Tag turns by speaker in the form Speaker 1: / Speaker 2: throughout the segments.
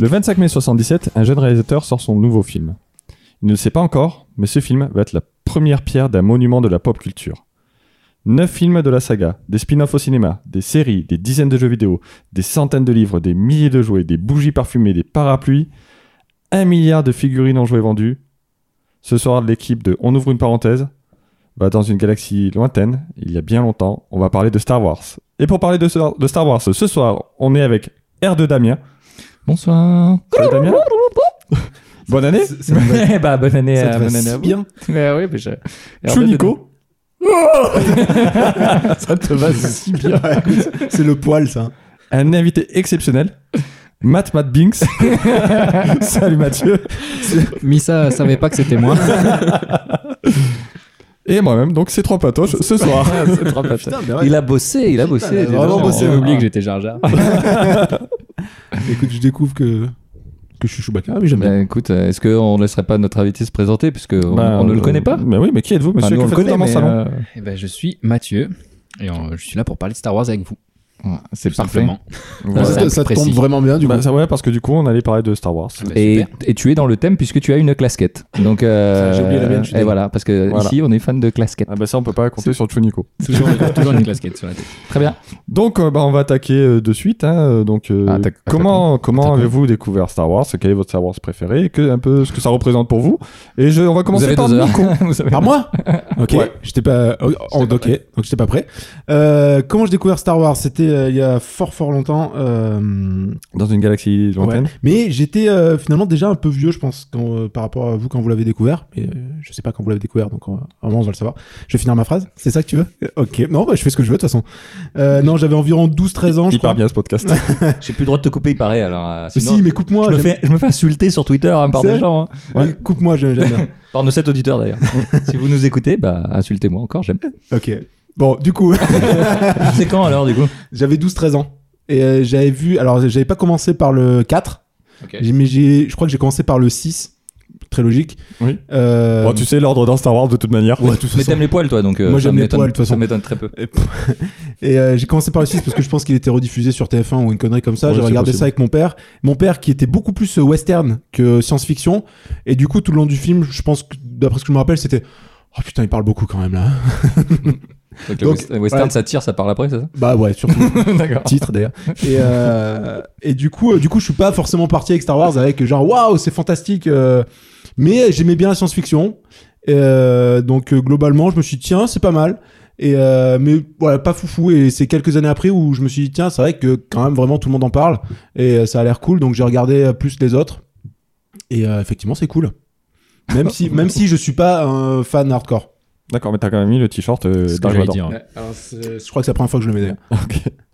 Speaker 1: Le 25 mai 77, un jeune réalisateur sort son nouveau film. Il ne le sait pas encore, mais ce film va être la première pierre d'un monument de la pop culture. Neuf films de la saga, des spin-offs au cinéma, des séries, des dizaines de jeux vidéo, des centaines de livres, des milliers de jouets, des bougies parfumées, des parapluies, un milliard de figurines en jouets vendus. Ce soir, l'équipe de On ouvre une parenthèse va dans une galaxie lointaine, il y a bien longtemps, on va parler de Star Wars. Et pour parler de, Star- de Star Wars, ce soir, on est avec R de Damien.
Speaker 2: Bonsoir.
Speaker 1: Salut Damien. Bonne année.
Speaker 2: Eh bah, bonne année
Speaker 3: Ça
Speaker 2: à,
Speaker 3: te va
Speaker 2: bonne année à
Speaker 3: si
Speaker 2: vous.
Speaker 3: bien.
Speaker 2: Bah oui, mais je- Alors,
Speaker 1: Chou
Speaker 2: bonne
Speaker 1: Nico.
Speaker 2: année. Ça te va si bien.
Speaker 3: Ah, écoute, c'est le poil, ça.
Speaker 1: un invité exceptionnel, Matt Matt Binks. Salut Mathieu.
Speaker 4: Missa savait pas que c'était moi.
Speaker 1: Et moi-même, donc ces trois patoches ce soir.
Speaker 2: Ah, c'est trop Ah. pas
Speaker 3: Putain,
Speaker 2: ça.
Speaker 3: mais ouais.
Speaker 2: il a bossé, il a bossé.
Speaker 3: il a
Speaker 2: dis
Speaker 3: vraiment
Speaker 2: donc.
Speaker 3: bossé.
Speaker 2: On oublie que
Speaker 4: j'étais Jar Jar.
Speaker 3: Écoute, je découvre que, que je suis Chewbacca, mais j'aime bien.
Speaker 2: Bah, écoute, euh, est-ce qu'on laisserait pas notre invité se présenter puisque on,
Speaker 1: Bah,
Speaker 2: on ne le
Speaker 1: euh,
Speaker 2: connaît pas
Speaker 1: Mais oui, mais qui êtes-vous,
Speaker 2: Enfin,
Speaker 1: monsieur
Speaker 2: Bah, nous,
Speaker 1: que
Speaker 2: on le
Speaker 1: faites-vous
Speaker 2: connaît,
Speaker 1: dans mon
Speaker 2: mais,
Speaker 1: salon
Speaker 2: euh,
Speaker 4: Eh ben, je suis Mathieu et euh, je suis là pour parler de Star Wars avec vous.
Speaker 2: c'est
Speaker 4: tout
Speaker 2: parfait.
Speaker 4: simplement.
Speaker 1: Voilà.
Speaker 4: c'est
Speaker 3: ça
Speaker 4: un peu
Speaker 3: ça tombe
Speaker 4: précis.
Speaker 3: vraiment bien, du
Speaker 1: Bah,
Speaker 3: coup.
Speaker 1: ça, ouais, parce que du coup, on allait parler de Star Wars.
Speaker 4: Ah bah,
Speaker 2: Et,
Speaker 4: super.
Speaker 2: et tu es dans le thème puisque tu as une classquette. Donc euh,
Speaker 3: Ça, j'ai oublié la mienne, je suis
Speaker 2: Et
Speaker 3: désolé.
Speaker 2: voilà, parce que
Speaker 1: Voilà.
Speaker 2: ici on est fan de classquette.
Speaker 1: Ah bah ça, on peut pas compter sur Chunico.
Speaker 4: toujours, toujours une casquette sur la tête.
Speaker 2: Très bien.
Speaker 1: Donc, euh, bah, on va attaquer euh, de suite. hein, euh, donc, euh,
Speaker 2: Ah, attaque-
Speaker 1: comment, comment
Speaker 2: Attaquons.
Speaker 1: avez-vous découvert Star Wars Quel est votre Star Wars préféré Et que, un peu ce que ça représente pour vous. Et je, on va
Speaker 2: Vous
Speaker 1: commencer
Speaker 2: avez
Speaker 1: par
Speaker 2: deux heures.
Speaker 1: Nico.
Speaker 2: Vous avez-
Speaker 3: Par moi Ok,
Speaker 1: Ouais.
Speaker 3: j'étais pas. oh, oh, ok, donc j'étais pas prêt. Euh, comment j'ai découvert Star Wars C'était euh, il y a fort fort longtemps. euh,
Speaker 1: Dans une galaxie lointaine.
Speaker 3: ouais. Mais j'étais euh, finalement déjà un peu vieux, je pense, quand, euh, par rapport à vous quand vous l'avez découvert. Mais euh, je sais pas quand vous l'avez découvert, donc euh, on va- vraiment on va le savoir. Je vais finir ma phrase. C'est ça que tu veux Ok, non, bah, je fais ce que je veux de toute façon. Euh, non, j'avais environ 12-13 ans, je
Speaker 1: Il part
Speaker 3: crois.
Speaker 1: bien ce podcast.
Speaker 2: J'ai plus le droit de te couper, il paraît. Alors, euh,
Speaker 3: Mais
Speaker 2: sinon,
Speaker 3: si, mais coupe-moi.
Speaker 2: je, me
Speaker 3: j'aime-
Speaker 2: fais, je me fais insulter sur Twitter hein, par
Speaker 3: C'est
Speaker 2: des
Speaker 3: vrai
Speaker 2: gens. hein.
Speaker 3: Ouais, Euh, Coupe-moi, j'aime j'aime bien.
Speaker 2: Par nos sept auditeurs d'ailleurs. si vous nous écoutez, bah insultez-moi encore, j'aime.
Speaker 3: Ok. Bon, du coup.
Speaker 2: C'est quand alors du coup
Speaker 3: J'avais 12-13 ans. Et euh, j'avais vu. Alors, j'avais pas commencé par le 4.
Speaker 4: Ok.
Speaker 3: j'ai- Mais j'ai, je crois que j'ai commencé par le 6. Très logique.
Speaker 1: Oui.
Speaker 3: Euh,
Speaker 1: Bon, tu sais l'ordre dans Star Wars de toute manière.
Speaker 3: ouais, de toute
Speaker 2: Mais
Speaker 3: façon.
Speaker 2: t'aimes les poils toi donc. euh,
Speaker 3: Moi,
Speaker 2: ça
Speaker 3: j'aime les
Speaker 2: m'étonne-
Speaker 3: poils, de toute
Speaker 2: Ça
Speaker 3: façon.
Speaker 2: m'étonne très peu.
Speaker 3: Et euh, j'ai commencé par le 6 parce que je pense qu'il était rediffusé sur TF1 ou une connerie comme ça.
Speaker 1: Ouais,
Speaker 3: j'ai
Speaker 1: c'est
Speaker 3: regardé
Speaker 1: possible.
Speaker 3: ça avec mon père. Mon père qui était beaucoup plus euh, western que science-fiction. Et du coup, tout le long du film, je pense que, d'après ce que je me rappelle, c'était. Oh putain, il parle beaucoup quand même là. hein.
Speaker 2: Donc, le
Speaker 3: Donc,
Speaker 2: west- western
Speaker 3: ouais.
Speaker 2: ça tire, ça parle après, c'est ça
Speaker 3: Bah ouais, surtout.
Speaker 2: D'accord.
Speaker 3: titre d'ailleurs. Et, euh, et du coup, euh, du coup, je suis pas forcément parti avec Star Wars avec genre waouh, c'est fantastique. euh, mais j'aimais bien la science-fiction. Euh, donc euh, globalement, je me suis dit tiens, c'est pas mal. Et euh, mais voilà, pas foufou. Et c'est quelques années après où je me suis dit tiens, c'est vrai que quand même vraiment tout le monde en parle et euh, ça a l'air cool. Donc j'ai regardé euh, plus les autres. Et euh, effectivement, c'est cool. Même si, même si je suis pas un fan hardcore.
Speaker 1: D'accord, mais t'as quand même mis le t-shirt euh,
Speaker 4: C'est ce que
Speaker 1: Dark
Speaker 4: j'allais
Speaker 1: Vador.
Speaker 4: dire.
Speaker 3: je crois que c'est la première fois que je le mets. d'ailleurs.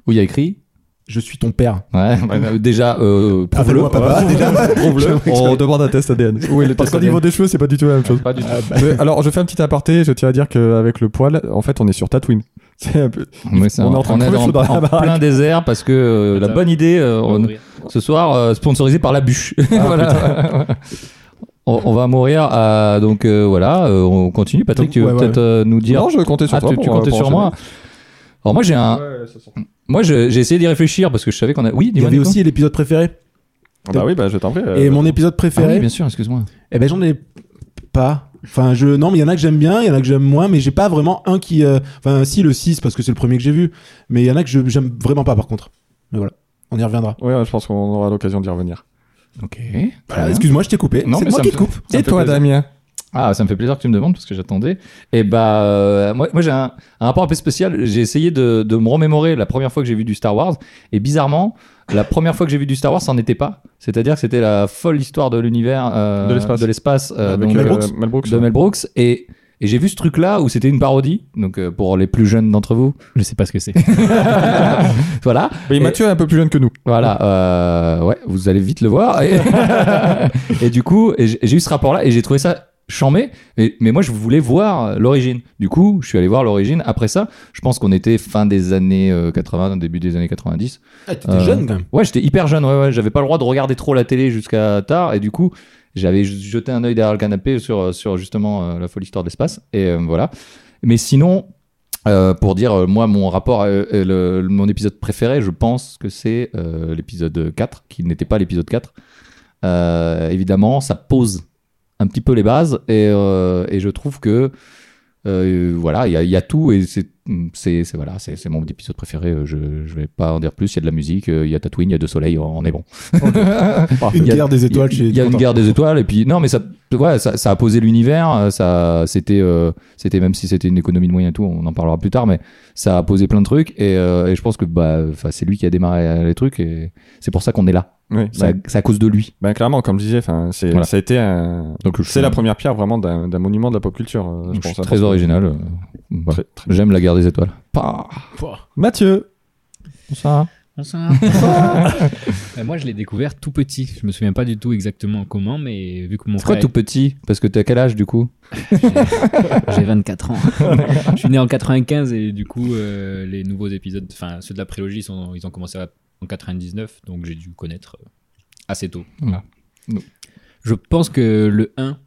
Speaker 2: Où il y a écrit
Speaker 3: Je suis ton père.
Speaker 2: Ouais. bah, déjà, euh, prouve-le.
Speaker 3: Appelle-moi papa. Déjà,
Speaker 1: Prouve-le. On demande un test ADN.
Speaker 2: Oui, le
Speaker 1: Parce
Speaker 2: test
Speaker 1: qu'au niveau des cheveux, c'est pas du tout la même chose. Euh,
Speaker 2: Pas du tout.
Speaker 1: Mais Alors, je fais un petit aparté. Je tiens à dire qu'avec le poil, en fait, on est sur Tatooine. C'est un peu.
Speaker 2: Ouais, c'est
Speaker 1: On
Speaker 2: un-
Speaker 1: est en train de
Speaker 2: dans,
Speaker 1: crever sous dans la
Speaker 2: en
Speaker 1: baraque.
Speaker 2: plein désert parce que euh, la
Speaker 4: Attends.
Speaker 2: bonne idée euh, on-
Speaker 4: Ouvrir.
Speaker 2: ce soir euh, sponsorisé par la bûche. voilà. on, on va mourir à- donc euh, voilà, euh, on continue Patrick, tu veux
Speaker 3: Ouais, ouais,
Speaker 2: peut-être euh, nous dire
Speaker 1: Non, je comptais sur
Speaker 2: Ah,
Speaker 1: toi.
Speaker 2: tu,
Speaker 1: pour,
Speaker 2: tu
Speaker 1: euh,
Speaker 2: comptais
Speaker 1: pour
Speaker 2: sur
Speaker 1: enchaîner.
Speaker 2: moi. Hein Alors moi j'ai un moi je- j'ai essayé d'y réfléchir parce que je savais qu'on a Oui,
Speaker 3: Il y
Speaker 2: dis-moi,
Speaker 3: avait
Speaker 2: Nico.
Speaker 3: aussi l'épisode préféré.
Speaker 1: Ah Bah oui, bah je t'en prie. euh,
Speaker 3: Et mon épisode
Speaker 2: Ah
Speaker 3: préféré,
Speaker 2: oui, bien sûr, excuse-moi.
Speaker 3: eh ben j'en ai pas. Enfin, je non, mais il y en a que j'aime bien, il y en a que j'aime moins, mais j'ai pas vraiment un qui. euh, Enfin, si le 6 parce que c'est le premier que j'ai vu, mais il y en a que je- j'aime vraiment pas par contre. Mais voilà, on y reviendra.
Speaker 1: Ouais, je pense qu'on aura l'occasion d'y revenir.
Speaker 2: OK.
Speaker 3: Voilà, excuse-moi, je t'ai coupé.
Speaker 2: Ah Non,
Speaker 3: C'est
Speaker 2: mais
Speaker 3: moi
Speaker 2: ça
Speaker 3: qui
Speaker 2: me
Speaker 3: te
Speaker 2: fait-
Speaker 3: coupe.
Speaker 2: Ça me
Speaker 1: Et
Speaker 2: fait
Speaker 1: toi,
Speaker 2: plaisir.
Speaker 1: Damien
Speaker 2: Ah, ça me fait plaisir que tu me demandes parce que j'attendais. Et bah, euh, moi, moi j'ai un, un rapport un peu spécial. J'ai essayé de, de me remémorer la première fois que j'ai vu du Star Wars. Et bizarrement, la première fois que j'ai vu du Star Wars, ça n'en était pas. C'est-à-dire que c'était la folle histoire de l'univers, euh,
Speaker 1: De l'espace.
Speaker 2: de l'espace, euh,
Speaker 1: Avec
Speaker 2: donc,
Speaker 1: euh,
Speaker 2: euh,
Speaker 3: Brooks
Speaker 1: Mel Brooks.
Speaker 2: de Mel Brooks. Et, et j'ai vu ce truc-là où c'était une parodie. Donc, euh, pour les plus jeunes d'entre vous.
Speaker 4: Je sais pas ce que c'est.
Speaker 2: voilà.
Speaker 1: Oui,
Speaker 2: Et-
Speaker 1: Mathieu est un peu plus jeune que nous.
Speaker 2: Voilà, euh, ouais, vous allez vite le voir. Et, et du coup, et j'ai j'ai eu ce rapport-là et j'ai trouvé ça chambé. Mais, mais moi, je voulais voir l'origine. Du coup, je suis allé voir l'origine. Après ça, je pense qu'on était fin des années euh, 80, début des années 90.
Speaker 3: Ah, t'étais
Speaker 2: Euh,
Speaker 3: jeune quand même.
Speaker 2: Ouais, j'étais hyper jeune, ouais, ouais, j'avais pas le droit de regarder trop la télé jusqu'à tard, et du coup, j'avais ju- jeté un œil derrière le canapé sur, sur justement euh, la folle histoire de l'espace, et euh, voilà. Mais euh, sinon, euh, pour dire, euh, moi, mon rapport, à- euh, le- le- mon épisode préféré, je pense que c'est euh, l'épisode 4, qui n'était pas l'épisode 4. Euh, évidemment, ça pose un petit peu les bases, et, euh, et je trouve que, euh, voilà, il y, a- il y a tout, et c'est c'est- c'est- voilà, c'est c'est mon épisode préféré, euh, je ne vais pas en dire plus, il y a de la musique, euh, il y a Tatooine, il y a de soleil, on est bon.
Speaker 3: Une
Speaker 2: Oh, Il y a-
Speaker 3: guerre des étoiles
Speaker 2: il y a-
Speaker 3: chez
Speaker 2: il y a une guerre des étoiles et puis non mais ça ouais, ça, ça a posé l'univers euh, ça c'était euh, c'était même si c'était une économie de moyens et tout on en parlera plus tard mais ça a posé plein de trucs et, euh, et je pense que bah enfin, c'est lui qui a démarré euh, les trucs et c'est pour ça qu'on est là
Speaker 1: Oui,
Speaker 2: c'est à-
Speaker 1: bah,
Speaker 2: c'est à cause de lui
Speaker 1: bah, clairement, comme je disais, 'fin, c'est-
Speaker 2: Voilà.
Speaker 1: ça a été un-
Speaker 2: donc je suis-
Speaker 1: C'est la première pierre vraiment d'un d'un monument de la pop culture. euh,
Speaker 2: donc,
Speaker 1: je
Speaker 2: je suis
Speaker 1: pense, à
Speaker 2: très
Speaker 1: force.
Speaker 2: original euh, voilà.
Speaker 1: Très- très-
Speaker 2: j'aime la guerre des étoiles Pah.
Speaker 1: Mathieu,
Speaker 2: ça
Speaker 4: Bonsoir. Euh, Moi, je l'ai découvert tout petit. Je me souviens pas du tout exactement comment, mais vu que mon
Speaker 2: c'est quoi
Speaker 4: frère.
Speaker 2: tout petit parce que t'as quel âge du coup
Speaker 4: J'ai 24 ans. je suis né en 95 et du coup, euh, les nouveaux épisodes, enfin ceux de la prélogie, sont, ils ont commencé à- en 99, donc j'ai dû connaître euh, assez tôt.
Speaker 2: Voilà. Donc.
Speaker 4: Je pense que le 1,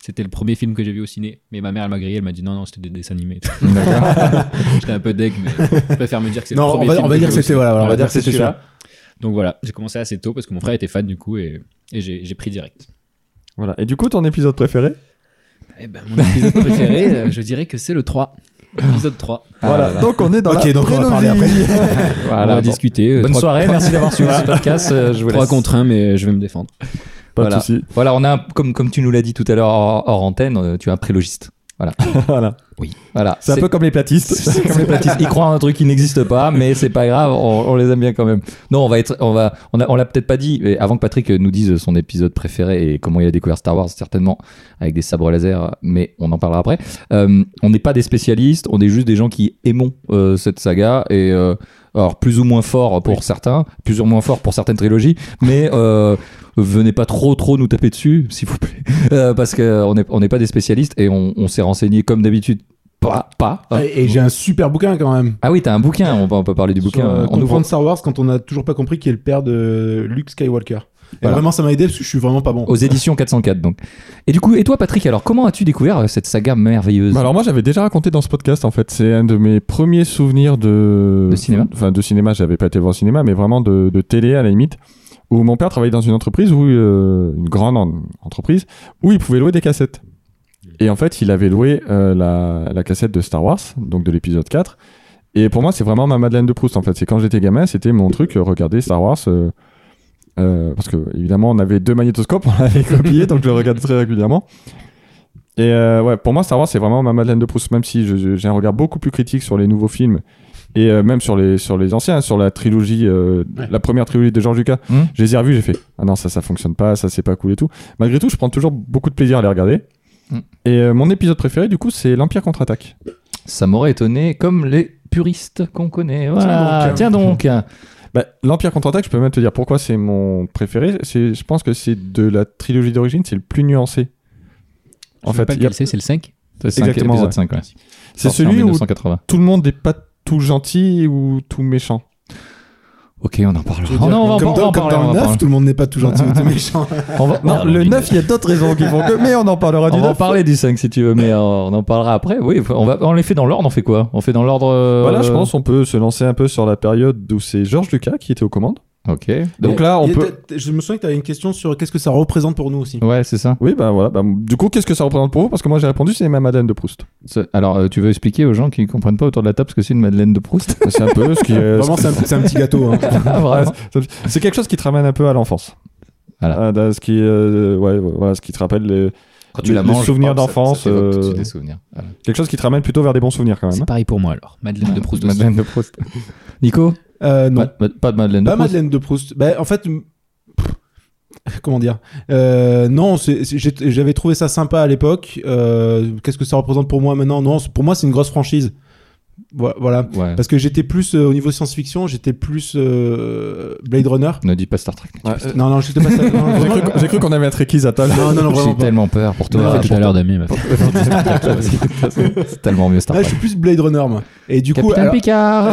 Speaker 4: c'était le premier film que j'ai vu au ciné, mais ma mère, elle m'a grillé, elle m'a dit non, non, c'était des dessins animés. J'étais un peu deg, mais je préfère me dire que c'est le
Speaker 3: Non,
Speaker 4: premier
Speaker 3: on va,
Speaker 4: film
Speaker 3: on va
Speaker 4: que
Speaker 3: dire que
Speaker 4: j'ai vu au
Speaker 3: c'était voilà, voilà, on va dire que
Speaker 2: c'est
Speaker 3: c'était celui-là.
Speaker 4: ciné. Donc voilà, j'ai commencé assez tôt parce que mon frère était fan du coup et, et j'ai j'ai pris direct.
Speaker 1: voilà. Et du coup, ton épisode préféré
Speaker 4: Eh ben, mon épisode préféré, euh, je dirais que c'est le 3. L'épisode 3.
Speaker 2: Ah,
Speaker 1: Voilà. donc on est dans
Speaker 3: Ok,
Speaker 1: la
Speaker 3: donc on va parler après.
Speaker 4: on va
Speaker 2: voilà, bon.
Speaker 4: discuter. euh,
Speaker 2: bonne
Speaker 4: trois-
Speaker 2: soirée merci d'avoir suivi ce podcast euh, je vous
Speaker 4: 3
Speaker 2: laisse
Speaker 4: contre 1, mais je vais me défendre.
Speaker 1: Pas
Speaker 2: Voilà.
Speaker 1: de souci.
Speaker 2: Voilà, on a un- comme comme tu nous l'as dit tout à l'heure hors, hors antenne, euh, tu es un prélogiste.
Speaker 1: Voilà.
Speaker 2: Voilà,
Speaker 1: C'est un peu comme les platistes.
Speaker 2: c'est comme les platistes, ils croient en un truc qui n'existe pas, mais c'est pas grave, on, on les aime bien quand même. Non, on va être, on va, on a- on l'a peut-être pas dit, mais avant que Patrick nous dise son épisode préféré et comment il a découvert Star Wars, certainement avec des sabres laser, mais on en parlera après. Euh, on n'est pas des spécialistes, on est juste des gens qui aimons euh, cette saga et euh, alors plus ou moins fort pour certains, plus ou moins fort pour certaines trilogies, mais euh, venez pas trop trop nous taper dessus, s'il vous plaît, Euh, parce qu'on n'est on n'est pas des spécialistes et on, on s'est renseigné comme d'habitude. Pas, pas. hein.
Speaker 3: Et, et j'ai un super bouquin quand même.
Speaker 2: Ah oui, t'as un bouquin, on, va, on peut parler du bouquin.
Speaker 3: Sur, euh,
Speaker 2: euh, on
Speaker 3: comprendre
Speaker 2: ouvre-
Speaker 3: Star Wars quand on a toujours pas compris qui est le père de Luke Skywalker. Et
Speaker 2: Voilà.
Speaker 3: vraiment, ça m'a aidé parce que je suis vraiment pas bon.
Speaker 2: aux éditions 404 donc. Et du coup, et toi Patrick, alors comment as-tu découvert euh, cette saga merveilleuse
Speaker 1: Bah alors moi j'avais déjà raconté dans ce podcast en fait, c'est un de mes premiers souvenirs de,
Speaker 2: De cinéma
Speaker 1: Enfin de cinéma, j'avais pas été voir au cinéma, mais vraiment de, de télé à la limite, où mon père travaillait dans une entreprise, où, euh, une grande en- entreprise, où il pouvait louer des cassettes. Et en fait il avait loué euh, la, la cassette de Star Wars, donc de l'épisode 4. Et pour moi c'est vraiment ma Madeleine de Proust en fait, c'est quand j'étais gamin, c'était mon truc, euh, regarder Star Wars. euh, euh, parce que évidemment on avait deux magnétoscopes, on l'avait copié, donc je le regardais très régulièrement. Et euh, ouais, pour moi, Star Wars, c'est vraiment ma Madeleine de Proust, même si je- je- j'ai un regard beaucoup plus critique sur les nouveaux films et euh, même sur les, sur les anciens, sur la trilogie, euh,
Speaker 3: Ouais.
Speaker 1: la première trilogie de George Lucas.
Speaker 2: Mhm.
Speaker 1: Je les ai revus, j'ai fait Ah non, ça, ça fonctionne pas, ça, c'est pas cool et tout. Malgré tout, je prends toujours beaucoup de plaisir à les regarder.
Speaker 2: Mhm.
Speaker 1: Et euh, mon épisode préféré, du coup, c'est l'Empire contre-attaque.
Speaker 2: Ça m'aurait étonné, comme les puristes qu'on connaît. Voilà. Tiens
Speaker 1: Tiens
Speaker 2: donc.
Speaker 1: donc. Bah, L'Empire contre-attaque, je peux même te dire pourquoi c'est mon préféré. C'est- Je pense que c'est de la trilogie d'origine, c'est le plus nuancé. En fait, il y a-
Speaker 4: c'est le 5
Speaker 2: C'est
Speaker 1: cinq, Exactement, épisode ouais.
Speaker 2: 5, ouais.
Speaker 1: c'est celui où
Speaker 2: 1980.
Speaker 1: tout le monde n'est pas tout gentil ou tout méchant.
Speaker 2: Ok, on en parlera.
Speaker 3: Je veux
Speaker 2: Oh
Speaker 3: dire,
Speaker 2: non, on va en
Speaker 3: comme
Speaker 2: parler,
Speaker 3: dans,
Speaker 2: on
Speaker 3: comme
Speaker 2: va
Speaker 3: dans
Speaker 2: en
Speaker 3: le 9,
Speaker 2: parler.
Speaker 3: tout le monde n'est pas tout gentil ou tout méchant.
Speaker 2: On va-
Speaker 1: Non,
Speaker 4: Non,
Speaker 1: le
Speaker 4: mais-
Speaker 1: 9, il y a d'autres raisons qui font que, mais on en parlera du
Speaker 2: On va en
Speaker 1: 9.
Speaker 2: parler du 5 si tu veux, mais euh, on en parlera après. Oui, on, va, on les fait dans l'ordre, on fait quoi On fait dans l'ordre. euh,
Speaker 1: Voilà, je pense on peut se lancer un peu sur la période où c'est Georges Lucas qui était aux commandes.
Speaker 2: Ok.
Speaker 1: Donc là, on
Speaker 3: Et
Speaker 1: peut.
Speaker 3: t'as- Je me souviens que tu avais une question sur qu'est-ce que ça représente pour nous aussi.
Speaker 2: Ouais, c'est ça.
Speaker 1: Oui, bah voilà. Bah, du coup, qu'est-ce que ça représente pour vous Parce que moi, j'ai répondu, c'est ma Madeleine de Proust.
Speaker 2: C'est- Alors, euh, tu veux expliquer aux gens qui ne comprennent pas autour de la table ce que c'est une Madeleine de Proust
Speaker 1: C'est un peu ce qui
Speaker 2: Euh,
Speaker 1: est.
Speaker 3: Vraiment, hein. c'est un, c'est un petit gâteau. hein.
Speaker 2: Ah, vraiment
Speaker 1: C'est quelque chose qui te ramène un peu à l'enfance.
Speaker 2: Voilà.
Speaker 1: Ah, dans ce qui, euh, ouais, voilà, ce qui te rappelle les-
Speaker 2: Quand
Speaker 1: tu la manges, hop, ça- ça t'évoque tout de
Speaker 3: euh,
Speaker 1: suite des
Speaker 2: des souvenirs.
Speaker 1: quelque chose qui te ramène plutôt vers des bons souvenirs quand même. hein.
Speaker 4: C'est pareil pour moi alors. Madeleine de Proust aussi.
Speaker 2: Madeleine de Proust. Nico
Speaker 3: Euh, non.
Speaker 2: Ma- ma- Pas de Madeleine de
Speaker 3: Pas
Speaker 2: Proust.
Speaker 3: Madeleine de Proust. Bah, en fait, m- pff, comment dire Euh, Non, c'est- c'est- j'ai- j'avais trouvé ça sympa à l'époque. Euh, Qu'est-ce que ça représente pour moi maintenant Non, c'est- pour moi, c'est une grosse franchise. Voi- Voilà.
Speaker 2: Ouais.
Speaker 3: Parce que j'étais plus euh, au niveau science-fiction, j'étais plus euh, Blade Runner.
Speaker 2: Ne dis pas Star Trek.
Speaker 1: Ouais, euh,
Speaker 3: Non, non, j'étais pas ça. Non,
Speaker 1: j'ai
Speaker 3: vraiment-
Speaker 1: cru qu'on- j'ai cru qu'on avait un tréquise à table.
Speaker 3: non, non, non, vraiment
Speaker 2: J'ai
Speaker 3: pas.
Speaker 2: tellement peur pour
Speaker 4: Tout
Speaker 2: toi.
Speaker 4: à l'heure, Damien m'a fait.
Speaker 2: C'est tellement mieux Star
Speaker 3: Là, je
Speaker 2: Trek.
Speaker 3: suis plus Blade Runner, moi. Et du coup,
Speaker 2: Capitaine Picard
Speaker 3: alors,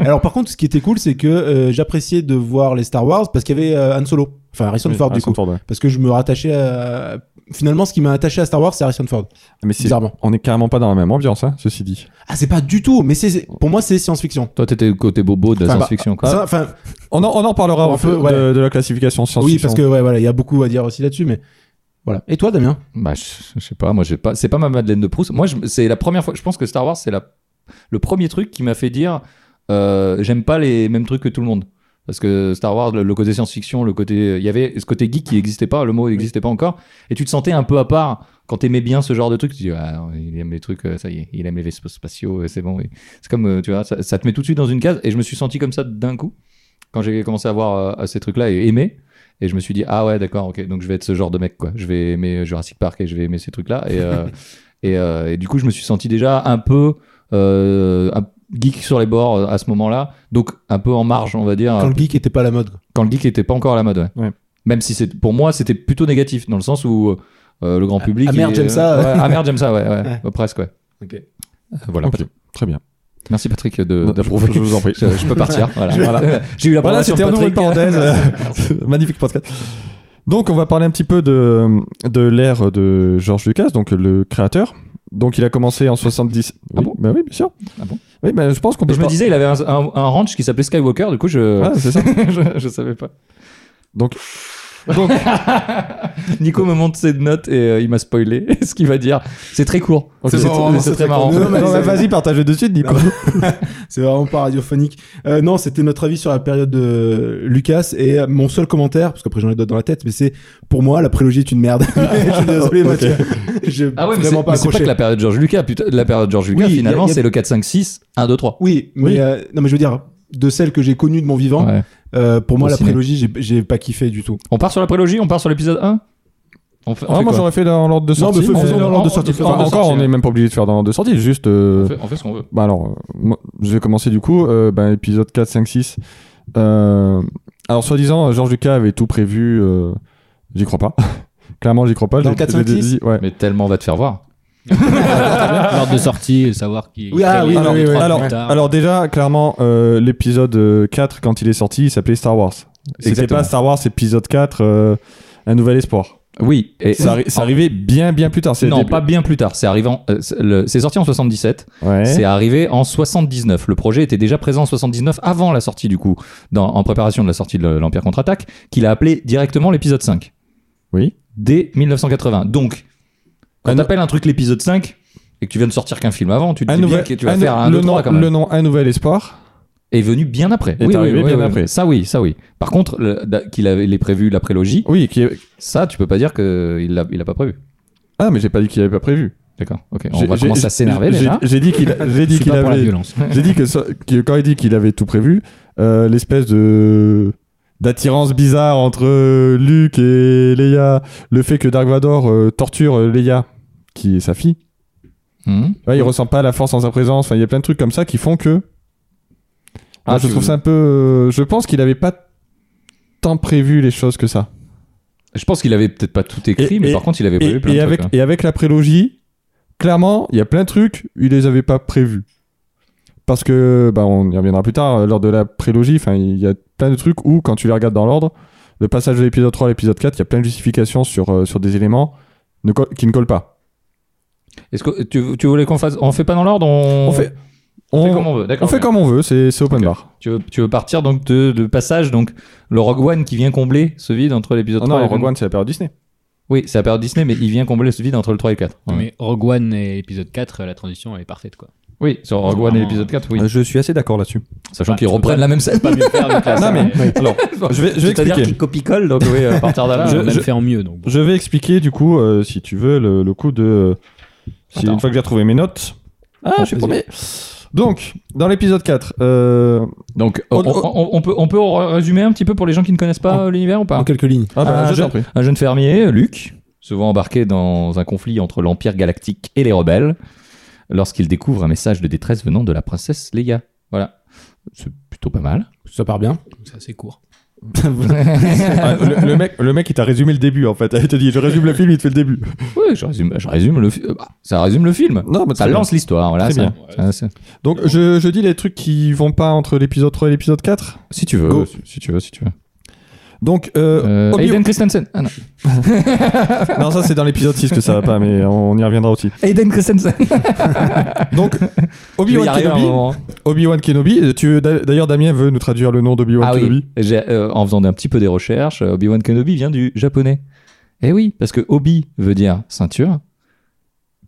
Speaker 3: alors, par contre, ce qui était cool, c'est que euh, j'appréciais de voir les Star Wars parce qu'il y avait euh, Han Solo. Enfin, Harrison
Speaker 1: Oui,
Speaker 3: Ford, du
Speaker 1: Harrison
Speaker 3: coup.
Speaker 1: Ford, ouais.
Speaker 3: Parce que je me rattachais à. Finalement, ce qui m'a attaché à Star Wars, c'est Harrison Ford.
Speaker 1: Mais c'est-
Speaker 3: Bizarrement.
Speaker 1: on est carrément pas dans la même ambiance, hein, ceci dit.
Speaker 3: Ah, c'est pas du tout, mais c'est- c'est pour moi, c'est science-fiction.
Speaker 2: Toi, t'étais du côté bobo de la
Speaker 3: Enfin, bah,
Speaker 2: science-fiction, quoi.
Speaker 3: Ça, Enfin,
Speaker 1: On en, on en parlera
Speaker 3: On
Speaker 1: un
Speaker 3: peut-
Speaker 1: peu
Speaker 3: ouais.
Speaker 1: de, de la classification science-fiction.
Speaker 3: oui, parce que ouais, voilà, il y a beaucoup à dire aussi là-dessus, mais voilà. Et toi, Damien
Speaker 2: Bah, je, je sais pas. Moi, j'ai pas. C'est pas ma Madeleine de Proust. Moi, je- c'est la première fois. Je pense que Star Wars, c'est la le premier truc qui m'a fait dire euh, j'aime pas les mêmes trucs que tout le monde. Parce que Star Wars, le, le côté science-fiction, le côté il y avait ce côté geek qui n'existait pas, le mot n'existait pas encore, et tu te sentais un peu à part quand t'aimais bien ce genre de truc. Tu dis ah, il aime les trucs, euh, ça y est, il aime les vaisseaux spatiaux, euh, c'est bon. oui. C'est comme euh, tu vois, ça, ça te met tout de suite dans une case, et je me suis senti comme ça d'un coup quand j'ai commencé à voir euh, ces trucs-là et aimer. Et je me suis dit ah ouais d'accord ok donc je vais être ce genre de mec quoi. Je vais aimer euh, Jurassic Park et je vais aimer ces trucs-là et euh, et, euh, et du coup je me suis senti déjà un peu euh, un geek sur les bords euh, à ce moment-là donc un peu en marge on va dire
Speaker 1: Ah,
Speaker 3: Quand le geek était pas à la mode. quoi.
Speaker 2: quand le geek était pas encore à la mode, ouais.
Speaker 1: Ouais.
Speaker 2: Même si c'est pour moi c'était plutôt négatif dans le sens où euh, le grand public.
Speaker 3: ah merde,
Speaker 2: il-
Speaker 3: j'aime ça.
Speaker 2: Ouais, ah merde j'aime ça, ouais, ouais.
Speaker 3: Ouais.
Speaker 2: Euh, presque ouais.
Speaker 3: Ok.
Speaker 2: Euh, Voilà.
Speaker 1: Ok, très bien.
Speaker 2: Merci Patrick de-
Speaker 1: Non,
Speaker 2: d'approuver.
Speaker 1: je- je vous en prie.
Speaker 2: Euh, Je, je peux partir. Voilà.
Speaker 1: Voilà.
Speaker 2: J'ai eu la
Speaker 1: Voilà,
Speaker 2: présentation
Speaker 1: c'était
Speaker 2: de
Speaker 1: un nouvelle
Speaker 2: Patrick.
Speaker 1: parenthèse. Magnifique podcast. Donc, on va parler un petit peu de, de l'ère de George Lucas, donc le créateur. Donc, il a commencé en 70.
Speaker 2: Ah
Speaker 1: oui,
Speaker 2: bon
Speaker 1: bah oui, bien sûr.
Speaker 2: Ah bon
Speaker 1: Oui, bah, je pense qu'on peut.
Speaker 2: Je me
Speaker 1: pas-
Speaker 2: disais il avait un, un- un ranch qui s'appelait Skywalker. Du coup je
Speaker 1: Ah, c'est ça.
Speaker 2: je, je savais pas.
Speaker 1: Donc, donc
Speaker 2: Nico me montre ses notes et euh, il m'a spoilé ce qu'il va dire. C'est très court.
Speaker 1: Ok.
Speaker 2: C'est
Speaker 1: C'est
Speaker 3: vraiment-
Speaker 2: c'est
Speaker 3: c'est
Speaker 2: très
Speaker 3: très
Speaker 2: marrant.
Speaker 3: court.
Speaker 1: non, mais vas-y, partagez de suite, Nico.
Speaker 3: C'est vraiment pas radiophonique. Euh, non, c'était notre avis sur la période de Lucas et euh, mon seul commentaire, parce qu'après j'en ai d'autres dans la tête, mais c'est pour moi la prélogie est une merde. je suis désolé,
Speaker 1: Ok.
Speaker 3: Mathieu. J'ai
Speaker 2: Ah ouais, mais c'est
Speaker 3: vraiment pas
Speaker 2: mais c'est pas
Speaker 3: accroché.
Speaker 2: que la période George Lucas, putain, la période George Lucas,
Speaker 3: Oui, y a-
Speaker 2: finalement,
Speaker 3: y a-
Speaker 2: c'est le 4, 5, 6, 1, 2, 3.
Speaker 3: Oui, mais
Speaker 1: Oui.
Speaker 3: euh, non, mais je veux dire de celle que j'ai connue de mon vivant.
Speaker 2: Ouais.
Speaker 3: euh, pour moi,
Speaker 2: Au
Speaker 3: la
Speaker 2: ciné.
Speaker 3: prélogie, j'ai- j'ai pas kiffé du tout.
Speaker 2: On part sur la prélogie, on part sur l'épisode 1 on fait, on
Speaker 1: Ah,
Speaker 2: fait
Speaker 1: moi,
Speaker 2: quoi
Speaker 1: j'aurais fait dans l'ordre de
Speaker 3: Non,
Speaker 1: sortie.
Speaker 3: mais fais-
Speaker 1: mais-
Speaker 3: faisons dans l'ordre de sortie.
Speaker 1: Enfin, encore, on n'est même pas obligé de faire dans l'ordre de sortie, juste. euh,
Speaker 2: on fait, on fait ce qu'on veut.
Speaker 1: Bah alors, euh, moi, je vais commencer du coup. Euh, bah, épisode 4, 5, 6. Euh, alors, soi-disant, euh, Georges Lucas avait tout prévu. euh, j'y crois pas. Clairement, j'y crois pas.
Speaker 3: Dans
Speaker 1: J'ai-
Speaker 3: 4,
Speaker 1: j'ai
Speaker 3: 5, 6?
Speaker 1: dit- ouais.
Speaker 2: Mais tellement on va te faire voir.
Speaker 1: Ah.
Speaker 4: L'ordre de sortie, et savoir qui.
Speaker 3: Oui, ah,
Speaker 4: quel
Speaker 3: oui, oui,
Speaker 4: est
Speaker 3: oui,
Speaker 4: trois
Speaker 3: oui.
Speaker 4: plus
Speaker 1: Alors,
Speaker 4: tard.
Speaker 1: alors déjà, clairement, euh, l'épisode euh, 4, quand il est sorti, il s'appelait Star Wars. C'était
Speaker 2: Exactement.
Speaker 1: pas Star Wars épisode 4, euh, Un Nouvel Espoir.
Speaker 2: Oui, et
Speaker 1: Ça, arri- ça arrivait bien, bien plus tard. C'est le
Speaker 2: non,
Speaker 1: début.
Speaker 2: pas bien plus tard. C'est arrivé en- euh, c'est le- c'est sorti en 77,
Speaker 1: Ouais.
Speaker 2: c'est arrivé en 79. Le projet était déjà présent en 79 avant la sortie du coup, dans- en préparation de la sortie de l'Empire contre-attaque, qu'il a appelé directement l'épisode 5
Speaker 1: Oui.
Speaker 2: dès 1980. Donc, quand
Speaker 1: Un-
Speaker 2: t'appelles un truc l'épisode 5 et que tu viens de sortir qu'un film avant, tu te
Speaker 1: Un
Speaker 2: dis bien
Speaker 1: nouvel-
Speaker 2: que tu vas
Speaker 1: un
Speaker 2: faire
Speaker 1: nou-
Speaker 2: un
Speaker 1: le,
Speaker 2: 2, 3
Speaker 1: nom,
Speaker 2: quand même.
Speaker 1: le nom Un Nouvel Espoir.
Speaker 2: est venu bien après.
Speaker 1: Est arrivé bien après.
Speaker 2: Ça oui, ça oui. Par contre, le- da- qu'il avait il est prévu la prélogie,
Speaker 1: Oui, qui est-
Speaker 2: ça tu peux pas dire que il l'a il l'a pas prévu.
Speaker 1: Ah, mais j'ai pas dit qu'il avait pas prévu.
Speaker 2: D'accord. OK, on
Speaker 1: J'ai-
Speaker 2: va
Speaker 1: j'ai-
Speaker 2: commencer à
Speaker 1: j'ai-
Speaker 2: s'énerver
Speaker 1: j'ai-
Speaker 2: déjà.
Speaker 1: J'ai dit qu'il j'ai
Speaker 4: Je
Speaker 1: dit
Speaker 4: suis
Speaker 1: qu'il
Speaker 4: pas pour la
Speaker 1: avait
Speaker 4: violence.
Speaker 1: J'ai dit que, ça- que quand il dit qu'il avait tout prévu, euh, l'espèce de d'attirance bizarre entre euh, Luke et Leia, le fait que Dark Vador euh, torture euh, Leia, qui est sa fille,
Speaker 2: Hmm.
Speaker 1: Ouais, il ressent pas la force en sa présence. Enfin, il y a plein de trucs comme ça qui font que.
Speaker 2: Ah,
Speaker 1: Ah, je
Speaker 2: tu
Speaker 1: trouve
Speaker 2: veux-
Speaker 1: ça un peu. euh, Je pense qu'il avait pas tant prévu les choses que ça.
Speaker 2: Je pense qu'il avait peut-être pas tout écrit
Speaker 1: Et-
Speaker 2: mais
Speaker 1: et-
Speaker 2: par contre, il avait
Speaker 1: Et,
Speaker 2: prévu plein
Speaker 1: et
Speaker 2: de
Speaker 1: avec
Speaker 2: trucs. hein.
Speaker 1: et avec la prélogie, clairement, il y a plein de trucs, il les avait pas prévus. Parce que, bah, on y reviendra plus tard, euh, lors de la prélogie, enfin, il y a plein de trucs où, quand tu les regardes dans l'ordre, le passage de l'épisode 3 à l'épisode 4, il y a plein de justifications sur, euh, sur des éléments ne co- qui ne collent pas.
Speaker 2: Est-ce que tu, tu voulais qu'on fasse on fait pas dans l'ordre, on...
Speaker 1: On fait-
Speaker 2: on
Speaker 1: On,
Speaker 2: fait comme on veut.
Speaker 1: on
Speaker 2: D'accord.
Speaker 1: fait
Speaker 2: bien.
Speaker 1: comme on veut, c'est c'est open bar.
Speaker 2: Tu veux, tu veux partir donc de, de passage donc le Rogue One qui vient combler ce vide entre l'épisode
Speaker 1: Oh
Speaker 2: 3
Speaker 1: non,
Speaker 2: et
Speaker 1: Rogue One, c'est la période Disney.
Speaker 2: Oui, c'est la période Disney mais il vient combler ce vide entre le 3 et le 4. Ouais.
Speaker 4: Mais Rogue One et épisode
Speaker 1: euh,
Speaker 4: 4, la transition elle est parfaite quoi.
Speaker 2: Oui, sur Rogue One et
Speaker 4: Vraiment,
Speaker 2: l'épisode 4, oui.
Speaker 1: Je suis assez d'accord là-dessus.
Speaker 2: Sachant
Speaker 4: bah,
Speaker 2: qu'ils
Speaker 4: tu peux
Speaker 2: reprennent
Speaker 4: pas-
Speaker 2: la même scène.
Speaker 4: Pas mieux faire
Speaker 2: Ah,
Speaker 4: donc là, ça-
Speaker 1: Ah, Non, mais alors, je vais, je vais
Speaker 2: C'est-à-dire
Speaker 1: expliquer.
Speaker 2: qu'ils copie-collent, donc oui,
Speaker 1: euh,
Speaker 2: à partir de là.
Speaker 4: on a
Speaker 1: je-
Speaker 4: même fait en mieux donc. bon.
Speaker 1: Je vais expliquer du coup, euh, si tu veux, le, le coup de. euh, si-
Speaker 2: Attends.
Speaker 1: une fois que j'ai retrouvé mes notes. Ah, je
Speaker 2: Bon,
Speaker 1: suis
Speaker 2: vas-y.
Speaker 1: paumé. Donc, dans l'épisode 4, euh,
Speaker 2: Donc, oh, on,
Speaker 1: On-
Speaker 2: on- on peut, on peut résumer un petit peu pour les gens qui ne connaissent pas l'univers ou pas
Speaker 3: En quelques lignes.
Speaker 1: ah, bah,
Speaker 2: Ah,
Speaker 1: je
Speaker 2: je-
Speaker 1: t'en prie.
Speaker 2: Un jeune fermier, Luc, se voit embarqué dans un conflit entre l'Empire galactique et les rebelles lorsqu'il découvre un message de détresse venant de la princesse Leia. Voilà. C'est plutôt pas mal.
Speaker 3: Ça part bien.
Speaker 4: C'est assez court.
Speaker 1: Ah, le, le mec, le mec, il t'a résumé le début en fait. Il t'a dit, je résume le film, il te fait le début.
Speaker 2: Oui, je résume, je résume le fi- euh, bah, ça résume le film.
Speaker 1: Non, mais
Speaker 2: Ça lance l'histoire, voilà.
Speaker 1: Très
Speaker 2: ça-
Speaker 1: bien.
Speaker 2: ça- ça-
Speaker 1: Donc, je, je dis les trucs qui vont pas entre l'épisode 3 et l'épisode 4.
Speaker 2: si tu veux,
Speaker 1: Go.
Speaker 2: si- si tu veux, si tu veux.
Speaker 1: Donc, euh,
Speaker 2: Euh,
Speaker 1: Obi-
Speaker 2: Aiden Christensen. Ah non.
Speaker 1: non, ça c'est dans l'épisode 6 que ça va pas, mais on y reviendra aussi.
Speaker 2: Aiden Christensen.
Speaker 1: Donc,
Speaker 2: Je vais y
Speaker 1: Obi-Wan
Speaker 2: arriver à un
Speaker 1: Kenobi,
Speaker 2: moment.
Speaker 1: Obi-Wan Kenobi, euh, tu veux- d'ailleurs Damien veut nous traduire le nom d'Obi-Wan
Speaker 2: Ah
Speaker 1: Kenobi.
Speaker 2: oui, J'ai, euh, en faisant un petit peu des recherches, euh, Obi-Wan Kenobi vient du japonais. Eh oui, parce que Obi veut dire ceinture,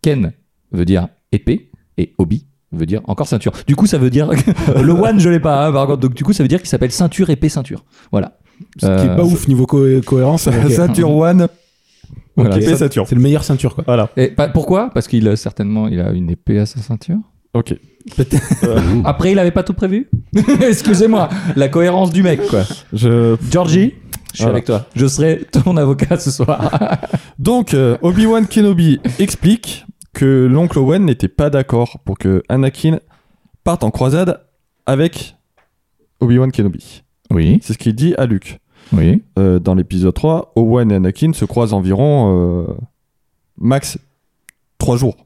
Speaker 2: Ken veut dire épée, et Obi veut dire encore ceinture. Du coup, ça veut dire... le one, je l'ai pas, hein, par contre. Donc du coup, ça veut dire qu'il s'appelle ceinture, épée, ceinture. Voilà.
Speaker 3: Ce qui est
Speaker 2: Euh,
Speaker 3: pas ouf niveau co- cohérence. mais ok.
Speaker 1: Saturn One,
Speaker 2: Voilà,
Speaker 1: épée
Speaker 2: ça-
Speaker 1: Saturn.
Speaker 3: C'est le meilleur ceinture, quoi.
Speaker 1: Voilà,
Speaker 2: Et pas- pourquoi Parce qu'il a certainement il a une épée à sa ceinture.
Speaker 1: ok.
Speaker 2: Après, il avait pas tout prévu. Excusez-moi, la cohérence du mec, quoi.
Speaker 1: Je...
Speaker 2: Georgie, je suis
Speaker 1: Voilà.
Speaker 2: avec toi. Je serai ton avocat ce soir.
Speaker 1: Donc, euh, Obi-Wan Kenobi explique que l'oncle Owen n'était pas d'accord pour que Anakin parte en croisade avec Obi-Wan Kenobi.
Speaker 2: Oui,
Speaker 1: C'est ce qu'il dit à Luke.
Speaker 2: oui.
Speaker 1: Euh, dans l'épisode 3, Owen et Anakin se croisent environ euh, max 3 jours.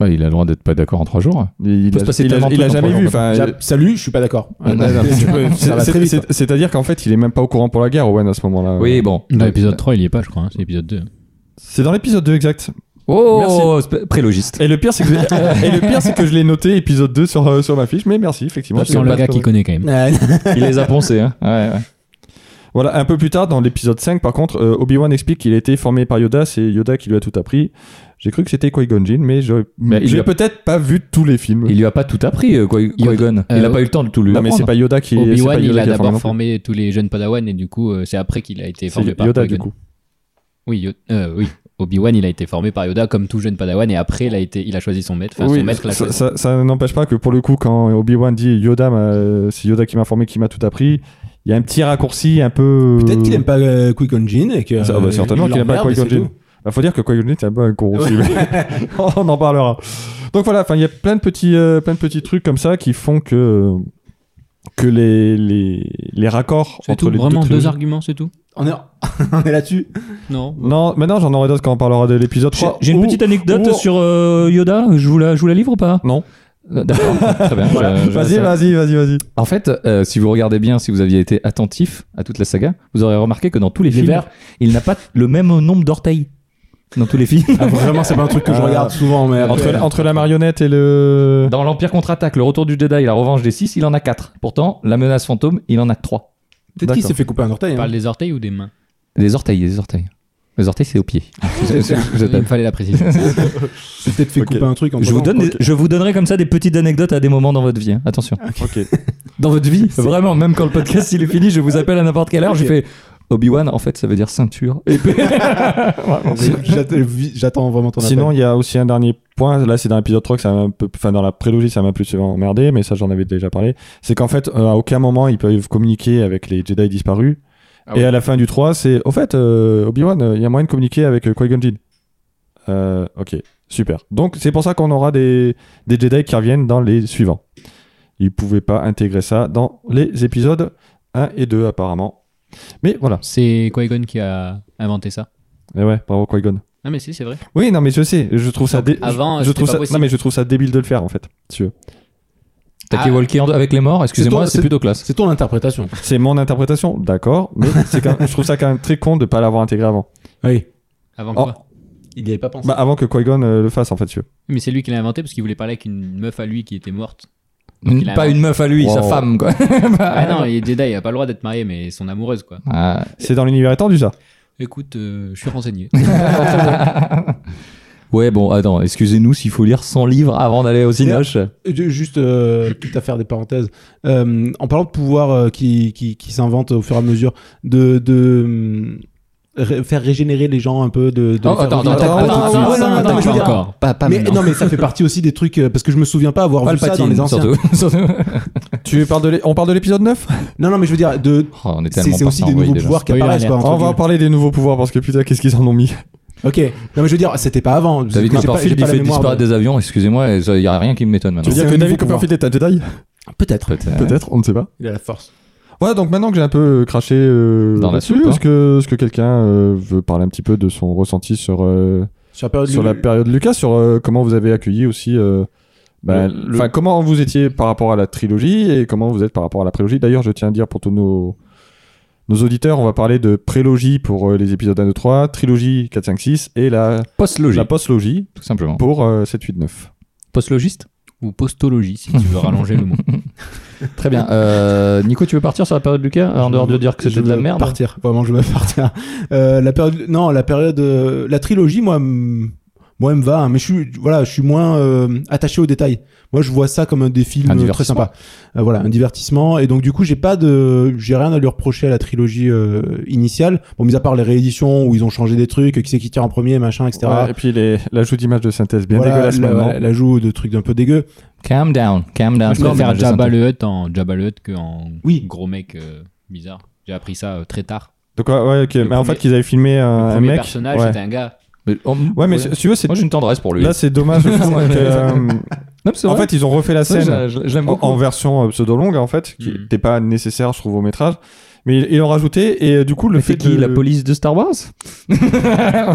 Speaker 2: Bah, il a le droit d'être pas d'accord en trois jours.
Speaker 1: Il,
Speaker 2: Peut
Speaker 1: a,
Speaker 2: se passer
Speaker 1: il a-
Speaker 2: tellement de
Speaker 1: il a
Speaker 2: trucs en
Speaker 1: jamais
Speaker 2: trois
Speaker 1: vu.
Speaker 2: jours,
Speaker 1: enfin,
Speaker 3: J'a- Salut, je suis pas d'accord.
Speaker 1: euh, non, non, tu peux-
Speaker 3: Ça va
Speaker 1: c'est-
Speaker 3: très
Speaker 1: c'est-
Speaker 3: vite.
Speaker 1: c'est- C'est-à-dire qu'en fait, il est même pas au courant pour la guerre, Owen, à ce moment-là.
Speaker 2: Oui, bon.
Speaker 4: Dans l'épisode 3, il y est pas, je crois. hein, C'est l'épisode 2.
Speaker 1: C'est dans l'épisode 2, exact.
Speaker 2: Oh, sp- prélogiste.
Speaker 1: Et le pire, c'est que, et le pire, c'est que je l'ai noté épisode 2 sur, euh, sur ma fiche, mais merci, effectivement.
Speaker 4: On
Speaker 1: je
Speaker 4: sent
Speaker 1: l'ai
Speaker 4: le
Speaker 1: pas
Speaker 4: gars qui
Speaker 1: trouvé.
Speaker 4: connaît quand même.
Speaker 3: Ouais,
Speaker 2: Il les a poncés. Hein. Ouais, ouais.
Speaker 1: Voilà, un peu plus tard, dans l'épisode 5, par contre, euh, Obi-Wan explique qu'il a été formé par Yoda, c'est Yoda qui lui a tout appris. J'ai cru que c'était Qui-Gon Jinn, mais je
Speaker 2: Mais il
Speaker 1: j'ai
Speaker 2: lui a-
Speaker 1: peut-être pas vu tous les films.
Speaker 2: Il lui a pas tout appris, euh, Qui-
Speaker 4: Il-
Speaker 2: Qui-Gon. Il a
Speaker 4: euh,
Speaker 2: pas eu le temps de tout lui
Speaker 1: Non, mais c'est
Speaker 2: apprendre.
Speaker 1: pas Yoda qui c'est pas
Speaker 4: Obi-Wan, il
Speaker 1: Yoda
Speaker 4: a
Speaker 1: qui formé non
Speaker 4: d'abord
Speaker 1: plus.
Speaker 4: formé tous les jeunes Padawan et du coup, euh, c'est après qu'il a été
Speaker 1: C'est
Speaker 4: formé par
Speaker 1: Yoda,
Speaker 4: Qui-Gon.
Speaker 1: du coup.
Speaker 4: Oui, Yo- euh, oui. Obi-Wan, il a été formé par Yoda comme tout jeune Padawan et après, il a, été, il a choisi son maître. Enfin,
Speaker 1: Oui,
Speaker 4: son maître l'a
Speaker 1: ça,
Speaker 4: choisi.
Speaker 1: ça- ça n'empêche pas que pour le coup, quand Obi-Wan dit Yoda, m'a- euh, c'est Yoda qui m'a formé, qui m'a tout appris, il y a un petit raccourci un peu.
Speaker 3: Peut-être qu'il aime pas euh, Quick on Jean et que.
Speaker 1: Hmm. Ça, bah,
Speaker 3: euh,
Speaker 1: certainement
Speaker 3: il
Speaker 1: qu'il aime pas
Speaker 3: l'emmerde,
Speaker 1: Qui-Gon
Speaker 3: mais c'est
Speaker 1: Jinn.
Speaker 3: tout.
Speaker 1: Bah, faut dire que Qui-Gon Jinn, c'est un peu un con aussi, mais On en parlera. Donc voilà, enfin, il y a plein de petits, euh, plein de petits trucs comme ça qui font que que les les, les raccords
Speaker 4: C'est
Speaker 1: entre
Speaker 4: tout,
Speaker 1: les
Speaker 4: vraiment
Speaker 1: deux
Speaker 4: deux
Speaker 1: trilogies-
Speaker 4: arguments, c'est tout
Speaker 3: On est, on est là-dessus.
Speaker 4: Non.
Speaker 1: Non, maintenant j'en aurai d'autres quand on parlera de l'épisode
Speaker 2: J'ai-
Speaker 1: 3.
Speaker 2: J'ai une
Speaker 1: où-
Speaker 2: petite anecdote
Speaker 1: ou-
Speaker 2: sur euh, Yoda. Je vous la, je vous la livre ou pas
Speaker 1: Non.
Speaker 2: Euh, D'accord. Très bien.
Speaker 1: Voilà.
Speaker 2: Je- je-
Speaker 1: Vas-y,
Speaker 2: ça-
Speaker 1: vas-y, vas-y, vas-y.
Speaker 2: En fait, euh, si vous regardez bien, si vous aviez été attentif à toute la saga, vous aurez remarqué que dans tous les, films,
Speaker 3: verts.
Speaker 2: il n'a pas le même nombre d'orteils. Dans tous les films.
Speaker 3: Ah, vraiment, c'est pas un truc que je
Speaker 1: Ah.
Speaker 3: regarde souvent, mais.
Speaker 1: Entre,
Speaker 3: après-
Speaker 1: la- entre la marionnette et le.
Speaker 2: Dans l'Empire contre-attaque, le retour du Jedi et la revanche des Sith, il en a 4. Pourtant, la menace fantôme, il en a 3.
Speaker 3: Peut-être qu'il
Speaker 1: D'accord.
Speaker 3: s'est fait couper un orteil.
Speaker 4: Tu
Speaker 3: hein.
Speaker 4: parles des orteils ou des mains
Speaker 2: Les orteils, les orteils. Les orteils, c'est aux pieds. Je- je- je-
Speaker 4: Il me fallait la précision.
Speaker 3: Il s'est peut-être fait
Speaker 1: Ok.
Speaker 3: couper un truc en
Speaker 2: je vous,
Speaker 3: posant,
Speaker 2: donne
Speaker 3: quoi.
Speaker 2: des- je vous donnerai comme ça des petites anecdotes à des moments dans votre vie. hein. Attention.
Speaker 1: Ok.
Speaker 2: Dans votre vie, vraiment, même quand le podcast il est fini, je vous appelle à n'importe quelle heure, je
Speaker 3: Ok.
Speaker 2: fais Obi-Wan, en fait, ça veut dire ceinture.
Speaker 3: J'attends- J'attends vraiment ton
Speaker 1: Sinon, il y a aussi un dernier point. Là, c'est dans l'épisode 3 que ça m'a un peu. Enfin, dans la prélogie, ça m'a plus emmerdé, mais ça, j'en avais déjà parlé. C'est qu'en fait, euh, à aucun moment, ils peuvent communiquer avec les Jedi disparus.
Speaker 2: Ah
Speaker 1: et
Speaker 2: ouais.
Speaker 1: à la fin du 3, c'est. Au fait, euh, Obi-Wan, euh, il y a moyen de communiquer avec euh, Qui-Gon Jinn. Euh, ok, super. Donc, c'est pour ça qu'on aura des, des Jedi qui reviennent dans les suivants. Ils pouvaient pas intégrer ça dans les épisodes 1 et 2, apparemment. Mais voilà.
Speaker 4: C'est Qui-Gon qui a inventé ça.
Speaker 1: Et ouais, bravo Qui-Gon.
Speaker 4: Ah, mais si, c'est vrai.
Speaker 1: Oui, non, mais je sais. Je trouve ça.
Speaker 4: Donc,
Speaker 1: dé-
Speaker 4: avant,
Speaker 1: je- je
Speaker 4: c'était
Speaker 1: trouve
Speaker 4: pas
Speaker 1: ça.
Speaker 4: possible.
Speaker 1: Non, mais je trouve ça débile de le faire en fait. si tu veux.
Speaker 2: T'as
Speaker 4: Ah.
Speaker 2: qu'à walker en- avec les morts, excusez-moi,
Speaker 3: C'est toi,
Speaker 2: c'est
Speaker 3: c'est-
Speaker 2: plutôt classe.
Speaker 3: C'est ton interprétation.
Speaker 1: C'est mon interprétation, d'accord, mais c'est quand même- je trouve ça quand même très con de pas l'avoir intégré avant.
Speaker 3: Oui.
Speaker 4: Avant
Speaker 1: Oh,
Speaker 4: quoi
Speaker 3: Il n'y avait pas pensé.
Speaker 1: Bah, avant que Qui-Gon euh, le fasse en fait, si tu veux.
Speaker 4: Mais c'est lui qui l'a inventé parce qu'il voulait parler avec une meuf à lui qui était morte.
Speaker 2: Une-
Speaker 4: il a
Speaker 2: pas
Speaker 4: un-
Speaker 2: une meuf à lui, sa
Speaker 1: Wow.
Speaker 2: femme, quoi.
Speaker 4: Ah non, il est Jedi, il a pas le droit d'être marié, mais son amoureuse, quoi.
Speaker 2: Ah.
Speaker 1: C'est dans l'univers étendu ça.
Speaker 4: Écoute, euh, je suis renseigné.
Speaker 2: Ouais, bon, attends, excusez-nous s'il faut lire 100 livres avant d'aller au Cinoche.
Speaker 3: Euh, ju- Juste, euh, quitte à faire des parenthèses, euh, en parlant de pouvoir euh, qui, qui, qui s'invente au fur et à mesure, de, de hum, ré- faire régénérer les gens un peu, de. de
Speaker 2: Oh,
Speaker 3: les faire
Speaker 2: attends,
Speaker 3: revivre.
Speaker 2: attends,
Speaker 3: Pas
Speaker 2: attends,
Speaker 3: tout de
Speaker 2: attends,
Speaker 3: suite.
Speaker 2: attends,
Speaker 3: Ouais, non, non,
Speaker 2: attends,
Speaker 3: non, mais je veux
Speaker 4: pas
Speaker 3: dire-
Speaker 4: encore.
Speaker 2: Pas, pas
Speaker 3: mais
Speaker 2: maintenant.
Speaker 3: non mais ça fait partie aussi des trucs euh, parce que je me souviens pas avoir vu ça dans
Speaker 2: Palpatine,
Speaker 3: les anciens.
Speaker 2: surtout. Surtout.
Speaker 1: Tu parles de l'é- on parle de l'épisode 9
Speaker 3: Non non mais je veux dire de
Speaker 2: Oh, on est
Speaker 3: c'est
Speaker 2: tellement
Speaker 3: c'est aussi
Speaker 2: partant,
Speaker 3: des
Speaker 2: oui,
Speaker 3: nouveaux
Speaker 2: déjà.
Speaker 3: pouvoirs qui
Speaker 4: Spoiler
Speaker 3: apparaissent quoi, entre
Speaker 4: alert.
Speaker 1: On va en
Speaker 3: guillemets.
Speaker 1: parler des nouveaux pouvoirs parce que putain, qu'est-ce qu'ils en ont mis
Speaker 3: OK. Non mais je veux dire c'était pas avant.
Speaker 2: T'as vu
Speaker 3: J'ai pas- j'ai
Speaker 2: Copperfield, il
Speaker 3: pas la
Speaker 2: fait
Speaker 3: mémoire de-
Speaker 2: disparaître des avions, excusez-moi, il y a rien qui m'étonne
Speaker 1: Tu
Speaker 2: maintenant.
Speaker 1: veux dire
Speaker 3: C'est
Speaker 1: que
Speaker 3: un nouveau
Speaker 1: David Copperfield est un Jedi
Speaker 3: Peut-être.
Speaker 2: Peut-être.
Speaker 1: Peut-être, on ne sait pas.
Speaker 3: Il a la force.
Speaker 1: Voilà, donc maintenant que j'ai un peu euh, craché euh,
Speaker 2: Dans la
Speaker 1: là-dessus,
Speaker 2: soupe, hein.
Speaker 1: est-ce que, est-ce que quelqu'un euh, veut parler un petit peu de son ressenti sur, euh,
Speaker 3: Sur la période
Speaker 1: sur la période Lucas, sur euh, comment vous avez accueili aussi. euh, bah,
Speaker 2: Le- le-
Speaker 1: enfin, comment vous étiez par rapport à la trilogie et comment vous êtes par rapport à la prélogie. D'ailleurs, je tiens à dire pour tous nos, Nos auditeurs, on va parler de prélogie pour euh, les épisodes 1, 2, 3, trilogie 4, 5, 6 et la,
Speaker 2: Postlogie,
Speaker 1: la postlogie
Speaker 2: tout simplement.
Speaker 1: pour euh, 7, 8, 9.
Speaker 2: Postlogiste
Speaker 4: Ou postologie, si tu veux rallonger le mot.
Speaker 2: Très bien. Euh, Nico, tu veux partir sur la période Lucas En dehors de dire que
Speaker 3: euh, Je
Speaker 2: c'était de la
Speaker 3: veux
Speaker 2: merde
Speaker 3: Partir, vraiment, je veux partir. Euh, la période, non, la période, euh, la trilogie, moi, m- moi, elle me va. hein, mais je suis, voilà, je suis moins euh, attaché aux détails. Moi, je vois ça comme des films
Speaker 2: Un
Speaker 3: euh, très
Speaker 2: divertissement.
Speaker 3: sympas. Euh, voilà, un divertissement. Et donc, du coup, j'ai pas de, j'ai rien à lui reprocher à la trilogie euh, initiale. Bon, mis à part les rééditions où ils ont changé des trucs, qui c'est qui tire en premier, machin, etc.
Speaker 4: Ah.
Speaker 1: Ouais, et puis les- l'ajout d'images de synthèse bien
Speaker 3: Voilà,
Speaker 1: dégueulasse
Speaker 3: la-
Speaker 1: maintenant.
Speaker 3: ouais, L'ajout de trucs d'un peu dégueu.
Speaker 2: Calm down, calm down.
Speaker 4: Moi, je préfère
Speaker 2: Image de
Speaker 4: Jabba
Speaker 2: synthèse.
Speaker 4: le Hutt en Jabba le Hutt qu'en
Speaker 3: Oui.
Speaker 4: gros mec euh, bizarre. J'ai appris ça euh, très tard.
Speaker 1: Donc, ouais, ouais, ok. mais en
Speaker 4: premier-
Speaker 1: fait, qu'ils avaient filmé un,
Speaker 4: Le
Speaker 1: un
Speaker 4: premier
Speaker 1: mec.
Speaker 4: personnage,
Speaker 1: ouais.
Speaker 4: c'était un gars.
Speaker 2: Mais- oh,
Speaker 1: Ouais, mais
Speaker 2: ouais.
Speaker 1: si- si tu veux, c'est.
Speaker 2: Moi j'ai une tendresse pour lui.
Speaker 1: Là, c'est dommage. je trouve,
Speaker 2: Ouais.
Speaker 1: que, euh,
Speaker 2: Non, mais c'est
Speaker 1: en
Speaker 2: vrai.
Speaker 1: fait, ils ont refait la
Speaker 2: Ça,
Speaker 1: scène.
Speaker 2: je- je l'aime
Speaker 1: en,
Speaker 2: beaucoup.
Speaker 1: en version euh, pseudo longue en fait, qui
Speaker 4: Mhm.
Speaker 1: n'était pas nécessaire je trouve au métrage, mais ils- ils l'ont rajouté et euh, du coup le
Speaker 2: Mais
Speaker 1: fait
Speaker 2: c'est qui
Speaker 1: de-
Speaker 2: la police de Star Wars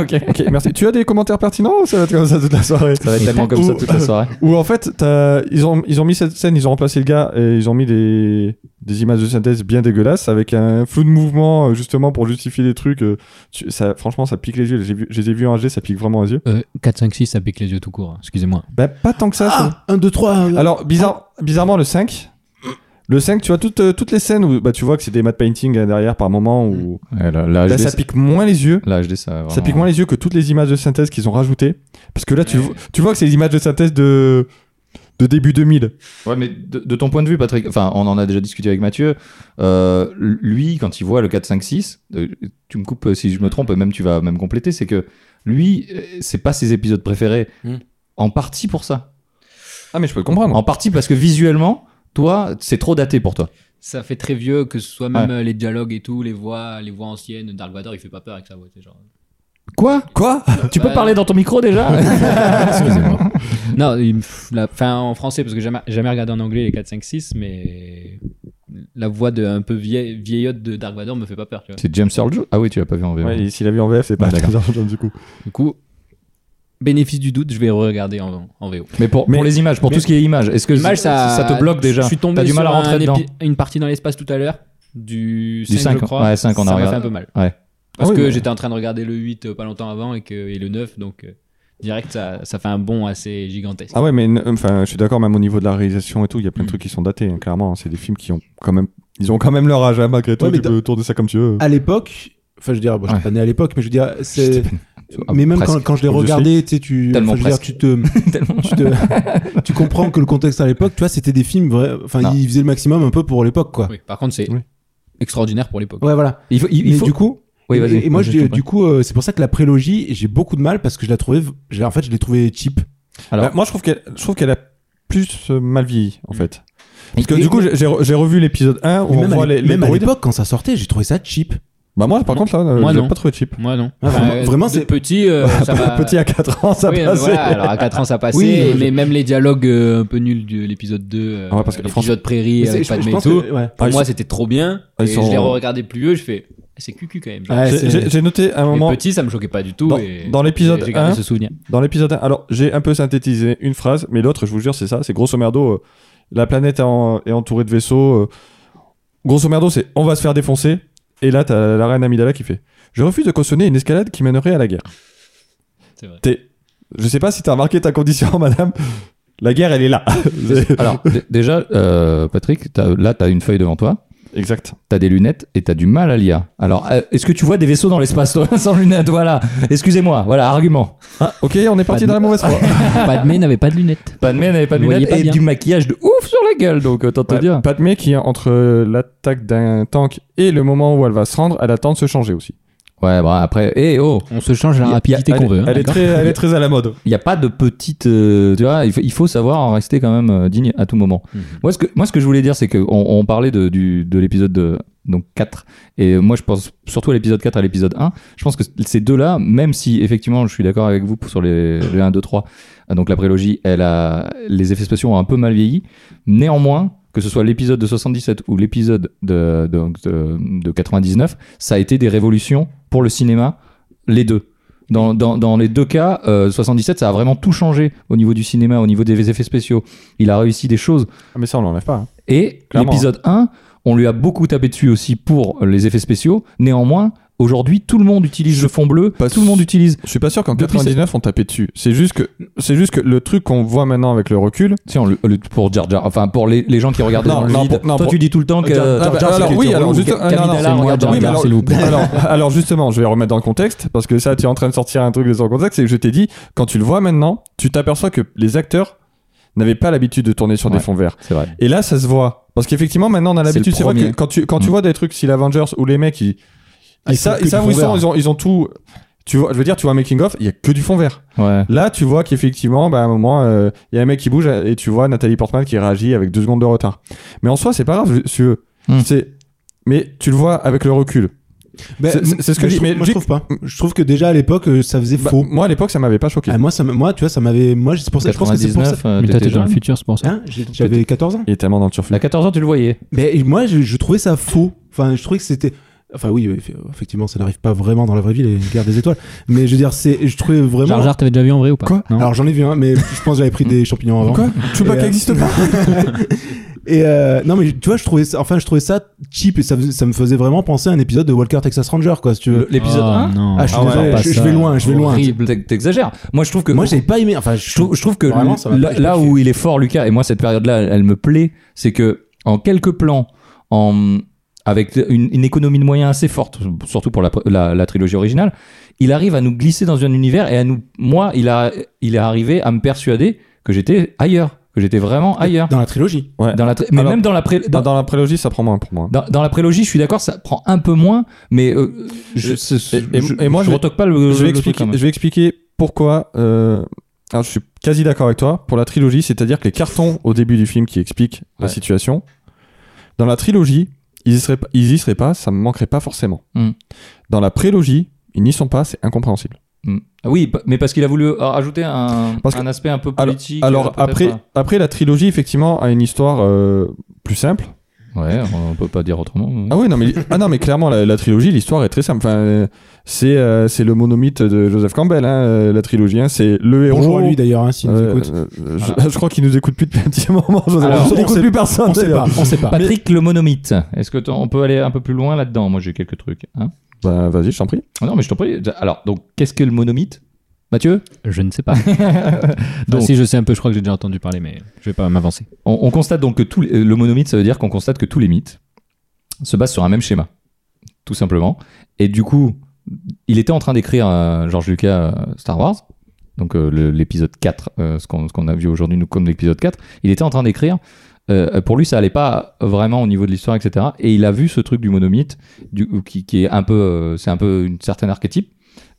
Speaker 2: Ok.
Speaker 1: Ok, merci. tu as des commentaires pertinents ou ça va être comme ça toute la soirée
Speaker 2: Ça va être tellement comme
Speaker 1: Ou-
Speaker 2: ça toute la soirée.
Speaker 1: Ou en fait, t'as- ils ont ils ont mis cette scène, ils ont remplacé le gars et ils ont mis des des images de synthèse bien dégueulasses avec un flou de mouvement euh, justement pour justifier des trucs. euh, tu- ça, franchement, ça pique les yeux. J'ai vu- Je les ai vus en HD, ça pique vraiment les yeux.
Speaker 4: Euh, 4, 5, 6, ça pique les yeux tout court, hein. excusez-moi.
Speaker 1: Bah pas tant que ça. ça-
Speaker 3: Ah, un, deux, trois. euh,
Speaker 1: Alors, bizarre, bizarrement, le 5. Le 5, tu vois toutes, euh, toutes les scènes où bah, tu vois que c'est des matte painting euh, derrière par moment où
Speaker 2: Ouais, Là, là,
Speaker 1: Là,
Speaker 2: HD,
Speaker 1: ça pique moins les yeux.
Speaker 2: Là, HD, ça.
Speaker 1: Ça
Speaker 2: vraiment-
Speaker 1: pique moins les yeux que toutes les images de synthèse qu'ils ont rajoutées. Parce que là, tu,
Speaker 4: Ouais.
Speaker 1: vo- tu vois que c'est des images de synthèse de, de début 2000.
Speaker 2: Ouais, mais de, de ton point de vue, Patrick, enfin, on en a déjà discuté avec Mathieu. euh, lui, quand il voit le 4, 5, 6, euh, tu me coupes euh, si je me trompe, et même tu vas même compléter, c'est que lui, euh, c'est pas ses épisodes préférés.
Speaker 4: Mm.
Speaker 2: En partie pour ça.
Speaker 1: Ah, mais je peux comprendre.
Speaker 2: En partie parce que visuellement, toi, c'est trop daté pour toi.
Speaker 4: Ça fait très vieux, que ce soit même euh, les dialogues et tout, les voix, les voix anciennes. Dark Vador, il fait pas peur avec sa voix, c'est genre. euh,
Speaker 2: Quoi Quoi Tu peux
Speaker 4: Ouais.
Speaker 2: parler dans ton micro déjà
Speaker 4: Excusez-moi. non, il me f- la, fin, en français, parce que j'ai jamais, jamais regardé en anglais les 4, 5, 6, mais la voix de un peu vieille, vieillotte de Dark Vador me fait pas peur, tu vois.
Speaker 2: C'est James Earl Jones Ah oui, tu l'as pas vu en VO.
Speaker 1: Ouais, et s'il a vu en VF, c'est pas
Speaker 2: Ouais, d'accord.
Speaker 1: très arrangeant, du coup.
Speaker 4: Du coup, bénéfice du doute, je vais regarder en, en VO.
Speaker 2: Mais pour,
Speaker 1: Mais-
Speaker 2: pour les images, pour
Speaker 1: mais-
Speaker 2: tout ce qui est images, est-ce que
Speaker 4: Image, ça,
Speaker 2: te bloque déjà
Speaker 4: Je suis tombé
Speaker 2: T'as du mal
Speaker 4: sur
Speaker 2: à rentrer
Speaker 4: un
Speaker 2: dedans.
Speaker 4: épi- une partie dans l'espace tout à l'heure du 5,
Speaker 2: cinq,
Speaker 4: je crois.
Speaker 2: ouais, cinq, on a
Speaker 4: ça m'a fait
Speaker 2: regardé.
Speaker 4: un peu mal.
Speaker 2: Ouais.
Speaker 1: Ah
Speaker 4: Parce
Speaker 1: oui,
Speaker 4: que
Speaker 1: mais-
Speaker 4: j'étais en train de regarder le 8 euh, pas longtemps avant et, que, et le 9, donc euh, direct, ça, ça fait un bond assez gigantesque.
Speaker 1: Ah ouais, mais euh, enfin, je suis d'accord, même au niveau de la réalisation et tout, il y a plein de trucs qui sont datés, hein, clairement. C'est des films qui ont quand même. Ils ont quand même leur âge, hein, malgré tout.
Speaker 3: Ouais, mais
Speaker 1: tu peux tourner ça comme tu veux.
Speaker 3: à l'époque, enfin je veux dire, bon, je
Speaker 2: Ouais.
Speaker 3: pas né à l'époque, mais je veux dire,
Speaker 2: J'étais
Speaker 3: c'est.
Speaker 2: Ah,
Speaker 3: Mais même quand,
Speaker 2: presque.
Speaker 3: quand je l'ai
Speaker 1: Ou je
Speaker 3: regardé, tu sais, tu,
Speaker 2: Tellement
Speaker 3: enfin, je veux dire, tu te, tu te- tu comprends que le contexte à l'époque, tu vois, c'était des films, vrais- enfin,
Speaker 2: Non.
Speaker 3: ils faisaient le maximum un peu pour l'époque, quoi.
Speaker 4: Oui, par contre, c'est
Speaker 1: Oui.
Speaker 4: extraordinaire pour l'époque.
Speaker 3: Ouais, voilà.
Speaker 2: Il faut. il- il
Speaker 3: Mais
Speaker 2: faut-
Speaker 3: du coup,
Speaker 2: Oui,
Speaker 3: et-
Speaker 2: vas-y.
Speaker 3: et, moi,
Speaker 2: Vas-y,
Speaker 3: je-
Speaker 2: je t'en prie.
Speaker 3: du coup, euh, c'est pour ça que la prélogie, j'ai beaucoup de mal parce que je la trouvais, v- je l'ai- en fait, je l'ai trouvée cheap.
Speaker 2: Alors-
Speaker 1: Bah, moi, je trouve qu'elle je trouve qu'elle a plus euh, mal vieilli, en fait. Parce que
Speaker 3: Mm. Et-
Speaker 1: du coup, j'ai- j'ai re- j'ai revu l'épisode 1 où
Speaker 3: Mais
Speaker 1: on
Speaker 3: même à
Speaker 1: voit
Speaker 3: l'é-
Speaker 1: les, les
Speaker 3: même à
Speaker 1: droïdes.
Speaker 3: l'époque, quand ça sortait, j'ai trouvé ça cheap.
Speaker 1: Bah, moi, par contre, là, euh,
Speaker 4: Moi,
Speaker 1: je l'ai
Speaker 4: non.
Speaker 1: pas trouvé cheap.
Speaker 4: Moi, non.
Speaker 3: Ah, vraiment- vraiment,
Speaker 4: de
Speaker 3: c'est-
Speaker 4: Petit, euh, ça va.
Speaker 1: Petit à 4 ans, ça
Speaker 4: Oui,
Speaker 1: passait.
Speaker 4: voilà, alors à 4 ans ça passait,
Speaker 3: Oui, je-
Speaker 4: mais même les dialogues euh, un peu nuls de l'épisode 2, euh,
Speaker 1: Ah ouais, parce que
Speaker 4: l'épisode Prairie
Speaker 3: Mais c'est-
Speaker 4: avec
Speaker 3: je- je
Speaker 4: Padmé et
Speaker 3: pense
Speaker 4: tout,
Speaker 3: que- ouais.
Speaker 4: pour
Speaker 1: Ah, ils
Speaker 4: moi
Speaker 1: sont-
Speaker 4: c'était trop bien,
Speaker 1: Ah,
Speaker 4: et
Speaker 1: ils
Speaker 4: je
Speaker 1: sont-
Speaker 4: l'ai regardé plus vieux, je fais, Ah, c'est cucu quand même. genre.
Speaker 3: Ouais,
Speaker 1: J'ai-
Speaker 3: c'est-
Speaker 1: J'ai j'ai noté un
Speaker 4: Et
Speaker 1: moment.
Speaker 4: petit, ça me choquait pas du tout.
Speaker 1: Dans-
Speaker 4: et
Speaker 1: dans l'épisode
Speaker 4: j'ai gardé
Speaker 1: 1,
Speaker 4: ce souvenir.
Speaker 1: Dans l'épisode 1, alors j'ai un peu synthétisé une phrase, mais l'autre, je vous jure, c'est ça. C'est grosso merdo, euh, la planète est, en- est entourée de vaisseaux. euh, grosso merdo, c'est on va se faire défoncer. Et là, t'as la reine Amidala qui fait Je refuse de cautionner une escalade qui mènerait à la guerre.
Speaker 4: C'est vrai.
Speaker 1: T'es- Je sais pas si t'as remarqué ta condition, madame. La guerre, elle est là. C'est-
Speaker 2: Alors, d- déjà, euh, Patrick, t'as- là, tu as une feuille devant toi,
Speaker 1: exact.
Speaker 2: tu as des lunettes et tu as du mal à lire. Alors, euh, est-ce que tu vois des vaisseaux dans l'espace, toi, sans lunettes Voilà, excusez-moi, voilà, argument.
Speaker 1: Ah, ok, on est parti
Speaker 4: de-
Speaker 1: dans la mauvaise voie.
Speaker 4: Padmé n'avait pas de lunettes.
Speaker 2: Pas de mène, avait pas de
Speaker 4: Vous
Speaker 2: lunettes
Speaker 4: voyez pas
Speaker 2: et
Speaker 4: bien.
Speaker 2: du maquillage de ouf sur la gueule, donc autant te
Speaker 1: Ouais,
Speaker 2: dire.
Speaker 1: Padmé qui, entre euh, l'attaque d'un tank et le moment où elle va se rendre, elle attend de se changer aussi.
Speaker 2: Ouais, bon, après, eh oh,
Speaker 4: On se change
Speaker 2: Il
Speaker 4: la
Speaker 2: y a-
Speaker 4: rapidité
Speaker 2: il y a-
Speaker 4: qu'on veut. hein,
Speaker 1: elle, est
Speaker 4: d'accord
Speaker 1: très, elle est très à la mode.
Speaker 2: il n'y a pas de petite. euh, tu vois, il faut, il faut savoir en rester quand même euh, digne à tout moment.
Speaker 4: Mhm.
Speaker 2: Moi, ce que, moi, ce que je voulais dire, c'est qu'on on parlait de, du- de l'épisode de- donc 4. Et moi, je pense surtout à l'épisode 4 et à l'épisode 1. Je pense que ces deux-là, même si effectivement, je suis d'accord avec vous pour- sur les, les 1, 2, 3, euh, donc la prélogie, elle a, les effets spéciaux ont un peu mal vieilli. Néanmoins, que ce soit l'épisode de 77 ou l'épisode de, donc de, de 99, ça a été des révolutions pour le cinéma, les deux. Dans, dans, dans les deux cas, euh, 77, ça a vraiment tout changé au niveau du cinéma, au niveau des effets spéciaux. Il a réussi des choses.
Speaker 1: Ah, mais ça, on l'enlève pas. hein.
Speaker 2: Et
Speaker 1: Clairement.
Speaker 2: l'épisode 1, On lui a beaucoup tapé dessus aussi pour les effets spéciaux. Néanmoins, aujourd'hui, tout le monde utilise le fond bleu.
Speaker 1: Pas
Speaker 2: tout le monde utilise.
Speaker 1: Je suis pas sûr qu'en
Speaker 2: Depuis
Speaker 1: 99 on tapait dessus. C'est juste que c'est juste que le truc qu'on voit maintenant avec le recul.
Speaker 2: Tiens, le- le- pour Jar Jar, enfin pour les, les gens qui regardent
Speaker 1: Non,
Speaker 2: dans le
Speaker 1: non,
Speaker 2: vide.
Speaker 1: pour- non,
Speaker 2: Toi,
Speaker 1: pour-
Speaker 2: tu dis tout le temps que.
Speaker 1: Ah bah, alors, oui, alors, juste- ah, non, non,
Speaker 2: Amidala,
Speaker 1: c'est moi,
Speaker 2: regarde
Speaker 1: Jar Jar,
Speaker 2: Jar Jar,
Speaker 1: alors-
Speaker 2: s'il vous plaît.
Speaker 1: alors, alors justement, je vais remettre dans le contexte parce que ça, tu es en train de sortir un truc de son contexte. C'est que je t'ai dit quand tu le vois maintenant, tu t'aperçois que les acteurs n'avaient pas l'habitude de tourner sur
Speaker 2: Ouais.
Speaker 1: des fonds verts.
Speaker 2: C'est vrai.
Speaker 1: Et là, ça se voit. Parce qu'effectivement, maintenant, on a
Speaker 2: C'est
Speaker 1: l'habitude.
Speaker 2: le
Speaker 1: C'est vrai que
Speaker 2: premier.
Speaker 1: quand tu, quand tu
Speaker 2: Mm.
Speaker 1: vois des trucs, si l'Avengers ou les mecs, ils,
Speaker 3: Ah,
Speaker 1: ils
Speaker 3: ils font
Speaker 1: sa-
Speaker 3: que
Speaker 1: ils
Speaker 3: du
Speaker 1: savent où
Speaker 3: fond
Speaker 1: ils sont,
Speaker 3: vert.
Speaker 1: ils ont, ils ont tout. Tu vois, je veux dire, tu vois un making-of, il y a que du fond vert.
Speaker 2: Ouais.
Speaker 1: Là, tu vois qu'effectivement, bah, à un moment, euh, il y a un mec qui bouge et tu vois Nathalie Portman qui réagit avec deux secondes de retard. Mais en soi, c'est pas grave, si tu veux.
Speaker 2: Mm.
Speaker 1: C'est- Mais tu le vois avec le recul.
Speaker 3: Ben,
Speaker 1: C'est- c'est- c'est ce que
Speaker 3: mais
Speaker 1: je dis,
Speaker 3: trouve-
Speaker 1: mais
Speaker 3: moi,
Speaker 1: j'ai-
Speaker 3: je trouve pas. Je trouve que déjà à l'époque, euh, ça faisait
Speaker 1: Bah,
Speaker 3: faux.
Speaker 1: moi, à l'époque, ça m'avait pas choqué.
Speaker 3: Ah, moi, ça, me- moi, tu vois, ça m'avait. Moi, c'est pour ça. Je pense que c'est pour ça.
Speaker 2: 99, euh,
Speaker 4: Mais
Speaker 2: t'étais
Speaker 4: t'étais dans le
Speaker 2: jeune.
Speaker 4: futur, c'est pour ça.
Speaker 3: Hein J'ai- J'avais 14 ans.
Speaker 1: Il est tellement dans le turfu.
Speaker 2: À 14 ans, tu le voyais.
Speaker 3: Mais moi, je, je trouvais ça faux. Enfin, je trouvais que c'était. Enfin, oui, eff- effectivement, ça n'arrive pas vraiment dans la vraie vie, les guerres des étoiles. Mais je veux dire, c'est, je trouvais vraiment.
Speaker 4: Jar Jar, t'avais déjà vu en vrai ou pas
Speaker 1: Quoi
Speaker 4: Non.
Speaker 3: Alors, j'en ai vu un, mais je pense que j'avais pris des champignons avant.
Speaker 1: Quoi Chewbacca
Speaker 3: Et, euh,
Speaker 1: existe pas
Speaker 3: Et euh, non, mais tu vois, je trouvais ça. Enfin, je trouvais ça cheap et ça, faisait- ça me faisait vraiment penser à un épisode de Walker Texas Ranger, quoi, si tu veux.
Speaker 2: L'épisode
Speaker 4: Ah,
Speaker 2: 1.
Speaker 4: non.
Speaker 3: Ah, je suis
Speaker 1: Ah ouais,
Speaker 3: désolé,
Speaker 1: pas
Speaker 3: je, je
Speaker 4: ça.
Speaker 3: vais loin, je vais loin.
Speaker 2: Horrible. T'ex- T'exagères. Moi, je trouve que.
Speaker 3: Moi, j'avais pas aimé. Enfin, je
Speaker 2: je trouve, je trouve que
Speaker 3: Vraiment,
Speaker 2: le-
Speaker 3: ça m'a
Speaker 2: là,
Speaker 3: pas
Speaker 2: là
Speaker 3: choqué.
Speaker 2: où il est fort, Lucas, et moi cette période-là, elle, elle me plaît, c'est que en quelques plans, en avec une, une économie de moyens assez forte, surtout pour la, la- la trilogie originale, il arrive à nous glisser dans un univers et à nous, moi, il a, il est arrivé à me persuader que j'étais ailleurs, que j'étais vraiment ailleurs.
Speaker 3: Dans la trilogie.
Speaker 2: Dans la, tri- mais
Speaker 1: Alors-
Speaker 2: même dans la, pré-
Speaker 1: Dans-
Speaker 2: dans,
Speaker 1: Dans la prélogie, ça prend moins pour moi.
Speaker 2: dans- dans la prélogie, je suis d'accord, ça prend un peu moins, mais euh, je,
Speaker 1: Et-
Speaker 2: ce-
Speaker 1: et-
Speaker 2: je-
Speaker 1: et moi,
Speaker 2: je
Speaker 1: je-
Speaker 2: retoque pas le.
Speaker 1: je vais,
Speaker 2: le truc,
Speaker 1: expliquer,
Speaker 2: quand même.
Speaker 1: je vais expliquer pourquoi. euh, alors, je suis quasi d'accord avec toi pour la trilogie, c'est-à-dire que les cartons au début du film qui expliquent la
Speaker 2: Ouais.
Speaker 1: situation, dans la trilogie, ils y seraient, pas- ils y seraient pas, ça me manquerait pas forcément.
Speaker 2: Mm.
Speaker 1: Dans la prélogie, ils n'y sont pas, c'est incompréhensible.
Speaker 2: Mm. Ah Oui, pa- mais parce qu'il a voulu euh, rajouter un,
Speaker 1: Parce que-
Speaker 2: un aspect un peu
Speaker 1: Alors,
Speaker 2: politique. euh,
Speaker 1: alors
Speaker 2: peut-être,
Speaker 1: après, après, la trilogie, effectivement, a une histoire euh, plus simple.
Speaker 2: euh. Ouais, on peut pas dire autrement. oui.
Speaker 1: Ah oui, non, mais, ah non, mais clairement, la, la trilogie, l'histoire est très simple. Enfin, euh, c'est euh, c'est le monomythe de Joseph Campbell, hein, euh, la trilogie. hein, c'est le héros.
Speaker 3: Bonjour à lui d'ailleurs, hein, s'il nous
Speaker 1: Euh,
Speaker 3: écoute.
Speaker 1: euh, je, je crois qu'il nous écoute plus depuis un petit moment. José.
Speaker 2: Alors,
Speaker 1: on
Speaker 3: on
Speaker 1: n'écoute
Speaker 3: sait-
Speaker 1: plus personne.
Speaker 3: On sait
Speaker 1: d'ailleurs.
Speaker 3: pas, on sait pas.
Speaker 2: Ah, Patrick le monomythe. Est-ce que t'en- on peut aller un peu plus loin là-dedans Moi, j'ai quelques trucs. hein.
Speaker 1: Bah, vas-y, je t'en prie.
Speaker 2: Ah non, mais je t'en prie. Alors, donc, qu'est-ce que le monomythe, Mathieu
Speaker 4: Je ne sais pas. Ah,
Speaker 2: Donc-
Speaker 4: si je sais un peu, je crois que j'ai déjà entendu parler, mais je vais pas m'avancer.
Speaker 2: on, on constate donc que tout, le monomythe, ça veut dire qu'on constate que tous les mythes se basent sur un même schéma, tout simplement. Et du coup, il était en train d'écrire, euh, George Lucas, euh, Star Wars, donc euh, le- l'épisode 4, euh, ce qu'on ce qu'on a vu aujourd'hui nous comme l'épisode 4, il était en train d'écrire. euh, pour lui, ça allait pas vraiment au niveau de l'histoire, etc. Et il a vu ce truc du monomythe, du, qui, qui est un peu, euh, c'est un peu une certaine archétype.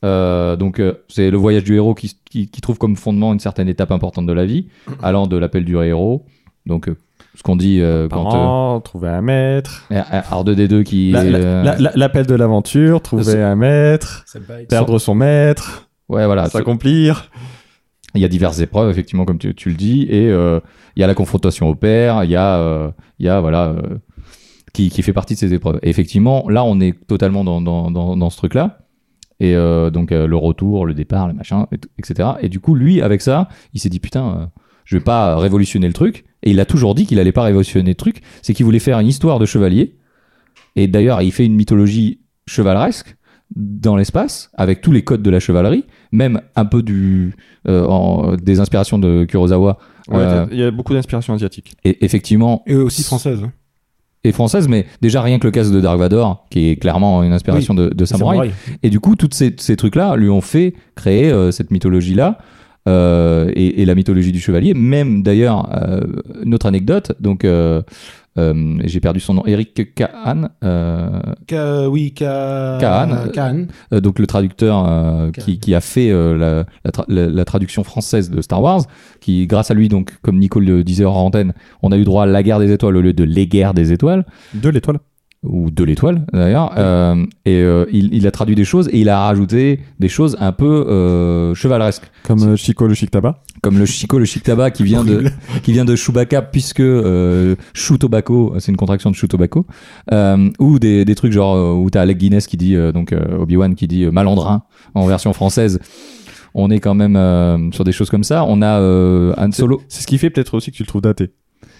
Speaker 2: Euh, donc, euh, c'est le voyage du héros qui, s- qui- qui trouve comme fondement une certaine étape importante de la vie, allant de l'appel du héros, donc euh, ce qu'on dit euh, quand
Speaker 1: Parents, trouver un maître.
Speaker 2: euh, R2D2 qui
Speaker 1: La- la-
Speaker 2: euh,
Speaker 1: la- la- L'appel de l'aventure, trouver
Speaker 2: C'est-
Speaker 1: un maître, perdre son maître,
Speaker 2: ouais
Speaker 1: Ah,
Speaker 2: voilà, ce-
Speaker 1: s'accomplir.
Speaker 2: il y a diverses épreuves effectivement comme tu, tu le dis et euh, il y a la confrontation au père, il y a euh, il y a voilà euh, qui, qui fait partie de ces épreuves. Et effectivement, là on est totalement dans, dans, dans, dans ce truc là. Et euh, donc euh, le retour, le départ, le machin, et tout, etc. Et du coup, lui, avec ça, il s'est dit putain, euh, je vais pas révolutionner le truc. Et il a toujours dit qu'il allait pas révolutionner le truc. C'est qu'il voulait faire une histoire de chevalier. Et d'ailleurs, il fait une mythologie chevaleresque dans l'espace, avec tous les codes de la chevalerie, même un peu du, euh, en- des inspirations de Kurosawa.
Speaker 1: Ouais,
Speaker 2: Euh,
Speaker 1: Il y a beaucoup d'inspiration asiatique.
Speaker 2: et effectivement,
Speaker 3: Et aussi française. hein.
Speaker 2: et française, mais déjà rien que le casque de Dark Vador, qui est clairement une inspiration de, de Samurai.
Speaker 3: Samouraï.
Speaker 2: Et du coup, tous ces, ces trucs-là lui ont fait créer euh, cette mythologie-là. euh, et, et la mythologie du chevalier, même d'ailleurs, euh, une autre anecdote, donc euh, euh, j'ai perdu son nom, Eric Kahan, euh,
Speaker 3: Ka- oui, Ka...
Speaker 2: Kahan.
Speaker 3: Kahan.
Speaker 2: euh, donc le traducteur euh, qui, qui a fait euh, la, la tra- la- la traduction française de Star Wars, qui grâce à lui, donc comme Nicole le disait hors antenne, on a eu droit à la guerre des étoiles au lieu de les guerres des étoiles.
Speaker 1: De l'étoile.
Speaker 2: ou de l'étoile d'ailleurs, euh, et euh, il, il a traduit des choses et il a rajouté des choses un peu euh, chevaleresques,
Speaker 1: Comme euh, Chico le chic tabac.
Speaker 2: comme le Chico, le chic tabac qui vient de qui vient de Chewbacca puisque euh, Chou Tobacco, c'est une contraction de Chou Tobacco, euh, ou des, des trucs genre euh, où t'as Alec Guinness qui dit euh, donc euh, Obi Wan qui dit euh, malandrin en version française. On est quand même euh, sur des choses comme ça. On a euh, Han Solo.
Speaker 1: C'est ce qui fait peut-être aussi que tu le trouves daté.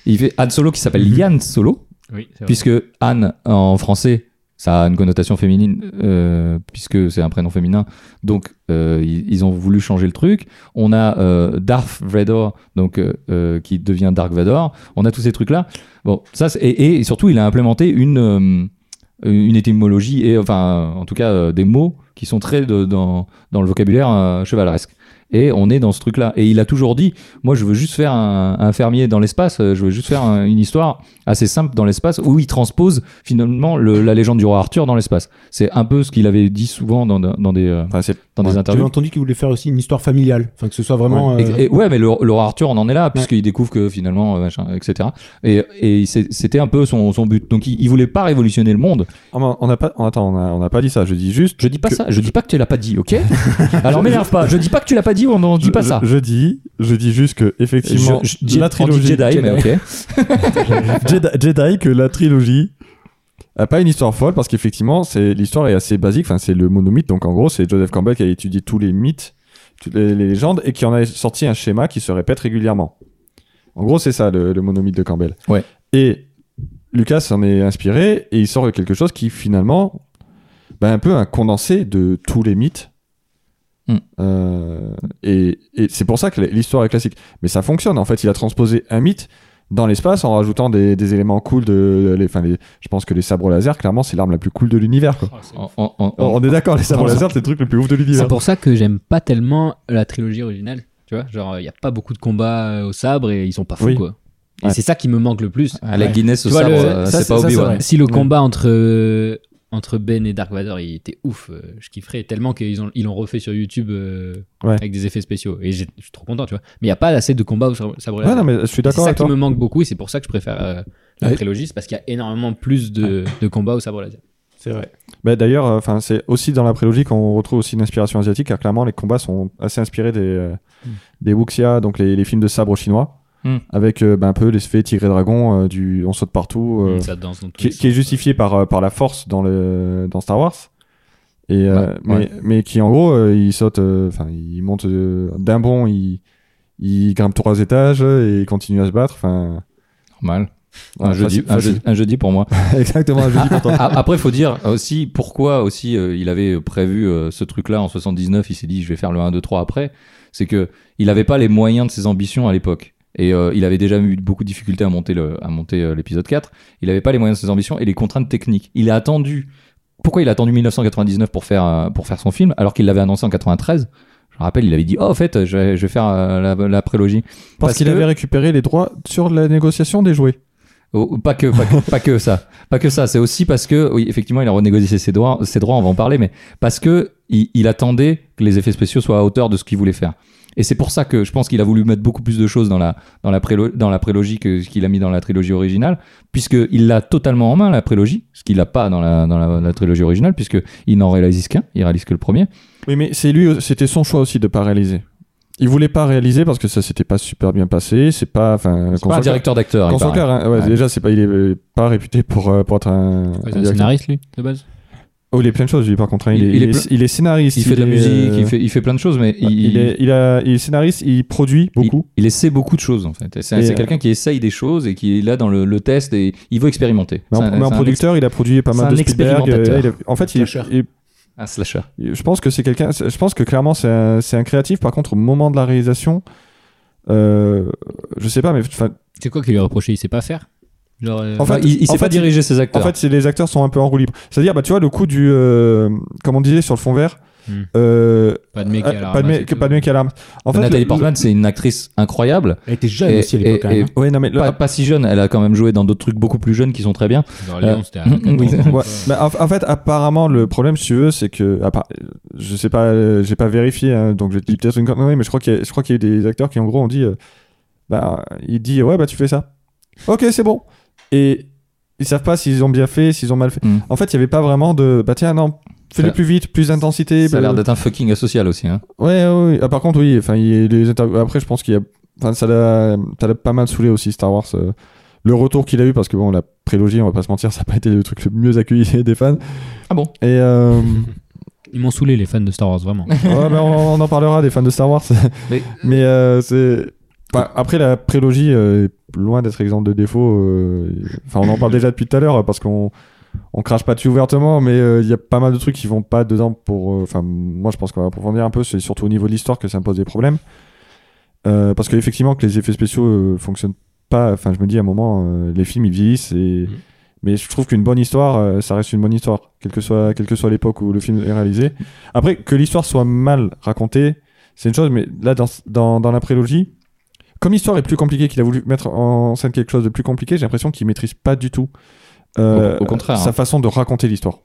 Speaker 2: Il fait Han Solo qui s'appelle Yann Solo.
Speaker 4: Oui, c'est vrai.
Speaker 2: puisque Anne en français ça a une connotation féminine euh, puisque c'est un prénom féminin donc euh, ils, ils ont voulu changer le truc on a euh, Darth Vader donc euh, euh, qui devient Dark Vador on a tous ces trucs là bon ça c'est- et, et surtout il a implémenté une euh, une étymologie et enfin en tout cas euh, des mots qui sont très de- dans, dans le vocabulaire euh, chevaleresque et on est dans ce truc là et il a toujours dit moi je veux juste faire un, un fermier dans l'espace euh, je veux juste faire un- une histoire assez simple dans l'espace où il transpose finalement le- la légende du roi Arthur dans l'espace. C'est un peu ce qu'il avait dit souvent dans, dans- dans des, euh,
Speaker 1: Enfin, c'est
Speaker 2: dans des
Speaker 3: J'avais
Speaker 2: interviews.
Speaker 3: entendu qu'il voulait faire aussi une histoire familiale. Enfin, que ce soit vraiment. euh,
Speaker 2: Et, et- ouais, mais le, le roi Arthur, on en est là, puisqu'il découvre que finalement, euh, machin, etc. Et, et c'est- c'était un peu son, son but. Donc il, il voulait pas révolutionner le monde.
Speaker 1: Oh, mais on n'a pas, on- attends, on a- on n'a pas dit ça. Je dis juste.
Speaker 2: Je dis pas
Speaker 1: que-
Speaker 2: ça. Je dis pas que tu l'as pas dit, ok Alors m'énerve pas. Je dis pas que tu l'as pas dit, on ne dit pas
Speaker 1: je-
Speaker 2: ça.
Speaker 1: Je dis, je dis juste que effectivement,
Speaker 2: Je- je dis-
Speaker 1: la
Speaker 2: on dit
Speaker 1: trilogie
Speaker 2: Jedi, mais ok.
Speaker 1: Jedi, Jedi, que la trilogie a pas une histoire folle parce qu'effectivement, c'est l'histoire est assez basique. Enfin, c'est le monomythe. Donc en gros, c'est Joseph Campbell qui a étudié tous les mythes, toutes les, les légendes et qui en a sorti un schéma qui se répète régulièrement. En gros, c'est ça le, le monomythe de Campbell.
Speaker 2: Ouais.
Speaker 1: Et Lucas s'en est inspiré et il sort quelque chose qui finalement, ben, un peu un condensé de tous les mythes.
Speaker 2: Hmm.
Speaker 1: Euh, et et c'est pour ça que l'histoire est classique. Mais ça fonctionne. En fait, il a transposé un mythe dans l'espace en rajoutant des, des éléments cool de les, enfin, les- je pense que les sabres laser clairement c'est l'arme la plus cool de l'univers quoi.
Speaker 4: Oh, c'est-
Speaker 2: On- on- on-
Speaker 1: On, on est d'accord les sabres
Speaker 2: on-
Speaker 1: laser c'est le truc le plus ouf de
Speaker 4: C'est
Speaker 1: l'univers.
Speaker 4: pour ça que j'aime pas tellement la trilogie originale. Tu vois, genre, il n'y a pas beaucoup de combats euh, au sabre et ils sont pas fous,
Speaker 1: Oui.
Speaker 4: quoi. Et
Speaker 1: Ouais.
Speaker 4: c'est ça qui me manque le plus.
Speaker 1: Oh,
Speaker 2: à la Guinness au
Speaker 4: Tu vois,
Speaker 2: sabre,
Speaker 4: le-
Speaker 2: euh,
Speaker 5: ça,
Speaker 2: c'est
Speaker 5: c'est- ça,
Speaker 2: pas
Speaker 5: c'est
Speaker 2: Obi-Wan.
Speaker 5: vrai.
Speaker 1: Mm.
Speaker 4: Si le combat entre, euh, entre Ben et Dark Vador, il était ouf, euh, je kifferais tellement qu'ils ont, ils l'ont refait sur YouTube euh,
Speaker 1: Ouais.
Speaker 4: avec des effets spéciaux. Et j'ai- je suis trop content, tu vois. Mais il n'y a pas assez de combats au sabre sabre
Speaker 1: Ouais,
Speaker 4: laser.
Speaker 1: non mais je suis
Speaker 4: Et c'est
Speaker 1: d'accord
Speaker 4: ça
Speaker 1: avec
Speaker 4: qui
Speaker 1: toi.
Speaker 4: me manque beaucoup et c'est pour ça que je préfère euh, la
Speaker 5: Ouais.
Speaker 4: trilogie, c'est parce qu'il y a énormément plus de, de combats au sabre laser.
Speaker 5: C'est vrai.
Speaker 1: Bah, d'ailleurs enfin c'est aussi dans la prélogie qu'on retrouve aussi une inspiration asiatique car clairement les combats sont assez inspirés des euh,
Speaker 2: Mm.
Speaker 1: des wuxia donc les, les films de sabre chinois
Speaker 2: Hmm.
Speaker 1: avec euh, ben, un peu les faits tigre et dragon euh, du on saute partout
Speaker 2: Mm.
Speaker 1: euh,
Speaker 4: ça danse dans tous
Speaker 1: qui,
Speaker 4: les
Speaker 1: qui est
Speaker 4: sens.
Speaker 1: justifié par, euh, par la force dans, le, dans Star Wars. Et, euh,
Speaker 2: Ouais,
Speaker 1: mais,
Speaker 2: ouais.
Speaker 1: mais qui en gros, euh, il saute, euh, enfin, il monte euh, d'un bond, il, il grimpe trois étages euh, et il continue à se battre. Enfin,
Speaker 2: Normal.
Speaker 1: ouais,
Speaker 2: Un jeudi-
Speaker 1: facile-
Speaker 2: un jeudi- un jeudi pour moi.
Speaker 1: facile. Exactement, un jeudi pour toi.
Speaker 2: Ah, Après, faut dire aussi pourquoi aussi euh, il avait prévu euh, ce truc-là en 79. Il s'est dit, je vais faire le 1, 2, 3 après. C'est que il n'avait pas les moyens de ses ambitions à l'époque. Et euh, il avait déjà eu beaucoup de difficultés à monter le- à monter euh, l'épisode 4. Il n'avait pas les moyens de ses ambitions et les contraintes techniques. Il a attendu. Pourquoi il a attendu 1999 pour faire euh, pour faire son film alors qu'il l'avait annoncé en 93 Je me rappelle, il avait dit, oh, en fait, je vais, je vais faire euh, la, la prélogie.
Speaker 1: Parce,
Speaker 2: parce
Speaker 1: qu'il
Speaker 2: que-
Speaker 1: avait récupéré les droits sur la négociation des jouets.
Speaker 2: Oh, pas que, pas que, pas que ça, pas que ça. C'est aussi parce que, oui, effectivement, il a renégocié ses droits, ses droits. On va en parler, mais parce que il, il attendait que les effets spéciaux soient à hauteur de ce qu'il voulait faire. Et c'est pour ça que je pense qu'il a voulu mettre beaucoup plus de choses dans la dans la prélo- dans la prélogie que ce qu'il a mis dans la trilogie originale, puisque il l'a totalement en main la prélogie, ce qu'il n'a pas dans la dans la, la trilogie originale, puisque il n'en réalise qu'un, il réalise que le premier.
Speaker 1: Oui, mais c'est lui, c'était son choix aussi de pas réaliser. Il voulait pas réaliser parce que ça s'était pas super bien passé. C'est pas, enfin,
Speaker 2: C'est pas un directeur d'acteur. il
Speaker 1: Qu'on soit
Speaker 2: paraît.
Speaker 1: clair, hein, ouais,
Speaker 2: Ouais.
Speaker 1: déjà, c'est pas, il est euh, pas réputé pour, euh, pour être un,
Speaker 4: Ouais,
Speaker 1: un
Speaker 4: c'est un
Speaker 1: directeur.
Speaker 4: scénariste, lui, de base.
Speaker 1: Oh, il est plein de choses, lui, par contre. hein. Il,
Speaker 2: Il-
Speaker 1: est,
Speaker 2: il est
Speaker 1: il est-
Speaker 2: plein-
Speaker 1: il est scénariste.
Speaker 2: Il fait de la
Speaker 1: est,
Speaker 2: musique,
Speaker 1: euh,
Speaker 2: il fait il fait plein de choses, mais
Speaker 1: ouais, il, est, il a, il est scénariste, il produit beaucoup.
Speaker 2: Il, il essaie beaucoup de choses en fait. C'est
Speaker 1: Et,
Speaker 2: c'est
Speaker 1: euh,
Speaker 2: quelqu'un qui essaye des choses et qui est là dans le, le test et il veut expérimenter.
Speaker 1: Mais
Speaker 2: C'est
Speaker 1: en,
Speaker 2: un-
Speaker 1: mais en
Speaker 2: c'est un
Speaker 1: producteur, il a produit pas mal
Speaker 2: c'est
Speaker 1: de
Speaker 2: un
Speaker 1: Spielberg. euh,
Speaker 2: expérimentateur.
Speaker 1: il a- en fait, il,
Speaker 3: Slasher.
Speaker 1: il-
Speaker 2: ex- un slasher.
Speaker 1: il- je pense que c'est quelqu'un. c'est- Je pense que clairement, c'est un, c'est un créatif. Par contre, au moment de la réalisation, euh, je sais pas, mais enfin,
Speaker 4: C'est quoi qu'il lui a reproché Il sait pas faire Genre, euh,
Speaker 1: En fait,
Speaker 2: Enfin, il, il
Speaker 1: en
Speaker 2: sait pas
Speaker 1: fait,
Speaker 2: diriger ses
Speaker 1: En
Speaker 2: acteurs.
Speaker 1: fait, c'est les acteurs sont un peu en roue libre. C'est-à-dire, bah, tu vois, le coup du, euh, comme on disait sur le fond vert,
Speaker 4: Hmm.
Speaker 1: euh,
Speaker 4: pas de mec qui a la
Speaker 1: ah, pas de
Speaker 4: ramasse
Speaker 1: mec-
Speaker 4: et tout.
Speaker 1: pas de mec à l'arme. En fait,
Speaker 2: Nathalie
Speaker 1: le-
Speaker 2: Portman, c'est une actrice incroyable.
Speaker 3: Elle était jeune
Speaker 2: Et-
Speaker 3: aussi à l'époque,
Speaker 2: et-
Speaker 3: quand même. hein.
Speaker 2: et
Speaker 1: ouais, non, mais le-
Speaker 2: pas, pas si jeune, elle a quand même joué dans d'autres trucs beaucoup plus jeunes qui sont très bien.
Speaker 4: Genre, Léon,
Speaker 2: Euh,
Speaker 4: c'était à 14 ans,
Speaker 2: oui.
Speaker 4: quoi.
Speaker 1: Ouais, mais en, en fait, apparemment, le problème, si tu veux, c'est que, à part- je sais pas, euh, j'ai pas vérifié, hein, donc je dis peut-être une connerie, mais je crois qu'il y, a- je crois qu'il y a eu des acteurs qui, en gros, ont dit, euh, bah, il dit, ouais, bah, tu fais ça. Ok, c'est bon. Et ils savent pas s'ils ont bien fait, s'ils ont mal fait.
Speaker 2: Mm.
Speaker 1: En fait, il y avait pas vraiment de, bah, tiens, non, fais-le
Speaker 2: Ça-
Speaker 1: plus vite, plus d'intensité.
Speaker 2: Ça a
Speaker 1: bla-
Speaker 2: l'air d'être un fucking asocial aussi. hein.
Speaker 1: Ouais, ouais, ouais. Ah, par contre, oui, enfin, il y a les interviews. Après, je pense qu'il y a. Enfin, ça l'a ça l'a pas mal saoulé aussi, Star Wars. euh, Le retour qu'il a eu, parce que bon, la prélogie, on va pas se mentir, ça n'a pas été le truc le mieux accueilli des fans.
Speaker 2: Ah bon
Speaker 1: Et euh,
Speaker 4: Ils m'ont saoulé, les fans de Star Wars, vraiment.
Speaker 1: ouais, ben, on, on en parlera des fans de Star Wars.
Speaker 2: Mais-
Speaker 1: Mais euh, c'est. enfin, après, la prélogie euh, est loin d'être exemple de défaut. euh, Enfin, on en parle déjà depuis tout à l'heure parce qu'on on crache pas dessus ouvertement, mais euh, il y a pas mal de trucs qui vont pas dedans pour. euh, Enfin, moi, je pense qu'on va approfondir un peu. C'est surtout au niveau de l'histoire que ça me pose des problèmes. Euh, parce qu'effectivement, que les effets spéciaux euh, fonctionnent pas. Enfin, je me dis à un moment, euh, les films ils vieillissent et.
Speaker 2: Mhm.
Speaker 1: Mais je trouve qu'une bonne histoire, euh, ça reste une bonne histoire, quelle que soit, quelle que soit l'époque où le film est réalisé. Après, que l'histoire soit mal racontée, c'est une chose, mais là, dans, dans, dans la prélogie, comme l'histoire est plus compliquée, qu'il a voulu mettre en scène quelque chose de plus compliqué, j'ai l'impression qu'il maîtrise pas du tout euh,
Speaker 2: Au- au contraire,
Speaker 1: sa
Speaker 2: hein.
Speaker 1: façon de raconter l'histoire.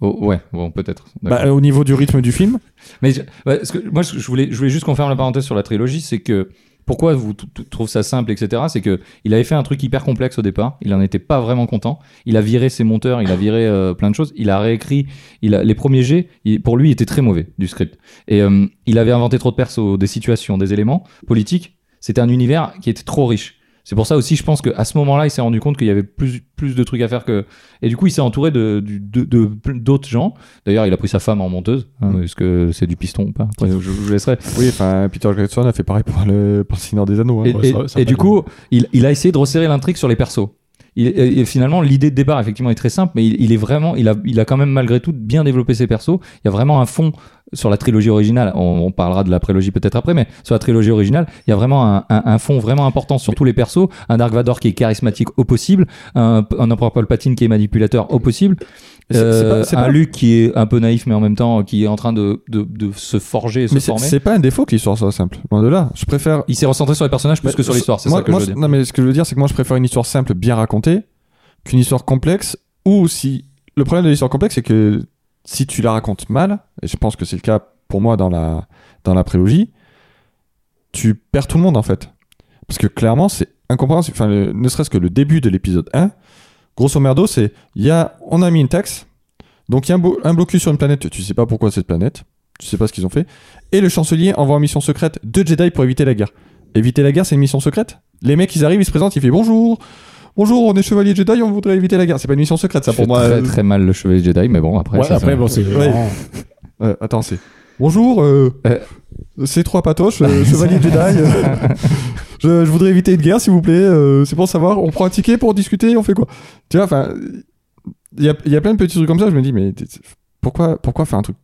Speaker 2: Oh, ouais, bon, peut-être. D'accord.
Speaker 1: Bah, euh, au niveau du rythme du film,
Speaker 2: Mais je- ouais, ce que, moi, ce que je voulais, je voulais juste qu'on ferme la parenthèse sur la trilogie, c'est que pourquoi vous t- t- trouvez ça simple, etc. C'est que il avait fait un truc hyper complexe au départ. Il en était pas vraiment content. Il a viré ses monteurs, il a viré euh, plein de choses. Il a réécrit. Il a, les premiers jets, il- pour lui, étaient très mauvais du script. Et euh, il avait inventé trop de persos, des situations, des éléments politiques. C'était un univers qui était trop riche. C'est pour ça aussi, je pense qu'à ce moment-là, il s'est rendu compte qu'il y avait plus, plus de trucs à faire que. Et du coup, il s'est entouré de- du- de- de, d'autres gens D'ailleurs, il a pris sa femme en monteuse. hein, Est-ce que c'est du piston ou pas Après, je, je vous laisserai.
Speaker 1: oui, enfin, Peter Jackson a fait pareil pour le, pour le Seigneur des Anneaux. hein.
Speaker 2: Et,
Speaker 3: ouais,
Speaker 2: et-
Speaker 3: ça- ça
Speaker 2: et
Speaker 3: va
Speaker 2: du
Speaker 3: bien.
Speaker 2: coup, il, il a essayé de resserrer l'intrigue sur les persos. Il, et- et finalement, l'idée de départ, effectivement, est très simple, mais il, il est vraiment, il a, il a quand même malgré tout bien développé ses persos. Il y a vraiment un fond sur la trilogie originale. On, on parlera de la prélogie peut-être après, mais sur la trilogie originale, il y a vraiment un, un- un fond vraiment important sur tous les persos. Un Dark Vador qui est charismatique au possible, un, un Empereur Palpatine qui est manipulateur au possible,
Speaker 1: C'est- c'est pas- c'est
Speaker 2: euh, un
Speaker 1: pas-
Speaker 2: Luke qui est un peu naïf mais en même temps qui est en train de, de, de se forger et se
Speaker 1: Mais c'est
Speaker 2: former.
Speaker 1: c'est pas un défaut que l'histoire soit simple, loin de là. Je préfère
Speaker 2: Il s'est recentré sur les personnages plus
Speaker 1: Bah,
Speaker 2: que sur l'histoire, c'est
Speaker 1: moi-
Speaker 2: ça que
Speaker 1: moi,
Speaker 2: je veux dire.
Speaker 1: Non, mais ce que je veux dire, c'est que moi, je préfère une histoire simple, bien racontée, qu'une histoire complexe, ou si. Le problème de l'histoire complexe, c'est que si tu la racontes mal, et je pense que c'est le cas pour moi dans la, dans la prélogie, tu perds tout le monde, en fait. Parce que clairement, c'est incompréhensible. Enfin, le- ne serait-ce que le début de l'épisode 1, grosso merdo, c'est. il Y a, on a mis une taxe, donc il y a un, bo- un blocus sur une planète, tu sais pas pourquoi cette planète, tu sais pas ce qu'ils ont fait, et le chancelier envoie en mission secrète deux Jedi pour éviter la guerre. Éviter la guerre, c'est une mission secrète. Les mecs, ils arrivent, ils se présentent, ils font bonjour. Bonjour, on est chevalier Jedi, on voudrait éviter la guerre. C'est pas une mission secrète, ça
Speaker 2: Je
Speaker 1: pour
Speaker 2: fais
Speaker 1: moi.
Speaker 2: très
Speaker 1: euh,
Speaker 2: très mal le chevalier Jedi, mais bon, après.
Speaker 3: Ouais,
Speaker 2: ça,
Speaker 3: après,
Speaker 2: ça-
Speaker 3: bon, c'est.
Speaker 1: Ouais.
Speaker 3: marrant.
Speaker 1: euh, attends, c'est. Bonjour, euh,
Speaker 2: Euh.
Speaker 1: c'est trois patoches, euh, chevalier Jedi. euh, je, je voudrais éviter une guerre, s'il vous plaît. euh, c'est pour savoir, on prend un ticket pour discuter, on fait quoi Tu vois, enfin. Il y a, il y a plein de petits trucs comme ça, je me dis, mais t- t- pourquoi, pourquoi faire un truc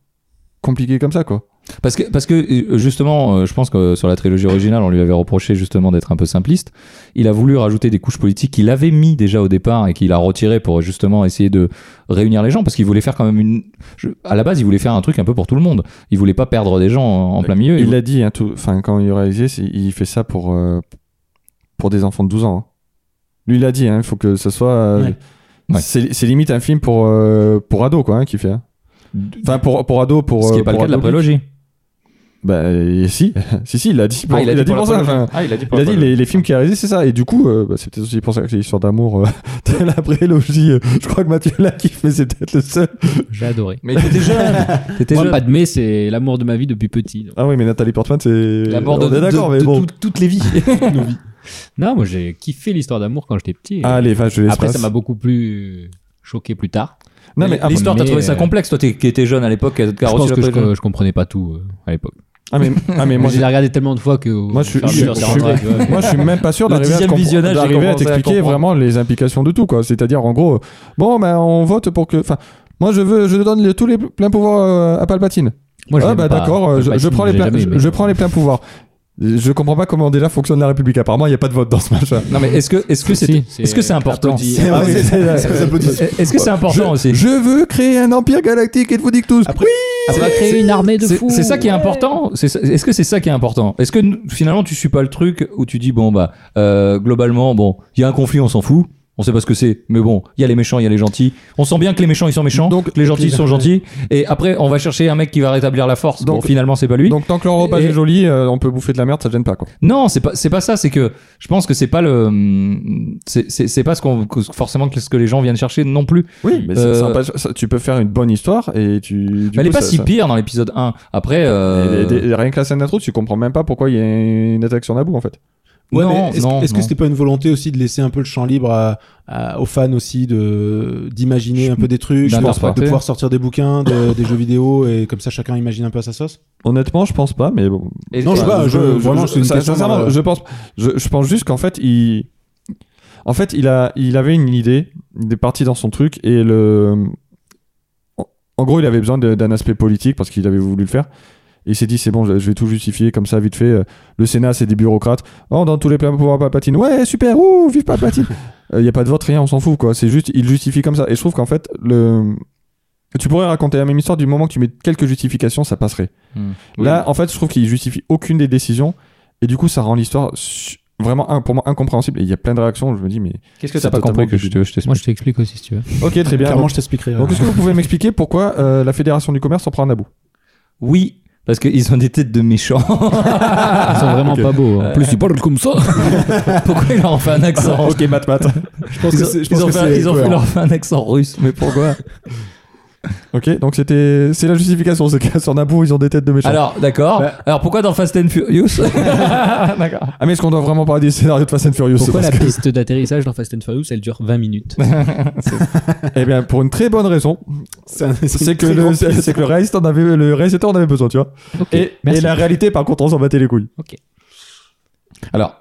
Speaker 1: compliqué comme ça, quoi
Speaker 2: Parce que, parce que euh, justement, euh, je pense que euh, sur la trilogie originale, on lui avait reproché justement d'être un peu simpliste. Il a voulu rajouter des couches politiques qu'il avait mis déjà au départ et qu'il a retiré pour justement essayer de réunir les gens parce qu'il voulait faire quand même une. je- À la base, il voulait faire un truc un peu pour tout le monde. Il voulait pas perdre des gens en en plein milieu.
Speaker 1: Il l'a dit, hein, tout- enfin, quand il a réalisé, c'est- il fait ça pour, euh, pour des enfants de 12 ans. hein. Lui, il l'a dit, hein, il faut que ce soit. euh,
Speaker 3: Ouais.
Speaker 2: Ouais.
Speaker 1: C'est c'est limite un film pour, euh, pour ados, quoi, hein, qu'il fait. hein. Enfin, pour, pour ados, pour.
Speaker 2: Ce qui
Speaker 1: euh,
Speaker 2: est pas le
Speaker 1: pour
Speaker 2: cas de la
Speaker 1: ados.
Speaker 2: prélogie.
Speaker 1: Bah, euh, si, si, si, il l'a dit. pour- il a dit
Speaker 2: pour
Speaker 1: pour
Speaker 2: la
Speaker 1: ça.
Speaker 2: prélogie.
Speaker 1: enfin,
Speaker 2: Ah, il a dit pour
Speaker 1: il a
Speaker 2: la
Speaker 1: dit
Speaker 2: prélogie.
Speaker 1: les, les films qu'il a réalisés, c'est ça. Et du coup, euh, bah, c'est peut-être aussi pour ça que l'histoire d'amour euh, de la prélogie, euh, je crois que Mathieu l'a kiffé, c'est peut-être le seul.
Speaker 4: J'ai adoré.
Speaker 2: Mais il était jeune. T'étais
Speaker 4: Moi,
Speaker 2: jeune.
Speaker 4: pas de mais, c'est l'amour de ma vie depuis petit. donc.
Speaker 1: Ah oui, mais Nathalie Portman, c'est.
Speaker 2: La mort de,
Speaker 1: Euh, On est d'accord,
Speaker 2: de-
Speaker 1: mais
Speaker 2: de
Speaker 1: bon.
Speaker 2: tout- toutes les vies.
Speaker 4: Non, moi j'ai kiffé l'histoire d'amour quand j'étais petit.
Speaker 1: Ah, allez, va, je laisse
Speaker 4: Après, ça
Speaker 1: passer.
Speaker 4: m'a beaucoup plus choqué plus tard.
Speaker 1: Non, mais, ah,
Speaker 2: L'histoire, t'as trouvé
Speaker 4: Mais,
Speaker 2: ça
Speaker 4: euh,
Speaker 2: complexe, toi t'es- qui étais jeune à l'époque, qui a qui a
Speaker 4: je
Speaker 2: reçu
Speaker 4: pense
Speaker 2: la
Speaker 4: que je,
Speaker 2: prélogie.
Speaker 4: co- je comprenais pas tout euh, à l'époque.
Speaker 1: ah, mais, ah, mais moi,
Speaker 4: Moi, je l'ai regardé tellement de fois que. au
Speaker 1: Moi, je suis-
Speaker 4: fur et à
Speaker 1: je-
Speaker 4: mesure,
Speaker 1: je
Speaker 4: c'est euh,
Speaker 1: suis-
Speaker 4: rentré, tu vois, mais-
Speaker 1: Moi, je suis même pas sûr
Speaker 2: Le
Speaker 1: d'arriver à,
Speaker 2: dixième
Speaker 1: te compre-
Speaker 2: visionnage, j'ai
Speaker 1: d'arriver à
Speaker 2: commencé à
Speaker 1: t'expliquer
Speaker 2: comprendre.
Speaker 1: vraiment les implications de tout, quoi. C'est-à-dire, en gros, euh, bon, ben, on vote pour que. Enfin, moi, je veux, je donne le- tous les pleins pouvoirs euh, à Palpatine.
Speaker 4: Moi, je
Speaker 1: ah,
Speaker 4: l'aime
Speaker 1: bah,
Speaker 4: pas.
Speaker 1: d'accord, euh, je, je
Speaker 4: Palpatine,
Speaker 1: prends les
Speaker 4: j'ai
Speaker 1: pleins,
Speaker 4: jamais
Speaker 1: je,
Speaker 4: aimé.
Speaker 1: je prends les pleins pouvoirs. Je comprends pas comment déjà fonctionne la République. Apparemment, il n'y a pas de vote dans ce match.
Speaker 2: Non mais est-ce que est-ce que
Speaker 4: Si,
Speaker 2: c'est
Speaker 4: c'est-
Speaker 2: est-ce que c'est important
Speaker 4: applaudi.
Speaker 2: C'est-
Speaker 3: Ah oui, c'est- c'est- c'est- c'est-
Speaker 2: Est-ce est-ce que c'est
Speaker 1: Je,
Speaker 2: important aussi
Speaker 1: je veux créer un empire galactique et vous dites tous.
Speaker 3: Après-
Speaker 4: On va créer une armée de
Speaker 2: C'est
Speaker 4: fous.
Speaker 2: c'est ça qui est important. C'est ça- Est-ce que c'est ça qui est important Est-ce que nous- finalement tu suis pas le truc où tu dis bon bah euh, globalement bon il y a un conflit on s'en fout on sait pas ce que c'est mais bon il y a les méchants il y a les gentils on sent bien que les méchants ils sont méchants
Speaker 1: Donc-
Speaker 2: que les gentils ils sont gentils et après on va chercher un mec qui va rétablir la force bon
Speaker 1: Donc-
Speaker 2: finalement c'est pas lui
Speaker 1: Donc, tant que leur repas
Speaker 2: Et-
Speaker 1: est joli, euh, on peut bouffer de la merde, ça ne gêne pas, quoi.
Speaker 2: Non, c'est pas c'est pas ça. C'est que je pense que c'est pas le hum, c'est c'est c'est pas ce qu'on que- forcément que ce que les gens viennent chercher non plus.
Speaker 1: Oui, mais ça-
Speaker 2: Euh,
Speaker 1: ça empêche- ça- tu peux faire une bonne histoire et tu. du
Speaker 2: Mais elle
Speaker 1: coup,
Speaker 2: est pas
Speaker 1: ça-
Speaker 2: si
Speaker 1: ça-
Speaker 2: pire dans l'épisode 1. Après, euh,
Speaker 1: Et- et- et rien que la scène d'intro, tu comprends même pas pourquoi il y a une attaque sur Naboo en fait.
Speaker 3: Ouais,
Speaker 2: Non,
Speaker 3: mais est-ce
Speaker 2: non,
Speaker 3: est-ce que
Speaker 2: non.
Speaker 3: c'était pas une volonté aussi de laisser un peu le champ libre à- à- aux fans aussi de d'imaginer un peu des trucs,
Speaker 2: je
Speaker 3: de
Speaker 2: pense
Speaker 3: pouvoir-
Speaker 2: pas.
Speaker 3: de pouvoir sortir des bouquins, de- des jeux vidéo et comme ça chacun imagine un peu à sa sauce
Speaker 1: Honnêtement, je pense pas, mais bon.
Speaker 2: Et-
Speaker 3: Non, je sais
Speaker 2: Ouais.
Speaker 3: pas, je- vraiment, c'est une
Speaker 1: ça-
Speaker 3: question,
Speaker 1: sincèrement,
Speaker 3: euh,
Speaker 1: je pense, je, je pense juste qu'en fait, il, en fait, il a, il avait une idée, des parties dans son truc et le, en- en gros, il avait besoin de- d'un aspect politique parce qu'il avait voulu le faire. Et il s'est dit, c'est bon, je je vais tout justifier comme ça, vite fait. euh, Le Sénat, c'est des bureaucrates. Oh, dans tous les plans pouvoir Palpatine. Ouais, super, ouh, vive Palpatine. Euh, Il n'y a pas de vote, rien, on s'en fout, quoi. C'est juste, il justifie comme ça. Et je trouve qu'en fait, le. Tu pourrais raconter la même histoire du moment que tu mets quelques justifications, ça passerait.
Speaker 2: Hmm.
Speaker 1: Là, en fait, je trouve qu'il justifie aucune des décisions et du coup, ça rend l'histoire su- vraiment un- pour moi incompréhensible. Et il y a plein de réactions. où Je me dis, mais
Speaker 2: Qu'est-ce que
Speaker 1: c'est
Speaker 2: t'as pas
Speaker 1: totalement
Speaker 2: compris que je te- je t'explique
Speaker 4: Moi, je t'explique aussi si tu veux.
Speaker 1: ok, très bien.
Speaker 3: Clairement,
Speaker 1: Donc,
Speaker 3: je t'expliquerai.
Speaker 1: donc, est-ce que vous pouvez m'expliquer pourquoi euh, la Fédération du commerce en prend un bout
Speaker 2: Oui, parce qu'ils ont des têtes de méchants.
Speaker 4: Ils sont
Speaker 1: Ah,
Speaker 4: vraiment
Speaker 1: ok.
Speaker 4: pas beaux. hein.
Speaker 2: plus, ils parlent comme ça. Pourquoi ils leur ont fait un accent
Speaker 1: Ok, mat mat.
Speaker 3: je pense
Speaker 2: Ils ont, ils ont fait, ils ont fait leur fait un accent russe, mais pourquoi
Speaker 1: ok, donc c'était c'est la justification. C'est qu'à sur Naboo, ils ont des têtes de méchants.
Speaker 2: Alors, d'accord.
Speaker 3: Ouais.
Speaker 2: Alors, pourquoi dans Fast and Furious D'accord.
Speaker 1: Ah mais est-ce qu'on doit vraiment parler des scénarios de Fast and Furious
Speaker 4: Pourquoi
Speaker 1: C'est
Speaker 4: la
Speaker 1: parce
Speaker 4: piste d'atterrissage dans Fast and Furious, elle dure 20 minutes
Speaker 1: que- Eh bien, pour une très bonne raison, c'est que le c'est que le réalisateur en avait le réalisateur en avait besoin, tu vois.
Speaker 4: Ok,
Speaker 1: Et, et
Speaker 4: merci.
Speaker 1: la réalité, par contre, on s'en battait les couilles.
Speaker 2: Alors.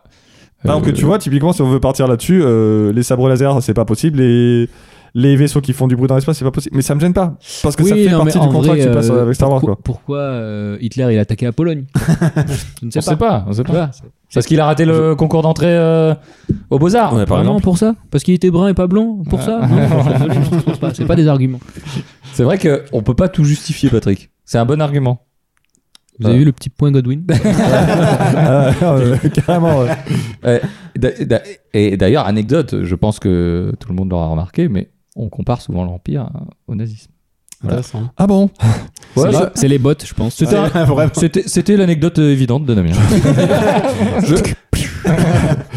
Speaker 1: Alors que
Speaker 2: euh,
Speaker 1: tu vois, typiquement, si on veut partir là-dessus, euh, les sabres laser, c'est pas possible. Les... les vaisseaux qui font du bruit dans l'espace, c'est pas possible. Mais ça me gêne pas. Parce que ça
Speaker 4: Oui,
Speaker 1: fait
Speaker 4: non, mais
Speaker 1: partie
Speaker 4: en
Speaker 1: du contrat
Speaker 4: vrai,
Speaker 1: que tu passes
Speaker 4: euh,
Speaker 1: avec Star Wars.
Speaker 4: pourquoi-
Speaker 1: Quoi.
Speaker 4: Pourquoi euh, Hitler il a attaqué la Pologne Je ne
Speaker 2: On
Speaker 4: sais
Speaker 2: sait
Speaker 4: pas.
Speaker 2: pas, on sait pas.
Speaker 4: Voilà.
Speaker 2: Parce qu'il a raté le concours d'entrée euh, aux Beaux-Arts.
Speaker 1: Ouais, par
Speaker 4: Vraiment
Speaker 1: exemple.
Speaker 4: pour ça Parce qu'il était brun et pas blanc Pour ça Non, je suis désolé, je ne trouve pas. C'est pas des arguments.
Speaker 2: C'est vrai qu'on peut pas tout justifier, Patrick. C'est un bon argument.
Speaker 4: Vous avez
Speaker 2: Ouais.
Speaker 4: vu le petit point Godwin
Speaker 1: Ah, euh, carrément. ouais.
Speaker 2: D'a- d'a- Et d'ailleurs, anecdote, je pense que tout le monde l'aura remarqué, mais on compare souvent l'Empire euh, au nazisme.
Speaker 3: Intéressant.
Speaker 1: Ah bon
Speaker 4: C'est
Speaker 2: Ouais,
Speaker 4: les-
Speaker 2: je-
Speaker 4: C'est les bottes, je pense.
Speaker 2: C'était un-
Speaker 3: Vraiment.
Speaker 2: c'était- C'était l'anecdote euh, évidente de Damien.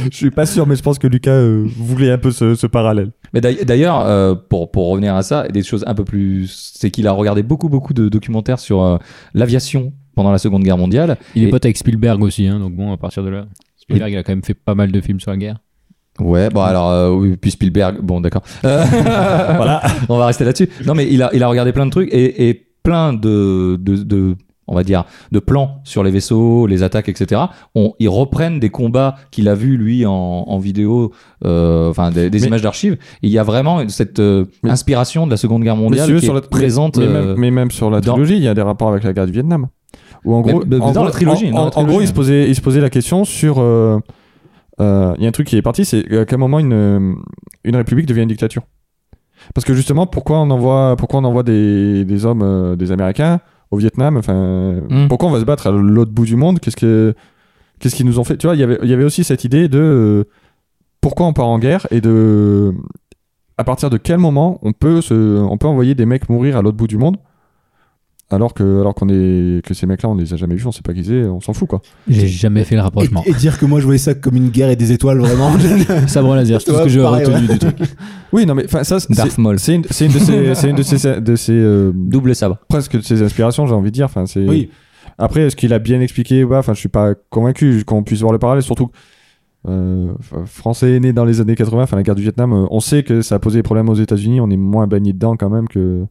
Speaker 1: Je suis pas sûr, mais je pense que Lucas euh, voulait un peu ce, ce parallèle.
Speaker 2: Mais d'ailleurs- d'ailleurs, euh, pour, pour revenir à ça, des choses un peu plus. C'est qu'il a regardé beaucoup, beaucoup de documentaires sur euh, l'aviation pendant la Seconde Guerre mondiale.
Speaker 4: Il est
Speaker 2: Et-
Speaker 4: pote avec Spielberg aussi, hein, donc bon, à partir de là. Spielberg, il a quand même fait pas mal de films sur la guerre.
Speaker 2: Ouais, bon, alors, euh, oui, puis Spielberg, bon, d'accord. Euh,
Speaker 1: Voilà.
Speaker 2: on va rester là-dessus. Non, mais il a, il a regardé plein de trucs et, et plein de, de, de- on va dire, de plans sur les vaisseaux, les attaques, etc. On, ils reprennent des combats qu'il a vus, lui, en, en vidéo, euh, enfin, des, des
Speaker 1: Mais-
Speaker 2: images d'archives. Il y a vraiment cette euh,
Speaker 1: Mais-
Speaker 2: inspiration de la Seconde Guerre mondiale
Speaker 1: si tu veux,
Speaker 2: qui
Speaker 1: sur
Speaker 2: est
Speaker 1: la-
Speaker 2: présente.
Speaker 1: Mais,
Speaker 2: euh,
Speaker 1: même, mais même sur la
Speaker 2: dans-
Speaker 1: trilogie, il y a des rapports avec la guerre du Vietnam. Ou en
Speaker 2: Mais-
Speaker 1: gros,
Speaker 2: mais
Speaker 1: en
Speaker 2: dans
Speaker 1: gros-
Speaker 2: la trilogie,
Speaker 1: en-
Speaker 2: dans la
Speaker 1: en- en
Speaker 2: trilogie.
Speaker 1: gros, il se posait, il se posait la question sur. euh, euh, Il y a un truc qui est parti, c'est à quel moment une, euh, une république devient une dictature. Parce que justement, pourquoi on envoie, pourquoi on envoie des, des hommes, euh, des Américains au Vietnam Enfin,
Speaker 2: Mm.
Speaker 1: pourquoi on va se battre à l'autre bout du monde Qu'est-ce que, qu'est-ce qu'ils nous ont fait Tu vois, il y avait, il y avait aussi cette idée de euh, pourquoi on part en guerre et de à partir de quel moment on peut se, on peut envoyer des mecs mourir à l'autre bout du monde alors que, alors qu'on est, que ces mecs-là, on les a jamais vus, on sait pas qui c'est, on s'en fout quoi.
Speaker 4: J'ai jamais fait le
Speaker 3: Et,
Speaker 4: rapprochement.
Speaker 3: et dire que moi je voyais ça comme une guerre et des étoiles, vraiment.
Speaker 4: Sabre laser, c'est tout ce
Speaker 3: Ouais,
Speaker 4: que j'ai
Speaker 3: pareil,
Speaker 4: retenu du truc.
Speaker 1: Oui, non mais enfin, ça, c'est
Speaker 2: Darth Maul.
Speaker 1: c'est une, c'est une de ces, c'est une de ces, de ces, euh,
Speaker 2: Double sabre.
Speaker 1: presque de ces inspirations, j'ai envie de dire. Enfin, c'est.
Speaker 3: oui,
Speaker 1: Après, est-ce qu'il a bien expliqué ou pas Enfin, je suis pas convaincu qu'on puisse voir le parallèle. Surtout, que, euh, f- français né dans les années 80, enfin la guerre du Vietnam, euh, on sait que ça a posé des problèmes aux États-Unis. On est moins baigné dedans quand même que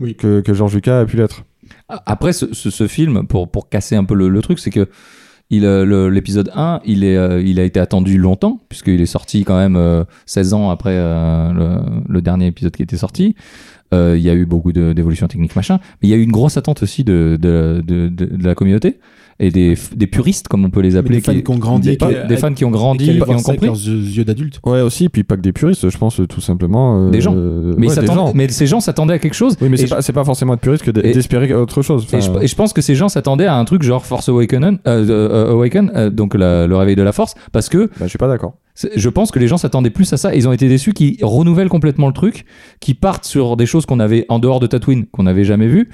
Speaker 3: Oui.
Speaker 1: que, que George Lucas a pu l'être.
Speaker 2: Après, ce, ce- ce film, pour, pour casser un peu le, le truc, c'est que il, euh, le- l'épisode 1, il, est, euh, il a été attendu longtemps, puisqu'il est sorti quand même euh, 16 ans après euh, le, le dernier épisode qui était sorti. Euh, il y a eu beaucoup de- d'évolutions techniques, machin. Mais il y a eu une grosse attente aussi de, de, de, de- de la communauté et des, f- des puristes, comme on peut les
Speaker 3: mais
Speaker 2: appeler.
Speaker 3: des fans qui ont grandi,
Speaker 2: des,
Speaker 3: qui-
Speaker 2: des
Speaker 3: qui-
Speaker 2: fans qui ont
Speaker 3: qui allaient
Speaker 2: grandi, qui
Speaker 3: voir
Speaker 2: ont
Speaker 3: ça avec
Speaker 2: compris.
Speaker 3: leurs yeux yeux d'adultes.
Speaker 1: Ouais, aussi. Puis pas que des puristes, je pense euh, tout simplement. euh,
Speaker 2: Des gens.
Speaker 1: euh,
Speaker 2: Mais, ils
Speaker 1: ouais, des
Speaker 2: s'attendent-
Speaker 1: gens.
Speaker 2: mais ces gens s'attendaient à quelque chose.
Speaker 1: Oui, mais
Speaker 2: Et
Speaker 1: c'est
Speaker 2: je-
Speaker 1: pas, c'est pas forcément être puriste que d-
Speaker 2: Et-
Speaker 1: d'espérer autre chose.
Speaker 2: Et je,
Speaker 1: Enfin,
Speaker 2: et je pense que ces gens s'attendaient à un truc genre Force Awakenen, euh, euh, Awaken, euh, donc la- le réveil de la force, parce que
Speaker 1: bah, je suis pas d'accord.
Speaker 2: C'est- Je pense que les gens s'attendaient plus à ça. et Ils ont été déçus qu'ils renouvellent complètement le truc, qu'ils partent sur des choses qu'on avait en dehors de Tatooine, qu'on n'avait jamais vues,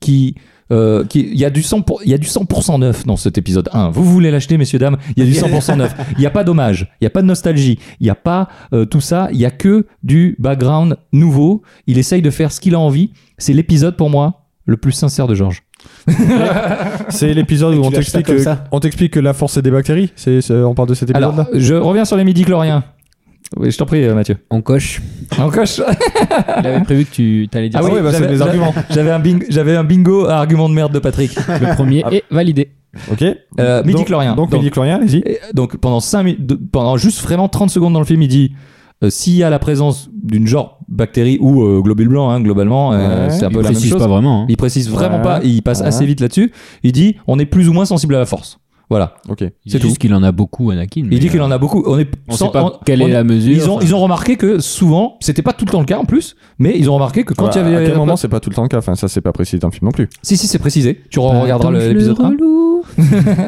Speaker 2: qui euh, qui- il y a du 100 pour- il y a du 100% neuf dans cet épisode 1. Vous voulez l'acheter messieurs dames, il y a du 100% neuf. Il n'y a pas d'hommage, il n'y a pas de nostalgie, il n'y a pas euh, tout ça, il y a que du background nouveau. Il essaye de faire ce qu'il a envie. C'est l'épisode pour moi le plus sincère de Georges.
Speaker 1: C'est l'épisode
Speaker 3: Et
Speaker 1: où
Speaker 3: tu
Speaker 1: on
Speaker 3: lâches
Speaker 1: t'explique
Speaker 3: ça comme
Speaker 1: que-
Speaker 3: ça.
Speaker 1: on t'explique que la force c'est des bactéries. C'est c'est- on parle de cet épisode
Speaker 2: Alors,
Speaker 1: là.
Speaker 2: je reviens sur les midi chloriens. Oui, je t'en prie, euh, Mathieu.
Speaker 4: On coche.
Speaker 2: En coche.
Speaker 4: Il avait prévu que tu t'allais dire
Speaker 2: Ah
Speaker 4: ça.
Speaker 2: oui, bah, c'est
Speaker 1: j'avais-
Speaker 2: mes
Speaker 1: j'avais-
Speaker 2: arguments. J'avais un, bing- j'avais un bingo à argument de merde de Patrick.
Speaker 4: Le premier
Speaker 1: Ah.
Speaker 4: est validé.
Speaker 1: Ok.
Speaker 2: Euh,
Speaker 1: Donc-
Speaker 2: midi-chlorien.
Speaker 1: Donc,
Speaker 2: Donc-
Speaker 1: midi-chlorien, allez-y.
Speaker 2: Et donc pendant cinq mi- de- pendant juste vraiment 30 secondes dans le film, il dit euh, s'il y a la présence d'une genre bactérie ou euh, globule blanc, hein, globalement, euh,
Speaker 1: Ouais.
Speaker 2: c'est un peu
Speaker 4: Il
Speaker 2: la même
Speaker 4: précise
Speaker 2: chose.
Speaker 4: pas vraiment. hein.
Speaker 2: Il précise vraiment
Speaker 1: Ouais.
Speaker 2: pas, il passe
Speaker 1: Ouais.
Speaker 2: assez vite là-dessus. Il dit on est plus ou moins sensible à la force. Voilà.
Speaker 1: Ok.
Speaker 4: Il
Speaker 2: c'est
Speaker 4: dit juste
Speaker 2: tout.
Speaker 4: qu'il en a beaucoup, Anakin. euh,
Speaker 2: Il dit qu'il en a beaucoup. On est
Speaker 4: On
Speaker 2: sans-
Speaker 4: sait pas
Speaker 2: on-
Speaker 4: quelle
Speaker 2: on-
Speaker 4: est la mesure.
Speaker 2: ils ont,
Speaker 4: enfin.
Speaker 2: ils ont remarqué que souvent, c'était pas tout le temps le cas en plus, mais ils ont remarqué que quand
Speaker 1: Voilà,
Speaker 2: il y
Speaker 1: Bah, à
Speaker 2: avait.
Speaker 1: quel moment c'est pas tout le temps le cas. Enfin, ça c'est pas précisé dans le film non plus.
Speaker 2: Si, si, c'est précisé. Tu re- regarderas Bah,
Speaker 4: Attends,
Speaker 2: le-
Speaker 4: je le
Speaker 2: l'épisode 1.
Speaker 4: relou.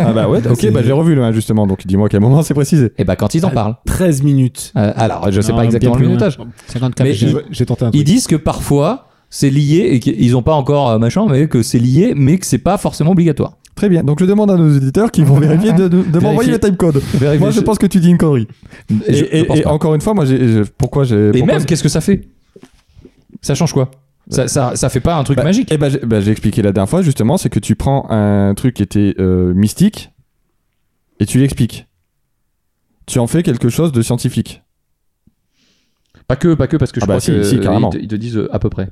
Speaker 1: Ah bah ouais. Ok.
Speaker 3: C'est-
Speaker 1: Bah j'ai revu le 1 justement. Donc dis-moi à quel moment c'est précisé.
Speaker 2: Et bah quand ils en parlent.
Speaker 3: 13 minutes.
Speaker 2: Euh, alors, je sais
Speaker 4: Non,
Speaker 2: pas
Speaker 4: bien
Speaker 2: exactement
Speaker 4: plus
Speaker 2: le
Speaker 4: loin.
Speaker 2: minutage.
Speaker 4: 54
Speaker 2: Mais
Speaker 4: je-
Speaker 2: il-
Speaker 3: J'ai tenté un
Speaker 2: Ils
Speaker 3: truc.
Speaker 2: disent que parfois c'est lié et qu'ils n'ont pas encore euh, machin, mais que c'est lié, mais que c'est pas forcément obligatoire.
Speaker 1: Très bien. Donc je demande à nos éditeurs qui vont vérifier de, de- de m'envoyer le
Speaker 2: Vérifier.
Speaker 1: timecode.
Speaker 2: Vérifier.
Speaker 1: Moi je pense que tu dis une connerie.
Speaker 2: Et,
Speaker 1: Et,
Speaker 2: je-
Speaker 1: et-
Speaker 2: je pense
Speaker 1: et
Speaker 2: pas.
Speaker 1: encore une fois, moi j'ai je- pourquoi j'ai.
Speaker 2: Et
Speaker 1: pourquoi
Speaker 2: même, qu'est-ce que ça fait Ça change quoi ça, ça, ça fait pas un truc
Speaker 1: Bah,
Speaker 2: magique.
Speaker 1: Eh ben, j'ai bah, j'ai expliqué la dernière fois, justement, c'est que tu prends un truc qui était euh, mystique et tu l'expliques. Tu en fais quelque chose de scientifique.
Speaker 2: Pas que, pas que parce que je
Speaker 1: Ah bah
Speaker 2: crois
Speaker 1: si,
Speaker 2: que
Speaker 1: si,
Speaker 2: euh,
Speaker 1: carrément.
Speaker 2: Ils, te, ils te disent euh, à peu près.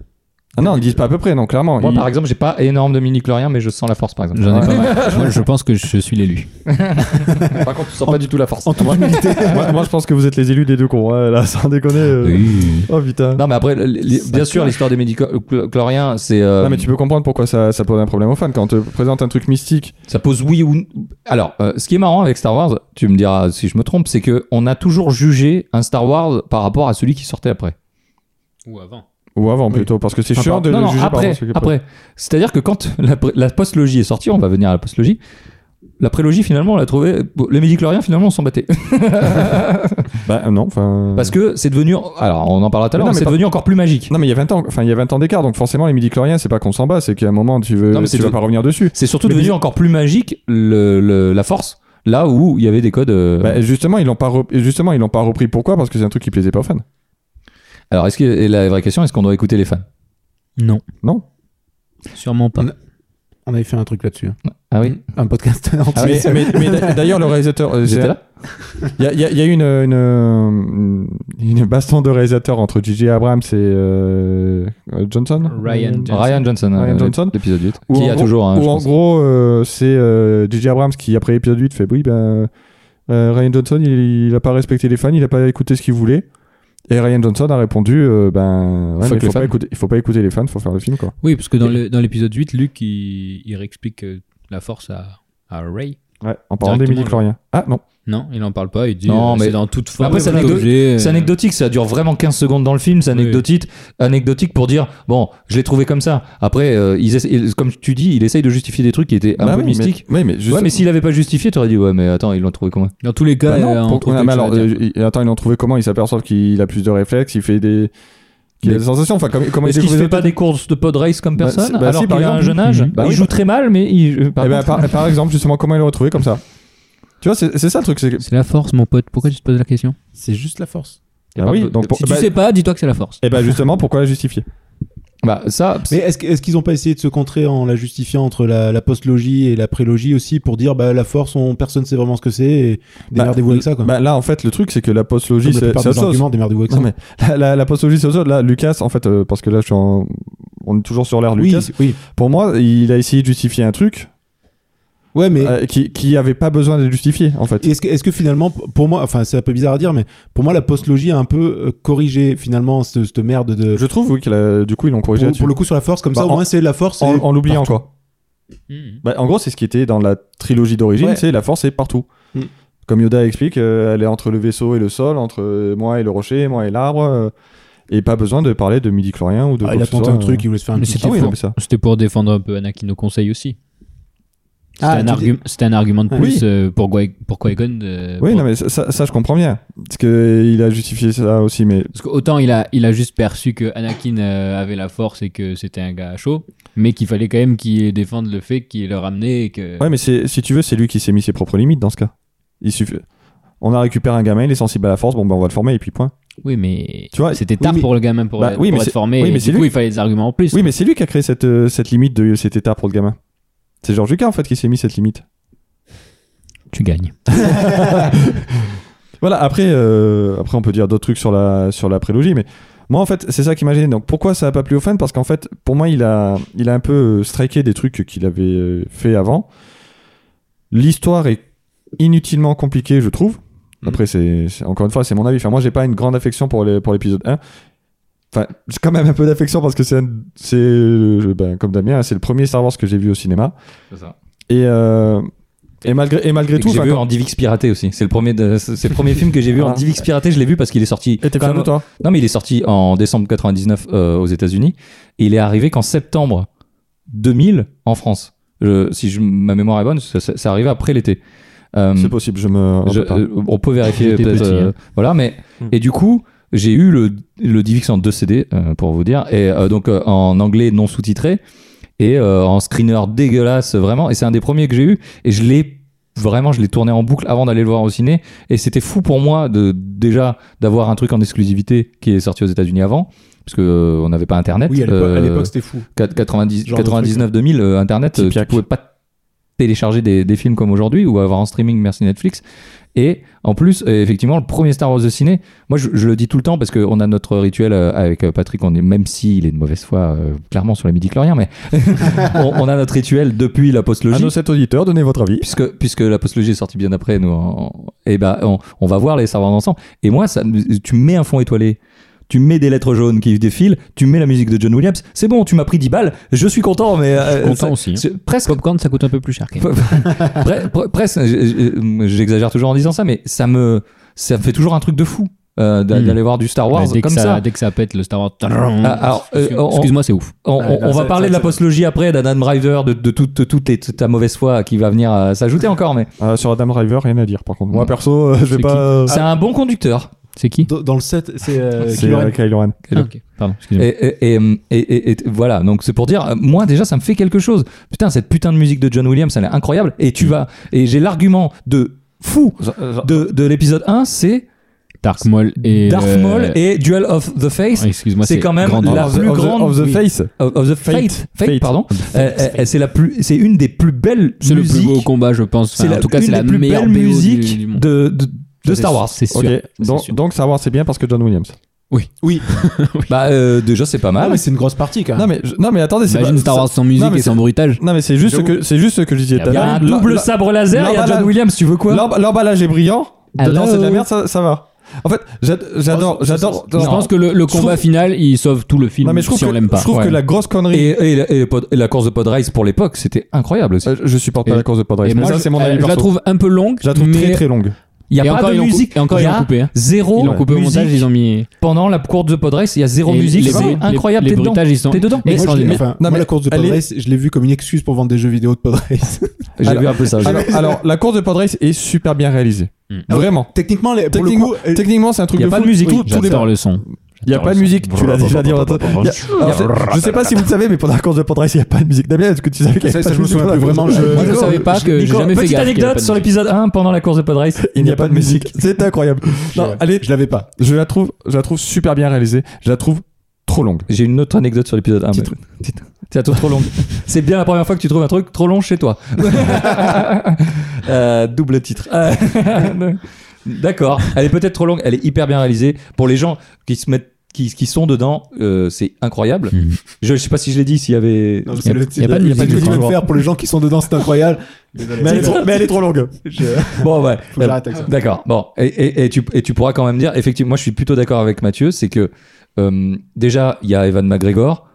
Speaker 1: Ah non, ils disent pas à peu près, non, clairement.
Speaker 2: Moi,
Speaker 1: Ils-
Speaker 2: par exemple, j'ai pas énorme de mini chlorien, mais je sens la force, par exemple.
Speaker 4: J'en ai pas mal. Moi, je pense que je suis l'élu.
Speaker 2: Par contre, tu sens pas du tout la force.
Speaker 3: En toute humilité.
Speaker 1: moi, moi, je pense que vous êtes les élus des deux cons, ouais, là, sans déconner. euh. Oh putain. Non.
Speaker 2: Non, mais après, les- les- bien sûr, l'histoire des mini chloriens, c'est euh,
Speaker 1: mais tu peux comprendre pourquoi ça, ça pose un problème aux fans. Quand on te présente un truc mystique,
Speaker 2: Ça pose oui ou n- Alors, euh, ce qui est marrant avec Star Wars, tu me diras si je me trompe, c'est que on a toujours jugé un Star Wars par rapport à celui qui sortait après.
Speaker 4: Ou avant.
Speaker 1: ou avant
Speaker 3: Oui.
Speaker 1: plutôt, parce que c'est
Speaker 2: Enfin,
Speaker 1: chiant
Speaker 2: par-
Speaker 1: de
Speaker 2: non,
Speaker 1: le
Speaker 2: non,
Speaker 1: juger par
Speaker 2: après,
Speaker 1: rapport à ce qui est
Speaker 2: après. C'est-à-dire que quand la, pré- la post-logie est sortie, on va venir à la post-logie, la prélogie finalement, on l'a trouvé. bon, les midi-chloriens finalement, on s'en battait.
Speaker 1: Bah non, enfin.
Speaker 2: Parce que c'est devenu. Alors, on en parlera tout à
Speaker 1: Mais non,
Speaker 2: l'heure, mais
Speaker 1: mais
Speaker 2: c'est
Speaker 1: par-
Speaker 2: devenu encore plus magique.
Speaker 1: Non, mais il y a 20 ans, enfin, il y a 20 ans d'écart, donc forcément, les midi-chloriens, c'est pas qu'on s'en bat, c'est qu'à un moment, tu veux,
Speaker 2: Non, mais
Speaker 1: tu
Speaker 2: c'est
Speaker 1: vas
Speaker 2: tout-
Speaker 1: pas revenir dessus.
Speaker 2: C'est surtout
Speaker 1: Mais
Speaker 2: devenu
Speaker 1: dis-
Speaker 2: encore plus magique le- le- la force, là où il y avait des codes. euh,
Speaker 1: Bah, justement, ils l'ont pas, rep- justement, ils l'ont pas repris. Pourquoi Parce que c'est un truc qui plaisait pas aux fans.
Speaker 2: Alors, est-ce que. et la vraie question, est-ce qu'on doit écouter les fans
Speaker 4: Non.
Speaker 1: Non.
Speaker 4: Sûrement pas.
Speaker 3: On avait fait un truc là-dessus. hein.
Speaker 2: Ah oui
Speaker 3: Un podcast entier.
Speaker 1: mais mais- mais d'a- d'ailleurs, le réalisateur, euh,
Speaker 2: J'étais
Speaker 1: c'est-
Speaker 2: là
Speaker 1: il y a, il y a- il y a eu une, une, euh, une baston de réalisateur entre J.J. Abrams et euh, euh, Johnson.
Speaker 4: Ryan Johnson.
Speaker 2: Ryan Johnson,
Speaker 1: Ryan
Speaker 2: euh,
Speaker 1: Johnson.
Speaker 2: l'épisode 8.
Speaker 1: Ou
Speaker 2: qui
Speaker 1: en
Speaker 2: a
Speaker 1: gros-
Speaker 2: toujours un.
Speaker 1: Où en gros, euh, c'est euh, J.J. Abrams qui, après l'épisode 8, fait Oui, ben, euh, Ryan Johnson, il, il a pas respecté les fans, il a pas écouté ce qu'il voulait. Et Ryan Johnson a répondu euh, Ben, ouais,
Speaker 2: Fuck
Speaker 1: mais
Speaker 2: les
Speaker 1: faut,
Speaker 2: fans.
Speaker 1: pas écouter, il faut pas écouter les fans, faut faire le film, quoi.
Speaker 4: Oui, parce que dans le- dans l'épisode 8, Luke, il, il réexplique euh, la force à, à Ray.
Speaker 1: Ouais, en parlant des
Speaker 4: Directement,
Speaker 1: midi-chloriens. Ah non.
Speaker 4: Non, il en parle pas. Il dit
Speaker 2: Non,
Speaker 4: euh,
Speaker 2: mais-
Speaker 4: c'est dans toute forme.
Speaker 2: Après, c'est
Speaker 4: tout
Speaker 2: anecdo-
Speaker 4: objet, euh,
Speaker 2: C'est anecdotique, ça dure vraiment 15 secondes dans le film, c'est
Speaker 4: Oui.
Speaker 2: anecdotique, anecdotique pour dire bon, je l'ai trouvé comme ça. Après, euh, ils essa- ils- comme tu dis, il essaye de justifier des trucs qui étaient un
Speaker 1: Bah
Speaker 2: peu
Speaker 1: oui, mais-
Speaker 2: mystiques.
Speaker 1: oui, mais juste-
Speaker 2: Ouais, mais s'il avait pas justifié, t'aurais dit ouais, mais attends, ils l'ont trouvé comment
Speaker 4: Dans tous les cas,
Speaker 1: Bah non,
Speaker 4: euh, on
Speaker 1: pour-
Speaker 4: trouve
Speaker 1: ouais,
Speaker 4: quelque
Speaker 1: mais
Speaker 4: chose à
Speaker 1: alors,
Speaker 4: dire.
Speaker 1: euh, il- attends, ils l'ont trouvé comment Ils s'aperçoivent qu'il a plus de réflexes, il fait des. qu'il a
Speaker 2: Mais-
Speaker 1: des sensations. Enfin, comme- comment il
Speaker 2: Est-ce qu'il se
Speaker 1: découvre
Speaker 2: fait
Speaker 1: les
Speaker 2: pas des courses de pod race comme
Speaker 1: Bah,
Speaker 2: personne
Speaker 1: c'est- bah,
Speaker 2: alors
Speaker 1: si, par
Speaker 2: qu'il a un
Speaker 1: exemple.
Speaker 2: jeune âge
Speaker 1: Mhm. Bah
Speaker 2: Il
Speaker 1: oui,
Speaker 2: joue
Speaker 1: bah-
Speaker 2: très mal, mais il. euh, par
Speaker 1: Eh ben,
Speaker 2: contre-
Speaker 1: par, par exemple, justement, comment ils l'ont retrouvé comme ça Tu vois, c'est c'est ça le truc. c'est que-
Speaker 4: C'est la force, mon pote. Pourquoi tu te poses la question
Speaker 3: C'est juste la force.
Speaker 1: Ah
Speaker 2: pas
Speaker 1: oui,
Speaker 2: de-
Speaker 1: donc pour-
Speaker 4: Si
Speaker 1: bah,
Speaker 4: tu sais pas, dis-toi que c'est la force.
Speaker 1: eh ben, justement, pourquoi la justifier
Speaker 2: Bah, ça,
Speaker 3: Mais est-ce que- est-ce qu'ils ont pas essayé de se contrer en la justifiant entre la, la postlogie et la prélogie aussi pour dire bah la force on personne sait vraiment ce que c'est et démerdez-vous avec ça quoi.
Speaker 1: Bah, Là, en fait, le truc, c'est que la
Speaker 3: Comme
Speaker 1: postlogie,
Speaker 3: la
Speaker 1: c'est
Speaker 3: plupart
Speaker 1: c'est
Speaker 3: des
Speaker 1: autre chose.
Speaker 3: arguments démerdez-vous avec ça.
Speaker 1: Non, mais la, la, la postlogie, c'est autre chose. Là, Lucas, en fait, euh, parce que là, je suis en- on est toujours sur l'ère
Speaker 3: oui,
Speaker 1: Lucas.
Speaker 3: oui.
Speaker 1: Pour moi, il a essayé de justifier un truc
Speaker 3: Ouais mais
Speaker 1: euh, qui qui avait pas besoin de justifier, en fait.
Speaker 3: est-ce que est-ce que finalement p- pour moi enfin c'est un peu bizarre à dire mais pour moi la postlogie a un peu euh, corrigé finalement ce- cette merde de
Speaker 1: Je trouve, oui, que la- du coup, ils l'ont corrigé
Speaker 3: pour,
Speaker 1: là-dessus.
Speaker 3: pour le coup sur la force comme
Speaker 1: Bah,
Speaker 3: ça
Speaker 1: en-
Speaker 3: au moins c'est la force
Speaker 1: En,
Speaker 3: et-
Speaker 1: en l'oubliant, quoi.
Speaker 4: Mhm.
Speaker 1: Bah, en gros, c'est ce qui était dans la trilogie d'origine,
Speaker 3: Ouais.
Speaker 1: c'est la force est partout.
Speaker 3: Mm.
Speaker 1: Comme Yoda explique, euh, elle est entre le vaisseau et le sol, entre euh, moi et le rocher, moi et l'arbre, euh, et pas besoin de parler de midi chlorien ou de.
Speaker 3: Ah,
Speaker 1: quoi
Speaker 3: il a
Speaker 1: que ce
Speaker 3: tenté
Speaker 1: soit,
Speaker 3: un truc,
Speaker 1: euh.
Speaker 3: il voulait se faire un
Speaker 4: Mais
Speaker 3: petit
Speaker 4: c'était
Speaker 1: Ah oui,
Speaker 4: fort.
Speaker 1: non, mais ça.
Speaker 4: C'était pour défendre un peu Anakin au conseil aussi. C'était
Speaker 3: Ah,
Speaker 4: un,
Speaker 3: tu
Speaker 4: argument- c'était un argument de
Speaker 3: Ah,
Speaker 4: plus euh, pour, Gwa- pour Qui-Gon. euh,
Speaker 1: Oui,
Speaker 4: pour-
Speaker 1: non, mais ça, ça- ça, je comprends bien. Parce qu'il a justifié ça aussi, mais.
Speaker 4: Parce qu'autant il a, il a juste perçu que Anakin euh, avait la force et que c'était un gars chaud, mais qu'il fallait quand même qu'il défende le fait qu'il le ramenait et que.
Speaker 1: Ouais, mais c'est- si tu veux, c'est lui qui s'est mis ses propres limites dans ce cas. Il suffit. On a récupéré un gamin, il est sensible à la force, bon, ben on va le former, et puis point.
Speaker 4: Oui, mais
Speaker 1: Tu vois,
Speaker 4: c'était
Speaker 1: oui,
Speaker 4: tard
Speaker 1: mais-
Speaker 4: pour le gamin pour,
Speaker 1: Bah
Speaker 4: être-
Speaker 1: oui, mais
Speaker 4: pour être
Speaker 1: c'est-
Speaker 4: formé.
Speaker 1: oui,
Speaker 4: et
Speaker 1: mais c'est
Speaker 4: du coup,
Speaker 1: lui-
Speaker 4: il fallait des arguments en plus.
Speaker 1: Oui, mais c'est lui qui a créé cette, euh, cette limite de cet état pour le gamin. C'est Georges Lucas en fait qui s'est mis cette limite.
Speaker 4: Tu gagnes.
Speaker 1: Voilà, après, euh, après on peut dire d'autres trucs sur la, sur la prélogie, mais moi en fait, c'est ça qui m'a gêné. Donc pourquoi ça n'a pas plu aux fans Parce qu'en fait, pour moi, il a, il a un peu euh, striké des trucs qu'il avait euh, fait avant. L'histoire est inutilement compliquée, je trouve.
Speaker 2: Mmh.
Speaker 1: Après, c'est c'est- encore une fois, c'est mon avis. Enfin, moi, j'ai pas une grande affection pour les- pour l'épisode 1. Enfin, j'ai quand même un peu d'affection parce que c'est, un- c'est euh, ben, comme Damien, c'est le premier Star Wars que j'ai vu au cinéma.
Speaker 2: C'est ça.
Speaker 1: Et, euh, et malgré, et malgré
Speaker 2: Et que
Speaker 1: tout,
Speaker 2: j'ai
Speaker 1: enfin,
Speaker 2: vu en DivX piraté aussi. C'est le premier, de- c'est le premier film que j'ai vu en
Speaker 1: Ah.
Speaker 2: DivX piraté. Je l'ai vu parce qu'il est sorti.
Speaker 1: et t'es
Speaker 2: quand
Speaker 1: fier
Speaker 2: même-
Speaker 1: de toi
Speaker 2: Non, mais il est sorti en décembre 99 euh, aux États-Unis. Et il est arrivé qu'en septembre 2000 en France. Je- si je- ma mémoire est bonne, ça, ça- ça arrivait après l'été. Euh,
Speaker 1: C'est possible, je me.
Speaker 2: je-
Speaker 1: rappelle pas.
Speaker 2: euh, on peut vérifier
Speaker 4: J'étais
Speaker 2: peut-être.
Speaker 4: petit,
Speaker 2: euh,
Speaker 4: hein.
Speaker 2: Voilà, mais
Speaker 1: Hmm.
Speaker 2: et du coup, j'ai eu le le DivX en 2 CD euh, pour vous dire, et euh, donc euh, en anglais non sous-titré et euh, en screener dégueulasse vraiment. Et c'est un des premiers que j'ai eu et je l'ai vraiment, je l'ai tourné en boucle avant d'aller le voir au ciné et c'était fou pour moi de déjà d'avoir un truc en exclusivité qui est sorti aux États-Unis avant. Parce que euh, on n'avait pas internet.
Speaker 3: Oui, à l'époque, à
Speaker 2: euh,
Speaker 3: l'époque, c'était fou.
Speaker 2: 90,
Speaker 3: Genre de
Speaker 2: 99 2000 euh, internet
Speaker 1: Petit
Speaker 2: euh, tu
Speaker 1: piac.
Speaker 2: pouvais pas télécharger des, des films comme aujourd'hui ou avoir en streaming merci Netflix et en plus euh, effectivement le premier Star Wars de ciné moi je, je le dis tout le temps parce qu'on a notre rituel euh, avec euh, Patrick on est, même s'il est de mauvaise foi euh, clairement sur les midi chloriens mais on, on a notre rituel depuis la
Speaker 1: À
Speaker 2: postlogie
Speaker 1: nos 7 auditeurs, donnez votre avis.
Speaker 2: puisque, puisque la postlogie est sortie bien après, nous, on, eh ben, on, on va voir les serveurs ensemble. Et moi, ça, me- tu mets un fond étoilé, tu mets des lettres jaunes qui défilent, tu mets la musique de John Williams, c'est bon, tu m'as pris 10 balles, je suis content, mais. euh,
Speaker 4: Content
Speaker 2: ça-
Speaker 4: aussi, hein.
Speaker 2: c'est Presque.
Speaker 4: Popcorn, ça coûte un peu plus cher. quand même.
Speaker 2: pre- pre- presque, j- j- j'exagère toujours en disant ça, mais ça me, ça me fait toujours un truc de fou euh, d'a-
Speaker 4: Mm.
Speaker 2: d'aller voir du Star Wars
Speaker 4: Ouais, dès,
Speaker 2: comme
Speaker 4: que ça,
Speaker 2: ça.
Speaker 4: dès que ça pète le Star Wars.
Speaker 2: Ah, alors, euh, on-
Speaker 4: Excuse-moi, bah, c'est ouf.
Speaker 2: On,
Speaker 3: Ah,
Speaker 2: on-
Speaker 3: là,
Speaker 2: on va
Speaker 3: ça-
Speaker 2: parler
Speaker 3: ça-
Speaker 2: de la
Speaker 3: ça-
Speaker 2: postlogie après, d'Adam Driver, de, de toute, de toute les- toute ta mauvaise foi qui va venir euh, s'ajouter encore, mais
Speaker 1: Euh, sur Adam Driver, rien à dire par contre. Moi
Speaker 2: Ouais.
Speaker 1: perso, euh, je
Speaker 4: C'est
Speaker 1: vais pas.
Speaker 2: c'est un bon conducteur.
Speaker 4: C'est qui
Speaker 3: Dans, dans le set, c'est euh,
Speaker 1: C'est
Speaker 3: Kylo Ren.
Speaker 1: euh, Kylo Ren.
Speaker 4: Ah, ok. Pardon, excusez-moi.
Speaker 2: Et, et, et, et- et- et- voilà, donc c'est pour dire, euh, moi déjà ça me fait quelque chose. Putain, cette putain de musique de John Williams, elle est incroyable. Et
Speaker 4: Mm.
Speaker 2: tu vas, et j'ai l'argument de fou de, de l'épisode 1, c'est
Speaker 4: Dark Maul et.
Speaker 2: Darth
Speaker 4: euh,
Speaker 2: Maul et Duel of the Face.
Speaker 4: ah, Excuse-moi,
Speaker 2: c'est quand même
Speaker 4: grand-
Speaker 2: la
Speaker 1: Of the-
Speaker 2: plus
Speaker 1: of the-
Speaker 2: grande-
Speaker 1: Of the
Speaker 2: oui.
Speaker 1: Face.
Speaker 2: euh, Of, of the Fate,
Speaker 1: Fate.
Speaker 2: Fate,
Speaker 1: Fate.
Speaker 2: pardon. Euh, euh, c'est la plus, c'est une des plus belles
Speaker 4: C'est le plus
Speaker 2: musiques.
Speaker 4: beau combat, je pense. Enfin,
Speaker 2: c'est la-
Speaker 4: en tout cas,
Speaker 2: une
Speaker 4: c'est la
Speaker 2: des plus
Speaker 4: meilleure
Speaker 2: belles
Speaker 4: BO du-
Speaker 2: musiques
Speaker 4: du monde.
Speaker 2: de, de, de
Speaker 4: Ça, c'est
Speaker 2: Star
Speaker 4: sûr,
Speaker 2: Wars.
Speaker 4: C'est sûr.
Speaker 1: Ok,
Speaker 4: c'est
Speaker 1: donc,
Speaker 4: sûr.
Speaker 1: donc savoir c'est bien parce que John Williams.
Speaker 2: Bah euh, déjà c'est pas
Speaker 3: Ah,
Speaker 2: mal.
Speaker 3: mais c'est une grosse partie quand
Speaker 1: Non
Speaker 3: même.
Speaker 1: mais, je- non, mais attendez, c'est
Speaker 4: Imagine
Speaker 1: pas-
Speaker 4: Star
Speaker 1: ça-
Speaker 4: Wars sans
Speaker 1: Non,
Speaker 4: musique
Speaker 1: mais
Speaker 4: et sans
Speaker 1: c'est-
Speaker 4: bruitage.
Speaker 1: Non mais c'est juste ce que c'est juste ce que je disais.
Speaker 4: Il y a
Speaker 2: Il y a un double sabre laser, il y a
Speaker 1: l'emballage-
Speaker 2: John Williams, tu veux quoi
Speaker 1: L'emba- L'emballage est brillant. Dedans
Speaker 4: Hello.
Speaker 1: c'est de la merde, ça, ça va. En fait, j'ad- j'adore,
Speaker 3: Oh, ça- ça-
Speaker 1: j'adore.
Speaker 4: Je pense que le, le
Speaker 1: trouve-
Speaker 4: combat final, il sauve tout le film
Speaker 1: Non mais je trouve
Speaker 4: si on
Speaker 1: que
Speaker 4: l'aime pas.
Speaker 1: je trouve
Speaker 2: Ouais.
Speaker 1: que la grosse connerie.
Speaker 2: Et, et la- et le pod- et la course de Podrace pour l'époque, c'était incroyable aussi.
Speaker 1: Euh, Je supporte pas
Speaker 4: Et-
Speaker 1: la course de Podrace.
Speaker 4: Et
Speaker 1: mais
Speaker 4: moi,
Speaker 1: ça
Speaker 4: je-
Speaker 1: c'est mon avis
Speaker 4: je la
Speaker 1: perso.
Speaker 4: trouve un peu longue.
Speaker 1: Je la trouve très
Speaker 4: mais-
Speaker 1: très longue.
Speaker 2: Il y a
Speaker 4: et
Speaker 2: pas
Speaker 4: encore,
Speaker 2: de
Speaker 4: ils l'ont
Speaker 2: musique.
Speaker 4: cou- Et encore,
Speaker 2: il y
Speaker 4: ils
Speaker 2: a
Speaker 4: l'ont coupé. hein. Ils
Speaker 2: zéro
Speaker 4: l'ont coupé au
Speaker 2: musique
Speaker 4: montage, ils ont mis.
Speaker 2: pendant la course de Podrace. Il y a zéro
Speaker 4: et
Speaker 2: musique.
Speaker 4: les
Speaker 2: C'est
Speaker 4: bruits-
Speaker 2: incroyable.
Speaker 4: Les, les
Speaker 2: T'es dedans.
Speaker 4: bruitages, ils sont.
Speaker 2: T'es dedans.
Speaker 3: Mais moi, je l'ai-
Speaker 4: extraordinaires.
Speaker 3: enfin,
Speaker 1: Non,
Speaker 3: moi,
Speaker 1: mais
Speaker 3: la course de
Speaker 1: elle est-
Speaker 3: Podrace, je l'ai vu comme une excuse pour vendre des jeux vidéo de Podrace.
Speaker 2: J'ai
Speaker 1: Alors-
Speaker 2: vu un peu ça. j'ai-
Speaker 1: Alors, alors, la course de Podrace est super bien réalisée.
Speaker 4: Mm.
Speaker 1: Vraiment.
Speaker 3: Techniquement, les- pour
Speaker 1: Techniquement-
Speaker 3: le coup, elle-
Speaker 1: Techniquement, c'est un truc
Speaker 2: Y a
Speaker 1: de
Speaker 2: pas de
Speaker 1: fou.
Speaker 2: musique.
Speaker 1: Tout- tout
Speaker 4: J'adore
Speaker 1: débat.
Speaker 4: le son.
Speaker 1: Il n'y a
Speaker 4: J'adore
Speaker 1: pas de
Speaker 4: le son.
Speaker 1: musique, tu l'as déjà dit. en intro. Y a- Je sais pas si vous le savez, mais pendant la course de Podrace, il n'y a pas de musique. Damien, est-ce que tu savais qu'il y
Speaker 3: Ça,
Speaker 1: avait
Speaker 3: ça,
Speaker 1: pas
Speaker 3: je me
Speaker 1: de musique
Speaker 3: souviens plus
Speaker 1: pendant la
Speaker 3: vraiment.
Speaker 1: course de-
Speaker 3: je-
Speaker 2: Moi, je savais pas
Speaker 4: que j'ai
Speaker 2: Nico,
Speaker 4: jamais
Speaker 2: Petite
Speaker 4: fait gaffe qu'il y avait
Speaker 2: anecdote
Speaker 4: pas de
Speaker 2: sur l'épisode 1 pendant la course de Podrace.
Speaker 1: Il n'y a pas de musique. C'est incroyable. Non, allez,
Speaker 3: Je l'avais pas.
Speaker 1: je la trouve, je la trouve super bien réalisée. Je la trouve trop longue.
Speaker 2: J'ai une autre anecdote sur l'épisode 1.
Speaker 1: Titre.
Speaker 2: mais- Titre. C'est à toi trop long. C'est bien la première fois que tu trouves un truc trop long chez toi. Euh, double titre. Euh, D'accord. Elle est peut-être trop longue. Elle est hyper bien réalisée. Pour les gens qui se mettent, qui, qui sont dedans, euh, c'est incroyable.
Speaker 4: Mhm.
Speaker 2: Je ne sais pas si je l'ai dit. S'il y avait.
Speaker 3: Non, c'est le
Speaker 4: y a pas de
Speaker 3: il y a pas
Speaker 4: musique,
Speaker 3: que tu
Speaker 4: je
Speaker 3: veux
Speaker 4: crois.
Speaker 3: faire pour les gens qui sont dedans, c'est incroyable. Désolé.
Speaker 1: Mais elle est trop, mais elle est trop longue.
Speaker 3: Je-
Speaker 2: Bon ouais. Euh,
Speaker 3: Faut que j'arrête avec ça.
Speaker 2: D'accord. Bon, et, et- et tu, et tu pourras quand même dire, effectivement, moi je suis plutôt d'accord avec Mathieu, c'est que euh, déjà, il y a Evan McGregor.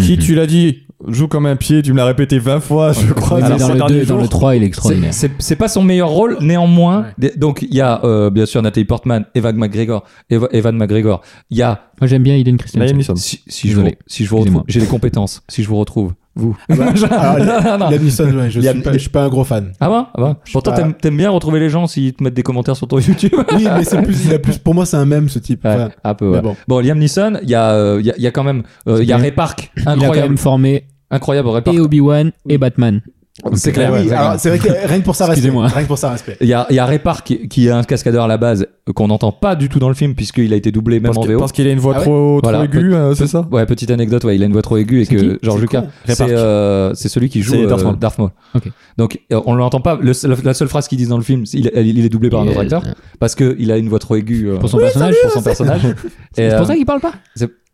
Speaker 1: Si tu l'as dit, joue comme un pied, tu me l'as répété 20 fois, je crois.
Speaker 4: Ouais, Ah, mais
Speaker 1: ces
Speaker 4: dans le
Speaker 1: derniers
Speaker 4: 2 et dans
Speaker 1: jours.
Speaker 4: le 3, il est
Speaker 2: C'est-
Speaker 4: extraordinaire.
Speaker 2: C'est c'est pas son meilleur rôle, néanmoins. des- Donc il y a euh, bien sûr Nathalie Portman, Evan McGregor, Eva- Evan McGregor. Il y a,
Speaker 4: Moi, j'aime bien Hayden Christensen.
Speaker 1: Liam Neeson.
Speaker 2: si, si je vous,
Speaker 4: Désolé.
Speaker 2: si je vous retrouve,
Speaker 4: Excusez-moi.
Speaker 2: j'ai les compétences, si je vous retrouve, vous.
Speaker 3: Alors,
Speaker 2: Non, non, non.
Speaker 3: Ah bah, Liam Neeson, ouais, je
Speaker 2: Liam-
Speaker 3: suis pas- je suis pas un gros fan.
Speaker 2: Ah ouais, ah ouais. Pourtant,
Speaker 3: pas-
Speaker 2: t'aimes- t'aimes bien retrouver les gens s'ils te mettent des commentaires sur ton YouTube.
Speaker 3: Oui, mais c'est plus, il a plus, pour moi, c'est un mème, ce type.
Speaker 2: Ouais,
Speaker 3: Enfin,
Speaker 2: un peu,
Speaker 3: mais
Speaker 2: ouais.
Speaker 3: bon.
Speaker 2: Bon, Liam Neeson, il y, a, euh, il y a- il y a quand même, euh, il y a
Speaker 4: bien.
Speaker 2: Ray Park,
Speaker 4: Il a quand
Speaker 2: incroyable,
Speaker 4: même formé
Speaker 2: incroyable Ray Park.
Speaker 4: et Obi-Wan et Batman.
Speaker 2: C'est clair, ouais,
Speaker 3: Ah Oui,
Speaker 2: c'est
Speaker 3: alors
Speaker 2: clair.
Speaker 3: c'est vrai que rien que pour ça, respect.
Speaker 4: Excusez-moi.
Speaker 3: Rien que pour ça, respect.
Speaker 2: Il y a, il y a Répar qui, qui est un cascadeur à la base euh, qu'on n'entend pas du tout dans le film puisqu'il a été doublé même
Speaker 1: Parce
Speaker 2: en
Speaker 1: que-
Speaker 2: VO.
Speaker 1: parce qu'il a une voix
Speaker 3: Ah ouais
Speaker 1: trop, trop
Speaker 2: Voilà,
Speaker 1: aiguë, euh, c'est ça
Speaker 2: Ouais, petite anecdote, ouais, il a une voix trop aiguë et
Speaker 3: C'est
Speaker 2: que
Speaker 3: qui
Speaker 2: George
Speaker 3: C'est
Speaker 2: Lucas,
Speaker 3: con.
Speaker 2: c'est
Speaker 1: Répar-
Speaker 2: euh, c'est celui qui joue
Speaker 1: C'est
Speaker 2: euh,
Speaker 1: Darth
Speaker 2: Darth
Speaker 1: Maul.
Speaker 2: Maul.
Speaker 4: Ok.
Speaker 2: Donc euh, on l'entend pas. Le seul- la seule phrase qu'ils disent dans le film, c'est- il, il est doublé par un autre acteur parce qu'il a une voix trop aiguë euh,
Speaker 4: Pour son personnage,
Speaker 2: pour son personnage. Et,
Speaker 4: C'est pour
Speaker 2: euh,
Speaker 4: ça qu'il parle pas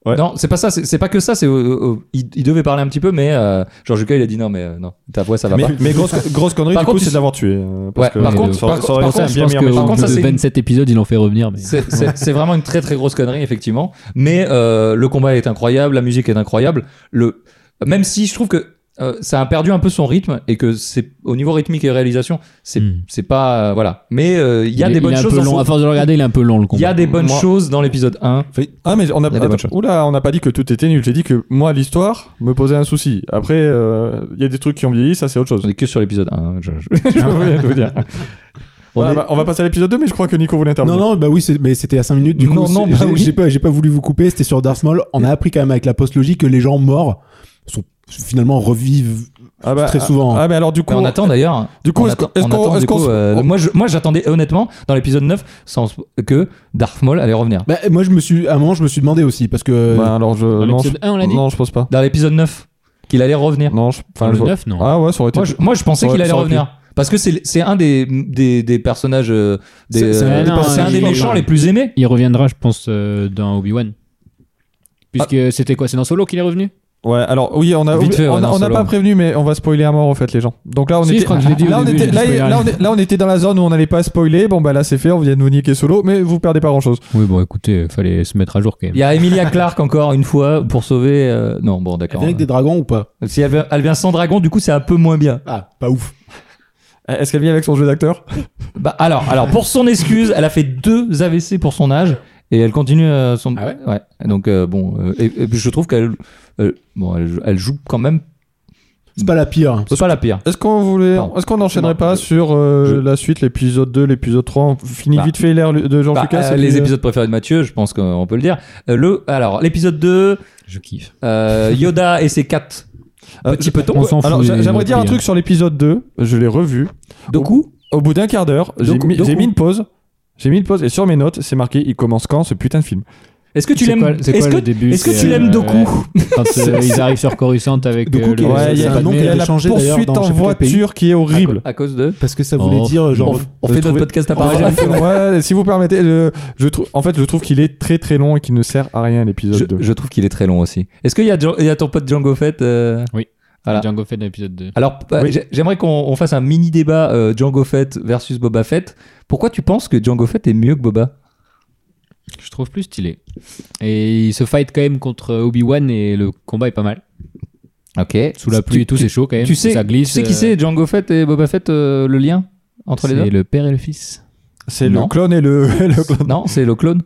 Speaker 1: Ouais.
Speaker 2: Non, c'est pas ça, c'est c'est pas que ça, c'est euh, euh, il, il devait parler un petit peu, mais euh, George Lucas il a dit non, mais euh, non, ta voix ça va
Speaker 1: mais,
Speaker 2: pas.
Speaker 1: mais grosse, grosse connerie,
Speaker 2: Par
Speaker 1: du coup,
Speaker 2: contre,
Speaker 1: c'est
Speaker 2: tu-
Speaker 1: de l'avoir tué. euh, parce
Speaker 2: Ouais,
Speaker 1: que
Speaker 2: par
Speaker 1: ça-
Speaker 2: contre-
Speaker 1: ça aurait-
Speaker 2: par-
Speaker 1: ça aurait
Speaker 2: par
Speaker 1: été un
Speaker 2: contre, je
Speaker 1: bien
Speaker 2: pense
Speaker 1: meilleur
Speaker 2: que-
Speaker 1: méchant.
Speaker 2: Par contre, ça,
Speaker 4: de
Speaker 2: c'est une-
Speaker 4: 27 épisodes, ils l'ont fait revenir. Mais...
Speaker 2: C'est- C'est c'est vraiment une très très grosse connerie effectivement, mais euh, le combat est incroyable, la musique est incroyable. Le même si je trouve que euh, ça a perdu un peu son rythme et que c'est au niveau rythmique et réalisation, c'est
Speaker 4: Hmm.
Speaker 2: c'est pas euh, voilà. Mais euh, il y a
Speaker 4: est-
Speaker 2: des bonnes
Speaker 4: est un
Speaker 2: choses.
Speaker 4: peu
Speaker 2: dans
Speaker 4: long.
Speaker 2: son-
Speaker 4: À force de le regarder, il est un peu long le combat.
Speaker 2: Il y a des bonnes
Speaker 1: Moi-
Speaker 2: choses dans l'épisode 1.
Speaker 1: Ah mais on a,
Speaker 2: Il y a des bonnes choses.
Speaker 1: Oula, on n'a pas dit que tout était nul. J'ai dit que moi l'histoire me posait un souci. Après, euh, il y a des trucs qui ont vieilli, ça c'est autre chose.
Speaker 2: On est que sur l'épisode 1. Je, je- je peux vous dire. On
Speaker 1: Voilà,
Speaker 2: est-
Speaker 1: bah, on va passer à l'épisode 2, mais je crois que Nico voulait
Speaker 3: Non,
Speaker 1: intervenir.
Speaker 3: non, bah oui, c'est- mais c'était à 5 minutes, du coup.
Speaker 2: Non, non,
Speaker 3: c'est-
Speaker 2: bah
Speaker 3: j'ai-
Speaker 2: oui.
Speaker 3: J'ai pas, j'ai pas voulu vous couper, c'était sur Darth Maul. On a appris quand même avec la post-logie que les gens morts sont finalement revivent.
Speaker 1: Ah, bah,
Speaker 3: Très
Speaker 1: ah-
Speaker 3: souvent.
Speaker 1: Ah mais alors du coup,
Speaker 2: Mais on attend d'ailleurs.
Speaker 1: du coup,
Speaker 2: On
Speaker 1: est-ce qu'on-
Speaker 2: attend-
Speaker 1: est-ce
Speaker 2: on
Speaker 1: qu'on-
Speaker 2: attend,
Speaker 1: est-ce
Speaker 2: du
Speaker 1: qu'on
Speaker 2: coup,
Speaker 1: se- Oh,
Speaker 2: euh,
Speaker 1: on-
Speaker 2: Moi, je- moi, j'attendais honnêtement dans l'épisode 9 sans que Darth Maul allait revenir.
Speaker 3: Bah, moi, je me suis, à un moment, je me suis demandé aussi, parce que.
Speaker 2: euh,
Speaker 1: Bah, alors je
Speaker 4: Dans
Speaker 1: non, je...
Speaker 4: l'épisode 1, on l'a dit
Speaker 1: non, je pense pas.
Speaker 2: Dans l'épisode 9, qu'il allait revenir.
Speaker 1: Non, je... enfin
Speaker 4: Dans
Speaker 1: je
Speaker 4: le
Speaker 1: vois-
Speaker 4: 9, non.
Speaker 1: Ah ouais, ça aurait été.
Speaker 2: Moi, je, moi, je pensais
Speaker 1: Ouais,
Speaker 2: qu'il allait
Speaker 1: ça aurait pu.
Speaker 2: revenir. Parce que c'est c'est un des, des, des personnages. euh, des-
Speaker 3: C'est- c'est un
Speaker 2: euh,
Speaker 3: des
Speaker 2: c'est un
Speaker 3: personnages
Speaker 2: des
Speaker 3: forts.
Speaker 2: méchants les plus aimés.
Speaker 4: Il reviendra, je pense, euh, dans Obi-Wan. Puisque c'était quoi C'est dans Solo qu'il est revenu
Speaker 1: Ouais, alors oui, on a
Speaker 2: Vite fait, ouais,
Speaker 1: on a-
Speaker 2: non,
Speaker 1: on n'a
Speaker 2: solo.
Speaker 1: pas prévenu, mais on va spoiler à mort en fait les gens. Donc là on
Speaker 4: Si, je
Speaker 1: était
Speaker 4: crois que je l'ai dit au
Speaker 1: là, on
Speaker 4: début,
Speaker 1: était-
Speaker 4: j'ai
Speaker 1: là,
Speaker 4: spoilé
Speaker 1: là,
Speaker 4: rien.
Speaker 1: on est- là, on était dans la zone où on n'allait pas spoiler. Bon bah là c'est fait, on vient de vous niquer solo, mais vous perdez pas grand chose.
Speaker 4: Oui, bon, écoutez, euh, fallait se mettre à jour quand même.
Speaker 2: Il y a Emilia Clarke encore une fois pour sauver. euh, Non, bon,
Speaker 3: elle
Speaker 2: d'accord.
Speaker 3: vient avec des dragons ou pas
Speaker 2: Si elle vient, elle vient sans dragon, du coup, c'est un peu moins bien.
Speaker 3: Ah, pas ouf.
Speaker 1: Est-ce qu'elle vient avec son jeu d'acteur
Speaker 2: Bah, alors, alors, pour son excuse, elle a fait deux AVC pour son âge et elle continue euh, son.
Speaker 3: Ah ouais
Speaker 2: Donc, euh, bon, euh, et, et puis je trouve qu'elle euh, bon, elle, elle joue quand même.
Speaker 3: C'est pas la pire.
Speaker 2: C'est pas la pire.
Speaker 1: Est-ce qu'on voulait,
Speaker 2: Pardon.
Speaker 1: est-ce qu'on n'enchaînerait
Speaker 2: Non,
Speaker 1: pas
Speaker 2: je-
Speaker 1: sur euh,
Speaker 2: je-
Speaker 1: la suite, l'épisode 2, l'épisode 3 On finit
Speaker 2: Bah.
Speaker 1: vite fait l'air de Jean
Speaker 2: Bah,
Speaker 1: Lucas.
Speaker 2: euh,
Speaker 1: et
Speaker 2: les
Speaker 1: puis, euh,
Speaker 2: épisodes préférés de Mathieu, je pense qu'on peut le dire. Euh, le, alors, l'épisode 2,
Speaker 4: Je kiffe.
Speaker 2: euh, Yoda et ses quatre
Speaker 1: euh,
Speaker 2: petits petons.
Speaker 4: On s'en fout.
Speaker 1: Alors, j'a-
Speaker 4: des-
Speaker 1: j'aimerais
Speaker 4: des
Speaker 1: dire un
Speaker 4: prix,
Speaker 1: truc sur l'épisode 2. Je l'ai revu.
Speaker 2: Doku
Speaker 1: Au bout d'un quart d'heure, j'ai
Speaker 2: Doku-
Speaker 1: mis, j'ai
Speaker 2: Doku.
Speaker 1: mis une pause. J'ai mis une pause et sur mes notes, c'est marqué il commence quand ce putain de film
Speaker 2: Est-ce que tu
Speaker 4: C'est
Speaker 2: l'aimes
Speaker 4: quoi- c'est quoi
Speaker 2: Est-ce
Speaker 4: le
Speaker 2: que,
Speaker 4: début,
Speaker 2: est-ce que
Speaker 4: c'est,
Speaker 2: tu l'aimes
Speaker 4: euh,
Speaker 2: Doku
Speaker 4: ouais. hein. Quand euh, ils arrivent sur Coruscant avec
Speaker 3: De coup,
Speaker 4: euh, le-
Speaker 3: qui-
Speaker 1: Ouais, il y a,
Speaker 3: c'est
Speaker 1: la-
Speaker 3: un nom
Speaker 1: il y a
Speaker 3: qui a
Speaker 1: la
Speaker 3: été changé, d'ailleurs,
Speaker 1: poursuite
Speaker 3: dans
Speaker 1: en
Speaker 3: je sais pas quel pays.
Speaker 1: voiture qui est horrible.
Speaker 2: À cause de
Speaker 3: Parce que ça
Speaker 4: Oh.
Speaker 3: voulait dire, genre.
Speaker 2: on, on fait notre
Speaker 1: trouver-
Speaker 2: podcast à
Speaker 1: Ah, ouais,
Speaker 2: part.
Speaker 1: ouais, si vous permettez, je, je trouve, en fait, je trouve qu'il est très très long et qu'il ne sert à rien l'épisode
Speaker 2: Je,
Speaker 1: 2.
Speaker 2: je trouve qu'il est très long aussi. Est-ce qu'il y, a Jo- il y a ton pote Django Fett euh, Voilà.
Speaker 4: Django Fett dans l'épisode 2.
Speaker 2: Alors, euh,
Speaker 1: Oui.
Speaker 2: j'ai- j'aimerais qu'on on fasse un mini débat euh, Django Fett versus Boba Fett. Pourquoi tu penses que Django Fett est mieux que Boba
Speaker 4: Je trouve plus stylé. Et il se fight quand même contre Obi-Wan et le combat est pas mal.
Speaker 2: Ok.
Speaker 4: Sous la pluie et tout, c'est chaud quand même.
Speaker 2: Tu sais,
Speaker 4: ça glisse.
Speaker 2: tu sais qui
Speaker 4: euh,
Speaker 2: c'est Django Fett et Boba Fett euh, le lien entre les
Speaker 4: C'est
Speaker 2: deux
Speaker 4: le père et le fils.
Speaker 1: C'est le
Speaker 2: Non.
Speaker 1: clone et le, et le clone.
Speaker 2: Non, c'est le clone.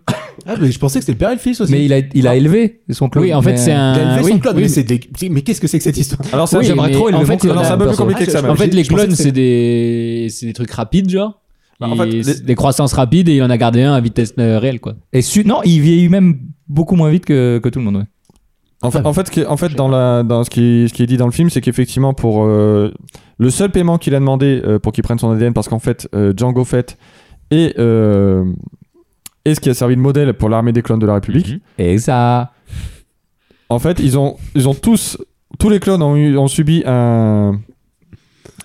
Speaker 3: Ah, mais je pensais que c'était le père et le fils aussi.
Speaker 2: Mais il a, il a
Speaker 3: Ah.
Speaker 2: élevé son clone.
Speaker 4: Oui, en fait,
Speaker 2: mais-
Speaker 4: c'est un.
Speaker 3: Il a élevé
Speaker 4: oui,
Speaker 3: son clone,
Speaker 4: oui,
Speaker 3: mais c'est des- mais qu'est-ce que c'est que cette histoire
Speaker 1: Alors ça,
Speaker 4: Oui,
Speaker 1: j'aimerais-
Speaker 2: j'aimerais
Speaker 4: mais
Speaker 2: trop élever
Speaker 4: en
Speaker 2: mon
Speaker 4: fait,
Speaker 2: clone
Speaker 4: il
Speaker 1: alors,
Speaker 4: a
Speaker 1: c'est un peu plus
Speaker 2: perso.
Speaker 1: compliqué que ça.
Speaker 4: En
Speaker 1: même.
Speaker 4: fait,
Speaker 3: j'ai-
Speaker 4: les
Speaker 3: je pensais
Speaker 4: clones,
Speaker 3: que c'est-
Speaker 4: c'est des... c'est des trucs rapides, genre.
Speaker 1: Bah, en fait,
Speaker 4: Et
Speaker 1: les-
Speaker 4: c'est des croissances rapides et il en a gardé un à vitesse euh, réelle, quoi.
Speaker 2: Et su- non, il vieillit même beaucoup moins vite que, que tout le monde. ouais.
Speaker 1: En fait, en fait, ce qui est- en fait dans, la, dans ce, qui, ce qui est dit dans le film, c'est qu'effectivement, pour euh, le seul paiement qu'il a demandé euh, pour qu'il prenne son ADN, parce qu'en fait, euh, Django Fett est, euh, est ce qui a servi de modèle pour l'armée des clones de la République,
Speaker 4: Mhm.
Speaker 2: Et ça.
Speaker 1: en fait, ils ont, ils ont tous, tous les clones ont, eu- ont subi un.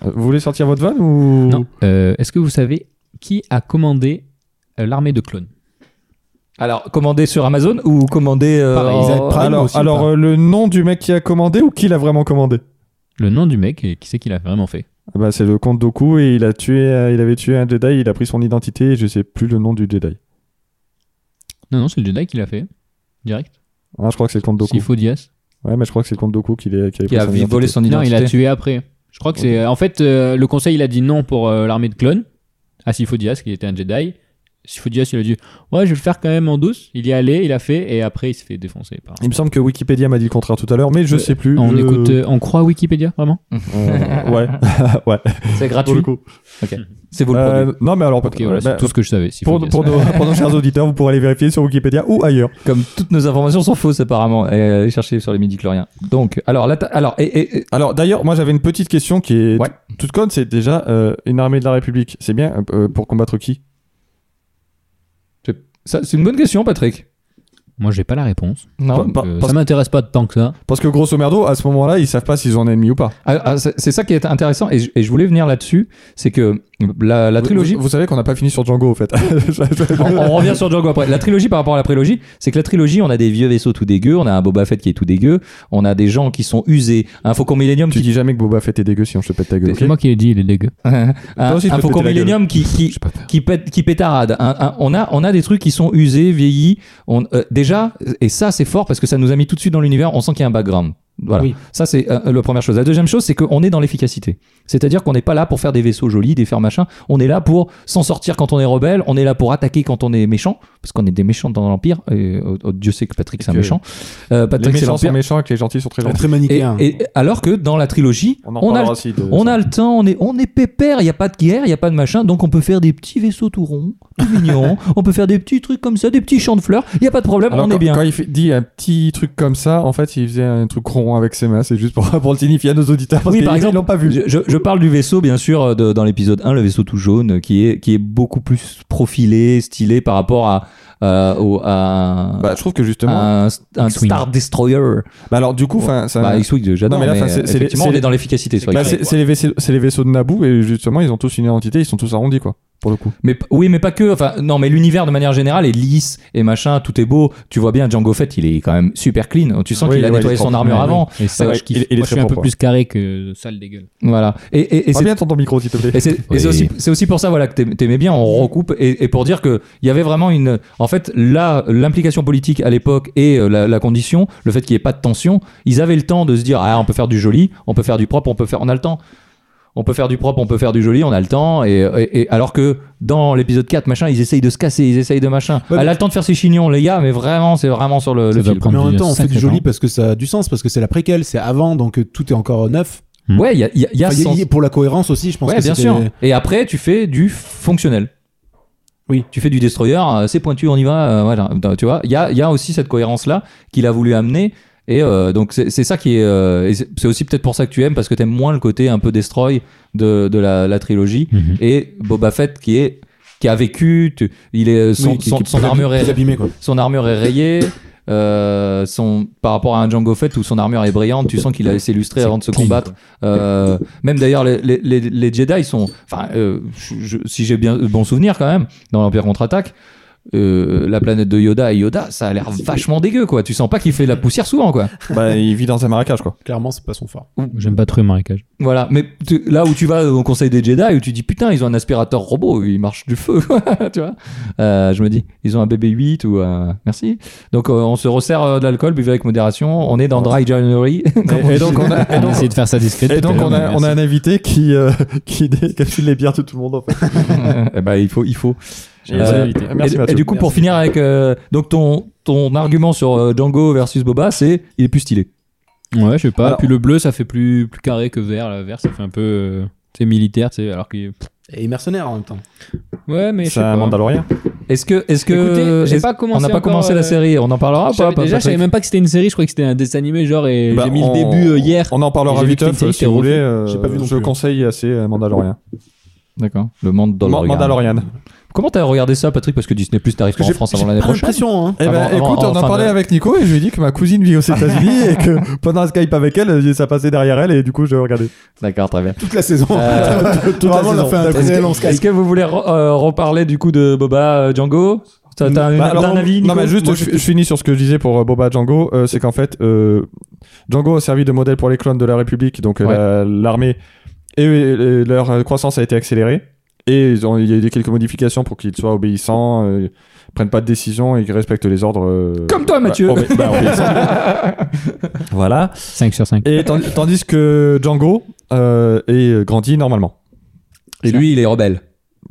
Speaker 1: Euh, Vous voulez sortir votre vanne ou
Speaker 4: Non. Euh, Est-ce que vous savez qui a commandé euh, l'armée de clones
Speaker 2: Alors, commander sur Amazon ou commander. euh,
Speaker 4: Pareil,
Speaker 2: en-
Speaker 3: ils avaient Prime
Speaker 1: Alors,
Speaker 3: aussi,
Speaker 1: alors
Speaker 3: ou pas
Speaker 1: euh, le nom du mec qui a commandé ou qui l'a vraiment commandé
Speaker 4: Le nom du mec et qui c'est qui l'a vraiment fait
Speaker 1: Ah bah, c'est le comte Doku et il a tué, euh, il avait tué un Jedi, il a pris son identité et je sais plus le nom du Jedi.
Speaker 4: Non, non, c'est le Jedi qui l'a fait. Direct.
Speaker 1: Ah, je crois que c'est le comte Doku.
Speaker 4: S'il faut Diaz.
Speaker 1: Ouais, mais je crois que c'est le compte Doku qui, est, qui, avait
Speaker 2: qui
Speaker 1: pris
Speaker 2: a
Speaker 1: son
Speaker 2: vi-
Speaker 1: identité.
Speaker 2: volé son
Speaker 4: Non,
Speaker 2: identité.
Speaker 4: il a tué après. Je crois que Ah, c'est. En fait, euh, le conseil, il a dit non pour euh, l'armée de clones à Sifo Dyas, qui était un Jedi. Fudias, il a dit Ouais, je vais le faire quand même en douce. Il y est allé, il a fait, et après, il se fait défoncer. par-
Speaker 1: Il me semble que Wikipédia m'a dit le contraire tout à l'heure, mais je
Speaker 4: Euh,
Speaker 1: sais plus.
Speaker 4: On
Speaker 1: je-
Speaker 4: écoute, euh, on croit à Wikipédia, vraiment
Speaker 1: Euh, ouais, ouais.
Speaker 2: C'est
Speaker 1: Pour
Speaker 2: gratuit.
Speaker 1: le coup.
Speaker 2: C'est vous le
Speaker 1: Euh,
Speaker 2: produit.
Speaker 1: non, mais alors,
Speaker 4: Ok,
Speaker 1: bah,
Speaker 4: voilà, c'est tout ce que je savais. si
Speaker 1: pour,
Speaker 4: Fudias.
Speaker 1: pour nos, pour nos chers auditeurs, vous pourrez aller vérifier sur Wikipédia ou ailleurs.
Speaker 2: Comme toutes nos informations sont fausses apparemment. Et euh, allez chercher sur les midi chloriens. Donc, alors, la ta- alors, et, et- et-
Speaker 1: Alors, d'ailleurs, moi j'avais une petite question qui est
Speaker 2: Ouais.
Speaker 1: tout- toute conne c'est déjà euh, une armée de la République. C'est bien euh, pour combattre qui
Speaker 2: ça, c'est une bonne question, Patrick.
Speaker 4: Moi, j'ai pas la réponse.
Speaker 2: Non.
Speaker 1: Pas-
Speaker 4: donc, euh,
Speaker 1: parce-
Speaker 4: ça m'intéresse pas tant que ça.
Speaker 1: Parce que grosso merdo, à ce moment-là, ils savent pas s'ils ont un ennemi ou pas.
Speaker 2: Ah, ah, c'est c'est ça qui est intéressant et je, et je voulais venir là-dessus, c'est que la, la
Speaker 1: Vous-
Speaker 2: trilogie.
Speaker 1: Vous, vous savez qu'on n'a pas fini sur Django, en fait.
Speaker 2: on, on revient sur Django après. La trilogie par rapport à la prélogie, c'est que la trilogie, on a des vieux vaisseaux tout dégueux, on a un Boba Fett qui est tout dégueu, on a des gens qui sont usés, Hein, un Faucon Millenium
Speaker 1: tu
Speaker 2: qui
Speaker 1: dis jamais que Boba Fett est dégueu si on se pète ta gueule.
Speaker 4: C'est
Speaker 1: ok
Speaker 4: moi qui l'ai dit, il est dégueu.
Speaker 2: un,
Speaker 1: Toi aussi, tu
Speaker 2: un
Speaker 1: peux
Speaker 2: Faucon
Speaker 1: péter la gueule.
Speaker 2: Millenium Ah, qui, qui, qui, pète- qui pétarade. Un- un- on, a, on a des trucs qui sont usés, vieillis. On, euh, déjà, et ça c'est fort parce que ça nous a mis tout de suite dans l'univers, on sent qu'il y a un background. Voilà.
Speaker 3: Oui.
Speaker 2: Ça c'est euh, la première chose. La deuxième chose c'est qu'on est dans l'efficacité. C'est-à-dire qu'on n'est pas là pour faire des vaisseaux jolis, des faire machin. On est là pour s'en sortir quand on est rebelle, on est là pour attaquer quand on est méchant, parce qu'on est des méchants dans l'Empire. Et, oh, oh, Dieu sait que Patrick c'est un
Speaker 1: que
Speaker 2: méchant. Euh,
Speaker 1: Les
Speaker 2: Patrick c'est
Speaker 1: méchants sont
Speaker 2: l'Empire.
Speaker 1: méchants et que les gentils sont très gentils.
Speaker 3: Très
Speaker 2: Et,
Speaker 3: manichéen.
Speaker 2: et- alors que dans la trilogie,
Speaker 1: On en
Speaker 2: on a
Speaker 1: parlera
Speaker 2: le
Speaker 1: aussi. de
Speaker 2: on
Speaker 1: ça.
Speaker 2: a le temps, on est, on est pépère, il n'y a pas de guerre, il n'y a pas de machin, donc on peut faire des petits vaisseaux tout ronds, tout mignons, on peut faire des petits trucs comme ça, des petits champs de fleurs, il n'y a pas de problème,
Speaker 1: Alors,
Speaker 2: on
Speaker 1: quand,
Speaker 2: est bien.
Speaker 1: quand il fait- dit un petit truc comme ça, en fait, il faisait un truc rond avec ses mains. C'est juste pour, pour le signifier à nos auditeurs. Parce
Speaker 2: Oui,
Speaker 1: qu'ils-
Speaker 2: par
Speaker 1: ils
Speaker 2: exemple,
Speaker 1: l'ont pas vu.
Speaker 2: Je, je- je parle du vaisseau, bien sûr, euh, de- dans l'épisode 1, le vaisseau tout jaune, euh, qui est, qui est beaucoup plus profilé, stylé par rapport à, euh, au- à-
Speaker 1: Bah, je trouve que
Speaker 2: à
Speaker 1: justement.
Speaker 2: un, un
Speaker 4: X-Wing.
Speaker 2: Star Destroyer.
Speaker 1: Bah, alors, du coup, enfin, ça.
Speaker 2: Bah, X-Wing, j'adore,
Speaker 1: Non, mais
Speaker 2: mais,
Speaker 1: là, enfin, c'est- c'est
Speaker 2: effectivement,
Speaker 1: les-
Speaker 2: on
Speaker 1: c'est-
Speaker 2: est dans l'efficacité. sur
Speaker 1: Bah,
Speaker 2: X-Wing.
Speaker 1: c'est c'est les, vaisseaux- c'est les vaisseaux de Naboo et justement ils ont tous une identité, ils sont tous arrondis quoi, pour le coup.
Speaker 2: Mais p- oui, mais pas que. Enfin, non, mais l'univers de manière générale est lisse et machin, tout est beau. Tu vois bien, Django Fett, il est quand même super clean. Tu sens
Speaker 1: Oui,
Speaker 2: qu'il a
Speaker 1: ouais, il
Speaker 2: nettoyé
Speaker 1: est
Speaker 2: son
Speaker 1: propre,
Speaker 2: armure
Speaker 1: ouais,
Speaker 2: avant.
Speaker 4: Et ça,
Speaker 1: Ouais,
Speaker 4: je kiffe.
Speaker 1: il- il est
Speaker 4: Moi, je suis
Speaker 1: très
Speaker 4: un peu
Speaker 1: propre,
Speaker 4: plus carré que sale dégueule.
Speaker 2: Voilà. Et, et, et
Speaker 1: Pas
Speaker 2: c'est
Speaker 1: bien ton micro s'il te plaît.
Speaker 2: et c'est et c'est
Speaker 4: Oui.
Speaker 2: aussi, c'est aussi pour ça voilà, que t'aim- t'aimais bien, on recoupe, et, et pour dire que il y avait vraiment une... En fait, là, l'implication politique à l'époque et euh, la, la condition, le fait qu'il n'y ait pas de tension, ils avaient le temps de se dire, ah, on peut faire du joli, on peut faire du propre, on peut faire... On a le temps. On peut faire du propre, on peut faire du joli, on a le temps. Et, et- et- alors que dans l'épisode 4, machin, ils essayent de se casser, ils essayent de machin.
Speaker 3: Ouais,
Speaker 2: Elle a le temps de faire ses chignons, les gars, mais vraiment, c'est vraiment sur le,
Speaker 4: Ça
Speaker 2: le
Speaker 4: va
Speaker 2: fil.
Speaker 4: prendre
Speaker 3: Mais en même
Speaker 4: du
Speaker 3: temps, on fait du
Speaker 4: sacré
Speaker 3: joli
Speaker 4: temps.
Speaker 3: parce que ça a du sens, parce que c'est la préquelle, c'est avant, donc euh, tout est encore neuf.
Speaker 2: Ouais, il y a, il y a- il y a
Speaker 3: Enfin, il y a-
Speaker 2: sens.
Speaker 3: il y a- pour la cohérence aussi, je pense
Speaker 2: Ouais,
Speaker 3: que
Speaker 2: bien
Speaker 3: c'était-
Speaker 2: sûr. Et après, tu fais du fonctionnel.
Speaker 3: Oui.
Speaker 2: Tu fais du destroyer, euh, c'est pointu, on y va, euh, voilà. Donc, Tu vois, il y a, il y a aussi cette cohérence-là qu'il a voulu amener. Et euh, donc, c'est c'est ça qui est. euh, et c'est c'est aussi peut-être pour ça que tu aimes, parce que tu aimes moins le côté un peu destroy de, de la, la trilogie.
Speaker 4: Mhm.
Speaker 2: Et Boba Fett qui est qui a vécu, tu- il est son,
Speaker 3: Oui, qui-
Speaker 2: son-
Speaker 3: qui est
Speaker 2: son
Speaker 3: plus
Speaker 2: armure
Speaker 3: abîmé-
Speaker 2: est
Speaker 3: plus abîmé, quoi.
Speaker 2: son armure est rayée. euh, son, par rapport à un Django Fett où son armure est brillante, tu sens qu'il a laissé illustrer avant de se combattre. Euh, même d'ailleurs, les, les, les- les Jedi sont. Enfin, euh, je- je- si j'ai bien euh, bon souvenir quand même, dans l'Empire contre-attaque, euh, la planète de Yoda et Yoda, ça a l'air vachement dégueu quoi. Tu sens pas qu'il fait de la poussière souvent quoi.
Speaker 1: bah, il vit dans un marécage quoi.
Speaker 3: Clairement, c'est pas son fort.
Speaker 4: J'aime pas trop le marécage.
Speaker 2: Voilà, mais tu- là où tu vas au conseil des Jedi, où tu dis putain, ils ont un aspirateur robot, il marche du feu, tu vois. Euh, je me dis, ils ont un BB-8 ou un. Merci. Donc euh, on se resserre euh, de l'alcool, buvez avec modération, on est dans Dry January.
Speaker 1: Et, et donc on a, et
Speaker 4: On
Speaker 1: donc-
Speaker 4: essaie de faire ça discret.
Speaker 1: et donc, on a, on a un invité qui euh, qui décapsule les bières de tout le monde en fait.
Speaker 2: Eh ben, il faut, il faut.
Speaker 1: Euh,
Speaker 2: Euh,
Speaker 1: merci
Speaker 2: et,
Speaker 1: Mathieu.
Speaker 2: et du coup, pour finir avec. euh, donc ton, ton argument sur euh, Django versus Boba, c'est il est plus stylé.
Speaker 4: Ouais, je sais pas.
Speaker 1: Alors-
Speaker 4: Puis le bleu, ça fait plus, plus carré que vert. Là. Vert, ça fait un peu. euh, C'est militaire, tu sais, alors qu'il.
Speaker 3: Et mercenaire en même temps.
Speaker 4: Ouais, mais. je
Speaker 1: c'est
Speaker 4: sais
Speaker 1: un
Speaker 4: pas.
Speaker 1: Mandalorien.
Speaker 2: Est-ce que. Est-ce que
Speaker 4: Écoutez, j'ai
Speaker 2: est-ce-
Speaker 4: pas
Speaker 2: on
Speaker 4: commencé.
Speaker 2: n'a pas
Speaker 4: encore,
Speaker 2: commencé
Speaker 4: euh,
Speaker 2: la série, on en parlera
Speaker 4: je savais-
Speaker 2: pas pas,
Speaker 4: déjà, je savais
Speaker 2: Patrick
Speaker 4: même pas que c'était une série. Je croyais que c'était un dessin animé, genre, et
Speaker 1: Bah,
Speaker 4: j'ai mis
Speaker 1: on-
Speaker 4: le début euh, hier.
Speaker 1: On en parlera
Speaker 4: J'ai vu
Speaker 1: vite
Speaker 4: que
Speaker 1: off
Speaker 4: Tintin
Speaker 1: si
Speaker 4: était
Speaker 1: vous
Speaker 4: refait.
Speaker 1: voulez. euh,
Speaker 3: J'ai pas vu non
Speaker 1: je
Speaker 3: plus.
Speaker 1: conseille assez euh, Mandalorian.
Speaker 2: D'accord. Le monde dans le
Speaker 1: Ma-
Speaker 2: regard.
Speaker 1: Mandalorian.
Speaker 2: Comment t'as regardé ça, Patrick Parce que Disney Plus n'arrive pas en France avant l'année
Speaker 3: J'ai pas
Speaker 2: prochaine.
Speaker 3: l'impression, hein.
Speaker 1: Eh ben,
Speaker 2: Avant- avant-
Speaker 1: écoute, on
Speaker 2: enfin,
Speaker 1: en parlait
Speaker 2: de-
Speaker 1: avec Nico et je lui ai dit que ma cousine vit aux États-Unis et que pendant un Skype avec elle, ça passait derrière elle et du coup, je regardais.
Speaker 2: D'accord, très bien.
Speaker 3: Toute la saison.
Speaker 2: Euh,
Speaker 3: Toute la
Speaker 1: Vraiment,
Speaker 3: saison.
Speaker 1: on a fait un
Speaker 3: T'as
Speaker 1: coup de-
Speaker 3: fait un long
Speaker 2: Est-ce
Speaker 3: Skype.
Speaker 2: que vous voulez re- euh, reparler du coup de Boba euh, Django T'as t'as un,
Speaker 1: Bah, alors,
Speaker 2: t'as un Euh, avis
Speaker 1: Non,
Speaker 2: Nico
Speaker 1: mais juste,
Speaker 2: Moi,
Speaker 1: je, je finis sur ce que je disais pour euh, Boba Django. euh, c'est qu'en fait, euh, Django a servi de modèle pour les clones de la République, donc euh,
Speaker 2: Ouais.
Speaker 1: la- l'armée, et, et leur euh, croissance a été accélérée. Et ils ont- il y a eu des- quelques modifications pour qu'ils soient obéissants, euh, prennent pas de décision et qu'ils respectent les ordres. euh,
Speaker 2: Comme toi,
Speaker 1: bah,
Speaker 2: Mathieu.
Speaker 1: obé- bah, obéissants. Voilà.
Speaker 4: 5 sur 5.
Speaker 1: Et tandis, tandis que Django euh, est grandi normalement.
Speaker 2: Et lui, il est rebelle.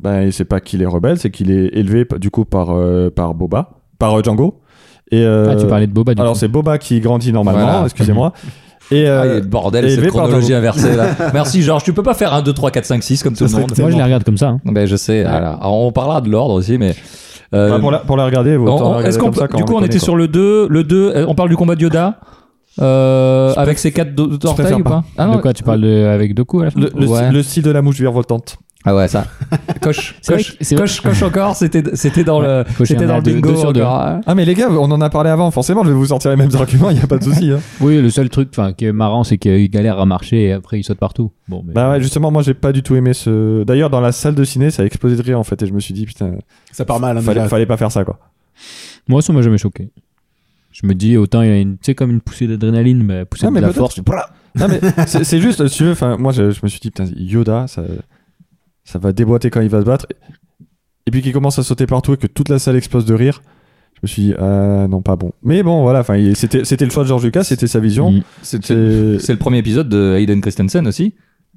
Speaker 1: ben, c'est pas qu'il est rebelle, c'est qu'il est élevé p- du coup par, euh, par Boba, par euh, Django. Et, euh,
Speaker 4: Ah, tu parlais de Boba du
Speaker 1: alors
Speaker 4: coup.
Speaker 1: c'est Boba qui grandit normalement,
Speaker 2: Voilà.
Speaker 1: excusez-moi. Et euh,
Speaker 2: Ah, il y a le bordel,
Speaker 1: et
Speaker 2: cette
Speaker 1: élevé par
Speaker 2: chronologie
Speaker 1: Django.
Speaker 2: inversée là. Merci Georges, tu peux pas faire un 2, 3, 4, 5, 6 comme tout le
Speaker 3: serait
Speaker 2: monde.
Speaker 4: Moi, je les regarde comme ça. hein.
Speaker 2: Ben, je sais, voilà. Alors, on parlera de l'ordre aussi, mais. euh,
Speaker 1: enfin, Bah, pour, la, pour la regarder, vous
Speaker 2: on- on- est-ce qu'on peut- du coup, on, était sur le 2, le 2, euh, on parle du combat de Yoda euh, avec ses 4 orteils
Speaker 1: préfère
Speaker 2: ou pas, Ah non,
Speaker 4: de quoi tu parles de- avec Doku à la fin
Speaker 1: le, le-
Speaker 2: Ouais.
Speaker 1: le style de la mouche virevoltante.
Speaker 2: Ah ouais, ça. Coche,
Speaker 4: C'est vrai
Speaker 2: coche,
Speaker 4: que- c'est vrai
Speaker 2: coche, coche encore, c'était c'était dans le
Speaker 4: Cocher
Speaker 2: c'était
Speaker 4: un
Speaker 2: dans le
Speaker 4: à deux-
Speaker 2: bingo
Speaker 4: deux sur deux.
Speaker 2: encore, hein.
Speaker 1: Ah mais les gars, on en a parlé avant, forcément, je vais vous sortir les mêmes arguments, il n'y a pas de souci. hein.
Speaker 4: Oui, le seul truc enfin, qui est marrant, c'est qu'il galère à marcher et après il saute partout. Bon, mais...
Speaker 1: Bah ouais, justement, moi j'ai pas du tout aimé ce... D'ailleurs, dans la salle de ciné, ça a explosé de rire en fait, et je me suis dit, putain,
Speaker 2: Ah
Speaker 3: Ça part mal, hein,
Speaker 1: fallait,
Speaker 3: déjà.
Speaker 1: fallait pas faire ça quoi.
Speaker 4: Moi, ça m'a jamais choqué. Je me dis, autant il a une, tu sais, comme une poussée d'adrénaline, mais poussée
Speaker 1: Ah,
Speaker 4: de
Speaker 1: mais
Speaker 4: la
Speaker 1: peut-être-
Speaker 4: force.
Speaker 1: Non mais c'est c'est juste, si tu veux, enfin, moi je, je me suis dit, putain, Yoda, ça, ça va déboîter quand il va se battre. Et puis qu'il commence à sauter partout et que toute la salle explose de rire. Je me suis dit, ah non, pas bon. Mais bon, voilà, enfin, il- c'était c'était le choix de George Lucas, c'était sa vision.
Speaker 4: Mm.
Speaker 2: C'était-
Speaker 1: C'est-
Speaker 2: C'est le premier épisode de Hayden Christensen aussi.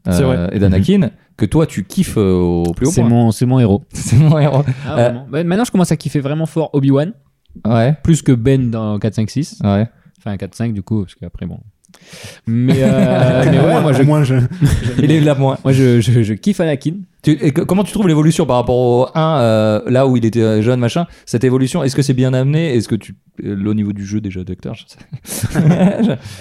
Speaker 2: euh,
Speaker 1: C'est vrai.
Speaker 2: Et d'Anakin, que toi tu kiffes euh, au plus haut
Speaker 4: C'est
Speaker 2: point.
Speaker 4: mon, c'est mon héros.
Speaker 2: C'est mon héros. Euh,
Speaker 4: Bah, maintenant, je commence à kiffer vraiment fort Obi-Wan,
Speaker 2: Ouais,
Speaker 4: plus que Ben dans 4-5-6.
Speaker 2: ouais.
Speaker 4: Enfin, 4-5 du coup, parce qu'après, bon. Mais, euh, mais ouais, moi, je,
Speaker 3: Au moins, je...
Speaker 2: Il est là moins.
Speaker 4: moi je, je, je kiffe Anakin.
Speaker 2: Tu- et que- comment tu trouves l'évolution par rapport au 1, euh, là où il était euh, jeune, machin Cette évolution, est-ce que c'est bien amené Est-ce que tu. euh, Là, au niveau du jeu déjà d'acteur, je sais.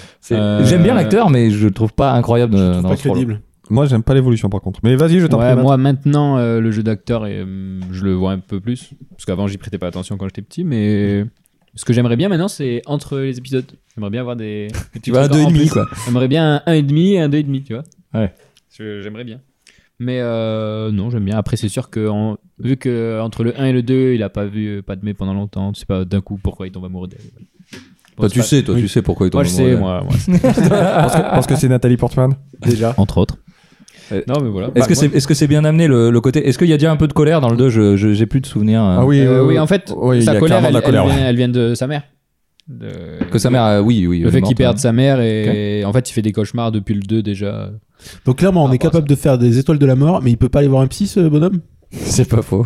Speaker 2: C'est-
Speaker 4: Euh,
Speaker 2: J'aime bien l'acteur, mais je le trouve pas incroyable euh, dans
Speaker 3: pas
Speaker 2: ce rôle.
Speaker 3: crédible.
Speaker 1: Moi, j'aime pas l'évolution par contre. Mais vas-y, je t'en
Speaker 4: Ouais,
Speaker 1: prie.
Speaker 4: moi maintenant, euh, le jeu d'acteur, euh, je le vois un peu plus. Parce qu'avant, j'y prêtais pas attention quand j'étais petit. Mais ce que j'aimerais bien maintenant, c'est entre les épisodes. J'aimerais bien avoir des. des
Speaker 2: Tu vois, un
Speaker 4: trucs en
Speaker 2: 2,5
Speaker 4: plus.
Speaker 2: quoi.
Speaker 4: J'aimerais bien un 1,5 et un 2,5, tu vois.
Speaker 2: Ouais.
Speaker 4: Je- J'aimerais bien. Mais euh, non, j'aime bien. Après, c'est sûr que en- vu que euh, entre le 1 et le 2, il a pas vu Padmé pendant longtemps, tu sais pas d'un coup pourquoi il tombe amoureux d'elle. Bon,
Speaker 2: Toi,
Speaker 4: c'est
Speaker 2: tu
Speaker 4: pas-
Speaker 2: sais, toi,
Speaker 3: oui.
Speaker 2: tu sais pourquoi il tombe
Speaker 4: Moi, je sais,
Speaker 2: amoureux.
Speaker 4: moi, moi,
Speaker 1: parce que, parce que c'est Nathalie Portman.
Speaker 3: Déjà.
Speaker 4: entre autres.
Speaker 2: Euh,
Speaker 4: Non, mais voilà.
Speaker 2: Est-ce
Speaker 4: Bah,
Speaker 2: que
Speaker 4: moi-
Speaker 2: c'est est -ce bien amené le, le côté Est-ce qu'il y a déjà un peu de colère dans le 2 Je je- j'ai plus de souvenirs. euh,
Speaker 4: Euh, oui, en fait,
Speaker 1: Ah oui, il y
Speaker 4: sa
Speaker 1: a
Speaker 4: colère,
Speaker 1: clairement
Speaker 4: elle,
Speaker 1: de la colère,
Speaker 4: elle
Speaker 1: ouais.
Speaker 4: vient, elle vient de sa mère. De-
Speaker 2: Que sa mère, euh, oui, oui.
Speaker 4: Le fait
Speaker 2: morte,
Speaker 4: qu'il perde
Speaker 2: ouais.
Speaker 4: sa mère et en fait, il fait des cauchemars depuis le 2 déjà.
Speaker 3: Donc clairement, on
Speaker 4: Ah,
Speaker 3: est
Speaker 4: bah,
Speaker 3: capable de faire des étoiles de la mort, mais il peut pas aller voir un psy, ce bonhomme
Speaker 2: C'est pas faux.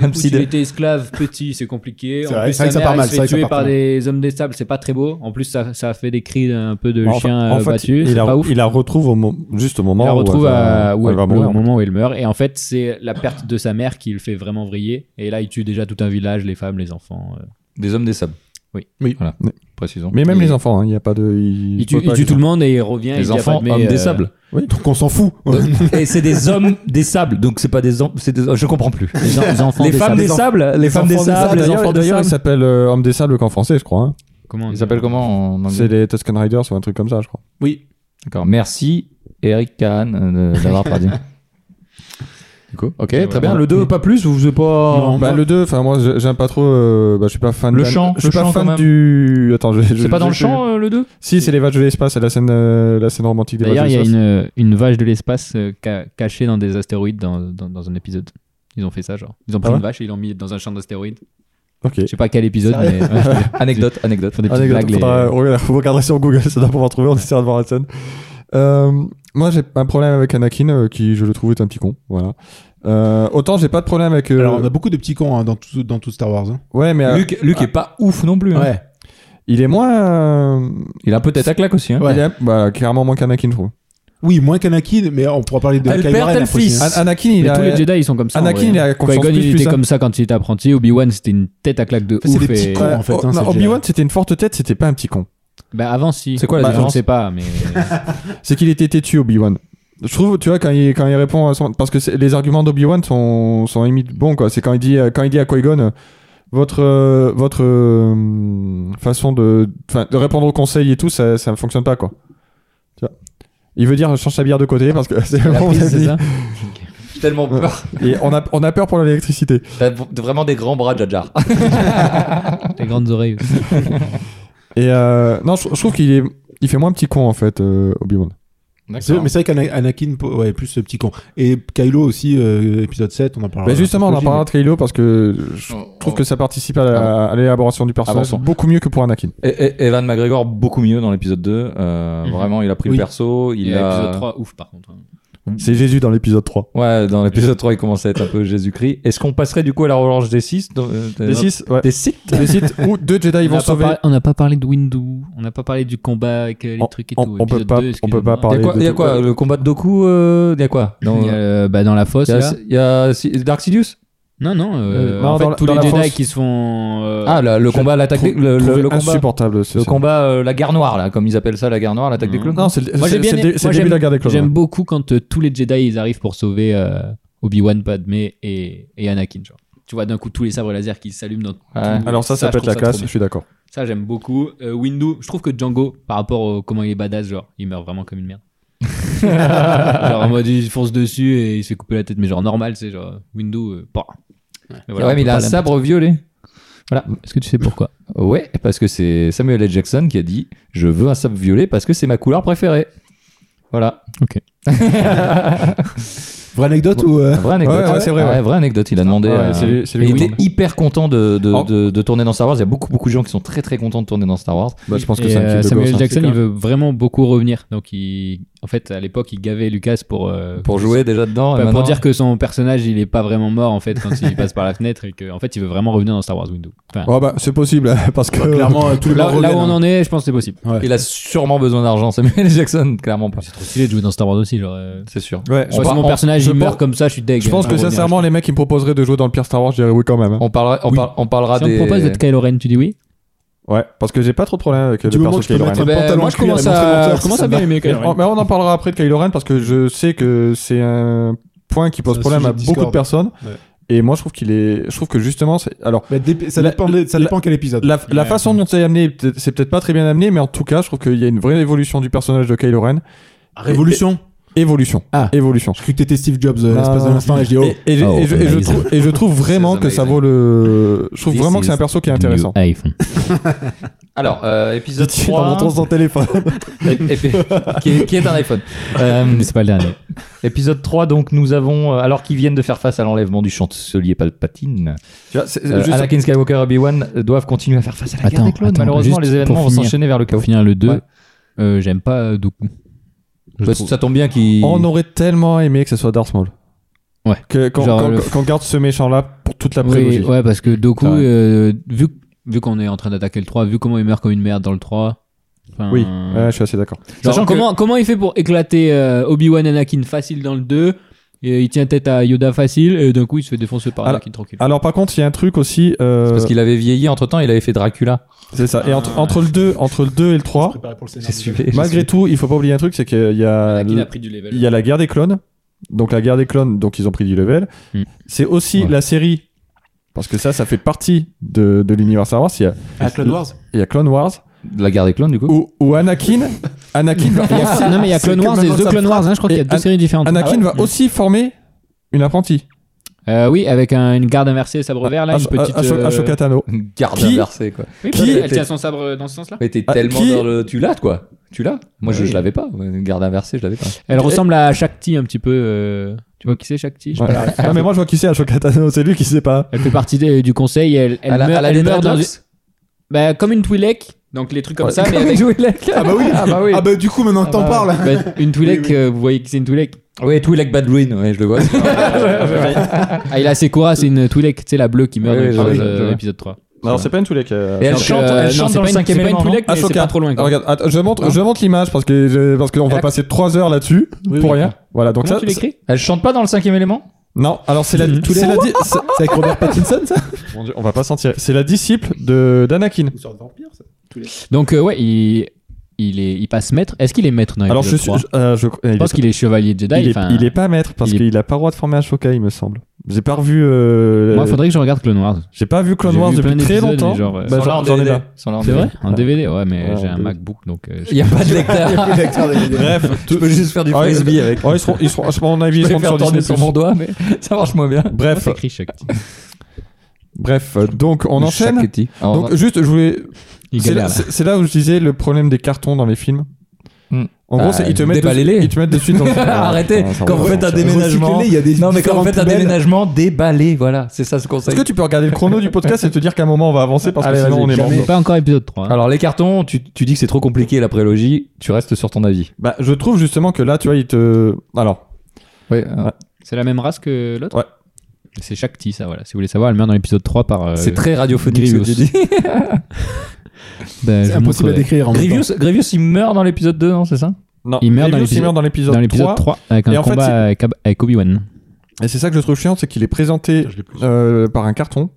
Speaker 2: Un
Speaker 4: Écoute,
Speaker 2: psy
Speaker 4: il
Speaker 2: de-
Speaker 4: était esclave petit, c'est compliqué.
Speaker 3: C'est
Speaker 4: En
Speaker 3: vrai,
Speaker 4: plus,
Speaker 3: c'est vrai
Speaker 4: sa
Speaker 3: que ça
Speaker 4: mère,
Speaker 3: part
Speaker 4: elle
Speaker 3: mal,
Speaker 4: se
Speaker 3: c'est
Speaker 4: fait
Speaker 3: vrai que ça
Speaker 4: tuer
Speaker 3: part
Speaker 4: par
Speaker 3: mal.
Speaker 4: des hommes des sables, c'est pas très beau. En plus, ça, ça fait des cris un peu de
Speaker 1: En fait-
Speaker 4: chien
Speaker 1: en
Speaker 4: euh,
Speaker 1: fait,
Speaker 4: battu.
Speaker 1: il
Speaker 4: c'est
Speaker 1: la,
Speaker 4: pas ouf.
Speaker 1: il la retrouve au mo- juste au moment
Speaker 4: On la
Speaker 1: où
Speaker 4: retrouve
Speaker 1: elle va,
Speaker 4: à, où
Speaker 1: elle
Speaker 4: elle
Speaker 1: va
Speaker 4: pleure,
Speaker 1: mourir.
Speaker 4: au moment où elle meurt. Et en fait, c'est la perte de sa mère qui le fait vraiment vriller. Et là, il tue déjà tout un village, les femmes, les enfants. euh.
Speaker 2: Des hommes des sables.
Speaker 4: Oui.
Speaker 3: Oui.
Speaker 2: Voilà.
Speaker 1: Oui.
Speaker 2: Précisons.
Speaker 1: Mais même
Speaker 4: Il-
Speaker 1: les enfants, hein, il n'y a pas de.
Speaker 4: Il,
Speaker 1: Il,
Speaker 4: tue, il tue tout le monde et il revient. il
Speaker 2: Les
Speaker 4: dit à
Speaker 2: enfants,
Speaker 4: Padmé,
Speaker 2: hommes des
Speaker 4: euh,
Speaker 2: sables.
Speaker 3: Donc on s'en fout.
Speaker 2: Et c'est des hommes des sables, donc c'est pas des hommes. c'est des- Je comprends plus.
Speaker 4: Les, en- les enfants
Speaker 2: Les
Speaker 4: des
Speaker 2: femmes
Speaker 4: sables.
Speaker 2: des sables, les femmes des sables, les enfants des
Speaker 1: D'ailleurs, il
Speaker 2: sables.
Speaker 1: s'appelle euh, Homme des Sables qu'en français, je crois. hein.
Speaker 4: Comment on
Speaker 2: Ils
Speaker 4: dit
Speaker 2: s'appellent comment en
Speaker 1: C'est
Speaker 2: anglais
Speaker 1: les Tusken Riders ou un truc comme ça, je crois.
Speaker 3: Oui.
Speaker 2: D'accord. Merci Eric Kahn euh, de- d'avoir parlé. Du coup, ok,
Speaker 4: Et
Speaker 2: très
Speaker 4: voilà.
Speaker 2: bien. Le 2, pas plus, vous n'êtes pas.
Speaker 3: Non.
Speaker 1: Bah, le 2, enfin, moi, je- j'aime pas trop. euh, bah, je suis pas fan
Speaker 2: Le
Speaker 1: d'Anne-
Speaker 2: chant,
Speaker 1: Je suis
Speaker 2: le
Speaker 1: pas
Speaker 2: chant, quand
Speaker 1: fan
Speaker 2: même.
Speaker 1: du. Attends, je- je-
Speaker 2: C'est pas dans
Speaker 1: je-
Speaker 2: le
Speaker 1: je-
Speaker 2: champ, euh, le 2
Speaker 1: Si, c'est les Vaches de l'espace, c'est la scène, euh, la scène romantique des
Speaker 4: D'ailleurs,
Speaker 1: Vaches
Speaker 4: il
Speaker 1: de
Speaker 4: y a
Speaker 1: l'espace.
Speaker 4: une, une vache de l'espace euh, ca- cachée dans des astéroïdes dans, dans, dans un épisode. Ils ont fait ça, genre. Ils ont pris
Speaker 1: Ah ouais
Speaker 4: une vache et ils l'ont mis dans un champ d'astéroïdes.
Speaker 1: Ok.
Speaker 4: Je sais pas quel épisode, mais. Ouais,
Speaker 2: Anecdote, anecdote.
Speaker 4: ils font des petites
Speaker 1: Anecdote,
Speaker 4: blagues, les-
Speaker 1: faudra- on regarde- vous regarderez sur Google, ça doit pouvoir trouver, on essaiera de voir la scène. Euh, moi, j'ai un problème avec Anakin, euh, qui, je le trouve, est un petit con. Voilà. Euh, autant j'ai pas de problème avec. euh,
Speaker 3: Alors, on a beaucoup de petits cons hein, dans, tout, dans tout Star Wars. hein.
Speaker 1: Ouais, mais euh,
Speaker 2: Luc, Luc est pas ouf non plus. hein.
Speaker 1: il est moins. euh,
Speaker 2: Il a peut-être à claque aussi. Hein.
Speaker 3: Ouais.
Speaker 1: il est, bah, clairement moins qu'Anakin, je trouve.
Speaker 3: Oui, moins qu'Anakin, mais on pourra parler de
Speaker 2: Elle
Speaker 3: Kylo
Speaker 2: perd
Speaker 3: Ren
Speaker 2: tel
Speaker 3: après aussi,
Speaker 2: fils.
Speaker 3: hein.
Speaker 1: An- Anakin, il
Speaker 4: Mais
Speaker 1: a.
Speaker 4: tous les Jedi, ils sont comme ça. en
Speaker 1: Anakin,
Speaker 4: vrai.
Speaker 1: il a conscience
Speaker 4: Qui-Gon,
Speaker 1: plus,
Speaker 4: il
Speaker 1: plus,
Speaker 4: était
Speaker 1: hein.
Speaker 4: comme ça quand il était apprenti. Obi-Wan, c'était une tête à claque de
Speaker 3: c'est
Speaker 4: ouf.
Speaker 3: des petits
Speaker 4: et-
Speaker 3: cons. en fait, hein,
Speaker 1: oh,
Speaker 3: c'est
Speaker 1: non,
Speaker 3: le
Speaker 1: Obi-Wan,
Speaker 3: Jedi.
Speaker 1: c'était une forte tête, c'était pas un petit con.
Speaker 4: Bah, avant, si.
Speaker 2: C'est quoi la
Speaker 4: Bah,
Speaker 2: différence
Speaker 4: Je ne sais pas, mais. euh,
Speaker 1: C'est qu'il était têtu, Obi-Wan. Je trouve, tu vois, quand il, quand il répond à son. Parce que c'est- les arguments d'Obi-Wan sont, sont limite bons, quoi. C'est quand, il dit- quand il dit à Qui-Gon, euh, votre, euh, votre euh, façon de, enfin, de répondre aux conseils et tout, ça, ça ne fonctionne pas, quoi. Tu vois. Il veut dire, euh, change ta bière de côté, parce que c'est
Speaker 4: La
Speaker 1: vraiment-
Speaker 4: prise, c'est ça
Speaker 2: J'ai tellement peur.
Speaker 1: Et on a, on a peur pour l'électricité.
Speaker 2: T'as v- vraiment des grands bras, Jajar.
Speaker 4: Les grandes oreilles aussi.
Speaker 1: Et euh, non, je, je trouve qu'il est, il fait moins petit con, en fait, euh, Obi-Wan.
Speaker 3: C'est vrai, mais c'est vrai qu'Anakin, ouais, plus le petit con. Et Kylo aussi, euh, épisode 7, on en parlera.
Speaker 1: Mais Bah, justement, on en parlera de Kylo, parce que je
Speaker 2: On-
Speaker 1: trouve
Speaker 2: on-
Speaker 1: que ça participe à, la- à l'élaboration du personnage
Speaker 2: Avançons.
Speaker 1: beaucoup mieux que pour Anakin.
Speaker 2: Et- et- E- Evan McGregor beaucoup mieux dans l'épisode 2. euh,
Speaker 4: Mhm.
Speaker 2: Vraiment, il a pris
Speaker 3: Oui.
Speaker 2: le perso. Il
Speaker 4: Et
Speaker 2: a...
Speaker 4: Épisode 3, ouf, par contre. hein.
Speaker 1: C'est Jésus dans l'épisode 3.
Speaker 2: Ouais, dans l'épisode 3, il commence à être un peu Jésus-Christ. Est-ce qu'on passerait du coup à la revanche des euh, 6
Speaker 1: Des 6 ouais.
Speaker 2: Des 6
Speaker 1: Des sites où deux Jedi
Speaker 4: On
Speaker 1: vont
Speaker 4: n'a pas,
Speaker 1: sauver.
Speaker 4: par- on n'a pas parlé de Windu, on n'a pas parlé du combat avec euh, les
Speaker 1: On-
Speaker 4: trucs et
Speaker 1: on-
Speaker 4: tout.
Speaker 1: on peut
Speaker 4: épisode
Speaker 1: pas-
Speaker 4: 2,
Speaker 1: on peut pas
Speaker 4: excusez-moi.
Speaker 1: parler
Speaker 2: Il y a quoi,
Speaker 1: de
Speaker 2: il y a
Speaker 1: tout.
Speaker 2: quoi Le combat de Doku, euh, il y a quoi dans,
Speaker 4: Il y a, euh, bah, dans la fosse,
Speaker 2: il y a-
Speaker 4: là.
Speaker 2: il y a si- Dark Sidious
Speaker 4: Non, non, euh,
Speaker 1: Euh, non,
Speaker 4: en fait,
Speaker 1: dans la-
Speaker 4: tous
Speaker 1: dans
Speaker 4: les
Speaker 1: la
Speaker 4: Jedi
Speaker 1: fosse.
Speaker 4: qui se font. euh,
Speaker 2: Ah, là, le
Speaker 1: je
Speaker 2: combat, l'attaque, des-
Speaker 1: Trou-
Speaker 2: le, le-
Speaker 1: trouvé
Speaker 2: le combat,
Speaker 1: insupportable ce
Speaker 2: le
Speaker 1: scène.
Speaker 2: combat euh, la guerre noire, là, comme ils appellent ça, la guerre noire, l'attaque des
Speaker 4: Non.
Speaker 2: clones.
Speaker 1: Non, c'est le
Speaker 4: Moi,
Speaker 1: c'est-
Speaker 4: j'ai bien
Speaker 1: c'est le
Speaker 4: aimé-
Speaker 1: dé- c'est
Speaker 4: moi,
Speaker 1: le début
Speaker 4: j'aime-
Speaker 1: de la guerre des clones. hein.
Speaker 4: J'aime beaucoup quand euh, tous les Jedi ils arrivent pour sauver euh, Obi-Wan, Padmé et, et Anakin. Genre. Tu vois d'un coup tous les sabres laser qui s'allument dans.
Speaker 2: Ouais.
Speaker 4: tout-
Speaker 1: Alors ça, ça,
Speaker 4: je
Speaker 1: peut être
Speaker 4: trouve
Speaker 1: la
Speaker 4: trop
Speaker 1: classe, je
Speaker 4: bien.
Speaker 1: suis d'accord.
Speaker 4: Ça j'aime beaucoup. Euh, Windu, je trouve que Django, par rapport au comment il est badass, genre il meurt vraiment comme une merde.
Speaker 1: Ah,
Speaker 4: genre en mode il fonce dessus et il se fait couper la tête, mais genre normal, c'est genre Windu. euh, bah. Mais voilà,
Speaker 2: ouais,
Speaker 4: on
Speaker 2: mais il
Speaker 4: peut
Speaker 2: a un
Speaker 4: parler
Speaker 2: sabre violet.
Speaker 4: peu. Est-ce que tu sais pourquoi
Speaker 2: Ouais, parce que c'est Samuel L. Jackson qui a dit Je veux un sabre violet parce que c'est ma couleur préférée. Voilà.
Speaker 4: Ok.
Speaker 3: Vraie anecdote ou euh,
Speaker 2: Vraie anecdote.
Speaker 1: Ouais, ouais, c'est vrai, ouais.
Speaker 2: vraie anecdote. Il a demandé.
Speaker 1: Ouais,
Speaker 2: à-
Speaker 1: c'est lui- c'est lui
Speaker 2: Et il
Speaker 1: qui
Speaker 2: était
Speaker 1: demande.
Speaker 2: hyper content de, de,
Speaker 1: Oh.
Speaker 2: de- de tourner dans Star Wars. Il y a beaucoup, beaucoup de gens qui sont très, très contents de tourner dans Star Wars.
Speaker 1: Bah, je pense que
Speaker 4: Et,
Speaker 1: c'est un
Speaker 4: euh,
Speaker 1: petit peu
Speaker 4: Samuel
Speaker 1: gosse, hein.
Speaker 4: Jackson,
Speaker 1: C'est
Speaker 4: il
Speaker 1: clair.
Speaker 4: veut vraiment beaucoup revenir. Donc, il... en fait, à l'époque, il gavait Lucas pour, euh,
Speaker 2: Pour jouer déjà dedans.
Speaker 4: Enfin,
Speaker 2: et
Speaker 4: Bah, pour
Speaker 2: maintenant-
Speaker 4: dire que son personnage, il est pas vraiment mort en fait quand il passe par la fenêtre et que, en fait, il veut vraiment revenir dans Star Wars Windows. Enfin,
Speaker 1: Oh bah c'est possible parce que
Speaker 3: clairement euh, tous les
Speaker 4: là,
Speaker 3: morts
Speaker 4: là où
Speaker 3: reviennent,
Speaker 4: on
Speaker 1: hein.
Speaker 4: en est, je pense que c'est possible.
Speaker 2: Il a sûrement besoin d'argent, Samuel L. Jackson, clairement pas.
Speaker 4: Trop stylé de jouer dans Star Wars aussi, genre. euh,
Speaker 2: C'est sûr.
Speaker 1: Ouais,
Speaker 4: je vois,
Speaker 2: par-
Speaker 4: si mon
Speaker 2: on-
Speaker 4: personnage
Speaker 1: je
Speaker 4: il meurt
Speaker 1: pense-
Speaker 4: comme ça, je suis deg.
Speaker 1: je pense que
Speaker 4: Revenir.
Speaker 1: sincèrement les mecs ils me proposeraient de jouer dans le pire Star Wars, je dirais oui quand même. hein.
Speaker 2: On, parlera, on,
Speaker 4: Oui.
Speaker 2: par- on parlera
Speaker 4: si on
Speaker 2: des.
Speaker 4: me propose d'être Kylo Ren, tu dis oui
Speaker 1: Ouais, parce que j'ai pas trop de problème avec euh,
Speaker 3: Du
Speaker 1: le
Speaker 3: moment
Speaker 1: perso
Speaker 3: que je
Speaker 1: Kylo
Speaker 3: peux mettre
Speaker 1: Ren.
Speaker 3: un
Speaker 4: Eh
Speaker 2: Ben,
Speaker 3: pantalon
Speaker 2: moi,
Speaker 3: en
Speaker 2: je
Speaker 3: cuir et
Speaker 2: commence
Speaker 3: montrer
Speaker 2: à-
Speaker 3: mon torse,
Speaker 2: je commence
Speaker 3: ça
Speaker 4: à
Speaker 3: me va.
Speaker 4: bien aimer Kylo
Speaker 1: Mais on-
Speaker 4: Ren.
Speaker 1: Oh, mais on en parlera après de Kylo Ren parce que je sais que c'est un point qui pose
Speaker 3: C'est un
Speaker 1: problème
Speaker 3: sujet
Speaker 1: à
Speaker 3: de
Speaker 1: beaucoup de
Speaker 3: discorde.
Speaker 1: personnes.
Speaker 3: Ouais.
Speaker 1: Et moi je trouve qu'il est, je trouve que justement, c'est- alors
Speaker 3: Bah, dé- Ça
Speaker 1: La-
Speaker 3: dépend de- ça
Speaker 1: la-
Speaker 3: dépend quel épisode.
Speaker 1: La, la
Speaker 4: Ouais.
Speaker 1: façon dont c'est amené, peut-être- c'est peut-être pas très bien amené, mais en tout cas, je trouve qu'il y a une vraie évolution du personnage de Kylo Ren.
Speaker 3: Révolution.
Speaker 1: Évolution.
Speaker 3: Ah.
Speaker 1: Évolution.
Speaker 3: Je crois que t'étais Steve Jobs euh,
Speaker 1: Non.
Speaker 3: l'espace d'un instant et je dis oh.
Speaker 1: Et, et je-
Speaker 4: Oh,
Speaker 1: et je, et je
Speaker 4: amazing.
Speaker 1: trouve, et je trouve vraiment que ça
Speaker 2: amazing.
Speaker 1: vaut le. Je trouve
Speaker 2: This
Speaker 1: vraiment que c'est
Speaker 2: is
Speaker 1: un perso qui est intéressant.
Speaker 4: New iPhone.
Speaker 2: Alors, euh, épisode
Speaker 1: Dit-il
Speaker 2: 3.
Speaker 1: en montrant son téléphone.
Speaker 2: qui, est, qui est un iPhone. Euh,
Speaker 4: Mais c'est pas le dernier.
Speaker 2: épisode 3, donc nous avons, euh, alors qu'ils viennent de faire face à l'enlèvement du chancelier Palpatine,
Speaker 1: Tu vois, c'est-
Speaker 2: euh,
Speaker 1: juste-
Speaker 2: Anakin Skywalker et Obi-Wan euh, doivent continuer à faire face à la guerre
Speaker 4: Attends,
Speaker 2: des clones.
Speaker 4: attends,
Speaker 2: Malheureusement,
Speaker 4: juste
Speaker 2: les
Speaker 4: pour
Speaker 2: événements vont
Speaker 4: finir.
Speaker 2: s'enchaîner vers le chaos.
Speaker 4: Pour finir le 2,
Speaker 2: Ouais.
Speaker 4: euh, j'aime pas euh, Dooku.
Speaker 2: Bah, ça tombe bien qu'ils.
Speaker 1: On aurait tellement aimé que ce soit Darth Maul.
Speaker 4: Ouais.
Speaker 1: Que- Qu'on
Speaker 4: Genre
Speaker 1: qu'on-
Speaker 4: le-
Speaker 1: qu'on garde ce méchant-là pour toute la
Speaker 4: Oui,
Speaker 1: prélogie.
Speaker 4: ouais, parce que Doku,
Speaker 2: Ouais.
Speaker 4: euh, vu, vu qu'on est en train d'attaquer le 3, vu comment il meurt comme une merde dans le 3. enfin,
Speaker 1: Oui,
Speaker 4: genre,
Speaker 1: ouais, je suis assez d'accord.
Speaker 2: Sachant que-
Speaker 4: comment, comment il fait pour éclater euh, Obi-Wan Anakin facile dans le 2 et il tient tête à Yoda facile et d'un coup il se fait défoncer par
Speaker 1: Alors-
Speaker 4: Anakin tranquille.
Speaker 1: Alors, par contre, il y a un truc aussi.
Speaker 2: C'est
Speaker 1: euh,
Speaker 2: Parce qu'il avait vieilli entre temps, il avait fait Dracula.
Speaker 1: C'est ça. Et entre, entre le 2 entre le 2 et le 3,
Speaker 3: Préparé pour le
Speaker 2: J'ai
Speaker 3: scénario.
Speaker 2: suivi.
Speaker 1: malgré tout, il faut pas oublier un truc c'est qu'il y a.
Speaker 4: Anakin
Speaker 1: le-
Speaker 4: a pris du level.
Speaker 1: Il y a la guerre des clones. Donc la guerre des clones, donc ils ont pris du level.
Speaker 4: Hmm.
Speaker 1: C'est aussi
Speaker 2: Ouais.
Speaker 1: la série, parce que ça, ça fait partie de, de l'univers Star Wars. Il y, a,
Speaker 3: Ah, Clone Wars.
Speaker 1: il y a Clone Wars,
Speaker 2: La guerre des clones, du coup.
Speaker 1: où, où Anakin, Anakin, va,
Speaker 4: Il y a- Ah, non mais il y a
Speaker 1: C'est
Speaker 4: Clone
Speaker 1: que
Speaker 4: Wars Ah et
Speaker 1: maintenant,
Speaker 4: The
Speaker 1: ça
Speaker 4: Clone
Speaker 1: me
Speaker 4: Wars, hein, je crois qu'il y a
Speaker 1: Et
Speaker 4: deux
Speaker 1: An-
Speaker 4: séries différentes.
Speaker 1: Anakin va aussi former une apprentie,
Speaker 4: Euh, oui, avec un- une garde inversée, sabre vert là,
Speaker 1: Ash-
Speaker 4: une petite.
Speaker 1: Ash-
Speaker 4: euh,
Speaker 1: Ashoka Tano.
Speaker 2: Une garde
Speaker 1: Qui-
Speaker 2: inversée, quoi.
Speaker 4: oui,
Speaker 1: qui
Speaker 4: bah, elle
Speaker 1: était-
Speaker 4: tient son sabre euh, dans ce sens là.
Speaker 2: Mais t'es
Speaker 1: Ah,
Speaker 2: tellement
Speaker 1: qui-
Speaker 2: dans le. Tu l'as, quoi. Tu l'as Moi, je, je l'avais pas. Une garde inversée, je l'avais pas.
Speaker 4: Elle ressemble à Shakti un petit peu. euh, Tu vois qui c'est Shakti Je sais
Speaker 1: Ouais.
Speaker 4: pas la
Speaker 1: Ah, mais moi je vois qui c'est Ashoka Tano, c'est lui qui sait pas.
Speaker 4: Elle fait partie des- du conseil. Elle, elle
Speaker 2: à la,
Speaker 4: meurt,
Speaker 2: à la
Speaker 4: elle
Speaker 2: des
Speaker 4: meurt dans
Speaker 2: dreadlocks
Speaker 4: bah, comme une Twi'lek, donc les trucs comme
Speaker 1: Ouais.
Speaker 4: ça, mais avec
Speaker 2: Ah bah oui. Ah bah oui.
Speaker 3: Ah bah du coup maintenant que t'en
Speaker 2: bah,
Speaker 3: parles.
Speaker 4: bah, une Twi'lek.
Speaker 3: Oui, oui.
Speaker 4: euh, vous voyez que c'est une Twi'lek.
Speaker 2: Oui, Twi'lek Badruin, ouais, je le vois.
Speaker 4: Ah, il a Sekura, c'est une Twi'lek, tu sais la bleue qui meurt
Speaker 2: Oui, oui,
Speaker 4: dans euh,
Speaker 2: je
Speaker 4: l'épisode
Speaker 2: vois, je vois.
Speaker 4: 3.
Speaker 1: Alors c'est pas une tous les cas.
Speaker 2: Et elle
Speaker 4: Donc,
Speaker 2: chante,
Speaker 4: euh,
Speaker 2: elle chante
Speaker 4: non, c'est
Speaker 2: dans
Speaker 4: pas
Speaker 2: le
Speaker 4: une-
Speaker 2: cinquième
Speaker 4: c'est pas une
Speaker 2: élément. non
Speaker 4: Twi'lek, mais c'est
Speaker 1: Ahsoka.
Speaker 4: pas trop loin. quoi.
Speaker 1: Alors, Ah, regarde, attends, je montre, je montre l'image parce que je- parce qu'on va
Speaker 4: Elle a-
Speaker 1: passer 3 heures là-dessus pour rien. Voilà donc
Speaker 4: Comment
Speaker 1: ça.
Speaker 4: tu l'écris
Speaker 2: Elle chante pas dans le cinquième élément
Speaker 1: Non, alors c'est la,
Speaker 4: Mhm.
Speaker 1: c'est la, di- c'est-
Speaker 3: C'est avec Robert Pattinson ça
Speaker 1: Mon Dieu, on va pas s'en tirer. C'est la disciple de d'Anakin.
Speaker 3: Une sorte de vampire ça.
Speaker 4: Donc euh, ouais, il, il, est, il passe maître. Est-ce qu'il est maître dans
Speaker 1: Alors je
Speaker 4: l'épisode
Speaker 1: suis, je-
Speaker 4: 3
Speaker 1: euh, je- il
Speaker 4: Je pense
Speaker 1: est-
Speaker 4: qu'il est chevalier Jedi.
Speaker 1: il est,
Speaker 4: enfin,
Speaker 1: il est pas maître parce
Speaker 4: il est-
Speaker 1: qu'il a pas le droit de former Ashoka, il me semble. J'ai pas revu. euh,
Speaker 4: Moi, faudrait que je regarde Clone Wars.
Speaker 1: J'ai pas vu Clone
Speaker 4: J'ai
Speaker 1: Wars
Speaker 4: vu
Speaker 1: depuis
Speaker 4: plein
Speaker 1: très
Speaker 4: d'épisodes, mais
Speaker 1: longtemps.
Speaker 4: genre, euh,
Speaker 1: Bah,
Speaker 2: Sans
Speaker 1: j'en-
Speaker 2: leur
Speaker 1: j'en ai
Speaker 2: DVD,
Speaker 1: là.
Speaker 2: sans leur
Speaker 4: C'est
Speaker 2: DVD.
Speaker 4: vrai En DVD, ouais,
Speaker 1: Ouais,
Speaker 4: mais j'ai
Speaker 1: en
Speaker 4: un
Speaker 1: DVD.
Speaker 4: MacBook, donc euh,
Speaker 2: Il y a pas de lecteur.
Speaker 1: Bref,
Speaker 2: tu peux juste faire du
Speaker 1: Ouais,
Speaker 2: frisbee avec.
Speaker 1: oh, ils seront, ils seront, à mon avis, ils
Speaker 2: Je vais
Speaker 1: seront
Speaker 2: faire
Speaker 1: sur Disney+.
Speaker 2: tourner sur mon doigt, mais ça marche moins bien.
Speaker 1: Bref,
Speaker 4: écrit Shakti.
Speaker 1: bref. euh, Donc on enchaîne.
Speaker 2: Chaquetti. Alors,
Speaker 3: euh,
Speaker 1: Donc juste, je voulais.
Speaker 4: Il
Speaker 1: C'est là,
Speaker 4: galère.
Speaker 1: c'est- c'est là où je disais le problème des cartons dans les films.
Speaker 2: Hmm.
Speaker 1: En gros,
Speaker 2: Bah,
Speaker 1: c'est- ils te mettent, de,
Speaker 2: déballez-les.
Speaker 1: ils te mettent de suite dans.
Speaker 2: Arrêtez,
Speaker 1: Ah, ça
Speaker 2: quand
Speaker 1: va,
Speaker 2: vous
Speaker 1: ça
Speaker 2: faites
Speaker 1: va,
Speaker 2: un
Speaker 1: ça va.
Speaker 2: déménagement.
Speaker 3: Recyclez, il y a des
Speaker 2: Non, mais quand vous
Speaker 3: différentes
Speaker 2: faites un
Speaker 3: poubelles.
Speaker 2: déménagement, déballez, voilà. C'est ça ce
Speaker 1: Est-ce
Speaker 2: conseil.
Speaker 1: que tu peux regarder le chrono du podcast et te dire qu'à un moment on va avancer parce que
Speaker 2: Allez,
Speaker 1: sinon
Speaker 2: vas-y,
Speaker 1: on est mort.
Speaker 3: jamais.
Speaker 4: C'est pas encore épisode 3. hein.
Speaker 2: Alors, les cartons, tu, tu dis que c'est trop compliqué la prélogie, tu restes sur ton avis.
Speaker 1: Bah, je trouve justement que là, tu vois, il te. Alors,
Speaker 2: Ouais, euh,
Speaker 4: C'est la même race que l'autre
Speaker 1: Ouais.
Speaker 4: C'est Shakti, ça, voilà. Si vous voulez savoir, elle meurt dans l'épisode 3 par. euh,
Speaker 2: c'est très radiophonique ce que tu dis.
Speaker 4: Grievous. ben,
Speaker 3: C'est
Speaker 4: je
Speaker 3: impossible
Speaker 4: vous euh,
Speaker 3: à
Speaker 4: montrerai.
Speaker 3: décrire en même temps.
Speaker 2: Grievous, Grievous, il meurt dans l'épisode 2, non, c'est ça
Speaker 1: Non,
Speaker 4: Il meurt
Speaker 1: Grievous,
Speaker 4: dans
Speaker 1: il
Speaker 4: l'épisode-
Speaker 1: meurt dans l'épisode
Speaker 4: Dans l'épisode
Speaker 1: 3.
Speaker 4: 3, avec
Speaker 1: Et
Speaker 4: un
Speaker 1: en fait,
Speaker 4: combat
Speaker 1: c'est-
Speaker 4: avec, Ab- avec Obi-Wan.
Speaker 1: Et c'est ça que je trouve chiant, c'est qu'il est présenté
Speaker 3: Je l'ai plus. hein.
Speaker 1: euh, par un carton.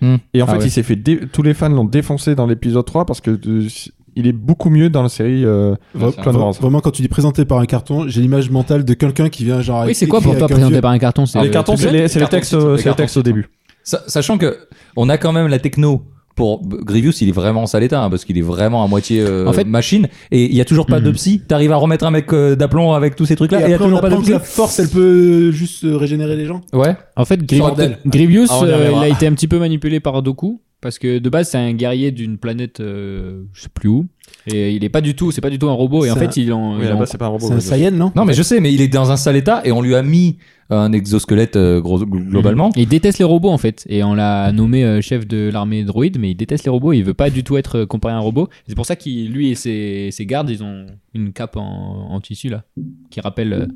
Speaker 2: Hmm.
Speaker 1: Et en
Speaker 2: Ah
Speaker 1: fait,
Speaker 2: ouais.
Speaker 1: il s'est fait dé- tous les fans l'ont défoncé dans l'épisode 3 parce que euh, il est beaucoup mieux dans la série euh,
Speaker 2: Ouais, c'est
Speaker 1: Clone
Speaker 3: Vra-
Speaker 1: Wars.
Speaker 3: Vraiment, quand tu dis présenté par un carton, j'ai l'image mentale de quelqu'un qui vient genre.
Speaker 4: Oui, c'est quoi pour
Speaker 3: écrire
Speaker 4: toi
Speaker 3: avec un
Speaker 4: présenté par un carton C'est
Speaker 2: Ah,
Speaker 1: Les
Speaker 2: le
Speaker 1: cartons,
Speaker 2: truc-
Speaker 1: c'est les, c'est les
Speaker 2: cartons,
Speaker 1: textes,
Speaker 2: c'est-
Speaker 1: euh,
Speaker 2: les
Speaker 1: c'est les
Speaker 2: cartons,
Speaker 1: textes au début.
Speaker 2: Sa- Sachant que on a quand même la techno pour B- Grievous, il est vraiment en sale état hein, parce qu'il est vraiment à moitié euh,
Speaker 4: En fait-
Speaker 2: machine et il y a toujours pas
Speaker 4: Mhm.
Speaker 2: de psy. T'arrives à remettre un mec euh, d'aplomb avec tous ces trucs
Speaker 3: vieux.
Speaker 2: là et il
Speaker 3: Et
Speaker 2: y a
Speaker 3: après, on
Speaker 2: toujours pas de
Speaker 3: apprend que
Speaker 2: psy.
Speaker 3: la force, elle peut juste euh, régénérer les gens.
Speaker 2: Ouais.
Speaker 4: En fait, Grievous,
Speaker 2: Bordel.
Speaker 4: Grievous,
Speaker 2: Ah, on y
Speaker 4: euh, il
Speaker 2: reviendra.
Speaker 4: a été un petit peu manipulé par Doku. Parce que de base, c'est un guerrier d'une planète, euh, je sais plus où. Et il est pas du tout, c'est pas du tout un robot. Et en
Speaker 3: C'est
Speaker 4: fait, il en. il en-
Speaker 1: là-bas, c'est
Speaker 2: Oh,
Speaker 1: pas un robot.
Speaker 3: C'est un Saiyan, non
Speaker 2: Non mais je sais, mais il est dans un sale état et on lui a mis un exosquelette euh, gros- gl- globalement.
Speaker 4: Il déteste les robots en fait, et on l'a nommé euh, chef de l'armée droïde, mais il déteste les robots, il veut pas du tout être euh, comparé à un robot. C'est pour ça qu'il, lui et ses, ses gardes, ils ont une cape en, en tissu là, qui rappelle euh,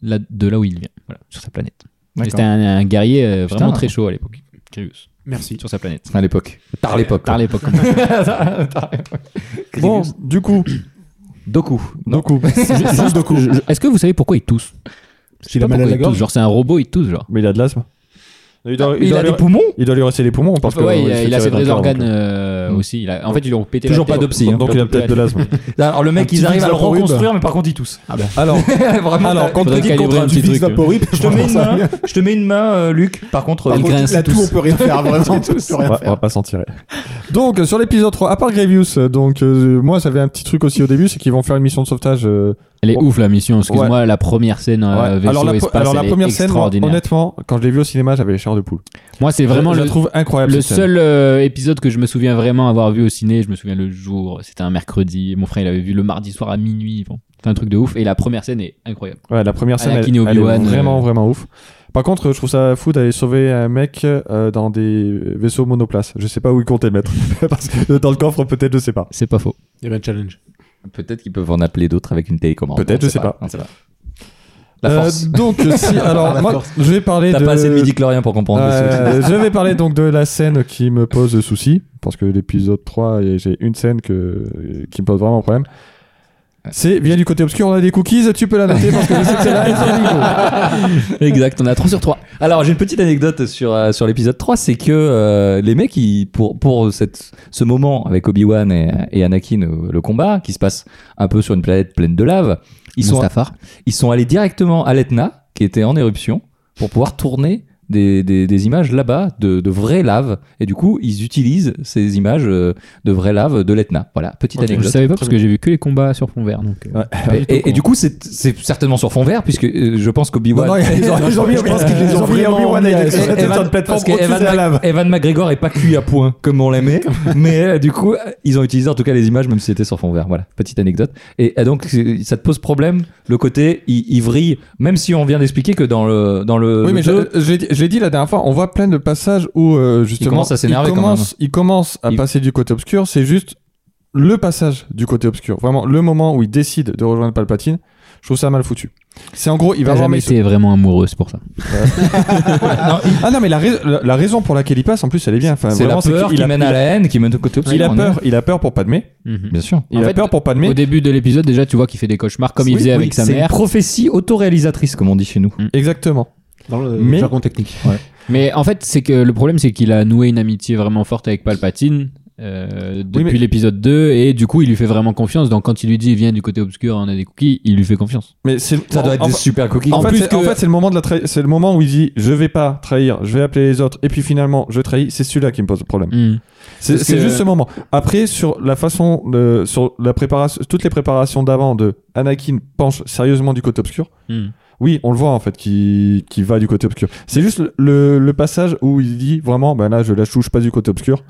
Speaker 4: la- de là où il vient, voilà, sur sa planète.
Speaker 2: D'accord.
Speaker 4: C'était un, un guerrier euh,
Speaker 2: Putain.
Speaker 4: vraiment très chaud à l'époque, Curious,
Speaker 3: Merci.
Speaker 4: sur sa planète.
Speaker 2: À l'époque. Tard l'époque.
Speaker 4: Par l'époque.
Speaker 1: Bon,
Speaker 2: Grievous.
Speaker 1: du coup,
Speaker 2: Doku. Non.
Speaker 1: Doku.
Speaker 3: C'est juste Doku.
Speaker 4: Est-ce que vous savez pourquoi il tousse Je sais
Speaker 3: Il a
Speaker 4: pas
Speaker 3: mal à
Speaker 4: pourquoi
Speaker 3: la
Speaker 4: il tousse,
Speaker 3: gorge.
Speaker 4: genre c'est un robot, il tousse genre.
Speaker 1: Mais il a de l'asthme. Il
Speaker 4: Ah,
Speaker 1: doit, il
Speaker 2: Il
Speaker 1: doit
Speaker 2: a
Speaker 1: lui,
Speaker 2: des poumons.
Speaker 1: il doit lui rester les poumons parce que
Speaker 4: bah ouais,
Speaker 1: euh,
Speaker 4: il, a-
Speaker 1: se fait
Speaker 4: il a
Speaker 1: tirer
Speaker 4: ses
Speaker 1: dans le cœur,
Speaker 4: vrais organes
Speaker 1: donc,
Speaker 4: euh, aussi. il a- en fait, ils lui ont pété la
Speaker 2: Toujours pas
Speaker 4: tête.
Speaker 2: d'opsie, hein.
Speaker 1: Donc, il a peut-être de l'asthme.
Speaker 2: Alors le
Speaker 3: Un
Speaker 2: mec,
Speaker 3: petit
Speaker 2: ils arrivent à le
Speaker 3: Vaporub.
Speaker 2: reconstruire, mais par contre ils toussent.
Speaker 1: Alors,
Speaker 2: Ah ben. Vraiment.
Speaker 1: Alors, quand
Speaker 2: t'as-
Speaker 1: on
Speaker 2: t'as dit le
Speaker 4: calibrer
Speaker 2: contraire.
Speaker 4: un
Speaker 3: Tu
Speaker 4: petit
Speaker 3: fixes
Speaker 4: truc. euh.
Speaker 3: Vaporub,
Speaker 2: Je te mets une
Speaker 3: ça
Speaker 2: main.
Speaker 3: bien.
Speaker 2: Je te mets une main, euh, Luc. Par contre,
Speaker 3: Par
Speaker 2: il
Speaker 3: contre,
Speaker 2: grince
Speaker 3: la toux,
Speaker 2: tous.
Speaker 3: on peut rien faire, vraiment. on peut
Speaker 2: Tous.
Speaker 3: rien
Speaker 1: Ouais, on va
Speaker 3: faire.
Speaker 1: pas s'en tirer. Donc euh, sur l'épisode 3, à part Grievous, euh, donc euh, moi j'avais un petit truc aussi au début, c'est qu'ils vont faire une mission de sauvetage. euh,
Speaker 4: Elle est ouf la mission, excuse-moi, la première scène euh,
Speaker 1: ouais.
Speaker 4: vaisseau
Speaker 1: Alors la, po-
Speaker 4: espace,
Speaker 1: alors, la
Speaker 4: elle est
Speaker 1: première scène, moi,
Speaker 4: extraordinaire.
Speaker 1: honnêtement, quand je l'ai vue au cinéma, j'avais les chairs de poule.
Speaker 4: Moi, c'est vraiment
Speaker 1: je, je
Speaker 4: le,
Speaker 1: la trouve incroyable.
Speaker 4: le
Speaker 1: cette scène.
Speaker 4: seul euh, épisode que je me souviens vraiment avoir vu au ciné. Je me souviens le jour, c'était un mercredi. Mon frère, il avait vu le mardi soir à minuit. Bon, c'est un truc de ouf. Et la première scène est incroyable.
Speaker 1: Ouais, la première scène,
Speaker 4: Anakin
Speaker 1: elle,
Speaker 4: et
Speaker 1: elle est
Speaker 4: Obi-Wan,
Speaker 1: vraiment
Speaker 4: euh.
Speaker 1: vraiment ouf. Par contre, euh, je trouve ça fou d'aller sauver un mec euh, dans des vaisseaux monoplace. Je sais pas où il comptait le mettre, parce que dans le coffre peut-être, je sais pas.
Speaker 4: C'est pas faux.
Speaker 3: Il y avait un challenge.
Speaker 2: Peut-être qu'ils peuvent en appeler d'autres avec une télécommande.
Speaker 1: Peut-être,
Speaker 2: On
Speaker 1: je
Speaker 2: sait
Speaker 1: sais pas.
Speaker 2: On sait pas. La
Speaker 1: Euh,
Speaker 2: force.
Speaker 1: donc si, alors
Speaker 3: La
Speaker 1: moi,
Speaker 3: force.
Speaker 1: je vais parler
Speaker 2: T'as
Speaker 1: de.
Speaker 2: pas assez de midi chlorien pour comprendre.
Speaker 1: Euh, je vais parler donc de la scène qui me pose souci, parce que l'épisode 3, et j'ai une scène que, qui me pose vraiment problème. C'est, viens du côté obscur, on a des cookies, tu peux la noter parce que je sais que c'est là, elles sont rigolo.
Speaker 4: exact. On a 3 sur 3.
Speaker 2: Alors j'ai une petite anecdote sur euh, sur l'épisode 3, c'est que euh, les mecs ils, pour pour cette ce moment avec Obi-Wan et, et Anakin euh, le combat qui se passe un peu sur une planète pleine de lave, ils sont
Speaker 4: Mustafar.
Speaker 2: ils sont allés directement à l'Etna qui était en éruption pour pouvoir tourner des, des, des images là-bas de, de vraies laves et du coup ils utilisent ces images euh, de vraies laves de l'Etna. Voilà, petite
Speaker 1: Ok.
Speaker 4: Je
Speaker 2: anecdote.
Speaker 4: savais pas
Speaker 1: Très
Speaker 4: parce que j'ai vu que les combats sur fond vert. Donc, euh,
Speaker 1: Ouais.
Speaker 4: pas
Speaker 2: Et, et- et du coup, c'est c'est certainement sur fond vert, puisque euh, je pense qu'Obi-Wan.
Speaker 1: Non, non, ils ont- ils ont mis-
Speaker 3: Je pense qu'ils les
Speaker 1: ils
Speaker 3: ont
Speaker 1: ont mis
Speaker 3: vraiment
Speaker 1: Obi-Wan
Speaker 3: mis
Speaker 1: et-
Speaker 3: à-
Speaker 1: et-
Speaker 3: Euh, sur la
Speaker 1: et-
Speaker 3: tête
Speaker 1: Evan-
Speaker 3: de la plateforme
Speaker 1: parce que
Speaker 2: Evan,
Speaker 1: au-dessus de la lave.
Speaker 2: Evan McGregor est pas cuit à point, comme on l'aimait, mais euh, du coup, euh, ils ont utilisé en tout cas les images, même si c'était sur fond vert. Voilà, petite anecdote. Et, euh, donc, c'est- ça te pose problème, le côté, il, il vrille, même si on vient d'expliquer que dans le. Dans Euh, le,
Speaker 1: Oui,
Speaker 2: le
Speaker 1: mais
Speaker 2: jeu,
Speaker 1: je, je l'ai dit- je l'ai dit la dernière fois, on voit plein de passages où, euh, justement,
Speaker 2: commence à s'énerver
Speaker 1: il
Speaker 2: quand
Speaker 1: commence, il commence à
Speaker 2: Il-
Speaker 1: passer du côté obscur, c'est juste le passage du côté obscur. Vraiment, le moment où il décide de rejoindre Palpatine, je trouve ça mal foutu. C'est en gros, il va
Speaker 4: T'as
Speaker 1: voir
Speaker 4: jamais
Speaker 1: mes
Speaker 4: été vraiment amoureux, c'est pour ça.
Speaker 1: Ah non, mais la, rais- la- la raison pour laquelle il passe, en plus, elle est bien. Enfin,
Speaker 2: c'est la
Speaker 1: vraiment,
Speaker 2: peur
Speaker 1: qu'il- il
Speaker 2: qui
Speaker 1: a-
Speaker 2: mène à la haine, qui mène au côté obscur.
Speaker 1: Il a
Speaker 2: on est-
Speaker 1: peur, il a peur pour Padmé.
Speaker 2: Bien sûr.
Speaker 1: Il
Speaker 4: En
Speaker 1: a
Speaker 4: fait,
Speaker 1: peur pour
Speaker 4: Au
Speaker 1: Padmé.
Speaker 4: début de l'épisode, déjà, tu vois qu'il fait des cauchemars comme il
Speaker 2: Oui,
Speaker 4: faisait
Speaker 2: oui,
Speaker 4: avec sa
Speaker 2: c'est une
Speaker 4: mère.
Speaker 2: prophétie autoréalisatrice, comme on dit chez nous.
Speaker 1: Exactement.
Speaker 3: Dans le
Speaker 1: Mais-
Speaker 3: jargon technique.
Speaker 4: Mais en fait, c'est que le problème, c'est qu'il a noué une amitié vraiment forte avec Palpatine euh, depuis
Speaker 1: mais-
Speaker 4: l'épisode 2, et du coup, il lui fait vraiment confiance. Donc, quand il lui dit, viens du côté obscur, on a des cookies, il lui fait confiance.
Speaker 1: Mais c'est
Speaker 2: Ça doit être
Speaker 1: en,
Speaker 2: des super coquilles.
Speaker 1: en
Speaker 4: En
Speaker 1: fait,
Speaker 4: plus
Speaker 1: c'est-
Speaker 4: que-
Speaker 1: en fait, c'est le moment de la trahi- c'est le moment où il dit je vais pas trahir, je vais appeler les autres et puis finalement je trahis, c'est celui-là qui me pose problème.
Speaker 2: Mhm.
Speaker 1: C'est
Speaker 4: Parce
Speaker 1: c'est
Speaker 4: que-
Speaker 1: juste ce moment. Après sur la façon de sur la préparation toutes les préparations d'avant de Anakin penche sérieusement du côté obscur.
Speaker 2: Mhm.
Speaker 1: Oui, on le voit en fait qui qui va du côté obscur. C'est juste le, le, le passage où il dit vraiment ben là je la chouche pas du côté obscur.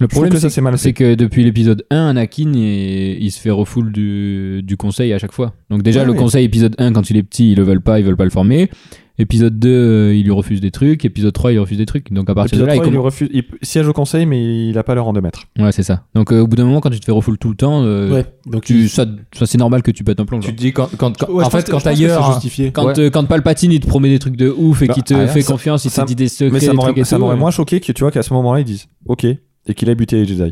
Speaker 4: Le
Speaker 1: Je trouve
Speaker 4: problème,
Speaker 1: que ça,
Speaker 4: c'est
Speaker 1: c'est mal
Speaker 4: c'est
Speaker 1: fait.
Speaker 4: que depuis l'épisode 1, Anakin, il, il se fait refoule du, du conseil à chaque fois. Donc déjà,
Speaker 3: Ouais,
Speaker 4: le
Speaker 3: ouais.
Speaker 4: conseil épisode 1, quand il est petit, ils le veulent pas, ils veulent pas le former. Épisode 2, euh, ils lui refusent des trucs. Épisode 3, ils lui refusent des trucs. Donc à partir
Speaker 1: Épisode
Speaker 4: de là,
Speaker 1: 3,
Speaker 4: il
Speaker 1: il,
Speaker 4: commence-
Speaker 1: refuse, il siège au conseil, mais il a pas l'heure en de maître.
Speaker 4: Ouais, c'est ça. Donc euh, au bout d'un moment, quand tu te fais refoule tout le temps, euh,
Speaker 3: Ouais. Donc
Speaker 4: tu, ça, ça, c'est normal que tu pètes un plomb.
Speaker 2: Tu
Speaker 4: genre.
Speaker 2: te dis, quand, quand, quand-
Speaker 3: Ouais, je
Speaker 2: en
Speaker 3: pense
Speaker 2: fait,
Speaker 3: que-
Speaker 2: quand
Speaker 3: je pense que
Speaker 2: ailleurs.
Speaker 3: c'est justifié.
Speaker 4: Quand,
Speaker 2: Ouais.
Speaker 4: euh, quand Palpatine, il te promet des trucs de ouf et
Speaker 1: Bah,
Speaker 4: qu'il te
Speaker 2: ah,
Speaker 4: fait
Speaker 2: ça-
Speaker 4: confiance, il
Speaker 1: ça-
Speaker 4: te dit des secrets,
Speaker 1: Mais ça
Speaker 4: des
Speaker 1: m'aurait
Speaker 4: trucs et
Speaker 1: ça
Speaker 4: tout,
Speaker 1: m'aurait
Speaker 4: euh.
Speaker 1: moins choqué que tu vois qu'à ce moment-là ils disent OK et qu'il a buté les Jedi.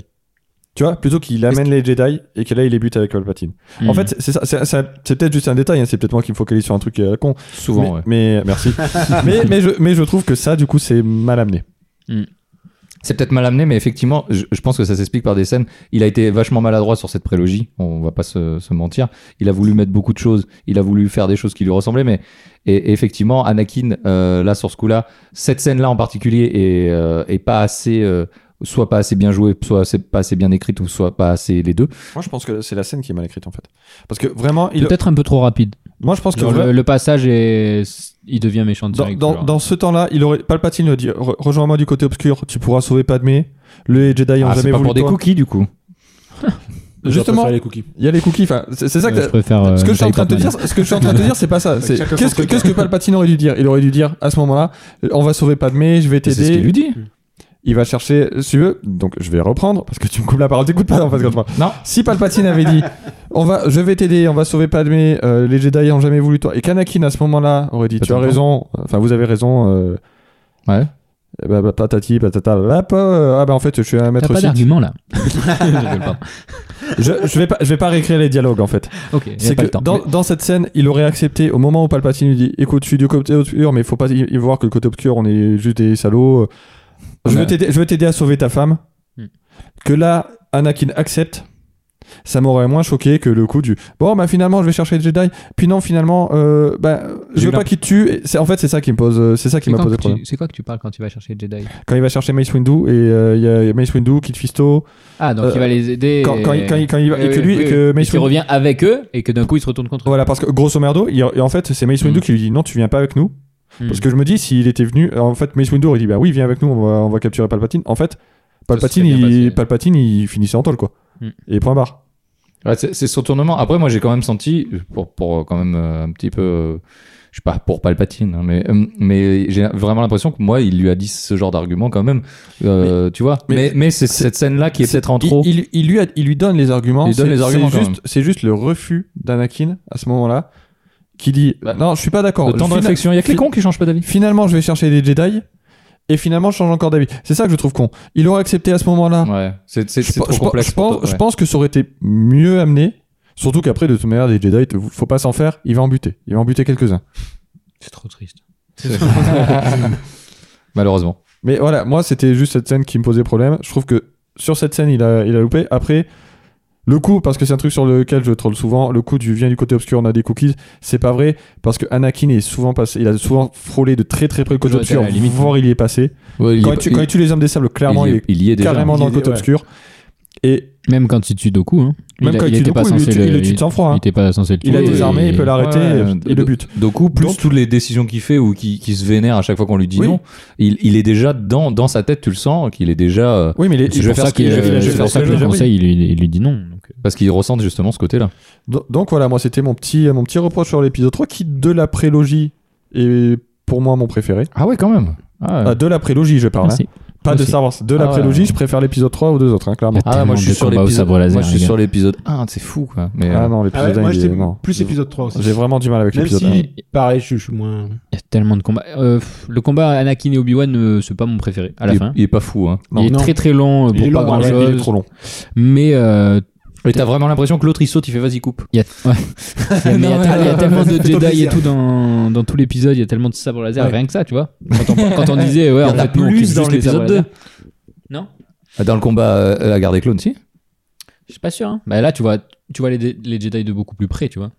Speaker 1: Tu vois, plutôt qu'il amène les Jedi et que là il les bute avec Palpatine. En
Speaker 4: Mm.
Speaker 1: fait, c'est ça, c'est- c'est c'est peut-être juste un détail, hein, c'est peut-être moi qui me focalise sur un truc euh, con. mais,
Speaker 2: Souvent, ouais.
Speaker 1: mais- euh, merci. mais, mais je, mais je trouve que ça, du coup, c'est mal amené.
Speaker 2: C'est peut-être mal amené, mais effectivement, je, je pense que ça s'explique par des scènes. Il a été vachement maladroit sur cette prélogie, on va pas se, se mentir. Il a voulu mettre beaucoup de choses, il a voulu faire des choses qui lui ressemblaient, mais et, et effectivement, Anakin, euh, là, sur ce coup-là, cette scène-là en particulier est, euh, est pas assez, euh, soit pas assez bien jouée, soit assez- pas assez bien écrite, ou soit pas assez les deux.
Speaker 1: Moi, je pense que c'est la scène qui est mal écrite en fait. Parce que vraiment, il-
Speaker 4: Peut-être un peu trop rapide.
Speaker 1: moi, je pense que
Speaker 4: Genre,
Speaker 1: vra-
Speaker 4: le, le passage est. Il devient méchant
Speaker 1: dans,
Speaker 4: direct.
Speaker 1: dans-
Speaker 4: genre.
Speaker 1: dans ce temps-là, il aurait Palpatine aurait dit Re- rejoins-moi du côté obscur, tu pourras sauver Padmé. Les Jedi ont
Speaker 2: Ah, c'est
Speaker 1: jamais
Speaker 2: pas
Speaker 1: voulu
Speaker 2: pour des
Speaker 1: toi.
Speaker 2: cookies, du coup.
Speaker 1: Justement.
Speaker 3: les cookies.
Speaker 1: Il y a les cookies. Enfin, c'est c'est ça que
Speaker 4: Ouais,
Speaker 1: t'as-
Speaker 4: je préfère. euh,
Speaker 1: ce que je suis en train de te
Speaker 4: Natalie
Speaker 1: dire, ce que je suis en train de te dire, c'est pas ça. C'est
Speaker 3: Chacun
Speaker 1: qu'est-ce
Speaker 3: son
Speaker 1: que
Speaker 3: truc.
Speaker 1: qu'est-ce que Palpatine aurait dû dire Il aurait dû dire à ce moment-là, euh, on va sauver Padmé, je vais
Speaker 2: C'est ce
Speaker 1: t'aider.
Speaker 2: qu'il lui dit.
Speaker 1: Il va chercher, si tu veux, donc je vais reprendre parce que tu me coupes la parole, t'écoutes pas en fait quand je parle.
Speaker 2: Non.
Speaker 1: Si Palpatine avait dit, on va, je vais t'aider, on va sauver Padmé, euh, les Jedi ont jamais voulu toi, et qu'Anakin à ce moment-là aurait dit,
Speaker 2: Pas
Speaker 1: tu as
Speaker 2: tout le
Speaker 1: raison, enfin vous avez raison, euh,
Speaker 2: Ouais.
Speaker 1: eh ben, bah, patati patata, là, pas, euh, ah bah en fait je suis un
Speaker 4: T'as
Speaker 1: maître
Speaker 4: pas
Speaker 1: Sith.
Speaker 4: d'argument là. Je rigole pas.
Speaker 1: Je, je vais pas, je vais pas réécrire les dialogues en fait.
Speaker 4: Ok, y a
Speaker 1: C'est
Speaker 4: pas
Speaker 1: que
Speaker 4: le temps.
Speaker 1: dans, dans cette scène, il aurait accepté au moment où Palpatine lui dit "Écoute, je suis du côté obscur, mais faut pas y y voir que le côté obscur, on est juste des salauds. Je
Speaker 2: Ouais.
Speaker 1: veux t'aider, je veux t'aider à sauver ta femme."
Speaker 4: Hmm.
Speaker 1: Que là, Anakin accepte. Ça m'aurait moins choqué que le coup du bon bah finalement je vais chercher les Jedi puis non finalement euh, bah,
Speaker 2: J'ai
Speaker 1: je veux
Speaker 2: eu
Speaker 1: pas qu'il te tue Et c'est en fait c'est ça qui me pose euh, c'est ça qui
Speaker 4: C'est
Speaker 1: m'a
Speaker 4: quand
Speaker 1: posé
Speaker 4: que tu-
Speaker 1: problème
Speaker 4: C'est quoi que tu parles quand tu vas chercher les Jedi
Speaker 1: quand il va chercher Mace Windu et euh, il y a Mace Windu Kid Fisto
Speaker 4: Ah, donc
Speaker 1: Euh,
Speaker 4: il va les aider.
Speaker 1: quand,
Speaker 4: et-
Speaker 1: quand, il, quand il- quand il va-
Speaker 4: Oui,
Speaker 1: et que
Speaker 4: oui,
Speaker 1: lui
Speaker 4: oui,
Speaker 1: et que
Speaker 4: oui.
Speaker 1: Mace
Speaker 4: qu'il
Speaker 1: Windu
Speaker 4: revient avec eux et que d'un coup il se retourne contre eux.
Speaker 1: voilà parce que grosso merdo il- et en fait c'est Mace Windu
Speaker 4: Hmm.
Speaker 1: qui lui dit non tu viens pas avec nous
Speaker 4: Hmm.
Speaker 1: Parce que je me dis, s'il était venu, euh, en fait, Mace Windu aurait dit, bah oui, viens avec nous, on va, on va capturer Palpatine. En fait, Palpatine,
Speaker 4: serait bien
Speaker 1: il,
Speaker 4: passé.
Speaker 1: Palpatine, il finissait en tol, quoi.
Speaker 4: Mm.
Speaker 1: Et point barre.
Speaker 2: Ouais, c'est c'est ce retournement. Après, moi, j'ai quand même senti, pour, pour quand même euh, un petit peu, euh, je sais pas, pour Palpatine, hein, mais, euh, mais j'ai vraiment l'impression que moi, il lui a dit ce genre d'argument quand même, Euh, tu vois.
Speaker 1: mais-
Speaker 2: Mais, mais, c'est cette scène-là qui est peut-être en
Speaker 1: Il-
Speaker 2: trop.
Speaker 1: Il, il lui a- il lui donne les arguments.
Speaker 2: Il donne
Speaker 1: C'est-
Speaker 2: les arguments,
Speaker 1: C'est
Speaker 2: quand
Speaker 1: juste, c'est juste le refus d'Anakin à ce moment-là, qui dit,
Speaker 2: Bah,
Speaker 1: non, je suis pas d'accord.
Speaker 2: Le temps
Speaker 1: Fina-
Speaker 2: de réflexion. Il y a que les
Speaker 1: fi-
Speaker 2: cons qui changent pas d'avis.
Speaker 1: Finalement, je vais chercher des Jedi. Et finalement, je change encore d'avis. C'est ça que je trouve con. Il aurait accepté à ce moment-là.
Speaker 2: Ouais, c'est c'est-
Speaker 1: Je
Speaker 2: c'est
Speaker 1: pe-
Speaker 2: trop
Speaker 1: je pe-
Speaker 2: complexe.
Speaker 1: Je pense,
Speaker 2: pour toi,
Speaker 1: je
Speaker 2: ouais.
Speaker 1: pense que ça aurait été mieux amené. Surtout qu'après, de toute manière, les Jedi, te- faut pas s'en faire. Il va en buter. Il va en buter quelques-uns.
Speaker 4: C'est trop triste.
Speaker 2: Malheureusement.
Speaker 1: Mais voilà, moi c'était juste cette scène qui me posait problème. Je trouve que sur cette scène, il a, il a loupé. Après, le coup, parce que c'est un truc sur lequel je troll souvent, le coup du vient du côté obscur, on a des cookies, c'est pas vrai, parce que Anakin est souvent passé, il a souvent frôlé de très très près le côté
Speaker 4: Toujours été à
Speaker 1: obscur,
Speaker 4: la limite.
Speaker 1: voire il y est passé.
Speaker 2: Ouais, il
Speaker 1: quand,
Speaker 2: est
Speaker 1: il,
Speaker 2: pas-
Speaker 1: tue, quand il tue les hommes des sables, clairement,
Speaker 2: il
Speaker 1: il,
Speaker 2: y est- il y est
Speaker 1: est
Speaker 2: déjà.
Speaker 1: carrément
Speaker 3: il
Speaker 1: dans
Speaker 3: y
Speaker 1: le
Speaker 3: est,
Speaker 1: côté
Speaker 3: ouais.
Speaker 1: obscur. Et
Speaker 4: Même quand il tue Doku, hein.
Speaker 1: même
Speaker 4: il, a-
Speaker 1: quand
Speaker 4: il
Speaker 1: il, tue
Speaker 4: était pas
Speaker 1: Dooku, il
Speaker 4: censé
Speaker 1: le tue- il
Speaker 4: le
Speaker 1: le tue de sang-froid. hein.
Speaker 4: il était pas censé le tuer.
Speaker 1: Il a
Speaker 2: Oui,
Speaker 1: des armées, il peut
Speaker 2: ouais,
Speaker 1: l'arrêter
Speaker 2: ouais.
Speaker 1: euh, et- et le bute.
Speaker 2: Doku, plus
Speaker 1: Donc-
Speaker 2: toutes les décisions qu'il fait ou qui, qui se vénère à chaque fois qu'on lui dit
Speaker 1: Oui.
Speaker 2: non, il, il est déjà dans, dans sa tête, tu le sens, qu'il est déjà. euh,
Speaker 1: Oui, mais les-
Speaker 2: Je vais faire
Speaker 1: ça
Speaker 2: ce qu'il-
Speaker 1: qu'il-
Speaker 2: je vais-
Speaker 1: il a-
Speaker 2: je vais
Speaker 1: il a-
Speaker 2: faire ça
Speaker 1: il a-
Speaker 2: que
Speaker 1: il a-
Speaker 2: je
Speaker 4: conseil, il, lui- il lui dit non. donc, euh.
Speaker 2: parce qu'ils ressentent justement ce côté-là.
Speaker 1: Do- Donc voilà, moi c'était mon petit, mon petit reproche sur l'épisode 3 qui, de la prélogie, est pour moi mon préféré.
Speaker 2: Ah ouais, quand même. Ah, ouais.
Speaker 1: Ah, de la prélogie, je parle. hein.
Speaker 4: Merci.
Speaker 1: Pas de
Speaker 4: Aussi.
Speaker 1: Star Wars. De
Speaker 2: Ah
Speaker 1: la
Speaker 2: ouais.
Speaker 1: prélogie, je préfère l'épisode 3 aux deux autres, hein, clairement.
Speaker 2: Ah, moi je suis
Speaker 4: Tellement
Speaker 2: sur
Speaker 4: de combats au
Speaker 2: l'épisode.
Speaker 4: sabre laser,
Speaker 2: Moi je suis
Speaker 4: les gars.
Speaker 2: sur l'épisode 1, c'est fou quoi. Mais
Speaker 1: Ah
Speaker 2: euh,
Speaker 1: non,
Speaker 3: Ah ouais,
Speaker 1: l'épisode 1,
Speaker 3: moi,
Speaker 1: il
Speaker 3: j'étais
Speaker 1: est- non.
Speaker 3: plus épisode 3 aussi.
Speaker 1: J'ai vraiment du mal avec
Speaker 3: Même
Speaker 1: l'épisode
Speaker 4: si-
Speaker 3: si, pareil, je je suis moins.
Speaker 4: Il y a tellement de combats. Euh, pff, le combat Anakin et Obi-Wan, euh, c'est pas mon préféré à la
Speaker 2: il,
Speaker 4: fin.
Speaker 2: il est pas fou hein.
Speaker 1: non,
Speaker 4: il est
Speaker 3: non.
Speaker 4: très très long euh,
Speaker 3: Il
Speaker 4: pour
Speaker 3: est
Speaker 4: pas
Speaker 3: long,
Speaker 4: grand
Speaker 1: un.
Speaker 3: ouais,
Speaker 1: Il est
Speaker 4: chose.
Speaker 1: trop long.
Speaker 4: Mais euh,
Speaker 2: Mais t'as vraiment l'impression que l'autre il saute, il fait vas-y coupe.
Speaker 4: il y a, ouais. Il y a- mais il y a-
Speaker 2: Non,
Speaker 4: il y a
Speaker 2: non,
Speaker 4: tellement
Speaker 3: non,
Speaker 4: de
Speaker 3: fais-toi
Speaker 4: Jedi et
Speaker 3: plaisir.
Speaker 4: tout dans, dans tout l'épisode. Il y a tellement de sabres laser,
Speaker 3: Ouais.
Speaker 4: rien que ça, tu vois. Quand on, quand on disait, ouais,
Speaker 2: Il y
Speaker 4: en
Speaker 2: en a
Speaker 4: fait, nous, on
Speaker 2: plus
Speaker 4: kiffe
Speaker 2: dans
Speaker 4: juste les sabres
Speaker 2: l'épisode 2.
Speaker 4: laser. Non
Speaker 2: Ah, Dans le combat euh, à la guerre des clones, si
Speaker 4: Je suis pas sûr. Hein. Bah là, tu vois, tu vois les, les Jedi de beaucoup plus près, tu vois.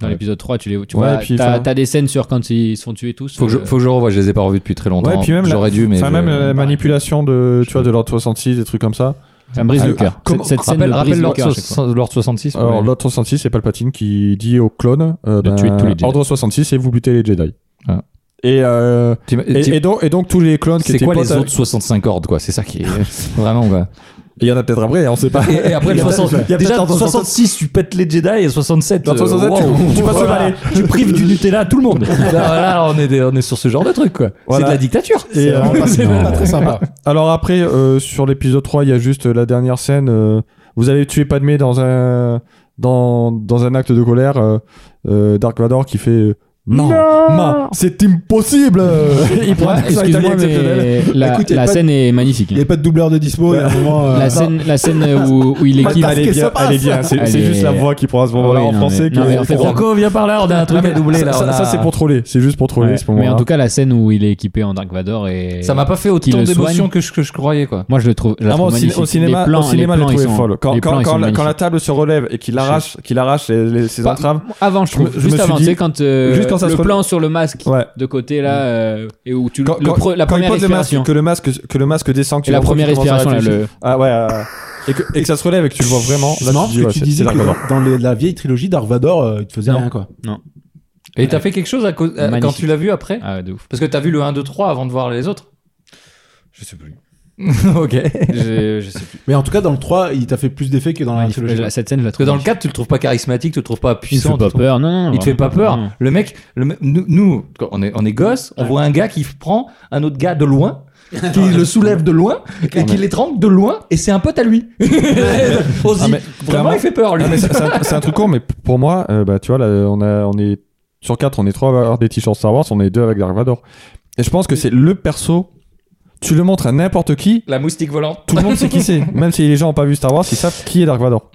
Speaker 4: Dans
Speaker 2: Ouais.
Speaker 4: l'épisode 3, tu les tu
Speaker 1: Ouais,
Speaker 4: vois.
Speaker 1: et puis,
Speaker 4: T'as
Speaker 1: enfin-
Speaker 4: t'as des scènes sur quand ils se font tuer tous.
Speaker 2: faut que, je,
Speaker 4: euh,
Speaker 2: faut que je revoie, je les ai pas revus depuis très longtemps.
Speaker 1: Ouais, puis même la-
Speaker 2: J'aurais dû, mais.
Speaker 1: Enfin,
Speaker 2: je-
Speaker 1: même la
Speaker 2: Ouais.
Speaker 1: manipulation de, tu vois, de l'ordre 66, des trucs comme ça.
Speaker 4: Ça me brise
Speaker 2: Ah,
Speaker 4: le cœur.
Speaker 1: comment-
Speaker 4: Cette, cette scène
Speaker 2: rappelle
Speaker 4: me
Speaker 2: rappelle
Speaker 4: brise le
Speaker 2: l'ordre
Speaker 4: cœur à chaque fois.
Speaker 2: so- l'ordre 66. pour
Speaker 1: Alors,
Speaker 2: les-
Speaker 1: l'ordre 66, c'est Palpatine qui dit aux clones, euh,
Speaker 4: De
Speaker 1: ben,
Speaker 4: tuer tous les Jedi.
Speaker 1: ordre 66 et vous butez les Jedi.
Speaker 2: Ah.
Speaker 1: Et, euh,
Speaker 2: T'im-
Speaker 1: et,
Speaker 2: t'im-
Speaker 1: et donc, et donc tous les clones qui
Speaker 2: C'est
Speaker 1: étaient
Speaker 2: quoi
Speaker 1: potes
Speaker 2: les
Speaker 1: avec-
Speaker 2: autres 65 ordres quoi C'est ça qui est. Vraiment quoi.
Speaker 1: Et il y en a peut-être après, hein, on sait pas.
Speaker 2: Et, et après,
Speaker 1: Il y
Speaker 2: le
Speaker 1: a
Speaker 2: 60
Speaker 1: peut-être- il y a
Speaker 2: déjà,
Speaker 1: peut-être en
Speaker 2: 66, tu pètes les Jedi et 67,
Speaker 1: Dans
Speaker 2: euh,
Speaker 1: 67,
Speaker 2: wow,
Speaker 1: tu- tu passes au
Speaker 2: voilà. Tu prives du Nutella à tout le monde. Là, voilà, on est, des- on est sur ce genre de truc, quoi.
Speaker 1: Voilà.
Speaker 2: C'est de la dictature.
Speaker 1: Et, euh,
Speaker 2: C'est
Speaker 3: C'est
Speaker 2: vrai.
Speaker 3: pas très sympa.
Speaker 1: Alors après, euh, sur l'épisode 3, il y a juste euh, la dernière scène. euh, vous avez tué Padmé dans un, dans, dans un acte de colère. euh, euh, Dark Vador qui fait euh, Non, ma, c'est impossible Il prend un accent italien
Speaker 4: Excuse-moi,
Speaker 1: exceptionnel.
Speaker 4: mais la,
Speaker 3: Écoute, y a
Speaker 4: la
Speaker 3: pas de-
Speaker 4: scène est magnifique. hein.
Speaker 3: Il n'y a pas de doubleur de dispo. il y a un moment, euh,
Speaker 4: La scène, la scène où, où il
Speaker 3: Parce
Speaker 4: équipe.
Speaker 1: Elle est
Speaker 3: que ça
Speaker 1: bien, elle est bien. C'est
Speaker 4: Elle
Speaker 1: c'est juste
Speaker 4: est-
Speaker 1: la voix qui prend à ce moment-là
Speaker 4: Ah oui,
Speaker 1: en
Speaker 4: non,
Speaker 1: français.
Speaker 4: mais-
Speaker 1: qui-
Speaker 4: non, mais en fait,
Speaker 1: ça,
Speaker 2: Rocco, viens par là, on a un truc à doubler. là, on
Speaker 1: ça-
Speaker 2: a-
Speaker 1: ça, c'est pour troller. C'est juste pour troller
Speaker 4: Ouais.
Speaker 1: ce
Speaker 4: Mais en
Speaker 1: moment-là.
Speaker 4: tout cas, la scène où il est équipé en Dark Vador et
Speaker 2: Ça m'a pas fait
Speaker 4: Qui
Speaker 2: autant
Speaker 4: le
Speaker 2: d'émotion
Speaker 4: soigne.
Speaker 2: que je, que je croyais, quoi.
Speaker 4: Moi, je le trouve. je la
Speaker 1: Ah, moi,
Speaker 4: trouve
Speaker 1: au, ciné-
Speaker 4: magnifique.
Speaker 1: au cinéma,
Speaker 4: les plans,
Speaker 1: au cinéma,
Speaker 4: les
Speaker 1: je
Speaker 4: plans,
Speaker 1: l'ai
Speaker 4: ils
Speaker 1: trouvé
Speaker 4: sont-
Speaker 1: folle. Quand,
Speaker 4: les
Speaker 1: quand-
Speaker 4: plans, ils
Speaker 1: quand
Speaker 4: sont
Speaker 1: la, quand la
Speaker 4: magnifiques.
Speaker 1: table se relève et qu'il arrache, qu'il arrache les- les- ses
Speaker 4: Pas-
Speaker 1: entraves,
Speaker 4: avant, je trouve.
Speaker 1: me- je me
Speaker 4: juste
Speaker 1: suis
Speaker 4: avant,
Speaker 1: dit-
Speaker 4: tu sais, quand, euh,
Speaker 1: juste quand ça
Speaker 4: le
Speaker 1: se re-
Speaker 4: plan sur le masque
Speaker 1: ouais.
Speaker 4: de côté là euh, et où tu
Speaker 1: Quand-
Speaker 4: le pre- la
Speaker 1: quand il
Speaker 4: première
Speaker 1: pose le
Speaker 4: respiration.
Speaker 1: masque, que le masque, que le masque descend, que
Speaker 4: Et
Speaker 1: tu
Speaker 4: la
Speaker 1: le
Speaker 4: première
Speaker 1: reprends, tu commences à
Speaker 4: respiration là,
Speaker 1: réfléchir.
Speaker 4: le.
Speaker 1: Ah ouais, ouais, ouais. Et, que, et que ça se relève et que tu le vois vraiment.
Speaker 3: C'est marrant parce que
Speaker 1: ouais,
Speaker 3: tu
Speaker 1: c'est- c'est
Speaker 3: disais
Speaker 1: Dark Vador.
Speaker 3: que dans les- la vieille trilogie, Dark Vador, euh, il te faisait
Speaker 4: Non.
Speaker 3: rien quoi.
Speaker 2: Et t'as fait quelque chose à cause- à- quand
Speaker 4: Magnifique.
Speaker 2: tu l'as vu après
Speaker 4: Ah, de ouf.
Speaker 2: Parce que t'as vu le 1, 2, 3 avant de voir les autres
Speaker 4: Je sais plus.
Speaker 2: Ok. Parce
Speaker 4: je, je sais plus.
Speaker 3: Mais en tout cas, dans le 3, il t'a fait plus d'effets que dans la
Speaker 4: Je-
Speaker 3: trilogie.
Speaker 4: la- Cette scène, je la
Speaker 2: que
Speaker 4: trouve.
Speaker 2: dans le 4, tu le trouves pas charismatique, tu le trouves pas
Speaker 4: il te
Speaker 2: puissant. tu
Speaker 4: fait
Speaker 2: le
Speaker 4: pas
Speaker 2: trouves-
Speaker 4: peur, non, non.
Speaker 2: Il te fait pas
Speaker 4: vraiment,
Speaker 2: peur.
Speaker 4: non.
Speaker 2: Le mec, le mec- nous, nous, quand on est, on est gosse, on voit un gars qui prend un autre gars de loin, qui le soulève de loin, et qui l'étrangle de loin, et c'est un pote à lui. Ozzy,
Speaker 1: Ah, mais
Speaker 2: vraiment,
Speaker 1: clairement.
Speaker 2: il fait peur, lui.
Speaker 1: Ah, mais c'est- c'est un- c'est un truc court, mais p- pour moi, euh, bah, tu vois, là, on, a, on est sur 4, on est 3 à avoir des t-shirts Star Wars, on est 2 avec Dark Vador. Et je pense que c'est le perso, tu le montres à n'importe qui,
Speaker 2: La moustique volante.
Speaker 1: tout le monde sait qui c'est. Même si les gens n'ont pas vu Star Wars, ils savent qui est Dark Vador.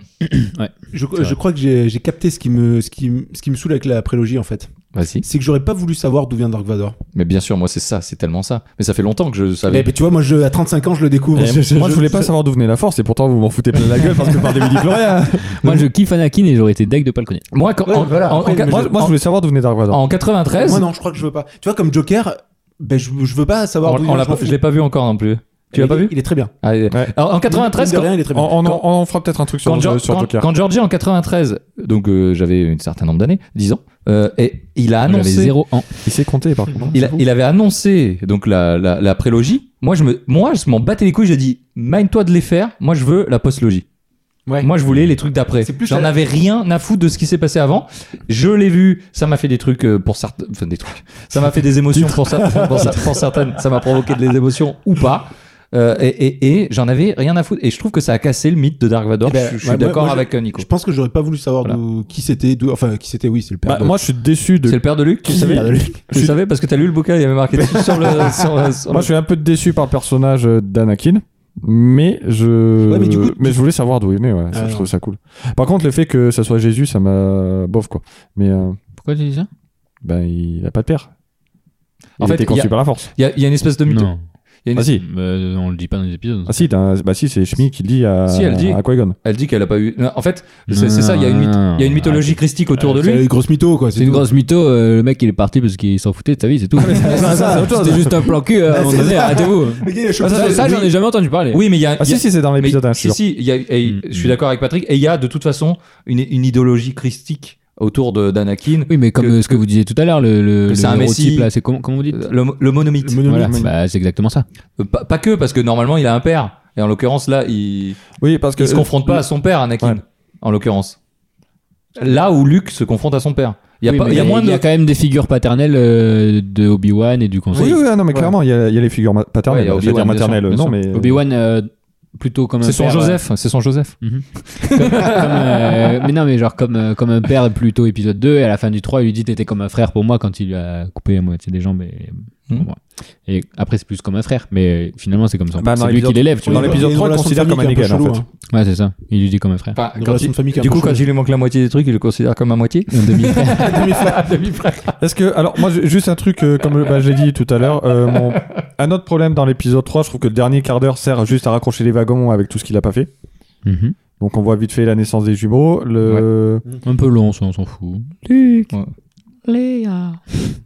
Speaker 3: Je, je crois que j'ai j'ai capté ce qui, me, ce, qui, me- ce qui me saoule avec la prélogie en fait.
Speaker 2: Vas-y.
Speaker 3: C'est que j'aurais pas voulu savoir d'où vient Dark Vador.
Speaker 2: Mais bien sûr, moi, c'est ça, c'est tellement ça. Mais ça fait longtemps que je
Speaker 3: Mais,
Speaker 2: savais.
Speaker 3: mais tu vois, moi je, à 35 ans, je le découvre.
Speaker 1: Et Eh, moi, je voulais pas savoir d'où venait la force, et pourtant, vous m'en foutez plein la gueule parce que par des midi plus rien.
Speaker 4: Moi, je kiffe Anakin et j'aurais été deg de pas le connaître.
Speaker 2: Moi, quand,
Speaker 3: Ouais,
Speaker 2: en,
Speaker 3: voilà,
Speaker 2: en-
Speaker 3: après,
Speaker 2: en-
Speaker 3: mais
Speaker 1: Moi,
Speaker 2: en-
Speaker 1: je- moi, je voulais savoir d'où venait Dark Vador.
Speaker 2: en 93,
Speaker 3: Moi non, je crois que je veux pas. Tu vois, comme Joker, ben, je, je veux pas savoir
Speaker 2: on-
Speaker 3: d'où
Speaker 2: on
Speaker 3: il vient,
Speaker 2: l'a
Speaker 3: je
Speaker 2: pas-
Speaker 3: m'en
Speaker 2: je
Speaker 3: fous.
Speaker 2: l'ai pas vu encore non plus. Tu l'as
Speaker 3: Il
Speaker 2: pas
Speaker 3: est-
Speaker 2: vu
Speaker 3: Il est très bien.
Speaker 2: Allez.
Speaker 1: Ouais.
Speaker 2: Alors, en 93,
Speaker 3: Mine de
Speaker 2: quand-
Speaker 3: rien, il est très bien.
Speaker 1: On, on-
Speaker 2: Quand-
Speaker 1: on fera peut-être un truc sur,
Speaker 2: quand, Geor-
Speaker 1: sur
Speaker 2: quand-
Speaker 1: Joker.
Speaker 2: quand Georgie en 93, donc euh, j'avais un certain nombre d'années, 10 ans, euh, et il
Speaker 1: Ah
Speaker 2: a
Speaker 4: J'avais
Speaker 2: annoncé,
Speaker 4: zéro an.
Speaker 1: Il s'est compté, par contre.
Speaker 2: il, a- il avait annoncé donc la, la, la prélogie. Moi je me, moi je m'en battais les couilles. J'ai dit, mine-toi de les faire. Moi je veux la postlogie.
Speaker 3: Ouais.
Speaker 2: Moi je voulais les trucs d'après.
Speaker 3: C'est plus
Speaker 2: J'en
Speaker 3: la-
Speaker 2: avais rien à foutre de ce qui s'est passé avant. Je l'ai vu, ça m'a fait des trucs euh, pour certains, enfin des trucs. Ça m'a fait des émotions pour, cer- pour cer- pour certaines. Ça m'a provoqué des émotions ou pas. Euh, et et, et j'en avais rien à foutre. Et je trouve que ça a cassé le mythe de Dark Vador.
Speaker 3: Eh ben,
Speaker 2: je, je suis
Speaker 3: ouais, moi-
Speaker 2: d'accord
Speaker 3: moi, je-
Speaker 2: avec euh, Nico.
Speaker 3: Je pense que j'aurais pas voulu savoir
Speaker 2: Voilà.
Speaker 3: d'où qui c'était. d'où- Enfin, qui c'était, oui, c'est le père.
Speaker 1: Bah,
Speaker 3: de-
Speaker 1: moi, je suis déçu de.
Speaker 2: C'est le père de Luc. Tu
Speaker 3: Qui-
Speaker 2: savais,
Speaker 3: père de Luc.
Speaker 2: tu
Speaker 1: Je-
Speaker 2: savais parce que t'as lu le bouquin, il y avait marqué dessus sur le. Sur, le- sur
Speaker 1: Moi, je suis un peu déçu par le personnage euh, d'Anakin, mais je.
Speaker 3: Ouais, mais du coup,
Speaker 1: je voulais savoir d'où il venait, ouais, ça,
Speaker 3: Ah,
Speaker 1: je
Speaker 3: non.
Speaker 1: trouve ça cool. Par contre, le fait que ça soit Jésus, ça m'a. bof, quoi. Mais, euh,
Speaker 4: Pourquoi tu dis ça
Speaker 1: ben, il a pas de père. Il
Speaker 2: En fait,
Speaker 1: a été
Speaker 2: il y
Speaker 1: conçu
Speaker 2: a-
Speaker 1: par la force.
Speaker 2: Il y, a- il y a une espèce de mythe.
Speaker 4: Non.
Speaker 2: Il y a une-
Speaker 1: Ah, si.
Speaker 4: Euh, on le dit pas dans les épisodes.
Speaker 1: Ah, si, t'as- bah, si c'est Shmi qui le dit à,
Speaker 2: Si, elle dit.
Speaker 1: à Qui-Gon.
Speaker 2: Elle dit qu'elle a pas eu. non, en fait, c'est c'est ça. Il y a une, mythe-
Speaker 4: Non.
Speaker 2: il y a une mythologie christique autour de
Speaker 3: C'est
Speaker 2: lui.
Speaker 3: une grosse mytho, quoi.
Speaker 4: C'est une
Speaker 3: tout.
Speaker 4: grosse mytho, euh, le mec il est parti parce qu'il s'en foutait de sa vie, c'est tout. C'était juste un plan cul, euh, à un moment donné, arrêtez-vous.
Speaker 3: Le gars, il a chopé
Speaker 4: Ça,
Speaker 3: ça,
Speaker 4: ça,
Speaker 3: oui.
Speaker 4: j'en ai jamais entendu parler.
Speaker 2: Oui, mais il y a.
Speaker 1: Ah,
Speaker 2: il y a-
Speaker 1: si, si, c'est dans
Speaker 2: mais-
Speaker 1: l'épisode 1, je suis
Speaker 2: si,
Speaker 1: sûr.
Speaker 2: si, il y a- et
Speaker 4: Mm.
Speaker 2: je suis d'accord avec Patrick. Et il y a de toute façon une, une idéologie christique autour de- d'Anakin.
Speaker 4: Oui, mais comme
Speaker 2: Que-
Speaker 4: euh, ce que vous disiez tout à l'heure, le, le,
Speaker 2: que
Speaker 4: le
Speaker 2: c'est un
Speaker 4: neurotype,
Speaker 2: messie.
Speaker 4: là, c'est comment, comment vous dites
Speaker 2: euh, Le, le monomythe.
Speaker 3: Le monomythe.
Speaker 4: Voilà, bah, c'est exactement ça.
Speaker 2: Euh, Pas, pas que, parce que normalement, il a un père. Et en l'occurrence, là, il,
Speaker 1: Oui, parce que. euh,
Speaker 2: il se confronte pas à son père, Anakin.
Speaker 1: Ouais.
Speaker 2: En l'occurrence. Là où Luke se confronte à son père. Il y a,
Speaker 4: Oui,
Speaker 2: pas-
Speaker 4: mais
Speaker 2: il y a moins
Speaker 4: il y
Speaker 2: de.
Speaker 4: a quand même des figures paternelles euh, de Obi-Wan et du conseil.
Speaker 1: Oui, oui, non, mais
Speaker 2: Ouais.
Speaker 1: clairement, il y, a- il y a les figures ma-
Speaker 2: Ouais, il
Speaker 1: paternelles.
Speaker 2: y a
Speaker 1: je veux dire
Speaker 2: Obi-Wan, bien
Speaker 1: maternelles,
Speaker 2: sûr, bien
Speaker 1: non,
Speaker 2: sûr.
Speaker 1: mais.
Speaker 4: Obi-Wan, euh, plutôt comme un
Speaker 2: C'est son
Speaker 4: père, euh,
Speaker 2: Joseph. C'est son Joseph.
Speaker 4: comme, euh, mais non, mais genre comme, euh, comme un père plutôt épisode 2 et à la fin du 3, il lui dit t'étais comme un frère pour moi quand il lui a coupé la moitié des jambes et
Speaker 2: Hmm.
Speaker 4: pour moi. Et après c'est plus comme un frère, mais finalement c'est comme ça.
Speaker 1: Bah, dans
Speaker 4: c'est lui qui
Speaker 1: l'épisode-
Speaker 4: l'élève, tu
Speaker 1: Dans
Speaker 4: vois.
Speaker 3: Oui,
Speaker 1: l'épisode
Speaker 3: il y a une
Speaker 1: 3, il
Speaker 3: relation
Speaker 1: considère
Speaker 3: de
Speaker 1: comme un
Speaker 3: famille qui est
Speaker 1: égal,
Speaker 3: peu
Speaker 1: en
Speaker 3: chelou, hein.
Speaker 4: Ouais, c'est ça. Il lui dit comme un frère.
Speaker 2: Enfin,
Speaker 3: Une
Speaker 2: quand
Speaker 3: relation
Speaker 2: il-
Speaker 3: de famille qui est
Speaker 2: du
Speaker 3: un peu
Speaker 2: coup, quand
Speaker 3: chelou.
Speaker 2: il lui manque la moitié des trucs, il le considère comme à moitié.
Speaker 4: Un demi-frère.
Speaker 1: Est-ce que alors moi j'ai- juste un truc euh, comme bah, j'ai dit tout à l'heure euh, mon- un autre problème dans l'épisode 3 je trouve que le dernier quart d'heure sert juste à raccrocher les wagons avec tout ce qu'il a pas fait
Speaker 4: Mhm.
Speaker 1: donc on voit vite fait la naissance des jumeaux le
Speaker 4: Un peu long, ça, on s'en fout.
Speaker 2: Ouais.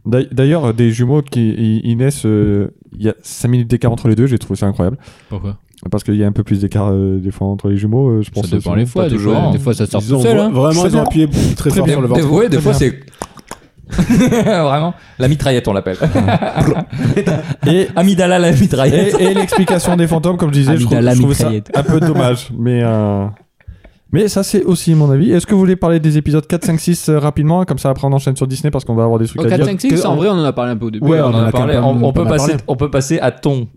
Speaker 1: D'a- d'ailleurs euh, des jumeaux qui ils- ils naissent euh, il y a 5 minutes d'écart entre les deux j'ai trouvé ça incroyable
Speaker 4: Pourquoi
Speaker 1: parce qu'il y a un peu plus d'écart euh, des fois entre les jumeaux euh, je pense
Speaker 4: Ça dépend
Speaker 1: aussi.
Speaker 4: les fois.
Speaker 2: pas
Speaker 4: Des
Speaker 2: toujours,
Speaker 4: fois,
Speaker 2: hein.
Speaker 4: des fois, ça sort
Speaker 3: Ils ont
Speaker 4: tout seul. hein.
Speaker 3: vraiment ils ont appuyé très fort
Speaker 2: Des-
Speaker 3: sur le ventre.
Speaker 2: des- ouais, des fois, c'est. Vraiment, la mitraillette, on l'appelle.
Speaker 1: Et,
Speaker 2: Amidala, la mitraillette.
Speaker 1: et- et l'explication des fantômes, comme je disais, je trouve,
Speaker 4: Amidala
Speaker 1: je trouve ça
Speaker 4: mitraillette.
Speaker 1: un peu dommage. Mais, euh, mais ça, c'est aussi mon avis. Est-ce que vous voulez parler des épisodes 4, 5, 6 euh, rapidement Comme ça, après, on enchaîne sur Disney parce qu'on va avoir des trucs
Speaker 2: Oh,
Speaker 4: Au
Speaker 1: à
Speaker 4: 4,
Speaker 1: dire.
Speaker 4: 5, 6,
Speaker 3: que-
Speaker 4: en vrai, on en a parlé un peu au début.
Speaker 3: Ouais,
Speaker 2: on, en a
Speaker 3: quand
Speaker 2: parlé.
Speaker 3: même
Speaker 2: On, on
Speaker 3: pas
Speaker 2: peut
Speaker 3: mal
Speaker 2: passer,
Speaker 3: parlé.
Speaker 2: on peut passer à ton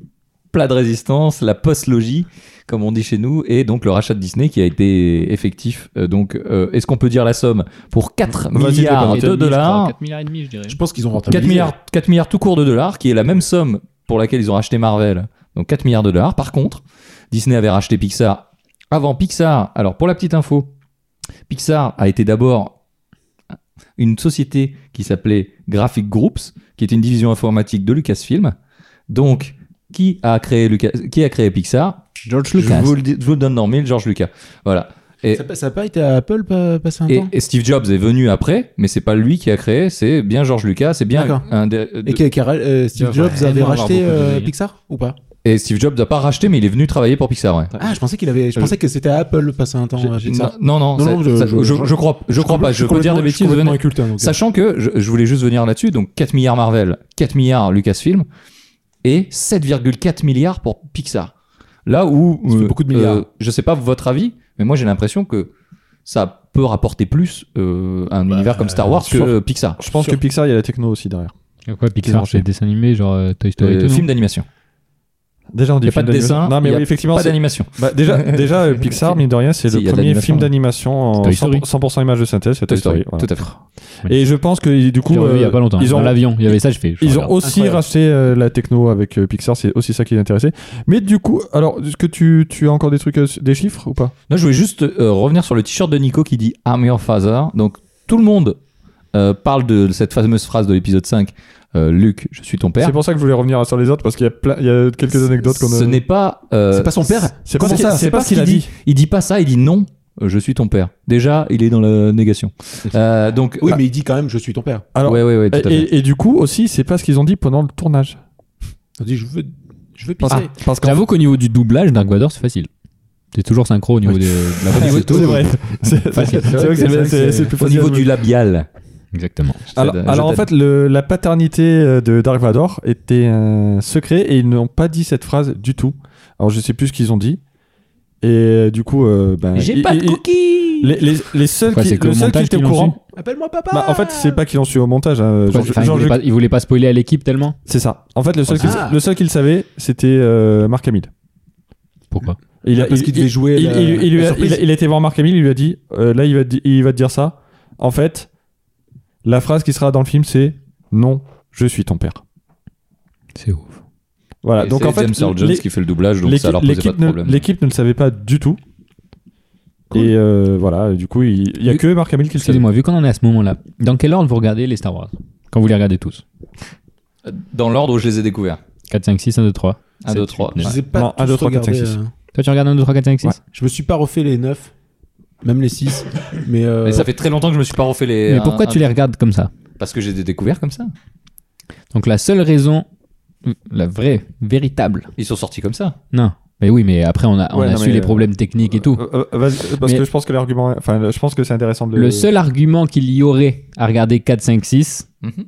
Speaker 2: plat de résistance, la post-logis, comme on dit chez nous, et donc le rachat de Disney qui a été effectif. Euh, donc, euh, est-ce qu'on peut dire la somme pour 4
Speaker 1: Vas-y,
Speaker 2: milliards
Speaker 1: débattez.
Speaker 2: de dollars
Speaker 4: 4 milliards et demi, je dirais.
Speaker 3: Je pense qu'ils ont
Speaker 2: 4
Speaker 3: rentabilisé.
Speaker 2: milliards, 4 milliards tout court de dollars, qui est la même somme pour laquelle ils ont racheté Marvel. Donc 4 milliards de dollars. Par contre, Disney avait racheté Pixar avant Pixar. Alors pour la petite info, Pixar a été d'abord une société qui s'appelait Graphic Groups, qui est une division informatique de Lucasfilm. Donc qui a créé Lucas, qui a créé Pixar
Speaker 3: George
Speaker 2: je vous, le dis- je vous le donne dans mille, George Lucas. Voilà. Et-
Speaker 3: Ça a pas- Ça n'a pas été à Apple pa- passer un
Speaker 2: Et,
Speaker 3: temps
Speaker 2: et Steve Jobs est venu après, mais c'est pas lui qui a créé, c'est bien George Lucas, c'est bien
Speaker 3: D'accord.
Speaker 2: un des-
Speaker 3: Et que- que- euh, Steve
Speaker 4: Il va
Speaker 3: Jobs avait
Speaker 4: vraiment avoir
Speaker 3: racheté
Speaker 4: beaucoup de
Speaker 3: euh,
Speaker 4: données.
Speaker 3: Pixar ou pas
Speaker 2: Et Steve Jobs n'a pas racheté, mais il est venu travailler pour Pixar, ouais.
Speaker 3: Ah, je pensais qu'il avait. Je
Speaker 1: Euh,
Speaker 3: pensais que c'était à Apple passer un temps.
Speaker 2: Je-
Speaker 3: euh, Pixar.
Speaker 2: non, non,
Speaker 3: Non,
Speaker 2: ça-
Speaker 3: non, je-
Speaker 2: ça-
Speaker 3: je-
Speaker 2: je, je crois, je crois pas. Je peux dire des
Speaker 3: complètement- je suis
Speaker 2: bêtises.
Speaker 3: complètement
Speaker 2: venez-
Speaker 3: inculte, hein, donc, euh.
Speaker 2: Sachant que je, je voulais juste venir là-dessus. Donc 4 milliards Marvel, 4 milliards Lucasfilm et 7,4 milliards pour Pixar. Là où euh,
Speaker 3: Ça fait beaucoup de milliards.
Speaker 2: je sais pas votre avis, mais moi j'ai l'impression que ça peut rapporter plus euh, à un
Speaker 1: Bah,
Speaker 2: univers comme Star Wars que
Speaker 1: sûr.
Speaker 2: euh, Pixar.
Speaker 1: Je pense
Speaker 3: Sûr.
Speaker 1: que Pixar, il y a la techno aussi derrière.
Speaker 4: Et quoi, Pixar, c'est dessin animé, genre euh, Toy Story et
Speaker 2: Euh,
Speaker 4: tout, non
Speaker 2: film d'animation.
Speaker 1: Déjà, on dit
Speaker 2: Y a pas
Speaker 1: film
Speaker 2: de dessin,
Speaker 1: d'animation. Non, mais
Speaker 2: y a
Speaker 1: oui, effectivement,
Speaker 2: Pas
Speaker 1: c'est-
Speaker 2: d'animation.
Speaker 1: Bah, déjà, déjà euh, Pixar, mine de rien, c'est
Speaker 2: Si, y a
Speaker 1: le
Speaker 2: de
Speaker 1: premier
Speaker 2: l'animation.
Speaker 1: film d'animation en
Speaker 4: Toy
Speaker 1: 100%,
Speaker 4: Story.
Speaker 1: 100% image de synthèse, c'est Toy Story. voilà.
Speaker 2: Tout à fait.
Speaker 1: Et je pense que du coup,
Speaker 4: J'ai revu il y
Speaker 1: euh,
Speaker 4: a pas longtemps.
Speaker 1: ils
Speaker 4: Dans
Speaker 1: ont,
Speaker 4: l'avion, il y avait ça, je fais. je
Speaker 1: ils ont
Speaker 4: regarde.
Speaker 1: aussi
Speaker 3: Incroyable.
Speaker 1: racheté euh, la techno avec euh, Pixar, c'est aussi ça qui les intéressait. Mais du coup, alors, est-ce que tu, tu as encore des trucs, euh, des chiffres ou pas
Speaker 2: Non, je voulais juste euh, revenir sur le t-shirt de Nico qui dit I'm your father. Donc, tout le monde euh, parle de cette fameuse phrase de l'épisode 5. euh, Luc, je suis ton père.
Speaker 1: C'est pour ça que je voulais revenir sur les autres parce qu'il y a, plein, il y a quelques anecdotes qu'on a.
Speaker 2: Ce n'est pas. euh,
Speaker 3: C'est pas son père
Speaker 1: C'est
Speaker 3: Comment
Speaker 1: ce
Speaker 3: ça
Speaker 1: qu'il- C'est pas ce qu'il a dit.
Speaker 2: Il dit pas ça, il dit non, euh, je suis ton père. Déjà, il est dans la négation. Euh, donc.
Speaker 3: Oui,
Speaker 2: ah,
Speaker 3: mais il dit quand même, je suis ton père.
Speaker 1: alors-
Speaker 2: ouais, ouais, ouais, tout à
Speaker 1: Et,
Speaker 2: fait.
Speaker 1: et- et du coup, aussi, c'est pas ce qu'ils ont dit pendant le tournage.
Speaker 3: Il dit, je veux, je veux
Speaker 1: Parce,
Speaker 3: pisser.
Speaker 1: parce qu'en
Speaker 4: J'avoue qu'au niveau du doublage, Dark Vador, c'est facile. T'es toujours synchro au niveau de de la voix.
Speaker 1: fait, c'est vrai. C'est c'est-
Speaker 4: Facile.
Speaker 1: c'est vrai que c'est- c'est c'est plus
Speaker 2: Au
Speaker 1: facile.
Speaker 2: niveau du labial.
Speaker 4: Exactement.
Speaker 1: Alors,
Speaker 2: Je
Speaker 1: alors, en
Speaker 2: t'aide.
Speaker 1: fait, le- la paternité euh, de Dark Vador était un secret et ils n'ont pas dit cette phrase du tout. Alors je sais plus ce qu'ils ont dit. Et euh, du coup, euh, ben,
Speaker 2: J'ai
Speaker 1: ils-
Speaker 2: pas de
Speaker 1: ils-
Speaker 2: cookies
Speaker 1: les, les, les seuls
Speaker 4: Enfin,
Speaker 1: qui,
Speaker 4: c'est que
Speaker 1: le
Speaker 4: au
Speaker 1: seul qui
Speaker 4: montage
Speaker 1: était au
Speaker 4: qu'ils l'ont
Speaker 1: courant.
Speaker 3: Appelle-moi papa
Speaker 1: Bah, en fait, c'est pas qu'ils l'ont su au montage. hein,
Speaker 4: Enfin,
Speaker 1: Jean-
Speaker 4: enfin,
Speaker 1: Jean-
Speaker 4: il, voulait pas, il voulait pas spoiler à l'équipe tellement.
Speaker 1: C'est ça. En fait, le seul,
Speaker 4: Ah.
Speaker 1: qu'il- le seul qui le savait, c'était euh, Marc Hamill.
Speaker 4: Pourquoi
Speaker 1: Il a-
Speaker 3: Parce
Speaker 1: il-
Speaker 3: qu'il devait
Speaker 1: il-
Speaker 3: jouer.
Speaker 1: il,
Speaker 3: la-
Speaker 2: euh,
Speaker 1: il- il lui
Speaker 3: la
Speaker 1: a-
Speaker 3: surprise.
Speaker 1: il- il a été voir Marc Hamill, il lui a dit euh, là il va, te di- il va te dire ça. En fait, la phrase qui sera dans le film c'est non, je suis ton père.
Speaker 4: C'est ouf.
Speaker 1: Voilà.
Speaker 2: Et
Speaker 1: Donc
Speaker 2: c'est
Speaker 1: en fait,
Speaker 2: James Earl Jones
Speaker 1: l'é-
Speaker 2: qui fait le doublage, donc
Speaker 1: l'équipe
Speaker 2: ça leur posait pas
Speaker 1: l'équipe
Speaker 2: de
Speaker 1: ne,
Speaker 2: problème.
Speaker 1: l'équipe ne le savait pas du tout.
Speaker 2: Cool.
Speaker 1: Et euh, voilà, du coup, il il y a que Marc Hamill qui le savait.
Speaker 4: Excusez-moi, vu qu'on en est à ce moment-là, dans quel ordre vous regardez les Star Wars Quand vous les regardez tous
Speaker 2: Dans l'ordre où je les ai découverts.
Speaker 4: 4, 5, 6, 1, 2, 3.
Speaker 2: 1, 2, 3.
Speaker 3: Je sais
Speaker 1: Non,
Speaker 3: pas.
Speaker 1: un,
Speaker 3: tous
Speaker 1: deux, trois, quatre, cinq,
Speaker 3: regarder,
Speaker 1: six.
Speaker 3: euh,
Speaker 4: Toi, tu regardes 1, 2, 3, 4, 5, 6
Speaker 1: Ouais.
Speaker 3: Je me suis pas refait les 9, même les 6. Mais euh,
Speaker 2: Mais ça fait très longtemps que je me suis pas refait les.
Speaker 4: Mais pourquoi
Speaker 2: un-
Speaker 4: tu les regardes comme ça
Speaker 2: Parce que j'ai des découvertes comme ça.
Speaker 4: Donc la seule raison, la vraie, véritable.
Speaker 2: Ils sont sortis comme ça.
Speaker 4: Non. Mais oui, mais après, on a, on
Speaker 1: Ouais,
Speaker 4: a
Speaker 1: non,
Speaker 4: su
Speaker 1: mais,
Speaker 4: les
Speaker 1: euh,
Speaker 4: problèmes techniques et tout.
Speaker 1: Euh, euh, vas-y, parce
Speaker 4: Mais-
Speaker 1: que je pense que l'argument, enfin, je pense que c'est intéressant de
Speaker 4: Le seul argument qu'il y aurait à regarder 4, 5, 6,
Speaker 2: Mhm.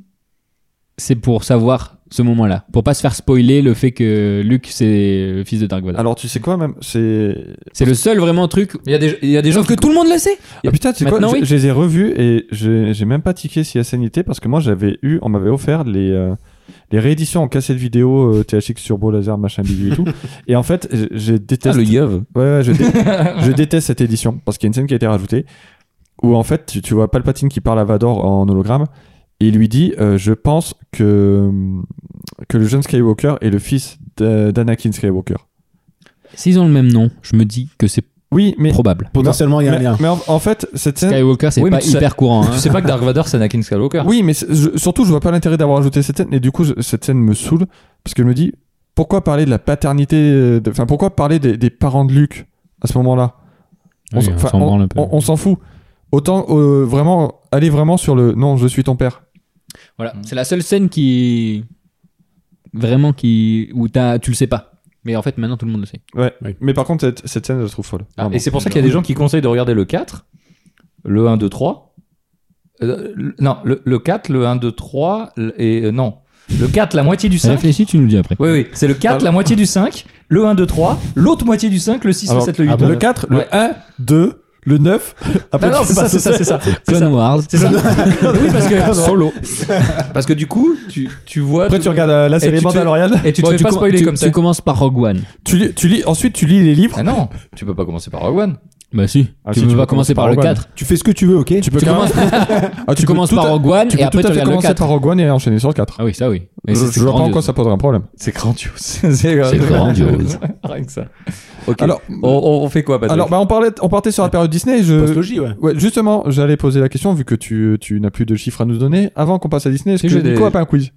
Speaker 4: c'est pour savoir ce moment-là. Pour pas se faire spoiler le fait que Luke, c'est le fils de Dark Vador.
Speaker 1: Alors tu sais quoi même, c'est
Speaker 4: C'est le seul vraiment truc.
Speaker 2: Il y a des, il y a des gens
Speaker 4: Sauf que tout le monde le sait.
Speaker 1: Ah putain, tu sais quoi,
Speaker 4: Maintenant,
Speaker 1: je,
Speaker 4: oui.
Speaker 1: je les ai revus et je- j'ai même pas tiqué si la scène y était parce que moi j'avais eu, on m'avait offert les, euh, les rééditions en cassette vidéo euh, THX Turbo Laser machin bidule et tout. Et en fait, je, je
Speaker 2: Ah,
Speaker 1: déteste.
Speaker 2: le Yeuve.
Speaker 1: Ouais, ouais, je, dé- je déteste cette édition parce qu'il y a une scène qui a été rajoutée où en fait tu, tu vois Palpatine qui parle à Vador en hologramme et il lui dit euh, Je pense que, que le jeune Skywalker est le fils d'A- d'Anakin Skywalker.
Speaker 4: S'ils ont le même nom, je me dis que c'est
Speaker 1: Oui, mais.
Speaker 4: probable.
Speaker 3: potentiellement, il y a un
Speaker 1: Mais,
Speaker 3: lien.
Speaker 1: mais en, en fait, cette scène.
Speaker 4: Skywalker, c'est
Speaker 2: Oui, mais
Speaker 4: pas
Speaker 2: tu sais-
Speaker 4: hyper courant. hein.
Speaker 2: Tu sais pas que Dark Vador, c'est Anakin
Speaker 4: Ah.
Speaker 2: Skywalker.
Speaker 1: Oui, mais c'est- je- surtout, je vois pas l'intérêt d'avoir ajouté cette scène. Et du coup, je- cette scène me saoule parce que je me dis pourquoi parler de la paternité, euh, de- enfin, pourquoi parler des, des parents de Luc à ce moment-là
Speaker 4: Oui,
Speaker 1: s-
Speaker 4: on
Speaker 1: enfin,
Speaker 4: s'en branle un peu.
Speaker 1: on- on s'en fout. Autant euh, vraiment aller vraiment sur le non, je suis ton père.
Speaker 4: Voilà,
Speaker 1: Mm.
Speaker 4: c'est la seule scène qui vraiment qui où t'as tu le sais pas. Mais en fait, maintenant tout le monde le sait.
Speaker 1: Ouais.
Speaker 3: Oui.
Speaker 1: Mais par contre, cette, cette scène, je la trouve folle.
Speaker 2: Ah,
Speaker 1: Vraiment.
Speaker 2: et c'est pour ça qu'il y a des gens qui conseillent de regarder le 4, le 1, 2, 3, euh, le- non, le, le 4, le 1, 2, 3, le- et euh, non. Le 4, la moitié du 5.
Speaker 4: Réfléchis, tu nous dis après.
Speaker 2: Oui, oui, c'est le 4, la moitié du 5, le 1, 2, 3, l'autre moitié du 5, le 6,
Speaker 1: Alors,
Speaker 2: le 7, le 8.
Speaker 3: ah bon
Speaker 1: Le 4,
Speaker 2: Ouais.
Speaker 1: le 1, 2, le 9. Après,
Speaker 2: non,
Speaker 1: tu
Speaker 2: non,
Speaker 1: sais
Speaker 2: c'est
Speaker 1: pas
Speaker 2: ça,
Speaker 1: ce
Speaker 2: c'est ça,
Speaker 1: que
Speaker 2: c'est ça. c'est
Speaker 4: Clone
Speaker 2: ça.
Speaker 4: Wars.
Speaker 2: C'est ça. Oui, parce que
Speaker 4: Solo.
Speaker 2: Parce que du coup, tu, tu vois.
Speaker 1: Après,
Speaker 2: tout-
Speaker 1: tu regardes euh, la série
Speaker 2: tu te fais-
Speaker 1: Mandalorian.
Speaker 2: Et tu te
Speaker 4: Bon,
Speaker 2: fais pas
Speaker 4: com-
Speaker 2: spoiler
Speaker 4: tu-
Speaker 2: comme ça.
Speaker 4: Tu commences par Rogue One.
Speaker 1: Tu lis, tu lis, ensuite, tu lis les livres.
Speaker 2: Ah non, tu peux pas commencer par Rogue One.
Speaker 4: Bah si.
Speaker 1: Ah,
Speaker 4: tu
Speaker 1: si,
Speaker 4: peux
Speaker 1: tu
Speaker 4: pas
Speaker 1: peux
Speaker 4: commencer par le
Speaker 1: commencer par
Speaker 4: 4.
Speaker 3: Tu fais ce que tu veux, ok
Speaker 1: Tu peux
Speaker 4: Tu
Speaker 1: quand
Speaker 4: commences,
Speaker 1: même- Ah,
Speaker 4: tu commences
Speaker 1: tout
Speaker 4: par
Speaker 1: à-
Speaker 4: Rogue One
Speaker 1: tu
Speaker 4: et
Speaker 1: peux
Speaker 4: après
Speaker 1: tout
Speaker 4: tu
Speaker 1: à fait
Speaker 4: regardes le
Speaker 1: commencer
Speaker 4: 4.
Speaker 1: par Rogue One et enchaîner sur le 4.
Speaker 4: Ah oui, ça oui. Mais
Speaker 1: Je
Speaker 4: c'est-
Speaker 1: je
Speaker 4: c'est
Speaker 1: vois pas en
Speaker 4: grandiose.
Speaker 1: quoi ça poserait un problème.
Speaker 2: C'est grandiose. c'est
Speaker 4: grandiose.
Speaker 2: Rien que ça. Ok.
Speaker 1: Alors,
Speaker 2: on, on- on fait quoi, Patrick
Speaker 1: alors bah, on, parlait, on partait sur la période Disney. Je...
Speaker 3: Postologie, ouais.
Speaker 1: Ouais, justement, j'allais poser la question, vu que tu, tu n'as plus de chiffres à nous donner. Avant qu'on passe à Disney, est-ce
Speaker 2: Si,
Speaker 1: que
Speaker 2: j'ai des-
Speaker 1: Nico a pas un quiz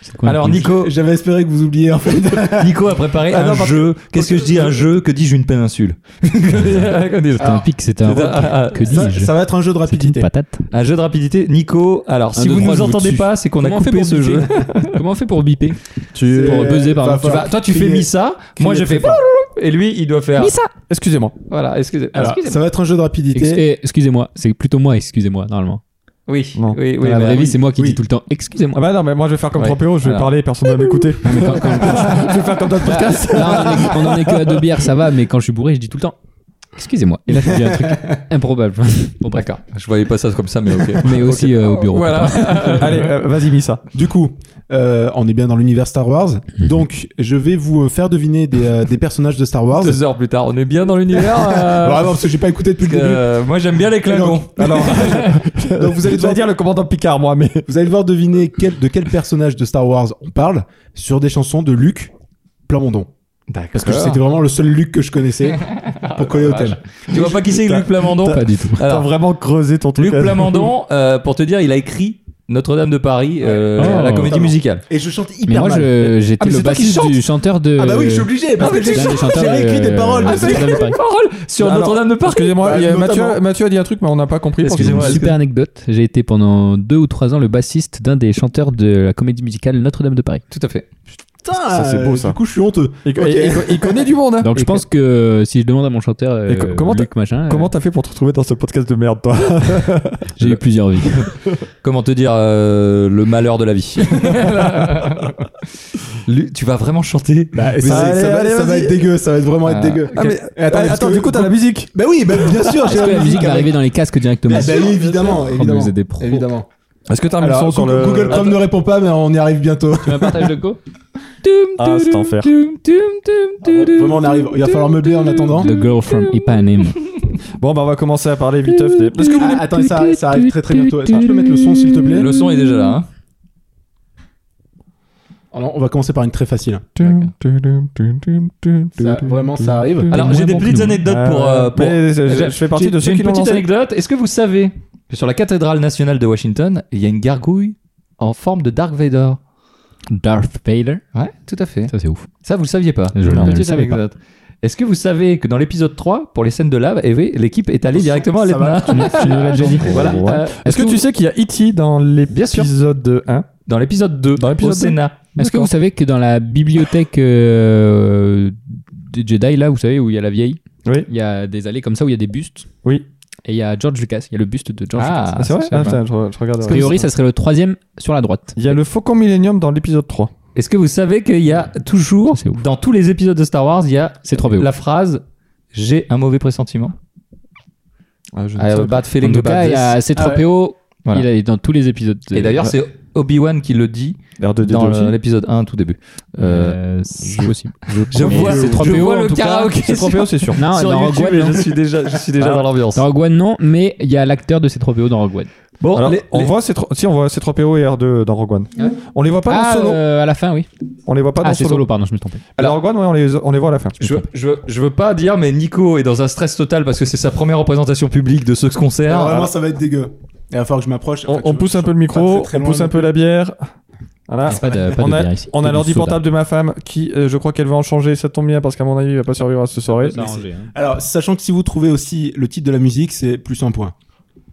Speaker 4: C'est quoi,
Speaker 2: Alors,
Speaker 4: un quiz
Speaker 2: Nico,
Speaker 3: J'avais espéré que vous oubliez en fait.
Speaker 2: Nico a préparé
Speaker 1: Ah non,
Speaker 2: un
Speaker 1: parce
Speaker 2: jeu. Qu'est-ce que je dis Un jeu Que dis-je une péninsule Ah,
Speaker 4: C'était un pic, c'était un
Speaker 2: C'est
Speaker 4: rock.
Speaker 2: un- un-
Speaker 4: Que
Speaker 3: Ça,
Speaker 4: dis-je
Speaker 3: ça va être un jeu de
Speaker 4: C'était une
Speaker 3: rapidité.
Speaker 4: patate.
Speaker 2: Un jeu de rapidité. Nico, alors
Speaker 4: Un,
Speaker 2: si
Speaker 4: deux,
Speaker 2: vous
Speaker 4: trois,
Speaker 2: nous
Speaker 4: je vous
Speaker 2: entendez
Speaker 4: tue.
Speaker 2: pas, c'est qu'on a
Speaker 4: Comment on fait
Speaker 2: coupé
Speaker 4: pour
Speaker 2: ce
Speaker 4: biper
Speaker 2: jeu.
Speaker 4: Comment on fait pour biper
Speaker 1: tu...
Speaker 4: Pour buzzer, pardon.
Speaker 3: Enfin,
Speaker 2: Tu
Speaker 3: voilà.
Speaker 2: vas- Bah, toi, tu fais
Speaker 3: Crier-
Speaker 2: Missa, moi je
Speaker 3: crier
Speaker 2: fais
Speaker 3: très fort.
Speaker 2: et lui, il doit faire.
Speaker 4: Missa
Speaker 1: Excusez-moi.
Speaker 2: Voilà, excusez.
Speaker 3: Alors,
Speaker 2: excusez-
Speaker 3: ça va être un jeu de rapidité.
Speaker 4: Ex- eh, Excusez-moi, c'est plutôt moi, excusez-moi, normalement.
Speaker 2: Oui,
Speaker 1: Non.
Speaker 2: oui,
Speaker 4: Dans
Speaker 2: oui.
Speaker 4: la
Speaker 2: mais-
Speaker 4: vraie vie, c'est moi qui
Speaker 3: oui.
Speaker 4: dis tout le temps excusez-moi.
Speaker 1: Ah bah non, mais moi je vais faire comme
Speaker 2: Ouais.
Speaker 1: 3PO, je vais
Speaker 2: Alors.
Speaker 1: parler, personne va m'écouter. je vais faire comme d'autres podcasts.
Speaker 4: Là, on en est- on en est que à deux bières, ça va, mais quand je suis bourré, je dis tout le temps excusez-moi. Et là, tu dis un truc improbable. Bon, bref.
Speaker 2: D'accord. Je voyais pas ça comme ça, mais ok.
Speaker 4: Mais aussi euh, au bureau.
Speaker 2: Voilà.
Speaker 1: Allez, euh, vas-y, mis ça.
Speaker 3: Du coup, euh, on est bien dans l'univers Star Wars.
Speaker 1: Mhm.
Speaker 3: Donc, je vais vous euh, faire deviner des, euh, des personnages de Star Wars.
Speaker 2: Deux Oh, heures plus tard, on est bien dans l'univers. euh,
Speaker 3: Vraiment, parce que j'ai pas écouté depuis le début.
Speaker 2: euh, moi, j'aime bien les clagons.
Speaker 1: Alors,
Speaker 3: Donc, vous allez
Speaker 1: je vais
Speaker 3: devoir,
Speaker 1: dire le commandant Picard, moi, mais.
Speaker 3: vous allez devoir deviner quel- de quel personnage de Star Wars on parle sur des chansons de Luc Plamondon.
Speaker 2: D'accord.
Speaker 3: Parce que c'était vraiment le seul Luc que je connaissais pour coller au thème.
Speaker 2: Tu vois pas qui c'est Luc Plamondon
Speaker 4: Pas du tout.
Speaker 1: T'as
Speaker 2: Alors,
Speaker 1: vraiment creusé ton truc.
Speaker 2: Luc Plamondon, euh, pour te dire, il a écrit Notre-Dame de Paris, euh,
Speaker 4: Ouais.
Speaker 2: à la
Speaker 4: Oh.
Speaker 2: comédie musicale.
Speaker 3: Et je chante hyper
Speaker 4: Mais moi,
Speaker 3: mal.
Speaker 4: je-
Speaker 3: Ah,
Speaker 4: j'étais
Speaker 3: mais
Speaker 4: le
Speaker 3: c'est toi qui
Speaker 4: bassiste
Speaker 3: chante
Speaker 4: du chanteur de.
Speaker 3: Ah bah oui, je suis obligé. Parce
Speaker 4: Ah,
Speaker 3: que
Speaker 4: mais
Speaker 3: j'ai
Speaker 4: tu
Speaker 3: j'ai
Speaker 4: chantes,
Speaker 3: réécrit
Speaker 4: euh,
Speaker 3: des paroles.
Speaker 4: Ah,
Speaker 3: de
Speaker 4: c'est-
Speaker 3: Luc.
Speaker 4: Notre-Dame de Paris.
Speaker 2: Paroles sur
Speaker 1: Alors,
Speaker 2: Notre-Dame de Paris.
Speaker 1: Excusez-moi,
Speaker 3: Bah,
Speaker 1: il y a-
Speaker 3: notamment.
Speaker 1: Mathieu, Mathieu a dit un truc, mais on n'a pas compris. parce que-
Speaker 2: Excusez-moi.
Speaker 4: Une super anecdote. J'ai été pendant deux ou trois ans le bassiste d'un des chanteurs de la comédie musicale Notre-Dame de Paris.
Speaker 2: Tout à fait.
Speaker 3: Putain,
Speaker 1: Ça, c'est beau,
Speaker 3: euh,
Speaker 1: ça.
Speaker 3: Du coup, je suis honteux.
Speaker 1: Il,
Speaker 3: Ok.
Speaker 1: il- il- il connaît du monde. hein.
Speaker 4: Donc je pense que si je demande à mon chanteur, euh,
Speaker 1: Et co- comment t'as-
Speaker 4: Luc machin, euh,
Speaker 1: Comment t'as fait pour te retrouver dans ce podcast de merde, toi
Speaker 4: j'ai eu plusieurs vies.
Speaker 2: Comment te dire euh, le malheur de la vie Lu- Tu vas vraiment chanter
Speaker 3: Bah,
Speaker 1: ça-
Speaker 3: ça,
Speaker 1: allez,
Speaker 3: ça va,
Speaker 1: allez,
Speaker 3: ça va
Speaker 1: vas-y.
Speaker 3: être dégueu, ça va être vraiment
Speaker 2: Ah.
Speaker 3: être dégueu.
Speaker 1: Ah, mais-
Speaker 3: Et attendez,
Speaker 1: Ah,
Speaker 3: parce
Speaker 1: Attends,
Speaker 3: que-
Speaker 1: du coup, t'as la musique.
Speaker 3: Bah oui, bah, bien sûr, j'ai
Speaker 4: Est-ce que la musique va
Speaker 3: avec.
Speaker 4: arriver dans les casques directement
Speaker 3: Bah, bah oui, évidemment,
Speaker 4: Oh, mais
Speaker 3: évidemment.
Speaker 4: vous êtes des pros.
Speaker 3: Évidemment.
Speaker 1: Est-ce que t'as un
Speaker 3: Alors,
Speaker 1: son sur
Speaker 3: Google,
Speaker 1: le.
Speaker 3: Google Chrome ne répond pas, mais on y arrive bientôt.
Speaker 4: Tu me partages le go
Speaker 1: Ah, c'est enfer.
Speaker 3: Vraiment, on arrive. Il va falloir meubler en attendant.
Speaker 4: The girl from Ipanema.
Speaker 1: Bon, bah, on va commencer à parler vite. Des... Parce que vous-
Speaker 3: Ah, attends, ça, ça arrive très très bientôt. Est-ce que tu peux mettre le son, s'il te plaît
Speaker 2: Le son est déjà là. hein.
Speaker 3: Alors, on va commencer par une très facile. Ça, vraiment, ça arrive.
Speaker 2: Alors,
Speaker 4: moins
Speaker 2: j'ai des
Speaker 4: bon que
Speaker 2: petites
Speaker 4: nous.
Speaker 2: anecdotes pour.
Speaker 1: Euh,
Speaker 2: euh, pour-
Speaker 1: mais je, je
Speaker 2: J'ai-
Speaker 1: fais partie
Speaker 2: j'ai-
Speaker 1: de ceux
Speaker 2: j'ai
Speaker 1: qui
Speaker 2: une
Speaker 1: l'ont
Speaker 2: petite
Speaker 1: lancé.
Speaker 2: anecdote. Est-ce que vous savez que sur la cathédrale nationale de Washington, il y a une gargouille en forme de Dark Vader
Speaker 4: Darth Vader.
Speaker 2: Ouais, tout à fait.
Speaker 4: Ça c'est ouf.
Speaker 2: Ça, vous le saviez pas.
Speaker 4: Je
Speaker 2: Une
Speaker 4: ne le
Speaker 2: petite
Speaker 4: savais pas.
Speaker 2: anecdote. Est-ce que vous savez que dans l'épisode 3, pour les scènes de lave, eh oui, l'équipe est allée directement à
Speaker 3: Ça va,
Speaker 2: l'Etna
Speaker 4: Tu nous l'as déjà dit.
Speaker 2: Voilà.
Speaker 1: Ouais.
Speaker 2: Euh,
Speaker 1: Est-ce que, tu
Speaker 2: vous-
Speaker 1: sais qu'il y a E.T. dans l'épisode 1
Speaker 2: Dans l'épisode 2,
Speaker 1: Dans l'épisode
Speaker 2: au
Speaker 1: deux.
Speaker 2: Sénat.
Speaker 4: Est-ce que
Speaker 2: D'accord.
Speaker 4: vous savez que dans la bibliothèque euh, des Jedi, là, vous savez, où il y a la vieille,
Speaker 1: Oui.
Speaker 4: il y a des allées comme ça où il y a des bustes.
Speaker 1: Oui.
Speaker 4: Et il y a George Lucas, il y a le buste de George Lucas.
Speaker 2: Ah,
Speaker 1: Ah, C'est
Speaker 2: ça,
Speaker 1: vrai
Speaker 2: je savais
Speaker 1: Ah,
Speaker 2: pas.
Speaker 1: putain, Je je regarde.
Speaker 4: A priori, ça serait le troisième sur la droite.
Speaker 1: Il y a le Faucon Millennium dans l'épisode 3.
Speaker 2: Est-ce que vous savez qu'il y a toujours,
Speaker 4: Ça, c'est ouf.
Speaker 2: dans tous les épisodes de Star Wars, il y a
Speaker 4: C'est 3 PO.
Speaker 2: la phrase J'ai un mauvais pressentiment
Speaker 1: Ah, je ne
Speaker 2: I have
Speaker 1: sais
Speaker 2: a
Speaker 1: pas.
Speaker 2: bad
Speaker 4: En
Speaker 2: feeling
Speaker 4: tout
Speaker 2: about
Speaker 4: cas, il y a
Speaker 2: this.
Speaker 4: C3PO,
Speaker 2: Voilà.
Speaker 4: il est dans tous les épisodes.
Speaker 2: Et d'ailleurs, c'est Obi-Wan qui le dit
Speaker 1: R2D2
Speaker 2: dans
Speaker 1: aussi.
Speaker 2: le- l'épisode 1 tout début. Euh,
Speaker 4: euh, c'est possible.
Speaker 2: je
Speaker 4: Mais
Speaker 2: vois,
Speaker 4: c'est
Speaker 2: je
Speaker 4: 3PO
Speaker 2: vois
Speaker 4: en
Speaker 2: le
Speaker 4: tout cas.
Speaker 2: karaoké.
Speaker 1: C'est 3PO, c'est sûr.
Speaker 4: Non,
Speaker 2: sur
Speaker 4: dans Rogue
Speaker 2: YouTube
Speaker 4: One,
Speaker 2: et
Speaker 4: hein. non.
Speaker 2: je suis déjà, je suis déjà
Speaker 4: Alors,
Speaker 2: dans l'ambiance.
Speaker 4: Dans Rogue One, non, mais il y a l'acteur de C3PO dans Rogue One.
Speaker 2: Bon,
Speaker 1: Alors,
Speaker 2: oh, les-
Speaker 1: on
Speaker 2: les-
Speaker 1: voit ces trois, si on voit ces trois PO et R2 dans Rogue One.
Speaker 4: Ouais.
Speaker 1: On les voit pas
Speaker 4: ah,
Speaker 1: dans Solo.
Speaker 4: euh, à la fin, oui.
Speaker 1: On les voit pas
Speaker 4: Ah,
Speaker 1: dans
Speaker 4: c'est
Speaker 1: Solo.
Speaker 4: solo. pardon, je me suis trompé.
Speaker 1: Alors, Rogue One, ouais, on les on les voit à la fin.
Speaker 2: je, je, je veux pas dire, mais Nico est dans un stress total parce que c'est sa première représentation publique de ce concert. Ah,
Speaker 3: Alors, Ah, vraiment, ça va être dégueu. Il va falloir que je m'approche.
Speaker 1: On,
Speaker 3: Enfin,
Speaker 1: on
Speaker 3: je-
Speaker 1: pousse un
Speaker 3: je-
Speaker 1: peu le
Speaker 3: pas
Speaker 1: micro,
Speaker 3: très, très
Speaker 1: on
Speaker 3: loin
Speaker 1: pousse un
Speaker 3: non
Speaker 1: peu la bière.
Speaker 2: Ah,
Speaker 1: Voilà.
Speaker 4: Pas de, pas
Speaker 1: On
Speaker 4: de
Speaker 1: a-
Speaker 4: bière ici.
Speaker 1: On
Speaker 4: Que
Speaker 1: a
Speaker 4: du
Speaker 1: l'ordi
Speaker 4: soda.
Speaker 1: portable de ma femme qui, euh, je crois qu'elle veut en changer. Ça tombe bien parce qu'à mon avis, il va pas survivre à cette soirée.
Speaker 3: Alors, sachant que si vous trouvez aussi le titre de la musique, c'est plus un point.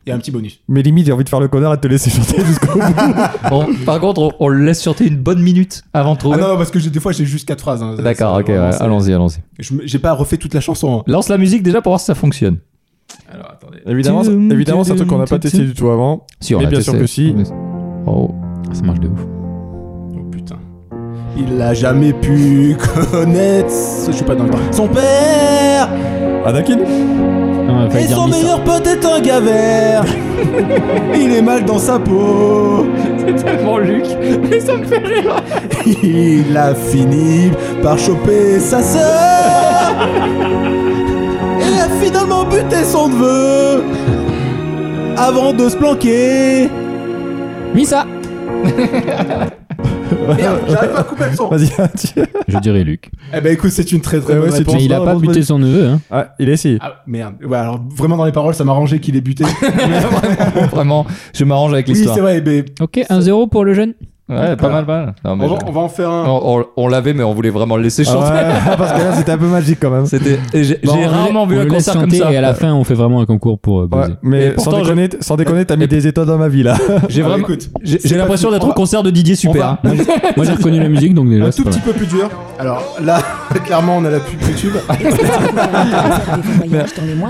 Speaker 3: Il y a un petit bonus.
Speaker 1: Mais limite, j'ai envie de faire le connard et de te laisser chanter jusqu'au bout.
Speaker 2: On- par contre, on, on le laisse chanter une bonne minute avant de
Speaker 3: hein. Ah
Speaker 2: trouver.
Speaker 3: non, non, parce que j'ai- des fois, j'ai juste quatre phrases. hein. Ça-
Speaker 2: D'accord,
Speaker 3: ça-
Speaker 2: ok,
Speaker 3: vraiment,
Speaker 2: ouais,
Speaker 3: c'est-
Speaker 2: allons-y, allons-y.
Speaker 3: Je me- J'ai pas refait toute la chanson. hein.
Speaker 2: Lance la musique déjà pour voir si ça fonctionne.
Speaker 4: Alors attendez.
Speaker 1: Évidemment, c'est-
Speaker 2: Tum,
Speaker 1: évidemment, c'est un
Speaker 2: tum,
Speaker 1: truc qu'on n'a pas
Speaker 2: tum,
Speaker 1: testé
Speaker 2: tum.
Speaker 1: du tout avant.
Speaker 2: Si, on
Speaker 1: Mais
Speaker 2: l'a
Speaker 1: bien
Speaker 2: testé.
Speaker 1: sûr que si.
Speaker 2: Oh.
Speaker 4: Ça marche de ouf.
Speaker 3: Oh putain. Il l'a jamais pu connaître. Je suis pas dans le temps. Son père
Speaker 1: Anakin
Speaker 4: Non,
Speaker 3: et son meilleur pote est un gavert. Il est mal dans sa peau.
Speaker 2: Tellement Luc, mais ça me fait rire.
Speaker 3: Il a fini par choper sa sœur. Et a finalement buté son neveu. Avant de se planquer.
Speaker 4: Misa
Speaker 3: Merde, j'arrive pas à couper le son.
Speaker 1: Vas-y, ah, tu-
Speaker 4: Je dirais Luc.
Speaker 3: Eh ben écoute, c'est une très très
Speaker 1: Ouais,
Speaker 3: bonne
Speaker 1: ouais, c'est
Speaker 3: réponse.
Speaker 1: pense
Speaker 4: Mais il a
Speaker 1: pas,
Speaker 4: pas
Speaker 1: pense
Speaker 4: buté
Speaker 1: pas.
Speaker 4: son neveu, hein.
Speaker 1: Ah, il a essayé.
Speaker 3: Ah, merde. Ouais, alors vraiment dans les paroles, ça m'a rangé qu'il ait buté.
Speaker 2: Vraiment, je m'arrange avec
Speaker 3: oui,
Speaker 2: l'histoire.
Speaker 3: c'est vrai. mais
Speaker 4: Ok, 1-0 pour le jeune.
Speaker 2: ouais, pas mal, pas mal. Non, mais
Speaker 3: on, va,
Speaker 2: je-
Speaker 3: on va en faire un.
Speaker 2: on, on- on l'avait, mais on voulait vraiment le laisser
Speaker 1: Ah
Speaker 2: chanter.
Speaker 1: ouais, parce que là, c'était un peu magique quand même.
Speaker 2: C'était. et J'ai
Speaker 4: Bon,
Speaker 2: j'ai
Speaker 4: on le-
Speaker 2: rarement vu
Speaker 4: on
Speaker 2: un
Speaker 4: le laisse
Speaker 2: concert comme
Speaker 4: chanter
Speaker 2: ça.
Speaker 4: Et à la fin, on fait vraiment un concours pour euh,
Speaker 1: Ouais,
Speaker 4: baiser.
Speaker 1: mais
Speaker 2: Et pourtant,
Speaker 1: sans déconner, sans déconner, t'as mis des étoiles dans ma vie là.
Speaker 2: J'ai
Speaker 3: Ah,
Speaker 2: vraiment.
Speaker 3: écoute,
Speaker 2: J'ai
Speaker 3: c'est
Speaker 2: j'ai
Speaker 3: pas
Speaker 2: l'impression
Speaker 3: fini.
Speaker 2: d'être au
Speaker 3: On va-
Speaker 2: concert de Didier Super.
Speaker 3: va-
Speaker 2: hein.
Speaker 4: Moi, j'ai reconnu la musique, donc déjà,
Speaker 3: un
Speaker 4: c'est
Speaker 3: tout
Speaker 4: pas
Speaker 3: petit
Speaker 4: mal.
Speaker 3: peu plus dur. Alors là, clairement, on a la pub YouTube. Ah,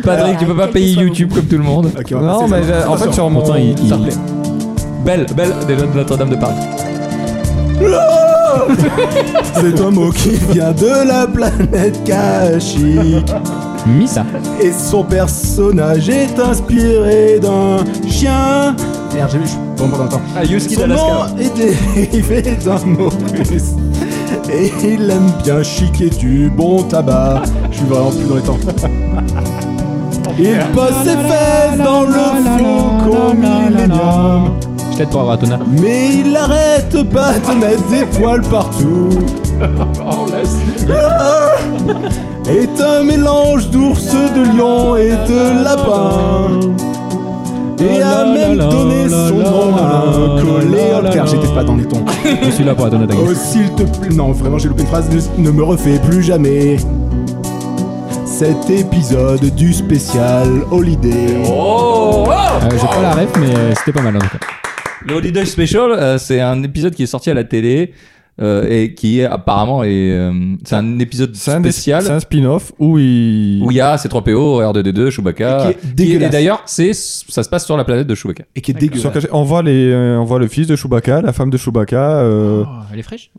Speaker 2: Patrick, tu peux pas payer YouTube comme tout le monde.
Speaker 3: Ok, on va passer ça.
Speaker 1: en fait, sur mon.
Speaker 4: Pourtant, il-
Speaker 2: S'il te plaît. Belle, belle déjà de Notre-Dame de Paris.
Speaker 3: C'est un mot qui vient de la planète Kashyyyk.
Speaker 4: Misa.
Speaker 3: Et son personnage est inspiré d'un chien. Merde, j'ai vu, je suis vraiment pas dans le temps.
Speaker 2: Ah, Yuski
Speaker 3: Son nom est dérivé d'un mot russe. Et il aime bien chiquer du bon tabac. Je suis vraiment plus dans les temps. Il pose ses fesses dans le flou qu'au millénium.
Speaker 4: Je t'aide pour avoir ton âme.
Speaker 3: Mais il arrête pas de mettre des poils partout. Ah Est un mélange d'ours, de lion et de lapin. Et a même donné son nom à un colléole. Car j'étais pas dans les tons.
Speaker 4: Je suis là pour attendre ta
Speaker 3: Oh s'il te plaît, non vraiment j'ai loupé une phrase, Ne- ne me refais plus jamais cet épisode du spécial Holiday.
Speaker 2: Oh,
Speaker 4: Euh, J'ai pas la ref, mais euh, c'était pas mal en tout cas.
Speaker 2: Le Holiday Special, euh, c'est un épisode qui est sorti à la télé euh, et qui est apparemment est, euh, c'est un épisode
Speaker 1: C'est un, des-
Speaker 2: spécial
Speaker 1: c'est un spin-off où il.
Speaker 2: où il y a C3PO, R2D2, Chewbacca.
Speaker 3: Et qui est dégueulasse.
Speaker 2: Et d'ailleurs, c'est ça se passe sur la planète de Chewbacca.
Speaker 3: Et qui est
Speaker 1: Sur
Speaker 3: dégueulasse.
Speaker 1: Cache- on, voit les, euh, on voit le fils de Chewbacca, la femme de Chewbacca. euh,
Speaker 4: Oh, elle est fraîche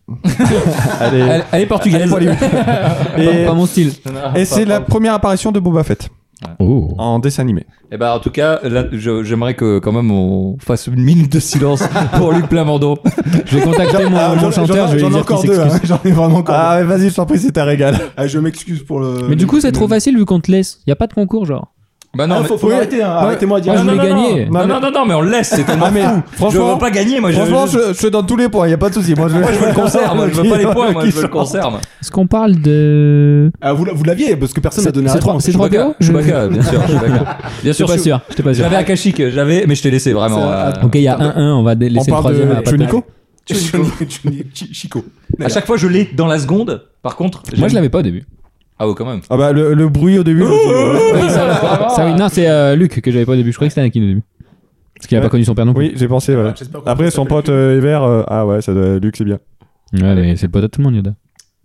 Speaker 1: elle est-
Speaker 2: Elle, elle est portugaise.
Speaker 1: et
Speaker 4: Pas mon style.
Speaker 1: et c'est la première apparition de Boba Fett
Speaker 4: Oh.
Speaker 1: en dessin animé.
Speaker 2: Et ben en tout cas, là, je- j'aimerais que quand même on fasse une minute de silence pour Luc Plamondon.
Speaker 4: Je vais contacter mon,
Speaker 3: Ah,
Speaker 4: mon
Speaker 3: j'en-
Speaker 4: chanteur,
Speaker 3: j'en-
Speaker 4: je vais
Speaker 3: j'en
Speaker 4: lui
Speaker 3: ai
Speaker 4: dire qu'il
Speaker 3: encore deux, hein,
Speaker 4: s'excuse.
Speaker 3: j'en ai vraiment encore
Speaker 1: Ah, mais vas-y, je t'en prie, c'est un régal.
Speaker 3: deux. Ah, je m'excuse pour le.
Speaker 4: Mais du coup,
Speaker 3: Euh,
Speaker 4: c'est trop facile vu qu'on te laisse. Y a pas de concours, genre.
Speaker 2: Bah
Speaker 3: Ah,
Speaker 2: non, mais-
Speaker 3: faut, faut
Speaker 1: Oui.
Speaker 3: arrêter, hein, arrêtez-moi de dire.
Speaker 4: Moi, je
Speaker 2: non,
Speaker 4: voulais
Speaker 2: non, non,
Speaker 4: gagner.
Speaker 2: Non, non, non, non, mais on le laisse, c'est tellement
Speaker 1: Ah, mais
Speaker 2: fou. Je
Speaker 1: franchement,
Speaker 2: veux pas gagner, moi. je-
Speaker 1: franchement,
Speaker 2: je-
Speaker 1: je, je donne tous les points, y a pas de souci. Moi, je,
Speaker 2: Moi, je veux le concert, moi, je veux pas les points, moi, je veux le concert. moi.
Speaker 4: Est-ce qu'on parle de.
Speaker 3: Ah, vous, l'a- vous l'aviez parce que personne n'a donné la
Speaker 4: C'est trois-
Speaker 3: réponse.
Speaker 4: c'est trois
Speaker 2: Chewbacca,
Speaker 4: PO Je-
Speaker 2: Chewbacca, bien sûr, Chewbacca. Bien
Speaker 4: J'étais
Speaker 2: sûr,
Speaker 4: pas
Speaker 2: Chewbacca.
Speaker 4: sûr. J'étais pas sûr.
Speaker 2: J'avais Akashik, j'avais, mais je t'ai laissé vraiment.
Speaker 3: C'est-
Speaker 2: euh,
Speaker 4: Ok, il y a 1-1, on va dé-
Speaker 1: On
Speaker 4: laisser le
Speaker 1: parle
Speaker 4: troisième à
Speaker 1: de
Speaker 4: Patrick.
Speaker 1: Chunico
Speaker 3: Chico.
Speaker 2: à chaque fois, je l'ai dans la seconde. Par contre,
Speaker 4: Moi,
Speaker 2: j'ai-
Speaker 4: je l'avais pas au début.
Speaker 2: Ah, oh, quand même.
Speaker 1: Ah bah, le, le bruit au début. le-
Speaker 2: Ah.
Speaker 4: Ça, oui, non, c'est euh, Luc que j'avais pas au début. Je croyais que c'était Anakin au début. Parce qu'il a
Speaker 1: Ouais.
Speaker 4: pas connu son père non plus.
Speaker 1: Oui, j'ai pensé, voilà.
Speaker 3: J'espère qu'on-
Speaker 1: Après, son pote euh, Hiver, euh, ah ouais, ça doit- Luc, c'est bien.
Speaker 4: Ouais, mais c'est le pote à tout le monde, Yoda.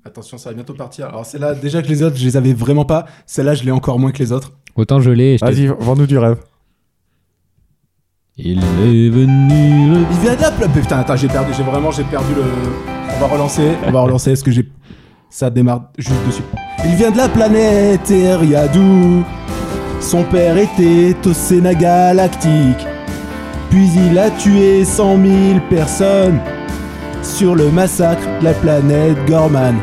Speaker 3: Attention, ça va bientôt partir. Alors, celle-là, déjà que les autres, je les avais vraiment pas. Celle-là, je l'ai encore moins que les autres.
Speaker 4: Autant je l'ai. je t'ai-
Speaker 1: Vas-y, vends-nous du rêve.
Speaker 4: Il est venu le.
Speaker 3: Il vient de la pla- Putain, attends, j'ai perdu, j'ai vraiment, j'ai perdu le. On va relancer, on va relancer, est-ce que j'ai. Ça démarre juste dessus. Il vient de la planète Eriadou. Son père était au Sénat galactique. Puis il a tué 100 000 personnes sur le massacre de la planète Gorman.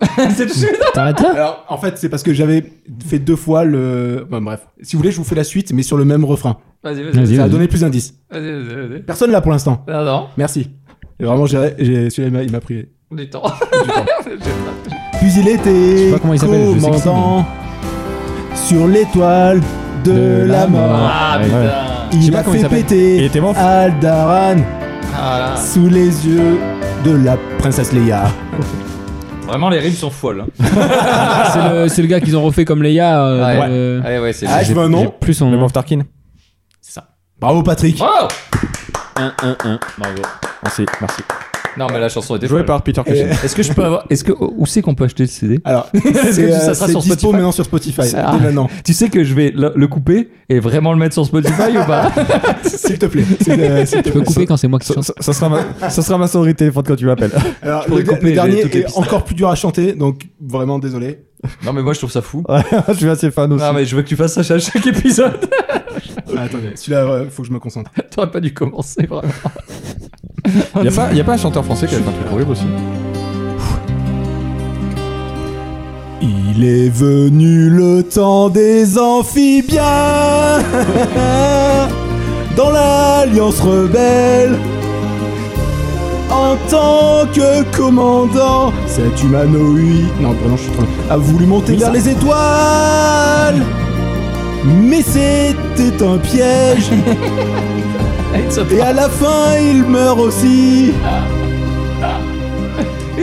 Speaker 4: Eh ben,
Speaker 2: C'est
Speaker 4: T'arrêtes là
Speaker 3: Alors, en fait, c'est parce que j'avais fait deux fois le. Enfin, bref. Si vous voulez, je vous fais la suite, mais sur le même refrain.
Speaker 2: Vas-y, vas-y.
Speaker 4: Vas-y,
Speaker 3: Ça a
Speaker 4: vas-y.
Speaker 3: donné plus d'indices.
Speaker 2: Vas-y, vas-y, vas-y.
Speaker 3: Personne là pour l'instant.
Speaker 2: Non, non,
Speaker 3: Merci. Et vraiment, j'ai, j'ai- celui-là, il m'a- il m'a pris.
Speaker 2: du temps.
Speaker 3: Puis il était
Speaker 4: sais pas comment il s'appelle, je sais que c'est,
Speaker 3: commandant sur l'étoile de,
Speaker 4: De
Speaker 3: la,
Speaker 4: la
Speaker 3: mort.
Speaker 4: mort.
Speaker 2: Ah,
Speaker 1: Ouais.
Speaker 2: putain.
Speaker 4: Je sais
Speaker 3: Il
Speaker 4: pas
Speaker 3: a
Speaker 4: comment il
Speaker 3: fait
Speaker 4: s'appelle.
Speaker 1: Il
Speaker 3: péter
Speaker 1: était mort
Speaker 3: Aldaran
Speaker 2: Ah, là.
Speaker 3: sous les yeux de la princesse Leia.
Speaker 2: Vraiment, les rimes sont folles. hein.
Speaker 4: C'est le, c'est le gars qu'ils ont refait comme Leia. euh,
Speaker 2: Ouais.
Speaker 4: dans le-
Speaker 2: Allez, ouais, c'est
Speaker 3: Ah, je veux un
Speaker 4: J'ai
Speaker 3: nom.
Speaker 4: plus son
Speaker 1: Le
Speaker 4: nom.
Speaker 1: Moff Tarkin
Speaker 3: Bravo Patrick.
Speaker 2: Bravo
Speaker 4: 1-1-1. Bravo.
Speaker 1: Merci, merci.
Speaker 2: Non, mais la chanson était
Speaker 1: Joué
Speaker 2: folle.
Speaker 1: par Peter Cushing.
Speaker 2: Est-ce que je peux avoir. Est-ce que. Où c'est qu'on peut acheter le CD
Speaker 3: Alors,
Speaker 2: Est-ce
Speaker 3: c'est
Speaker 2: que
Speaker 3: euh,
Speaker 2: ça sera
Speaker 3: c'est
Speaker 2: sur
Speaker 3: dispo
Speaker 2: Spotify
Speaker 3: maintenant sur Spotify.
Speaker 2: Ah.
Speaker 3: Dès maintenant.
Speaker 2: Tu sais que je vais le, le couper et vraiment le mettre sur Spotify ou pas
Speaker 3: S'il te plaît. S'il euh, s'il te
Speaker 4: Tu peux
Speaker 3: plaît.
Speaker 4: couper quand c'est moi qui
Speaker 1: Ça,
Speaker 4: chante.
Speaker 1: ça- ça sera ma, ça sera ma sonnerie de téléphone quand tu m'appelles.
Speaker 3: Alors,
Speaker 2: Je
Speaker 3: le,
Speaker 2: pourrais
Speaker 3: de-
Speaker 2: couper,
Speaker 3: le
Speaker 2: j'ai
Speaker 3: dernier
Speaker 2: toutes les
Speaker 3: est
Speaker 2: pistes.
Speaker 3: encore plus dur à chanter, donc vraiment désolé.
Speaker 2: Non, mais moi je trouve ça fou.
Speaker 1: je suis assez fan aussi.
Speaker 2: Non, mais je veux que tu fasses ça à chaque épisode.
Speaker 3: Ah, attendez, celui-là, euh, faut que je me concentre.
Speaker 2: T'aurais pas dû commencer vraiment.
Speaker 1: Y a, pas, y a pas un chanteur français qui a fait un truc horrible aussi
Speaker 3: Il est venu le temps des amphibiens dans l'Alliance rebelle. En tant que commandant, cet humanoïde. Non, vraiment, je suis trop loin. A voulu monter vers les étoiles. Mais c'était un piège. Et à la fin, il meurt aussi.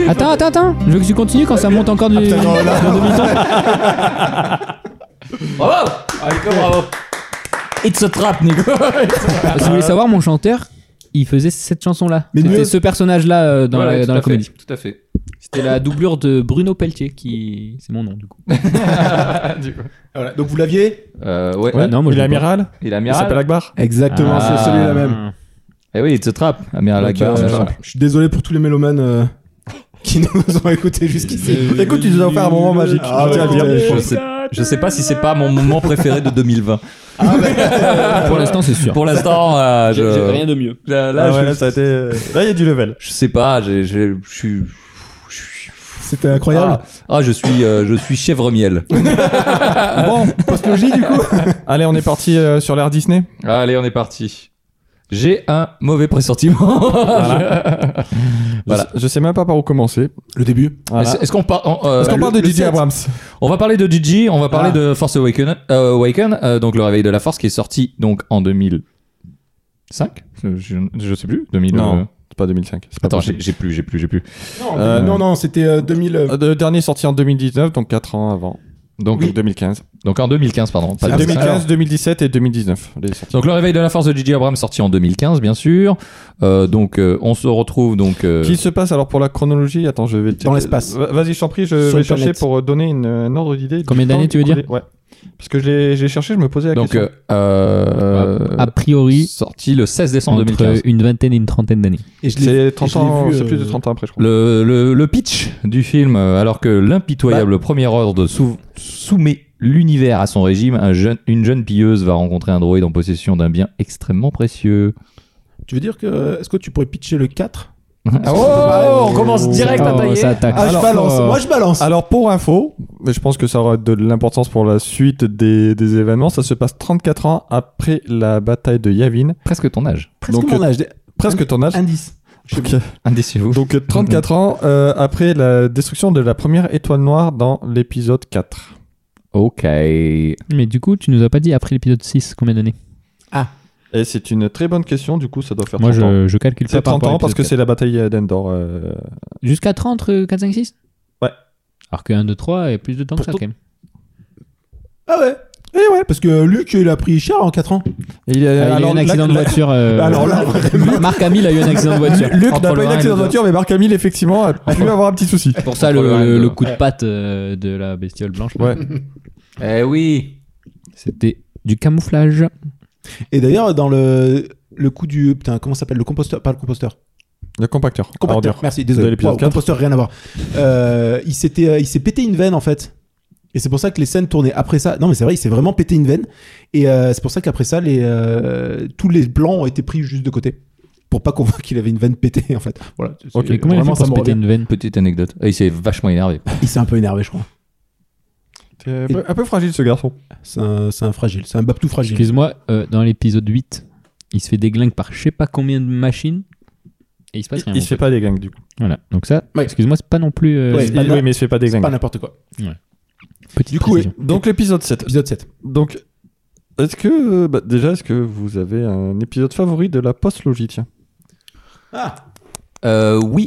Speaker 4: Attends, attends, attends. Je veux que tu continues quand ça monte encore
Speaker 1: Ah,
Speaker 4: du.
Speaker 2: Bravo Nico, bravo It's a trap, Nico
Speaker 4: Ah, si vous voulez savoir, mon chanteur, il faisait cette chanson-là.
Speaker 3: Mais mieux-
Speaker 4: C'était ce personnage-là euh, dans
Speaker 2: Voilà,
Speaker 4: la,
Speaker 2: tout
Speaker 4: dans
Speaker 2: à
Speaker 4: la
Speaker 2: fait,
Speaker 4: comédie.
Speaker 2: Tout à fait.
Speaker 4: C'était la doublure de Bruno Pelletier, qui. C'est mon nom, du coup.
Speaker 3: Voilà, donc vous l'aviez
Speaker 2: Euh, ouais,
Speaker 4: Ouais, non, moi,
Speaker 1: Il
Speaker 4: je
Speaker 1: est
Speaker 4: l'ai pas.
Speaker 1: amiral
Speaker 2: il
Speaker 1: Il s'appelle Akbar
Speaker 3: Exactement,
Speaker 2: Ah.
Speaker 3: c'est celui-là même.
Speaker 2: Eh oui, It's a trap, Amiral
Speaker 3: Donc,
Speaker 2: Akbar.
Speaker 3: euh,
Speaker 2: machin.
Speaker 3: je suis désolé pour tous les mélomanes euh, qui nous ont écoutés jusqu'ici.
Speaker 1: Écoute, tu nous as offert un moment magique.
Speaker 3: Ah,
Speaker 1: je tiens à le
Speaker 3: ouais,
Speaker 1: dire.
Speaker 3: putain,
Speaker 2: Je sais, je sais pas si c'est pas mon moment préféré de 2020.
Speaker 4: Pour l'instant, c'est sûr.
Speaker 2: Ah Pour l'instant, euh, je... rien de mieux. Là, là,
Speaker 1: Ah ouais,
Speaker 2: je...
Speaker 1: là, ça a été. Là, il y a du level.
Speaker 2: je sais pas, j'ai- j'ai- je suis... je suis-
Speaker 3: C'était incroyable.
Speaker 2: Ah, ah, je suis, euh, je suis chèvre miel.
Speaker 3: Ah
Speaker 1: Bon, post-logie du coup. Allez, on est parti euh, sur l'ère Disney.
Speaker 2: Ah, Allez, on est parti. J'ai un mauvais pressentiment.
Speaker 1: Je-
Speaker 2: Voilà.
Speaker 1: Je, sais même pas par où commencer.
Speaker 3: Le début.
Speaker 1: Voilà.
Speaker 2: Est-ce est-ce qu'on par- on, euh,
Speaker 1: Est-ce qu'on
Speaker 2: le-
Speaker 1: parle de
Speaker 2: le
Speaker 1: DJ
Speaker 2: sept-
Speaker 1: Abrams
Speaker 2: On va parler de Gigi, on va parler
Speaker 1: Ah.
Speaker 2: de Force Awaken, euh, Awaken, euh, donc le réveil de la force qui est sorti donc en 2005 je, je- je sais plus 2000
Speaker 1: Non.
Speaker 2: euh,
Speaker 1: C'est pas 2005. c'est pas
Speaker 2: Attends, j'ai
Speaker 1: possible.
Speaker 2: j'ai plus, j'ai plus, j'ai plus.
Speaker 3: Non,
Speaker 1: Euh,
Speaker 3: non, non, c'était euh, 2000. euh,
Speaker 1: Euh, Le dernier est sorti en 2019, donc 4 ans avant.
Speaker 2: Donc,
Speaker 1: Donc 2015.
Speaker 2: donc en 2015, pardon. pas
Speaker 3: Ah,
Speaker 1: C'est
Speaker 2: 2005.
Speaker 1: 2015, 2017 et 2019. les sorties.
Speaker 2: Donc le réveil de la force de Gigi Abrams sorti en 2015, bien sûr. Euh, donc euh, on se retrouve donc. euh,
Speaker 1: Qui se passe alors pour la chronologie Attends, je vais
Speaker 3: Dans l'espace.
Speaker 1: Va- Vas-y, je t'en prie, je
Speaker 3: Sur
Speaker 1: vais
Speaker 3: une
Speaker 1: chercher
Speaker 3: planète.
Speaker 1: pour euh, donner une, un ordre d'idée. du
Speaker 4: Combien
Speaker 1: temps
Speaker 4: d'années, tu veux
Speaker 1: écoulé. Ouais. Parce que je l'ai- j'ai cherché, je me posais la
Speaker 2: donc
Speaker 1: question. Ah,
Speaker 2: euh, euh,
Speaker 4: A priori,
Speaker 2: sorti le 16 décembre
Speaker 4: entre
Speaker 2: 2015.
Speaker 4: une vingtaine et une trentaine d'années.
Speaker 3: et je l'ai-
Speaker 1: C'est 30
Speaker 3: je l'ai
Speaker 1: ans,
Speaker 3: vu,
Speaker 1: c'est
Speaker 3: euh,
Speaker 1: plus de 30 ans après, je crois.
Speaker 2: Le, le, le pitch du film, euh, alors que l'impitoyable
Speaker 1: Bah.
Speaker 2: premier ordre sou- soumet l'univers à son régime, un jeune, une jeune pilleuse va rencontrer un droïde en possession d'un bien extrêmement précieux.
Speaker 3: Tu veux dire que. euh, Est-ce que tu pourrais pitcher le 4
Speaker 1: Mhm.
Speaker 3: Ah
Speaker 2: oh, on commence direct à
Speaker 4: Oh,
Speaker 2: tailler.
Speaker 4: ça attaque.
Speaker 3: euh,
Speaker 1: Ah, je balance, moi,
Speaker 3: je balance.
Speaker 1: Alors pour info, mais je pense que ça aura de l'importance pour la suite des, des événements, ça se passe 34 ans après la bataille de Yavin.
Speaker 2: Presque ton âge.
Speaker 3: Presque
Speaker 1: donc,
Speaker 3: mon âge. des-
Speaker 1: Presque ton âge.
Speaker 3: Indice. Je sais
Speaker 1: Donc,
Speaker 2: Indécis-vous.
Speaker 1: Donc euh, 34 ans euh, après la destruction de la première étoile noire dans l'épisode 4.
Speaker 2: Ok.
Speaker 4: Mais du coup, tu nous as pas dit après l'épisode 6 combien d'années
Speaker 1: Et c'est une très bonne question, du coup ça doit faire
Speaker 4: Moi,
Speaker 1: 30 ans.
Speaker 4: je, je calcule pas
Speaker 1: C'est
Speaker 4: par
Speaker 1: 30
Speaker 4: rapport à
Speaker 1: ans parce que
Speaker 4: l'épisode
Speaker 1: c'est la bataille euh, d'Endor. euh,
Speaker 4: 4. Jusqu'à 30, euh, 4, 5, 6
Speaker 1: Ouais.
Speaker 4: Alors que 1, 2, 3 et plus de temps que ça,
Speaker 1: Pourtant-
Speaker 4: quand même.
Speaker 3: Ah ouais Eh ouais, parce que Luc, il a pris cher en 4 ans.
Speaker 1: Il y a,
Speaker 4: Ah, il
Speaker 1: Euh, alors,
Speaker 4: a eu un accident
Speaker 1: la-
Speaker 4: de
Speaker 1: la-
Speaker 4: voiture. euh,
Speaker 3: Alors là, vraiment.
Speaker 4: Marc Hamill a eu un accident de voiture.
Speaker 1: Luc
Speaker 4: Entre
Speaker 1: n'a
Speaker 4: le
Speaker 1: pas eu
Speaker 4: un et le
Speaker 1: d'accident de
Speaker 4: deux.
Speaker 1: voiture, mais Marc Hamill, effectivement, a pu avoir un petit souci.
Speaker 2: Pour
Speaker 4: Ça, le, le coup de patte euh, de la bestiole blanche. là.
Speaker 1: Ouais.
Speaker 2: Eh oui.
Speaker 4: C'était du camouflage.
Speaker 3: Et d'ailleurs, dans le. Le coup du. Putain, comment ça s'appelle Le composteur Pas le composteur.
Speaker 1: Le compacteur.
Speaker 3: Compacteur.
Speaker 1: ordure.
Speaker 3: Merci,
Speaker 1: De
Speaker 3: désolé.
Speaker 1: l'épisode
Speaker 3: Wow,
Speaker 1: 4.
Speaker 3: composteur, rien à voir. Euh, il s'était euh, il s'est pété une veine, en fait. Et c'est pour ça que les scènes tournaient après ça. Non, mais c'est vrai, il s'est vraiment pété une veine. Et euh, c'est pour ça qu'après ça, les, euh, tous les plans ont été pris juste de côté. Pour pas qu'on voit qu'il avait une veine pétée, en fait. Voilà. C'est-
Speaker 1: Ok,
Speaker 4: Et comment il a fait
Speaker 3: vraiment,
Speaker 4: pour
Speaker 3: ça
Speaker 4: se
Speaker 3: me
Speaker 4: péter
Speaker 3: revient.
Speaker 4: une veine
Speaker 2: Petite anecdote. Ah, Il s'est vachement énervé.
Speaker 3: Il s'est un peu énervé, je crois.
Speaker 1: C'est Un peu- un peu fragile ce garçon.
Speaker 3: C'est un, c'est un fragile, c'est un Babtou fragile.
Speaker 4: Excuse-moi, euh, dans l'épisode 8, il se fait déglingue par je sais pas combien de machines et il se passe rien.
Speaker 1: Il se fait pas des gangs du coup.
Speaker 4: Voilà, donc ça,
Speaker 3: Ouais.
Speaker 4: excuse-moi, c'est pas non plus euh,
Speaker 3: Ouais.
Speaker 4: une
Speaker 1: Il-
Speaker 3: pas
Speaker 1: oui, mais il se fait pas des
Speaker 3: C'est pas
Speaker 1: gangs.
Speaker 3: n'importe quoi.
Speaker 4: petite
Speaker 3: Du coup,
Speaker 4: précision.
Speaker 1: Donc l'épisode 7.
Speaker 3: Épisode 7.
Speaker 1: Donc, est-ce que. bah, déjà, est-ce que vous avez un épisode favori de la post-logie tiens
Speaker 3: Ah
Speaker 2: Euh, oui.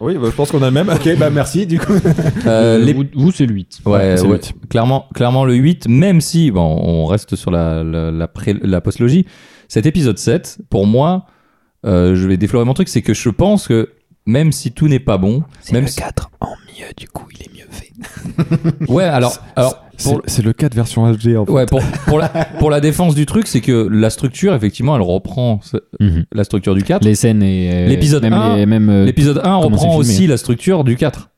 Speaker 1: Oui, bah, je pense qu'on a le même.
Speaker 3: Ok, bah merci du coup.
Speaker 2: Euh,
Speaker 4: Euh,
Speaker 2: les-
Speaker 4: vous, vous, c'est le 8.
Speaker 2: Ouais,
Speaker 1: c'est le
Speaker 2: ouais.
Speaker 1: huit.
Speaker 2: Clairement, clairement le 8, même si, bon, on reste sur la, la, la, pré- la postlogie, cet épisode 7, pour moi, euh, je vais déflorer mon truc, c'est que je pense que même si tout n'est pas bon, même si-
Speaker 4: 4 en mieux, du coup, il est mieux fait.
Speaker 2: ouais, alors, alors
Speaker 1: C'est
Speaker 2: pour,
Speaker 1: c'est le 4 version HD en fait.
Speaker 2: Ouais, pour, pour, la, pour la défense du truc, c'est que la structure, effectivement, elle reprend ce- la structure du 4.
Speaker 4: Mhm. Les scènes et. euh,
Speaker 2: L'épisode
Speaker 4: même
Speaker 2: 1,
Speaker 4: les- même, euh,
Speaker 2: L'épisode 1
Speaker 4: comment
Speaker 2: reprend
Speaker 4: c'est filmé.
Speaker 2: aussi la structure du 4.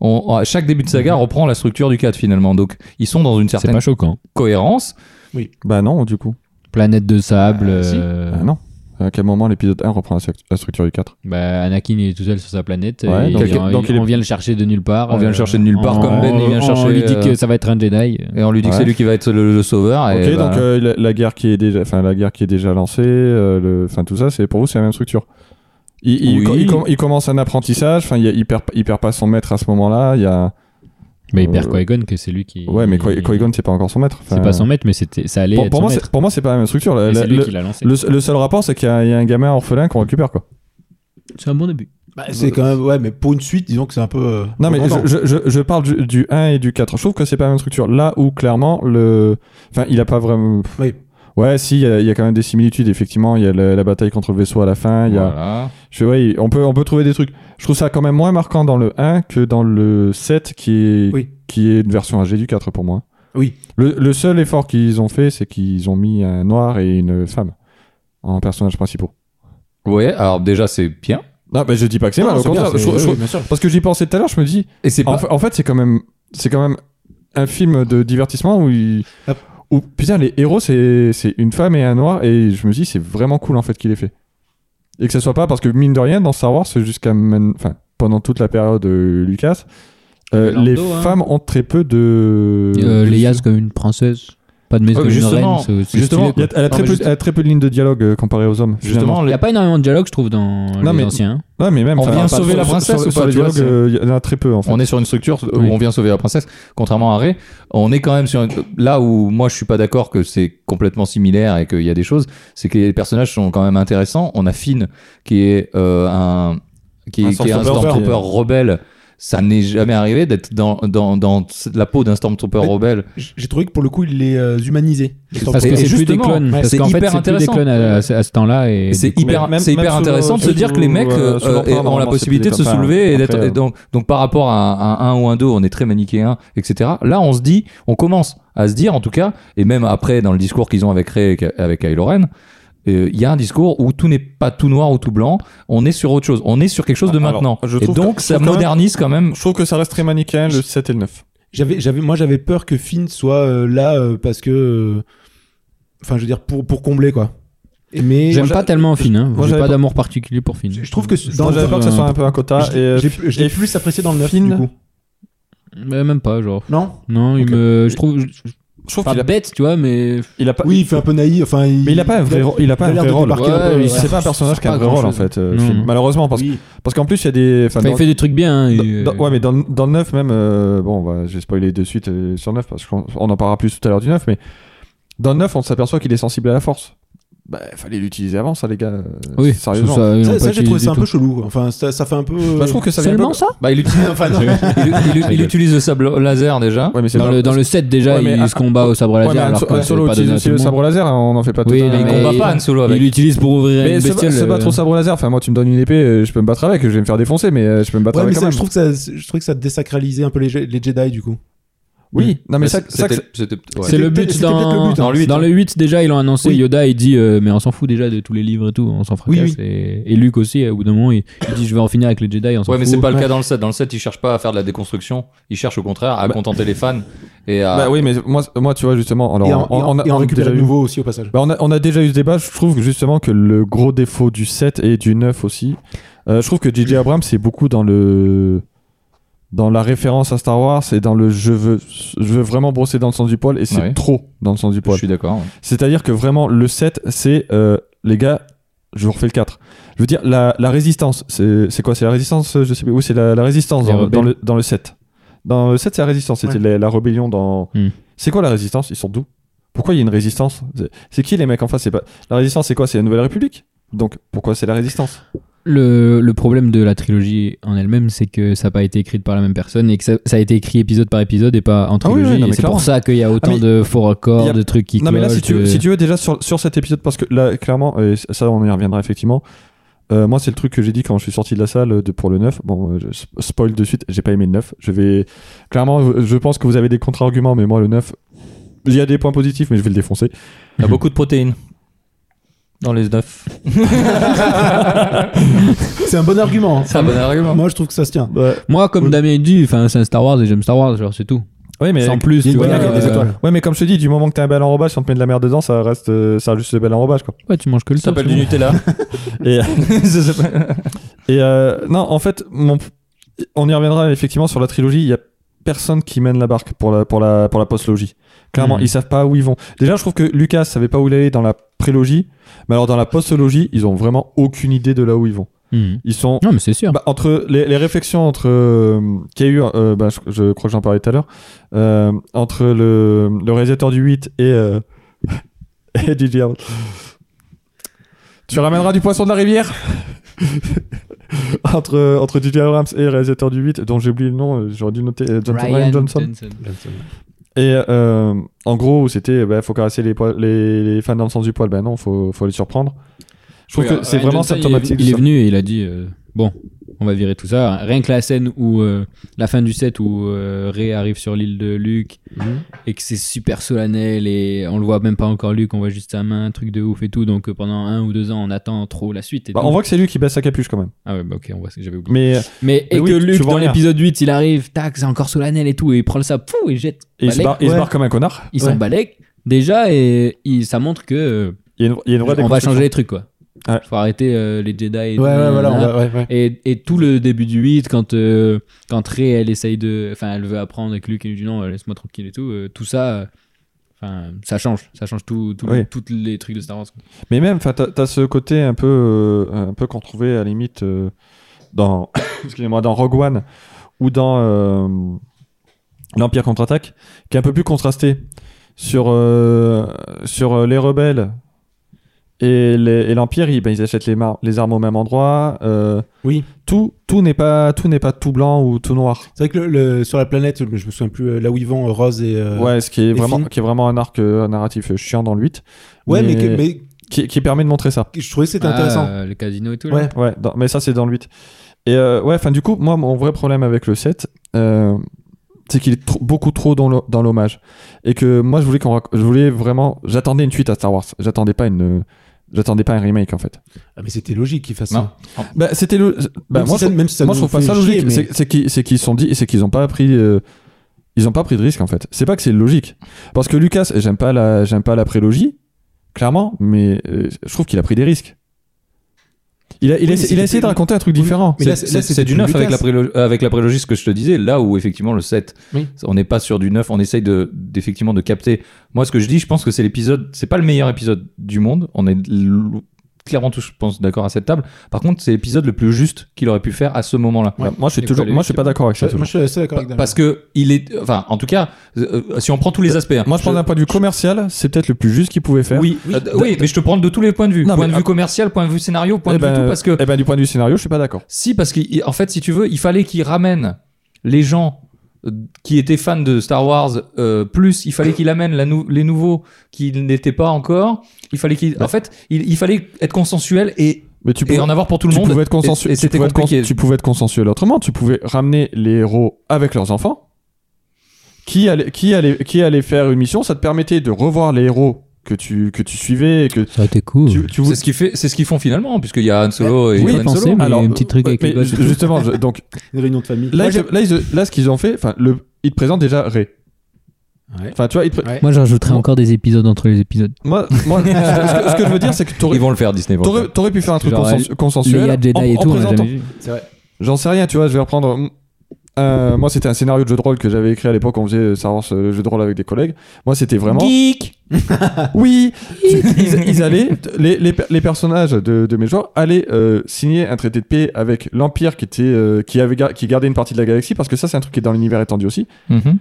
Speaker 2: On, on- chaque début de saga reprend la structure du 4 finalement. Donc ils sont dans une
Speaker 4: Mhm. c'est
Speaker 2: certaine
Speaker 4: pas choquant.
Speaker 2: cohérence.
Speaker 1: Bah non, du coup.
Speaker 4: Planète de sable.
Speaker 2: Ah, si.
Speaker 4: euh,
Speaker 1: Bah non. À quel moment l'épisode 1 reprend la stru- la structure du 4
Speaker 4: bah, Anakin il est tout seul sur sa planète.
Speaker 1: Ouais,
Speaker 4: et
Speaker 1: donc-
Speaker 4: il vient-
Speaker 1: donc
Speaker 4: il-
Speaker 1: il est-
Speaker 4: on vient le chercher de nulle part.
Speaker 2: On vient le
Speaker 1: Euh,
Speaker 2: chercher de nulle part,
Speaker 4: on-
Speaker 2: comme Ben, il vient
Speaker 4: on- On
Speaker 2: chercher,
Speaker 4: lui dit
Speaker 2: euh,
Speaker 4: que ça va être un Jedi.
Speaker 2: Et on lui dit que
Speaker 1: Ouais.
Speaker 2: c'est lui qui va être le, le sauveur. Et
Speaker 1: Ok,
Speaker 2: bah,
Speaker 1: donc euh, la, la guerre qui est déjà, enfin la guerre qui est déjà lancée, euh, le, enfin tout ça, c'est pour vous c'est la même structure. Il, il-
Speaker 2: Oui.
Speaker 1: com- il com- il commence un apprentissage, enfin il, y a- il perd, il perd pas son maître à ce moment-là. Il y a,
Speaker 4: Mais il perd
Speaker 1: Euh,
Speaker 4: Qui-Gon, que c'est lui qui.
Speaker 1: ouais, mais
Speaker 4: il-
Speaker 1: Qui- Qui-Gon c'est pas encore son maître.
Speaker 4: C'est
Speaker 1: Enfin,
Speaker 4: pas son maître, mais c'était, ça allait
Speaker 1: Pour,
Speaker 4: être
Speaker 1: pour
Speaker 4: son
Speaker 1: moi,
Speaker 4: maître.
Speaker 1: c'est- pour moi, c'est pas la même structure. La-
Speaker 4: Et
Speaker 1: la-
Speaker 4: C'est lui
Speaker 1: le,
Speaker 4: qui l'a lancé.
Speaker 1: le- le seul rapport, c'est qu'il y, a il y a un gamin orphelin qu'on récupère quoi.
Speaker 4: C'est un bon début.
Speaker 3: Bah, c'est quand même, ouais, mais pour une suite, disons que c'est un peu. euh,
Speaker 1: Non, mais
Speaker 3: redondant.
Speaker 1: je, je- je- je parle du, du 1 et du 4. Je trouve que c'est pas la même structure. Là où, clairement, le. Enfin, il a pas vraiment.
Speaker 3: Oui.
Speaker 1: Ouais, si, il y, a- il y a quand même des similitudes. Effectivement, il y a la, la bataille contre le vaisseau à la fin. Il y a...
Speaker 2: voilà.
Speaker 1: je, ouais, on, peut, on peut trouver des trucs. Je trouve ça quand même moins marquant dans le 1 que dans le 7, qui est,
Speaker 3: Oui.
Speaker 1: qui est une version AG du 4 pour moi.
Speaker 3: Oui.
Speaker 1: Le, le seul effort qu'ils ont fait, c'est qu'ils ont mis un noir et une femme en personnages principaux.
Speaker 2: Ouais, alors déjà c'est bien.
Speaker 1: Non, mais je dis pas que c'est
Speaker 3: Non,
Speaker 1: mal, au
Speaker 3: bien,
Speaker 1: contraire.
Speaker 3: c'est-
Speaker 1: Je- je-
Speaker 3: oui, bien sûr.
Speaker 1: Parce que j'y pensais tout à l'heure, je me dis.
Speaker 2: Et c'est pas.
Speaker 1: En, fa- en fait, c'est quand même, c'est quand même un film de divertissement où, il-
Speaker 3: Hop.
Speaker 1: où, putain, les héros c'est c'est une femme et un noir et je me dis c'est vraiment cool en fait qu'il ait fait et que ça soit pas parce que mine de rien dans Star Wars jusqu'à man- enfin pendant toute la période euh, Lucas, euh,
Speaker 4: Lando,
Speaker 1: les
Speaker 4: hein.
Speaker 1: femmes ont très peu de
Speaker 2: Euh,
Speaker 4: Léa, Euh, c'est comme une princesse. Pas de maître
Speaker 2: Oh,
Speaker 4: comme une
Speaker 2: justement,
Speaker 4: reine. c'est- c'est
Speaker 2: justement,
Speaker 1: Il
Speaker 4: stylé,
Speaker 1: y
Speaker 4: quoi.
Speaker 1: a- elle, a très
Speaker 2: mais
Speaker 1: peu,
Speaker 2: juste-
Speaker 1: elle a très peu de lignes de dialogue euh, comparée aux hommes.
Speaker 2: Justement,
Speaker 4: Il
Speaker 2: les-
Speaker 4: n'y a pas énormément de dialogue, je trouve, dans
Speaker 1: Non,
Speaker 4: les
Speaker 1: mais-
Speaker 4: anciens.
Speaker 1: Ouais, mais même,
Speaker 2: On
Speaker 1: enfin,
Speaker 2: vient
Speaker 1: enfin,
Speaker 2: sauver
Speaker 1: sur-
Speaker 2: la princesse
Speaker 1: sur-
Speaker 2: ou
Speaker 1: sur
Speaker 2: pas,
Speaker 1: les
Speaker 2: tu vois,
Speaker 1: dialogues, euh, Il y en a très peu en fait.
Speaker 2: on est sur une structure où
Speaker 4: Oui.
Speaker 2: on vient sauver la princesse, contrairement à Ray. On est quand même sur une- là où moi je suis pas d'accord que c'est complètement similaire et qu'il y a des choses, c'est que les personnages sont quand même intéressants. On a Finn qui est euh, un qui,
Speaker 1: Un
Speaker 2: est- qui est un
Speaker 1: stormtrooper.
Speaker 2: stormtrooper rebelle. Ça n'est jamais arrivé d'être dans, dans, dans la peau d'un stormtrooper
Speaker 3: Mais-
Speaker 2: rebelle.
Speaker 3: J- J'ai trouvé que pour le coup, il les euh, humanisé.
Speaker 2: Et
Speaker 4: Parce que c'est plus des
Speaker 2: justement,
Speaker 4: clones.
Speaker 2: ouais,
Speaker 4: Parce
Speaker 2: c'est
Speaker 4: qu'en fait,
Speaker 2: hyper
Speaker 4: c'est plus des
Speaker 2: intéressant.
Speaker 4: clones à à ce à ce temps-là. et
Speaker 2: Et c'est
Speaker 4: du coup,
Speaker 2: hyper,
Speaker 1: même-
Speaker 2: c'est hyper
Speaker 1: même sous
Speaker 2: intéressant
Speaker 1: le-
Speaker 2: de se dire que les
Speaker 1: sous-
Speaker 2: mecs
Speaker 1: euh,
Speaker 2: euh,
Speaker 1: sous l'empereur,
Speaker 2: euh, ont la
Speaker 1: normalement,
Speaker 2: possibilité de se
Speaker 1: c'était comme
Speaker 2: soulever
Speaker 1: ça,
Speaker 2: et d'être.
Speaker 1: après,
Speaker 2: et Donc, donc par rapport à un, un 1 ou un 2, on est très manichéen, etc. Là, on se dit, on commence à se dire, en tout cas, et même après dans le discours qu'ils ont avec Ray et avec Kylo Ren, euh, il y a un discours où tout n'est pas tout noir ou tout blanc. On est sur autre chose. On est sur quelque chose de
Speaker 1: Alors,
Speaker 2: maintenant.
Speaker 1: je
Speaker 2: et
Speaker 1: trouve
Speaker 2: donc,
Speaker 1: que- Ah, je
Speaker 2: ça
Speaker 1: trouve quand même-
Speaker 2: modernise quand même.
Speaker 1: Je trouve que ça reste très manichéen le 7 et le 9.
Speaker 3: J'avais, j'avais, moi, j'avais peur que Finn soit euh, là euh, parce que, euh, enfin, je veux dire pour pour combler quoi. Et mais
Speaker 4: J'aime pas tellement Finn. hein.
Speaker 1: moi,
Speaker 4: J'ai
Speaker 1: j'avais
Speaker 4: pas
Speaker 1: pas-
Speaker 4: d'amour particulier pour Finn.
Speaker 3: je je trouve que
Speaker 1: Je pense- J'avais peur que ça soit un peu un quota.
Speaker 3: Je-
Speaker 1: et, euh,
Speaker 3: j'ai, je l'ai
Speaker 1: et
Speaker 3: plus apprécié dans le 9
Speaker 1: Finn-
Speaker 3: du coup.
Speaker 4: Ouais, Même pas, genre.
Speaker 3: Non.
Speaker 4: Non, il
Speaker 1: Ok.
Speaker 4: me. Je trouve. je- je-
Speaker 1: je trouve
Speaker 4: Pas
Speaker 1: qu'il a,
Speaker 4: bête, tu vois, mais.
Speaker 1: il a pas.
Speaker 3: Oui, il fait un peu naïf. Enfin,
Speaker 1: Mais il a pas un vrai, ro- il a pas
Speaker 3: il a
Speaker 1: un
Speaker 3: l'air
Speaker 1: vrai
Speaker 3: de
Speaker 1: rôle.
Speaker 3: débarquer un peu,
Speaker 1: Oui,
Speaker 3: ouais.
Speaker 1: c'est pas un personnage qui a un
Speaker 4: Pas
Speaker 1: vrai rôle en
Speaker 4: grand-chose.
Speaker 1: fait. euh,
Speaker 4: Non,
Speaker 1: Finn.
Speaker 4: non.
Speaker 1: Malheureusement parce,
Speaker 3: Oui.
Speaker 1: parce qu'en plus il y a des. enfin,
Speaker 4: Enfin, il
Speaker 1: dans-
Speaker 4: fait des trucs bien. hein, et,
Speaker 1: dans-
Speaker 4: euh,
Speaker 1: ouais mais dans, dans le 9 même euh, bon bah, je vais spoiler de suite euh, sur le 9 parce qu'on on en parlera plus tout à l'heure du 9 mais dans le 9 on s'aperçit qu'il est sensible à la force. Bah fallait l'utiliser avant ça les gars. euh,
Speaker 4: Oui,
Speaker 1: sérieusement.
Speaker 4: ça, ils l'ont
Speaker 3: Ça,
Speaker 4: pas
Speaker 3: ça, j'ai
Speaker 4: utilisé
Speaker 3: trouvé ça
Speaker 4: du
Speaker 3: un peu chelou. quoi. Enfin, ça, ça fait un peu. euh,
Speaker 1: Bah, je trouve que ça
Speaker 4: tout.
Speaker 1: vient un peu-
Speaker 4: Seulement ça
Speaker 2: Bah, il utilise,
Speaker 3: Enfin, non.
Speaker 2: il- il- il utilise le sable laser déjà.
Speaker 1: Ouais mais c'est
Speaker 4: Dans
Speaker 1: pas-
Speaker 4: le, dans le set déjà,
Speaker 1: Ouais, mais
Speaker 4: il
Speaker 1: un-
Speaker 4: se combat au sabre
Speaker 1: Ouais,
Speaker 4: laser.
Speaker 1: mais Han
Speaker 4: alors
Speaker 1: So-
Speaker 4: que
Speaker 1: Han
Speaker 4: c'est
Speaker 1: Solo
Speaker 4: pas donné à
Speaker 1: utilise aussi
Speaker 4: tout
Speaker 1: le
Speaker 4: monde.
Speaker 1: sabre laser hein, on en fait pas tout
Speaker 4: Oui,
Speaker 1: un-
Speaker 2: Il
Speaker 4: mais il-
Speaker 2: combat pas Han Solo
Speaker 4: Il
Speaker 2: avec.
Speaker 4: l'utilise pour ouvrir
Speaker 1: Mais
Speaker 4: une
Speaker 1: se,
Speaker 4: bestiole.
Speaker 1: se battre au
Speaker 4: euh,
Speaker 1: sabre laser, enfin moi tu me donnes une épée, euh, je peux me battre avec, je vais me faire défoncer, mais euh, je peux me battre
Speaker 3: Ouais, mais
Speaker 1: avec
Speaker 3: ça,
Speaker 1: quand même.
Speaker 3: je trouve que ça, je trouve que ça désacralisait un peu les, les Jedi du coup.
Speaker 1: Oui, non
Speaker 3: Bah,
Speaker 1: mais ça, ça,
Speaker 2: Bah, C'était- c'était- ouais.
Speaker 4: C'est le
Speaker 3: C'était-
Speaker 4: but
Speaker 3: c'était peut-être
Speaker 4: dans,
Speaker 3: le but, hein.
Speaker 2: Dans le huit,
Speaker 4: dans
Speaker 2: hein.
Speaker 4: le 8 déjà ils l'ont annoncé
Speaker 3: Oui.
Speaker 4: Yoda il dit euh, mais on s'en fout déjà de tous les livres et tout on s'en
Speaker 3: Oui,
Speaker 4: fracasse Et, et Luke aussi au bout d'un moment il, il dit je vais en finir avec les Jedi on s'en
Speaker 2: Ouais, mais
Speaker 4: fout.
Speaker 2: c'est pas le cas dans le set. Dans le set, ils cherchent pas à faire de la déconstruction. Ils cherchent au contraire à
Speaker 1: Bah-
Speaker 2: contenter les fans et à.
Speaker 1: Bah oui, mais moi, moi tu vois, justement, alors,
Speaker 3: ah. et en,
Speaker 1: on,
Speaker 3: et en-
Speaker 1: on a,
Speaker 3: et en
Speaker 1: on a
Speaker 3: récupérer
Speaker 1: déjà
Speaker 3: de
Speaker 1: eu-
Speaker 3: nouveau aussi au passage.
Speaker 1: Bah, on, a, on a déjà eu ce débat, je trouve justement que le gros défaut du 7 et du 9 aussi, euh, je trouve que J.J. Abrams c'est beaucoup dans le dans la référence à Star Wars et dans le je veux je veux vraiment brosser dans le sens du poil et c'est
Speaker 2: Ouais.
Speaker 1: trop dans le sens du
Speaker 2: Je
Speaker 1: poil.
Speaker 2: suis d'accord. ouais.
Speaker 1: C'est-à-dire que vraiment le 7 c'est euh, les gars, je vous refais le 4. Je veux dire la, la résistance, c'est c'est quoi C'est la résistance, euh, je sais plus. Oui, c'est la, la résistance
Speaker 4: Les
Speaker 1: dans, dans
Speaker 4: rebelles.
Speaker 1: le dans le 7. Dans le 7 c'est la résistance, c'était la, la rébellion dans
Speaker 4: Hmm.
Speaker 1: C'est quoi la résistance Ils sont d'où Pourquoi il y a une résistance C'est- C'est qui les mecs en face C'est pas La résistance c'est quoi C'est la Nouvelle République. Donc pourquoi c'est la résistance
Speaker 4: le, le problème de la trilogie en elle-même c'est que ça n'a pas été écrit par la même personne et que ça, ça a été écrit épisode par épisode et pas en
Speaker 1: Ah oui, oui,
Speaker 4: trilogie
Speaker 1: non, mais
Speaker 4: et c'est
Speaker 1: clairement.
Speaker 4: pour ça qu'il y a autant
Speaker 1: Ah, mais
Speaker 4: de faux records
Speaker 1: il y a-
Speaker 4: de trucs qui
Speaker 1: Non mais là si
Speaker 4: clochent,
Speaker 1: tu, veux,
Speaker 4: de-
Speaker 1: euh, si tu veux déjà sur, sur cet épisode parce que là clairement euh, ça on y reviendra effectivement Euh, moi, c'est le truc que j'ai dit quand je suis sorti de la salle euh, de, pour le 9. Bon, euh, je sp- spoil de suite, j'ai pas aimé le 9. Je vais. Clairement, euh, je pense que vous avez des contre-arguments, mais moi, le 9, il y a des points positifs, mais je vais le défoncer.
Speaker 2: Il y a beaucoup de protéines. Dans les neufs.
Speaker 3: C'est un bon argument.
Speaker 2: C'est un bon argument.
Speaker 3: Moi, je trouve que ça se tient.
Speaker 4: Moi, comme Damien dit, enfin, c'est un Star Wars et j'aime Star Wars, genre, c'est tout.
Speaker 1: Oui, mais.
Speaker 4: Sans plus,
Speaker 3: il y a
Speaker 4: tu
Speaker 3: une
Speaker 4: vois.
Speaker 3: bonne
Speaker 4: euh,
Speaker 3: des étoiles.
Speaker 1: Ouais, mais comme je te dis, du moment que t'as un bel enrobage, si on te met de la merde dedans, ça reste, euh, ça reste juste le bel enrobage, quoi.
Speaker 4: Ouais, tu manges que le
Speaker 2: Ça
Speaker 4: top.
Speaker 2: s'appelle
Speaker 4: c'est
Speaker 2: du Nutella.
Speaker 1: Et,
Speaker 2: Ça s'appelle-
Speaker 1: et, euh, non, en fait, mon- on y reviendra effectivement sur la trilogie. Il y a personne qui mène la barque pour la, pour la, pour la post-logie. Clairement,
Speaker 2: Mhm.
Speaker 1: ils savent pas où ils vont. Déjà, je trouve que Lucas savait pas où il allait dans la prélogie, mais alors dans la post-logie, ils ont vraiment aucune idée de là où ils vont.
Speaker 4: bon. Mhm.
Speaker 1: Ils sont
Speaker 4: Non, mais c'est sûr.
Speaker 1: Bah, entre les, les réflexions entre euh, qu'il y a eu, euh, bah, je, je crois que j'en parlais tout à l'heure, euh, entre le, le réalisateur du 8 et, euh, et DJ Harold. Tu ramèneras du poisson de la rivière entre, entre DJ Abrams et le réalisateur du 8, dont j'ai oublié le nom, euh, j'aurais dû noter euh, Johnson, Ryan Johnson. Et euh, en gros, c'était bah, faut caresser les, poils- les, les fans dans le sens du poil, ben non, faut, faut les surprendre. Je trouve
Speaker 4: Oui,
Speaker 1: que c'est
Speaker 4: Ryan
Speaker 1: vraiment
Speaker 4: Johnson, il est-
Speaker 1: symptomatique. de
Speaker 4: Il est
Speaker 1: ça.
Speaker 4: venu et il a dit euh, Bon, on va virer tout ça. Rien que la scène où euh, la fin du set où euh, Ray arrive sur l'île de Luke et que c'est super solennel et on le voit même pas encore Luke, on voit juste sa main, un truc de ouf et tout. Donc euh, pendant un ou deux ans, on attend trop la suite. Et
Speaker 1: Bah,
Speaker 4: tout.
Speaker 1: on voit que c'est lui qui baisse sa capuche quand même.
Speaker 4: Ah ouais, bah ok, on voit ce que j'avais oublié.
Speaker 1: Mais
Speaker 4: Mais,
Speaker 1: Mais
Speaker 4: et
Speaker 1: Bah oui,
Speaker 4: que
Speaker 1: tu- tu
Speaker 4: Luke,
Speaker 1: vois
Speaker 4: dans
Speaker 1: rien.
Speaker 4: l'épisode 8, il arrive, tac, c'est encore solennel et tout, et il prend le sable, fou, et jette.
Speaker 1: Et il, se
Speaker 4: balèque.
Speaker 1: barre, il se
Speaker 3: Bah, ouais.
Speaker 1: barre comme un connard.
Speaker 4: Il
Speaker 3: Ouais.
Speaker 4: s'en balèque. Déjà, et il- ça montre que euh,
Speaker 1: Il y a une, il y a une vraie
Speaker 4: on va
Speaker 1: déconstruction.
Speaker 4: changer les trucs, quoi.
Speaker 1: Ouais.
Speaker 4: Faut arrêter euh, les Jedi. Et
Speaker 3: Ouais, ouais,
Speaker 4: nanana.
Speaker 3: voilà. on va- ouais, ouais.
Speaker 4: Et, et tout le début du 8, quand, euh, quand Ray, elle essaye de. Enfin, elle veut apprendre avec Luke et lui dit non, euh, laisse-moi tranquille et tout. euh, tout ça, euh, enfin, ça change. Ça change tout, tout,
Speaker 1: Oui.
Speaker 4: toutes les trucs de Star Wars. quoi.
Speaker 1: Mais même, 'fin, t'as as ce côté un peu, euh, un peu qu'on trouvait à la limite euh, dans, excusez-moi, dans Rogue One ou dans euh, l'Empire contre-attaque, qui est un peu plus contrasté sur euh, sur euh, les rebelles et les- et l'Empire. ils, ben, ils achètent les, mar- les armes au même endroit. euh,
Speaker 3: Oui.
Speaker 1: Tout tout n'est pas tout n'est pas tout blanc ou tout noir.
Speaker 3: C'est vrai que le, le- sur la planète, je me souviens plus, euh, là où ils vont, euh, Rose et. euh,
Speaker 1: ouais, ce qui est
Speaker 3: et
Speaker 1: vraiment
Speaker 3: Finn.
Speaker 1: qui est vraiment un arc euh, un narratif euh, chiant dans le 8.
Speaker 3: Ouais, mais, que- mais
Speaker 1: qui, qui permet de montrer ça.
Speaker 3: je trouvais que c'était
Speaker 4: Ah,
Speaker 3: intéressant.
Speaker 4: euh, le casino et tout.
Speaker 3: Ouais.
Speaker 4: Là.
Speaker 1: Ouais, dans- mais ça c'est dans le 8. Et euh, ouais, enfin du coup, moi mon vrai problème avec le 7, euh, c'est qu'il est trop- beaucoup trop dans l'ho- dans l'hommage. Et que moi je voulais, qu'on rac- je voulais vraiment... J'attendais une suite à Star Wars, j'attendais pas une... J'attendais pas un remake en fait.
Speaker 3: Ah, mais c'était logique qu'ils fassent ça.
Speaker 1: Bah, c'était le. bah,
Speaker 3: Même
Speaker 1: moi,
Speaker 3: si ça-
Speaker 1: je,
Speaker 3: même si ça
Speaker 1: moi, je
Speaker 3: nous
Speaker 1: trouve pas
Speaker 3: fait
Speaker 1: ça
Speaker 3: chier,
Speaker 1: logique.
Speaker 3: mais-
Speaker 1: C'est- C'est qu'ils c'est qu'ils se sont dit, c'est qu'ils ont pas pris. euh, ils ont pas pris de risque en fait. C'est pas que c'est logique. Parce que Lucas, j'aime pas la, j'aime pas la prélogie, clairement, mais euh, je trouve qu'il a pris des risques. Il a, il a,
Speaker 3: Oui, mais
Speaker 1: il a
Speaker 3: c'était-
Speaker 1: essayé de raconter un truc
Speaker 3: Oui,
Speaker 1: différent.
Speaker 3: mais
Speaker 2: C'est-
Speaker 3: là, c'est- là,
Speaker 2: C'est
Speaker 3: c'était
Speaker 2: c'est du
Speaker 3: plus
Speaker 2: neuf avec
Speaker 3: Lucas.
Speaker 2: la, prélo- euh, avec la prélogie, ce que je te disais, là où effectivement le 7,
Speaker 3: Oui.
Speaker 2: on n'est pas sur du neuf, on essaye de- d'effectivement de, capter. Moi, ce que je dis, je pense que c'est l'épisode, c'est pas le meilleur épisode du monde, on est l- clairement tous, je pense, d'accord à cette table. Par contre, c'est l'épisode le plus juste qu'il aurait pu faire à ce moment-là.
Speaker 1: Bah, moi, je suis
Speaker 4: Et
Speaker 1: toujours,
Speaker 4: quoi,
Speaker 1: moi, je suis pas d'accord avec ça.
Speaker 3: Ouais, Euh, Moi,
Speaker 1: toujours.
Speaker 3: je suis assez d'accord
Speaker 2: Pa-
Speaker 3: avec Damien.
Speaker 2: Parce que il est, enfin, en tout cas, euh, si on prend tous les aspects. hein.
Speaker 1: Moi, je prends d'un point de vue commercial, c'est peut-être le plus juste qu'il pouvait faire.
Speaker 2: Oui, euh, oui, mais je te prends de tous les points de vue.
Speaker 1: Non,
Speaker 2: point
Speaker 1: mais-
Speaker 2: de vue commercial, point de vue scénario, point
Speaker 1: Eh
Speaker 2: de vue
Speaker 1: ben,
Speaker 2: tout, parce que
Speaker 1: eh ben, du point de vue scénario, je suis pas d'accord.
Speaker 2: Si, parce qu'en fait, si tu veux, il fallait qu'il ramène les gens euh, qui étaient fans de Star Wars euh, plus, il fallait qu'il amène la nou- les nouveaux qui n'étaient pas encore. Il fallait qu'il, en fait, il, il fallait être consensuel et,
Speaker 1: Mais tu
Speaker 2: et
Speaker 1: pouvais-
Speaker 2: en avoir pour tout le
Speaker 1: tu
Speaker 2: monde.
Speaker 1: pouvais être consensuel.
Speaker 2: Et, et
Speaker 1: tu,
Speaker 2: c'était
Speaker 1: pouvais être cons-
Speaker 2: compliqué.
Speaker 1: tu pouvais être consensuel autrement. Tu pouvais ramener les héros avec leurs enfants. Qui allait, qui allait, qui allait faire une mission Ça te permettait de revoir les héros que tu, que tu suivais. et Que
Speaker 4: Ça, t'es cool.
Speaker 1: tu, tu
Speaker 2: C'est ce qui fait, c'est ce qu'ils font finalement, puisqu'il y a Han Solo et
Speaker 4: Oui,
Speaker 2: Han
Speaker 4: pensez,
Speaker 2: Solo.
Speaker 4: mais un petit truc
Speaker 1: euh,
Speaker 4: avec
Speaker 1: mais
Speaker 4: les gosses.
Speaker 1: ju- Justement, je- donc
Speaker 3: Une réunion de famille.
Speaker 1: là,
Speaker 3: Moi,
Speaker 1: ils- là, ils- là, ce qu'ils ont fait, enfin, le, ils te présentent déjà Ray.
Speaker 3: Ouais.
Speaker 1: Enfin, tu vois, ils te pré-
Speaker 3: Ouais.
Speaker 4: Moi, j'ajouterais
Speaker 1: Bon.
Speaker 4: encore des épisodes entre les épisodes.
Speaker 1: moi, moi, ce, que, ce que je veux dire, c'est que t'aurais,
Speaker 2: Ils vont le faire Disney. vont le
Speaker 1: t'aurais,
Speaker 2: faire.
Speaker 1: t'aurais pu faire un truc
Speaker 4: Genre, euh,
Speaker 1: consensu- consensuel.
Speaker 4: Leia, Jedi
Speaker 1: en-
Speaker 4: et
Speaker 1: en
Speaker 4: tout, on a
Speaker 1: présentant-
Speaker 4: jamais vu.
Speaker 3: C'est vrai.
Speaker 1: J'en sais rien, tu vois, je vais reprendre. mm, euh, moi, c'était un scénario de jeu de rôle que j'avais écrit à l'époque. On faisait euh, Star Wars, euh, le jeu de rôle avec des collègues. Moi, c'était vraiment.
Speaker 2: Geek.
Speaker 1: Oui tu- ils, ils allaient, les, les, per- les personnages de, de mes joueurs allaient euh, signer un traité de paix avec l'Empire qui, était, euh, qui, avait gar- qui gardait une partie de la galaxie, parce que ça, c'est un truc qui est dans l'univers étendu aussi.
Speaker 2: Mhm.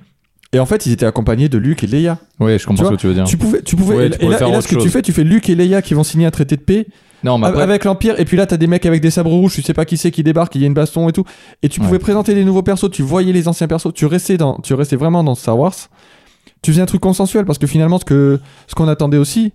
Speaker 1: Et en fait, ils étaient accompagnés de Luke et de Leia.
Speaker 2: Ouais, je
Speaker 1: Tu
Speaker 2: comprends ce
Speaker 1: vois,
Speaker 2: que tu veux dire.
Speaker 1: Tu pouvais, tu pouvais,
Speaker 2: Ouais,
Speaker 1: et,
Speaker 2: tu
Speaker 1: et
Speaker 2: pouvais
Speaker 1: là,
Speaker 2: faire
Speaker 1: et là,
Speaker 2: autre
Speaker 1: ce que tu
Speaker 2: chose.
Speaker 1: fais, tu fais Luke et Leia qui vont signer un traité de paix
Speaker 2: Non, mais
Speaker 1: av-
Speaker 2: après,
Speaker 1: Ah, avec l'Empire, et puis là, t'as des mecs avec des sabres rouges, tu sais pas qui c'est qui débarque, il y a une baston et tout. Et tu pouvais
Speaker 2: Ouais.
Speaker 1: présenter des nouveaux persos, tu voyais les anciens persos, tu restais, dans, tu restais vraiment dans Star Wars. Tu faisais un truc consensuel, parce que finalement, ce qu'on ce qu'on attendait aussi,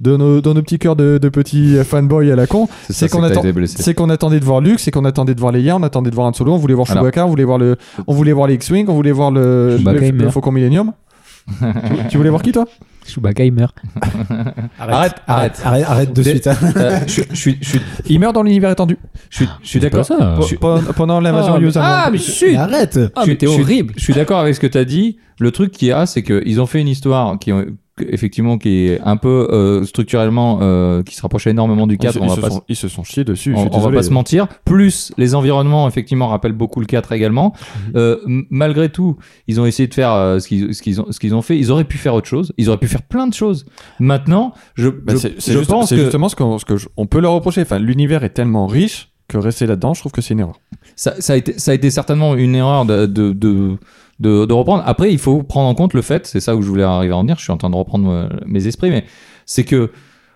Speaker 1: de nos, dans nos petits cœurs de, de petits euh, fanboys à la con,
Speaker 2: C'est
Speaker 1: C'est
Speaker 2: ça,
Speaker 1: qu'on
Speaker 2: que t'as
Speaker 1: attend-
Speaker 2: été blessé.
Speaker 1: c'est qu'on attendait de voir Luke, c'est qu'on attendait de voir Leia, on attendait de voir Han Solo, on voulait voir
Speaker 2: Voilà.
Speaker 1: Chewbacca, on voulait voir le, on voulait voir les X-wing, on voulait voir le, le,
Speaker 4: Chewbacca, il
Speaker 1: le
Speaker 4: meurt.
Speaker 1: Faucon Millenium. tu, tu voulais voir qui toi
Speaker 4: Chewbacca, il meurt.
Speaker 2: Arrête, arrête.
Speaker 3: Arrête, arrête de
Speaker 2: Des-
Speaker 3: suite. hein.
Speaker 2: Euh, Je je suis, je suis,
Speaker 1: Il meurt dans l'univers étendu.
Speaker 2: je suis- je suis
Speaker 4: C'est
Speaker 2: d'accord.
Speaker 4: pas ça.
Speaker 2: Je
Speaker 1: Pe-
Speaker 2: suis-
Speaker 1: pe- Pendant l'invasion
Speaker 4: Ah, mais-
Speaker 1: Yuuzhan Vong.
Speaker 4: ah, mais
Speaker 3: Mais
Speaker 4: chut
Speaker 3: arrête.
Speaker 4: Ah,
Speaker 2: Je-
Speaker 4: mais t'es
Speaker 2: je suis-
Speaker 4: horrible
Speaker 2: Je suis d'accord avec ce que tu as dit. Le truc qu'il y a, c'est qu'ils ont fait une histoire qui, ont- effectivement, qui est un peu euh, structurellement, euh, qui se rapproche énormément du
Speaker 1: Ils se-
Speaker 2: 4. On
Speaker 1: ils
Speaker 2: va
Speaker 1: se
Speaker 2: pas
Speaker 1: sont- ils se sont chiés dessus. je
Speaker 2: on,
Speaker 1: suis
Speaker 2: on va
Speaker 1: désolé. hein.
Speaker 2: pas se mentir. Plus les environnements, effectivement, rappellent beaucoup le 4 également.
Speaker 1: Mhm.
Speaker 2: Euh, m- malgré tout, ils ont essayé de faire euh, ce qu'ils ce qu'ils ont, ce qu'ils ont fait. Ils auraient pu faire autre chose. Ils auraient pu faire plein de choses. Maintenant, je,
Speaker 1: Bah,
Speaker 2: je,
Speaker 1: c'est c'est
Speaker 2: je
Speaker 1: juste-
Speaker 2: pense
Speaker 1: c'est
Speaker 2: que
Speaker 1: justement ce qu'on ce que je- on peut leur reprocher. Enfin, l'univers est tellement riche que rester là-dedans, je trouve que c'est une erreur.
Speaker 2: ça, ça a été, ça a été certainement une erreur de, de, de, de- de reprendre. Après, il faut prendre en compte le fait, c'est ça où je voulais arriver à en venir, je suis en train de reprendre euh, mes esprits, mais c'est que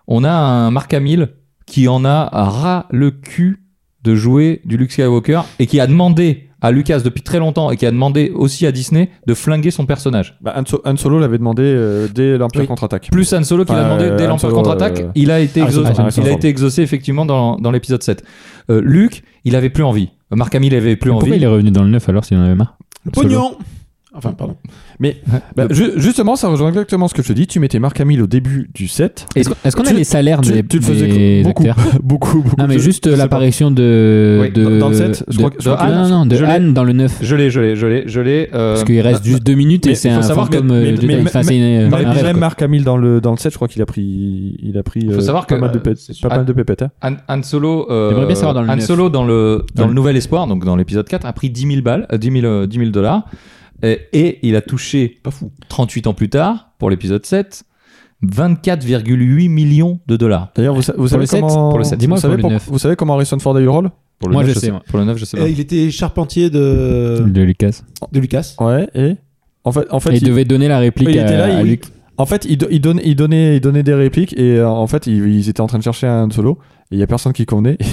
Speaker 2: on a un Marc Hamill qui en a ras le cul de jouer du Luke Skywalker et qui a demandé à Lucas depuis très longtemps et qui a demandé aussi à Disney de flinguer son personnage.
Speaker 1: Bah, Han, So- Han Solo l'avait demandé euh, dès l'Empire
Speaker 2: Oui.
Speaker 1: contre-attaque.
Speaker 2: Plus Han Solo qui l'a
Speaker 1: Enfin,
Speaker 2: demandé dès
Speaker 1: Han
Speaker 2: l'Empire
Speaker 1: Solo,
Speaker 2: contre-attaque,
Speaker 1: euh,
Speaker 2: il a été
Speaker 4: Ah,
Speaker 3: Harrison
Speaker 2: exaucé,
Speaker 1: Ford.
Speaker 2: il a été exaucé effectivement dans, dans l'épisode 7. Euh, Luke, il avait plus envie. Marc Hamill avait plus envie.
Speaker 4: Pourquoi il est revenu dans le 9 alors s'il en avait marre
Speaker 3: Le pognon. Enfin, pardon.
Speaker 1: Bah, ju- justement, ça rejoint exactement ce que je te dis. Tu mettais Mark Hamill au début du set.
Speaker 4: Est-ce qu'on- est-ce qu'on a
Speaker 1: Tu-
Speaker 4: les salaires
Speaker 1: tu-
Speaker 4: des,
Speaker 1: tu le faisais
Speaker 4: des
Speaker 1: beaucoup.
Speaker 4: acteurs
Speaker 1: beaucoup, beaucoup.
Speaker 4: Non, mais
Speaker 1: Je-
Speaker 4: juste euh,
Speaker 1: je sais pas.
Speaker 4: l'apparition de,
Speaker 2: Oui,
Speaker 4: de.
Speaker 1: dans le set, je
Speaker 4: de-
Speaker 1: crois que- je
Speaker 2: crois
Speaker 4: Ah,
Speaker 2: que-
Speaker 4: non, non, de
Speaker 2: je l'ai.
Speaker 4: Anne dans le 9.
Speaker 2: Je l'ai, je l'ai, je l'ai, je l'ai. euh,
Speaker 4: Parce qu'il reste juste deux minutes
Speaker 2: mais
Speaker 4: et c'est
Speaker 2: faut
Speaker 4: un
Speaker 2: savoir que-
Speaker 4: fantôme
Speaker 1: bah, mais-
Speaker 4: euh,
Speaker 1: mais-
Speaker 4: Jedi. Enfin,
Speaker 1: mais-
Speaker 4: c'est une-
Speaker 1: Dans
Speaker 4: un
Speaker 1: les
Speaker 4: rêve, quoi.
Speaker 1: Mark Hamill dans le, dans le set, je crois qu'il a pris, il a pris
Speaker 2: Faut
Speaker 1: euh,
Speaker 2: savoir
Speaker 1: pas
Speaker 2: que,
Speaker 1: mal de,
Speaker 2: euh,
Speaker 1: pét-
Speaker 2: c'est
Speaker 1: pas mal de pépettes. hein.
Speaker 2: Han, Han Solo, euh,
Speaker 4: J'aimerais bien savoir dans le
Speaker 2: Han
Speaker 4: neuf.
Speaker 2: Solo dans le dans
Speaker 4: Dans
Speaker 2: le
Speaker 4: le-
Speaker 2: Nouvel Espoir, donc dans l'épisode 4, a pris 10 000 balles, euh, 10 000, euh, 10 000 dollars, et, et il a touché
Speaker 3: Pas fou.
Speaker 2: 38 ans plus tard pour l'épisode 7 24,8 millions de dollars.
Speaker 1: D'ailleurs, vous, sa- vous savez
Speaker 4: le set
Speaker 1: comment,
Speaker 4: Pour le set. Dis-moi
Speaker 1: vous, savez
Speaker 4: pour le neuf.
Speaker 1: vous savez comment Harrison Ford a eu le rôle
Speaker 2: Pour le
Speaker 4: Moi,
Speaker 2: neuf,
Speaker 4: je sais, moi.
Speaker 2: Pour le 9, je sais pas.
Speaker 3: Euh, il était charpentier de,
Speaker 4: De Lucas.
Speaker 3: de Lucas.
Speaker 1: Ouais, et en fait, en euh, fait,
Speaker 4: Et
Speaker 1: il,
Speaker 4: il devait donner la réplique
Speaker 1: il
Speaker 4: à,
Speaker 1: était là,
Speaker 4: à
Speaker 1: il-
Speaker 4: Luke.
Speaker 1: en fait, il, do- il donnait, il donnait, il donnait des répliques et euh, en fait, ils, ils étaient en train de chercher un solo et il y a personne qui convenait et,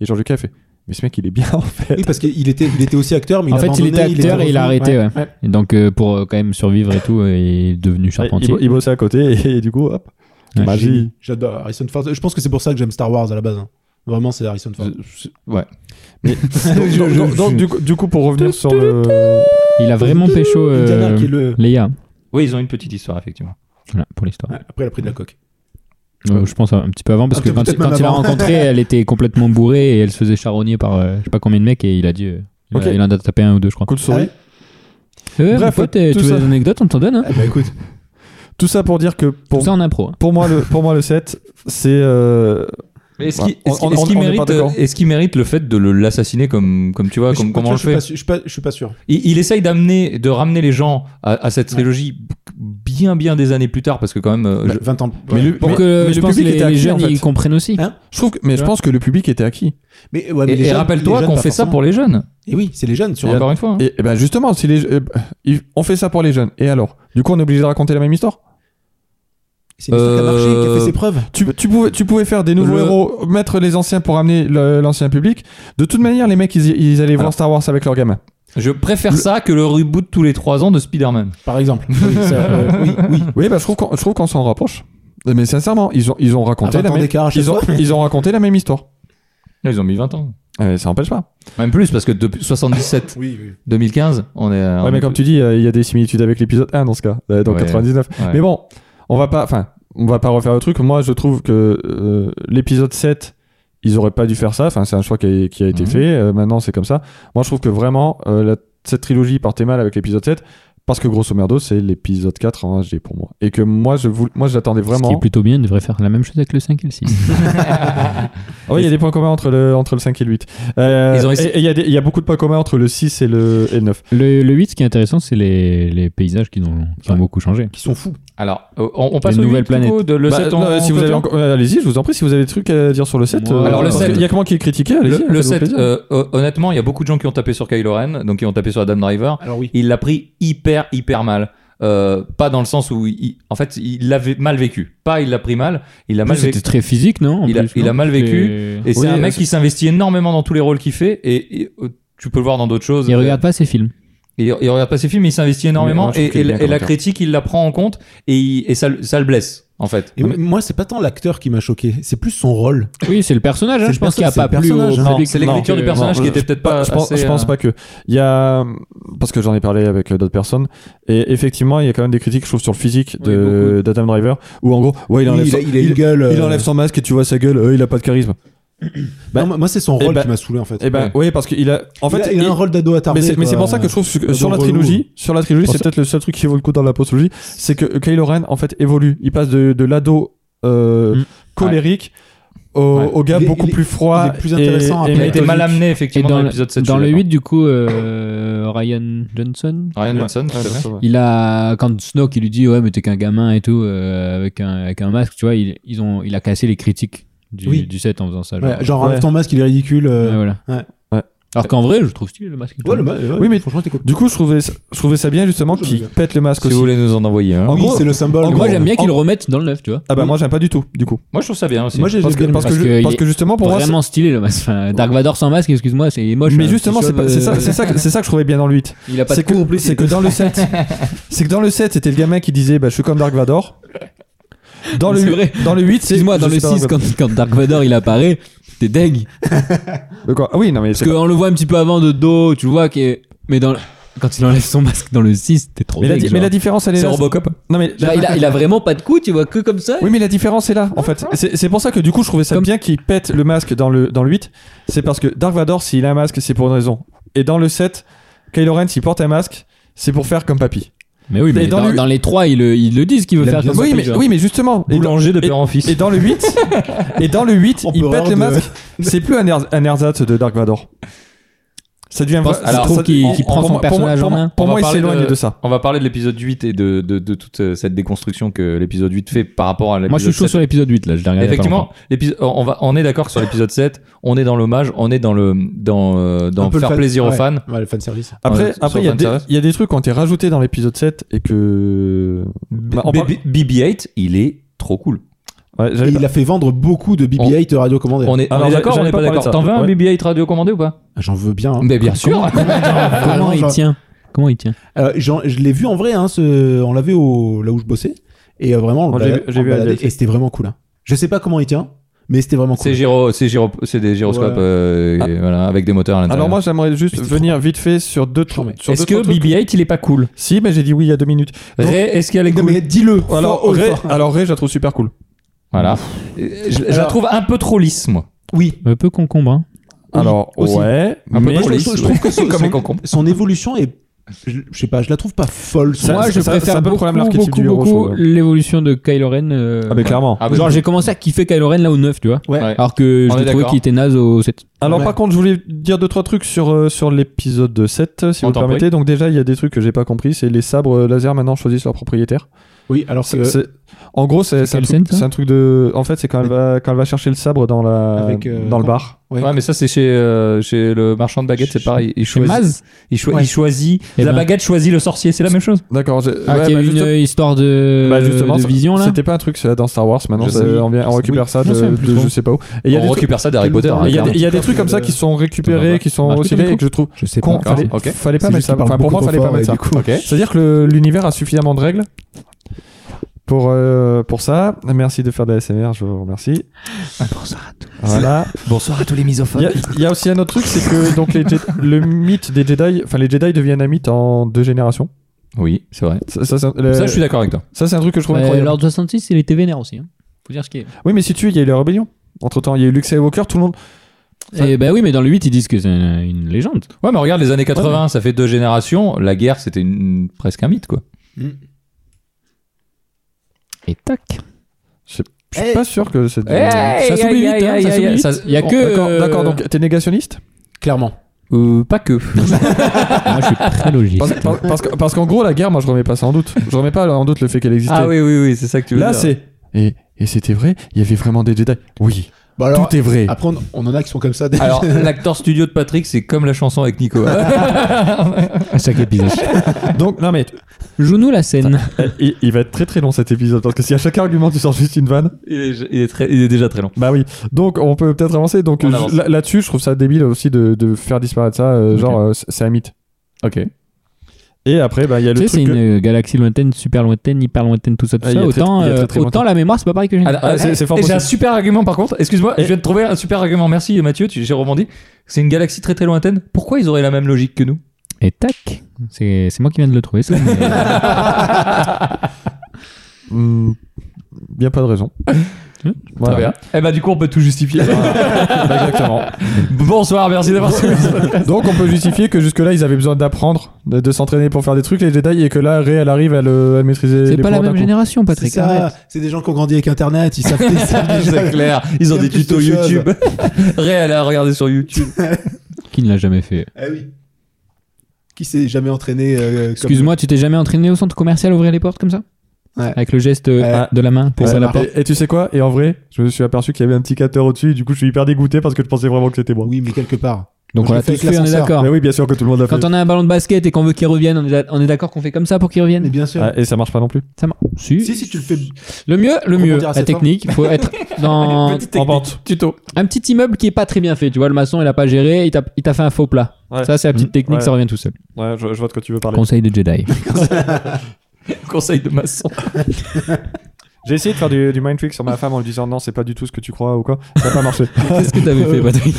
Speaker 1: et George Lucas a fait. Mais ce mec, il est bien en fait.
Speaker 3: Oui, parce qu'il était, il était aussi acteur, mais il
Speaker 4: En
Speaker 3: a
Speaker 4: fait, il
Speaker 3: abandonné,
Speaker 4: était acteur et il a
Speaker 3: revenu.
Speaker 4: arrêté, ouais. Et donc, euh, pour euh, quand même survivre et tout, euh, il est devenu
Speaker 1: il,
Speaker 4: charpentier.
Speaker 1: bo- il bossait à côté et, et du coup, hop,
Speaker 4: Ouais.
Speaker 1: magie.
Speaker 3: J'adore Harrison Ford. Je pense que c'est pour ça que j'aime Star Wars à la base. hein. Vraiment, c'est Harrison Ford.
Speaker 2: Ouais.
Speaker 1: Donc, donc- donc, du, coup- du coup, pour revenir sur le,
Speaker 4: Il a vraiment pécho euh,
Speaker 3: Indiana, qui est le...
Speaker 4: Leia.
Speaker 2: Oui, ils ont une petite histoire, effectivement.
Speaker 4: Voilà, pour l'histoire.
Speaker 3: Ouais, Après, il a pris de la coque.
Speaker 4: Euh, je pense un petit peu avant, parce
Speaker 3: Ah,
Speaker 4: que
Speaker 3: peut-être
Speaker 4: quand, il-
Speaker 3: même
Speaker 4: quand il l'a
Speaker 3: avant.
Speaker 4: rencontrée, elle était complètement bourrée et elle se faisait charogner par euh, je sais pas combien de mecs et il a dit. euh, il a-
Speaker 1: Ok.
Speaker 4: Il en a tapé un ou deux, je crois.
Speaker 1: coup de souris.
Speaker 3: Ah ouais
Speaker 4: Euh,
Speaker 1: Bref,
Speaker 4: mon pote, euh,
Speaker 1: tout
Speaker 4: tu veux
Speaker 1: ça-
Speaker 4: des anecdotes, on t'en donne. Hein
Speaker 3: Ah bah écoute,
Speaker 1: Tout ça pour dire que
Speaker 4: Tout
Speaker 1: pour,
Speaker 4: ça en impro. hein.
Speaker 1: pour moi, le, pour moi, le set, c'est. euh,
Speaker 2: Mais est-ce
Speaker 1: Ouais.
Speaker 2: qu'il est-ce
Speaker 1: On-
Speaker 2: qu'il- est-ce
Speaker 1: on-
Speaker 2: qu'il
Speaker 1: on est pas
Speaker 2: mérite, euh,
Speaker 1: d'accord.
Speaker 2: est-ce qu'il mérite le fait de le- l'assassiner comme, comme tu vois,
Speaker 3: je
Speaker 2: comme,
Speaker 3: suis pas-
Speaker 2: comment on le
Speaker 3: tu vois,
Speaker 2: fait
Speaker 3: je suis pas- Je suis pas je suis pas sûr.
Speaker 2: Il, il essaye d'amener, de ramener les gens à, à cette
Speaker 3: Ouais.
Speaker 2: trilogie b- bien, bien des années plus tard, parce que quand même, euh,
Speaker 3: Bah,
Speaker 2: je-
Speaker 3: 20 ans.
Speaker 1: Mais
Speaker 3: ouais.
Speaker 1: le-
Speaker 4: Pour
Speaker 1: mais-
Speaker 4: que
Speaker 1: mais
Speaker 4: je
Speaker 1: le
Speaker 4: pense que
Speaker 1: public
Speaker 4: les,
Speaker 1: était
Speaker 4: les
Speaker 1: acquis, en
Speaker 4: jeunes
Speaker 1: fait.
Speaker 4: ils comprennent aussi.
Speaker 3: Hein
Speaker 1: Je trouve que, mais je
Speaker 4: Ouais.
Speaker 1: pense que le public était acquis.
Speaker 3: Mais, ouais, mais
Speaker 2: et,
Speaker 3: les
Speaker 2: et
Speaker 3: jeunes-
Speaker 2: rappelle-toi
Speaker 3: les
Speaker 2: qu'on
Speaker 3: jeunes,
Speaker 2: fait
Speaker 3: pas
Speaker 2: ça pour les jeunes.
Speaker 3: forcément. Et oui, c'est les jeunes sur
Speaker 2: Encore une fois. hein.
Speaker 1: Et, et ben justement, si les, euh, ils- on fait ça pour les jeunes. Et alors Du coup, on est obligé de raconter la même histoire
Speaker 3: C'est une histoire qui a marché, qui a fait
Speaker 2: Euh,
Speaker 3: ses preuves.
Speaker 1: tu, tu pouvais, tu pouvais faire des nouveaux
Speaker 2: Le-
Speaker 1: héros, mettre les anciens pour amener le- l'ancien public. De toute manière, les mecs, ils, ils allaient voir
Speaker 2: Alors.
Speaker 1: Star Wars avec leurs gamins.
Speaker 2: Je préfère ça que le reboot tous les 3 ans de Spider-Man.
Speaker 3: Par exemple. Oui, ça, euh, oui, oui.
Speaker 2: Hmm.
Speaker 1: Oui, bah, je trouve qu'on je trouve qu'on s'en rapproche. Mais sincèrement, ils ont, ils ont
Speaker 3: À
Speaker 1: raconté
Speaker 3: 20
Speaker 1: la
Speaker 3: ans
Speaker 1: même
Speaker 3: d'écart à chaque
Speaker 1: ils ont,
Speaker 3: fois.
Speaker 1: ils ont raconté la même histoire.
Speaker 2: Là, Ils ont mis 20 ans.
Speaker 1: Euh, ça n'empêche pas.
Speaker 2: Même plus, parce que depuis 77,
Speaker 3: Oui, oui.
Speaker 2: 2015, on est.
Speaker 1: Ouais, mais comme tu dis, euh, il y a des similitudes avec l'épisode 1 dans ce cas, euh, dans
Speaker 2: Hein, Ouais.
Speaker 1: 99. Mais bon, on va pas, enfin, on va pas refaire le truc. Moi, je trouve que euh, l'épisode 7, ils auraient pas dû faire ça. Enfin, c'est un choix qui a, qui a été
Speaker 2: Mhm.
Speaker 1: fait. Euh, maintenant, c'est comme ça. Moi, je trouve que vraiment, euh, la- cette trilogie partait mal avec l'épisode 7 parce que grosso merdo, c'est l'épisode 4 en HD pour moi. Et que moi, je voulais, moi, j'attendais
Speaker 4: Ce qui
Speaker 1: vraiment.
Speaker 4: est plutôt bien, il devrait faire la même chose avec le 5 et le 6.
Speaker 1: Ah oui, il y a des points communs entre le entre le 5 et le 8. Euh,
Speaker 2: Ils ont essayé-
Speaker 1: et- et il y a des- il y, a beaucoup de points communs entre le 6 et le et le 9.
Speaker 4: le, le 8, ce qui est intéressant, c'est les, les paysages qui ont, qui ont
Speaker 1: Ouais.
Speaker 4: beaucoup changé.
Speaker 3: Qui sont fous.
Speaker 2: Alors, euh, on, on passe
Speaker 4: Une
Speaker 2: au
Speaker 4: nouvelle
Speaker 2: huit, du
Speaker 4: planète.
Speaker 2: coup, de- le
Speaker 1: Bah,
Speaker 2: 7 en-
Speaker 1: non,
Speaker 2: en
Speaker 1: si vous avez
Speaker 2: clôture
Speaker 1: encore- euh, allez-y, je vous en prie, si vous avez des trucs à dire sur le 7.
Speaker 4: Moi,
Speaker 2: Alors, le sept-
Speaker 1: il y a que moi qui est critiqué.
Speaker 2: Le-
Speaker 1: allez-y,
Speaker 2: le
Speaker 1: faites-vous
Speaker 2: 7,
Speaker 1: plaisir.
Speaker 2: euh, euh, honnêtement, il y a beaucoup de gens qui ont tapé sur Kylo Ren, donc qui ont tapé sur Adam Driver.
Speaker 3: Alors oui.
Speaker 2: Il l'a pris hyper, hyper mal. Euh, pas dans le sens où, il- en fait, il l'avait mal vécu. Pas il l'a pris mal, il l'a mal vécu.
Speaker 4: C'était très physique, non En
Speaker 2: Il a-
Speaker 4: plus,
Speaker 2: il
Speaker 4: non euh,
Speaker 2: a mal vécu.
Speaker 4: Et-
Speaker 2: Et c'est
Speaker 1: Oui,
Speaker 2: un mec
Speaker 1: c'est-
Speaker 2: qui s'investit énormément dans tous les rôles qu'il fait et, et, euh, tu peux euh, le voir dans d'autres choses.
Speaker 4: Il regarde pas ses films.
Speaker 2: Il, il regarde pas ses films, mais il s'investit énormément
Speaker 1: moi, je
Speaker 2: et,
Speaker 1: trouve qu'il
Speaker 2: et
Speaker 1: est bien
Speaker 2: la- et la
Speaker 1: commentaire.
Speaker 2: critique, il la prend en compte et, il- et ça, le- ça le blesse, en fait.
Speaker 3: Et
Speaker 2: Non, mais-
Speaker 3: moi, c'est pas tant l'acteur qui m'a choqué, c'est plus son rôle.
Speaker 4: Oui, c'est le personnage, hein,
Speaker 3: C'est
Speaker 4: je
Speaker 3: le
Speaker 4: pense qu'il n'y a
Speaker 3: perso-
Speaker 4: pas
Speaker 3: c'est le
Speaker 4: plus au
Speaker 3: personnage, hein.
Speaker 4: public
Speaker 2: C'est l'écriture
Speaker 4: que-
Speaker 2: du personnage
Speaker 1: non,
Speaker 2: qui
Speaker 1: je-
Speaker 2: était peut-être pas.
Speaker 1: Pas- je, pense,
Speaker 2: assez,
Speaker 1: je pense
Speaker 2: euh,
Speaker 1: pas que. Il y a. Parce que j'en ai parlé avec euh, d'autres personnes. Et effectivement, il y a quand même des critiques, je trouve, sur le physique
Speaker 4: Oui,
Speaker 1: de d'Adam Driver. Où en gros, ouais, il enlève,
Speaker 3: il,
Speaker 1: son,
Speaker 3: a, il a une
Speaker 1: il-
Speaker 3: gueule.
Speaker 1: il
Speaker 3: euh, bah,
Speaker 1: enlève son masque et tu vois sa gueule. euh, il a pas de charisme.
Speaker 3: non, moi, c'est son
Speaker 1: Eh
Speaker 3: rôle
Speaker 1: ben-
Speaker 3: qui m'a saoulé en fait.
Speaker 1: Et ben, ouais, parce qu'il a. En fait,
Speaker 3: il a, il a un rôle d'ado attardé.
Speaker 1: mais c'est- mais c'est
Speaker 3: quoi.
Speaker 1: pour ça que je trouve que
Speaker 3: Adam
Speaker 1: sur la
Speaker 3: Relou.
Speaker 1: trilogie, sur la trilogie,
Speaker 2: Pour
Speaker 1: c'est
Speaker 2: ça-
Speaker 1: peut-être le seul truc qui vaut le coup dans la postologie, c'est que Kylo Ren en fait évolue. Il passe de, de l'ado euh,
Speaker 4: Mm.
Speaker 1: colérique au,
Speaker 2: Ouais.
Speaker 1: au gars
Speaker 3: Il est-
Speaker 1: beaucoup
Speaker 3: il est-
Speaker 1: plus froid,
Speaker 3: il est plus
Speaker 1: et-
Speaker 3: intéressant
Speaker 1: et,
Speaker 2: Il
Speaker 3: après.
Speaker 2: a été
Speaker 1: méthodique.
Speaker 2: mal amené,
Speaker 4: Et
Speaker 2: effectivement,
Speaker 4: dans,
Speaker 2: dans
Speaker 4: le-
Speaker 2: l'épisode 7.
Speaker 4: dans
Speaker 2: je
Speaker 4: le
Speaker 2: suis
Speaker 4: 8, du coup, euh, Ryan Johnson,
Speaker 2: d'accord. Ryan Johnson, tout à fait.
Speaker 4: il a quand Snow qui lui dit ouais mais t'es qu'un gamin et tout euh, avec un avec un masque, tu vois, il, ils ont il a cassé les critiques du,
Speaker 3: Oui.
Speaker 4: du set en faisant ça. Genre,
Speaker 3: Ouais, genre,
Speaker 1: Ouais.
Speaker 3: enlève ton masque, il est ridicule.
Speaker 4: Ouais,
Speaker 3: euh,
Speaker 4: voilà.
Speaker 3: ouais.
Speaker 1: Ouais.
Speaker 4: Alors qu'en vrai, je trouve stylé le masque.
Speaker 3: ouais, le ma- ouais,
Speaker 1: Oui, mais-
Speaker 3: franchement, t'es cool.
Speaker 1: Du coup, je trouvais, ça- je trouvais ça bien justement
Speaker 3: J'aime
Speaker 1: qu'il
Speaker 3: bien.
Speaker 1: pète le masque
Speaker 2: Si vous
Speaker 1: aussi.
Speaker 2: voulez nous en envoyer un.
Speaker 1: En
Speaker 3: Oui,
Speaker 1: gros-
Speaker 3: c'est le symbole.
Speaker 1: en
Speaker 3: gros.
Speaker 4: Moi j'aime bien qu'ils
Speaker 1: en-
Speaker 4: le remettent dans le neuf, tu vois.
Speaker 1: Ah bah moi j'aime pas du tout du coup.
Speaker 2: Moi, je trouve ça bien aussi.
Speaker 3: Moi, j'ai
Speaker 1: Parce que, parce que
Speaker 4: Parce
Speaker 1: je-
Speaker 4: que
Speaker 1: parce
Speaker 4: il
Speaker 1: que justement pour moi c'est-
Speaker 4: Vraiment stylé le masque. Enfin, Dark Vador sans masque, excuse-moi, c'est moche.
Speaker 1: mais
Speaker 4: hein,
Speaker 1: justement
Speaker 4: petit
Speaker 1: c'est pas-
Speaker 4: chauve,
Speaker 1: c'est ça
Speaker 4: euh,
Speaker 1: c'est ça que- c'est ça que je trouvais bien dans le 8.
Speaker 4: Il a pas de
Speaker 1: C'est que,
Speaker 4: cou en plus.
Speaker 1: c'est que dans le 7 c'est que dans le 7 c'était le gamin qui disait bah je suis comme Dark Vador. Dans le
Speaker 4: C'est vrai.
Speaker 1: dans le 8 c'est
Speaker 4: Excuse-moi,
Speaker 1: je
Speaker 4: dans le
Speaker 1: suis pas
Speaker 4: 6,
Speaker 1: Dark
Speaker 4: quand, quand Dark Vador il apparaît, t'es deg.
Speaker 1: Vador. De quoi Ah oui non mais
Speaker 4: Parce
Speaker 1: c'est pas-
Speaker 4: qu'on le voit un petit peu avant de dos, tu le vois. qu'il est- Mais dans le- quand il enlève son masque dans le 6, t'es trop
Speaker 1: mais la,
Speaker 4: deg.
Speaker 1: di- mais
Speaker 4: genre.
Speaker 1: la différence elle est
Speaker 2: C'est
Speaker 1: là.
Speaker 2: Robocop.
Speaker 1: Non mais
Speaker 4: Genre,
Speaker 1: la-
Speaker 4: il, a, il a vraiment pas de cou, tu vois, que comme ça.
Speaker 1: Oui mais la différence est là en fait. C'est c'est pour ça que du coup je trouvais ça
Speaker 4: Comme-
Speaker 1: bien qu'il pète le masque dans le dans le 8, c'est parce que Dark Vador s'il a un masque c'est pour une raison et dans le 7 Kylo Ren s'il porte un masque c'est pour faire comme papy.
Speaker 4: Mais oui, mais
Speaker 1: Et dans
Speaker 4: dans,
Speaker 1: le-
Speaker 4: dans les trois, ils le, ils le disent qu'ils veut
Speaker 3: Il a
Speaker 4: faire
Speaker 3: bien-
Speaker 4: comme ça.
Speaker 1: Oui
Speaker 4: tu
Speaker 1: mais,
Speaker 4: vois.
Speaker 1: oui, mais justement. Et dans,
Speaker 2: Boulanger de
Speaker 1: et-
Speaker 2: père en fils.
Speaker 1: et dans le 8, et dans le 8 il pète
Speaker 3: Empereur
Speaker 1: le
Speaker 3: de-
Speaker 1: masque. C'est plus un, air- un ersatz de Dark Vador. Ça devient
Speaker 4: pense-
Speaker 1: vrai-
Speaker 4: alors,
Speaker 1: ça-
Speaker 4: trouve
Speaker 1: ça-
Speaker 4: qu'il-
Speaker 1: en-
Speaker 4: qu'il prend
Speaker 1: pour
Speaker 4: son
Speaker 1: moi- pour
Speaker 4: personnage
Speaker 1: moi-
Speaker 4: en main.
Speaker 1: Pour
Speaker 2: On
Speaker 1: moi,
Speaker 2: va
Speaker 1: il
Speaker 2: parler
Speaker 1: s'éloigne de ça.
Speaker 2: On va parler de l'épisode 8 et de, de, de toute euh, cette déconstruction que l'épisode 8 fait par rapport à l'épisode
Speaker 4: Moi, je suis chaud
Speaker 2: 7.
Speaker 4: sur l'épisode 8, là, je l'ai regardé.
Speaker 2: Effectivement, l'épisode- on, va, on est d'accord sur l'épisode 7, on est dans l'hommage, on est dans le dans, euh, dans
Speaker 3: Un peu le
Speaker 2: faire
Speaker 3: fan-
Speaker 2: plaisir aux
Speaker 3: ouais.
Speaker 2: fans.
Speaker 3: Ouais, le fanservice.
Speaker 1: Après,
Speaker 2: sur
Speaker 1: après il y, a
Speaker 2: 20
Speaker 1: des-
Speaker 2: services.
Speaker 1: il y a des trucs qui ont été rajoutés dans l'épisode 7 et que. Bah, on parle-
Speaker 2: B- BB-8, il est trop cool.
Speaker 1: Ouais,
Speaker 3: Et
Speaker 1: j'allais
Speaker 3: il a fait vendre beaucoup de BB-8 radiocommandés.
Speaker 2: On est, on
Speaker 1: Alors,
Speaker 2: est d'accord, on
Speaker 1: j'avais
Speaker 2: n'est
Speaker 1: pas
Speaker 2: pas
Speaker 1: parlé de
Speaker 2: d'accord.
Speaker 1: ça.
Speaker 2: T'en veux un
Speaker 1: Ouais.
Speaker 2: BB-8 radiocommandé ou pas
Speaker 3: Ah, J'en veux bien. hein.
Speaker 2: Mais bien sûr.
Speaker 1: Ah,
Speaker 4: pas encore. Comment
Speaker 3: Vraiment,
Speaker 4: il
Speaker 3: genre-
Speaker 4: tient Comment il tient
Speaker 3: Euh, j'en- je l'ai vu en vrai, hein, ce- on l'avait au... là où je bossais. Et euh, vraiment, on
Speaker 1: Moi,
Speaker 3: le
Speaker 1: j'ai
Speaker 3: balade-
Speaker 1: vu- j'ai
Speaker 3: on
Speaker 1: vu
Speaker 3: baladait,
Speaker 1: la DLC.
Speaker 3: Et c'était vraiment cool. hein. Je sais pas comment il tient, mais c'était vraiment cool.
Speaker 2: C'est gyro, c'est gyro, c'est des gyroscopes
Speaker 3: Ouais.
Speaker 2: euh, et voilà, avec des moteurs à l'intérieur.
Speaker 1: Alors, moi, j'aimerais juste
Speaker 3: Mais c'était
Speaker 1: venir vite fait sur deux
Speaker 3: Attends, mais
Speaker 1: trucs. sur
Speaker 2: est-ce
Speaker 1: deux,
Speaker 2: que
Speaker 1: trois trucs.
Speaker 2: BB-8 il est pas cool
Speaker 1: Si, mais j'ai dit oui il y a deux minutes. Donc-
Speaker 2: Ray, est-ce qu'elle est
Speaker 3: Non,
Speaker 2: cool
Speaker 3: mais dis-le.
Speaker 1: Alors,
Speaker 3: fort, haut,
Speaker 1: Ray,
Speaker 3: fort.
Speaker 1: alors Ray, je la trouve super cool.
Speaker 2: Voilà. Euh, Je, je la
Speaker 3: Alors-
Speaker 2: trouve un peu trop lisse, moi.
Speaker 3: Oui.
Speaker 4: Un peu concombre, hein.
Speaker 1: Alors,
Speaker 3: aussi.
Speaker 1: ouais,
Speaker 2: Un peu
Speaker 1: mais.
Speaker 2: trop
Speaker 3: je-
Speaker 2: lisse.
Speaker 3: je trouve que c'est-
Speaker 2: comme un concombre.
Speaker 3: Son évolution est. Je je sais pas, je la trouve pas folle. son-
Speaker 1: Ça-
Speaker 4: Moi, je
Speaker 1: ça- c'est
Speaker 4: préfère
Speaker 1: un peu le
Speaker 4: beaucoup,
Speaker 1: problème, l'archétype
Speaker 4: beaucoup,
Speaker 1: du héros, je
Speaker 4: beaucoup
Speaker 1: trouve.
Speaker 4: l'évolution de Kylo Ren. euh,
Speaker 1: Ah, mais clairement.
Speaker 2: Ah,
Speaker 4: Genre,
Speaker 2: mais-
Speaker 4: j'ai commencé à kiffer Kylo Ren là au 9, tu vois.
Speaker 3: Ouais.
Speaker 2: Ouais.
Speaker 4: Alors que
Speaker 2: On est
Speaker 4: je trouvais
Speaker 2: d'accord.
Speaker 4: qu'il était naze au 7.
Speaker 1: Alors
Speaker 3: Ouais.
Speaker 1: par contre, je voulais dire deux trois trucs sur euh, sur l'épisode 7 si
Speaker 2: On
Speaker 1: vous le
Speaker 2: t'en
Speaker 1: permettez. Donc déjà, il y a des trucs que j'ai pas compris, c'est les sabres euh, laser maintenant choisissent leur propriétaire.
Speaker 3: Oui, alors que.
Speaker 1: C'est- c'est- en gros, c'est
Speaker 4: C'est
Speaker 1: c'est un,
Speaker 4: quelle
Speaker 1: truc-
Speaker 4: scène, ça
Speaker 1: c'est un truc de en fait, c'est quand elle va quand elle va chercher le sabre dans la
Speaker 3: Avec, euh,
Speaker 1: dans le
Speaker 3: quand-
Speaker 1: bar.
Speaker 3: Ouais.
Speaker 2: Ouais, mais ça, c'est chez, euh, chez le marchand de baguettes, c'est pareil. Il choisit.
Speaker 4: Maz
Speaker 2: Il, choi-
Speaker 3: Ouais.
Speaker 2: il choisit.
Speaker 4: Eh
Speaker 2: la
Speaker 4: ben.
Speaker 2: baguette choisit le sorcier, c'est la même chose.
Speaker 1: D'accord, j'ai-
Speaker 4: Ah,
Speaker 1: ouais,
Speaker 4: qui a
Speaker 1: bah,
Speaker 4: eu une
Speaker 1: juste-
Speaker 4: euh, histoire de,
Speaker 1: bah, justement,
Speaker 4: de
Speaker 1: ça-
Speaker 4: vision là.
Speaker 1: C'était pas un truc c'est dans Star Wars maintenant,
Speaker 2: Je
Speaker 1: ça-
Speaker 2: sais.
Speaker 1: on, vient- on récupère
Speaker 3: Oui.
Speaker 1: ça
Speaker 4: Non,
Speaker 1: de,
Speaker 4: c'est plus
Speaker 1: de
Speaker 4: trop.
Speaker 1: je sais pas où. Et il y a
Speaker 2: on
Speaker 1: des trucs-
Speaker 2: récupère ça d'Harry Potter. hein,
Speaker 1: il y a des-
Speaker 2: clairement.
Speaker 1: il y a des trucs comme ça qui sont récupérés, qui sont
Speaker 2: Ah, je
Speaker 1: recyclés
Speaker 2: connais
Speaker 1: et que je trouve
Speaker 3: Je sais
Speaker 1: qu'on
Speaker 3: pas.
Speaker 1: fallait,
Speaker 2: ok.
Speaker 1: fallait pas
Speaker 3: C'est
Speaker 1: mettre
Speaker 3: juste
Speaker 1: ça.
Speaker 3: qu'il parle
Speaker 1: Enfin, pour moi,
Speaker 3: beaucoup
Speaker 1: fallait
Speaker 3: trop
Speaker 1: pas
Speaker 3: fort,
Speaker 1: mettre ça.
Speaker 3: et du coup-
Speaker 2: Ok.
Speaker 1: C'est-à-dire que le- l'univers a suffisamment de règles pour, euh, pour ça. Merci de faire de la SMR, je vous remercie.
Speaker 2: Ah,
Speaker 1: Bonsoir à tous.
Speaker 2: Bonsoir à tous les
Speaker 1: Il y,
Speaker 2: misophones.
Speaker 1: a, il y a aussi un autre truc, c'est que donc les Jed- le mythe des Jedi, enfin les Jedi deviennent un mythe en deux générations.
Speaker 2: Oui, c'est vrai.
Speaker 1: Ça, ça, c'est un- le-
Speaker 2: Ça, je suis d'accord avec toi.
Speaker 1: ça, c'est un truc que je trouve
Speaker 4: Euh,
Speaker 1: incroyable.
Speaker 4: Lord 66, il était vénère aussi. hein. Faut dire ce qu'il est.
Speaker 1: Oui, mais si tu veux, il y a eu la rébellion. Entre temps, il y a eu Luke Skywalker, tout le monde. Ça-
Speaker 4: Eh ben oui, mais dans le 8, ils disent que c'est une, une légende.
Speaker 2: Ouais, mais regarde, les années 80, ça fait deux générations. La guerre, c'était une- presque un mythe, quoi.
Speaker 4: Et tac.
Speaker 1: Je suis pas sûr que c'est.
Speaker 4: ça s'oublie vite, hein, ça s'oublie vite. Il y a que.
Speaker 1: D'accord,
Speaker 4: euh,
Speaker 1: d'accord, donc t'es négationniste
Speaker 3: Clairement.
Speaker 2: Euh, pas que.
Speaker 4: Moi, je suis très logique.
Speaker 1: Parce, par- parce que- parce qu'en gros, la guerre, moi je remets pas ça en doute. Je remets pas en doute le fait qu'elle existait.
Speaker 2: ah oui, oui, oui, c'est ça que tu veux
Speaker 1: Là,
Speaker 2: dire.
Speaker 1: c'est. Et, et c'était vrai, il y avait vraiment des Jedi. Oui,
Speaker 3: Bah alors,
Speaker 1: tout est vrai.
Speaker 3: après, on, on en a qui sont comme ça. déjà.
Speaker 2: Alors, l'acteur studio de Patrick, c'est comme la chanson avec Nico.
Speaker 4: À chaque épisode.
Speaker 1: Donc, non mais,
Speaker 4: Joue-nous la scène.
Speaker 1: euh, il, il va être très très long cet épisode parce que si à chaque argument tu sors juste une vanne,
Speaker 2: il, est, il est très, il est déjà très long.
Speaker 1: bah oui. Donc, on peut peut-être avancer. Donc,
Speaker 2: On
Speaker 1: je-
Speaker 2: avance.
Speaker 1: là- là-dessus, je trouve ça débile aussi de, de faire disparaître ça. euh,
Speaker 2: Ok.
Speaker 1: Genre, euh, c'est c'est un mythe.
Speaker 2: Ok.
Speaker 1: Et après, bah, il y a
Speaker 4: Tu
Speaker 1: le
Speaker 4: sais, c'est
Speaker 1: truc.
Speaker 4: une
Speaker 1: que-
Speaker 4: euh, galaxie lointaine, super lointaine, hyper lointaine, tout ça, tout
Speaker 1: Ah, il y
Speaker 4: ça.
Speaker 1: a très-
Speaker 4: Autant,
Speaker 1: il y a
Speaker 4: euh,
Speaker 1: très, très
Speaker 4: autant
Speaker 1: longtemps.
Speaker 4: la mémoire, c'est pas pareil que j'ai.
Speaker 2: Ah,
Speaker 1: Ah,
Speaker 2: ah,
Speaker 1: c'est- c'est fort
Speaker 2: et j'ai un
Speaker 1: possible.
Speaker 2: super argument par contre. Excuse-moi,
Speaker 1: Et-
Speaker 2: je viens de trouver un super argument. Merci Mathieu, tu- j'ai rebondi. C'est une galaxie très très lointaine. Pourquoi ils auraient la même logique que nous
Speaker 1: Ah,
Speaker 4: Et tac C'est c'est moi qui viens de le trouver, ça. mais-
Speaker 1: Hmm, y a pas de raison. Voilà.
Speaker 2: Très bien. Eh ben du coup on peut tout justifier.
Speaker 1: Exactement.
Speaker 2: Bonsoir, merci d'avoir suivi.
Speaker 1: Donc on peut justifier que jusque-là ils avaient besoin d'apprendre, de, de s'entraîner pour faire des trucs, les détails, et que là Ray elle arrive à, le, à maîtriser.
Speaker 4: C'est
Speaker 1: les
Speaker 4: pas la
Speaker 1: pouvoirs d'un
Speaker 4: même
Speaker 1: coup.
Speaker 4: génération,
Speaker 3: C'est
Speaker 4: Patrick. arrête.
Speaker 3: ça, c'est des gens qui ont grandi avec Internet, ils savent, ils savent déjà.
Speaker 2: C'est clair. Ils ont
Speaker 3: Il y a
Speaker 2: des
Speaker 3: plus
Speaker 2: tutos
Speaker 3: de choses.
Speaker 2: YouTube. Réel à regarder sur YouTube.
Speaker 4: Qui ne l'a jamais fait
Speaker 3: Ah oui. Qui s'est jamais entraîné euh, comme-
Speaker 4: Excuse-moi, tu t'es jamais entraîné au centre commercial à ouvrir les portes comme ça
Speaker 3: Ouais.
Speaker 4: Avec le geste euh,
Speaker 3: Ouais.
Speaker 4: de la main pour
Speaker 1: Et ça
Speaker 4: ouvrir la
Speaker 1: m'a-
Speaker 4: porte
Speaker 1: Ah, et, et tu sais quoi Et en vrai, je me suis aperçu qu'il y avait un petit capteur au-dessus, et du coup je suis hyper dégoûté parce que je pensais vraiment que c'était moi.
Speaker 3: Oui, mais quelque part.
Speaker 4: Donc
Speaker 3: Moi,
Speaker 4: on
Speaker 3: je
Speaker 4: l'a
Speaker 3: l'ai fait
Speaker 4: tous
Speaker 3: avec
Speaker 4: fait, on est
Speaker 3: l'ascenseur.
Speaker 2: Ah.
Speaker 4: d'accord.
Speaker 1: Mais oui, bien sûr que tout le monde a fait.
Speaker 4: Quand on a un ballon de basket et qu'on veut qu'il revienne, on est d'a- on est d'accord qu'on fait comme ça pour qu'il revienne
Speaker 3: Mais bien sûr.
Speaker 1: Ah, et ça marche pas non plus.
Speaker 4: Ça marche. Si.
Speaker 3: Si, si tu le fais.
Speaker 4: Le mieux, le
Speaker 3: Rebondir
Speaker 4: mieux,
Speaker 3: assez
Speaker 4: la
Speaker 3: fort.
Speaker 4: technique, faut être dans
Speaker 1: En pente.
Speaker 4: tuto. Un petit immeuble qui est pas très bien fait, tu vois, le maçon il a pas géré, il t'a il t'a fait un faux plat.
Speaker 1: Ouais. Mmh.
Speaker 4: Ça c'est la petite technique,
Speaker 1: Ouais.
Speaker 4: ça revient tout seul.
Speaker 1: Ouais, je, je vois de quoi tu veux parler.
Speaker 4: Conseil des Jedi.
Speaker 2: Conseil de maçon.
Speaker 1: J'ai essayé de faire du, du mind trick sur ma femme en lui disant non, c'est pas du tout ce que tu crois ou quoi. Ça n'a pas marché.
Speaker 4: Qu'est-ce que t'avais fait, Patrick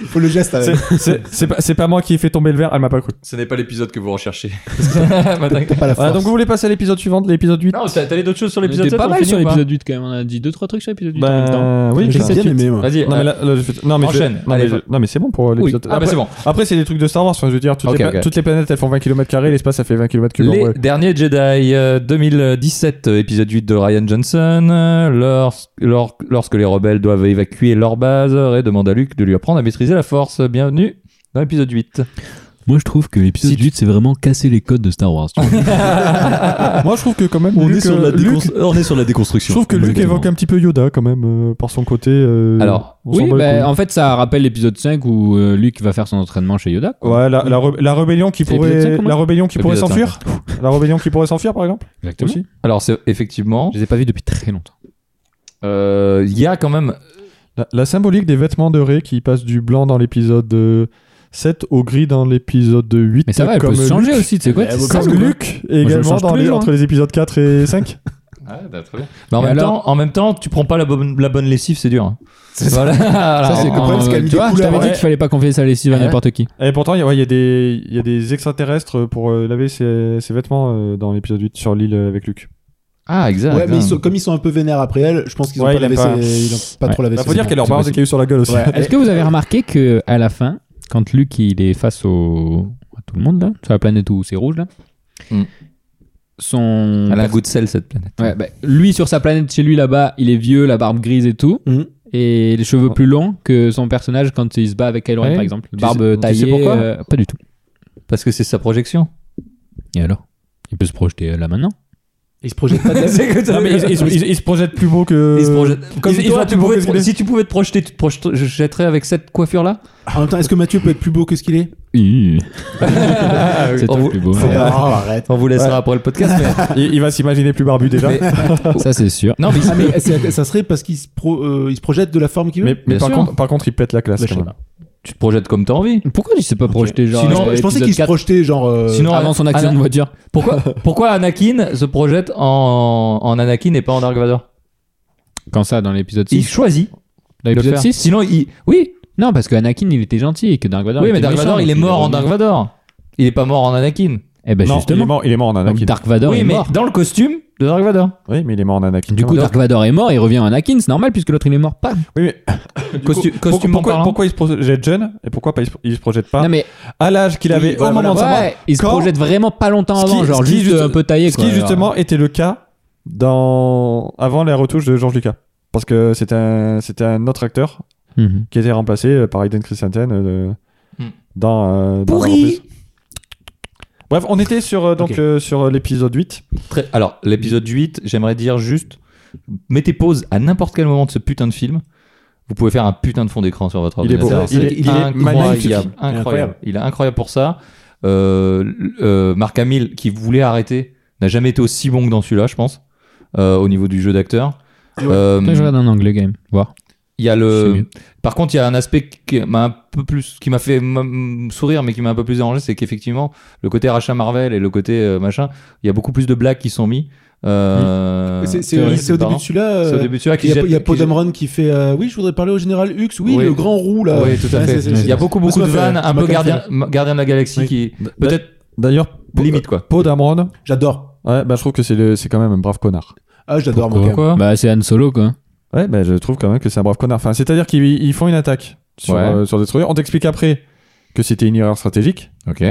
Speaker 3: Il faut le geste euh, avec.
Speaker 1: C'est- c'est- C'est pas, c'est pas moi qui ai fait tomber le verre, elle m'a pas cru.
Speaker 2: Ce n'est pas l'épisode que vous recherchez.
Speaker 3: T'as pas la force.
Speaker 1: Voilà, donc vous voulez passer à l'épisode suivant, l'épisode 8
Speaker 2: Bah, non, t'as t'as les d'autres choses sur
Speaker 4: On
Speaker 2: l'épisode
Speaker 4: était
Speaker 2: 7,
Speaker 4: pas
Speaker 2: on
Speaker 4: mal
Speaker 2: finit
Speaker 4: sur
Speaker 2: ou pas
Speaker 4: l'épisode 8 quand même, on a dit 2-3 trucs sur l'épisode 8 en même temps.
Speaker 1: Ben oui,
Speaker 3: J'ai
Speaker 1: ça.
Speaker 3: bien aimé, moi.
Speaker 2: Vas-y.
Speaker 1: Non mais
Speaker 2: euh,
Speaker 1: là, là, je fais- non mais je-
Speaker 2: Enchaîne.
Speaker 1: non, mais
Speaker 2: Allez,
Speaker 1: je-
Speaker 2: va.
Speaker 1: non, mais c'est bon pour
Speaker 2: oui.
Speaker 1: l'épisode.
Speaker 2: Ah bah
Speaker 1: Après-
Speaker 2: c'est bon.
Speaker 1: Après, c'est des trucs de Star Wars, enfin, je veux dire, toutes,
Speaker 2: Ok,
Speaker 1: les, pla-
Speaker 2: ok.
Speaker 1: toutes les planètes, elles font 20 km, l'espace, ça fait 20 km3.
Speaker 2: Les derniers Jedi euh, 2017, euh, épisode 8 de Ryan Johnson. Euh, Lorsque, lors- lorsque les rebelles doivent évacuer leur base, Ray demande à Luke de lui apprendre à maîtriser la force. Bienvenue dans l'épisode 8.
Speaker 4: Moi je trouve que l'épisode
Speaker 2: Si tu-
Speaker 4: 8 c'est vraiment casser les codes de Star Wars. tu vois.
Speaker 1: Moi, je trouve que quand même. Luke, euh, Luke-
Speaker 2: on est sur la
Speaker 1: je
Speaker 2: déconstruction.
Speaker 1: trouve que Luke évoque un petit peu Yoda quand même, euh, par son côté. euh,
Speaker 2: Alors,
Speaker 1: on s'en
Speaker 4: oui,
Speaker 1: bat les
Speaker 4: bah,
Speaker 1: couilles.
Speaker 4: en fait ça rappelle l'épisode 5 où euh, Luke va faire son entraînement chez Yoda. quoi.
Speaker 1: Ouais, la, la, re- la rébellion qui
Speaker 4: C'est l'épisode
Speaker 1: pourrait,
Speaker 4: cinq, moi.
Speaker 1: la rébellion qui pourrait
Speaker 2: Épisode
Speaker 1: s'enfuir, la rébellion qui pourrait s'enfuir par exemple.
Speaker 4: Exactement.
Speaker 1: Aussi.
Speaker 2: Alors, c'est effectivement,
Speaker 4: Je les ai pas vus depuis très longtemps.
Speaker 2: euh, il y a quand même.
Speaker 1: La, la symbolique des vêtements de Rey qui passe du blanc dans l'épisode euh, 7 au gris dans l'épisode 8.
Speaker 4: Mais ça va, elle
Speaker 1: comme
Speaker 4: peut se changer
Speaker 1: Luke-
Speaker 4: aussi, tu sais quoi
Speaker 3: Mais
Speaker 4: c'est
Speaker 3: elle vaut
Speaker 4: ça,
Speaker 1: Comme
Speaker 4: ou quoi
Speaker 1: Luke, et
Speaker 4: le
Speaker 1: également
Speaker 4: change
Speaker 1: dans
Speaker 4: tous les
Speaker 1: les-
Speaker 4: jours, hein.
Speaker 1: entre les épisodes 4 et 5.
Speaker 2: Mais en,
Speaker 4: Et
Speaker 2: même
Speaker 4: alors
Speaker 2: temps, en même temps, tu prends pas la bonne, la bonne lessive, c'est dur. hein.
Speaker 3: C'est
Speaker 2: Voilà.
Speaker 4: Ça,
Speaker 2: Alors,
Speaker 4: c'est
Speaker 3: le
Speaker 4: quand-
Speaker 3: problème, c'est qu'elle
Speaker 4: euh, tu
Speaker 3: met des
Speaker 4: vois, je
Speaker 3: couleurs,
Speaker 4: t'avais dit
Speaker 3: ouais.
Speaker 4: qu'il fallait pas confier sa lessive à
Speaker 2: Ouais.
Speaker 4: n'importe qui.
Speaker 1: Et pourtant, il y, a- ouais, il y a des- il y a des extraterrestres pour euh, laver ses, ses vêtements euh, dans l'épisode 8 sur l'île euh, avec Luke.
Speaker 2: Ah, exact.
Speaker 3: Ouais, mais ils
Speaker 2: exact.
Speaker 3: sont- comme ils sont un peu vénères après elle, je pense qu'ils ont
Speaker 1: Ouais,
Speaker 3: pas
Speaker 1: il aime
Speaker 3: lavé
Speaker 1: pas.
Speaker 3: ses- ils ont pas
Speaker 4: Ouais.
Speaker 3: trop lavé
Speaker 1: Il Bah, faut
Speaker 3: ses
Speaker 1: dire qu'elle
Speaker 3: vêtements.
Speaker 1: leur balance des cailloux sur la gueule aussi.
Speaker 3: Ouais.
Speaker 4: Est-ce que vous avez remarqué que à la fin, quand Luke il est face au à tout le monde là, sur la planète où c'est rouge là,
Speaker 2: Hmm.
Speaker 4: son
Speaker 2: Elle a un goût de sel, cette planète.
Speaker 4: Ouais, bah, lui sur sa planète chez lui là-bas, il est vieux, la barbe grise et tout,
Speaker 2: Hmm.
Speaker 3: Mhm.
Speaker 4: et les cheveux plus longs que son personnage quand il se bat avec Kylo Ren
Speaker 2: Ouais.
Speaker 4: par exemple,
Speaker 2: Tu
Speaker 4: barbe
Speaker 2: sais- tu sais
Speaker 4: taillée.
Speaker 2: pourquoi
Speaker 4: euh, pas du tout.
Speaker 2: Parce que c'est sa projection.
Speaker 4: Et alors Il peut se projeter euh, là maintenant.
Speaker 3: Ils se projettent pas de la-
Speaker 2: C'est que-
Speaker 1: Non, mais ils, ils- ils- ils se projettent plus beau que.
Speaker 2: Ils se projettent- Euh, Comme
Speaker 1: ils- ils ont
Speaker 2: toi, tu
Speaker 1: plus
Speaker 2: pouvais
Speaker 1: beau
Speaker 2: te-
Speaker 1: que les-
Speaker 2: si tu pouvais te projeter, tu te projeterais je jetterais avec cette coiffure-là
Speaker 3: En même temps, est-ce que Mathieu peut être plus beau que ce qu'il est
Speaker 4: c'est
Speaker 2: on,
Speaker 4: toi le
Speaker 2: vous,
Speaker 4: plus beau.
Speaker 3: Oh, arrête.
Speaker 2: on vous laissera après le podcast. mais-
Speaker 1: Il, il va s'imaginer plus barbu déjà.
Speaker 2: mais-
Speaker 1: Mais,
Speaker 4: Ça c'est sûr.
Speaker 2: non, mais,
Speaker 3: Ah, mais c'est- ça serait parce qu'il se, pro- euh, il se projette de la forme qu'il veut
Speaker 1: mais par,
Speaker 2: sûr.
Speaker 1: contre, par contre, il pète la classe
Speaker 3: Bah, je
Speaker 1: quand
Speaker 3: sais
Speaker 1: même.
Speaker 2: tu te projettes comme t'as envie.
Speaker 4: Pourquoi il s'est pas projeté genre
Speaker 2: Sinon,
Speaker 4: euh,
Speaker 3: je pensais
Speaker 4: épisode
Speaker 3: qu'il se
Speaker 4: 4,
Speaker 3: projetait genre. euh,
Speaker 2: Sinon,
Speaker 4: avant son accident
Speaker 2: Anna-
Speaker 4: de voiture
Speaker 2: Pourquoi, pourquoi Anakin se projette en, en Anakin et pas en Dark Vador
Speaker 4: Quand ça dans l'épisode 6
Speaker 2: Il choisit de
Speaker 4: Dans
Speaker 2: le
Speaker 4: l'épisode
Speaker 2: faire.
Speaker 4: 6
Speaker 2: Sinon, il... oui,
Speaker 4: Non, parce que Anakin il était gentil et que Dark Vador.
Speaker 2: oui,
Speaker 4: était
Speaker 2: mais Dark
Speaker 4: méchant,
Speaker 2: Vador,
Speaker 4: donc
Speaker 2: il est mort en Dark Vador. Il est pas mort en Anakin.
Speaker 4: Eh ben
Speaker 1: non, il est
Speaker 4: justement.
Speaker 1: mort, il est mort en
Speaker 4: Donc
Speaker 1: Anakin.
Speaker 4: Dark Vador
Speaker 2: oui,
Speaker 4: est
Speaker 2: mais
Speaker 4: mort.
Speaker 2: dans le costume de Dark Vador.
Speaker 1: Oui, mais il est mort en Anakin.
Speaker 4: Du coup,
Speaker 1: quand
Speaker 4: Dark Vador est mort, il revient en Anakin, c'est normal puisque l'autre il est mort pas.
Speaker 1: même. Oui, mais- du coup,
Speaker 2: Costu-
Speaker 1: pourquoi-
Speaker 2: costumement
Speaker 1: pourquoi,
Speaker 2: parlant.
Speaker 1: pourquoi il se projette jeune et pourquoi pas il se, il se projette
Speaker 2: Ah.
Speaker 1: pas
Speaker 4: Non mais
Speaker 1: à l'âge qu'il avait
Speaker 3: Oui,
Speaker 1: au
Speaker 3: voilà,
Speaker 1: moment
Speaker 3: voilà.
Speaker 1: de sa mort
Speaker 4: ouais, il se
Speaker 1: Quand-
Speaker 4: projette vraiment pas longtemps
Speaker 1: Ce qui-
Speaker 4: avant, genre
Speaker 1: ce qui
Speaker 4: juste, euh,
Speaker 1: juste-
Speaker 4: un peu taillé.
Speaker 1: Ce qui
Speaker 4: quoi.
Speaker 1: justement était le cas dans avant la retouche de George Lucas, parce que c'était un c'était un autre acteur
Speaker 4: Mhm.
Speaker 1: qui était remplacé euh, par Aiden Christensen euh, de-
Speaker 2: Hmm.
Speaker 1: dans, euh, dans la
Speaker 2: Pourri.
Speaker 1: reprise. Bref, on était sur euh, donc
Speaker 3: Ok.
Speaker 1: euh, sur l'épisode 8.
Speaker 2: Très- Alors, l'épisode 8, j'aimerais dire juste, mettez pause à n'importe quel moment de ce putain de film. Vous pouvez faire un putain de fond d'écran sur votre
Speaker 1: Il est beau.
Speaker 2: ordinateur.
Speaker 1: Il est- il est magnifique.
Speaker 2: incroyable.
Speaker 3: Il est
Speaker 2: incroyable.
Speaker 3: incroyable.
Speaker 2: Il est incroyable pour ça. Euh, l- euh, Marc Hamill, qui voulait arrêter, n'a jamais été aussi bon que dans celui-là, je pense, euh, au niveau du jeu d'acteur.
Speaker 3: Et ouais.
Speaker 2: Euh,
Speaker 4: Putain, je regarde en anglais game. Voir.
Speaker 2: Il y a
Speaker 4: C'est
Speaker 2: le.
Speaker 4: mieux.
Speaker 2: Par contre, il y a un aspect qui m'a un peu plus, qui m'a fait m- sourire, mais qui m'a un peu plus dérangé, c'est qu'effectivement, le côté rachat Marvel et le côté euh, machin, il y a beaucoup plus de blagues qui sont mis. euh, c'est
Speaker 3: C'est- C'est
Speaker 2: vrai,
Speaker 3: c'est au début de celui-là.
Speaker 2: C'est au
Speaker 3: euh,
Speaker 2: début de celui-là
Speaker 3: Il
Speaker 2: qui
Speaker 3: y a,
Speaker 2: jette-
Speaker 3: il y a Paul
Speaker 2: qui jette-
Speaker 3: Dameron qui fait euh, Oui, je voudrais parler au général Hux. Oui,
Speaker 2: Oui.
Speaker 3: le grand roux là.
Speaker 2: Oui, tout à
Speaker 3: Ouais,
Speaker 2: fait.
Speaker 3: c'est- c'est-
Speaker 2: Il y a beaucoup, beaucoup de
Speaker 3: Ça m'a fait
Speaker 2: vannes,
Speaker 3: rire.
Speaker 2: un
Speaker 3: Ça m'a
Speaker 2: peu
Speaker 3: fait
Speaker 2: gardien, gardien de la galaxie
Speaker 3: Oui.
Speaker 2: qui. Peut-être
Speaker 1: D'ailleurs, Po-
Speaker 2: limite, quoi.
Speaker 1: Poe Dameron,
Speaker 3: J'adore.
Speaker 1: ouais, bah, je trouve que c'est le- c'est quand même un brave connard.
Speaker 3: Ah, j'adore mon
Speaker 4: Pourquoi
Speaker 3: gars.
Speaker 2: Hein
Speaker 4: Bah, c'est Han Solo, quoi.
Speaker 1: Ouais, bah, je trouve quand même que c'est un brave connard. Enfin, c'est-à-dire qu'ils ils font une attaque sur,
Speaker 2: Ouais.
Speaker 1: euh, sur des destroyers. On t'explique après que c'était une erreur stratégique,
Speaker 2: Ok.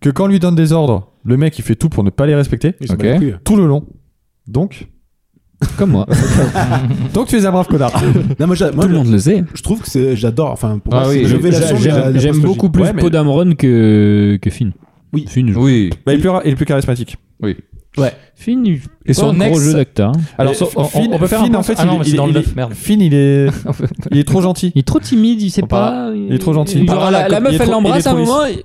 Speaker 1: que quand on lui donne des ordres, le mec il fait tout pour ne pas les respecter
Speaker 3: Ils sont
Speaker 2: Ok.
Speaker 3: mal pris.
Speaker 1: tout le long. Donc,
Speaker 4: Comme moi.
Speaker 1: donc tu es un brave connard.
Speaker 3: Non, moi, j'a- moi,
Speaker 4: Tout le monde le sait.
Speaker 3: je trouve que c'est- j'adore. Enfin, pour
Speaker 2: Ah
Speaker 3: moi, c'est
Speaker 2: oui,
Speaker 3: une
Speaker 2: je-
Speaker 3: révélation de la- de
Speaker 4: J'aime
Speaker 3: la
Speaker 4: j'aime
Speaker 3: postologie.
Speaker 4: beaucoup plus
Speaker 1: Ouais, mais-
Speaker 4: Poe Dameron que, que Finn.
Speaker 3: Oui.
Speaker 4: Finn, je-
Speaker 2: Oui.
Speaker 1: Bah, il, est plus, ra- il est plus charismatique.
Speaker 4: Finn, il-
Speaker 2: Et son
Speaker 4: pas un gros
Speaker 2: ex-
Speaker 4: jeu d'acteur. hein.
Speaker 2: Alors,
Speaker 1: Mais
Speaker 2: so- on,
Speaker 1: Finn-
Speaker 2: on peut faire un
Speaker 1: Finn,
Speaker 2: point-
Speaker 1: en fait,
Speaker 2: ah non, mais
Speaker 1: il,
Speaker 2: c'est dans le
Speaker 1: il-
Speaker 2: 9,
Speaker 1: il-
Speaker 2: merde.
Speaker 1: Finn, il est, il est trop gentil.
Speaker 4: Il est trop timide, il sait
Speaker 2: On
Speaker 4: pas.
Speaker 1: Il est trop gentil.
Speaker 4: Genre,
Speaker 2: Par là,
Speaker 4: la, la
Speaker 2: comme- il
Speaker 4: meuf,
Speaker 2: est
Speaker 4: elle
Speaker 2: trop- il
Speaker 4: l'embrasse
Speaker 2: est
Speaker 4: à un
Speaker 2: trop
Speaker 4: moment. et-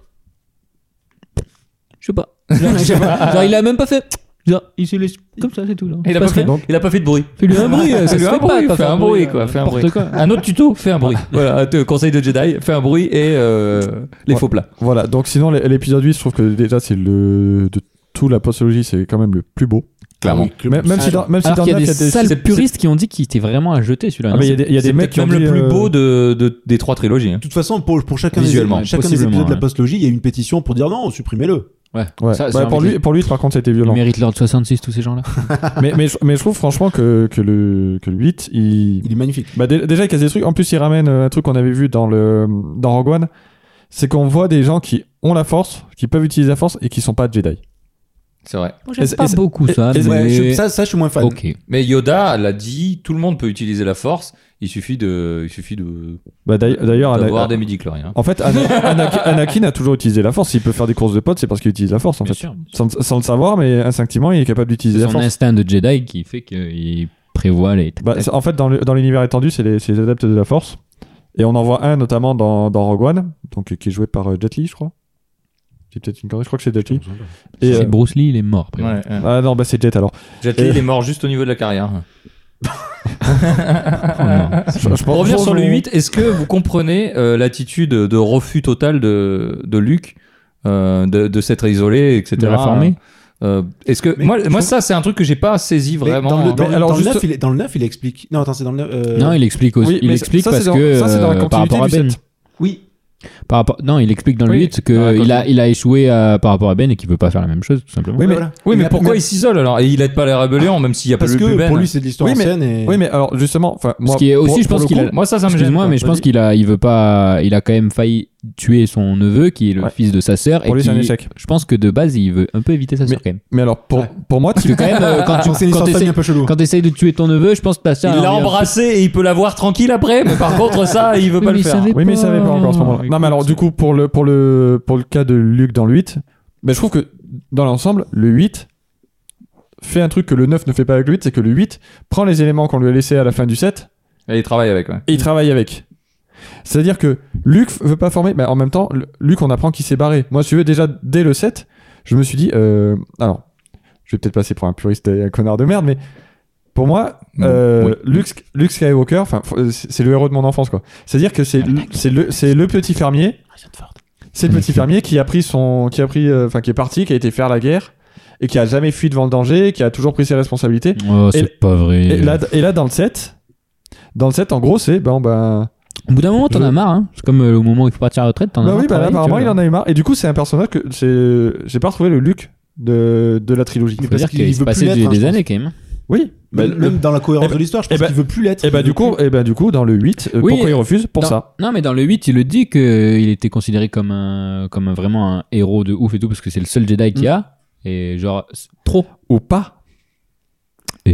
Speaker 4: Je sais pas. Genre, je sais pas. Genre, il a même pas fait. Genre, il se laisse comme ça, c'est tout. genre.
Speaker 2: Ah, Il a,
Speaker 4: Passe
Speaker 2: pas fait,
Speaker 4: rien.
Speaker 1: Donc-
Speaker 2: il a pas fait de bruit.
Speaker 4: Fais-lui un bruit. euh, ça
Speaker 2: Fais-lui
Speaker 4: se
Speaker 2: un
Speaker 4: fait pas,
Speaker 2: bruit,
Speaker 4: pas
Speaker 2: fais
Speaker 4: faire
Speaker 2: un bruit, quoi,
Speaker 4: euh,
Speaker 2: fais un
Speaker 4: n'importe
Speaker 2: bruit.
Speaker 4: quoi.
Speaker 2: Un autre tuto, fais un bruit. voilà, te conseil de Jedi, fais un bruit et euh, les
Speaker 1: Ouais.
Speaker 2: faux plats.
Speaker 1: Voilà, donc sinon l'é- l'épisode 8, je trouve que déjà c'est le. De tout la postologie, c'est quand même le plus beau.
Speaker 2: Clairement.
Speaker 1: Même, même si dans, même si
Speaker 4: Alors
Speaker 1: dans
Speaker 4: qu'il y a
Speaker 1: le
Speaker 4: des
Speaker 1: neuf, il y a des-
Speaker 4: sales puristes qui ont dit qu'il était vraiment à jeter celui-là.
Speaker 1: Ah,
Speaker 4: non
Speaker 1: mais il y a des, il y a des
Speaker 2: C'est
Speaker 1: mecs
Speaker 2: peut-être
Speaker 1: qui ont
Speaker 2: même
Speaker 1: dit,
Speaker 2: le plus
Speaker 1: euh,
Speaker 2: beau de, de- des trois trilogies. hein.
Speaker 3: De toute façon, pour, pour chacun, des,
Speaker 2: Visuellement,
Speaker 3: chacun des épisodes
Speaker 4: possiblement,
Speaker 3: de la
Speaker 4: ouais.
Speaker 3: postologie, il y a une pétition pour dire non, supprimez-le.
Speaker 1: ouais.
Speaker 4: Ça,
Speaker 1: Bah,
Speaker 4: c'est un
Speaker 1: pour,
Speaker 4: mec
Speaker 1: lui, pour lui, par contre, c'était
Speaker 4: Ils
Speaker 1: violent.
Speaker 4: méritent l'ordre 66, tous ces gens-là.
Speaker 1: mais, mais, je- mais je trouve franchement que, que, le, que le 8, il.
Speaker 3: Il est magnifique.
Speaker 1: Bah, dé- déjà, il casse des trucs. En plus, il ramène euh, un truc qu'on avait vu dans, le, dans Rogue One c'est qu'on voit des gens qui ont la force, qui peuvent utiliser la force et qui sont pas Jedi.
Speaker 2: C'est vrai.
Speaker 1: j'aime
Speaker 4: J'aime
Speaker 1: pas
Speaker 4: pas beaucoup ça.
Speaker 3: Et ouais, je- ça, ça, je suis moins fan.
Speaker 4: Ok.
Speaker 2: Mais Yoda l'a dit, tout le monde peut utiliser la force. Il suffit de, il suffit de
Speaker 1: Bah, d'ailleurs- D'ailleurs, Ana-
Speaker 2: d'avoir des midi chloriens.
Speaker 1: en fait, Ana- Ana- Anakin a toujours utilisé la force. S'il peut faire des courses de potes, c'est parce qu'il utilise la force, en fait. Sans, sans le savoir, mais instinctivement, il est capable d'utiliser
Speaker 4: C'est
Speaker 1: la
Speaker 4: son
Speaker 1: force.
Speaker 4: instinct de Jedi qui fait qu'il prévoit les.
Speaker 1: Bah, c'est- en fait, dans le- dans l'univers étendu, c'est les, c'est les adeptes de la force. Et on en voit un notamment dans, dans Rogue One, donc, euh, qui est joué par euh, Jet Li, je crois. C'est peut-être une connerie, je crois que c'est Jet Li. Et,
Speaker 4: Si
Speaker 1: euh,
Speaker 4: Bruce Lee, il est mort. après.
Speaker 1: ah non, bah c'est Jet alors.
Speaker 2: Jet Li, il est mort juste au niveau de la carrière.
Speaker 4: Oh, non.
Speaker 1: Je- je pense-
Speaker 2: Pour revenir
Speaker 1: je-
Speaker 2: sur le
Speaker 1: je-
Speaker 2: 8, est-ce que vous comprenez euh, l'attitude de refus total de, de Luke euh, de, de s'être isolé, etc.
Speaker 4: De la former
Speaker 2: Euh, Est-ce que
Speaker 3: Mais
Speaker 2: moi,
Speaker 3: je
Speaker 2: moi
Speaker 3: trouve-
Speaker 2: ça c'est un truc que j'ai pas saisi
Speaker 3: Mais
Speaker 2: vraiment.
Speaker 3: Dans le, dans,
Speaker 1: Mais alors
Speaker 3: dans le
Speaker 1: juste-
Speaker 3: 9, il est- dans le 9, il explique. Non, attends, c'est dans le 9. euh,
Speaker 4: Non, il explique aussi.
Speaker 1: Oui,
Speaker 4: il
Speaker 1: mais
Speaker 4: explique
Speaker 1: ça, c'est
Speaker 4: parce
Speaker 1: dans-
Speaker 4: que
Speaker 1: ça, c'est dans la
Speaker 4: euh, par
Speaker 1: continuité
Speaker 4: rapport à
Speaker 1: du
Speaker 4: Ben.
Speaker 1: sept.
Speaker 3: Oui.
Speaker 4: Par rapport... Non, il explique dans le
Speaker 2: Oui.
Speaker 4: 8
Speaker 2: Dans la
Speaker 4: qu'il a, il a échoué à- par rapport à Ben et qu'il veut pas faire la même chose, tout simplement.
Speaker 1: Oui, mais-
Speaker 3: voilà.
Speaker 2: Oui, mais,
Speaker 3: a-
Speaker 2: pourquoi il s'isole alors Et il aide pas les rébellions, même s'il y a pas
Speaker 3: Parce
Speaker 2: le plus
Speaker 3: que
Speaker 2: Ben.
Speaker 3: pour lui, c'est de l'histoire
Speaker 1: Oui, mais-
Speaker 3: ancienne. Et...
Speaker 1: Oui, mais alors justement, enfin, moi,
Speaker 4: Ce qui est aussi,
Speaker 1: pour-
Speaker 4: je pense
Speaker 1: pour le
Speaker 4: qu'il
Speaker 1: coup,
Speaker 4: a.
Speaker 2: moi ça, ça me gêne.
Speaker 4: Excuse-moi,
Speaker 2: quoi.
Speaker 4: mais je pense
Speaker 2: Vas-y.
Speaker 4: qu'il a, il veut pas, il a quand même failli tuer son neveu qui est le
Speaker 1: Ouais.
Speaker 4: fils de sa sœur.
Speaker 1: Pour
Speaker 4: et
Speaker 1: lui, c'est un
Speaker 4: qui-
Speaker 1: échec.
Speaker 4: Je pense que de base, il veut un peu éviter sa sœur quand même.
Speaker 1: Mais Ah, alors, pour, pour moi,
Speaker 4: Parce que
Speaker 1: typ-
Speaker 4: quand même, euh, quand tu
Speaker 3: Donc, c'est une histoire
Speaker 4: quand
Speaker 3: de famille
Speaker 4: t'essayes-
Speaker 3: un peu chelou.
Speaker 4: quand t'essayes de tuer ton neveu, je pense que ta sœur.
Speaker 2: Il l'a embrassé et il peut l'avoir tranquille après, mais par contre, ça, il veut
Speaker 4: Oui,
Speaker 2: pas
Speaker 4: mais
Speaker 2: le
Speaker 4: il
Speaker 2: faire.
Speaker 4: savait-
Speaker 1: oui, mais ça savait pas encore en ce moment-là.
Speaker 4: Écoute,
Speaker 1: Non, mais alors, du coup, pour le, pour le, pour le cas de Luc dans le 8, ben, je trouve que dans l'ensemble, le 8 fait un truc que le 9 ne fait pas avec le 8, c'est que le 8 prend les éléments qu'on lui a laissés à la fin du 7
Speaker 2: Et il travaille avec, ouais.
Speaker 1: et il travaille avec. C'est-à-dire que Luc veut pas former, mais en même temps, le- Luc, on apprend qu'il s'est barré. Moi, si tu veux, déjà, dès le 7, je me suis dit, euh, alors, je vais peut-être passer pour un puriste et un connard de merde, mais pour moi,
Speaker 2: Non,
Speaker 1: euh,
Speaker 2: oui.
Speaker 1: Luke, Sk- Luke Skywalker, enfin, f- euh, c'est c'est le héros de mon enfance, quoi. C'est-à-dire que c'est le- c'est le, c'est le petit fermier, c'est le petit fermier qui a pris son, qui a pris, euh, enfin, qui est parti, qui a été faire la guerre et qui a jamais fui devant le danger, qui a toujours pris ses responsabilités.
Speaker 4: Oh,
Speaker 1: Et-
Speaker 4: c'est pas vrai.
Speaker 1: Et là, et là, dans le 7, dans le 7, en gros, c'est ben, ben,
Speaker 4: Au bout d'un moment, t'en
Speaker 1: Je-
Speaker 4: as marre. Hein. C'est comme euh, au moment où il faut partir à la retraite, t'en as
Speaker 1: Bah
Speaker 4: marre.
Speaker 1: oui,
Speaker 4: de
Speaker 1: bah là,
Speaker 4: travailler,
Speaker 1: apparemment,
Speaker 4: tu
Speaker 1: il
Speaker 4: vois.
Speaker 1: en a eu marre. Et du coup, c'est un personnage que c'est. J'ai pas retrouvé le Luc de, de la trilogie.
Speaker 3: Mais
Speaker 4: Faut dire
Speaker 3: parce qu'il
Speaker 4: qu'il s'est
Speaker 3: veut
Speaker 4: passé
Speaker 3: plus
Speaker 4: des,
Speaker 3: l'être, hein,
Speaker 4: des
Speaker 3: je
Speaker 4: années quand même.
Speaker 1: Oui.
Speaker 3: Même,
Speaker 1: Bah,
Speaker 3: même dans la cohérence
Speaker 1: Eh ben-
Speaker 3: de l'histoire, je
Speaker 1: eh
Speaker 3: pense
Speaker 1: ben-
Speaker 3: qu'il veut plus l'être.
Speaker 1: Et bah,
Speaker 3: il
Speaker 1: du
Speaker 3: veut
Speaker 1: coup,
Speaker 3: plus.
Speaker 1: et bah, du coup, dans le 8, euh,
Speaker 4: Oui,
Speaker 1: pourquoi
Speaker 4: et-
Speaker 1: il refuse Pour
Speaker 4: Non,
Speaker 1: ça.
Speaker 4: Non, mais dans le 8, il le dit qu'il était considéré comme un, comme un- vraiment un héros de ouf et tout, parce que c'est le seul Jedi qu'il y a. Et genre, c'est trop.
Speaker 1: Ou pas.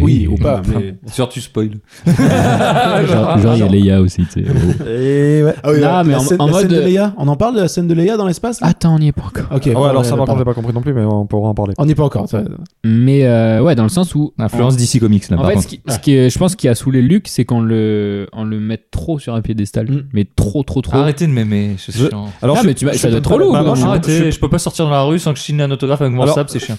Speaker 3: oui,
Speaker 4: Et-
Speaker 3: ou pas. mais-
Speaker 2: Sûr, tu spoil.
Speaker 1: Ah,
Speaker 4: Genre, genre, il y a Leia aussi, tu sais. Oh.
Speaker 1: Et ouais.
Speaker 3: Ah oui,
Speaker 4: Non,
Speaker 3: la-
Speaker 4: mais
Speaker 3: la
Speaker 4: en-
Speaker 3: scène-
Speaker 4: en
Speaker 3: la scène
Speaker 4: mode-
Speaker 3: de Leia, on en parle de la scène de Leia dans l'espace là
Speaker 4: Attends, on n'y est pas encore.
Speaker 3: Ok.
Speaker 1: ouais,
Speaker 3: bon,
Speaker 1: alors ça, par contre,
Speaker 3: bah, pardon.
Speaker 1: j'ai pas compris non plus, mais on pourra en parler.
Speaker 3: on n'y est pas encore. ça-
Speaker 4: Mais euh, ouais, dans le sens où.
Speaker 2: Influence DC Comics, là,
Speaker 4: En
Speaker 2: par
Speaker 4: fait,
Speaker 2: contre.
Speaker 4: ce qui, ce qui est- je pense qu'il a saoulé Luc, c'est qu'on le, on le mette trop sur un piédestal.
Speaker 3: Mm.
Speaker 4: Mais trop, trop, trop.
Speaker 2: Arrêtez de m'aimer, c'est
Speaker 1: Je-
Speaker 2: chiant.
Speaker 1: Alors,
Speaker 4: Ah,
Speaker 1: je-
Speaker 4: mais tu vas-
Speaker 1: je
Speaker 4: ça
Speaker 1: peux
Speaker 4: doit être hein. trop
Speaker 1: pas-
Speaker 4: lourd,
Speaker 1: bah,
Speaker 4: quoi.
Speaker 1: moi, je-
Speaker 2: Arrêtez,
Speaker 1: je-
Speaker 2: je... peux pas sortir dans la rue sans que je signe un autographe avec mon
Speaker 1: Alors-
Speaker 2: sable, c'est chiant.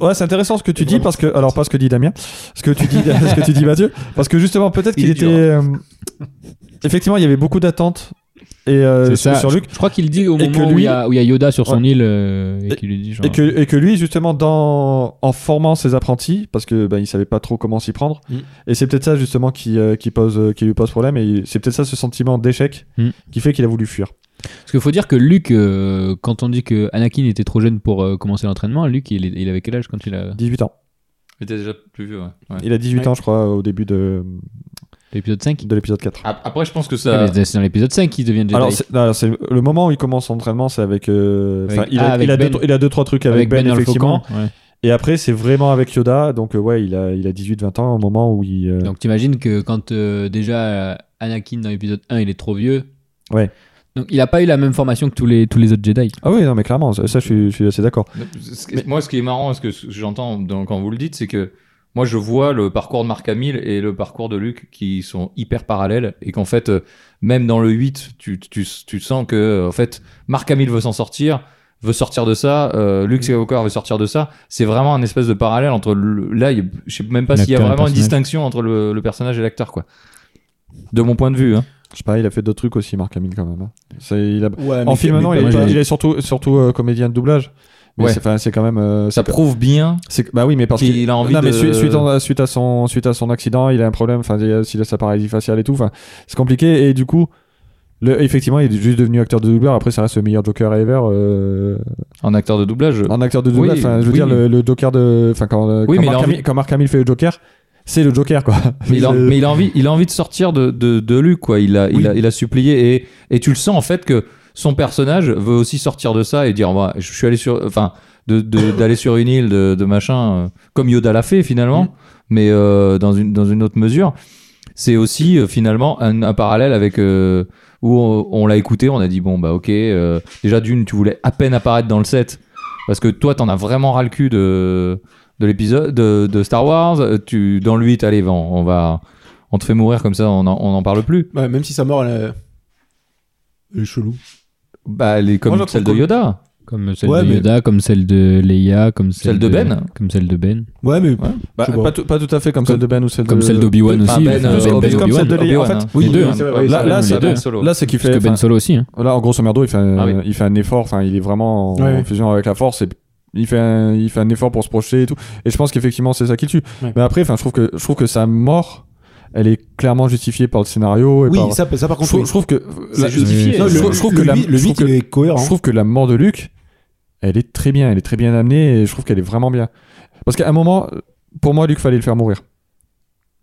Speaker 1: Ouais, c'est intéressant ce que tu dis parce que alors pas ce que dit Damien, ce que tu dis, ce que tu dis Mathieu, parce que justement peut-être
Speaker 2: Il
Speaker 1: qu'il
Speaker 2: est
Speaker 1: était,
Speaker 2: dur.
Speaker 1: euh, effectivement, il y avait beaucoup d'attentes et euh,
Speaker 4: C'est
Speaker 1: sur,
Speaker 4: ça.
Speaker 1: sur Luke
Speaker 4: Je crois qu'il dit au
Speaker 1: Et
Speaker 4: moment
Speaker 1: que
Speaker 4: où il
Speaker 1: lui-
Speaker 4: y, a- où il y a Yoda sur son île euh, et,
Speaker 1: Et-
Speaker 4: qu'il lui dit genre.
Speaker 1: et que, et que lui justement dans en formant ses apprentis parce que ben il savait pas trop comment s'y prendre
Speaker 3: Mm.
Speaker 1: et c'est peut-être ça justement qui euh, qui pose euh, qui lui pose problème et il- c'est peut-être ça ce sentiment d'échec
Speaker 4: Mm.
Speaker 1: qui fait qu'il a voulu fuir.
Speaker 4: Parce qu'il faut dire que Luke, euh, quand on dit que Anakin était trop jeune pour euh, commencer l'entraînement, Luke, il, il avait quel âge quand il a
Speaker 1: 18 ans.
Speaker 2: Mais t'es déjà plus vieux, ouais. Ouais.
Speaker 1: Il a 18
Speaker 3: Ouais.
Speaker 1: ans je crois au début de
Speaker 4: l'épisode 5
Speaker 1: de l'épisode
Speaker 4: Ah,
Speaker 1: 4.
Speaker 2: Ap- Après, je pense que
Speaker 4: Ouais,
Speaker 2: ça.
Speaker 4: mais C'est dans l'épisode 5 qu'il devient Jedi.
Speaker 1: Alors, c'est, non, alors, c'est le moment où il commence son entraînement, c'est avec. euh,
Speaker 4: Avec-
Speaker 1: enfin, il, a,
Speaker 4: ah, avec
Speaker 1: il, a
Speaker 4: Ben.
Speaker 1: deux, il a deux trois trucs avec, Ben,
Speaker 4: le
Speaker 1: effectivement.
Speaker 4: Faucon, ouais.
Speaker 1: Et après, c'est vraiment avec Yoda. Donc euh, ouais, il a il a 18-20 ans au moment où il. euh,
Speaker 4: Donc t'imagines que quand euh, déjà euh, Anakin dans l'épisode 1 il est trop vieux.
Speaker 1: Ouais.
Speaker 4: Donc il a pas eu la même formation que tous les, tous les autres Jedi.
Speaker 1: Ah oui, non mais clairement, ça, ça, je, suis, je suis assez d'accord.
Speaker 2: Ce que- Moi, ce qui est marrant, ce que j'entends dans- quand vous le dites, c'est que moi, je vois le parcours de Marc Hamill et le parcours de Luc qui sont hyper parallèles et qu'en fait, euh, même dans le 8, tu, tu, tu sens que euh, en fait, Marc Hamill veut s'en sortir, veut sortir de ça, euh, Luke Skywalker veut sortir de ça. C'est vraiment un espèce de parallèle entre le- là, il- je sais même pas s'il y a
Speaker 4: L'acteur et le
Speaker 2: vraiment une
Speaker 4: personnage.
Speaker 2: distinction entre le, le personnage et l'acteur, quoi. De mon point de vue, hein.
Speaker 1: Je sais pas, il a fait d'autres trucs aussi, Marc Hamill quand même. hein. C'est, il a-
Speaker 2: Ah,
Speaker 3: Ouais,
Speaker 1: en film, non, il, est
Speaker 3: est
Speaker 1: pas- il est surtout surtout euh, comédien de doublage. Mais
Speaker 2: Ouais.
Speaker 1: c'est, enfin, c'est quand même. euh,
Speaker 2: ça
Speaker 1: c'est-
Speaker 2: prouve bien
Speaker 1: c'est- bah oui, mais parce
Speaker 2: Qu'il
Speaker 1: qu'il
Speaker 2: a envie
Speaker 1: non, mais
Speaker 2: de-
Speaker 1: suite, suite en- suite à son suite à son accident, il a un problème. Enfin, il a, s'il a sa paralysie faciale et tout. Enfin, c'est compliqué. Et du coup, le, effectivement, il est juste devenu acteur de doubleur. Après, ça reste le meilleur Joker ever. euh,
Speaker 2: en acteur de doublage.
Speaker 1: en acteur de doublage.
Speaker 2: Oui,
Speaker 1: Enfin, je veux
Speaker 2: oui.
Speaker 1: dire, le, le Joker de. Enfin, quand, euh,
Speaker 2: Oui,
Speaker 1: quand
Speaker 2: mais il a
Speaker 1: Mark
Speaker 2: envie-
Speaker 1: Hamill- quand Mark Hamill fait le Joker, c'est Ah, le Joker quoi.
Speaker 2: Mais il, a,
Speaker 1: C'est-
Speaker 2: mais il a envie, il a envie de sortir de, de, de Luke, quoi. Il a, il,
Speaker 1: Oui.
Speaker 2: a, il a supplié et, et tu le sens en fait que son personnage veut aussi sortir de ça et dire, bah, je suis allé sur, enfin, de- de- d'aller sur une île de, de machin, euh, comme Yoda l'a fait finalement,
Speaker 1: Mm.
Speaker 2: mais euh, dans une dans une autre mesure. C'est aussi euh, finalement un, un parallèle avec euh, où on, on l'a écouté, on a dit bon bah ok, euh, déjà d'une tu voulais à peine apparaître dans le set parce que toi t'en as vraiment ras le cul de de l'épisode de, de Star Wars. Euh, Tu dans le 8, allez, va, on, on va, on te fait mourir comme ça, on en, on en parle plus.
Speaker 3: Ouais, même si sa mort, elle, euh, elle est chelou.
Speaker 2: Bah, elle est comme
Speaker 1: Moi, je la
Speaker 2: celle de
Speaker 1: trouve
Speaker 2: Yoda.
Speaker 4: Comme celle
Speaker 3: Ouais,
Speaker 4: de
Speaker 3: mais-
Speaker 4: Yoda, comme celle de Leia, comme celle,
Speaker 2: Celle de Ben.
Speaker 4: Comme celle de Ben.
Speaker 3: Ouais, mais
Speaker 1: Bah,
Speaker 3: Je sais pas.
Speaker 1: pas, tout, pas tout à fait comme,
Speaker 4: Comme-
Speaker 1: celle de Ben ou celle
Speaker 4: Comme
Speaker 1: de.
Speaker 4: celle d'Obi-Wan
Speaker 2: Enfin,
Speaker 4: aussi.
Speaker 2: Ben,
Speaker 4: comme celle
Speaker 1: euh,
Speaker 4: de
Speaker 1: Obi- comme
Speaker 4: Obi-Wan.
Speaker 1: celle de Leia, en
Speaker 2: Obi-Wan,
Speaker 1: fait.
Speaker 2: hein.
Speaker 3: Oui,
Speaker 2: Les
Speaker 3: deux,
Speaker 2: deux,
Speaker 3: hein.
Speaker 2: hein.
Speaker 3: c'est vrai,
Speaker 2: Obi-Wan
Speaker 3: oui,
Speaker 1: Là,
Speaker 3: c'est
Speaker 1: là,
Speaker 3: vrai,
Speaker 1: c'est-
Speaker 2: et Ben Solo.
Speaker 1: là, c'est qu'il
Speaker 4: Parce
Speaker 1: fait.
Speaker 4: que Ben
Speaker 1: enfin,
Speaker 4: Solo aussi. hein.
Speaker 1: Là, en grosso merdo, il fait un,
Speaker 2: Ah oui.
Speaker 1: il fait un effort. Enfin, il est vraiment en
Speaker 3: Ouais.
Speaker 1: fusion avec la force. Et il fait un, il fait un effort pour se projeter et tout. Et je pense qu'effectivement, c'est ça qui le tue.
Speaker 3: Ouais.
Speaker 1: Mais après, enfin, je trouve que je trouve que sa mort, elle est clairement justifiée par le scénario. Et
Speaker 3: oui,
Speaker 1: par...
Speaker 3: ça, ça par
Speaker 1: je,
Speaker 3: contre.
Speaker 1: trouve,
Speaker 3: oui.
Speaker 1: je trouve que
Speaker 2: C'est
Speaker 1: la-
Speaker 2: justifié.
Speaker 1: Non,
Speaker 3: Non,
Speaker 1: je,
Speaker 3: le,
Speaker 1: je trouve que
Speaker 3: le
Speaker 1: la,
Speaker 3: huit- le
Speaker 1: je trouve
Speaker 3: 8,
Speaker 1: que-
Speaker 3: il est cohérent.
Speaker 1: je trouve que la mort de Luke, elle est très bien. Elle est très bien amenée. Et je trouve qu'elle est vraiment bien. Parce qu'à un moment, pour moi, Luke fallait le faire mourir.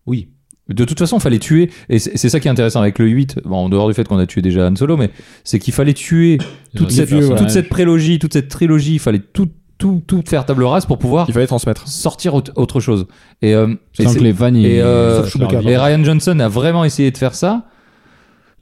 Speaker 3: Oui.
Speaker 2: De toute façon, fallait tuer, et c'est c'est ça qui est intéressant avec le 8, bon, en dehors du fait qu'on a tué déjà Han Solo, mais c'est qu'il fallait tuer toute,
Speaker 4: Les
Speaker 2: cette,
Speaker 4: vieux,
Speaker 2: toute
Speaker 4: ouais.
Speaker 2: cette prélogie, toute cette trilogie, il fallait tout, tout, tout faire table rase pour pouvoir
Speaker 1: Il fallait transmettre.
Speaker 2: sortir autre, autre chose. Et, euh,
Speaker 4: Je
Speaker 2: et
Speaker 4: sens
Speaker 2: c'est-
Speaker 4: que les fans. ils-
Speaker 2: et, euh,
Speaker 4: ils-
Speaker 3: Chewbacca,
Speaker 2: et Ryan Johnson a vraiment essayé de faire ça,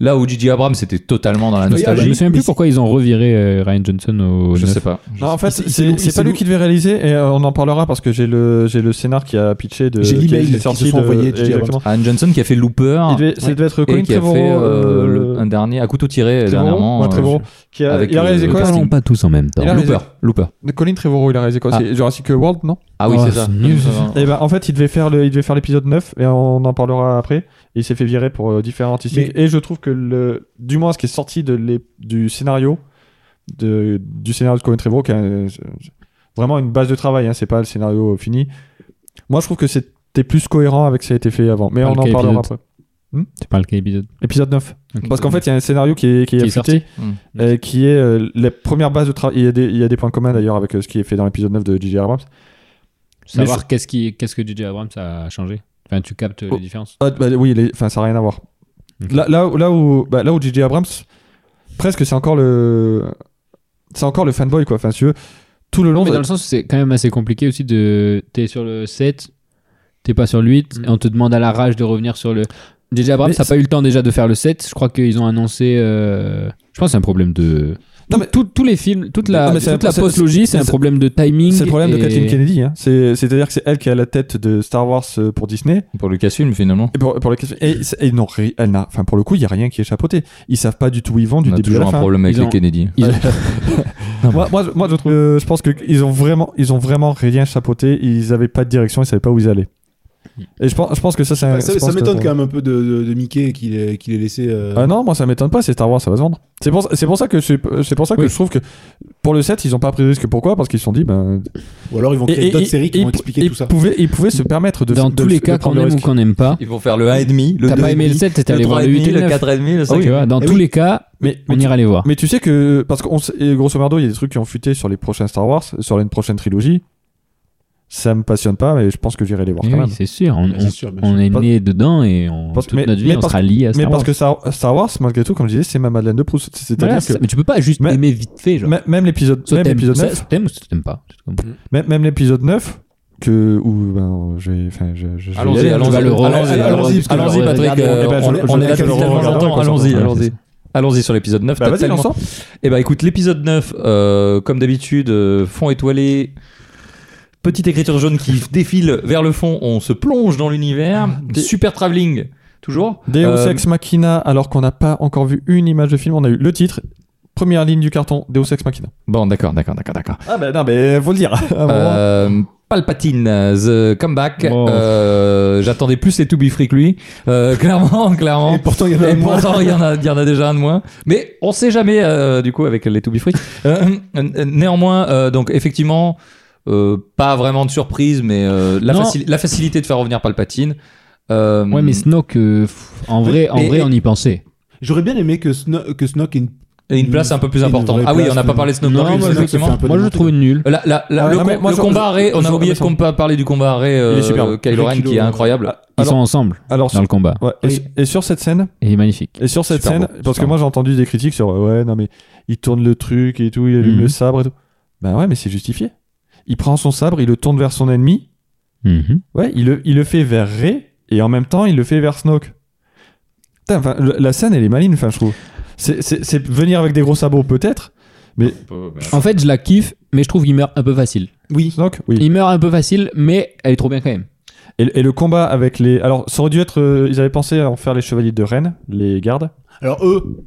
Speaker 2: là où Gigi Abrams était totalement dans la
Speaker 3: Oui,
Speaker 4: Je
Speaker 2: nostalgie.
Speaker 4: me souviens
Speaker 3: Mais
Speaker 4: plus
Speaker 3: c'est-
Speaker 4: pourquoi ils ont reviré euh, Ryan Johnson au.
Speaker 2: je
Speaker 4: neuf.
Speaker 2: sais pas.
Speaker 1: Non, en fait,
Speaker 3: Il- il-
Speaker 1: c'est
Speaker 3: il-
Speaker 1: c'est
Speaker 3: il-
Speaker 1: pas
Speaker 3: il-
Speaker 1: lui qui devait réaliser et euh, on en parlera parce que j'ai le j'ai le scénar qui a pitché de
Speaker 3: J'ai
Speaker 1: qui-
Speaker 3: l'email
Speaker 1: qui est
Speaker 3: qu'ils se sont envoyé, J.J. Abrams.
Speaker 1: exactement.
Speaker 2: Ryan Johnson qui a fait Looper.
Speaker 1: Il devait, ça devait être
Speaker 2: Et
Speaker 1: Colin
Speaker 2: qui a
Speaker 1: Trevorrow,
Speaker 2: fait euh,
Speaker 1: euh,
Speaker 2: le- un dernier à couteau tiré euh,
Speaker 1: Trevorrow,
Speaker 2: dernièrement.
Speaker 1: ouais,
Speaker 2: euh,
Speaker 1: Trevorrow, qui a,
Speaker 2: avec
Speaker 1: il a
Speaker 2: le-
Speaker 1: réalisé
Speaker 2: le
Speaker 1: quoi
Speaker 2: casting.
Speaker 1: non
Speaker 4: Parlons pas tous en même temps.
Speaker 1: Il a-
Speaker 2: Looper, Looper.
Speaker 1: Colin Trevorrow, il a réalisé quoi C'est Jurassic World, non
Speaker 2: Ah oui,
Speaker 4: Oh,
Speaker 2: c'est ça.
Speaker 4: c'est nul, ça.
Speaker 2: Euh,
Speaker 1: Et ben en fait, il devait faire le, il devait faire l'épisode 9 et on en parlera après. Et il s'est fait virer pour euh, différents artistiques. Et je trouve que le, du moins ce qui est sorti de l'é- du scénario de, du scénario de Colin Trevorrow, qui est un- vraiment une base de travail, hein, c'est pas le scénario euh, fini. Moi, je trouve que c'était plus cohérent avec ce qui a été fait avant. Mais
Speaker 4: Dans
Speaker 1: on en
Speaker 4: lequel
Speaker 1: parlera
Speaker 4: épisode
Speaker 1: après.
Speaker 4: Tu parles quel épisode
Speaker 1: Épisode 9. Parce qu'en fait, il y a un scénario qui est, qui est
Speaker 4: Qui est
Speaker 1: affûté,
Speaker 2: sorti.
Speaker 1: euh, qui est euh, la première base de travail. Il, y a des- il y a des points communs d'ailleurs avec euh, ce qui est fait dans l'épisode 9 de J.J. Abrams.
Speaker 4: Savoir
Speaker 1: Mais
Speaker 4: qu'est-ce qui, qu'est-ce que JJ Abrams a changé. Enfin, tu captes
Speaker 1: Oh.
Speaker 4: les différences.
Speaker 1: Ah, bah oui, les- enfin, ça n'a rien à voir.
Speaker 4: Ok.
Speaker 1: Là, là, où- là où, bah, là où J.J. Abrams, presque, c'est encore le, c'est encore le fanboy quoi. Enfin, si tu veux, tout le long. euh,
Speaker 4: mais
Speaker 1: de-
Speaker 4: dans le sens, où c'est quand même assez compliqué aussi de. T'es sur le 7, t'es pas sur le 8, et on te demande à la rage de revenir sur le. JJ Abrams
Speaker 1: Mm. Mais
Speaker 4: n'a pas eu le temps déjà de faire le 7. Je crois qu'ils ont annoncé. euh, Je pense que c'est un problème de.
Speaker 1: Non, mais-
Speaker 4: Tout- tous les films, toute la,
Speaker 1: Non, mais c'est
Speaker 4: toute
Speaker 1: un-
Speaker 4: la
Speaker 1: c'est-
Speaker 4: post-logie, c'est un
Speaker 1: c'est-
Speaker 4: problème de timing.
Speaker 1: c'est le problème de
Speaker 4: et-
Speaker 1: Kathleen Kennedy. hein. C'est, c'est-à-dire que c'est elle qui est à la tête de Star Wars euh, pour Disney.
Speaker 2: Pour Lucasfilm finalement.
Speaker 1: Et pour, pour les questions- et, c'est- et non, ri- elle n'a. Enfin, pour le coup, il y a rien qui est chapeauté. Ils savent pas du tout où ils vont du
Speaker 2: On a
Speaker 1: début à
Speaker 2: toujours
Speaker 1: la
Speaker 2: un
Speaker 1: fin.
Speaker 2: problème avec
Speaker 4: Ils
Speaker 2: les
Speaker 4: ont-
Speaker 2: Kennedy.
Speaker 4: Ils-
Speaker 1: moi, moi, je- moi, Ah je trouve, euh, je pense qu'ils ont vraiment, ils ont vraiment rien chapeauté. Ils avaient pas de direction. Ils savaient pas où ils allaient. Et je pense, je pense que ça, c'est un-
Speaker 3: Enfin, ça
Speaker 1: je
Speaker 3: ça
Speaker 1: pense que-
Speaker 3: m'étonne quand même un peu de, de, de Mickey qu'il ait, qu'il ait laissé. euh,
Speaker 1: Ah non, moi ça m'étonne pas, c'est Star Wars, ça va se vendre. C'est pour, c'est pour ça que, je, c'est pour ça que
Speaker 2: Oui.
Speaker 1: je trouve que pour le 7, ils ont pas pris de risque. Pourquoi Parce qu'ils se sont dit, ben.
Speaker 3: Ou alors ils vont créer d'autres séries qui vont expliquer
Speaker 1: ils
Speaker 3: tout ça.
Speaker 1: Pouvaient, ils pouvaient se permettre de
Speaker 4: Dans
Speaker 1: de-
Speaker 4: tous
Speaker 1: de-
Speaker 4: les
Speaker 1: de
Speaker 4: cas, qu'on
Speaker 1: prendre le
Speaker 4: aime ou
Speaker 1: risque.
Speaker 4: qu'on n'aime pas,
Speaker 2: Ils vont faire le 1,5, le
Speaker 4: t'as
Speaker 2: 2,5.
Speaker 4: pas aimé le 7, t'es allé voir le 8
Speaker 2: 3,5,
Speaker 4: et le
Speaker 2: le
Speaker 4: 9.
Speaker 2: 4,5,
Speaker 1: Ah
Speaker 2: le 5.
Speaker 4: Tu vois, dans
Speaker 3: Eh
Speaker 4: tous
Speaker 3: oui.
Speaker 4: les cas,
Speaker 1: Mais, mais
Speaker 4: on ira les voir.
Speaker 1: Mais tu sais que, parce qu'on sait- et grosso modo, il y a des trucs qui ont fuité sur les prochains Star Wars, sur une prochaine trilogie. Ça me passionne pas, mais je pense que j'irai les voir
Speaker 4: Eh
Speaker 1: quand
Speaker 4: oui,
Speaker 1: même.
Speaker 4: c'est sûr, on,
Speaker 3: Ouais, c'est sûr, bien
Speaker 4: on- on est
Speaker 1: Parce-
Speaker 4: né dedans et on,
Speaker 1: parce-
Speaker 4: toute
Speaker 1: mais-
Speaker 4: notre vie,
Speaker 1: mais
Speaker 4: on
Speaker 1: parce-
Speaker 4: sera lié à
Speaker 1: Mais
Speaker 4: Star
Speaker 1: parce
Speaker 4: Wars.
Speaker 1: que Star Star Wars, malgré tout, comme je disais, c'est ma Madeleine de Proust.
Speaker 4: Voilà,
Speaker 1: C'est-à-dire
Speaker 4: c'est- mais tu peux pas juste
Speaker 1: Mais-
Speaker 4: aimer vite fait,
Speaker 1: que
Speaker 4: genre.
Speaker 1: même- même l'épisode
Speaker 4: Soit
Speaker 1: même
Speaker 4: t'aimes-
Speaker 1: l'épisode
Speaker 4: soit-
Speaker 1: 9,
Speaker 4: soit t'aimes ou soit t'aimes pas. C'est comme-
Speaker 1: même, même l'épisode 9 que où ben, je vais enfin je, je- je vais y
Speaker 2: Allons-y,
Speaker 1: aller.
Speaker 2: allons-y,
Speaker 4: vas le re-
Speaker 2: allons-y,
Speaker 4: tu vas le re-
Speaker 2: allons-y,
Speaker 4: tu vas le
Speaker 2: allons-y,
Speaker 4: re-
Speaker 2: Patrick.
Speaker 4: regarder.
Speaker 2: euh,
Speaker 1: Eh ben, je-
Speaker 2: on est-
Speaker 1: je-
Speaker 2: on est
Speaker 1: je
Speaker 2: là
Speaker 1: le
Speaker 2: depuis tellement
Speaker 1: regarderai
Speaker 2: longtemps.
Speaker 1: quand ça
Speaker 2: Allons-y,
Speaker 1: sortira.
Speaker 2: allons-y. Allons-y sur l'épisode 9.
Speaker 1: bah
Speaker 2: t'as
Speaker 1: vas-y
Speaker 2: tellement-
Speaker 1: lance
Speaker 2: Eh ben écoute, l'épisode 9, euh, comme d'habitude, euh, fond étoilé, petite écriture jaune qui défile vers le fond, on se plonge dans l'univers, super travelling, toujours.
Speaker 1: Deus
Speaker 2: Euh,
Speaker 1: Ex Machina alors qu'on n'a pas encore vu une image de film on a eu le titre première ligne du carton Deus Ex Machina
Speaker 2: Bon, d'accord, d'accord, d'accord, d'accord.
Speaker 1: ah ben non mais faut le dire
Speaker 2: Euh, Palpatine, euh, The Comeback,
Speaker 4: Bon.
Speaker 2: euh, j'attendais plus les To Be Free que lui, Euh, clairement, clairement.
Speaker 3: Et pourtant, il y en a
Speaker 2: Et
Speaker 3: un moins.
Speaker 2: pourtant, il y, en a- il y en a déjà un de moins. Mais on sait jamais, euh, du coup, avec les To Be Free. Euh, euh, néanmoins, euh, donc, effectivement, euh, pas vraiment de surprise, mais euh, la,
Speaker 4: Non.
Speaker 2: facili- la facilité de faire revenir Palpatine. Euh,
Speaker 1: Hmm.
Speaker 4: Ouais, mais Snoke, euh, pff, en vrai, en
Speaker 2: Mais-
Speaker 4: vrai, on y pensait.
Speaker 3: J'aurais bien aimé que, Sno- que Snoke ait une.
Speaker 2: et une place un peu plus
Speaker 3: Une
Speaker 2: importante.
Speaker 3: vraie
Speaker 2: Ah oui,
Speaker 3: place,
Speaker 2: on n'a pas
Speaker 3: finalement.
Speaker 2: parlé de Snoke
Speaker 3: Non,
Speaker 2: non plus,
Speaker 3: moi, je-
Speaker 2: effectivement.
Speaker 3: un peu
Speaker 4: Moi, je le
Speaker 3: démonté,
Speaker 4: trouve nul.
Speaker 2: La- la- la-
Speaker 1: Ah ouais,
Speaker 2: le
Speaker 1: non,
Speaker 2: com-
Speaker 1: mais moi,
Speaker 2: le
Speaker 1: je-
Speaker 2: combat
Speaker 1: je-
Speaker 2: arrêt, on
Speaker 1: je-
Speaker 2: a oublié de
Speaker 1: je-
Speaker 2: combat- parler du combat arrêt
Speaker 1: Il
Speaker 2: euh,
Speaker 1: est superbe.
Speaker 2: Kylo Ren
Speaker 3: Kilo-
Speaker 2: qui est incroyable.
Speaker 4: Ils
Speaker 1: Ah, alors,
Speaker 4: sont ensemble
Speaker 1: alors
Speaker 4: dans le combat.
Speaker 1: ouais, et, et sur cette scène
Speaker 4: Et il est magnifique.
Speaker 1: et sur cette
Speaker 2: Super
Speaker 1: scène
Speaker 2: beau,
Speaker 1: parce
Speaker 2: super
Speaker 1: que moi j'ai entendu des critiques sur euh, ouais non mais il tourne le truc et tout il allume
Speaker 4: Mhm.
Speaker 1: le sabre et tout ben ouais mais c'est justifié il prend son sabre il le tourne vers son ennemi
Speaker 4: Mhm.
Speaker 1: Ouais, il le, il le fait vers Ray et en même temps il le fait vers Snoke. Putain, enfin, le- la scène elle est maligne, enfin, je trouve. C'est- C'est c'est venir avec des gros sabots peut-être.
Speaker 4: En fait, je la kiffe, mais je trouve qu'il meurt un peu facile.
Speaker 3: Oui.
Speaker 1: Snoke, oui.
Speaker 4: Il meurt un peu facile, mais elle est trop bien quand même.
Speaker 1: Et, et le combat avec les. Alors, ça aurait dû être. euh, ils avaient pensé à en faire les chevaliers de Rennes, les gardes.
Speaker 3: Alors eux,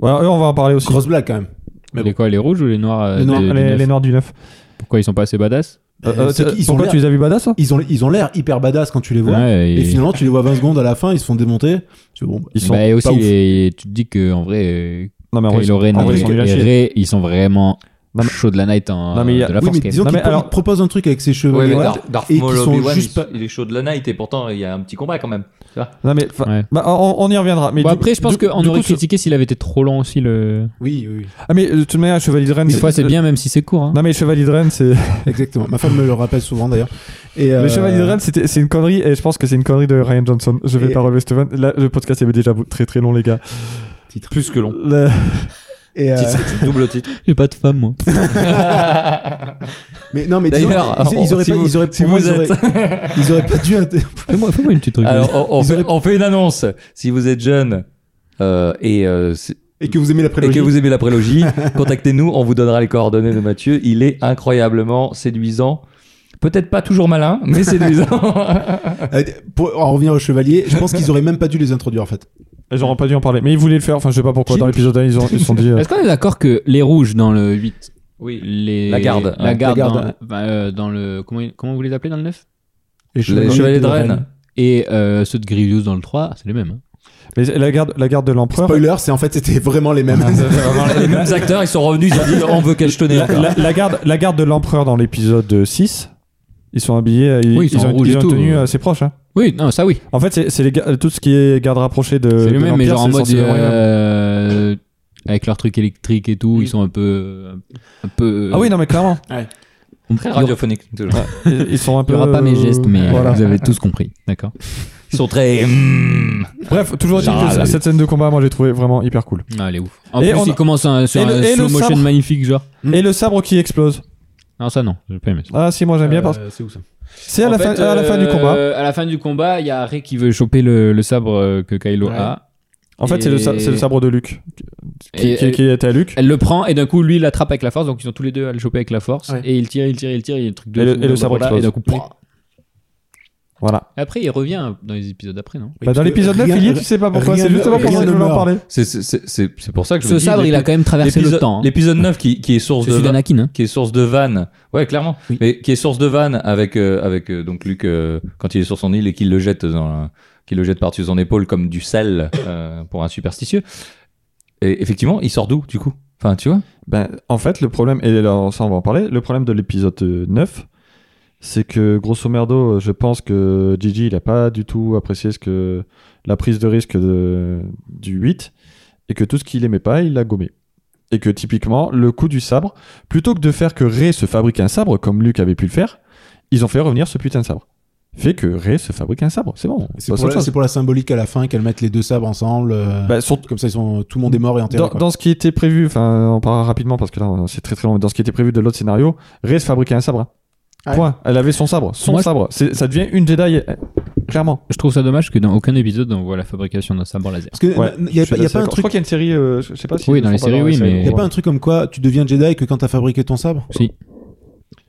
Speaker 1: Ouais, eux, on va en parler aussi.
Speaker 3: grosse blague quand même. Mais
Speaker 4: Les quoi, les rouges ou les noirs euh,
Speaker 1: les, noirs,
Speaker 4: de- du
Speaker 1: les-
Speaker 4: neuf
Speaker 1: les Noirs du 9.
Speaker 4: Pourquoi ils sont pas assez badass
Speaker 3: Euh, c'est qu'ils ont
Speaker 1: pourquoi
Speaker 3: l'air-
Speaker 1: tu les as vus badass toi
Speaker 3: Ils ont ils ont l'air hyper badass quand tu les vois.
Speaker 4: Ouais,
Speaker 3: Et finalement, tu les vois 20 secondes à la fin, ils se font démonter. Tu fais, bon, bah,
Speaker 1: Ils sont.
Speaker 4: Bah, et aussi,
Speaker 3: pas ouf.
Speaker 4: les- tu te dis qu'en vrai, euh,
Speaker 1: non, mais en vrai,
Speaker 4: Kylo Ren
Speaker 1: en vrai,
Speaker 4: et,
Speaker 1: ils sont nuls à
Speaker 4: et
Speaker 1: chier.
Speaker 4: Rey, ils sont vraiment
Speaker 1: Non, mais-
Speaker 4: chauds de la night en,
Speaker 1: Non, mais il y a-
Speaker 4: de la
Speaker 3: oui,
Speaker 4: force
Speaker 3: mais
Speaker 4: quand même.
Speaker 3: disons
Speaker 1: Non,
Speaker 3: qu'il
Speaker 1: mais
Speaker 3: pro-
Speaker 1: alors-
Speaker 3: il propose un truc avec ses cheveux.
Speaker 2: Ouais, mais
Speaker 3: noirs.
Speaker 2: Darth, Darth
Speaker 3: et
Speaker 2: Maul,
Speaker 3: qui sont
Speaker 2: Obi-Wan,
Speaker 3: juste
Speaker 2: il,
Speaker 3: pas-
Speaker 2: il est chaud de la night et pourtant il y a un petit combat quand même.
Speaker 1: Non, mais, enfin,
Speaker 4: Ouais.
Speaker 1: bah, on, on y reviendra. Mais
Speaker 4: Bon,
Speaker 1: du-
Speaker 4: après, je pense
Speaker 1: du-
Speaker 4: qu'on
Speaker 1: du
Speaker 4: aurait
Speaker 1: coup, ce-
Speaker 4: critiqué s'il avait été trop long aussi. Le...
Speaker 3: Oui, oui, oui.
Speaker 1: Ah, mais euh, de toute manière, Chevalier de Rennes.
Speaker 4: Des fois, c'est bien, Euh. même si c'est court. hein.
Speaker 1: Non, mais les Chevaliers de Rennes, c'est.
Speaker 3: exactement. Ma femme me le rappelle souvent d'ailleurs. Et euh,
Speaker 1: Le Chevalier de Rennes, c'était- c'est une connerie, et je pense que c'est une connerie de Ryan Johnson. Je vais
Speaker 3: Et-
Speaker 1: pas relever Steven. Là, le podcast est déjà très très long, les gars.
Speaker 2: Plus que long.
Speaker 1: Le-
Speaker 3: et, euh,
Speaker 2: double titre.
Speaker 4: J'ai pas de femme, moi.
Speaker 3: mais non, mais disons,
Speaker 2: D'ailleurs,
Speaker 3: ils, ils auraient
Speaker 2: si
Speaker 3: pas,
Speaker 2: vous-
Speaker 3: ils auraient, pour
Speaker 2: si
Speaker 3: moi,
Speaker 2: vous
Speaker 3: ils auraient, ils auraient pas dû. inter-
Speaker 4: Fais-moi fais-moi une petite truc.
Speaker 2: Alors on, on fait, on fait une annonce. Si vous êtes jeune euh, et, euh, c'est-
Speaker 3: Et que vous aimez la
Speaker 2: et
Speaker 3: prélogie.
Speaker 2: que vous aimez la prélogie, contactez-nous. On vous donnera les coordonnées de Mathieu. Il est incroyablement séduisant. Peut-être pas toujours malin, mais séduisant.
Speaker 3: Euh, Pour en revenir aux chevaliers, je pense qu'ils auraient même pas dû les introduire en fait.
Speaker 1: Et J'aurais pas dû en parler, mais ils voulaient le faire. Enfin, je sais pas pourquoi.
Speaker 3: Qui-
Speaker 1: Dans l'épisode 1, ils ont, ils se sont dit. euh,
Speaker 4: Est-ce qu'on est d'accord que les rouges dans le 8,
Speaker 2: oui.
Speaker 4: les...
Speaker 2: La garde,
Speaker 4: la
Speaker 2: hein.
Speaker 4: garde,
Speaker 3: La garde,
Speaker 4: dans,
Speaker 3: ouais.
Speaker 4: bah, euh, dans le. Comment, comment vous les appelez dans le 9
Speaker 3: Les
Speaker 2: Les chevaliers de Rennes.
Speaker 4: Et euh, ceux de Grievous dans le 3, c'est les mêmes. hein.
Speaker 1: Mais la garde, la garde de l'empereur.
Speaker 3: Spoiler, c'est en fait c'était vraiment les
Speaker 1: Ah,
Speaker 3: mêmes.
Speaker 2: Les mêmes acteurs, ils sont revenus. Ils ont dit on veut cachetonner
Speaker 1: La,
Speaker 2: encore.
Speaker 1: la- la garde, la garde de l'empereur dans l'épisode 6. Ils sont habillés. euh, Ils,
Speaker 4: Oui, ils sont
Speaker 1: ont,
Speaker 4: en rouge et
Speaker 1: ont
Speaker 4: tout.
Speaker 1: tenu euh, assez proche. hein.
Speaker 4: Oui, non, ça oui.
Speaker 1: En fait, c'est- c'est les ga- tout ce qui est garde rapprochée de.
Speaker 4: C'est
Speaker 1: de
Speaker 4: le même, mais
Speaker 1: l'Empire,
Speaker 4: genre en
Speaker 1: Euh, c'est
Speaker 4: mode.
Speaker 1: essentiellement les mêmes.
Speaker 4: euh, Avec leur truc électrique et tout, ils sont un peu. Un peu
Speaker 1: Mm. Ah oui, non, mais clairement.
Speaker 4: on-
Speaker 2: Très radiophonique. toujours.
Speaker 1: ils ils sont un
Speaker 4: Il
Speaker 1: peu.
Speaker 4: n'y aura pas mes gestes,
Speaker 1: euh,
Speaker 4: mais euh,
Speaker 1: voilà.
Speaker 4: vous avez tous compris. D'accord.
Speaker 2: Ils sont très. hmm.
Speaker 1: Bref, toujours dit
Speaker 2: Ah,
Speaker 1: que
Speaker 2: là,
Speaker 1: cette scène de combat, moi, j'ai trouvé vraiment hyper cool.
Speaker 4: Ah, elle est ouf. En
Speaker 1: Et
Speaker 4: plus,
Speaker 1: on a-
Speaker 4: il commence un, sur
Speaker 1: Et
Speaker 4: un
Speaker 1: le- et le
Speaker 4: slow motion
Speaker 1: sabre.
Speaker 4: magnifique, genre.
Speaker 1: Et le sabre qui explose.
Speaker 4: Non, ça non, j'ai pas aimé ça.
Speaker 1: Ah si, moi j'aime bien Bah, parce que
Speaker 3: Euh, C'est où ça
Speaker 1: c'est à,
Speaker 4: En
Speaker 1: la
Speaker 4: fait,
Speaker 1: fin- à la fin du
Speaker 4: euh,
Speaker 1: combat.
Speaker 4: À la fin du combat, il y a Rey qui veut choper le, le sabre euh, que Kylo
Speaker 3: Ouais.
Speaker 4: a.
Speaker 1: En fait, c'est le, sa-
Speaker 4: et-
Speaker 1: c'est le sabre de Luke qui,
Speaker 4: Et-
Speaker 1: qui- qui était à Luke.
Speaker 4: Elle le prend et d'un coup, lui, il l'attrape avec la force. Donc, ils sont tous les deux à le choper avec la force.
Speaker 3: Ouais.
Speaker 4: Et il tire, il tire, il tire. Il y a le truc de.
Speaker 1: Et le-
Speaker 4: fou,
Speaker 1: et le sabre
Speaker 4: blablabla,
Speaker 1: explose.
Speaker 4: Et d'un coup, pouah.
Speaker 1: Voilà.
Speaker 4: Après, il revient dans les épisodes après, non
Speaker 1: Bah, dans l'épisode 9, il y est, tu sais pas pourquoi.
Speaker 3: rien
Speaker 1: C'est
Speaker 3: ne-
Speaker 1: justement pour
Speaker 3: rien
Speaker 1: ça que je
Speaker 3: ne
Speaker 1: voulais en
Speaker 3: meurt.
Speaker 1: parler.
Speaker 2: C'est- C'est c'est- c'est- c'est pour ça que je
Speaker 4: Ce
Speaker 2: me dis,
Speaker 4: sabre, il a
Speaker 2: l'épi-
Speaker 4: quand même traversé le
Speaker 2: l'épisode-
Speaker 4: temps. hein.
Speaker 2: L'épisode 9 qui, qui est source
Speaker 4: Je
Speaker 2: de
Speaker 4: suis
Speaker 2: va-
Speaker 4: d'Anakin. hein.
Speaker 2: qui est source de vannes. Ouais, clairement. Mais qui est source de vannes avec euh, avec euh, donc Luc euh, quand il est sur son île et qu'il le jette dans la- qu'il le jette par-dessus son épaule comme du sel euh, pour un superstitieux. Et effectivement, il sort d'où du coup Enfin, tu vois
Speaker 1: Ben, en fait, le problème, et là, ça on va en parler, le problème de l'épisode euh, 9, c'est que grosso merdo, euh, je pense que Gigi, il a pas du tout apprécié ce que la prise de risque de- du 8, et que tout ce qu'il aimait pas, il l'a gommé. Et que typiquement, le coup du sabre, plutôt que de faire que Ray se fabrique un sabre, comme Luke avait pu le faire, ils ont fait revenir ce putain de sabre. Fait que Ray se fabrique un sabre, c'est bon. on passe
Speaker 3: C'est
Speaker 1: à
Speaker 3: pour,
Speaker 1: autre
Speaker 3: la-
Speaker 1: chose.
Speaker 3: c'est pour la symbolique à la fin qu'elles mettent les deux sabres ensemble. euh,
Speaker 1: Ben, surtout-
Speaker 3: comme ça, ils sont, tout le monde est mort et enterré.
Speaker 1: dans,
Speaker 3: quoi.
Speaker 1: dans ce qui était prévu, enfin, on parlera rapidement parce que là, on- c'est très très long. mais Dans ce qui était prévu de l'autre scénario, Rey se fabriquait un sabre.
Speaker 3: Ah Ouais.
Speaker 1: Point. Elle avait son sabre, son
Speaker 4: Moi, je-
Speaker 1: sabre. C'est- Ça devient une Jedi, euh, clairement.
Speaker 4: Je trouve ça dommage que dans aucun épisode, on voit la fabrication d'un sabre laser.
Speaker 3: Parce que
Speaker 1: Ouais,
Speaker 3: il n'y a,
Speaker 1: Je suis
Speaker 3: pas- y a
Speaker 1: assez
Speaker 3: pas
Speaker 1: d'accord.
Speaker 3: un
Speaker 1: Je
Speaker 3: truc.
Speaker 1: crois qu'il y a une série, euh, je je sais pas si.
Speaker 4: Oui,
Speaker 1: ils
Speaker 4: dans
Speaker 1: le euh,
Speaker 4: les
Speaker 1: font pas
Speaker 4: séries,
Speaker 1: dans
Speaker 4: oui,
Speaker 1: série,
Speaker 4: mais-
Speaker 1: on
Speaker 3: Y a
Speaker 1: voit.
Speaker 3: pas un truc comme quoi tu deviens Jedi et que quand t'as fabriqué ton sabre
Speaker 4: Si.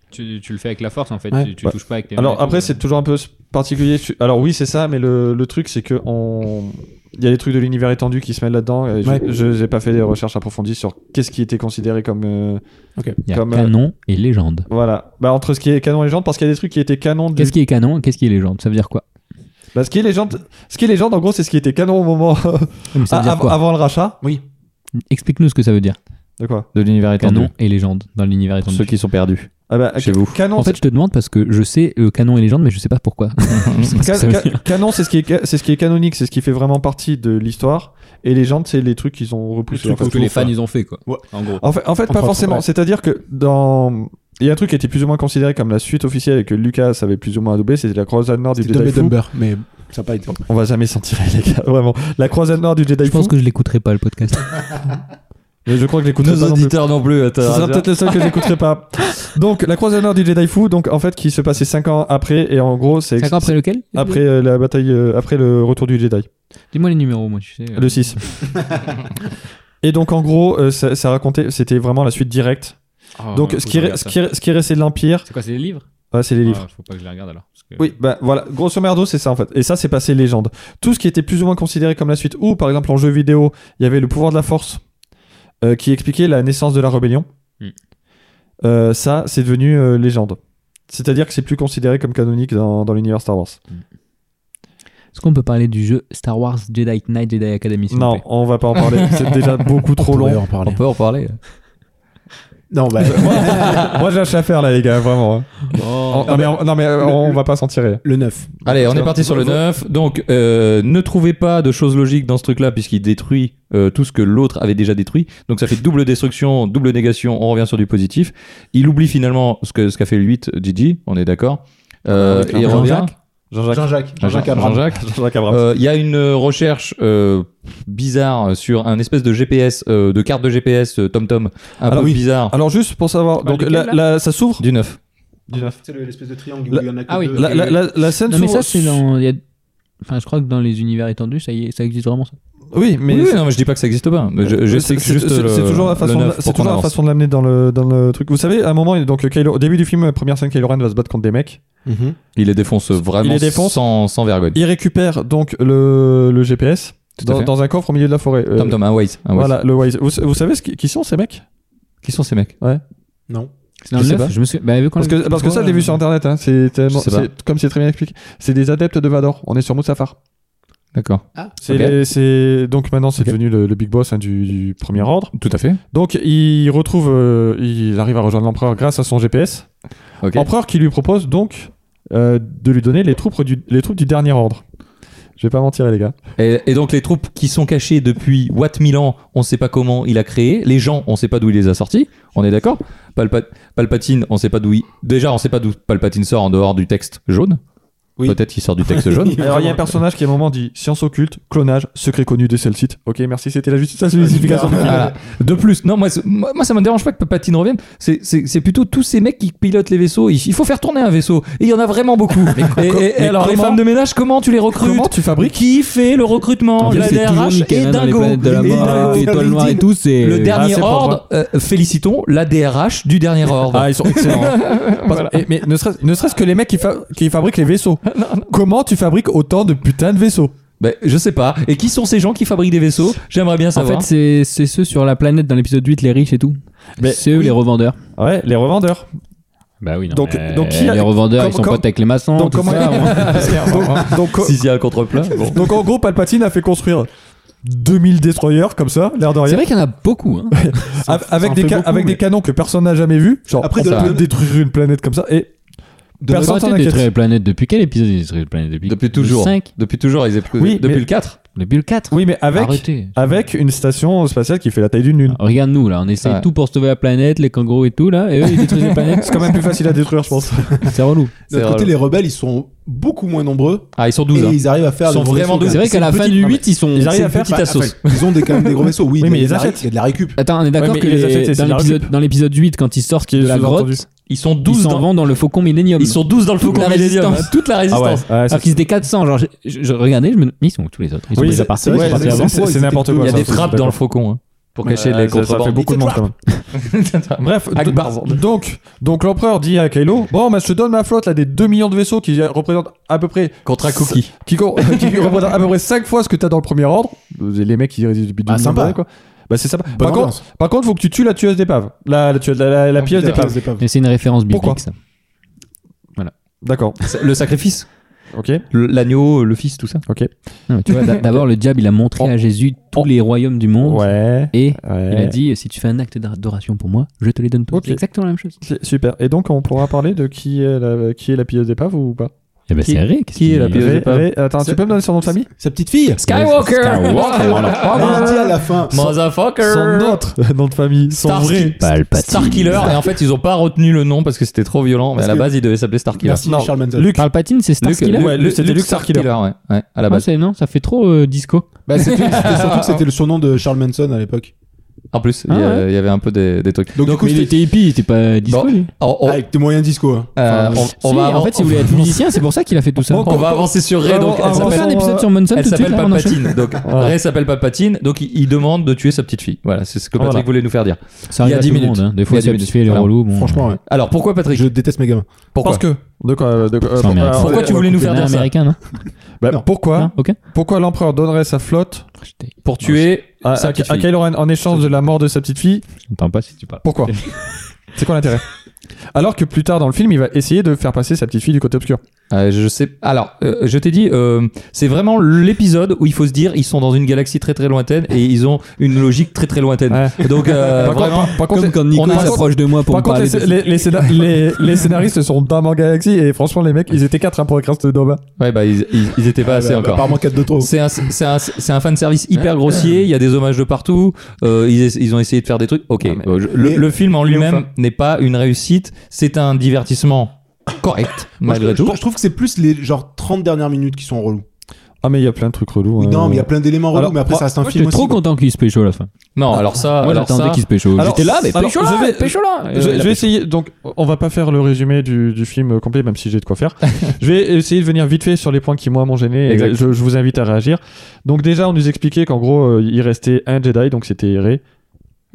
Speaker 4: Tu, tu le fais avec la force en fait,
Speaker 3: Ouais.
Speaker 4: tu, tu
Speaker 1: Bah,
Speaker 4: touches pas avec tes mains et
Speaker 1: Alors
Speaker 4: tout.
Speaker 1: après, c'est toujours un peu s- particulier. Je suis- Alors oui, c'est ça, mais le, le truc, c'est que on. Il y a des trucs de l'univers étendu qui se mêlent là-dedans. et
Speaker 3: Ouais.
Speaker 1: Je n'ai pas fait des recherches approfondies sur qu'est-ce qui était considéré comme euh,
Speaker 4: Il y a
Speaker 1: comme, euh,
Speaker 4: canon et légende.
Speaker 1: voilà. Bah entre ce qui est canon et légende, parce qu'il y a des trucs qui étaient canon. Du...
Speaker 4: Qu'est-ce qui est canon et qu'est-ce qui est légende Ça veut dire quoi
Speaker 1: Bah, ce qui est légende, ce qui est légende, en gros, c'est ce qui était canon au moment
Speaker 4: Mais Ça
Speaker 1: Ah,
Speaker 4: veut dire
Speaker 1: av-
Speaker 4: quoi
Speaker 1: avant le rachat
Speaker 4: Explique-nous ce que ça veut dire.
Speaker 1: De quoi
Speaker 2: De l'univers
Speaker 4: Canon et légende dans l'univers
Speaker 2: Pour
Speaker 4: étendu.
Speaker 2: ceux qui sont perdus.
Speaker 1: ah bah,
Speaker 2: Chez vous.
Speaker 1: Canon,
Speaker 4: En fait, je te demande parce que je sais euh, canon et légende, mais je sais pas pourquoi. Je sais pas ce que
Speaker 1: c'est-
Speaker 4: ça veut
Speaker 1: ca-
Speaker 4: dire.
Speaker 1: ca- canon, c'est ce qui est ca- c'est ce qui est canonique, c'est ce qui fait vraiment partie de l'histoire. Et légende, c'est les trucs qu'ils ont repoussés.
Speaker 3: Les trucs
Speaker 1: en
Speaker 3: que
Speaker 1: fait.
Speaker 3: les fans,
Speaker 4: ils ont fait quoi.
Speaker 3: Ouais.
Speaker 4: En gros.
Speaker 1: En fait, en fait,
Speaker 3: Entre
Speaker 1: pas
Speaker 3: autres,
Speaker 1: forcément.
Speaker 3: ouais.
Speaker 1: C'est-à-dire que dans il y a un truc qui était plus ou moins considéré comme la suite officielle et que Lucas avait plus ou moins adoubé, c'était la croisade nord du
Speaker 3: C'était Dumb
Speaker 1: Jedi
Speaker 3: et
Speaker 1: fou.
Speaker 3: Dumber, mais ça n'a pas été.
Speaker 1: On va jamais s'en tirer, les gars, vraiment. La croisade nord du Jedi
Speaker 4: Je
Speaker 1: fou.
Speaker 4: pense que je l'écouterai pas le podcast.
Speaker 1: Mais je crois que j'écoute pas non plus.
Speaker 2: non
Speaker 4: euh,
Speaker 2: plus.
Speaker 1: Ce sera peut-être le seul que j'écouterai pas. Donc, la croisade nord du Jedi fou, donc en fait, qui se passait 5 ans après, et en gros, c'est
Speaker 4: 5 ans après lequel
Speaker 1: après euh, la bataille, euh, après le retour du Jedi.
Speaker 4: Dis-moi les numéros, moi, tu sais. euh.
Speaker 1: Le 6. Et donc en gros, euh, ça, ça racontait, c'était vraiment la suite directe.
Speaker 4: Ah,
Speaker 1: donc
Speaker 4: ouais,
Speaker 1: ce
Speaker 4: faut
Speaker 1: qui,
Speaker 4: que
Speaker 1: re-
Speaker 4: je regarde
Speaker 1: ce
Speaker 4: ça.
Speaker 1: qui re- ce qui restait de l'Empire,
Speaker 4: C'est quoi, c'est les livres
Speaker 1: ouais, c'est les livres.
Speaker 4: Ah, Faut pas que je les regarde alors. parce que-
Speaker 1: Oui, ben voilà, grosso merdo, c'est ça en fait. Et ça, c'est passé légende. Tout ce qui était plus ou moins considéré comme la suite, ou par exemple en jeu vidéo, il y avait le pouvoir de la force euh, qui expliquait la naissance de la rébellion.
Speaker 4: Mm.
Speaker 1: Euh, ça, c'est devenu euh, légende. C'est-à-dire que c'est plus considéré comme canonique dans, dans l'univers Star Wars.
Speaker 4: Est-ce qu'on peut parler du jeu Star Wars Jedi Knight Jedi Academy s'il vous
Speaker 1: Non,
Speaker 4: plaît
Speaker 1: on va pas en parler. c'est déjà beaucoup trop long.
Speaker 3: en
Speaker 2: On
Speaker 3: parler.
Speaker 2: peut en parler.
Speaker 3: Non, bah,
Speaker 1: Moi, j'ai lâche à faire là, les gars, vraiment. hein.
Speaker 4: Oh.
Speaker 1: non, mais, on- non, mais, euh, on va pas s'en tirer.
Speaker 3: le 9.
Speaker 2: Allez, on est parti sur le 9. Donc, euh, ne trouvez pas de choses logiques dans ce truc-là, puisqu'il détruit euh, tout ce que l'autre avait déjà détruit. Donc, ça fait double destruction, double négation. On revient sur du positif. Il oublie finalement ce qu'a ce qu'a fait le 8, Gigi, on est d'accord. Euh,
Speaker 1: Oui,
Speaker 2: il
Speaker 1: clairement.
Speaker 2: revient.
Speaker 1: Jean-Jacques Jean-Jacques.
Speaker 3: Jean-Jacques.
Speaker 2: Jean-Jacques.
Speaker 3: Abraham.
Speaker 2: Jean-Jacques.
Speaker 1: Jean-Jacques Abrams.
Speaker 2: Euh, Il y a une euh, recherche euh, bizarre sur un espèce de GPS, euh, de carte de GPS euh, TomTom, un
Speaker 1: Alors
Speaker 2: peu
Speaker 1: Ah oui.
Speaker 2: bizarre,
Speaker 1: Alors, juste pour savoir,
Speaker 4: Bah,
Speaker 1: donc,
Speaker 4: lequel,
Speaker 1: la-
Speaker 4: là
Speaker 1: la- ça s'ouvre
Speaker 2: du 9.
Speaker 3: C'est le- l'espèce de triangle
Speaker 1: La-
Speaker 3: il y en a que
Speaker 4: Ah oui.
Speaker 3: deux.
Speaker 1: La, la- la- la scène
Speaker 4: Non, mais
Speaker 1: s'ouvre-
Speaker 4: ça, c'est dans. il y a- Enfin, je crois que dans les univers étendus, ça, y est, ça existe vraiment ça.
Speaker 1: Oui, mais. Euh,
Speaker 2: Mais non, mais je dis pas que ça existe pas. mais Euh, Je, je
Speaker 1: c'est
Speaker 2: sais que
Speaker 1: c'est-
Speaker 2: juste
Speaker 1: c'est-
Speaker 2: le-
Speaker 1: c'est toujours la
Speaker 2: le
Speaker 1: façon, de-
Speaker 2: 9
Speaker 1: c'est
Speaker 2: pour qu'on
Speaker 1: toujours la
Speaker 2: avance.
Speaker 1: façon de l'amener dans le, dans le truc. Vous savez, à un moment, donc, Kylo- au début du film, première scène, Kylo Ren va se battre contre des mecs.
Speaker 3: Mhm.
Speaker 2: Il les défonce vraiment
Speaker 1: Il les défonce.
Speaker 2: Sans, sans vergogne.
Speaker 1: Il récupère donc le, le GPS
Speaker 2: Tout à
Speaker 1: dans,
Speaker 2: fait.
Speaker 1: dans un coffre au milieu de la forêt. Euh,
Speaker 2: Tom Ah Tom, un Waze. un Waze.
Speaker 1: Voilà, le Waze. Vous, vous savez ce qui, qui sont ces mecs
Speaker 2: Qui sont ces mecs
Speaker 3: Non.
Speaker 4: C'est dans
Speaker 1: Je
Speaker 4: le
Speaker 1: sais
Speaker 4: 9,
Speaker 1: pas.
Speaker 4: Je me suis... bah, vu qu'on
Speaker 1: Parce
Speaker 4: l'a
Speaker 1: que,
Speaker 4: vu
Speaker 1: parce que
Speaker 4: trois
Speaker 1: ça, je
Speaker 4: fois,
Speaker 1: l'ai vu
Speaker 4: euh,
Speaker 1: sur internet. hein, C'est tellement-
Speaker 2: Je sais pas.
Speaker 1: c'est- comme c'est très bien expliqué. C'est des adeptes de Vador. On est sur Mustafar.
Speaker 2: D'accord.
Speaker 1: C'est
Speaker 2: Ok.
Speaker 1: les- c'est- donc maintenant c'est
Speaker 2: Ok.
Speaker 1: devenu le, le big boss hein, du, du premier ordre.
Speaker 2: Tout à fait.
Speaker 1: Donc il retrouve, euh, il arrive à rejoindre l'empereur grâce à son GPS.
Speaker 2: Ok.
Speaker 1: Empereur qui lui propose donc euh, de lui donner les troupes du, les troupes du dernier ordre. Je vais pas mentir les gars.
Speaker 2: Et, et donc les troupes qui sont cachées depuis Watt Milan, on sait pas comment il a créé. Les gens, on sait pas d'où il les a sortis. On est d'accord Palpa- Palpatine, on sait pas d'où il... Déjà, on sait pas d'où Palpatine sort en dehors du texte jaune.
Speaker 3: Oui.
Speaker 2: Peut-être qu'il sort du texte jaune.
Speaker 1: Alors il y a un personnage qui à un moment dit science occulte, clonage, secret connu des cell sites. Ok merci c'était la justice, la justification. du film.
Speaker 2: Voilà. De plus, non, moi, c'est- moi, moi, ça me dérange pas que Palpatine revienne. C'est- C'est c'est plutôt tous ces mecs qui pilotent les vaisseaux. Il il faut faire tourner un vaisseau. Et il y en a vraiment beaucoup. et, et- et
Speaker 1: mais
Speaker 2: alors, les
Speaker 1: comment-
Speaker 2: femmes de ménage, comment tu les recrutes
Speaker 1: Comment tu fabriques
Speaker 2: Qui fait le recrutement
Speaker 4: En plus,
Speaker 2: La
Speaker 4: c'est toujours
Speaker 2: DRH
Speaker 4: nickel,
Speaker 2: est
Speaker 4: hein, dans les
Speaker 2: dingo.
Speaker 4: planètes de la
Speaker 3: Et
Speaker 4: mort,
Speaker 3: dingo.
Speaker 4: euh, étoile noire et tout, c'est
Speaker 2: Le dernier
Speaker 1: c'est propre,
Speaker 2: ordre, euh, félicitons la DRH du dernier ordre.
Speaker 1: Ah ils sont excellents. Parce- et- mais ne serait-ce ne serait-ce que les mecs qui, fa- qui fabriquent les vaisseaux. Comment tu fabriques autant de putains de vaisseaux
Speaker 2: Ben, je sais pas. Et qui sont ces gens qui fabriquent des vaisseaux J'aimerais bien
Speaker 4: En
Speaker 2: savoir.
Speaker 4: fait, c'est c'est ceux sur la planète dans l'épisode 8, les riches et tout.
Speaker 1: Mais
Speaker 4: C'est eux, les revendeurs.
Speaker 1: Ah Ouais, les revendeurs.
Speaker 4: Bah oui, non.
Speaker 1: Donc-
Speaker 4: mais
Speaker 1: donc qui a-
Speaker 4: les revendeurs,
Speaker 1: comme-
Speaker 4: ils sont
Speaker 1: comme-
Speaker 4: potes avec les maçons.
Speaker 1: donc
Speaker 4: tout
Speaker 1: comment-
Speaker 4: ça,
Speaker 1: donc, donc,
Speaker 2: si c'est un contre-plein, bon.
Speaker 1: donc en gros, Palpatine a fait construire 2000 destroyers comme ça, l'air de
Speaker 4: C'est
Speaker 1: rien,
Speaker 4: vrai qu'il y en a beaucoup. hein.
Speaker 1: av- avec,
Speaker 3: en
Speaker 1: des,
Speaker 3: fait
Speaker 1: ca-
Speaker 3: beaucoup,
Speaker 1: avec
Speaker 3: mais-
Speaker 1: des canons que personne n'a jamais vu. Genre,
Speaker 3: Après,
Speaker 1: on
Speaker 3: de-
Speaker 1: peut
Speaker 3: de-
Speaker 1: détruire une planète comme ça. Et
Speaker 4: Ils ont
Speaker 1: personne
Speaker 4: arrêté
Speaker 1: s'en
Speaker 4: de détruire
Speaker 1: inquiète.
Speaker 4: les planètes. Depuis quel épisode ils détruisent les planètes Depuis,
Speaker 2: Depuis toujours.
Speaker 4: Le 5,
Speaker 2: Depuis toujours, ils éprouvent.
Speaker 1: Oui,
Speaker 2: Depuis
Speaker 1: mais-
Speaker 2: le 4.
Speaker 4: depuis le 4.
Speaker 1: Oui, mais avec,
Speaker 4: Arrêtez.
Speaker 1: avec une station spatiale qui fait la taille d'une lune.
Speaker 4: Regarde-nous là, on essaye
Speaker 2: Ouais.
Speaker 4: tout pour sauver la planète, les kangourous et tout là, et eux ils détruisent les planètes.
Speaker 1: C'est quand même plus facile à détruire, je pense.
Speaker 4: C'est relou.
Speaker 3: D'un
Speaker 2: C'est
Speaker 3: autre côté,
Speaker 2: relou.
Speaker 3: les rebelles, ils sont beaucoup moins nombreux
Speaker 2: Ah, ils sont 12.
Speaker 3: et
Speaker 2: hein.
Speaker 3: ils arrivent à faire.
Speaker 2: Ils sont
Speaker 3: des gros
Speaker 2: vraiment
Speaker 3: vaisseaux,
Speaker 4: C'est vrai
Speaker 3: quand
Speaker 4: qu'à la
Speaker 3: même.
Speaker 4: fin
Speaker 3: C'est
Speaker 4: du
Speaker 3: une
Speaker 4: 8, ils sont.
Speaker 1: Ils arrivent
Speaker 4: c'est
Speaker 1: à
Speaker 4: une
Speaker 1: faire-
Speaker 4: petite
Speaker 3: petite-
Speaker 4: assos.
Speaker 3: enfin, Ils ont des, quand même des gros vaisseaux. Oui,
Speaker 1: Oui, mais
Speaker 3: il y a
Speaker 1: ils
Speaker 3: de la-
Speaker 1: achètent.
Speaker 3: Il y a de la récup.
Speaker 4: Attends, on est d'accord
Speaker 1: mais
Speaker 4: que
Speaker 1: ils les achètent,
Speaker 4: les-
Speaker 1: c'est
Speaker 4: dans
Speaker 1: de la
Speaker 4: l'épisode-
Speaker 1: récup.
Speaker 4: dans l'épisode 8, quand ils sortent
Speaker 1: Qui est
Speaker 4: de la
Speaker 1: sous-entendu.
Speaker 4: grotte,
Speaker 2: Ils sont
Speaker 4: ils
Speaker 2: 12
Speaker 4: s'en
Speaker 2: dans...
Speaker 4: vont dans le faucon Millennium.
Speaker 2: Ils sont 12 dans le
Speaker 4: Toute
Speaker 2: faucon
Speaker 4: la
Speaker 2: Millennium.
Speaker 4: résistance.
Speaker 2: Toute la
Speaker 1: Ah ouais,
Speaker 2: résistance.
Speaker 1: ouais, c'est-
Speaker 4: Alors qu'ils étaient 400, genre je, je- je regardais, je me. Mais ils sont où tous les autres Ils sont
Speaker 1: Oui,
Speaker 4: déjà
Speaker 1: c'est-
Speaker 4: partis,
Speaker 1: c'est-
Speaker 4: ils sont
Speaker 1: ouais,
Speaker 4: partis
Speaker 1: c'est-
Speaker 4: avant.
Speaker 1: c'est- c'est n'importe quoi.
Speaker 2: Il y a
Speaker 1: ça,
Speaker 2: des
Speaker 1: je suis
Speaker 2: frappes
Speaker 1: d'accord.
Speaker 2: dans le faucon hein, pour cacher
Speaker 1: Ouais,
Speaker 2: les
Speaker 1: ça- Ça fait
Speaker 2: contrebandes.
Speaker 1: beaucoup de monde quand même. Bref,
Speaker 2: Akbar.
Speaker 1: donc, donc, donc l'empereur dit à Kylo Bon, bah, je te donne ma flotte là, des 2 millions de vaisseaux qui représentent à peu près.
Speaker 2: Contre un cookie.
Speaker 1: Qui, co- qui représentent à peu près 5 fois ce que t'as dans le premier ordre. Euh, Les mecs qui résident depuis 2
Speaker 3: Ah, sympa.
Speaker 1: quoi. Bah, c'est sympa.
Speaker 3: Bonne
Speaker 1: Par contre,
Speaker 3: ambiance.
Speaker 1: par contre, faut que tu tues la tueuse d'épave. La, la, tueuse- la, la- la pieuse
Speaker 2: putain.
Speaker 1: d'épave.
Speaker 4: Mais c'est une référence
Speaker 1: Pourquoi
Speaker 4: biblique ça.
Speaker 1: D'accord,
Speaker 2: Le sacrifice,
Speaker 1: ok.
Speaker 2: le- l'agneau, le fils, tout ça.
Speaker 4: Non, mais tu vois, d'a- d'abord le diable il a montré
Speaker 1: Oh.
Speaker 4: à Jésus tous
Speaker 1: Oh.
Speaker 4: les royaumes du monde
Speaker 1: Ouais.
Speaker 4: et il a
Speaker 1: ouais.
Speaker 4: dit si tu fais un acte d'adoration pour moi, je te les donne tous.
Speaker 1: Ok.
Speaker 4: C'est exactement la même chose.
Speaker 1: C'est Super. Et donc, on pourra parler de qui est la, qui est la pieuse d'épave ou pas
Speaker 4: Eh ben
Speaker 2: Qui-
Speaker 4: c'est vrai. qu'est-ce
Speaker 2: qui est
Speaker 4: qu'il-
Speaker 2: la pieuse
Speaker 1: Ré-
Speaker 2: d'épave.
Speaker 1: Ré- Attends, tu
Speaker 3: C'est-
Speaker 1: peux me donner son nom de famille
Speaker 3: Sa petite fille.
Speaker 2: Skywalker.
Speaker 4: Skywalker,
Speaker 3: On l'a dit à la fin.
Speaker 2: Motherfucker.
Speaker 1: Son autre nom de famille, son
Speaker 2: Starsky.
Speaker 1: vrai.
Speaker 4: Palpatine.
Speaker 2: Star Killer. Et en fait, ils ont pas retenu le nom parce que c'était trop violent. Mais à
Speaker 3: Parce
Speaker 2: la
Speaker 3: que-
Speaker 2: base, il devait s'appeler Star Killer.
Speaker 3: Merci
Speaker 1: Non,
Speaker 3: Charles Manson.
Speaker 1: Luc.
Speaker 4: Palpatine, c'est Star
Speaker 2: Luke-
Speaker 4: Killer.
Speaker 2: Luke-
Speaker 1: Ouais,
Speaker 2: Luke-
Speaker 1: c'était
Speaker 2: Luke
Speaker 1: Luke Starkiller.
Speaker 2: ouais, ouais, à la
Speaker 4: Ah,
Speaker 2: base.
Speaker 4: c'est- non, ça fait trop euh, disco.
Speaker 3: Bah, c'était c'était surtout que c'était le surnom de Charles Manson à l'époque.
Speaker 2: En plus,
Speaker 4: Ah
Speaker 2: il y a-
Speaker 4: ouais.
Speaker 2: il y avait un peu des, des trucs.
Speaker 3: Donc, du coup,
Speaker 4: mais il
Speaker 3: c'était
Speaker 4: était hippie, il était pas disco.
Speaker 2: Bon,
Speaker 4: lui.
Speaker 2: on- on-
Speaker 3: avec tes moyens disco. hein.
Speaker 2: euh, on-
Speaker 4: Si,
Speaker 2: on va-
Speaker 4: en fait, il voulait être musicien, c'est pour ça qu'il a fait tout ça.
Speaker 1: Bon,
Speaker 2: On va avancer sur Ray.
Speaker 1: Avant-
Speaker 2: Donc, elle
Speaker 4: on va
Speaker 1: avant-
Speaker 2: s'appelle-
Speaker 4: faire un
Speaker 1: s'appelle-
Speaker 4: épisode sur Monson
Speaker 2: Elle
Speaker 4: tout de suite.
Speaker 2: s'appelle
Speaker 4: là, on enchaîne.
Speaker 2: Palpatine. Donc, Ray s'appelle Palpatine. Donc, il, il demande de tuer sa petite fille. Voilà, c'est ce que Patrick
Speaker 1: Voilà.
Speaker 2: voulait nous faire dire.
Speaker 4: Ça
Speaker 2: Il y
Speaker 4: arrive
Speaker 2: a
Speaker 4: à
Speaker 2: dix
Speaker 4: tout le
Speaker 2: minutes.
Speaker 4: monde. hein. Des
Speaker 2: Il y
Speaker 4: fois,
Speaker 2: a dix
Speaker 4: ça
Speaker 2: minutes.
Speaker 4: fait les
Speaker 2: Voilà.
Speaker 4: relous. bon.
Speaker 3: Franchement, ouais.
Speaker 2: Alors, pourquoi Patrick
Speaker 3: Je déteste mes gamins.
Speaker 2: Pourquoi
Speaker 1: Parce que. De quoi, de quoi-
Speaker 4: C'est un mérite.
Speaker 1: euh,
Speaker 2: Pourquoi tu voulais nous
Speaker 4: Il y
Speaker 2: faire
Speaker 4: en a un
Speaker 2: dire ça
Speaker 4: américain, non
Speaker 1: Bah,
Speaker 3: Non.
Speaker 1: pourquoi
Speaker 4: Non Ok.
Speaker 1: Pourquoi l'empereur donnerait sa flotte
Speaker 2: Pour tuer
Speaker 1: à,
Speaker 2: sa
Speaker 1: à-
Speaker 2: petite
Speaker 1: à
Speaker 2: fille.
Speaker 1: Kylo Ren en échange de la mort de sa petite fille
Speaker 4: Je t'entends pas si tu parles.
Speaker 1: Pourquoi C'est quoi l'intérêt Alors que plus tard dans le film, il va essayer de faire passer sa petite fille du côté obscur.
Speaker 2: Euh, je sais. Alors, euh, je t'ai dit, euh, c'est vraiment l'épisode où il faut se dire, ils sont dans une galaxie très très lointaine et ils ont une logique très très lointaine. Donc, euh,
Speaker 1: Par contre,
Speaker 2: vraiment,
Speaker 1: par- par contre,
Speaker 4: Comme quand
Speaker 1: on
Speaker 4: Nico
Speaker 1: a-
Speaker 4: s'approche de moi pour
Speaker 1: Par
Speaker 4: me
Speaker 1: contre,
Speaker 4: parler.
Speaker 1: les,
Speaker 4: de-
Speaker 1: les- les scénar- les- les scénaristes sont dans ma galaxie et franchement, les mecs, ils étaient quatre hein, pour écrire ce domaine.
Speaker 2: ouais, bah, ils, ils, ils étaient
Speaker 3: Ah,
Speaker 2: pas assez encore.
Speaker 3: Bah, Apparemment 4 de trop.
Speaker 2: C'est un, c'est un, c'est un fan service hyper grossier. Il y a des hommages de partout. euh, ils, ess- ils ont essayé de faire des trucs. Ok.
Speaker 1: Ah, mais-
Speaker 2: euh, je- le,
Speaker 3: mais-
Speaker 2: le film en
Speaker 1: mais
Speaker 2: lui-même
Speaker 1: enfin.
Speaker 2: n'est pas une réussite. C'est un divertissement correct
Speaker 3: Moi, je-
Speaker 2: malgré
Speaker 3: je,
Speaker 2: tout.
Speaker 3: je trouve que c'est plus les genre 30 dernières minutes qui sont relous.
Speaker 1: Ah, mais il y a plein de trucs relous.
Speaker 3: Oui,
Speaker 1: hein.
Speaker 3: non, mais il y a plein d'éléments relous,
Speaker 1: Alors,
Speaker 3: mais après,
Speaker 1: moi-
Speaker 3: ça reste un
Speaker 4: Moi,
Speaker 3: film
Speaker 4: j'étais
Speaker 3: aussi.
Speaker 4: trop content qu'il se pécho à la fin.
Speaker 2: Non, alors ça,
Speaker 4: Moi,
Speaker 2: alors
Speaker 4: j'attendais
Speaker 2: ça.
Speaker 4: qu'il se pécho.
Speaker 1: Alors,
Speaker 4: J'étais là, mais
Speaker 1: alors,
Speaker 4: pécho
Speaker 1: je
Speaker 4: là,
Speaker 1: vais-
Speaker 4: pécho là.
Speaker 1: Je, je vais essayer, donc on va pas faire le résumé du, du film euh, complet, même si j'ai de quoi faire. je vais essayer de venir vite fait sur les points qui, moi, m'ont gêné. et
Speaker 2: Exact.
Speaker 1: Je, je vous invite à réagir. Donc, déjà, on nous expliquait qu'en gros, euh, il restait un Jedi, donc c'était Rey.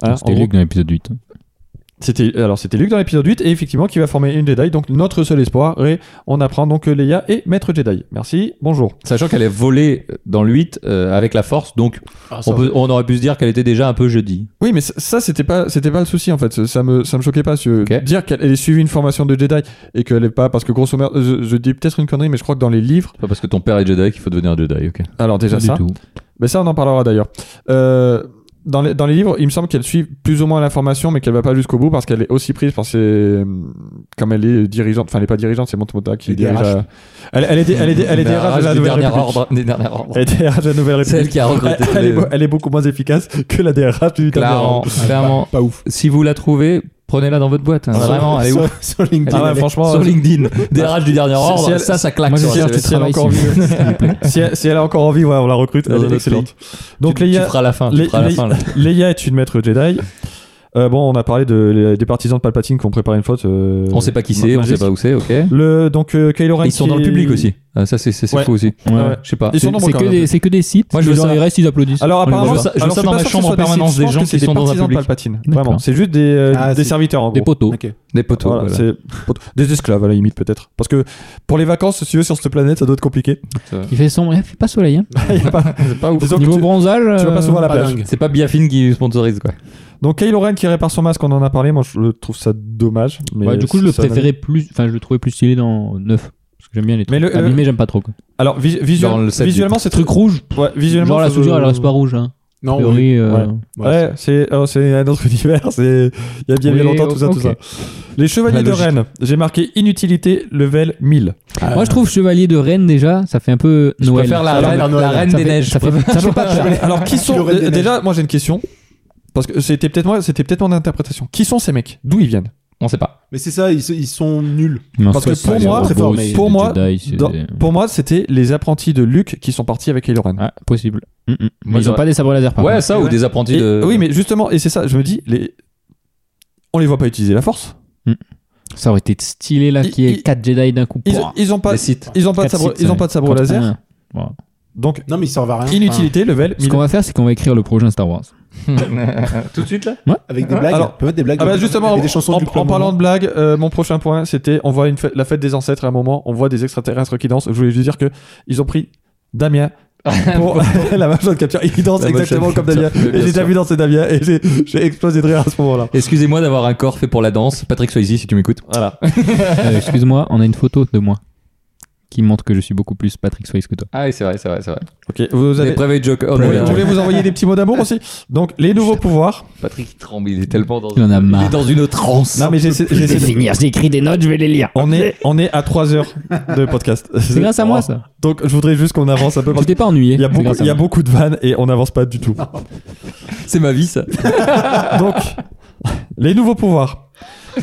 Speaker 1: Hein, en
Speaker 4: C'était
Speaker 1: gros,
Speaker 4: Luc dans l'épisode 8.
Speaker 1: C'était alors c'était Luke dans l'épisode 8 et effectivement qui va former une Jedi donc notre seul espoir et on apprend donc que Leia est maître Jedi. Merci, bonjour.
Speaker 2: Sachant qu'elle est volée dans le 8 euh, avec la force, donc
Speaker 3: Ah, ça
Speaker 2: on,
Speaker 3: va.
Speaker 2: peut- on aurait pu se dire qu'elle était déjà un peu jeudi.
Speaker 1: Oui, mais ça- ça c'était pas c'était pas le souci en fait, ça- ça me ça me choquait pas ce-
Speaker 2: Ok.
Speaker 1: dire qu'elle est suivie une formation de Jedi et qu'elle est pas parce que grosso modo je, je dis peut-être une connerie mais je crois que dans les livres
Speaker 2: C'est pas parce que ton père est Jedi qu'il faut devenir Jedi, ok.
Speaker 1: alors déjà
Speaker 4: Pas
Speaker 1: ça
Speaker 4: du tout.
Speaker 1: mais ça on en parlera d'ailleurs. Euh, dans les, dans les livres, il me semble qu'elle suit plus ou moins l'information, mais qu'elle va pas jusqu'au bout parce qu'elle est aussi prise par ses. Comme elle est dirigeante, enfin elle est pas dirigeante, c'est Montemota qui
Speaker 3: Les
Speaker 1: dirige.
Speaker 3: DRH.
Speaker 1: la- Elle, elle est, dé- elle est, dé- elle est
Speaker 2: Dernier
Speaker 1: DRH de la
Speaker 2: âge du
Speaker 1: Nouvelle
Speaker 2: dernier
Speaker 1: République.
Speaker 2: ordre, Bah, des derniers ordres.
Speaker 1: La DRH de la Nouvelle
Speaker 2: C'est elle
Speaker 1: République.
Speaker 2: qui a recruté.
Speaker 1: Elle,
Speaker 2: tous
Speaker 1: elle est,
Speaker 2: les-
Speaker 1: beau- elle est beaucoup moins efficace que la DRH du dernier
Speaker 2: Clairement,
Speaker 1: ordre.
Speaker 2: clairement.
Speaker 3: Pas ouf.
Speaker 2: Si vous la trouvez, prenez-la dans votre boîte. hein. Vraiment, elle est
Speaker 3: Sur-
Speaker 2: ouf.
Speaker 3: Sur LinkedIn.
Speaker 1: Ah ouais,
Speaker 3: elle est-
Speaker 1: franchement,
Speaker 2: Sur LinkedIn, DRH du dernier
Speaker 1: si
Speaker 2: ordre,
Speaker 1: elle-
Speaker 2: ça, ça claque.
Speaker 4: Moi, je
Speaker 2: sur
Speaker 4: sais,
Speaker 2: la
Speaker 4: je
Speaker 2: télé.
Speaker 1: si elle, a encore envie, si, elle, si elle a encore envie, ouais, on la recrute,
Speaker 2: Dans
Speaker 1: elle
Speaker 2: un
Speaker 1: est
Speaker 2: autre
Speaker 1: excellente.
Speaker 2: Tu-
Speaker 1: Donc
Speaker 2: tu,
Speaker 1: Leia,
Speaker 2: feras la fin. tu
Speaker 1: Le-
Speaker 2: feras la
Speaker 1: Le-
Speaker 2: fin, là.
Speaker 1: Leia est une maître Jedi. Euh, bon, on a parlé de- des partisans de Palpatine qui ont préparé une faute. euh,
Speaker 2: On sait pas qui c'est, on sait
Speaker 1: juste.
Speaker 2: pas où c'est, ok.
Speaker 1: Le, donc euh, Kylo Ren
Speaker 2: Ils sont
Speaker 1: qui
Speaker 2: dans le
Speaker 1: est-
Speaker 2: public aussi. Ah, ça, c'est c'est- c'est
Speaker 1: Ouais.
Speaker 2: faux aussi.
Speaker 1: Ouais, ouais.
Speaker 2: Je sais pas.
Speaker 1: Ils sont
Speaker 4: C'est
Speaker 1: nombreux
Speaker 4: c'est
Speaker 1: quand
Speaker 4: que,
Speaker 1: même.
Speaker 4: des- c'est que des sites.
Speaker 2: Moi,
Speaker 4: Moi,
Speaker 2: je
Speaker 4: je
Speaker 2: veux
Speaker 4: dans
Speaker 2: ça.
Speaker 4: les restes, ils applaudissent.
Speaker 1: Alors
Speaker 2: les
Speaker 1: apparemment,
Speaker 2: voit. Je vois
Speaker 1: alors,
Speaker 2: ça
Speaker 1: suis
Speaker 2: dans
Speaker 1: pas
Speaker 2: ma
Speaker 1: sûr
Speaker 2: chambre
Speaker 1: que ce
Speaker 2: en
Speaker 1: soit des
Speaker 2: permanence,
Speaker 1: sites, je
Speaker 2: des
Speaker 1: pense
Speaker 2: gens
Speaker 1: que
Speaker 2: qui
Speaker 1: c'est
Speaker 2: sont
Speaker 1: des
Speaker 2: dans un
Speaker 1: partisans de
Speaker 2: public.
Speaker 1: Palpatine.
Speaker 4: D'accord.
Speaker 1: Vraiment, c'est juste des, euh,
Speaker 3: Ah,
Speaker 1: des
Speaker 3: c'est-
Speaker 1: serviteurs en
Speaker 4: Des
Speaker 1: gros.
Speaker 4: poteaux.
Speaker 3: Ok.
Speaker 2: Des poteaux.
Speaker 1: Voilà,
Speaker 2: voilà.
Speaker 1: c'est- Des esclaves à la limite peut-être. Parce que pour les vacances, si tu veux, sur cette planète, ça doit être compliqué.
Speaker 4: Il fait sombre, il fait pas soleil. Hein.
Speaker 1: Il y a pas-
Speaker 2: C'est pas ouf.
Speaker 1: Disons que
Speaker 4: Niveau
Speaker 1: tu-
Speaker 4: bronzage. euh,
Speaker 1: tu vas Euh, pas souvent à la
Speaker 3: pas
Speaker 1: plage.
Speaker 3: dingue.
Speaker 2: C'est pas Biafine qui sponsorise, quoi.
Speaker 1: Donc Kylo Ren qui répare son masque, on en a parlé, moi je le trouve ça dommage. Mais
Speaker 4: Ouais, Bah, du coup, je le
Speaker 1: ça n'a-
Speaker 4: préférais plus. Enfin, je le trouvais plus stylé dans 9. Parce que j'aime bien les
Speaker 1: Mais
Speaker 4: trucs.
Speaker 1: le-
Speaker 4: Abîmé, j'aime pas trop. Quoi.
Speaker 1: Alors vis- visuel-
Speaker 2: Dans le set,
Speaker 1: visuellement, c'est
Speaker 4: Truc rouge.
Speaker 1: Ouais, visuellement,
Speaker 4: genre la
Speaker 1: ça- Ah
Speaker 4: soudure, elle reste pas rouge. Hein. A
Speaker 3: Non, oui.
Speaker 4: priori, euh,
Speaker 1: ouais. Ouais, c'est oh, c'est un autre univers, c'est il y a bien, bien
Speaker 4: Oui,
Speaker 1: longtemps, tout ça, tout ça.
Speaker 4: ok.
Speaker 1: Les Chevaliers
Speaker 2: La
Speaker 1: de
Speaker 2: logique.
Speaker 1: Rennes, j'ai marqué inutilité level 1000.
Speaker 4: Moi, je trouve Chevalier de Reine déjà, ça fait un peu
Speaker 2: Ah. Je
Speaker 4: Noël.
Speaker 2: préfère la
Speaker 3: Alors,
Speaker 2: reine,
Speaker 3: Noël.
Speaker 2: la reine
Speaker 4: Ça
Speaker 2: des
Speaker 4: fait-
Speaker 2: neiges.
Speaker 4: Ça fait, ça fait pas peur.
Speaker 1: Alors qui sont
Speaker 3: Kylo Ren des
Speaker 1: euh,
Speaker 3: neiges.
Speaker 1: déjà moi j'ai une question parce que c'était peut-être moi, c'était peut-être mon interprétation. Qui sont ces mecs D'où ils viennent
Speaker 2: On sait pas.
Speaker 3: Mais c'est ça, ils, se- ils sont nuls.
Speaker 1: Parce que pour
Speaker 3: c'est
Speaker 1: moi,
Speaker 3: des robots, c'est
Speaker 1: pour moi, dans- pour moi, c'était les apprentis de Luke qui sont partis avec Kylo Ren.
Speaker 4: Ah, possible. Mais
Speaker 2: Moi,
Speaker 4: Mm, ils ont
Speaker 2: j'aurais-
Speaker 4: pas des sabres laser par
Speaker 2: Ouais,
Speaker 4: contre.
Speaker 2: ça, ou des apprentis
Speaker 1: Et-
Speaker 2: de.
Speaker 1: Oui, mais justement, et c'est ça, je me dis, les... on les voit pas utiliser la force.
Speaker 4: Ça aurait été stylé là,
Speaker 1: Ils-
Speaker 4: qui est
Speaker 1: ils-
Speaker 4: 4 Jedi d'un coup.
Speaker 1: Ils,
Speaker 4: Pouah.
Speaker 1: ils ont pas,
Speaker 2: Les sites.
Speaker 1: ils ont pas de
Speaker 4: Quatre
Speaker 1: sabre,
Speaker 4: sites,
Speaker 1: ils ont
Speaker 4: ouais.
Speaker 1: pas de sabre
Speaker 4: Contre
Speaker 1: laser.
Speaker 4: un.
Speaker 1: Donc
Speaker 3: Non, mais ils servent à rien.
Speaker 1: inutilité level.
Speaker 4: Ce
Speaker 1: 1000.
Speaker 4: qu'on va faire, c'est qu'on va écrire le prochain Star Wars.
Speaker 2: Tout de suite, là
Speaker 3: Enfin, avec des blagues.
Speaker 1: Alors-
Speaker 3: on peut mettre des blagues.
Speaker 1: Ah bah
Speaker 3: dedans.
Speaker 1: justement,
Speaker 3: Et des chansons
Speaker 1: en,
Speaker 3: du
Speaker 1: en
Speaker 3: club
Speaker 1: parlant
Speaker 3: Moment.
Speaker 1: de blagues, euh, mon prochain point, c'était on voit une fête- la fête des ancêtres à un moment, on voit des extraterrestres qui dansent. Je voulais juste dire que ils ont pris Damien pour la motion capture. Il danse
Speaker 2: La motion
Speaker 1: exactement comme
Speaker 2: capture,
Speaker 1: Damien.
Speaker 2: mais bien
Speaker 1: Et j'ai déjà
Speaker 2: sûr.
Speaker 1: vu danser Damien et j'ai j'ai explosé de rire à ce moment-là.
Speaker 2: Excusez-moi d'avoir un corps fait pour la danse. Patrick Swayze, si tu m'écoutes.
Speaker 1: Voilà.
Speaker 4: Euh, Excuse-moi, on a une photo de moi qui montre que je suis beaucoup plus Patrick Swayze que toi.
Speaker 2: Ah oui, c'est vrai, c'est vrai, c'est vrai.
Speaker 1: Ok. Vous avez.
Speaker 2: Les Private Joke. Oh,
Speaker 1: Vous
Speaker 2: non,
Speaker 1: voulez-
Speaker 2: non,
Speaker 1: vous voulez vous envoyer des petits mots d'amour aussi Donc les nouveaux pouvoirs.
Speaker 2: Patrick il tremble, il est tellement dans.
Speaker 4: Il en a marre.
Speaker 2: Il est dans une transe.
Speaker 1: Non mais j'essaie j'essaie de-
Speaker 4: j'écris des notes, je vais les lire.
Speaker 1: On est on est à 3 heures de podcast.
Speaker 4: C'est grâce à moi ça.
Speaker 1: Donc je voudrais juste qu'on avance un peu.
Speaker 4: Tu
Speaker 1: parce que
Speaker 4: t'es pas ennuyé.
Speaker 1: Il y a
Speaker 4: c'est
Speaker 1: beaucoup,
Speaker 4: grâce à
Speaker 1: il y a
Speaker 4: moi.
Speaker 1: beaucoup de vannes et on n'avance pas du tout.
Speaker 2: C'est ma vie, ça.
Speaker 1: Donc, les nouveaux pouvoirs.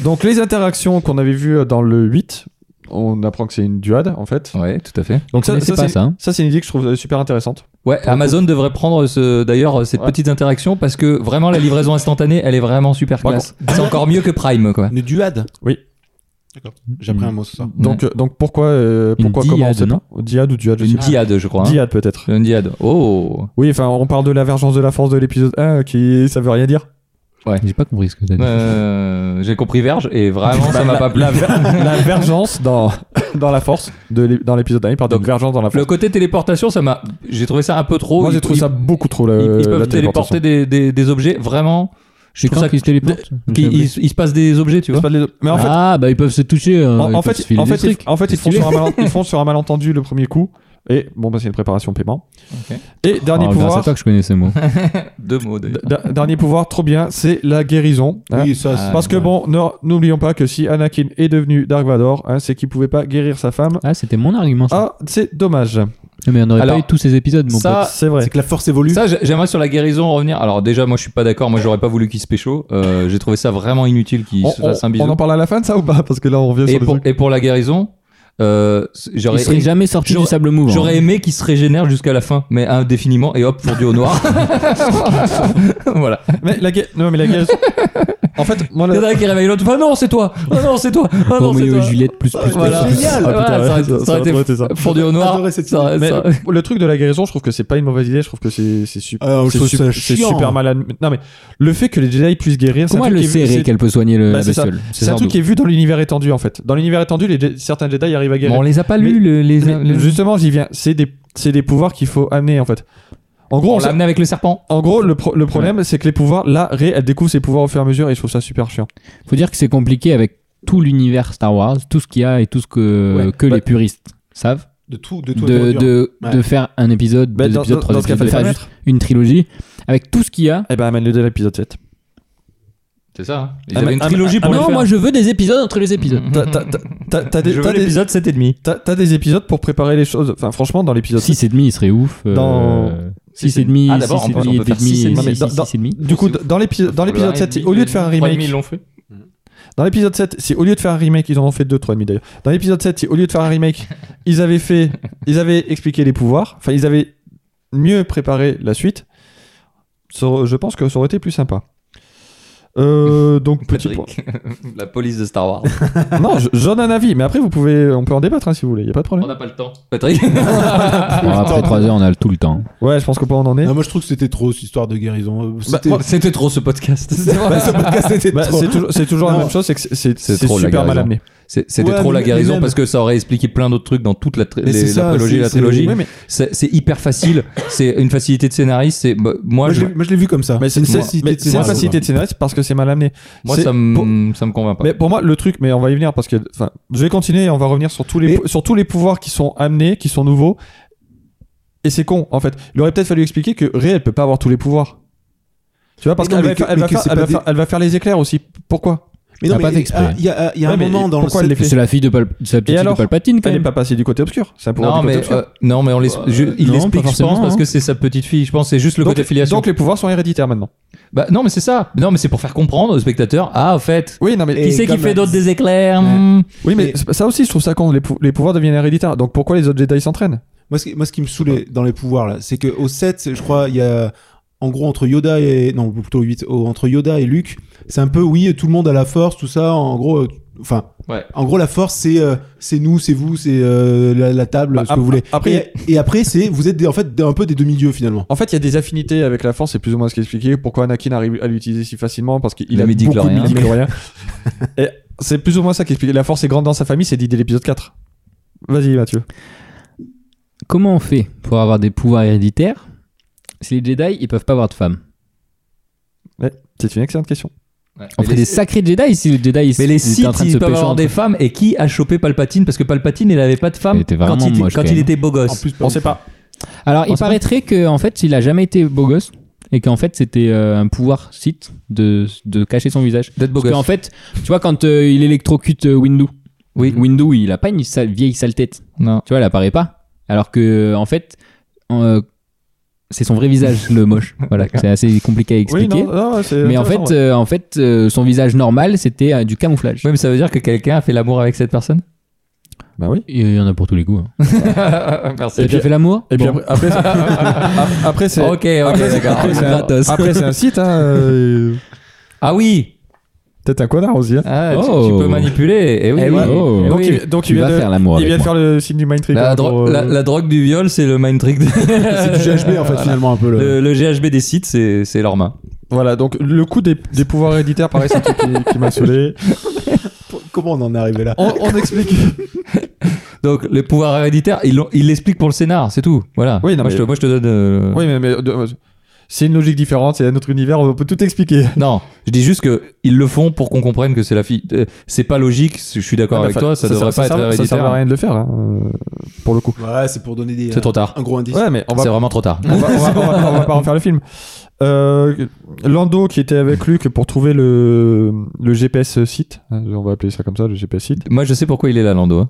Speaker 1: Donc, les interactions qu'on avait vues dans le 8, on apprend que c'est une duade, en fait.
Speaker 2: Ouais, tout à fait.
Speaker 1: Donc,
Speaker 4: Mais c'est pas
Speaker 1: c'est-
Speaker 4: ça, hein.
Speaker 1: Ça, c'est une idée que je trouve euh, super intéressante.
Speaker 2: Ouais, Amazon devrait prendre ce, d'ailleurs euh, cette
Speaker 1: Ouais.
Speaker 2: petite interaction parce que vraiment la livraison instantanée, elle est vraiment super
Speaker 1: Par
Speaker 2: classe. C'est encore mieux que Prime, quoi.
Speaker 3: Une duade.
Speaker 1: Oui.
Speaker 3: D'accord. J'ai appris un mot ce soir.
Speaker 1: Donc, euh, donc pourquoi, euh,
Speaker 4: Une
Speaker 1: pourquoi
Speaker 4: dyade,
Speaker 1: comment on sait
Speaker 4: non
Speaker 1: pas. Dyade ou duade, je
Speaker 2: Une
Speaker 1: sais
Speaker 2: diade, je crois.
Speaker 1: pas.
Speaker 2: hein.
Speaker 1: Dyade, peut-être.
Speaker 2: Une diade. Oh.
Speaker 1: Oui, enfin, on parle de la vergence de la force de l'épisode 1, qui ça veut rien dire.
Speaker 4: J'ai pas compris ce que t'as dit.
Speaker 2: Euh, j'ai compris Verge et vraiment ça m'a pas plu.
Speaker 1: Bah, La, ver- la vergence dans, dans la force, de l'é- dans l'épisode 1, il parle de
Speaker 2: Donc,
Speaker 1: vergence dans la force.
Speaker 2: Le côté téléportation, ça m'a. J'ai trouvé ça un peu trop.
Speaker 1: Moi, j'ai
Speaker 2: Ils-
Speaker 1: trouvé ça beaucoup trop.
Speaker 2: Ils,
Speaker 1: la-
Speaker 2: ils peuvent
Speaker 1: la
Speaker 2: téléporter
Speaker 1: téléportation.
Speaker 2: des, des, des objets vraiment. Je
Speaker 4: C'est
Speaker 2: trouve
Speaker 4: quand
Speaker 2: ça
Speaker 4: qu'ils se téléportent
Speaker 2: qu'il- il, il se passe des objets, tu vois.
Speaker 1: C'est pas des- Mais en fait,
Speaker 4: Ah bah ils peuvent se toucher. euh,
Speaker 1: En,
Speaker 4: ils
Speaker 1: en
Speaker 4: peuvent
Speaker 1: fait,
Speaker 4: se filer
Speaker 1: en
Speaker 4: des
Speaker 1: fait, ils,
Speaker 4: trucs.
Speaker 1: en fait, ils font
Speaker 4: Stylé.
Speaker 1: sur un malen- ils font sur un malentendu le premier coup. Et bon, bah, c'est une préparation paiement.
Speaker 2: Ok.
Speaker 1: Et dernier
Speaker 4: Oh, grâce à
Speaker 1: pouvoir,
Speaker 4: toi que je connais ces mots.
Speaker 2: Deux mots. d'ailleurs.
Speaker 1: d- dernier pouvoir, trop bien, c'est la guérison. hein.
Speaker 3: Oui, ça,
Speaker 2: Ah,
Speaker 3: c'est-
Speaker 1: Parce que bon, ne- n'oublions pas que si Anakin est devenu Dark Vador, hein, c'est qu'il pouvait pas guérir sa femme.
Speaker 4: Ah c'était mon argument. Ça.
Speaker 1: Ah, c'est dommage.
Speaker 4: Mais on aurait
Speaker 2: Alors,
Speaker 4: pas eu tous ces épisodes mon
Speaker 2: ça-
Speaker 4: pote.
Speaker 2: Ah,
Speaker 1: c'est vrai.
Speaker 3: c'est que la force évolue.
Speaker 2: Ça, j'ai- j'aimerais sur la guérison revenir. Alors déjà, moi, je suis pas d'accord. Moi, j'aurais pas voulu qu'il se pécho. Euh, j'ai trouvé ça vraiment inutile qu'il
Speaker 1: On,
Speaker 2: se fasse un
Speaker 1: on-
Speaker 2: bisou.
Speaker 1: on en parle à la fin de ça ou pas Parce que là, on revient
Speaker 2: et,
Speaker 1: sur le
Speaker 2: pour,
Speaker 1: truc.
Speaker 2: et pour la guérison, euh,
Speaker 4: Il
Speaker 2: j'aurais
Speaker 4: serait jamais sorti du
Speaker 2: j'aurais-
Speaker 4: sable mouvant. hein.
Speaker 1: hein.
Speaker 2: j'aurais aimé qu'il se régénère jusqu'à la fin, mais indéfiniment et hop pour du au noir. voilà.
Speaker 1: Mais la, gué- non, mais la guérison. en fait, moi,
Speaker 2: Il y
Speaker 1: la-
Speaker 2: en a un qui réveille l'autre. Ah non, c'est toi. Ah non, c'est toi. Ah non, c'est
Speaker 4: Roméo et
Speaker 2: toi.
Speaker 4: Juliette plus plus.
Speaker 2: Voilà.
Speaker 4: plus, plus.
Speaker 3: Génial.
Speaker 2: Ouais,
Speaker 1: Ah, putain,
Speaker 2: ça aurait-
Speaker 1: ouais,
Speaker 2: ça aurait été
Speaker 1: trop été ça.
Speaker 2: Fondu au noir.
Speaker 3: Adoré cette
Speaker 2: ça aurait-
Speaker 1: Mais
Speaker 2: ça-
Speaker 1: le, le truc de la guérison, je trouve que c'est pas une mauvaise idée. Je trouve que c'est c'est su-
Speaker 3: Euh, je
Speaker 1: c'est
Speaker 3: trouve
Speaker 1: su-
Speaker 3: ça
Speaker 1: c'est
Speaker 3: chiant.
Speaker 1: super malade. Non mais le fait que les Jedi puissent guérir, c'est un
Speaker 4: Comment elle
Speaker 1: truc
Speaker 4: le
Speaker 1: qui est- c'est-
Speaker 4: sait qu'elle peut soigner le,
Speaker 1: Bah,
Speaker 4: la
Speaker 1: c'est ça.
Speaker 4: bestiole
Speaker 1: C'est un truc qui est vu dans l'univers étendu en fait. Dans l'univers étendu, les Je- certains Jedi arrivent à
Speaker 2: Mais
Speaker 1: guérir.
Speaker 2: on les a pas
Speaker 1: Mais-
Speaker 2: lus. le- les-
Speaker 1: Mais
Speaker 2: le-
Speaker 1: Justement, j'y viens. C'est des, c'est des pouvoirs qu'il faut amener en fait. En gros,
Speaker 2: On
Speaker 1: on
Speaker 2: l'a
Speaker 1: sait-
Speaker 2: amené avec le serpent.
Speaker 1: en gros, le, pro- le problème, c'est que les pouvoirs, là, Rey, elle découvre ses pouvoirs au fur et à mesure, et je trouve ça super chiant.
Speaker 4: Faut dire que c'est compliqué avec tout l'univers Star Wars, tout ce qu'il y a et tout ce que
Speaker 3: Ouais.
Speaker 4: que
Speaker 3: Bah-
Speaker 4: les puristes savent
Speaker 3: De tout, de tout.
Speaker 4: de hein.
Speaker 3: produire.
Speaker 4: de,
Speaker 3: Ouais.
Speaker 4: de faire un épisode,
Speaker 1: Bah,
Speaker 4: deux
Speaker 1: dans-
Speaker 4: épisodes,
Speaker 1: dans-
Speaker 4: trois
Speaker 1: dans ce
Speaker 4: épisodes,
Speaker 1: cas,
Speaker 4: de
Speaker 1: fallait
Speaker 4: faire
Speaker 1: pas
Speaker 4: juste une trilogie avec tout ce qu'il y a.
Speaker 1: Eh ben, amène-le dès l'épisode 7.
Speaker 2: C'est ça. hein. Ils
Speaker 1: Ah,
Speaker 2: avaient
Speaker 1: mais-
Speaker 2: une
Speaker 1: ah,
Speaker 2: trilogie
Speaker 1: ah,
Speaker 2: pour le
Speaker 4: non,
Speaker 2: faire.
Speaker 4: moi je veux des épisodes entre les épisodes.
Speaker 1: T'as- t'as- t'as- t'as- T'as des-
Speaker 2: Je
Speaker 1: t'as
Speaker 2: veux
Speaker 1: des-
Speaker 2: l'épisode 7 et demi.
Speaker 1: t'as- t'as des épisodes pour préparer les choses. Enfin, franchement, dans l'épisode 6.
Speaker 4: 6 et demi, il serait ouf.
Speaker 1: Dans-
Speaker 4: 6 et demi,
Speaker 2: Ah,
Speaker 4: 6
Speaker 2: d'abord,
Speaker 4: et
Speaker 2: on peut- on
Speaker 4: demi,
Speaker 2: peut faire six et demi.
Speaker 1: Non, mais dans- dans-
Speaker 4: 6 et demi.
Speaker 1: Du coup, d- dans l'épisode dans l'épisode 7, au lieu de faire un remake,
Speaker 2: ils l'ont fait.
Speaker 1: Dans l'épisode 7, si au lieu de faire un remake, ils en ont fait 2, 3,5 d'ailleurs. Dans l'épisode 7, si au lieu de faire un remake, ils avaient fait, ils avaient expliqué les pouvoirs, enfin, ils avaient mieux préparé la suite, ça aurait- je pense que ça aurait été plus sympa. Euh, donc petit point.
Speaker 2: Patrick, la police de Star Wars.
Speaker 1: Non, je- j'en ai un avis, mais après vous pouvez, on peut en débattre hein, si vous voulez, y a pas de
Speaker 2: On
Speaker 1: problème.
Speaker 2: n'a pas le temps. Patrick
Speaker 4: après 3 heures, on a tout le temps. hein.
Speaker 1: Ouais, je pense qu'on peut en est.
Speaker 3: Non, moi je trouve que c'était trop cette histoire de guérison. Euh, C'était
Speaker 2: C'était- C'était trop ce podcast.
Speaker 3: Bah, ce podcast était
Speaker 1: Bah,
Speaker 3: trop.
Speaker 1: c'est toujours, c'est toujours la
Speaker 3: Non.
Speaker 1: même chose, c'est que c'est- c'est
Speaker 2: C'est
Speaker 1: c'est
Speaker 2: trop la
Speaker 1: super mal
Speaker 2: guérison.
Speaker 1: amené.
Speaker 2: C'est- C'était
Speaker 3: Ouais,
Speaker 2: trop la
Speaker 3: mais-
Speaker 2: guérison
Speaker 3: mais même-
Speaker 2: parce que ça aurait expliqué plein d'autres trucs dans toute la, tr-
Speaker 3: Mais
Speaker 2: les-
Speaker 3: c'est
Speaker 2: la
Speaker 3: ça,
Speaker 2: prélogie,
Speaker 3: c'est-
Speaker 2: la
Speaker 3: c'est-
Speaker 2: trilogie.
Speaker 3: Oui,
Speaker 2: C'est c'est hyper facile. c'est une facilité de scénariste. C'est bah, moi,
Speaker 3: Moi
Speaker 2: je-
Speaker 3: je l'ai- moi, je l'ai vu comme ça.
Speaker 1: Mais c'est une
Speaker 3: Moi-
Speaker 1: facilité,
Speaker 3: mais
Speaker 1: de scénariste.
Speaker 3: moi,
Speaker 1: facilité de scénariste parce que c'est mal amené.
Speaker 2: moi
Speaker 1: C'est-
Speaker 2: ça me ça me convainc pas.
Speaker 1: Mais pour moi, le truc, mais on va y venir parce que, enfin, je vais continuer et on va revenir sur tous les,
Speaker 3: Mais-
Speaker 1: pou- sur tous les pouvoirs qui sont amenés, qui sont nouveaux. Et c'est con, en fait. Il aurait peut-être fallu expliquer que Ré, elle peut pas avoir tous les pouvoirs. Tu vois, parce
Speaker 3: Mais non,
Speaker 1: qu'elle
Speaker 3: mais
Speaker 1: va,
Speaker 3: que-
Speaker 1: faire- elle
Speaker 3: mais
Speaker 1: va
Speaker 3: que
Speaker 1: faire-
Speaker 3: c'est
Speaker 1: elle
Speaker 3: pas
Speaker 1: va
Speaker 3: des-
Speaker 1: faire- elle va faire les éclairs aussi. Pourquoi
Speaker 3: Mais
Speaker 4: T'as
Speaker 3: non,
Speaker 4: pas
Speaker 3: mais
Speaker 4: d'exprès.
Speaker 3: ah, il y a, il y a un
Speaker 1: Ouais, mais
Speaker 3: moment dans le
Speaker 1: pourquoi elle
Speaker 3: set-
Speaker 1: les fait
Speaker 4: C'est la fille de Pal- c'est la petite
Speaker 1: Et
Speaker 4: fille
Speaker 1: alors
Speaker 4: de Palpatine quand
Speaker 1: Elle est
Speaker 4: même.
Speaker 1: pas passée du côté obscur. C'est un pouvoir
Speaker 2: non
Speaker 1: du côté
Speaker 2: mais
Speaker 1: obscur.
Speaker 2: euh, non mais on l'es- je- il
Speaker 4: non, pas
Speaker 2: l'explique je pense
Speaker 4: forcément,
Speaker 2: parce
Speaker 4: hein.
Speaker 2: que c'est sa petite fille je pense c'est juste le côté filiation
Speaker 1: donc les pouvoirs sont héréditaires maintenant.
Speaker 2: bah non mais c'est ça non mais c'est pour faire comprendre aux spectateurs ah en fait
Speaker 1: Oui, non, mais
Speaker 3: Et
Speaker 2: qui c'est qui
Speaker 3: comme-
Speaker 2: fait d'autres des éclairs
Speaker 3: Ouais.
Speaker 2: hmm.
Speaker 1: Oui, mais
Speaker 3: Et-
Speaker 1: c'est- ça aussi, je trouve ça con. Les, pou- les pouvoirs deviennent héréditaires. Donc pourquoi les autres Jedi s'entraînent
Speaker 3: Moi, ce qui, moi, ce qui me saoulait dans les pouvoirs, là, c'est que au 7, je crois, il y a. En gros, entre Yoda et. Non, plutôt au 8. au- entre Yoda et Luke, c'est un peu, oui, tout le monde a la force, tout ça. En gros. euh, Enfin.
Speaker 2: Ouais.
Speaker 3: En gros, la force, c'est euh, c'est nous, c'est vous, c'est euh, la, la table,
Speaker 1: Bah,
Speaker 3: ce que vous
Speaker 1: ap-
Speaker 3: voulez.
Speaker 1: après-
Speaker 3: et, et après, c'est. Vous êtes des- en fait des- un peu des demi-dieux, finalement.
Speaker 1: En fait, il y a des affinités avec la force, c'est plus ou moins ce qui est expliqué. Pourquoi Anakin arrive à l'utiliser si facilement Parce qu'il
Speaker 2: Le
Speaker 1: a beaucoup de
Speaker 2: midi-chlorien.
Speaker 1: midi-chloriens. Et c'est plus ou moins ça qui explique. La force est grande dans sa famille, c'est dit dès l'épisode 4. Vas-y, Mathieu.
Speaker 4: Comment on fait pour avoir des pouvoirs héréditaires si les Jedi ils peuvent pas avoir de femmes
Speaker 1: C'est une excellente question.
Speaker 2: Ouais.
Speaker 4: On
Speaker 2: Mais
Speaker 4: fait
Speaker 2: les-
Speaker 4: des sacrés Jedi si les Jedi ils
Speaker 2: mais les
Speaker 4: ils étaient
Speaker 2: Sith
Speaker 4: en train de
Speaker 2: ils
Speaker 4: se
Speaker 2: peuvent
Speaker 4: pécho
Speaker 2: avoir
Speaker 4: entre
Speaker 2: des
Speaker 4: eux.
Speaker 2: femmes et qui a chopé Palpatine parce que Palpatine il avait pas de femme
Speaker 4: Il était
Speaker 2: quand
Speaker 4: vraiment
Speaker 2: il,
Speaker 4: moche,
Speaker 2: quand
Speaker 4: quand
Speaker 2: il
Speaker 4: même.
Speaker 2: était beau gosse
Speaker 1: On sait pas.
Speaker 4: Alors, il
Speaker 1: sait pas.
Speaker 4: paraîtrait que en fait, il a jamais été beau gosse et qu'en fait, c'était euh, un pouvoir Sith de, de cacher son visage.
Speaker 2: d'être beau
Speaker 4: Parce qu'en
Speaker 2: gosse
Speaker 4: fait, tu vois, quand euh, il électrocute euh, Windu,
Speaker 2: oui
Speaker 4: Windu, il a pas une sale- vieille sale tête.
Speaker 2: non
Speaker 4: Tu vois, elle apparaît pas. Alors que, en fait, euh, c'est son vrai visage, le moche. Voilà,
Speaker 2: D'accord.
Speaker 4: c'est assez compliqué à
Speaker 1: Oui,
Speaker 4: expliquer.
Speaker 1: non, non, c'est
Speaker 4: mais en
Speaker 1: intéressant,
Speaker 4: fait,
Speaker 1: ouais.
Speaker 4: euh, en fait euh, son visage normal, c'était euh, du camouflage.
Speaker 2: oui mais ça veut dire que quelqu'un a fait l'amour avec cette personne
Speaker 1: Bah oui.
Speaker 4: Il y en a pour tous les goûts. Hein.
Speaker 2: merci
Speaker 4: T'as déjà fait l'amour
Speaker 1: Et puis
Speaker 4: Bon. Oh,
Speaker 1: après, après, c'est- ap- après, c'est.
Speaker 2: ok ok d'accord
Speaker 1: après, c'est un-
Speaker 4: Gratos.
Speaker 1: après, c'est un site, hein, euh,
Speaker 2: ah oui
Speaker 1: peut-être un connard aussi. hein.
Speaker 2: Ah, tu-
Speaker 4: Oh.
Speaker 2: tu, peux manipuler. Et oui.
Speaker 4: Eh oui.
Speaker 2: Ouais.
Speaker 4: Oh.
Speaker 2: Eh
Speaker 1: Donc,
Speaker 2: oui.
Speaker 1: il, donc il
Speaker 4: Tu
Speaker 1: vient
Speaker 4: vas
Speaker 1: de
Speaker 4: faire l'amour
Speaker 1: il
Speaker 4: avec
Speaker 1: vient de
Speaker 4: moi.
Speaker 1: faire le signe du mind trick.
Speaker 2: La,
Speaker 1: hein, pour,
Speaker 2: dro-
Speaker 1: euh,
Speaker 2: la- la drogue du viol, c'est le mind trick. de-
Speaker 3: C'est du GHB, en fait, finalement, un peu le.
Speaker 2: le, le GHB des sites, c'est c'est leurs mains.
Speaker 1: Voilà, donc le coup des, des pouvoirs héréditaires, pareil, c'est un truc qui, qui m'a saoulé.
Speaker 3: Comment on en est arrivé là
Speaker 1: On, on explique.
Speaker 2: Donc, les pouvoirs héréditaires, ils l'ont- ils l'expliquent pour le scénar, c'est tout. Voilà.
Speaker 1: Oui, non,
Speaker 2: moi,
Speaker 1: mais-
Speaker 2: je te, moi, je te donne. euh,
Speaker 1: Oui, mais, mais, de- c'est une logique différente, c'est un autre univers, on peut tout expliquer.
Speaker 2: Non, je dis juste que ils le font pour qu'on comprenne que c'est la fille. euh, C'est pas logique. Je suis d'accord avec
Speaker 1: Enfin,
Speaker 2: toi. Ça, devrait
Speaker 1: sert-
Speaker 2: pas
Speaker 1: sert-
Speaker 2: être
Speaker 1: Ah, bah, Ça sert à
Speaker 2: héréditaire.
Speaker 1: rien de le faire, hein, euh, pour le coup.
Speaker 3: Ouais, c'est pour donner des. euh,
Speaker 2: C'est trop tard.
Speaker 3: Un gros indice.
Speaker 1: Ouais, mais on va,
Speaker 2: C'est vraiment trop tard.
Speaker 1: on va, on va- on va- on va pas en faire le film. Euh, Lando qui était avec Luke pour trouver le, le GPS site, hein, on va appeler ça comme ça, le GPS site.
Speaker 2: Moi, je sais pourquoi il est là, Lando. hein.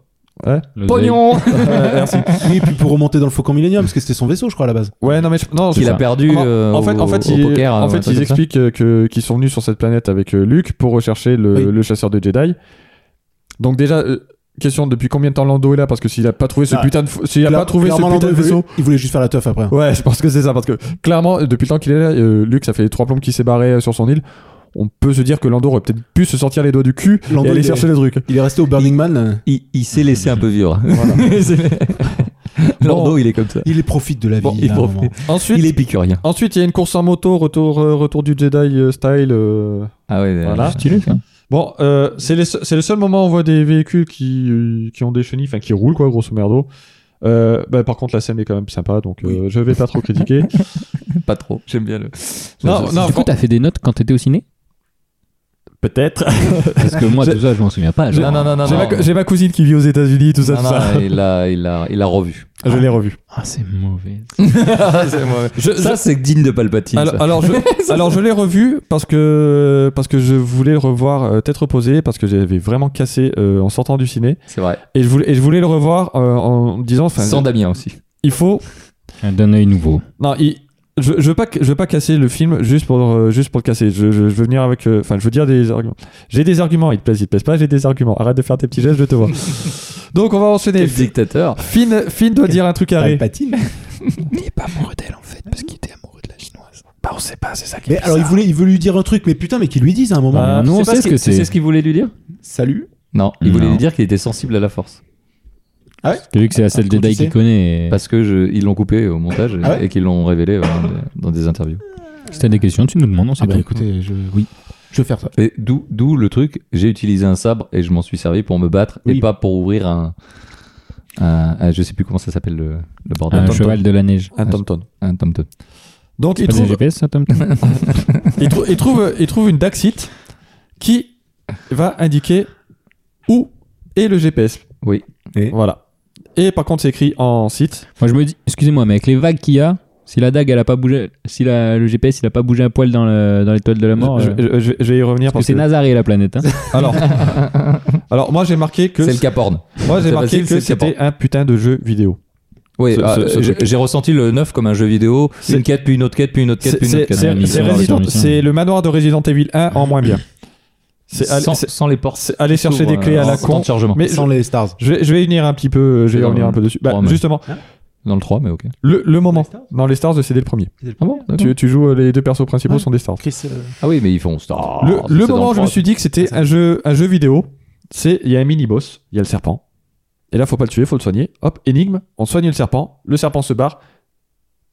Speaker 4: Pognon
Speaker 1: Euh, merci.
Speaker 3: Oui, et puis pour remonter dans le Faucon Millenium, parce que c'était son vaisseau, je crois, à la base.
Speaker 1: Ouais, non, mais je- non, je-
Speaker 2: Qu'il a
Speaker 4: ça.
Speaker 2: perdu
Speaker 1: En-
Speaker 2: euh,
Speaker 1: en fait,
Speaker 2: au,
Speaker 1: en fait,
Speaker 2: au
Speaker 1: ils,
Speaker 2: poker.
Speaker 1: en
Speaker 2: euh, un
Speaker 1: fait,
Speaker 2: truc
Speaker 1: ils
Speaker 2: comme ça.
Speaker 1: expliquent euh, que qu'ils sont venus sur cette planète avec euh, Luke pour rechercher le,
Speaker 3: Oui.
Speaker 1: le chasseur de Jedi. Donc déjà, euh, question depuis combien de temps Lando est là Parce que s'il a pas trouvé ce
Speaker 3: Ah,
Speaker 1: putain de f- s'il a pas trouvé ce
Speaker 3: Clairement,
Speaker 1: putain de Oh.
Speaker 3: Lando, il voulait-
Speaker 1: vaisseau.
Speaker 3: Il voulait juste faire la teuf après.
Speaker 1: Ouais, je pense que c'est ça parce que clairement, euh, depuis le temps qu'il est là, euh, Luke, ça fait les trois plombes qu'il s'est barré euh, sur son île. On peut se dire que Lando aurait peut-être pu se sortir les doigts du cul
Speaker 3: Lando,
Speaker 1: et aller
Speaker 3: il est-
Speaker 1: chercher le truc.
Speaker 3: Il est resté au Burning Man. euh,
Speaker 2: Il, il s'est laissé un peu vivre.
Speaker 1: Bon.
Speaker 2: Lando, il est comme ça.
Speaker 3: Il est profite de la vie.
Speaker 2: Bon, il
Speaker 3: là, à un
Speaker 2: profite.
Speaker 3: moment.
Speaker 1: Ensuite,
Speaker 2: Il est picurien.
Speaker 1: ensuite, il y a une course en moto, retour, euh, retour du Jedi euh, style. euh,
Speaker 2: Ah ouais,
Speaker 1: Voilà.
Speaker 4: Stylé, ça.
Speaker 1: Bon, euh, c'est les se- c'est le seul moment où on voit des véhicules qui, euh, qui ont des chenilles, enfin qui roulent quoi, grosso merdo. Euh, bah, par contre, la scène est quand même sympa, donc euh, je vais pas trop critiquer.
Speaker 2: Pas trop. J'aime bien le.
Speaker 1: Non, non.
Speaker 4: Du coup,
Speaker 1: fran-
Speaker 4: t'as fait des notes quand t'étais au ciné
Speaker 1: Peut-être.
Speaker 4: Parce que moi,
Speaker 1: J'ai-
Speaker 4: tout ça, je m'en souviens pas.
Speaker 2: Non,
Speaker 4: genre.
Speaker 2: non, non, non.
Speaker 1: J'ai ma,
Speaker 2: non.
Speaker 1: co- j'ai ma cousine qui vit aux États-Unis, tout ça,
Speaker 2: Non,
Speaker 1: tout
Speaker 2: non,
Speaker 1: ça.
Speaker 2: il l'a, il l'a, il l'a revu.
Speaker 1: Je l'ai revu.
Speaker 4: Ah, c'est mauvais.
Speaker 2: ça, c'est digne de Palpatine.
Speaker 1: Alors,
Speaker 2: ça.
Speaker 1: alors je, alors je l'ai revu parce que parce que je voulais le revoir euh, tête reposée parce que j'avais vraiment cassé euh, en sortant du ciné
Speaker 2: c'est vrai.
Speaker 1: et je voulais et je voulais le revoir euh, en me disant enfin
Speaker 2: Sans Damien aussi.
Speaker 1: il faut
Speaker 4: D'un œil nouveau.
Speaker 1: Non, il- je, je veux pas, que- je veux pas casser le film juste pour, euh, juste pour le casser. Je, je, je veux venir avec, euh, enfin, je veux dire des arguments. J'ai des arguments. Il te plaise, il te plaise pas. J'ai des arguments. Arrête de faire tes petits gestes, je te vois. Donc, on va enchaîner.
Speaker 2: Quel dictateur.
Speaker 1: Finn, Finn doit dire un truc à Ray.
Speaker 3: Palpatine.
Speaker 4: Il est pas amoureux d'elle en fait, Ah. parce qu'il était amoureux de la chinoise.
Speaker 1: pas, on sait pas, c'est ça qui
Speaker 3: Mais alors, il voulait, il veut lui dire un truc, mais putain, mais qu'ils lui disent à un moment.
Speaker 1: Bah,
Speaker 2: Nous,
Speaker 1: je
Speaker 2: on
Speaker 1: sais pas
Speaker 2: sait
Speaker 1: ce
Speaker 2: ce
Speaker 1: qu'il-
Speaker 2: que c'est.
Speaker 1: tu sais
Speaker 2: ce qu'il voulait lui dire
Speaker 3: Salut.
Speaker 2: Non, il voulait
Speaker 4: Non.
Speaker 2: lui dire qu'il était sensible à la force.
Speaker 4: vu que c'est la seule
Speaker 3: comment tu
Speaker 4: détail
Speaker 3: sais
Speaker 4: qu'il connaît. et-
Speaker 2: Parce que je- ils l'ont coupé au montage
Speaker 3: Ah ouais
Speaker 2: et qu'ils l'ont révélé euh, dans des- dans des interviews.
Speaker 4: Si t'as des questions, tu nous demandes, on sait
Speaker 3: Ah bah
Speaker 4: tout.
Speaker 3: écoutez, je, oui, je vais faire ça.
Speaker 2: Et d'où, d'où le truc, j'ai utilisé un sabre et je m'en suis servi pour me battre
Speaker 3: Oui.
Speaker 2: et pas pour ouvrir un, un- un- Je sais plus comment ça s'appelle le, le bordel.
Speaker 4: Un
Speaker 2: tom-tom.
Speaker 4: cheval de la neige.
Speaker 1: Un tom-tom.
Speaker 2: Un tom-tom.
Speaker 1: Donc, il
Speaker 4: Pas des
Speaker 1: trouve,
Speaker 4: GPS, ça, Tom
Speaker 1: il, trou- il trouve, il trouve une Daxit qui va indiquer où est le GPS.
Speaker 2: Oui.
Speaker 3: Et
Speaker 1: Voilà. Et par contre, c'est écrit en site.
Speaker 4: Moi, je me dis, excusez-moi, mais avec les vagues qu'il y a, si la dague, elle a pas bougé, si la- le GPS, il a pas bougé un poil dans, le- dans l'étoile de la mort,
Speaker 1: je,
Speaker 4: euh,
Speaker 1: je- je- je vais y revenir
Speaker 4: parce
Speaker 1: parce
Speaker 4: que c'est
Speaker 1: que.
Speaker 4: Nazaré la planète. hein.
Speaker 1: Alors, alors, moi j'ai marqué que
Speaker 2: c'est le caporne.
Speaker 1: moi j'ai
Speaker 2: C'est
Speaker 1: marqué
Speaker 2: facile,
Speaker 1: que
Speaker 2: c'est le
Speaker 1: c'était
Speaker 2: Caporne.
Speaker 1: un putain de jeu vidéo.
Speaker 2: Oui,
Speaker 1: Ce-
Speaker 2: ah,
Speaker 1: ce- ce
Speaker 2: j'ai,
Speaker 1: truc.
Speaker 2: j'ai ressenti le 9 comme un jeu vidéo.
Speaker 1: C'est-
Speaker 2: Une quête, puis une autre quête, puis une autre quête,
Speaker 1: C'est
Speaker 2: puis une autre
Speaker 1: c'est-
Speaker 2: quête.
Speaker 1: c'est-
Speaker 4: Ah, mission,
Speaker 1: c'est Resident-
Speaker 4: mission.
Speaker 1: c'est le manoir de Resident Evil 1 en moins bien. C'est aller,
Speaker 2: sans,
Speaker 1: c'est
Speaker 2: sans les portes.
Speaker 1: aller chercher des clés à la con.
Speaker 2: de chargement.
Speaker 1: Mais je,
Speaker 3: Sans les stars.
Speaker 1: je vais, je vais y venir un petit peu. Je vais y
Speaker 2: C'est
Speaker 1: revenir
Speaker 2: dans
Speaker 1: un peu dessus.
Speaker 2: le
Speaker 1: Bah,
Speaker 2: trois, mais-
Speaker 1: justement,
Speaker 2: Dans le 3, mais ok.
Speaker 1: le, le moment
Speaker 3: Stars
Speaker 1: dans les Stars, c'était le premier.
Speaker 2: Ah bon d'accord.
Speaker 1: Tu, tu joues euh, les deux persos principaux
Speaker 3: Ouais.
Speaker 1: sont des Stars.
Speaker 3: Chris, euh,
Speaker 2: Ah oui, mais ils font. Star,
Speaker 4: Oh,
Speaker 1: le
Speaker 2: c'est
Speaker 1: le
Speaker 2: dans
Speaker 1: moment où je me
Speaker 2: 3.
Speaker 1: suis dit que c'était un jeu, un jeu vidéo, c'est il y a un mini boss, il y a le serpent. Et là, faut pas le tuer, faut le soigner. Hop, énigme, on soigne le serpent, le serpent se barre.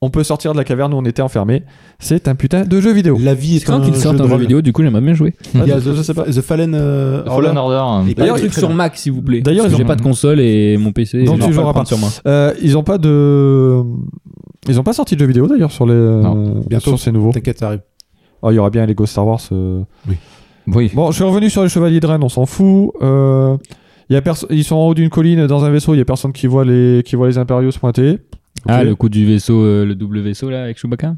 Speaker 1: On peut sortir de la caverne où on était enfermé. C'est un putain de jeu vidéo.
Speaker 3: La vie est
Speaker 4: Quand
Speaker 3: un
Speaker 4: qu'ils
Speaker 3: jeu
Speaker 4: sortent
Speaker 3: de
Speaker 4: un jeu
Speaker 3: rôle.
Speaker 4: vidéo, du coup, j'aimerais bien jouer.
Speaker 3: Il y a
Speaker 1: Ah,
Speaker 3: The,
Speaker 1: je sais pas.
Speaker 3: The Fallen. euh,
Speaker 2: Fallen Order. hein.
Speaker 3: Et pas
Speaker 1: D'ailleurs,
Speaker 3: le truc sur
Speaker 4: Mac, s'il vous plaît.
Speaker 1: D'ailleurs,
Speaker 4: D'ailleurs,
Speaker 1: ils
Speaker 4: j'ai
Speaker 1: ont-
Speaker 4: pas de console et mon PC.
Speaker 1: Donc,
Speaker 4: je vais
Speaker 1: tu
Speaker 4: pas le
Speaker 1: joueras
Speaker 4: prendre
Speaker 1: pas.
Speaker 4: sur moi.
Speaker 1: Euh, ils ont pas de. Ils ont pas sorti de jeux vidéo d'ailleurs sur les. euh,
Speaker 3: bientôt.
Speaker 1: Sur ces nouveaux.
Speaker 3: T'inquiète, ça arrive.
Speaker 1: Oh, il y aura bien les Lego Star Wars. euh.
Speaker 2: Oui.
Speaker 1: Bon, je suis revenu sur les Chevaliers de Rennes, on s'en fout. Euh, il y a perso- Ils sont en haut d'une colline dans un vaisseau, il y a personne qui voit les, qui voit les Impériaux se pointer.
Speaker 4: Ah,
Speaker 1: Ok.
Speaker 4: le coup du vaisseau, euh, le double vaisseau, là, avec Chewbacca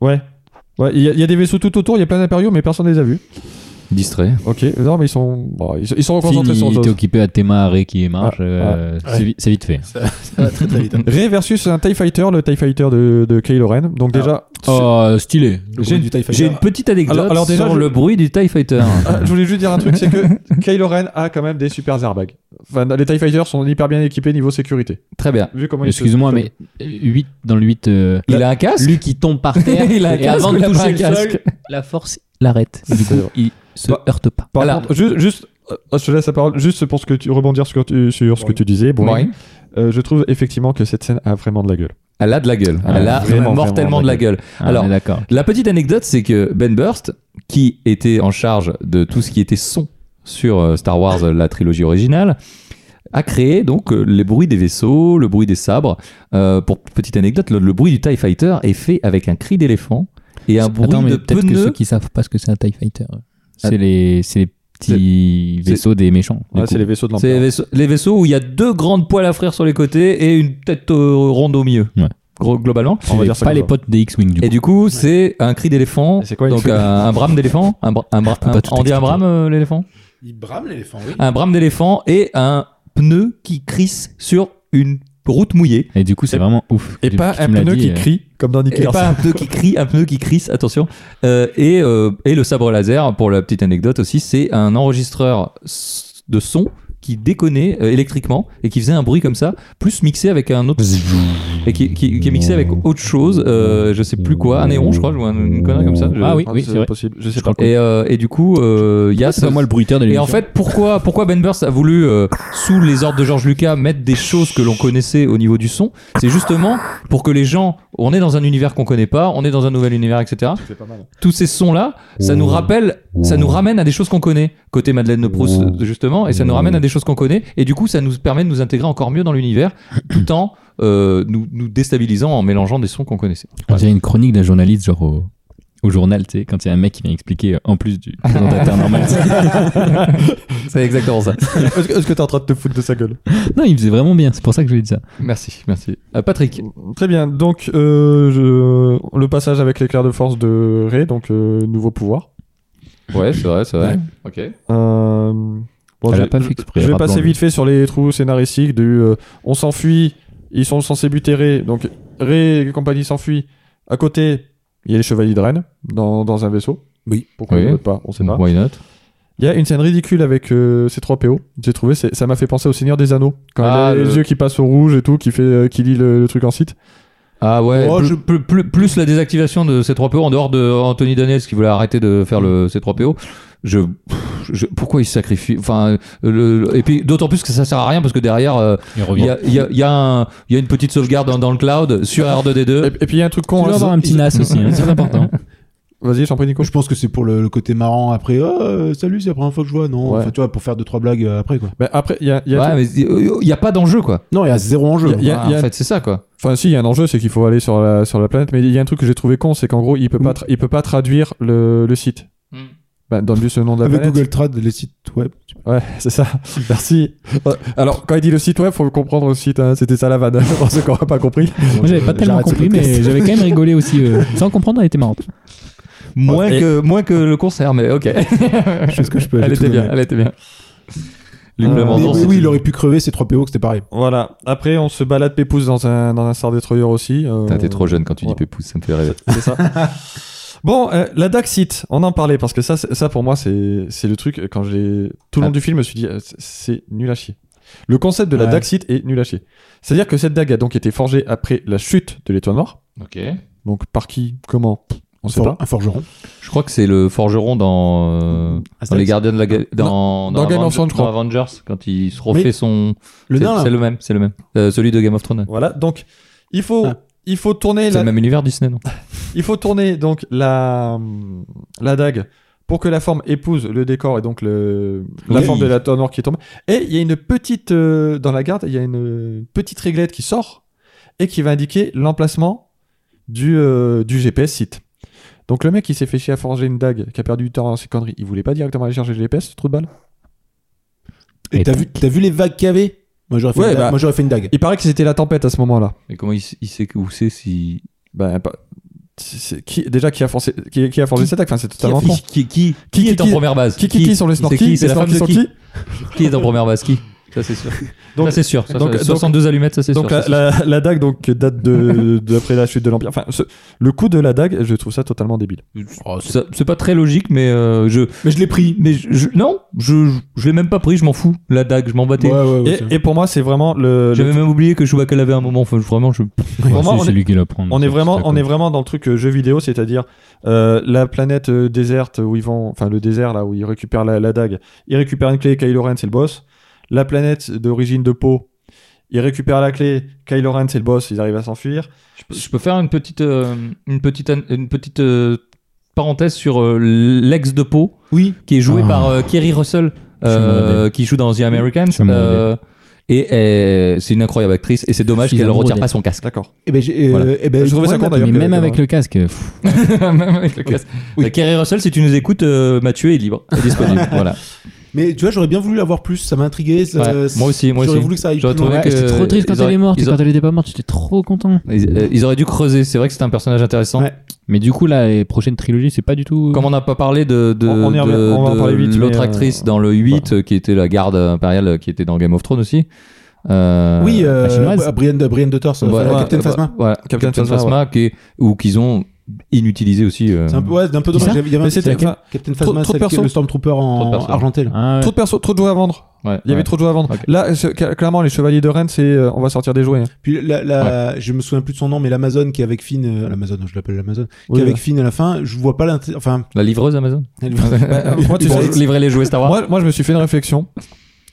Speaker 1: Ouais. Ouais, il y, a- il y a des vaisseaux tout autour, il y a plein d'impériaux, mais personne ne les a vus.
Speaker 2: Distrait.
Speaker 1: Ok, non, mais ils sont, bon, ils, ils sont
Speaker 4: Fini,
Speaker 1: concentrés sur
Speaker 4: il
Speaker 1: autre
Speaker 4: était
Speaker 1: chose.
Speaker 4: occupé à Théma, Arrêt qui
Speaker 2: Ah,
Speaker 4: marche. euh, c'est vi- C'est vite fait.
Speaker 3: Ça va très très vite.
Speaker 1: Ray versus un TIE Fighter, le TIE Fighter de, de Kylo Ren. Donc, déjà,
Speaker 4: Oh, stylé.
Speaker 3: J'ai du TIE
Speaker 2: J'ai
Speaker 3: Fighter.
Speaker 2: une petite anecdote
Speaker 1: Alors- alors déjà,
Speaker 2: sur
Speaker 1: je-
Speaker 2: le bruit du TIE Fighter.
Speaker 1: Ah, je voulais juste dire un truc, c'est que Kylo Ren a quand même des super airbags. Enfin, les TIE Fighters sont hyper bien équipés niveau sécurité.
Speaker 2: Très bien.
Speaker 1: Vu comment ils se-
Speaker 4: Excuse-moi, mais 8 dans le 8. euh,
Speaker 2: Il a un casque
Speaker 4: Luke qui tombe par terre
Speaker 2: Il a un
Speaker 4: et
Speaker 2: casque
Speaker 4: avant
Speaker 2: ou
Speaker 4: de
Speaker 2: il a pas
Speaker 4: toucher
Speaker 2: un
Speaker 4: le
Speaker 2: casque
Speaker 4: sol, la force l'arrête. Du
Speaker 1: C'est
Speaker 4: coup,
Speaker 1: vrai.
Speaker 4: il se
Speaker 1: Bah,
Speaker 4: heurte pas.
Speaker 1: Par
Speaker 2: Alors-
Speaker 1: contre, ju- juste, euh, je te laisse la parole, juste pour ce que tu, rebondir sur, ce que tu- sur ce que tu disais. Bon,
Speaker 2: Ouais.
Speaker 1: euh, je trouve effectivement que cette scène a vraiment de la gueule.
Speaker 2: Elle a de la gueule.
Speaker 4: Ah,
Speaker 2: Elle a
Speaker 1: vraiment,
Speaker 2: mortellement
Speaker 1: vraiment
Speaker 2: de la gueule.
Speaker 4: Ah,
Speaker 2: Alors-
Speaker 4: on est d'accord.
Speaker 2: La petite anecdote, c'est que Ben Burst, qui était en charge de tout ce qui était son sur euh, Star Wars, euh, la trilogie originale, a créé donc euh, les bruits des vaisseaux, le bruit des sabres. Euh, pour petite anecdote, le, le bruit du TIE Fighter est fait avec un cri d'éléphant et un bruit
Speaker 4: Attends, mais
Speaker 2: de
Speaker 4: peut-être que ceux
Speaker 2: pneu.
Speaker 4: qui savent pas ce que c'est un TIE Fighter,
Speaker 2: Ah.
Speaker 4: c'est les, c'est les petits
Speaker 2: C'est-
Speaker 4: vaisseaux des méchants. du
Speaker 1: Ouais,
Speaker 4: coup.
Speaker 1: c'est les vaisseaux de
Speaker 2: C'est les
Speaker 1: l'Empire.
Speaker 2: vaisseaux, les vaisseaux où il y a deux grandes poils à frire sur les côtés et une tête euh, ronde au milieu.
Speaker 4: Ouais.
Speaker 2: Gro- Globalement.
Speaker 1: On va
Speaker 4: C'est
Speaker 1: dire ça
Speaker 4: pas
Speaker 1: comme
Speaker 4: les
Speaker 1: ça.
Speaker 4: potes des X-Wing du
Speaker 2: Et
Speaker 4: coup.
Speaker 2: du coup, c'est un cri d'éléphant.
Speaker 1: Et c'est quoi, il
Speaker 2: Donc
Speaker 1: fait
Speaker 4: euh,
Speaker 2: un, un brame d'éléphant. Un bra- un bra-
Speaker 4: peux
Speaker 2: un-
Speaker 4: pas tout
Speaker 2: on dit un
Speaker 4: expliquer.
Speaker 2: brame euh, l'éléphant
Speaker 3: Il brame l'éléphant, oui.
Speaker 2: un brame d'éléphant et un pneu qui crisse sur une route mouillée.
Speaker 4: Et du coup, c'est
Speaker 1: Et-
Speaker 4: vraiment ouf.
Speaker 1: Et
Speaker 4: Tu-
Speaker 1: pas
Speaker 4: tu
Speaker 1: un
Speaker 4: me l'as
Speaker 1: pneu
Speaker 4: dit,
Speaker 1: qui
Speaker 4: euh,
Speaker 1: crie comme dans Nick
Speaker 2: Et pas un pneu qui crie, un pneu qui crisse, attention. Euh, et, euh, et le sabre laser, pour la petite anecdote aussi, c'est un enregistreur s- de son qui déconnait euh, électriquement et qui faisait un bruit comme ça, plus mixé avec un autre. Et qui, qui- qui est mixé avec autre chose, euh, je sais plus quoi, un néon, je crois, ou un- une connerie comme ça. je-
Speaker 4: Ah oui, oui, c'est vrai.
Speaker 1: possible. Je sais
Speaker 4: Je crois
Speaker 1: pas.
Speaker 4: que-
Speaker 2: Et, euh, et du coup, euh, il y a
Speaker 4: C'est pas
Speaker 2: ce-
Speaker 4: moi le bruiteur de
Speaker 2: Et en
Speaker 4: l'émission.
Speaker 2: fait, pourquoi, pourquoi Ben Burst a voulu, euh, sous les ordres de George Lucas, mettre des choses que l'on connaissait au niveau du son C'est justement pour que les gens, on est dans un univers qu'on connaît pas, on est dans un nouvel univers, etc.
Speaker 1: C'est pas mal.
Speaker 2: Tous ces sons-là, ça nous rappelle, ça nous ramène à des choses qu'on connaît. Côté Madeleine de Proust, euh, justement, et ça nous ramène à des choses qu'on connaît. Et du coup, ça nous permet de nous intégrer encore mieux dans l'univers, tout en euh, nous, nous déstabilisant en mélangeant des sons qu'on connaissait.
Speaker 4: On dirait une chronique d'un journaliste, genre au, au journal, tu sais, quand il y a un mec qui vient expliquer euh, en plus du présentateur normal. tu sais.
Speaker 2: C'est exactement ça.
Speaker 1: Est-ce que- est-ce que t'es en train de te foutre de sa gueule
Speaker 4: non, il faisait vraiment bien, c'est pour ça que je lui ai dit ça.
Speaker 2: Merci, merci. Euh, Patrick,
Speaker 1: Très bien. Donc, euh, je- le passage avec l'éclair de force de Ray, donc euh, nouveau pouvoir.
Speaker 2: ouais, c'est vrai, c'est vrai. Ok.
Speaker 1: Euh, bon,
Speaker 4: Elle
Speaker 1: je-
Speaker 4: a pas fait exprès,
Speaker 1: Je vais passer
Speaker 4: rappelons-le.
Speaker 1: vite fait sur les trous scénaristiques du euh, on s'enfuit, ils sont censés buter Ray, donc Ray et compagnie s'enfuient. À côté, il y a les chevaliers de Rennes dans, dans un vaisseau.
Speaker 3: Oui.
Speaker 1: Pourquoi
Speaker 2: Oui.
Speaker 1: ils votent pas On sait pas.
Speaker 2: Why not
Speaker 1: Il y a une scène ridicule avec euh, ces trois PO. J'ai trouvé, c'est- ça m'a fait penser au Seigneur des Anneaux. Quand
Speaker 2: Ah,
Speaker 1: il a
Speaker 2: le-
Speaker 1: les yeux qui passent au rouge et tout, qui, fait, euh, qui lit le, le truc en site.
Speaker 2: Ah ouais,
Speaker 3: Oh,
Speaker 2: plus,
Speaker 3: je-
Speaker 2: plus- plus- plus la désactivation de C3PO en dehors de Anthony Daniels qui voulait arrêter de faire le C3PO. Je, pff, je- pourquoi il se sacrifie Enfin, le- le- et puis d'autant plus que ça sert à rien parce que derrière euh,
Speaker 4: Il
Speaker 2: il y
Speaker 4: revient.
Speaker 2: a, il y a- il y a un- il y a une petite sauvegarde dans, dans le cloud sur
Speaker 1: Et,
Speaker 2: R2D2.
Speaker 1: et puis il y a un truc con.
Speaker 4: Tu
Speaker 1: hein,
Speaker 4: dois avoir un petit
Speaker 1: ils-
Speaker 4: NAS aussi, hein, c'est très important.
Speaker 1: Vas-y, j'en prie, Nico.
Speaker 3: Je pense que c'est pour le, le côté marrant après. Oh, euh, salut, c'est la première fois que je vois. Non,
Speaker 1: Ouais.
Speaker 3: enfin, tu vois, pour faire deux trois blagues euh, après quoi.
Speaker 1: Bah, après, il y a, il y a un
Speaker 2: Ouais,
Speaker 1: truc-
Speaker 2: mais il n'y a hein. pas d'enjeu quoi.
Speaker 3: Non, il y a zéro enjeu.
Speaker 1: Il y a-
Speaker 2: Voilà, En fait, c'est ça quoi.
Speaker 1: Enfin, si, il y a un enjeu, c'est qu'il faut aller sur la, sur la planète. Mais il y a un truc que j'ai trouvé con, c'est qu'en gros, il peut pas, tra- il peut pas traduire le, le site. Bah, donne juste le nom de la
Speaker 3: Avec
Speaker 1: planète.
Speaker 3: Google Trad, les sites web.
Speaker 1: Ouais, c'est ça. Merci. Ouais. Alors, quand il dit le site web, faut le comprendre le site. hein. C'était ça la vanne. Pour ceux qui n'auraient pas compris.
Speaker 4: Moi, j'avais pas tellement
Speaker 3: J'arrête ce
Speaker 4: compris,
Speaker 3: podcast.
Speaker 4: mais j'avais quand même rigolé aussi. euh, Sans comprendre, elle était marrante.
Speaker 2: Moins,
Speaker 1: Et-
Speaker 2: que, moins que le concert, mais ok.
Speaker 3: Je fais ce que je peux. j'ai
Speaker 2: elle
Speaker 3: tout
Speaker 2: était bien,
Speaker 3: donné.
Speaker 2: elle était bien. Luc
Speaker 1: Euh,
Speaker 3: Mais
Speaker 2: Lamandon,
Speaker 3: oui,
Speaker 2: c'est
Speaker 3: oui,
Speaker 2: une-
Speaker 3: il aurait pu crever ces 3 PO que c'était pareil.
Speaker 1: Voilà. Après, on se balade pépouze dans un, dans un Star Destroyer aussi. euh,
Speaker 2: Putain, T'es trop jeune quand tu dis
Speaker 1: Ouais.
Speaker 2: Pépouze, ça me fait rêver.
Speaker 1: C'est ça. bon, euh, la Daxit, on en parlait parce que ça, c'est- ça pour moi, c'est c'est le truc. euh, Quand j'ai tout le long
Speaker 2: Ah.
Speaker 1: du film, je me suis dit, euh, c'est- c'est nul à chier. Le concept de la
Speaker 3: Ouais.
Speaker 1: Daxit est nul à chier. C'est-à-dire que cette dague a donc été forgée après la chute de l'étoile noire.
Speaker 2: Ok.
Speaker 1: Donc par qui, comment, on sait
Speaker 3: For-
Speaker 1: pas.
Speaker 3: Un forgeron.
Speaker 2: Je crois que c'est le forgeron dans, euh, dans les Gardiens de la Ga- dans,
Speaker 1: Dans Game of
Speaker 2: Avengers-
Speaker 1: Thrones, je crois.
Speaker 2: dans Avengers quand il se refait
Speaker 3: Oui.
Speaker 2: son
Speaker 3: Le
Speaker 2: c'est-
Speaker 3: nain.
Speaker 2: c'est
Speaker 3: là.
Speaker 2: le même c'est le même Euh, celui de Game of Thrones
Speaker 1: Voilà. Donc il faut
Speaker 3: Ah.
Speaker 1: il faut tourner
Speaker 2: c'est
Speaker 1: la,
Speaker 2: le même univers Disney non
Speaker 1: il faut tourner donc la la dague pour que la forme épouse le décor et donc le la
Speaker 3: Oui.
Speaker 1: forme de la toile noire qui tombe. Et il y a une petite euh, dans la garde, il y a une petite réglette qui sort et qui va indiquer l'emplacement du euh, du GPS site. Donc le mec qui s'est fait chier à forger une dague, qui a perdu du temps dans ses conneries, il voulait pas directement aller chercher le GPS, ce trou de balle.
Speaker 3: Et t'as vu, t'as vu les vagues qu'il y avait Moi j'aurais fait,
Speaker 1: Ouais,
Speaker 3: une dague.
Speaker 1: bah.
Speaker 3: Moi, j'aurais fait une dague.
Speaker 1: Il paraît que c'était la tempête à ce moment-là.
Speaker 2: mais comment il, s- il sait que- où c'est si
Speaker 1: Ben, pas- c'est- qui, déjà, qui a forcé, qui, qui a forgé
Speaker 2: Qui-
Speaker 1: cette attaque enfin, C'est
Speaker 2: qui,
Speaker 1: totalement con.
Speaker 2: qui, qui,
Speaker 1: Qui-
Speaker 2: est en
Speaker 1: qui-
Speaker 2: première base
Speaker 1: Qui, qui, qui sont les
Speaker 2: c'est
Speaker 1: snorkies
Speaker 2: qui
Speaker 1: les
Speaker 2: c'est la femme
Speaker 1: snorkies
Speaker 2: de
Speaker 1: sont
Speaker 2: qui qui est en première base qui ça c'est sûr
Speaker 1: Donc-
Speaker 2: ça c'est sûr Ça,
Speaker 1: donc-
Speaker 2: ça-
Speaker 1: donc-
Speaker 2: 62 allumettes ça c'est sûr
Speaker 1: Donc la,
Speaker 2: ça, c'est
Speaker 1: la,
Speaker 2: sûr.
Speaker 1: la dague donc date de d'après la chute de l'empire. Enfin ce- le coup de la dague, je trouve ça totalement débile.
Speaker 2: Oh, ça- c'est pas très logique mais euh, je
Speaker 3: Mais je l'ai pris.
Speaker 2: mais je, je- non je je, je l'ai même pas pris je m'en fous la dague je m'en battais
Speaker 3: Ouais, ouais, ouais,
Speaker 1: Et,
Speaker 3: tiens.
Speaker 1: et pour moi c'est vraiment le. le-
Speaker 2: j'avais même oublié que Chewbacca l'avait un moment enfin je- vraiment je
Speaker 1: Pour moi, on est-
Speaker 4: lui qui l'a prend.
Speaker 1: on est vraiment on est vraiment dans le truc euh, jeu vidéo, c'est-à-dire euh, la planète euh, déserte où ils vont, enfin le désert là où ils récupèrent la, la dague, ils récupèrent une clé. Kylo Ren c'est le boss. La planète d'origine de Poe, ils récupèrent la clé. Kylo Ren c'est le boss. Ils arrivent à s'enfuir.
Speaker 2: Je peux, je peux faire une petite, euh, une petite, an- une petite euh, parenthèse sur euh, l'ex de Poe
Speaker 3: Oui.
Speaker 2: qui est joué
Speaker 4: Ah.
Speaker 2: par euh, Kerry Russell,
Speaker 4: Je suis
Speaker 2: euh,
Speaker 4: mauvais.
Speaker 2: qui joue dans The Americans.
Speaker 4: Je suis mauvais.
Speaker 2: euh, et euh, c'est une incroyable actrice et c'est dommage
Speaker 4: Je suis
Speaker 2: qu'elle ne
Speaker 4: amoureux
Speaker 2: retire
Speaker 4: d'elle.
Speaker 2: pas son casque.
Speaker 1: D'accord.
Speaker 3: Et ben, j'ai- euh,
Speaker 1: Voilà.
Speaker 3: eh ben,
Speaker 1: Je trouvais
Speaker 3: ouais,
Speaker 1: ça con,
Speaker 3: mais-
Speaker 1: d'ailleurs.
Speaker 4: Mais même avec
Speaker 1: Ouais.
Speaker 4: le casque, pff,
Speaker 2: Même avec le casque.
Speaker 3: Oui.
Speaker 2: Euh, Kerry Russell, si tu nous écoutes, euh, Mathieu est libre, est disponible. voilà.
Speaker 3: Mais tu vois, j'aurais bien voulu l'avoir plus. Ça m'a intrigué. ça-
Speaker 2: Ouais. Moi aussi, moi
Speaker 3: J'aurais
Speaker 2: aussi.
Speaker 3: voulu que ça aille
Speaker 2: J'aurais
Speaker 3: plus loin.
Speaker 2: trouvé
Speaker 4: ouais,
Speaker 2: que-
Speaker 4: j'étais trop triste quand
Speaker 2: ils
Speaker 4: elle
Speaker 2: auraient-
Speaker 4: est morte. Et
Speaker 2: ils
Speaker 4: quand
Speaker 2: auraient-
Speaker 4: elle était pas morte, j'étais trop content.
Speaker 2: Ils, euh, ils auraient dû creuser. C'est vrai que c'était un personnage intéressant.
Speaker 3: Ouais.
Speaker 4: Mais du coup, là, les prochaines trilogies, c'est pas du tout.
Speaker 2: Comme on n'a pas parlé de, de,
Speaker 1: On- on y revient-
Speaker 2: de-
Speaker 1: on va en
Speaker 2: de
Speaker 1: parler vite, mais,
Speaker 2: l'autre
Speaker 1: euh,
Speaker 2: actrice dans le 8 euh, qui était la garde impériale euh, qui était dans Game of Thrones aussi. Euh,
Speaker 3: Oui, euh,
Speaker 4: la chinoise.
Speaker 3: bah, Brienne de Brienne de Tarse,
Speaker 2: voilà,
Speaker 3: enfin,
Speaker 2: ouais,
Speaker 3: Captain
Speaker 2: euh,
Speaker 3: Phasma.
Speaker 2: Voilà, Captain,
Speaker 1: Captain
Speaker 2: Phasma,
Speaker 1: Phasma,
Speaker 2: qui est- ou qu'ils ont inutilisé aussi. euh,
Speaker 3: C'est un peu, ouais, c'est un peu dommage.
Speaker 4: ça
Speaker 3: Il y avait
Speaker 1: Mais
Speaker 3: un
Speaker 1: c'était-
Speaker 3: c'est laquelle
Speaker 1: enfin,
Speaker 3: Captain
Speaker 1: trop-
Speaker 3: Phasma,
Speaker 1: trop de
Speaker 3: celle qui est
Speaker 1: persos.
Speaker 3: le Stormtrooper
Speaker 2: Trop de
Speaker 3: en
Speaker 2: persos.
Speaker 3: argentel.
Speaker 4: Ah, ouais.
Speaker 1: Trop de perso, trop de jouets à vendre.
Speaker 2: ouais,
Speaker 1: Il y avait
Speaker 2: ouais.
Speaker 1: trop de jouets à vendre.
Speaker 2: Ok.
Speaker 1: Là, c'est- clairement, les chevaliers de Rennes, c'est euh, on va sortir des jouets. hein.
Speaker 3: Puis la, la- je me souviens plus de son nom, mais l'Amazon qui est avec Finn, euh, l'Amazon, je l'appelle l'Amazon, qui
Speaker 1: Oui,
Speaker 3: est avec Finn à la fin, je vois pas l'intérêt. Enfin,
Speaker 2: La livreuse Amazon
Speaker 3: elle-
Speaker 1: moi, tu
Speaker 2: Pour
Speaker 1: sais-
Speaker 2: livrer les jouets Star Wars
Speaker 1: Moi, moi, je me suis fait une réflexion.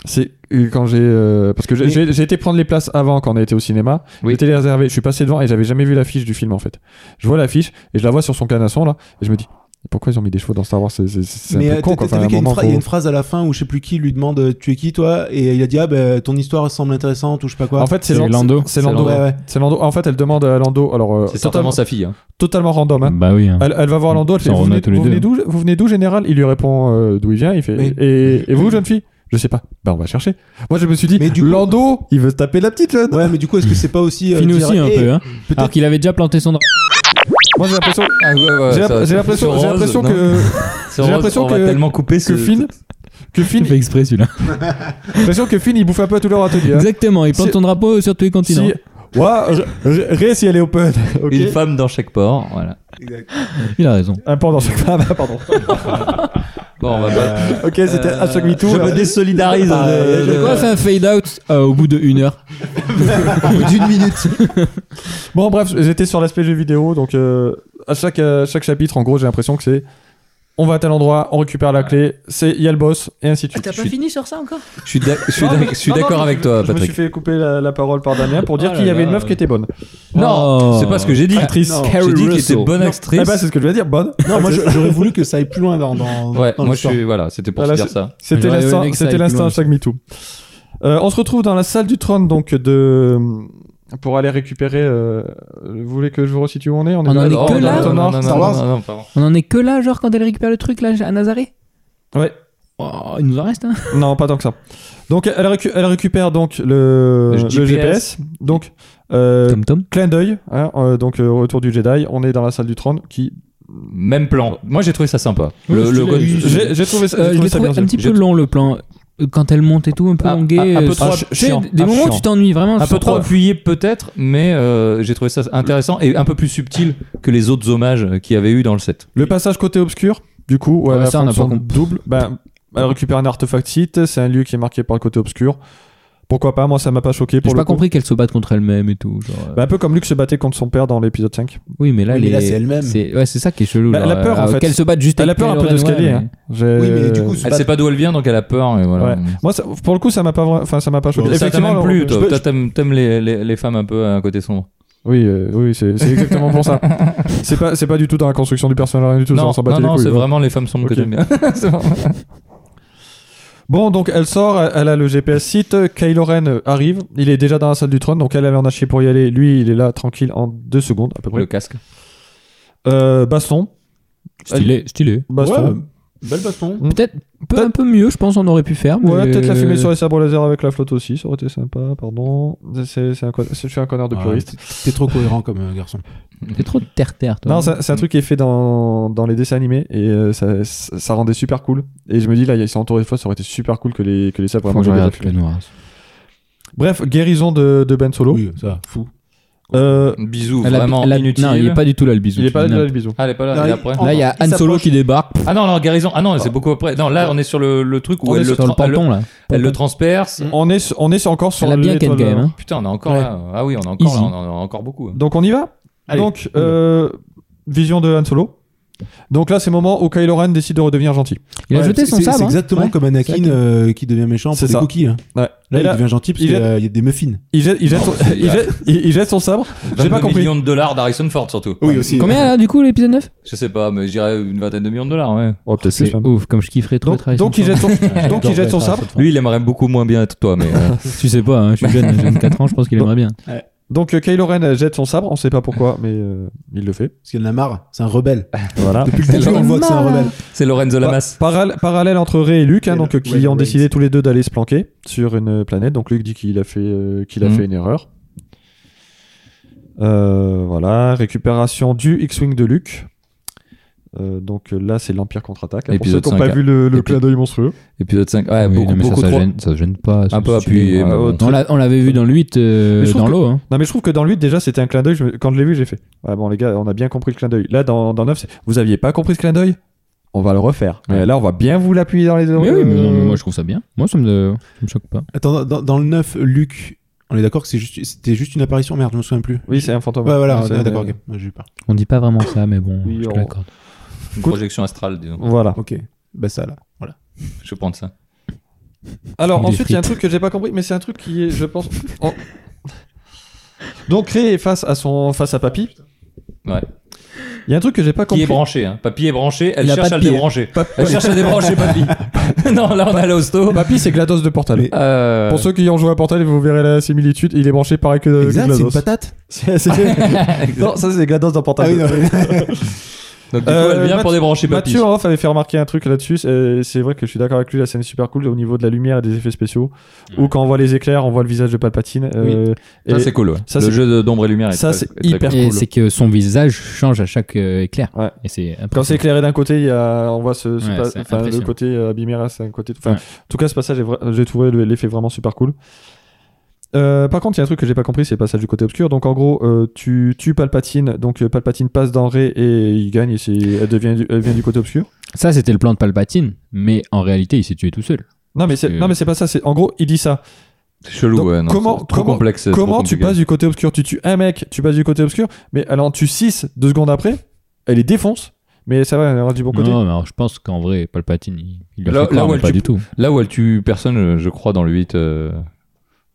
Speaker 1: C'est euh, quand j'ai. euh, parce que j'ai-
Speaker 3: Mais-
Speaker 1: j'ai j'ai été prendre les places avant quand on a été au cinéma.
Speaker 2: Oui.
Speaker 1: J'étais réservé. Je suis passé devant et j'avais jamais vu l'affiche du film en fait. Je vois l'affiche et je la vois sur son canasson là. Et je me dis, mais pourquoi ils ont mis des chevaux dans Star Wars C'est- C'est c'est
Speaker 3: mais
Speaker 1: un peu
Speaker 3: euh, t'as
Speaker 1: con
Speaker 3: t'as
Speaker 1: quoi.
Speaker 3: vu
Speaker 1: Enfin,
Speaker 3: qu'il
Speaker 1: à un
Speaker 3: y a une
Speaker 1: moment,
Speaker 3: phrase- il y a
Speaker 1: faut-
Speaker 3: une phrase à la fin où je sais plus qui lui demande euh, tu es qui toi et il a dit ah ben ton histoire semble intéressante ou je sais pas quoi.
Speaker 1: En fait, c'est
Speaker 4: C'est
Speaker 1: Lan-
Speaker 4: Lando.
Speaker 1: C'est
Speaker 3: Ouais,
Speaker 1: Lando.
Speaker 3: ouais, ouais.
Speaker 1: C'est Lando. En fait, elle demande à Lando. Alors, euh,
Speaker 2: C'est
Speaker 1: totalement,
Speaker 2: certainement sa fille. hein.
Speaker 1: totalement random. hein.
Speaker 4: Bah oui. hein.
Speaker 1: Elle, elle va voir Lando, elle fait,
Speaker 4: Ça en
Speaker 1: vous,
Speaker 4: remet
Speaker 1: venez,
Speaker 4: tous les
Speaker 1: vous
Speaker 4: deux,
Speaker 1: venez
Speaker 4: hein.
Speaker 1: d'où, vous venez d'où, général Il lui répond euh, d'où il vient, il fait
Speaker 3: Oui.
Speaker 1: et, et vous, jeune fille Je sais pas. Bah, on va chercher. Moi, je me suis dit,
Speaker 3: Mais du coup-
Speaker 1: Lando, il veut se taper la petite jeune.
Speaker 3: Ouais, mais du coup, est-ce que c'est pas aussi. euh,
Speaker 4: Fini
Speaker 3: dire,
Speaker 4: aussi un
Speaker 3: Eh,
Speaker 4: peu. hein.
Speaker 3: peut-être-
Speaker 4: Alors qu'il avait déjà planté son.
Speaker 1: Moi, j'ai l'impression, j'ai
Speaker 2: Ah, ça-
Speaker 1: j'ai
Speaker 2: ça-
Speaker 1: l'impression,
Speaker 2: sur
Speaker 1: j'ai
Speaker 2: Rose,
Speaker 1: l'impression
Speaker 2: non
Speaker 1: que,
Speaker 2: Sur
Speaker 1: j'ai
Speaker 2: Rose,
Speaker 1: l'impression
Speaker 2: on va
Speaker 1: que-
Speaker 2: tellement couper
Speaker 1: que Finn, que Finn, j'ai
Speaker 4: exprès celui-là.
Speaker 1: l'impression que Finn, il bouffe un peu tout leur atelier. hein.
Speaker 4: Exactement, il plante
Speaker 1: Si-
Speaker 4: ton drapeau sur tous les
Speaker 1: Si,
Speaker 4: continents.
Speaker 1: ouais, je- je- ré si elle est open. ok.
Speaker 2: Une
Speaker 1: Ah.
Speaker 2: femme dans chaque port. Voilà.
Speaker 3: Exact.
Speaker 4: Il a raison.
Speaker 1: Un port dans chaque femme, pardon.
Speaker 2: Bon, on va pas-
Speaker 1: Ok, c'était
Speaker 4: Euh,
Speaker 1: à chaque mi-tour. Bah,
Speaker 2: je me désolidarise. euh,
Speaker 3: Ah,
Speaker 2: de-
Speaker 3: je
Speaker 2: de-
Speaker 4: Pourquoi on fait un fade out euh, au bout d'une heure Au bout d'une minute.
Speaker 1: Bon, bref, j'étais sur l'aspect jeu vidéo. Donc, euh, à chaque, euh, chaque chapitre, en gros, j'ai l'impression que c'est on va à tel endroit, on récupère la clé, c'est il y a le boss, et ainsi de suite.
Speaker 4: T'as
Speaker 2: pas
Speaker 4: pas fini sur ça encore
Speaker 2: Je suis d'ac- je suis
Speaker 1: Non,
Speaker 2: d'ac-
Speaker 1: mais-
Speaker 2: je suis
Speaker 1: non, non,
Speaker 2: d'accord
Speaker 1: mais
Speaker 2: avec
Speaker 1: je-
Speaker 2: toi,
Speaker 1: Je me
Speaker 2: Patrick.
Speaker 1: suis fait couper la, la parole par Damien pour dire
Speaker 4: Oh là
Speaker 1: qu'il y avait une
Speaker 4: là.
Speaker 1: meuf qui était bonne.
Speaker 2: Ah, Non, c'est pas ce que j'ai dit.
Speaker 1: Actrice.
Speaker 3: Non.
Speaker 2: J'ai dit qu'elle était
Speaker 4: Russell.
Speaker 2: bonne actrice.
Speaker 1: Eh
Speaker 4: Ah, bah,
Speaker 1: ben, c'est ce que je voulais dire, bonne.
Speaker 3: Non, moi je- j'aurais voulu que ça aille plus loin dans, dans,
Speaker 2: Ouais,
Speaker 3: dans
Speaker 2: moi je
Speaker 3: l'histoire.
Speaker 2: suis. Voilà, c'était pour
Speaker 1: Voilà,
Speaker 2: te dire
Speaker 1: c'est-
Speaker 2: ça.
Speaker 1: C'était
Speaker 4: J'aurais
Speaker 1: l'instant,
Speaker 4: aimé que ça
Speaker 1: c'était
Speaker 4: aille plus
Speaker 1: l'instant
Speaker 4: loin,
Speaker 1: chaque MeToo. Euh, on se retrouve dans la salle du trône donc de pour aller récupérer. euh, Vous voulez que je vous resitue où on est On est
Speaker 4: On
Speaker 1: dans-
Speaker 4: en est
Speaker 1: dans-
Speaker 4: que
Speaker 1: dans-
Speaker 4: là
Speaker 1: dans- dans- dans-
Speaker 3: Star Wars
Speaker 2: non, pardon.
Speaker 4: On en est que là, genre, quand elle récupère le truc, là, à Nazaré
Speaker 1: Ouais.
Speaker 4: Oh, il nous en reste, hein
Speaker 1: Non, pas tant que ça. Donc elle, récu- elle récupère donc le,
Speaker 2: Le
Speaker 1: le GPS.
Speaker 2: GPS.
Speaker 1: Donc euh,
Speaker 4: Tom Tom
Speaker 1: clin d'œil. hein, euh, donc euh, retour du Jedi. On est dans la salle du trône qui.
Speaker 2: Même plan. Moi j'ai trouvé ça sympa.
Speaker 3: Oui,
Speaker 2: Le,
Speaker 3: c'est
Speaker 2: le-
Speaker 3: stylé, oui.
Speaker 1: J'ai j'ai trouvé ça, j'ai
Speaker 4: Euh, je
Speaker 1: trouvé
Speaker 4: l'ai
Speaker 1: ça bien
Speaker 4: trouvé un
Speaker 1: joué.
Speaker 4: petit
Speaker 2: J'ai
Speaker 4: peu long le plan. Euh, Quand elle monte et tout, un peu
Speaker 2: Un- un-
Speaker 4: longué.
Speaker 2: un peu
Speaker 4: euh,
Speaker 2: trop
Speaker 4: c'est-
Speaker 2: ch-
Speaker 4: tu sais,
Speaker 2: chiant,
Speaker 4: Des
Speaker 2: un
Speaker 4: moments où
Speaker 2: chiant.
Speaker 4: tu t'ennuies vraiment.
Speaker 2: un
Speaker 4: sur-
Speaker 2: peu trop appuyé peut-être, mais euh, j'ai trouvé ça intéressant et un peu plus subtil que les autres hommages qu'il y avait eu dans le set.
Speaker 1: Le passage côté obscur, du coup, où
Speaker 4: Ouais,
Speaker 1: elle a
Speaker 4: Ah, ça, on
Speaker 1: fait
Speaker 4: n'a
Speaker 1: son
Speaker 4: pas compris.
Speaker 1: double, ben, elle récupère un artefact site, c'est un lieu qui est marqué par le côté obscur. Pourquoi pas, moi ça m'a pas choqué pour
Speaker 4: J'ai
Speaker 1: le
Speaker 4: pas
Speaker 1: coup.
Speaker 4: compris qu'elle se batte contre elle-même et tout. genre, euh,
Speaker 1: Bah, un peu comme Luke se battait contre son père dans l'épisode 5.
Speaker 4: oui, mais là,
Speaker 3: oui, mais
Speaker 4: elle
Speaker 3: là,
Speaker 4: est-
Speaker 3: c'est elle-même.
Speaker 4: c'est- Ouais, c'est ça qui est chelou.
Speaker 1: Bah, elle
Speaker 4: genre,
Speaker 1: a peur, en
Speaker 4: euh,
Speaker 1: fait.
Speaker 4: Qu'elle se batte juste
Speaker 1: Elle a
Speaker 4: avec
Speaker 1: peur un peu
Speaker 4: Kylo
Speaker 1: de
Speaker 4: Ren,
Speaker 1: ce qu'elle
Speaker 4: ouais,
Speaker 1: est. hein.
Speaker 4: mais-
Speaker 1: J'ai-
Speaker 3: Oui, mais du coup, c'est
Speaker 2: Elle
Speaker 3: pas-
Speaker 2: sait pas d'où elle vient donc elle a peur et voilà.
Speaker 1: Ouais. Moi, ça- pour le coup, ça m'a pas, vra- enfin, ça m'a pas choqué.
Speaker 2: Ça t'aime
Speaker 1: là, on-
Speaker 2: plus,
Speaker 1: je
Speaker 2: toi.
Speaker 1: peux-
Speaker 2: Toi, t'aimes t'aimes les, les, les femmes un peu à un côté sombre.
Speaker 1: Oui, euh, oui, c'est c'est exactement pour ça. C'est pas, c'est pas du tout dans la construction du personnage, rien du tout. ça,
Speaker 2: non,
Speaker 1: on s'en bat
Speaker 2: non,
Speaker 1: les
Speaker 2: non,
Speaker 1: couilles,
Speaker 2: c'est
Speaker 1: ouais.
Speaker 2: vraiment les femmes sombres
Speaker 1: Ok.
Speaker 2: que j'aime bien. C'est vraiment-
Speaker 1: Bon, donc elle sort, elle- elle a le GPS site, Kylo Ren euh, arrive, il est déjà dans la salle du trône, donc elle, elle en a chier pour y aller, lui, il est là, tranquille, en deux secondes, à peu près.
Speaker 2: Le casque.
Speaker 1: Euh, baston,
Speaker 4: Stylé, stylé.
Speaker 1: baston.
Speaker 3: Ouais, bel baston.
Speaker 4: Peut-être peut- un peu mieux, je pense, on aurait pu faire.
Speaker 1: Ouais,
Speaker 4: mais-
Speaker 1: peut-être la fumée sur les sabres laser avec la flotte aussi, ça aurait été sympa, pardon. C'est, c'est un con- c'est- je suis un connard de
Speaker 3: Ouais,
Speaker 1: puriste.
Speaker 3: T'es trop cohérent comme euh, garçon.
Speaker 4: T'es trop de terre-terre, toi.
Speaker 1: Non, c'est, c'est un truc qui est fait dans, dans les dessins animés et euh, ça, ça ça rendait super cool. Et je me dis, là, ils sont entourés de fois, ça aurait été super cool que les, que les sabres
Speaker 4: Faut
Speaker 1: vraiment
Speaker 4: que je
Speaker 1: les
Speaker 4: regarde
Speaker 1: affublent.
Speaker 4: le noir.
Speaker 1: Bref, guérison de, de Ben Solo.
Speaker 3: Oui, ça, fou.
Speaker 1: Euh,
Speaker 2: Bisous,
Speaker 4: Elle a-
Speaker 2: vraiment
Speaker 4: elle a-
Speaker 2: inutile.
Speaker 4: Non, il est pas du tout là le bisou.
Speaker 1: il est pas
Speaker 4: tu
Speaker 1: là,
Speaker 4: vois.
Speaker 1: le bisou.
Speaker 2: Ah, elle est pas là,
Speaker 3: Non,
Speaker 2: elle est
Speaker 3: il-
Speaker 2: après.
Speaker 3: en-
Speaker 4: Là, il y a Han
Speaker 3: il
Speaker 4: Solo
Speaker 3: s'approche.
Speaker 4: qui débarque.
Speaker 2: Ah non, non, guérison. Ah non, c'est beaucoup après. Non, là, on est sur le, le truc où
Speaker 4: On est
Speaker 2: elle, le,
Speaker 4: sur le
Speaker 2: tra- elle,
Speaker 4: ponton là.
Speaker 2: elle le transperce.
Speaker 1: On est, on est encore sur
Speaker 4: Elle a bien Ken
Speaker 1: l'étoile-
Speaker 4: quand même. hein.
Speaker 2: Putain, on est encore
Speaker 3: Ouais.
Speaker 2: là. Ah oui, on est encore
Speaker 4: Easy.
Speaker 2: là, on en a encore beaucoup. hein.
Speaker 1: Donc on y va
Speaker 3: Allez,
Speaker 1: Donc,
Speaker 3: on y va.
Speaker 1: euh, vision de Han Solo. Donc là, c'est le moment où Kylo Ren décide de redevenir gentil.
Speaker 4: Il a
Speaker 3: Ouais,
Speaker 4: jeté son
Speaker 3: c'est-
Speaker 4: sabre.
Speaker 3: C'est
Speaker 4: hein.
Speaker 3: exactement
Speaker 4: Ouais.
Speaker 3: comme
Speaker 4: C'est
Speaker 3: Anakin
Speaker 4: vrai que-
Speaker 3: euh, qui devient méchant
Speaker 1: C'est
Speaker 3: pour les
Speaker 1: ça.
Speaker 3: cookies. hein.
Speaker 1: Ouais.
Speaker 3: Là,
Speaker 1: Et
Speaker 3: il
Speaker 1: là,
Speaker 3: devient gentil parce
Speaker 1: il
Speaker 3: qu'il
Speaker 1: est-
Speaker 3: euh, il y a des muffins.
Speaker 1: il jette, il jette,
Speaker 2: Non,
Speaker 1: son-
Speaker 2: c'est-
Speaker 1: il jette- il- il jette son sabre. J'ai pas
Speaker 2: 22
Speaker 1: compris.
Speaker 2: millions de dollars d'Harrison Ford, surtout.
Speaker 3: aussi.
Speaker 4: Combien là du coup l'épisode 9
Speaker 2: Je sais pas, mais je dirais une vingtaine de millions de dollars, ouais.
Speaker 1: Oh, peut-être plus,
Speaker 4: C'est
Speaker 1: même.
Speaker 4: ouf, comme je kifferais trop
Speaker 1: Donc,
Speaker 4: travailler.
Speaker 1: donc
Speaker 4: sur
Speaker 1: il jette son,
Speaker 4: ça.
Speaker 1: donc il jette son sabre.
Speaker 2: Lui, il aimerait beaucoup moins bien être toi, mais. euh,
Speaker 4: Tu sais pas, hein, je suis jeune, j'ai 24 ans, je pense qu'il aimerait bien.
Speaker 1: Donc euh, Kylo Ren euh, jette son sabre. On sait pas pourquoi, mais euh, il le fait.
Speaker 3: Parce qu'il en a marre. C'est un rebelle.
Speaker 1: Voilà.
Speaker 3: Bah, Depuis le début, on voit que c'est un
Speaker 4: hein.
Speaker 3: rebelle.
Speaker 2: c'est Lorenzo Lamas.
Speaker 1: Parallèle, parallèle entre Ray et Luke, hein,
Speaker 3: Et
Speaker 1: donc
Speaker 3: le-
Speaker 1: euh, qui
Speaker 3: ouais,
Speaker 1: ont
Speaker 3: Ray
Speaker 1: décidé
Speaker 3: aussi.
Speaker 1: tous les deux d'aller se planquer sur une euh, planète. Donc Luke dit qu'il a fait, euh, qu'il a
Speaker 2: Mhm.
Speaker 1: fait une erreur. Euh, voilà, récupération du X-wing de Luke. Euh, donc euh, là, c'est l'Empire contre-attaque. hein, pour ceux
Speaker 2: Épisode
Speaker 1: qui n'ont pas
Speaker 2: 5,
Speaker 1: vu le, le
Speaker 2: Épi-
Speaker 1: clin d'œil monstrueux.
Speaker 2: Épisode 5. Ouais,
Speaker 4: Oui,
Speaker 2: beaucoup,
Speaker 4: non, mais ça,
Speaker 2: beaucoup
Speaker 4: ça,
Speaker 2: trop.
Speaker 4: gêne, ça gêne pas. c'est
Speaker 2: Un peu
Speaker 4: stylé.
Speaker 2: appuyé, mais bon.
Speaker 4: On l'a- on l'avait vu dans le 8 euh,
Speaker 1: Mais je trouve
Speaker 4: dans
Speaker 1: que-
Speaker 4: l'eau. hein.
Speaker 1: Non, mais je trouve que dans lui, déjà, c'était un clin d'œil. Je me- Quand je l'ai vu, j'ai fait. Ah bon, les gars, on a bien compris le clin d'œil. Là, dans, dans 9, c'est, vous aviez pas compris ce clin d'œil On va le refaire. Mais
Speaker 2: Ouais.
Speaker 1: là, on va bien vous l'appuyer dans les Euh,
Speaker 4: Mais oui, mais non, mais moi je trouve ça bien. Moi ça me, ça me choque pas.
Speaker 3: Attends, dans, dans le 9, Luc, on est d'accord que c'est juste- c'était juste, une apparition Merde, je me souviens plus.
Speaker 1: Oui, c'est un fantôme.
Speaker 3: Ouais, voilà,
Speaker 1: C'est-
Speaker 3: ouais, d'accord, ok. Moi, j'ai eu peur.
Speaker 4: On dit pas vraiment ça, mais bon,
Speaker 1: Oui,
Speaker 4: je te
Speaker 1: on-
Speaker 4: l'accorde.
Speaker 2: Une projection astrale, disons.
Speaker 1: Voilà.
Speaker 3: Ok. Bah, ça, là. Voilà.
Speaker 2: Je vais prendre ça.
Speaker 1: Alors
Speaker 4: Des
Speaker 1: ensuite, il y a un
Speaker 4: frites.
Speaker 1: truc que j'ai pas compris, mais c'est un truc qui est, je pense. en- Donc Ray est face à son face à Papy.
Speaker 2: Ouais.
Speaker 1: Il y a un truc que j'ai pas
Speaker 2: Qui est
Speaker 1: compris.
Speaker 2: branché, hein. Papy est branché, elle
Speaker 4: Il a
Speaker 2: cherche
Speaker 4: pas
Speaker 2: à
Speaker 4: de
Speaker 2: le
Speaker 4: pied.
Speaker 2: débrancher.
Speaker 1: Pap-
Speaker 2: Elle cherche à débrancher Papy. non, là, on est allé au sto.
Speaker 1: Papy, c'est GLaDOS de Portal.
Speaker 3: Mais-
Speaker 2: Euh,
Speaker 1: Pour ceux qui ont joué à Portal, vous verrez la similitude. Il est branché pareil que, que
Speaker 3: Euh, Exact, c'est une
Speaker 1: GLaDOS.
Speaker 3: patate.
Speaker 1: C'est- c'est- non, ça c'est GLaDOS dans Portal.
Speaker 3: Ah oui, non, mais-
Speaker 2: Donc, du coup,
Speaker 1: Euh,
Speaker 2: elle vient
Speaker 1: Mathieu-
Speaker 2: pour débrancher Papy.
Speaker 1: Mathieu en off avait fait remarquer un truc là-dessus. C'est c'est vrai que je suis d'accord avec lui. La scène est super cool au niveau de la lumière et des effets spéciaux. Ou quand on voit les éclairs, on voit le visage de Palpatine. euh,
Speaker 2: Ça,
Speaker 1: et-
Speaker 2: c'est cool. ouais.
Speaker 1: ça,
Speaker 2: le
Speaker 1: c'est-
Speaker 2: jeu de- d'ombre et lumière. est
Speaker 1: Ça,
Speaker 2: très-
Speaker 1: c'est
Speaker 2: est très
Speaker 1: hyper
Speaker 2: cool.
Speaker 4: Et
Speaker 1: cool.
Speaker 4: c'est que son visage change à chaque euh, éclair.
Speaker 1: Ouais.
Speaker 4: Et c'est
Speaker 1: Quand c'est
Speaker 4: impressionnant.
Speaker 1: éclairé d'un côté, il y a, on voit ce, ce
Speaker 4: Ouais,
Speaker 1: pas-
Speaker 4: c'est
Speaker 1: enfin, le
Speaker 4: impressionnant.
Speaker 1: côté euh, abîmé, là, c'est un côté. Enfin,
Speaker 4: Ouais.
Speaker 1: En tout cas, ce passage, est vra- j'ai trouvé le- l'effet vraiment super cool. Euh, par contre, il y a un truc que j'ai pas compris, c'est le passage du côté obscur. Donc, en gros, euh, tu tues Palpatine, donc euh, Palpatine passe dans Rey et il gagne et c'est- elle, devient, du- elle vient du côté obscur.
Speaker 4: Ça, c'était le plan de Palpatine, mais en réalité, il s'est tué tout seul.
Speaker 1: Non, mais c'est,
Speaker 4: que-
Speaker 1: non, mais c'est pas ça. C'est, en gros, il dit ça.
Speaker 2: C'est Chelou,
Speaker 1: Donc,
Speaker 2: ouais, non,
Speaker 1: comment-
Speaker 2: c'est trop
Speaker 1: comment-
Speaker 2: complexe. c'est
Speaker 1: Comment
Speaker 2: trop
Speaker 1: tu
Speaker 2: compliqué.
Speaker 1: passes du côté obscur Tu tues un mec, tu passes du côté obscur, mais alors tu 6 deux secondes après, elle les défonce, mais ça va, elle aura du bon côté.
Speaker 4: non, mais alors, je pense qu'en vrai, Palpatine, il, il lui a
Speaker 2: Là-
Speaker 4: fait croire,
Speaker 2: là où
Speaker 4: mais
Speaker 2: elle
Speaker 4: pas
Speaker 2: tue-
Speaker 4: du tout.
Speaker 2: Là où elle tue personne, euh, je crois, dans le 8. euh,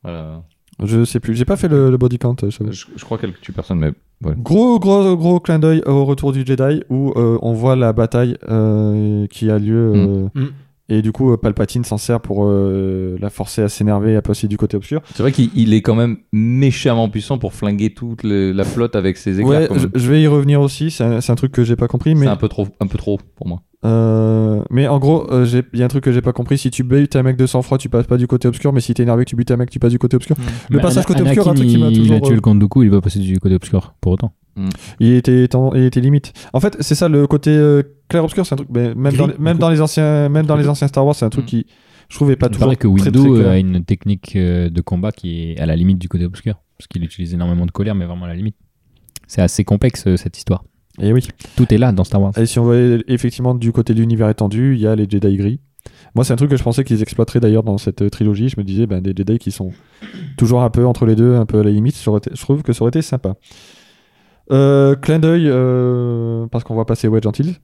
Speaker 2: voilà.
Speaker 1: Je sais plus, j'ai pas fait le, le body count. euh, j'avoue.
Speaker 2: Je, je crois qu'elle tue personne, mais.
Speaker 1: Gros, gros, gros clin d'œil au retour du Jedi où euh, on voit la bataille euh, qui a lieu. euh,
Speaker 3: Mm. Mm.
Speaker 1: Et du coup, euh, Palpatine s'en sert pour euh, la forcer à s'énerver et à passer du côté obscur.
Speaker 2: C'est vrai qu'il il est quand même méchamment puissant pour flinguer toute le- la flotte avec ses éclairs.
Speaker 1: Ouais,
Speaker 2: quand
Speaker 1: je,
Speaker 2: même.
Speaker 1: je vais y revenir aussi. C'est un, c'est un truc que j'ai pas compris,
Speaker 2: C'est
Speaker 1: mais
Speaker 2: un peu trop, un peu trop pour moi.
Speaker 1: Euh, mais en gros, euh, j'ai- il y a un truc que j'ai pas compris. Si tu butes un mec de sang-froid, tu passes pas du côté obscur. Mais si t'es énervé que tu butes un mec, tu passes du côté obscur. Le
Speaker 4: Mais
Speaker 1: passage
Speaker 4: Ana-
Speaker 1: côté obscur,
Speaker 4: Anakin,
Speaker 1: un truc qui m'a
Speaker 4: il- Il
Speaker 1: toujours,
Speaker 4: a tué
Speaker 1: euh,
Speaker 4: le compte de coup, il va passer du côté obscur pour autant.
Speaker 1: Il était, temps- il était limite. En fait, c'est ça le côté euh, clair-obscur. C'est un truc. mais même
Speaker 3: Gris,
Speaker 1: dans, les- même
Speaker 3: du
Speaker 1: dans les anciens, même dans les anciens Star Wars, c'est un truc
Speaker 2: Mm.
Speaker 1: qui, je trouvais pas
Speaker 4: Il
Speaker 1: toujours
Speaker 4: paraît que euh,
Speaker 1: très, très
Speaker 4: Windu
Speaker 1: clair.
Speaker 4: a une technique euh, de combat qui est à la limite du côté obscur, parce qu'il utilise énormément de colère, mais vraiment à la limite. C'est assez complexe euh, cette histoire.
Speaker 1: Et Eh oui.
Speaker 4: Tout est là dans Star Wars.
Speaker 1: Et si on voyait effectivement du côté de l'univers étendu, il y a les Jedi gris. Moi, c'est un truc que je pensais qu'ils exploiteraient d'ailleurs dans cette euh, trilogie. Je me disais, ben, des Jedi qui sont toujours un peu entre les deux, un peu à la limite, ça aurait été- je trouve que ça aurait été sympa. Euh, clin d'œil, euh, parce qu'on va passer Wedge Antilles.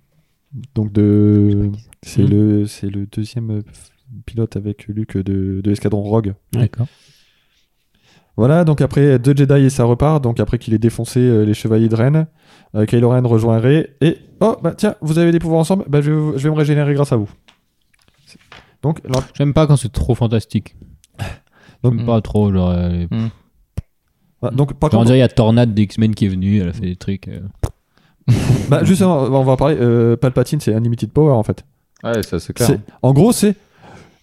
Speaker 1: Donc, de... c'est
Speaker 4: Hmm.
Speaker 1: le, c'est le deuxième euh, pilote avec Luke de, de Escadron Rogue.
Speaker 4: D'accord.
Speaker 1: Voilà, donc après deux Jedi et ça repart. Donc après qu'il ait défoncé euh, les chevaliers de Rennes, euh, Kylo Ren rejoint Rey et oh bah tiens, vous avez des pouvoirs ensemble, bah je vais, vous- je vais me régénérer grâce à vous. C'est- Donc, l'en-
Speaker 4: J'aime pas quand c'est trop fantastique.
Speaker 1: Donc-
Speaker 4: J'aime pas trop, genre. euh,
Speaker 1: ah, donc par
Speaker 4: genre, on
Speaker 1: contre,
Speaker 4: dirait il y a Tornade des X-Men qui est venue, elle a fait des trucs. euh.
Speaker 1: bah, justement, on va en parler. euh, Palpatine, c'est Unlimited Power en fait.
Speaker 2: Ouais, ça c'est clair.
Speaker 1: C'est- En gros, c'est.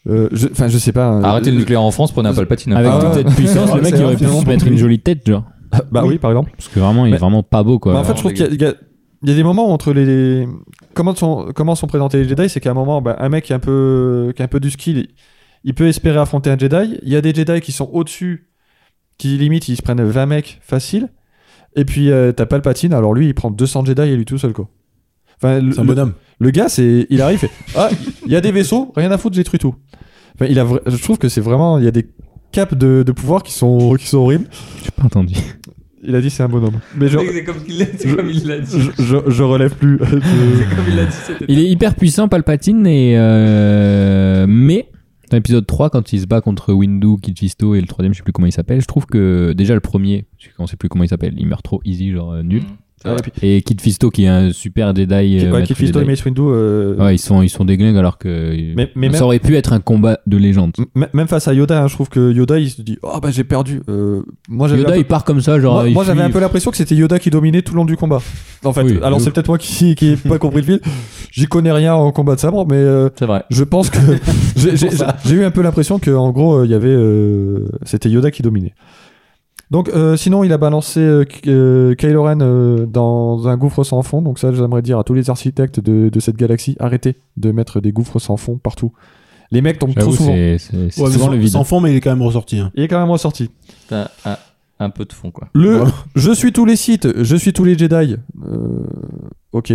Speaker 1: euh, je- Enfin, je, sais pas. hein,
Speaker 2: Arrêtez
Speaker 1: euh,
Speaker 2: le nucléaire en France, prenez un
Speaker 1: Avec
Speaker 2: palpatine.
Speaker 4: Avec
Speaker 1: Ah
Speaker 4: toute
Speaker 1: ouais.
Speaker 4: cette puissance, le mec
Speaker 3: C'est
Speaker 4: il aurait pu
Speaker 3: vraiment
Speaker 4: se mettre une
Speaker 3: compliqué.
Speaker 4: jolie tête, genre.
Speaker 1: Bah oui, par exemple.
Speaker 4: Parce que vraiment, il
Speaker 1: Mais-
Speaker 4: est vraiment pas beau, quoi.
Speaker 1: Bah, en fait, je
Speaker 2: Alors,
Speaker 1: trouve
Speaker 2: les
Speaker 1: qu'il y a- il y, a- il y a des moments entre les. Comment sont, comment sont présentés les Jedi C'est qu'à un moment, bah, un mec qui a un, peu, qui a un peu du skill, il, il peut espérer affronter un Jedi. Il y a des Jedi qui sont au-dessus, qui limite, ils se prennent 20 mecs faciles. Et puis, euh, t'as Palpatine, alors lui, il prend 200 Jedi et lui tout seul, quoi. Enfin, le,
Speaker 3: C'est un
Speaker 1: le-
Speaker 3: bonhomme.
Speaker 1: le gars, c'est, il arrive, il fait, ah, il y a des vaisseaux, rien à foutre, je détruis tout. Enfin, il a, vra- je trouve que c'est vraiment, il y a des caps de, de pouvoir qui sont, qui sont horribles.
Speaker 4: J'ai pas entendu.
Speaker 1: Il a dit c'est un bonhomme. Mais je,
Speaker 5: C'est comme il l'a dit.
Speaker 1: Je-
Speaker 5: comme il l'a dit.
Speaker 1: je, je- je relève plus. Je-
Speaker 5: Comme il l'a dit, c'était.
Speaker 4: Il est hyper puissant, Palpatine, et euh, mais dans l'épisode 3, quand il se bat contre Windu, Kid Fisto et le troisième, je sais plus comment il s'appelle, je trouve que déjà le premier, je sais- on sait plus comment il s'appelle, il meurt trop easy, genre euh, nul.
Speaker 1: Ah, et puis-
Speaker 4: Et Kid Fisto qui est un super Jedi. euh,
Speaker 1: ouais,
Speaker 4: maître
Speaker 1: Kid Fisto et
Speaker 4: Jedi.
Speaker 1: Mace Windu, euh,
Speaker 4: Ouais, ils sont, ils sont déglingues alors que
Speaker 1: Mais- mais
Speaker 4: ça
Speaker 1: même-
Speaker 4: aurait pu être un combat de légende.
Speaker 1: m- même face à Yoda, hein, je trouve que Yoda, il se dit Oh bah j'ai perdu. Euh, moi j'avais un
Speaker 4: Yoda
Speaker 1: peu-
Speaker 4: il part comme ça, genre.
Speaker 1: moi,
Speaker 4: il
Speaker 1: moi, j'avais
Speaker 4: fuit.
Speaker 1: un peu l'impression que c'était Yoda qui dominait tout le long du combat. En fait,
Speaker 4: Oui,
Speaker 1: alors
Speaker 4: de
Speaker 1: c'est peut-être moi qui qui ai pas compris le film. J'y connais rien en combat de sabre, mais euh,
Speaker 2: C'est vrai.
Speaker 1: je pense que j'ai- j'ai j'ai eu un peu l'impression que en gros euh, il y avait euh, c'était Yoda qui dominait. Donc euh, sinon il a balancé euh, K- euh, Kylo Ren euh, dans un gouffre sans fond. Donc ça j'aimerais dire à tous les architectes de, de cette galaxie arrêtez de mettre des gouffres sans fond partout. Les mecs tombent trop
Speaker 4: J'avoue,
Speaker 1: souvent.
Speaker 4: c'est c'est- c'est
Speaker 3: Ouais, mais
Speaker 4: souvent
Speaker 3: sans-
Speaker 4: le vide.
Speaker 3: sans fond, mais il est quand même ressorti. hein.
Speaker 1: Il est quand même ressorti.
Speaker 2: Un, un- un peu de fond, quoi.
Speaker 1: Le
Speaker 3: Voilà.
Speaker 1: je suis tous les sites, je suis tous les Jedi. Euh, ok.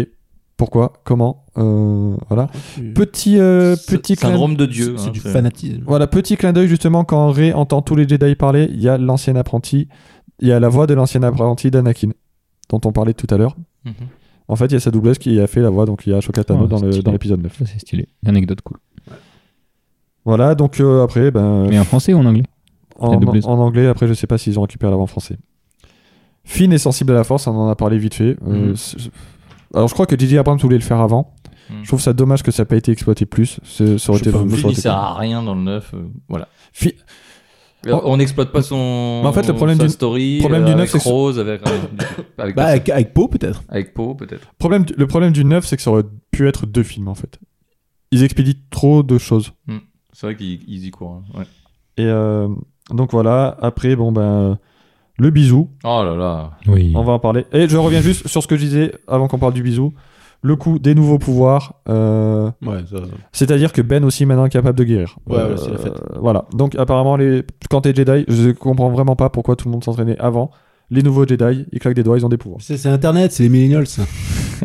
Speaker 1: Pourquoi Comment Euh, Voilà. Petit euh, petit clin-
Speaker 2: syndrome de Dieu.
Speaker 3: Ah, C'est
Speaker 2: hein,
Speaker 3: du
Speaker 2: c'est-
Speaker 3: fanatisme.
Speaker 1: Voilà, petit clin d'œil justement, quand Rey entend tous les Jedi parler, il y a l'ancien apprenti, il y a la voix de l'ancien apprenti d'Anakin, dont on parlait tout à l'heure.
Speaker 2: Mhm.
Speaker 1: En fait, il y a sa doubleuse qui a fait la voix, donc il y a Ashoka Tano
Speaker 4: Oh,
Speaker 1: dans le-
Speaker 4: stylé.
Speaker 1: dans l'épisode 9.
Speaker 4: Ça, C'est stylé. Anecdote cool.
Speaker 1: Voilà, donc euh, après, ben,
Speaker 4: Mais en français ou en anglais
Speaker 1: en,
Speaker 4: la doubleuse.
Speaker 1: en anglais, après, je sais pas s'ils ont récupéré la voix en français. Finn est sensible à la force, on en a parlé vite fait. Euh,
Speaker 4: Mm.
Speaker 2: Mhm.
Speaker 1: c'est- c'est- Alors, je crois que J.J. Abrams voulait le faire avant.
Speaker 4: Mm.
Speaker 2: Mhm.
Speaker 1: Je trouve ça dommage que ça n'a pas été exploité plus. C'est- Ça aurait été
Speaker 3: Je sais pas,
Speaker 1: ça
Speaker 2: Fini,
Speaker 1: aurait été
Speaker 2: sert
Speaker 1: cool.
Speaker 2: à rien dans le neuf. euh, voilà.
Speaker 1: Fi- Oh.
Speaker 2: On n'exploite pas son.
Speaker 1: Mais en fait, le problème
Speaker 2: sa
Speaker 1: du-
Speaker 2: story.
Speaker 1: problème du
Speaker 2: euh,
Speaker 1: neuf,
Speaker 2: avec
Speaker 1: c'est que-
Speaker 2: Rose, avec. Avec,
Speaker 3: Bah, avec, avec Poe, peut-être.
Speaker 2: avec Poe, peut-être.
Speaker 1: Problème du- le problème du 9, c'est que ça aurait pu être deux films en fait. Ils expédient trop de choses.
Speaker 2: C'est vrai qu'ils ils y courent. hein, ouais.
Speaker 1: Et euh, donc voilà, après, bon ben. Le bisou,
Speaker 2: Oh là là.
Speaker 4: Oui.
Speaker 1: on va en parler. Et je reviens juste sur ce que je disais avant qu'on parle du bisou. Le coup des nouveaux pouvoirs. euh,
Speaker 3: Ouais, ça.
Speaker 1: C'est-à-dire que Ben aussi maintenant est capable de guérir. Euh,
Speaker 3: Ouais, ouais, c'est la fête.
Speaker 1: Voilà. Donc apparemment, les... quand t'es Jedi, je comprends vraiment pas pourquoi tout le monde s'entraînait avant. Les nouveaux Jedi, ils claquent des doigts, ils ont des pouvoirs.
Speaker 3: C'est c'est Internet, c'est les millennials. ça.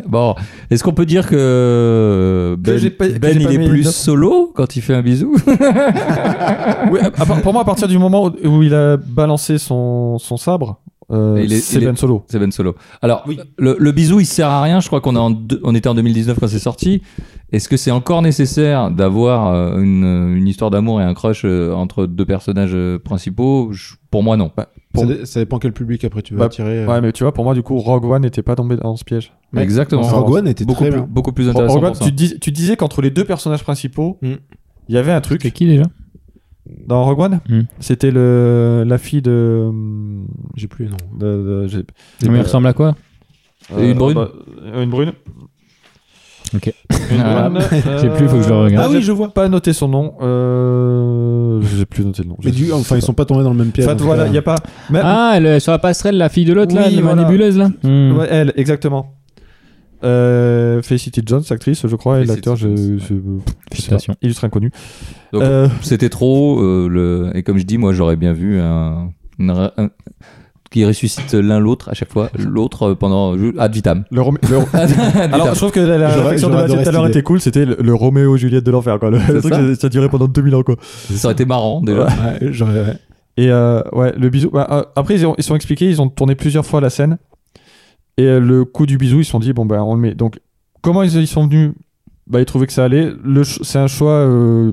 Speaker 2: Bon, est-ce qu'on peut dire
Speaker 4: euh,
Speaker 2: que Ben,
Speaker 1: j'ai pas- que
Speaker 2: Ben,
Speaker 1: j'ai
Speaker 2: il
Speaker 1: pas mis
Speaker 2: est
Speaker 1: les
Speaker 2: plus
Speaker 1: notes.
Speaker 2: solo quand il fait un bisou
Speaker 1: Oui, à- à part- pour moi, à partir du moment où- où il a balancé son, son sabre, euh,
Speaker 2: Et il est-
Speaker 1: c'est
Speaker 2: il est-
Speaker 1: Ben Solo.
Speaker 2: C'est Ben Solo. Alors,
Speaker 3: Oui.
Speaker 2: le, le bisou, il sert à rien. Je crois qu'on est en deux- on était en 2019 quand c'est sorti. Est-ce que c'est encore nécessaire d'avoir euh, une, une histoire d'amour et un crush euh, entre deux personnages euh, principaux Je- Pour moi, non.
Speaker 3: Ça,
Speaker 1: Pour-
Speaker 3: dé- ça dépend quel public après tu veux
Speaker 1: Bah,
Speaker 3: attirer. euh.
Speaker 1: Ouais, mais tu vois, pour moi, du coup, Rogue One n'était pas tombé dans ce piège.
Speaker 3: Mais-
Speaker 2: Exactement.
Speaker 3: Rogue One était
Speaker 2: beaucoup,
Speaker 3: très
Speaker 2: plus,
Speaker 3: bien.
Speaker 2: beaucoup plus intéressant.
Speaker 1: Rogue One,
Speaker 2: pour ça.
Speaker 1: tu, dis- tu disais qu'entre les deux personnages principaux, il
Speaker 4: Mm.
Speaker 3: Hmm.
Speaker 1: y avait un truc.
Speaker 4: C'est qui déjà
Speaker 1: Dans Rogue One,
Speaker 4: Hmm.
Speaker 1: c'était le la fille de.
Speaker 3: J'ai plus, non.
Speaker 1: de- de- j'ai-
Speaker 4: Mais il ressemble à quoi
Speaker 2: Et une brune
Speaker 1: bah, euh, Une brune.
Speaker 4: Ok.
Speaker 1: Une
Speaker 2: Ah,
Speaker 1: brune. euh,
Speaker 4: je sais plus, faut que je le regarde.
Speaker 1: Ah
Speaker 3: Ah oui,
Speaker 1: oui,
Speaker 3: je vois.
Speaker 1: Pas noté son nom. Euh... J'ai plus noté le nom.
Speaker 3: Mais
Speaker 1: Je-
Speaker 3: du-
Speaker 1: je
Speaker 3: enfin,
Speaker 1: sais
Speaker 3: ils sont pas tombés dans le même
Speaker 1: pas.
Speaker 3: piège.
Speaker 1: Enfin,
Speaker 3: donc,
Speaker 1: voilà,
Speaker 3: euh,
Speaker 1: il n'y a pas. Mais-
Speaker 4: Ah, elle est sur la passerelle, la fille de l'autre, là,
Speaker 1: Ben, Oui,
Speaker 4: la
Speaker 1: voilà.
Speaker 4: manipuleuse, là Hmm.
Speaker 1: Ouais, elle, exactement. Euh, Felicity Jones, actrice, je crois, et
Speaker 2: Felicity
Speaker 1: l'acteur, je,
Speaker 2: Jones,
Speaker 1: je- je sais pas,
Speaker 4: Félicitations.
Speaker 1: illustre inconnu.
Speaker 2: Donc,
Speaker 1: Euh,
Speaker 2: C'était trop. euh, le... Et comme je dis, moi, j'aurais bien vu un. une ra- un- Qui ressuscite l'un l'autre à chaque fois, l'autre euh, pendant. Ad vitam.
Speaker 1: le Romé- le-
Speaker 2: Ad
Speaker 1: Alors, je
Speaker 2: vitam.
Speaker 1: trouve que la, la
Speaker 3: J'aurais-
Speaker 1: réflexion de
Speaker 3: j'aurais
Speaker 1: Mathieu
Speaker 3: adoré
Speaker 1: tout à l'heure
Speaker 3: cette idée.
Speaker 1: était cool, c'était le, le Roméo et Juliette de l'enfer, quoi. Le, le
Speaker 2: C'est
Speaker 1: truc,
Speaker 2: ça
Speaker 1: ça, ça durait pendant 2000 ans, quoi.
Speaker 2: Ça aurait été marrant déjà.
Speaker 3: ouais, j'aurais- ouais.
Speaker 1: Et euh, ouais, le bisou. bah, euh, après, ils ont, ils sont expliqués, ils ont tourné plusieurs fois la scène. Et euh, le coup du bisou, ils se sont dit, bon, ben, on le met. Donc, comment ils, ils sont venus bah, Ils trouvaient que ça allait. Le ch- C'est un choix euh,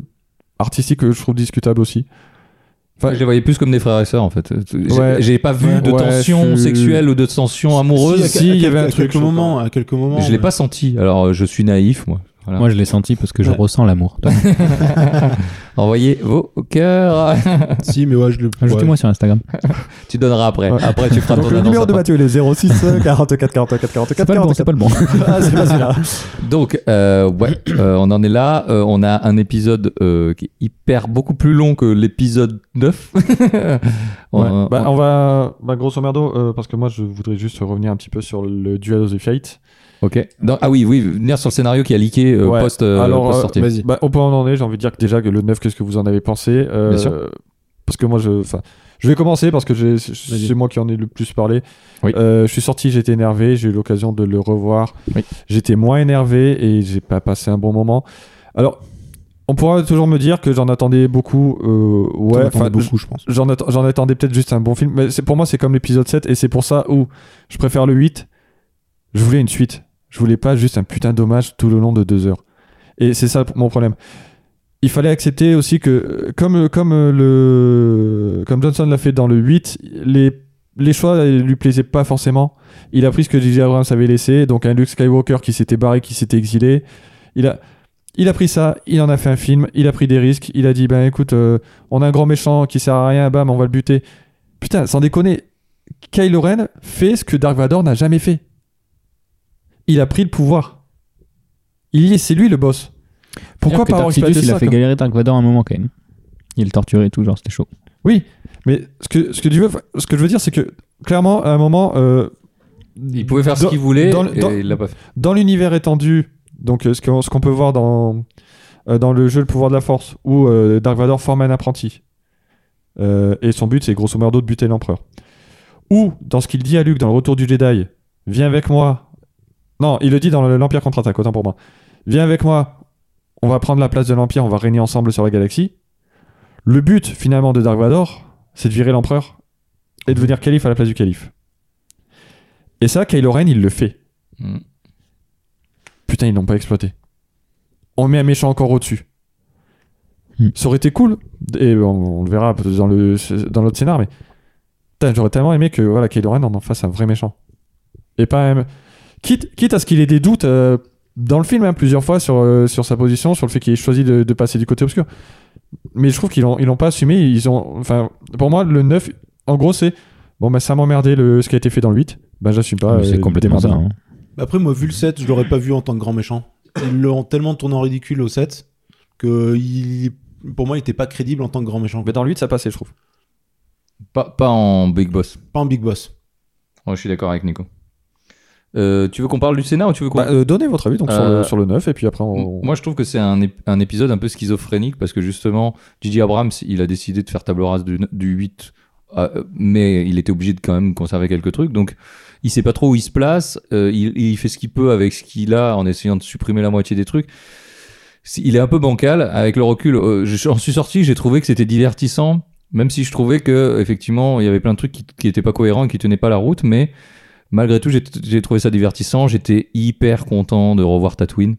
Speaker 1: artistique que je trouve discutable aussi. Enfin,
Speaker 2: je les voyais plus comme des frères et sœurs en fait. J'ai-
Speaker 1: Ouais.
Speaker 2: J'ai pas vu de
Speaker 1: Ouais,
Speaker 2: tension
Speaker 1: je suis-
Speaker 2: sexuelle ou de tension amoureuse.
Speaker 1: Si, il y avait un
Speaker 3: à
Speaker 1: truc,
Speaker 3: quelques
Speaker 1: je
Speaker 3: moments, à quelques moments.
Speaker 2: je l'ai
Speaker 3: ouais.
Speaker 2: pas senti. Alors euh, je suis naïf moi. Voilà.
Speaker 4: Moi, je l'ai senti parce que je
Speaker 3: Ouais.
Speaker 4: ressens l'amour. Donc,
Speaker 2: Envoyez vos cœurs.
Speaker 3: euh, Si, mais ouais, je le.
Speaker 4: Ajoutez-moi sur Instagram.
Speaker 2: tu donneras après.
Speaker 1: Ouais.
Speaker 2: Après tu feras
Speaker 1: Donc
Speaker 2: ton
Speaker 1: le
Speaker 2: annonce
Speaker 1: numéro de
Speaker 2: après.
Speaker 1: Mathieu il est 06 44 44
Speaker 4: C'est
Speaker 1: 44
Speaker 4: pas le bon,
Speaker 1: 44.
Speaker 4: c'est pas le bon.
Speaker 1: Ah, c'est pas celui-là.
Speaker 2: Donc euh, ouais, euh, on en est là. Euh, on a un épisode euh, qui est hyper beaucoup plus long que l'épisode 9. On-
Speaker 1: Ouais.
Speaker 2: on-
Speaker 1: Bah, on va, bah, grosso merdo, euh, parce que moi je voudrais juste revenir un petit peu sur le duel of the fight.
Speaker 2: Ok. Non, ah oui oui. Venir sur le scénario qui a leaké euh,
Speaker 1: Ouais.
Speaker 2: post, euh,
Speaker 1: Alors,
Speaker 2: post
Speaker 1: euh,
Speaker 2: sortie.
Speaker 3: Vas-y.
Speaker 1: Bah, au point où on en est, j'ai envie de dire que déjà que le 9, qu'est-ce que vous en avez pensé euh,
Speaker 2: Bien sûr.
Speaker 1: Parce que moi je, enfin, je vais commencer parce que j'ai- c'est
Speaker 3: Vas-y.
Speaker 1: c'est moi qui en ai le plus parlé.
Speaker 2: Oui.
Speaker 1: Euh, je suis sorti, j'étais énervé, j'ai eu l'occasion de le revoir.
Speaker 2: Oui.
Speaker 1: J'étais moins énervé et j'ai pas passé un bon moment. Alors, on pourra toujours me dire que j'en attendais beaucoup. euh, ouais,
Speaker 3: Ouais,
Speaker 1: enfin,
Speaker 3: beaucoup, je pense.
Speaker 1: J'en atta- j'en attendais peut-être juste un bon film, mais c'est- pour moi c'est comme l'épisode 7 et c'est pour ça où je préfère le 8. Je voulais une suite. Je voulais pas juste un putain d'hommage tout le long de deux heures. Et c'est ça p- mon problème. Il fallait accepter aussi que, euh, comme, euh, comme, euh, le, comme Johnson l'a fait dans le 8, les, les choix euh, lui plaisaient pas forcément. Il a pris ce que J.J. Abrams avait laissé, donc un Luke Skywalker qui s'était barré, qui s'était exilé. Il a, il a pris ça, il en a fait un film, il a pris des risques, il a dit, ben écoute, euh, on a un grand méchant qui sert à rien, bam, on va le buter. Putain, sans déconner, Kylo Ren fait ce que Dark Vador n'a jamais fait. Il a pris le pouvoir. Il y est, c'est lui le boss. Pourquoi
Speaker 4: Dire que
Speaker 1: pas
Speaker 4: Dark Sidious,
Speaker 1: exploiter
Speaker 4: il a
Speaker 1: ça,
Speaker 4: fait
Speaker 1: quoi.
Speaker 4: galérer Dark Vador un moment quand même. Il le torturait et tout, genre, c'était chaud.
Speaker 1: Oui, mais ce que, ce que tu veux, ce que je veux dire, c'est que clairement, à un moment, euh,
Speaker 2: Il pouvait faire ce
Speaker 1: dans-
Speaker 2: qu'il voulait
Speaker 1: dans le- dans-
Speaker 2: et il l'a pas fait.
Speaker 1: dans l'univers étendu, donc euh, ce qu'on ce qu'on peut voir dans, euh, dans le jeu Le pouvoir de la force, où euh, Dark Vador forme un apprenti. Euh, et son but, c'est grosso modo de buter l'empereur. Ou, dans ce qu'il dit à Luke dans le retour du Jedi, viens avec moi. Non, il le dit dans le- l'Empire contre-attaque, autant pour moi. Viens avec moi, on va prendre la place de l'Empire, on va régner ensemble sur la galaxie. Le but, finalement, de Dark Vador, c'est de virer l'empereur et de devenir calife à la place du calife. Et ça, Kylo Ren, il le fait.
Speaker 2: Mm.
Speaker 1: Putain, ils l'ont pas exploité. On met un méchant encore au-dessus.
Speaker 4: Hmm.
Speaker 1: Ça aurait été cool. Et on, on le verra peut-être dans le dans l'autre scénar, mais putain, j'aurais tellement aimé que voilà, Kylo Ren en en fasse un vrai méchant. Et pas même. Quitte, quitte à ce qu'il ait des doutes euh, dans le film, hein, plusieurs fois, sur, euh, sur sa position, sur le fait qu'il ait choisi de, de passer du côté obscur. Mais je trouve qu'ils l'ont, ils l'ont pas assumé. Ils ont, enfin, pour moi, le 9, en gros, c'est bon, bah, ça m'a emmerdé le, ce qui a été fait dans le 8. Bah, j'assume pas.
Speaker 4: Ah, Mais
Speaker 1: euh,
Speaker 4: c'est complètement ça.
Speaker 1: démerde-toi.
Speaker 4: hein.
Speaker 3: Après, moi, vu le 7, je l'aurais pas vu en tant que grand méchant. Ils l'ont tellement tourné en ridicule au 7 que il- pour moi, il était pas crédible en tant que grand méchant.
Speaker 1: Mais dans le 8, ça passait, je trouve.
Speaker 2: Pas, pas en Big Boss.
Speaker 3: Pas un big boss.
Speaker 2: Ouais, je suis d'accord avec Nico. Euh, tu veux qu'on parle du Sénat ou tu veux qu'on...
Speaker 1: Bah, euh, donnez votre avis donc, sur,
Speaker 2: Euh,
Speaker 1: le, sur le 9 et puis après on...
Speaker 2: Moi, je trouve que c'est un, ép- un épisode un peu schizophrénique parce que justement, Gigi Abrams, il a décidé de faire table rase du, du 8, euh, mais il était obligé de quand même conserver quelques trucs. Donc, il sait pas trop où il se place, euh, il, il fait ce qu'il peut avec ce qu'il a en essayant de supprimer la moitié des trucs. C'est- Il est un peu bancal. Avec le recul, euh, je- j'en suis sorti, j'ai trouvé que c'était divertissant, même si je trouvais que effectivement il y avait plein de trucs qui, qui étaient pas cohérents, et qui tenaient pas la route, mais malgré tout j'ai j'ai trouvé ça divertissant. J'étais hyper content de revoir Tatooine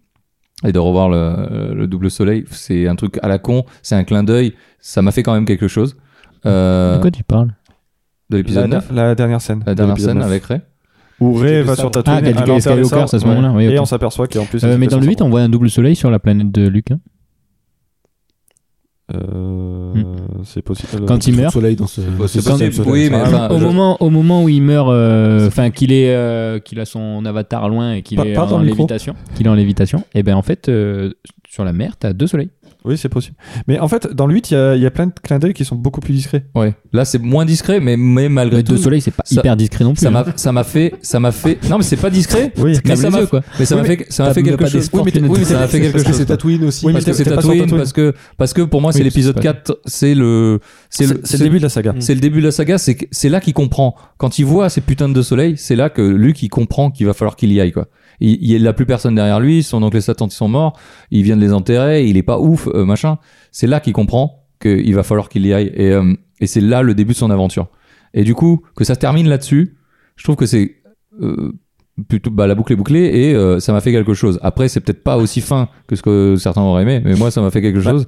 Speaker 2: et de revoir le, le double soleil. C'est un truc à la con, c'est un clin d'œil. Ça m'a fait quand même quelque chose. Euh,
Speaker 4: De quoi tu parles
Speaker 1: La,
Speaker 2: de l'épisode 9
Speaker 1: la dernière scène.
Speaker 2: la dernière
Speaker 1: de l'épisode
Speaker 2: scène
Speaker 1: 9.
Speaker 2: avec Ray
Speaker 1: Où Ray
Speaker 3: C'était
Speaker 1: va
Speaker 3: ça.
Speaker 1: sur
Speaker 4: Ah,
Speaker 1: Tatooine.
Speaker 4: Gal-
Speaker 1: à
Speaker 4: Gal-
Speaker 1: l'intérieur
Speaker 4: Skywalker à
Speaker 1: sort,
Speaker 4: ce
Speaker 1: ouais.
Speaker 4: moment-là. oui,
Speaker 1: Et
Speaker 4: ok.
Speaker 1: on s'aperçoit qu'en plus.
Speaker 4: Euh,
Speaker 1: il
Speaker 4: mais
Speaker 1: fait
Speaker 4: dans le
Speaker 1: son
Speaker 4: 8, on voit un double soleil sur la planète de Luke. hein.
Speaker 1: Euh,
Speaker 2: Hmm.
Speaker 1: C'est possible.
Speaker 4: Quand il
Speaker 3: Trop de
Speaker 4: meurt.
Speaker 3: soleil dans ce.
Speaker 2: c'est
Speaker 3: dans ce-
Speaker 2: possible,
Speaker 3: dans ce-
Speaker 2: oui, mais
Speaker 1: Ah,
Speaker 2: enfin,
Speaker 4: Au
Speaker 2: je-
Speaker 4: moment, au moment où il meurt, euh, enfin qu'il est, euh, qu'il a son avatar loin et qu'il
Speaker 3: Par-
Speaker 4: est
Speaker 3: parle dans
Speaker 4: en
Speaker 3: le micro.
Speaker 4: lévitation, qu'il est en lévitation, et ben en fait euh, sur la mer t'as deux soleils.
Speaker 1: Euh, Oui, c'est possible. Mais en fait, dans le 8, il y a- il y a plein de clins d'œil qui sont beaucoup plus discrets.
Speaker 2: Ouais. Là, c'est moins discret, mais, mais malgré
Speaker 4: Mais
Speaker 2: tout,
Speaker 4: deux soleils c'est pas
Speaker 2: ça-
Speaker 4: hyper discret non plus.
Speaker 2: ça
Speaker 4: hein.
Speaker 2: m'a, ça m'a fait, ça m'a fait. Non, mais c'est pas discret.
Speaker 1: Oui,
Speaker 4: Calme
Speaker 2: ça
Speaker 4: les
Speaker 2: m'a-
Speaker 4: yeux, quoi.
Speaker 2: Mais ça m'a
Speaker 4: Oui,
Speaker 2: fait, ça m'a
Speaker 4: t'as-
Speaker 2: fait
Speaker 4: t'as
Speaker 2: quelque
Speaker 4: pas
Speaker 2: chose.
Speaker 4: d'espoir
Speaker 2: mais,
Speaker 4: qu'il y ait
Speaker 2: oui, mais
Speaker 4: des-
Speaker 2: ça m'a fait quelque
Speaker 3: Parce que
Speaker 2: chose.
Speaker 3: c'est Tatooine aussi.
Speaker 1: Oui,
Speaker 2: parce que c'est
Speaker 1: t'étais pas sur
Speaker 2: Tatooine,
Speaker 1: Tatooine.
Speaker 2: parce que, parce que pour moi,
Speaker 4: Oui,
Speaker 2: c'est
Speaker 4: parce que
Speaker 2: l'épisode
Speaker 4: c'est pas-
Speaker 2: 4, c'est le, c'est Hmm. le,
Speaker 1: C'est le début de la saga.
Speaker 2: c'est le début de la saga, c'est que- c'est là qu'il comprend. Quand il voit ces putains de soleils, c'est là que Luke il comprend qu'il va falloir qu'il y aille quoi. Il, il a plus personne derrière lui, son oncle et sa tante ils sont morts, il vient de les enterrer, il est pas ouf euh, machin. C'est là qu'il comprend qu'il va falloir qu'il y aille et, euh, et c'est là le début de son aventure. Et du coup que ça se termine là-dessus, je trouve que c'est euh, plutôt bah, la boucle est bouclée et euh, ça m'a fait quelque chose. Après c'est peut-être pas aussi fin que ce que certains auraient aimé, mais moi ça m'a fait quelque chose.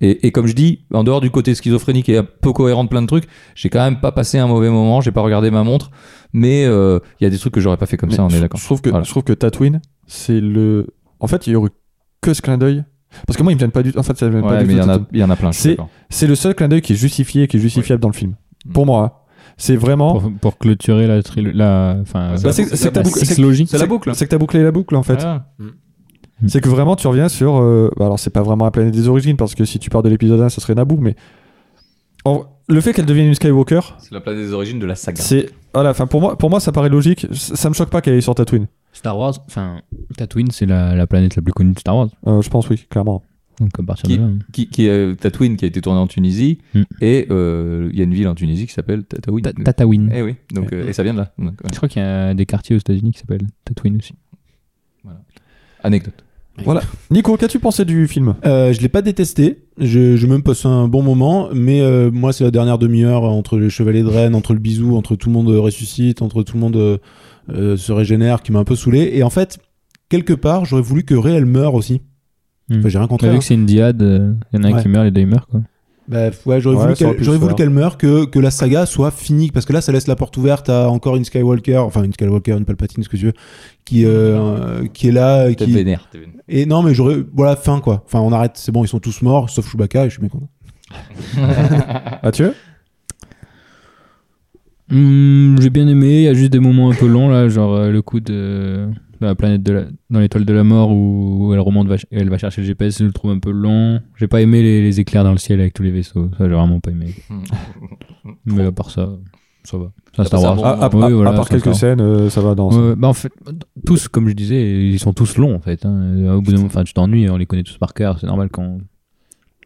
Speaker 2: Et, et comme je dis, en dehors du côté schizophrénique et un peu cohérent de plein de trucs. J'ai quand même pas passé un mauvais moment, j'ai pas regardé ma montre, mais euh, il y a des trucs que j'aurais pas fait comme ça, on
Speaker 1: Mais
Speaker 2: est
Speaker 1: je-
Speaker 2: d'accord.
Speaker 1: Je trouve que
Speaker 2: Voilà.
Speaker 1: je trouve que Tatooine, c'est le. En fait, il y aurait que ce clin d'œil. Parce que moi, il me vient pas du. En fait, ça me vient pas
Speaker 2: Ouais,
Speaker 1: du
Speaker 2: mais il
Speaker 1: tout
Speaker 2: y, en a-
Speaker 1: Tatooine.
Speaker 2: il y en a plein, je suis
Speaker 1: C'est-
Speaker 2: d'accord.
Speaker 1: C'est le seul clin d'œil qui est justifié, et qui est justifiable dans le film.
Speaker 2: Mm.
Speaker 1: Pour moi, hein. c'est vraiment.
Speaker 4: pour, pour clôturer la trilo- la enfin
Speaker 1: Bah,
Speaker 4: euh,
Speaker 1: c'est- c'est que t'as
Speaker 4: la
Speaker 1: bouclé- c'est-
Speaker 4: sexlogie.
Speaker 2: c'est la boucle.
Speaker 1: C'est que t'as bouclé la boucle en fait.
Speaker 2: Ah.
Speaker 1: C'est que vraiment tu reviens sur. euh, bah, alors c'est pas vraiment la planète des origines parce que si tu pars de l'épisode 1, ça serait Naboo, mais en- le fait qu'elle devienne une Skywalker,
Speaker 2: C'est la place des origines de la saga.
Speaker 1: c'est voilà. Enfin pour moi, pour moi ça paraît logique. Ça, ça me choque pas qu'elle aille sur Tatooine.
Speaker 4: Star Wars, enfin Tatooine c'est la, la planète la plus connue de Star Wars.
Speaker 1: Euh, je pense oui, clairement.
Speaker 4: Donc à partir de là. hein.
Speaker 2: Qui, qui est euh, Tatooine qui a été tourné en Tunisie
Speaker 1: Mm.
Speaker 4: Hmm.
Speaker 2: et euh, il y a une ville en Tunisie qui s'appelle Tatooine.
Speaker 4: Ta- Tatooine.
Speaker 2: Eh oui, donc euh, et ça vient de là. Donc, ouais.
Speaker 4: Je crois qu'il y a des quartiers aux États-Unis qui s'appellent Tatooine aussi.
Speaker 1: Ah,
Speaker 2: Anecdote.
Speaker 1: Nico, qu'as-tu pensé du film
Speaker 3: Euh, je l'ai pas détesté. Je, je même passé un bon moment, mais euh, moi c'est la dernière demi-heure euh, entre les chevaliers de Rennes, entre le bisou, entre tout le monde euh, ressuscite, entre tout le monde euh, euh, se régénère, qui m'a un peu saoulé. Et en fait, quelque part, j'aurais voulu que Ray elle meure aussi.
Speaker 4: Hmm.
Speaker 3: Enfin, j'ai rien
Speaker 1: Bah
Speaker 3: contre
Speaker 4: T'as
Speaker 3: elle,
Speaker 4: vu que c'est une diade, euh, il y en a un
Speaker 3: Ouais.
Speaker 4: qui meurt, les deux ils meurent quoi.
Speaker 3: Bah, f- ouais, j'aurais
Speaker 1: Ouais,
Speaker 3: voulu
Speaker 1: ça aurait
Speaker 3: qu'elle
Speaker 1: pu
Speaker 3: j'aurais
Speaker 1: se
Speaker 3: voulu
Speaker 1: faire.
Speaker 3: qu'elle meure, que, que la saga soit finie, parce que là, ça laisse la porte ouverte à encore une Skywalker, enfin une Skywalker, une Palpatine, ce que tu veux, qui, euh, euh, qui est là,
Speaker 2: T'es
Speaker 3: qui.
Speaker 2: vénère.
Speaker 3: Et non, mais j'aurais, voilà, fin quoi. Enfin, on arrête, c'est bon, ils sont tous morts, sauf Chewbacca, et je suis bien content.
Speaker 4: Ah.
Speaker 1: Mathieu
Speaker 4: Hmm, j'ai bien aimé, il y a juste des moments un peu longs là, genre euh, le coup de dans la planète de la- dans l'étoile de la mort où, où elle remonte, va ch- elle va chercher le GPS, je le trouve un peu long. J'ai pas aimé les, les éclairs dans le ciel avec tous les vaisseaux, ça j'ai vraiment pas aimé.
Speaker 2: Hmm.
Speaker 4: Mais à part ça, ça va.
Speaker 2: T'as
Speaker 4: Ça, Star
Speaker 2: passé un
Speaker 4: Wars.
Speaker 2: bon
Speaker 1: à, Ah, à-
Speaker 4: bah, Oui,
Speaker 1: à- à
Speaker 4: voilà,
Speaker 1: part
Speaker 4: ça, ça
Speaker 1: quelques
Speaker 4: va.
Speaker 1: scènes, euh, ça va dans. ça.
Speaker 4: Ouais, bah en fait, tous, comme je disais, ils sont tous longs en fait. hein. Au bout d'un moment, enfin, tu t'ennuies, on les connaît tous par cœur, c'est normal quand.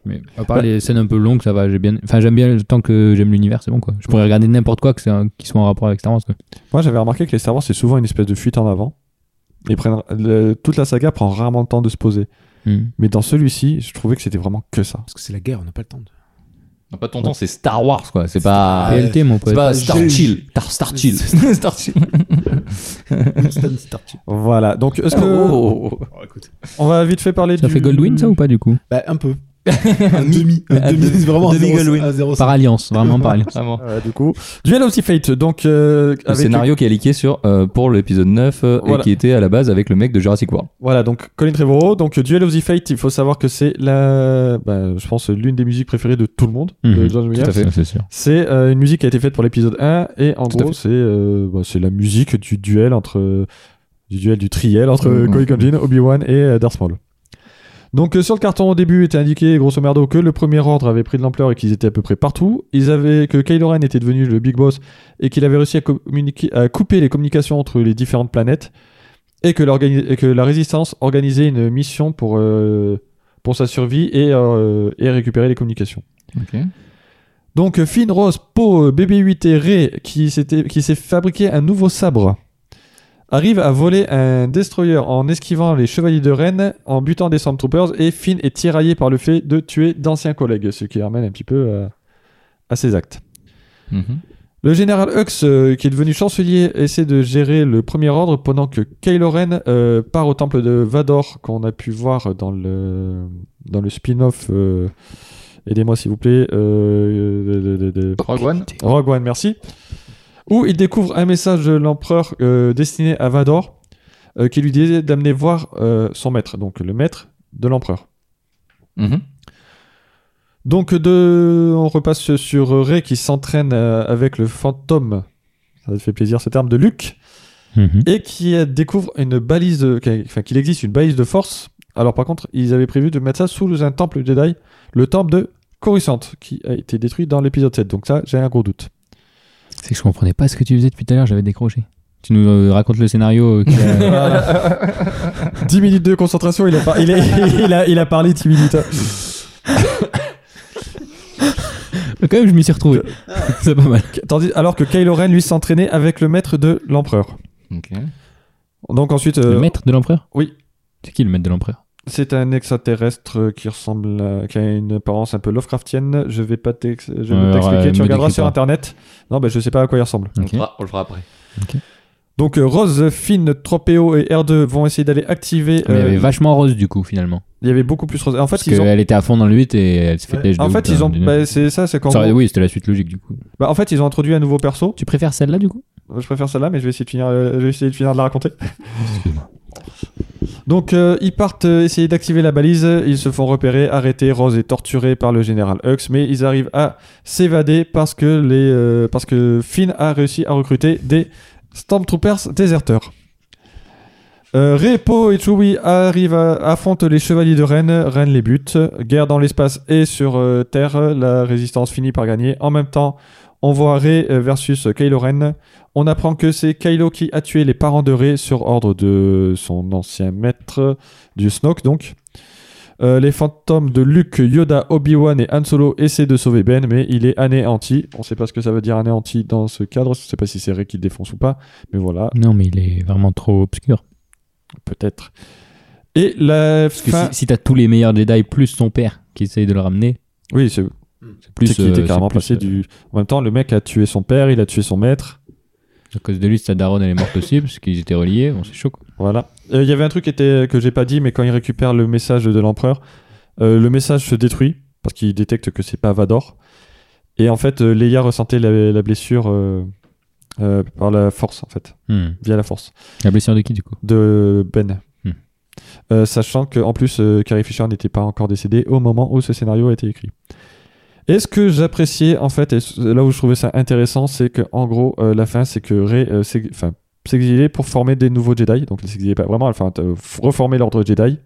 Speaker 4: Mais à part les scènes un peu longues, ça va, j'ai bien. Enfin, j'aime bien le temps que j'aime l'univers, c'est bon quoi. Je pourrais regarder n'importe quoi que c'est un- qui soit en rapport avec Star Wars. quoi.
Speaker 1: Moi, j'avais remarqué que les Star Wars, c'est souvent une espèce de fuite en avant. Ils prennent, le- toute la saga prend rarement le temps de se poser. Mais dans celui-ci, je trouvais que c'était vraiment que ça.
Speaker 3: Parce que c'est la guerre, on n'a pas le temps. de-
Speaker 2: Non, pas tonton, c'est Star Wars quoi. C'est pas.
Speaker 3: Ouais.
Speaker 4: PLT, mon pote.
Speaker 2: C'est pas
Speaker 3: j'ai-
Speaker 2: Star Chill. Star, Star Chill. Star Chill.
Speaker 1: Voilà. Donc, est-ce que
Speaker 2: Oh.
Speaker 1: on va vite fait parler
Speaker 4: Ça
Speaker 1: du-
Speaker 4: fait Goldwyn ça ou pas du coup
Speaker 3: Bah, un peu. un demi. Un demi, c'est vraiment un
Speaker 2: demi
Speaker 3: zéro-
Speaker 2: Goldwyn.
Speaker 3: un zéro-
Speaker 4: Par alliance, vraiment par alliance.
Speaker 2: Vraiment.
Speaker 1: Ouais, du coup, Duel of the Fate. Donc, euh,
Speaker 2: Le
Speaker 1: avec-
Speaker 2: scénario qui est liqué sur, euh, pour l'épisode 9 euh,
Speaker 1: Voilà.
Speaker 2: et qui était à la base avec le mec de Jurassic World.
Speaker 1: Voilà, donc Colin Trevorrow. Donc, Duel of the Fate, il faut savoir que c'est la, bah, je pense, l'une des musiques préférées de tout le monde. de
Speaker 4: Mhm.
Speaker 1: John Williams.
Speaker 2: à fait.
Speaker 4: Ça, c'est sûr.
Speaker 1: C'est euh, une musique qui a été faite pour l'épisode 1 et en
Speaker 2: Tout à
Speaker 1: gros c'est euh, bah, c'est la musique du duel entre du duel du triel entre
Speaker 2: Mhm.
Speaker 1: Qui-Gon Jinn, Obi-Wan et euh, Darth Maul. Donc euh, sur le carton au début était indiqué grosso merdo que le premier ordre avait pris de l'ampleur et qu'ils étaient à peu près partout. Ils avaient que Kylo Ren était devenu le big boss et qu'il avait réussi à, communiquer- à couper les communications entre les différentes planètes et que, l'organi- et que la résistance organisait une mission pour euh, pour sa survie et, euh, et récupérer les communications. euh, Donc Finn, Rose, Poe, BB-8 et Ray qui, s'était- qui s'est fabriqué un nouveau sabre arrive à voler un destroyer en esquivant les chevaliers de Rennes, en butant des Stormtroopers, et Finn est tiraillé par le fait de tuer d'anciens collègues, ce qui ramène un petit peu euh, à ses actes.
Speaker 2: Mhm.
Speaker 1: Le général Hux, euh, qui est devenu chancelier, essaie de gérer le premier ordre pendant que Kylo Ren euh, part au temple de Vador, qu'on a pu voir dans le, dans le spin-off. euh, Aidez-moi s'il vous plaît. euh, de- de- de- de-
Speaker 2: Rogue One
Speaker 1: Rogue One, merci. Où il découvre un message de l'empereur euh, destiné à Vador euh, qui lui disait d'amener voir euh, son maître, donc le maître de l'empereur.
Speaker 2: Mhm.
Speaker 1: Donc de... on repasse sur Rey qui s'entraîne euh, avec le fantôme, ça fait plaisir ce terme, de Luke,
Speaker 5: Mhm.
Speaker 1: et qui euh, découvre une balise, de- qu'a- enfin qu'il existe une balise de force. Alors par contre, ils avaient prévu de mettre ça sous un temple Jedi, le temple de Coruscant, qui a été détruit dans l'épisode 7. Donc ça, j'ai un gros doute.
Speaker 5: C'est que je comprenais pas ce que tu faisais depuis tout à l'heure, j'avais décroché. Tu nous euh, racontes le scénario. euh, qui a-
Speaker 1: 10 minutes de concentration, il a, par- il a- il a- il a parlé 10 minutes.
Speaker 5: Quand même, je m'y suis retrouvé. C'est pas mal.
Speaker 1: Tandis- alors que Kylo Ren, lui, s'entraînait avec le maître de l'empereur.
Speaker 2: Ok.
Speaker 1: Donc ensuite, euh,
Speaker 5: Le maître de l'empereur
Speaker 1: oui.
Speaker 5: C'est qui le maître de l'empereur
Speaker 1: c'est un extraterrestre qui ressemble à- qui a une apparence un peu Lovecraftienne. Je vais pas t'ex- je vais
Speaker 5: Ouais,
Speaker 1: t'expliquer,
Speaker 5: ouais,
Speaker 1: tu
Speaker 5: me
Speaker 1: regarderas
Speaker 5: décris
Speaker 1: sur
Speaker 5: pas.
Speaker 1: internet. Non, ben je sais pas à quoi il ressemble.
Speaker 2: On,
Speaker 5: Ok.
Speaker 2: le fera, on le fera après.
Speaker 1: Donc euh, Rose, Finn, Tropeo et R2 vont essayer d'aller activer.
Speaker 5: Mais il y
Speaker 1: euh,
Speaker 5: avait vachement Rose du coup, finalement.
Speaker 1: il y avait beaucoup plus Rose. En fait,
Speaker 5: Parce
Speaker 1: ils ont.
Speaker 5: qu'elle était à fond dans le 8 et elle s'est fait
Speaker 3: Ouais.
Speaker 5: lèche de
Speaker 1: En
Speaker 5: ouf,
Speaker 1: fait, ils
Speaker 5: hein,
Speaker 1: ont.
Speaker 5: d'une-
Speaker 1: ben, c'est ça, c'est quand.
Speaker 5: Ça aurait- Oui, c'était la suite logique du coup.
Speaker 1: en fait, ils ont introduit un nouveau perso.
Speaker 5: Tu préfères celle-là du coup
Speaker 1: Je préfère celle-là, mais je vais essayer de finir, euh, je vais essayer de, finir de la raconter. Donc, euh, ils partent euh, essayer d'activer la balise. Ils se font repérer, arrêter. Rose est torturée par le général Hux, mais ils arrivent à s'évader parce que les, euh, parce que Finn a réussi à recruter des Stormtroopers déserteurs. Euh, Repo et Chewie arrivent à, affrontent les chevaliers de Rennes. Rennes les bute. Guerre dans l'espace et sur euh, Terre. La résistance finit par gagner. En même temps, on voit Rey euh, versus Kylo Ren. On apprend que c'est Kylo qui a tué les parents de Rey sur ordre de son ancien maître, du Snoke donc. Euh, les fantômes de Luke, Yoda, Obi-Wan et Han Solo essaient de sauver Ben, mais il est anéanti. On sait pas ce que ça veut dire anéanti dans ce cadre. Je sais pas si c'est Rey qui le défonce ou pas, mais voilà,
Speaker 5: Non, mais il est vraiment trop obscur.
Speaker 1: peut-être. Et la
Speaker 5: Parce que
Speaker 1: fin-
Speaker 5: si, si t'as tous les meilleurs Jedi plus son père qui essaye de le ramener,
Speaker 1: Oui, c'est
Speaker 5: c'est plus.
Speaker 1: c'est qu'il était
Speaker 5: euh,
Speaker 1: carrément
Speaker 5: c'est plus,
Speaker 1: passé
Speaker 5: euh,
Speaker 1: du. En même temps, le mec a tué son père, il a tué son maître.
Speaker 5: À cause de lui, sa daronne elle est morte aussi parce qu'ils étaient reliés. Bon, c'est chaud quoi.
Speaker 1: Voilà. Euh, Il y avait un truc qui était, que j'ai pas dit, mais quand il récupère le message de l'empereur, euh, le message se détruit parce qu'il détecte que c'est pas Vador. Et en fait, euh, Leia ressentait la, la blessure euh, euh, par la force, en fait,
Speaker 5: Hmm.
Speaker 1: via la force
Speaker 5: La blessure de qui du coup
Speaker 1: de Ben.
Speaker 5: Hmm.
Speaker 1: Euh, sachant qu'en plus, euh, Carrie Fisher n'était pas encore décédée au moment où ce scénario a été écrit. Et ce que j'appréciais, en fait, et c- là où je trouvais ça intéressant, c'est que en gros, euh, la fin, c'est que Rey euh, s'ex- enfin, s'exilait pour former des nouveaux Jedi. Donc, il s'exilait pas vraiment, enfin, euh, f- reformer l'ordre Jedi.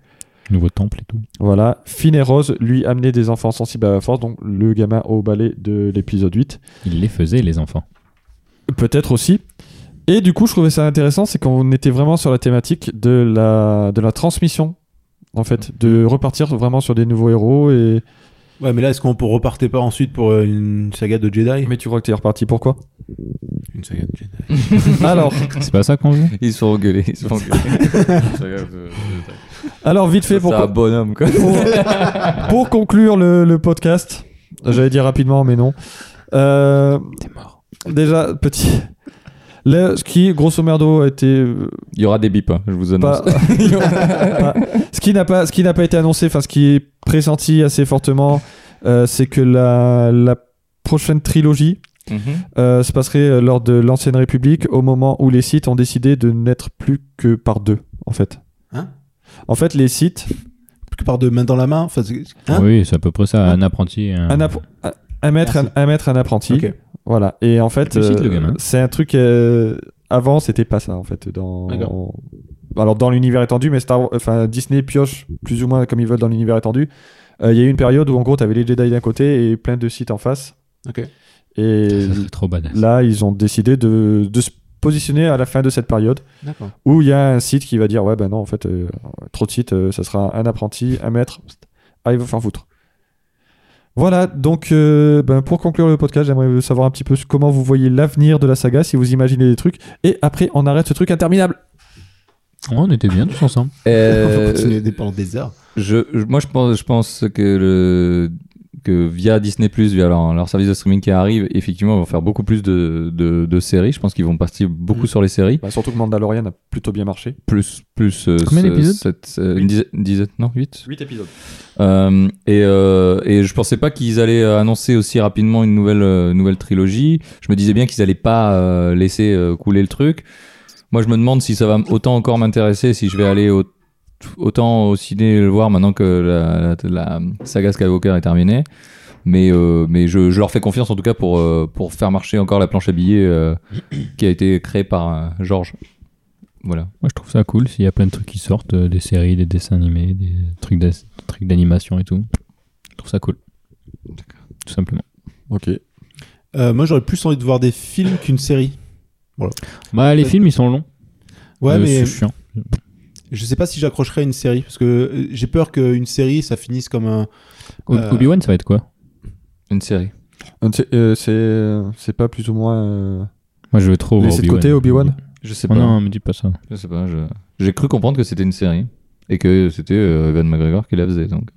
Speaker 5: Nouveau temple et tout.
Speaker 1: Voilà. Finn et Rose, lui, amenaient des enfants sensibles à la force, donc le gamin au balai de l'épisode 8.
Speaker 5: Il les faisait, les enfants.
Speaker 1: Peut-être aussi. Et du coup, je trouvais ça intéressant, c'est qu'on était vraiment sur la thématique de la, de la transmission, en fait,
Speaker 2: Mm.
Speaker 1: de repartir vraiment sur des nouveaux héros. Et...
Speaker 3: Ouais, mais là, est-ce qu'on peut- repartait pas ensuite pour euh, une saga de Jedi
Speaker 1: Mais tu crois que t'es reparti, pourquoi
Speaker 3: Une saga de Jedi.
Speaker 1: alors,
Speaker 5: C'est pas ça qu'on veut
Speaker 2: Ils se font engueuler. Ils se font engueuler.
Speaker 1: alors, vite fait,
Speaker 2: C'est
Speaker 1: pour,
Speaker 2: un bonhomme, quoi.
Speaker 1: pour, pour conclure le, le podcast, j'allais dire rapidement, mais non. Euh,
Speaker 5: T'es mort.
Speaker 1: déjà, petit... Le, ce qui, grosso merdo, a été euh,
Speaker 2: Il y aura des bips, hein, je vous annonce.
Speaker 1: pas, pas- ce qui n'a pas ce qui n'a pas été annoncé enfin ce qui est pressenti assez fortement euh, c'est que la, la prochaine trilogie
Speaker 2: Mhm.
Speaker 1: euh, se passerait euh, lors de l'ancienne République au moment où les sites ont décidé de n'être plus que par deux en fait
Speaker 3: Hein
Speaker 1: en fait les sites
Speaker 3: Que par deux mains dans la main Enfin, c'est- hein
Speaker 5: Oui, c'est à peu près ça. Un apprenti.
Speaker 4: Ah.
Speaker 5: Un...
Speaker 1: un, app- un- un maître un,
Speaker 3: Merci.
Speaker 1: un maître un apprenti
Speaker 3: Ok.
Speaker 1: voilà et en fait
Speaker 5: Le site, le gamin.
Speaker 1: c'est un truc euh, avant c'était pas ça en fait dans Bah,
Speaker 3: D'accord.
Speaker 1: alors dans l'univers étendu mais Star Wars- enfin Disney pioche plus ou moins comme ils veulent dans l'univers étendu Euh, il y a eu une période où en gros t'avais les Jedi d'un côté et plein de sites en face
Speaker 3: Ok.
Speaker 1: et
Speaker 5: Ça, c'est trop badass.
Speaker 1: là ils ont décidé de, de se positionner à la fin de cette période
Speaker 3: D'accord.
Speaker 1: où il y a un site qui va dire ouais ben non en fait euh, trop de sites euh, ça sera un apprenti un maître ah il va faire foutre voilà donc euh, ben, pour conclure le podcast j'aimerais savoir un petit peu comment vous voyez l'avenir de la saga si vous imaginez des trucs et après on arrête ce truc interminable
Speaker 5: Ouais, on était bien tous ensemble.
Speaker 3: On peut
Speaker 2: Euh,
Speaker 3: continuer pendant des heures.
Speaker 2: je, je- moi, je pense, je pense que le que via Disney+, via leur, leur service de streaming qui arrive, effectivement, ils vont faire beaucoup plus de, de, de séries. Je pense qu'ils vont partir beaucoup
Speaker 3: Mm.
Speaker 2: sur les séries.
Speaker 1: Bah, surtout que Mandalorian a plutôt bien marché.
Speaker 2: Plus, plus... euh,
Speaker 5: Combien
Speaker 2: ce-
Speaker 5: d'épisodes
Speaker 2: cette- euh, Une dizaine, une dizaine- non, 8
Speaker 1: 8 épisodes.
Speaker 2: Euh, et, euh, et je pensais pas qu'ils allaient euh, annoncer aussi rapidement une nouvelle, euh, nouvelle trilogie. Je me disais bien qu'ils allaient pas euh, laisser euh, couler le truc. Moi, je me demande si ça va m- autant encore m'intéresser, si je vais aller au- autant au ciné le voir maintenant que la, la- la saga Skywalker est terminée. Mais, euh, mais je, je leur fais confiance en tout cas pour, euh, pour faire marcher encore la planche à billets euh, qui a été créée par euh, Georges. Voilà.
Speaker 5: Moi, je trouve ça cool s'il y a plein de trucs qui sortent, euh, des séries, des dessins animés, des trucs d'as- des trucs d'animation et tout. Je trouve ça cool. Tout simplement.
Speaker 1: Ok.
Speaker 3: Euh, moi, j'aurais plus envie de voir des films qu'une série.
Speaker 5: Bah,
Speaker 1: Euh,
Speaker 5: les films, ils sont longs.
Speaker 3: Ouais,
Speaker 5: Euh,
Speaker 3: mais
Speaker 5: C'est chiant.
Speaker 3: je sais pas si j'accrocherai à une série parce que euh, j'ai peur qu'une série ça finisse comme un.
Speaker 5: Ob-
Speaker 3: Euh,
Speaker 5: Obi-Wan, ça va être quoi
Speaker 2: Une série.
Speaker 1: C'est euh, c'est pas plus ou moins. euh,
Speaker 5: Moi, je veux trop voir
Speaker 1: Laissé de
Speaker 5: Obi-Wan.
Speaker 1: côté Obi-Wan
Speaker 2: Je sais
Speaker 5: Oh non, me dis pas ça.
Speaker 2: Je sais pas, je- j'ai cru comprendre que c'était une série et que c'était euh, Evan McGregor qui la faisait donc.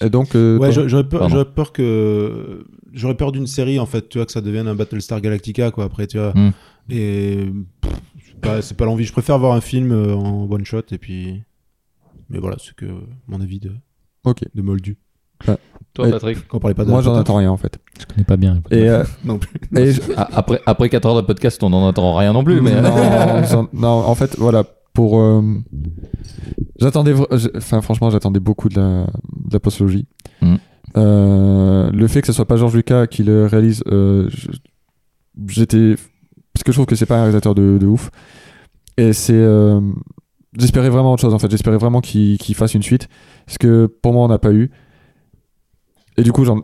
Speaker 1: Et donc, euh,
Speaker 3: Ouais,
Speaker 1: toi-
Speaker 3: j'a- j'aurais peur,
Speaker 2: Pardon.
Speaker 3: j'aurais peur que j'aurais peur d'une série en fait, tu vois, que ça devienne un Battlestar Galactica quoi. Après, tu vois.
Speaker 2: Hmm.
Speaker 3: Et pff, c'est pas, c'est pas l'envie. Je préfère voir un film euh, en one shot et puis. Mais voilà, c'est que mon avis de
Speaker 1: Ok.
Speaker 3: de Moldu.
Speaker 1: Ouais.
Speaker 2: Patrick
Speaker 3: Quand on parlait pas de
Speaker 1: moi j'en
Speaker 3: Potter.
Speaker 1: attends rien en fait.
Speaker 5: Je connais pas bien.
Speaker 1: Et, euh,
Speaker 3: Non plus.
Speaker 1: et je-
Speaker 2: Après, après 4 heures de podcast, on n'en attend rien non plus, mais. euh,
Speaker 1: non, j'en- non, en fait, voilà. Pour. euh, j'attendais. vra- je- Enfin, franchement, j'attendais beaucoup de la, de la postologie.
Speaker 2: Mm.
Speaker 1: Euh, le fait que ce soit pas George Lucas qui le réalise, euh, je- j'étais. Parce que je trouve que c'est pas un réalisateur de, de ouf. Et c'est. euh, J'espérais vraiment autre chose en fait. J'espérais vraiment qu'il qu'il fasse une suite. Ce que pour moi on n'a pas eu. Et du coup, j'en-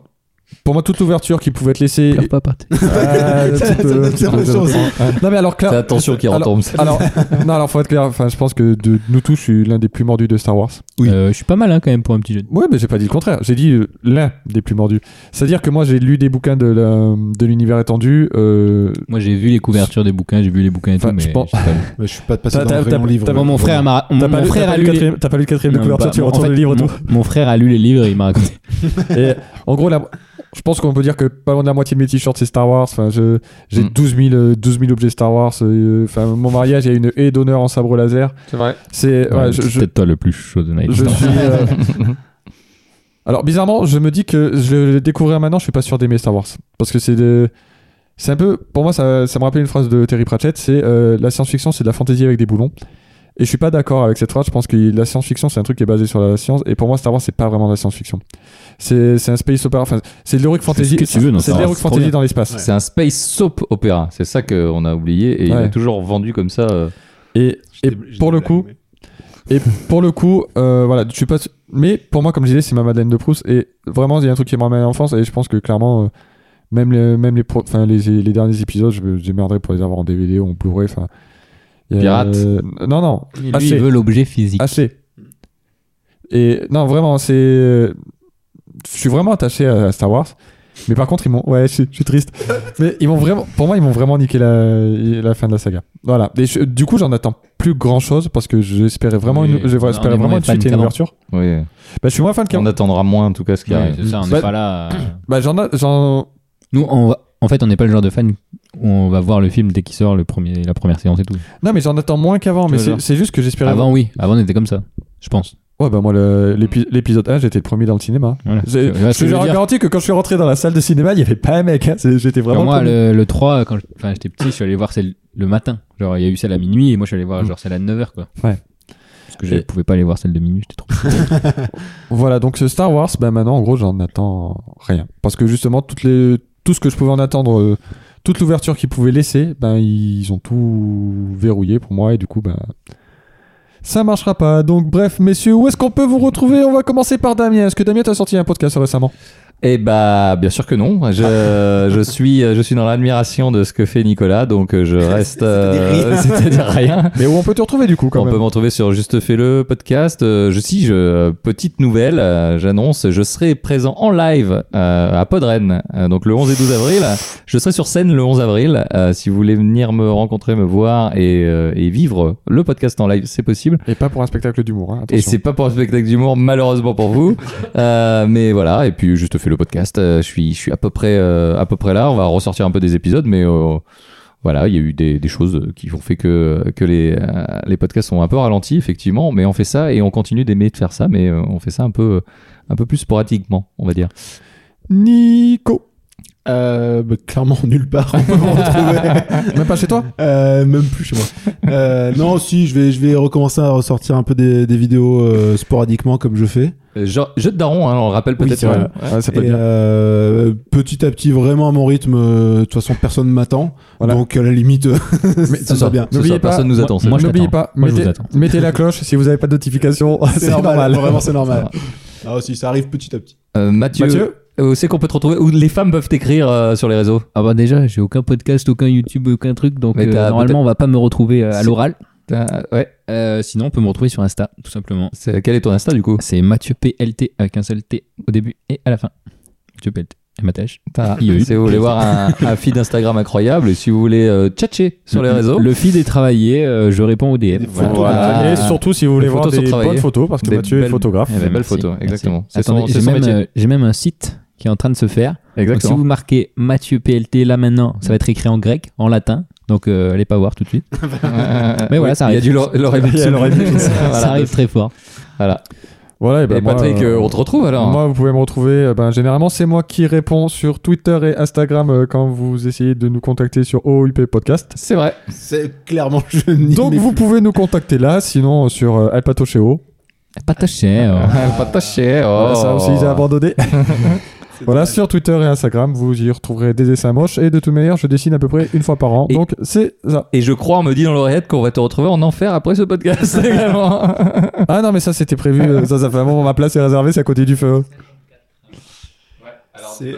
Speaker 1: pour moi, toute l'ouverture qui pouvait être laissée.
Speaker 5: pas parti.
Speaker 1: Ah,
Speaker 3: Ça-
Speaker 1: tu peux-
Speaker 3: ça donne
Speaker 1: tu peux-
Speaker 3: l'impression aussi.
Speaker 1: Non mais alors clair.
Speaker 2: Fais attention qui
Speaker 1: alors-
Speaker 2: retombe.
Speaker 1: Alors, non, alors faut être clair. Enfin, je pense que de nous tous, je suis l'un des plus mordus de Star Wars.
Speaker 3: Oui.
Speaker 5: Euh, je suis pas mal hein, quand même pour un petit jeu.
Speaker 1: Ouais, mais j'ai pas dit le contraire. J'ai dit euh, l'un des plus mordus. C'est-à-dire que moi, j'ai lu des bouquins de la- de l'univers étendu. euh,
Speaker 5: Moi, j'ai vu les couvertures des bouquins, j'ai vu les bouquins et
Speaker 1: Enfin,
Speaker 5: tout, mais
Speaker 1: je pense-
Speaker 5: j'ai pas lu.
Speaker 3: Mais je suis pas passé
Speaker 1: T'as-
Speaker 3: dans
Speaker 1: t'as-
Speaker 3: le rayon
Speaker 1: t'as-
Speaker 3: livre.
Speaker 1: t'as-
Speaker 5: Moi, mon frère m'a. Mon,
Speaker 1: t'as pas
Speaker 5: mon
Speaker 1: lu-
Speaker 5: frère
Speaker 1: t'as
Speaker 5: a
Speaker 1: pas lu
Speaker 5: lu.
Speaker 1: le
Speaker 5: les-
Speaker 1: quatrième- T'as pas lu le quatrième de
Speaker 5: Non,
Speaker 1: couverture,
Speaker 5: bah,
Speaker 1: tu
Speaker 5: mon- en
Speaker 1: retournes
Speaker 5: fait,
Speaker 1: le livre et
Speaker 5: mon-
Speaker 1: tout.
Speaker 5: Mon frère a lu les livres et il m'a raconté.
Speaker 1: Et en gros, la- je pense qu'on peut dire que pas loin de la moitié de mes t-shirts, c'est Star Wars. Enfin, je- j'ai
Speaker 2: Mm.
Speaker 1: 12, 000, euh, 12 000 objets Star Wars. euh, Enfin, mon mariage, il y a une haie d'honneur en sabre laser.
Speaker 2: c'est vrai.
Speaker 1: C'est. ah, ouais,
Speaker 5: Ouais,
Speaker 1: je-
Speaker 5: c'est
Speaker 1: je-
Speaker 5: peut-être toi le plus chaud de Night.
Speaker 1: Je suis. euh, Alors, bizarrement, je me dis que je vais le découvrir maintenant, je suis pas sûr d'aimer Star Wars. Parce que c'est de. C'est un peu. Pour moi, ça, ça me rappelle une phrase de Terry Pratchett c'est euh, la science-fiction, c'est de la fantaisie avec des boulons. Et je suis pas d'accord avec cette phrase. Je pense que la science-fiction, c'est un truc qui est basé sur la science. Et pour moi, Star Wars, c'est pas vraiment de la science-fiction. C'est c'est un space opera. Enfin, c'est de l'heroic fantasy.
Speaker 5: que tu veux dans
Speaker 1: C'est
Speaker 5: Star
Speaker 1: de
Speaker 5: Wars,
Speaker 1: l'heroic
Speaker 5: c'est trop
Speaker 1: fantasy
Speaker 5: bien.
Speaker 1: dans l'espace.
Speaker 3: Ouais.
Speaker 2: C'est un space soap opéra, c'est ça qu'on a oublié et il
Speaker 1: Ouais.
Speaker 2: est toujours vendu comme ça. euh.
Speaker 1: Et, et pour le coup, Et pour le coup, euh, voilà, je suis pas. su- Mais pour moi, comme je disais, c'est ma Madeleine de Proust. Et vraiment, il y a un truc qui me ramène à l'enfance. Et je pense que clairement, euh, même, les, même les, pro- enfin, les, les derniers épisodes, je me démerderais pour les avoir en DVD ou en Blu-ray. Enfin, il y a-
Speaker 2: Pirate.
Speaker 1: euh, non, non,
Speaker 5: Lui,
Speaker 1: Assez.
Speaker 5: il veut l'objet physique.
Speaker 1: assez. Et non, vraiment, c'est. Je suis vraiment attaché à à Star Wars. Mais par contre, ils m'ont. Ouais, je suis, je suis triste. Mais ils m'ont vraiment. Pour moi, ils m'ont vraiment niqué la, la fin de la saga. Voilà. Et je- du coup, j'en attends plus grand chose parce que j'espérais vraiment,
Speaker 5: Oui,
Speaker 1: une...
Speaker 5: on est-
Speaker 1: j'espérais
Speaker 5: on est
Speaker 1: vraiment
Speaker 5: moins
Speaker 1: une
Speaker 5: fan
Speaker 1: suite et une
Speaker 5: qu'avant.
Speaker 1: ouverture.
Speaker 2: Oui.
Speaker 1: Bah, je suis moins fan
Speaker 2: On
Speaker 1: qu'avant.
Speaker 2: attendra moins en tout cas ce qui
Speaker 5: Ouais,
Speaker 2: arrive.
Speaker 5: c'est ça, on n'est
Speaker 1: Bah-
Speaker 5: pas là. à-
Speaker 1: Bah, j'en a- j'en-
Speaker 5: Nous, on va- en fait, on n'est pas le genre de fan où on va voir le film dès qu'il sort le premier, la première séance et tout.
Speaker 1: Non, mais j'en attends moins qu'avant. Mais
Speaker 5: Ouais,
Speaker 1: c'est
Speaker 5: genre.
Speaker 1: c'est juste que j'espérais.
Speaker 5: Avant, oui. Avant, on était comme ça, je pense.
Speaker 1: Ouais, bah, moi, le- l'épi- l'épisode 1, j'étais le premier dans le cinéma.
Speaker 5: Voilà. Tu vois ce
Speaker 1: J'ai- Je
Speaker 5: que
Speaker 1: te
Speaker 5: je veux
Speaker 1: jure,
Speaker 5: dire
Speaker 1: garanti que quand je suis rentré dans la salle de cinéma, il n'y avait pas un mec. hein. C'est- J'étais
Speaker 5: Genre,
Speaker 1: vraiment.
Speaker 5: moi,
Speaker 1: le premier.
Speaker 5: le, le 3, quand je- enfin, j'étais petit, je suis allé voir celle le matin. Genre, il y a eu celle à minuit et moi, je suis allé voir
Speaker 1: Mm.
Speaker 5: genre celle à 9h, quoi.
Speaker 1: Ouais.
Speaker 5: Parce que je
Speaker 1: Et-
Speaker 5: pouvais pas aller voir celle de minuit, j'étais trop.
Speaker 1: Voilà, donc ce Star Wars, ben maintenant, en gros, j'en attends rien. Parce que justement, toutes les, tout ce que je pouvais en attendre, euh, toute l'ouverture qu'ils pouvaient laisser, ben ils ont tout verrouillé pour moi, et du coup, ben. Ça marchera pas. Donc, bref, messieurs, où est-ce qu'on peut vous retrouver On va commencer par Damien. Est-ce que Damien, t'as sorti un podcast récemment
Speaker 2: Eh bah, bien sûr que non. Je, je suis, je suis dans l'admiration de ce que fait Nicolas, donc euh, je reste.
Speaker 3: C'est-à-dire
Speaker 2: euh, C'est-à-dire rien.
Speaker 1: Mais où on peut te retrouver, du coup, quand
Speaker 2: on peut
Speaker 1: même
Speaker 2: m'en trouver sur Juste Fais le podcast. Euh, je suis, je, euh, petite nouvelle, euh, j'annonce, je serai présent en live euh, à Podren, euh, donc le 11 et 12 avril. Je serai sur scène le 11 avril. Euh, si vous voulez venir me rencontrer, me voir et, euh, et vivre le podcast en live, c'est possible.
Speaker 5: possible.
Speaker 1: Et pas pour un spectacle d'humour. hein,
Speaker 2: Et
Speaker 1: attention.
Speaker 2: c'est pas pour un spectacle d'humour, malheureusement pour vous. Euh, mais voilà, et puis je te fais le podcast. euh, je suis, je suis à peu près, euh, à peu près là. On va ressortir un peu des épisodes, mais euh, voilà, il y a eu des, des choses qui ont fait que que les euh, les podcasts sont un peu ralentis, effectivement. Mais on fait ça et on continue d'aimer de faire ça, mais euh, on fait ça un peu, un peu plus sporadiquement, on va dire.
Speaker 1: Nico
Speaker 3: Euh, bah, clairement nulle part. On peut me retrouver.
Speaker 1: Même pas chez toi
Speaker 3: Euh, même plus chez moi. Euh, non, si, je vais, je vais recommencer à ressortir un peu des, des vidéos euh, sporadiquement comme je fais.
Speaker 2: Euh, Genre, jeu de daron, hein, on le rappelle
Speaker 3: Oui,
Speaker 2: peut-être.
Speaker 3: c'est vrai.
Speaker 2: Ouais.
Speaker 1: Ah, ça peut être
Speaker 3: Et,
Speaker 1: bien.
Speaker 3: euh, petit à petit, vraiment à mon rythme. euh, De toute façon, personne ne m'attend.
Speaker 1: Voilà.
Speaker 3: Donc, à la limite, euh,
Speaker 1: Mais
Speaker 3: ça
Speaker 2: ce
Speaker 3: va
Speaker 2: soir.
Speaker 3: bien.
Speaker 2: Ce
Speaker 1: N'oubliez
Speaker 2: soir,
Speaker 1: pas-
Speaker 2: personne nous attend. c'est
Speaker 5: moi, je
Speaker 2: vrai.
Speaker 1: N'oubliez
Speaker 5: t'attends.
Speaker 1: pas,
Speaker 5: Moi, je
Speaker 1: mettez,
Speaker 5: vous attends.
Speaker 1: mettez la cloche si vous n'avez pas de notification. C'est normal.
Speaker 3: Vraiment, c'est normal. Ah, si, ça arrive petit à petit.
Speaker 2: Euh, Mathieu,
Speaker 1: Mathieu
Speaker 2: où c'est qu'on peut te retrouver Où les femmes peuvent t'écrire euh, sur les réseaux
Speaker 4: Ah bah déjà, j'ai aucun podcast, aucun YouTube, aucun truc, donc
Speaker 2: Mais
Speaker 4: euh,
Speaker 2: t'as-
Speaker 4: normalement on va pas me retrouver euh, à
Speaker 2: Si.
Speaker 4: l'oral.
Speaker 2: T'as- Ouais.
Speaker 4: Euh, sinon, on peut me retrouver sur Insta, tout simplement.
Speaker 2: C'est- Quel est ton Insta du coup
Speaker 4: C'est Mathieu PLT avec un seul T au début et à la fin. Mathieu PLT. Et ma tâche.
Speaker 2: Putain,
Speaker 4: Il y a eu.
Speaker 2: Si vous voulez voir un, un feed Instagram incroyable et si vous voulez euh, tchatcher sur les réseaux,
Speaker 4: Le feed est travaillé, euh, je réponds aux DM.
Speaker 3: Des
Speaker 4: Voilà.
Speaker 1: Photos,
Speaker 2: Voilà.
Speaker 1: Et surtout, si vous voulez
Speaker 2: Les
Speaker 1: voir
Speaker 2: photos
Speaker 1: des
Speaker 2: sont travaillées.
Speaker 1: bonnes photos, parce que
Speaker 2: Des
Speaker 1: Mathieu est
Speaker 2: belles-
Speaker 1: photographe.
Speaker 4: Eh ben,
Speaker 2: belle
Speaker 4: merci,
Speaker 2: photo,
Speaker 4: merci.
Speaker 2: exactement. C'est
Speaker 4: Attendez,
Speaker 2: son- c'est
Speaker 4: j'ai
Speaker 2: son
Speaker 4: même,
Speaker 2: métier.
Speaker 4: euh, j'ai même un site qui est en train de se faire. Donc, si vous marquez Mathieu PLT là maintenant, ça va être écrit en grec, en latin. Donc euh, allez pas voir tout de suite. Mais voilà, ça
Speaker 2: Il y a
Speaker 4: arrive.
Speaker 2: du Lor- Lorraine
Speaker 1: Il y a
Speaker 2: Bixou.
Speaker 1: Lorraine Bixou.
Speaker 2: Voilà.
Speaker 4: ça arrive très fort.
Speaker 2: Voilà.
Speaker 1: Voilà, et ben
Speaker 2: Et
Speaker 1: moi,
Speaker 2: Patrick,
Speaker 1: euh,
Speaker 2: euh, on te retrouve alors.
Speaker 1: Moi, vous pouvez me retrouver. euh, Ben, généralement, c'est moi qui réponds sur Twitter et Instagram euh, quand vous essayez de nous contacter sur OUP Podcast.
Speaker 2: C'est vrai.
Speaker 3: C'est clairement, je n'y
Speaker 1: Donc,
Speaker 3: mets
Speaker 1: vous
Speaker 3: plus.
Speaker 1: pouvez nous contacter là, sinon euh, sur euh, Alpato Cheo.
Speaker 4: Pas taché. euh.
Speaker 2: Pas taché. Oh.
Speaker 1: Voilà, Eh, ça aussi, j'ai abandonné. voilà, sur Twitter et Instagram, vous y retrouverez des dessins moches. Et de tout meilleur, je dessine à peu près une fois par an.
Speaker 2: Et-
Speaker 1: Donc, c'est ça.
Speaker 2: Et je crois, on me dit dans l'oreillette qu'on va te retrouver en enfer après ce podcast également.
Speaker 1: Ah non, mais ça, c'était prévu. euh, ça, ça fait un moment. Ma place est réservée, c'est à côté du feu.
Speaker 3: C'est-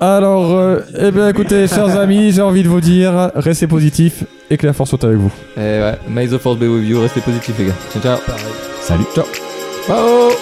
Speaker 1: Alors, euh, eh bien, écoutez, chers amis, j'ai envie de vous dire, restez positifs et que la force soit avec vous.
Speaker 2: Et ouais, may the force be with you. Restez positifs, les gars. Ciao, ciao.
Speaker 1: Salut, ciao.
Speaker 2: Ciao.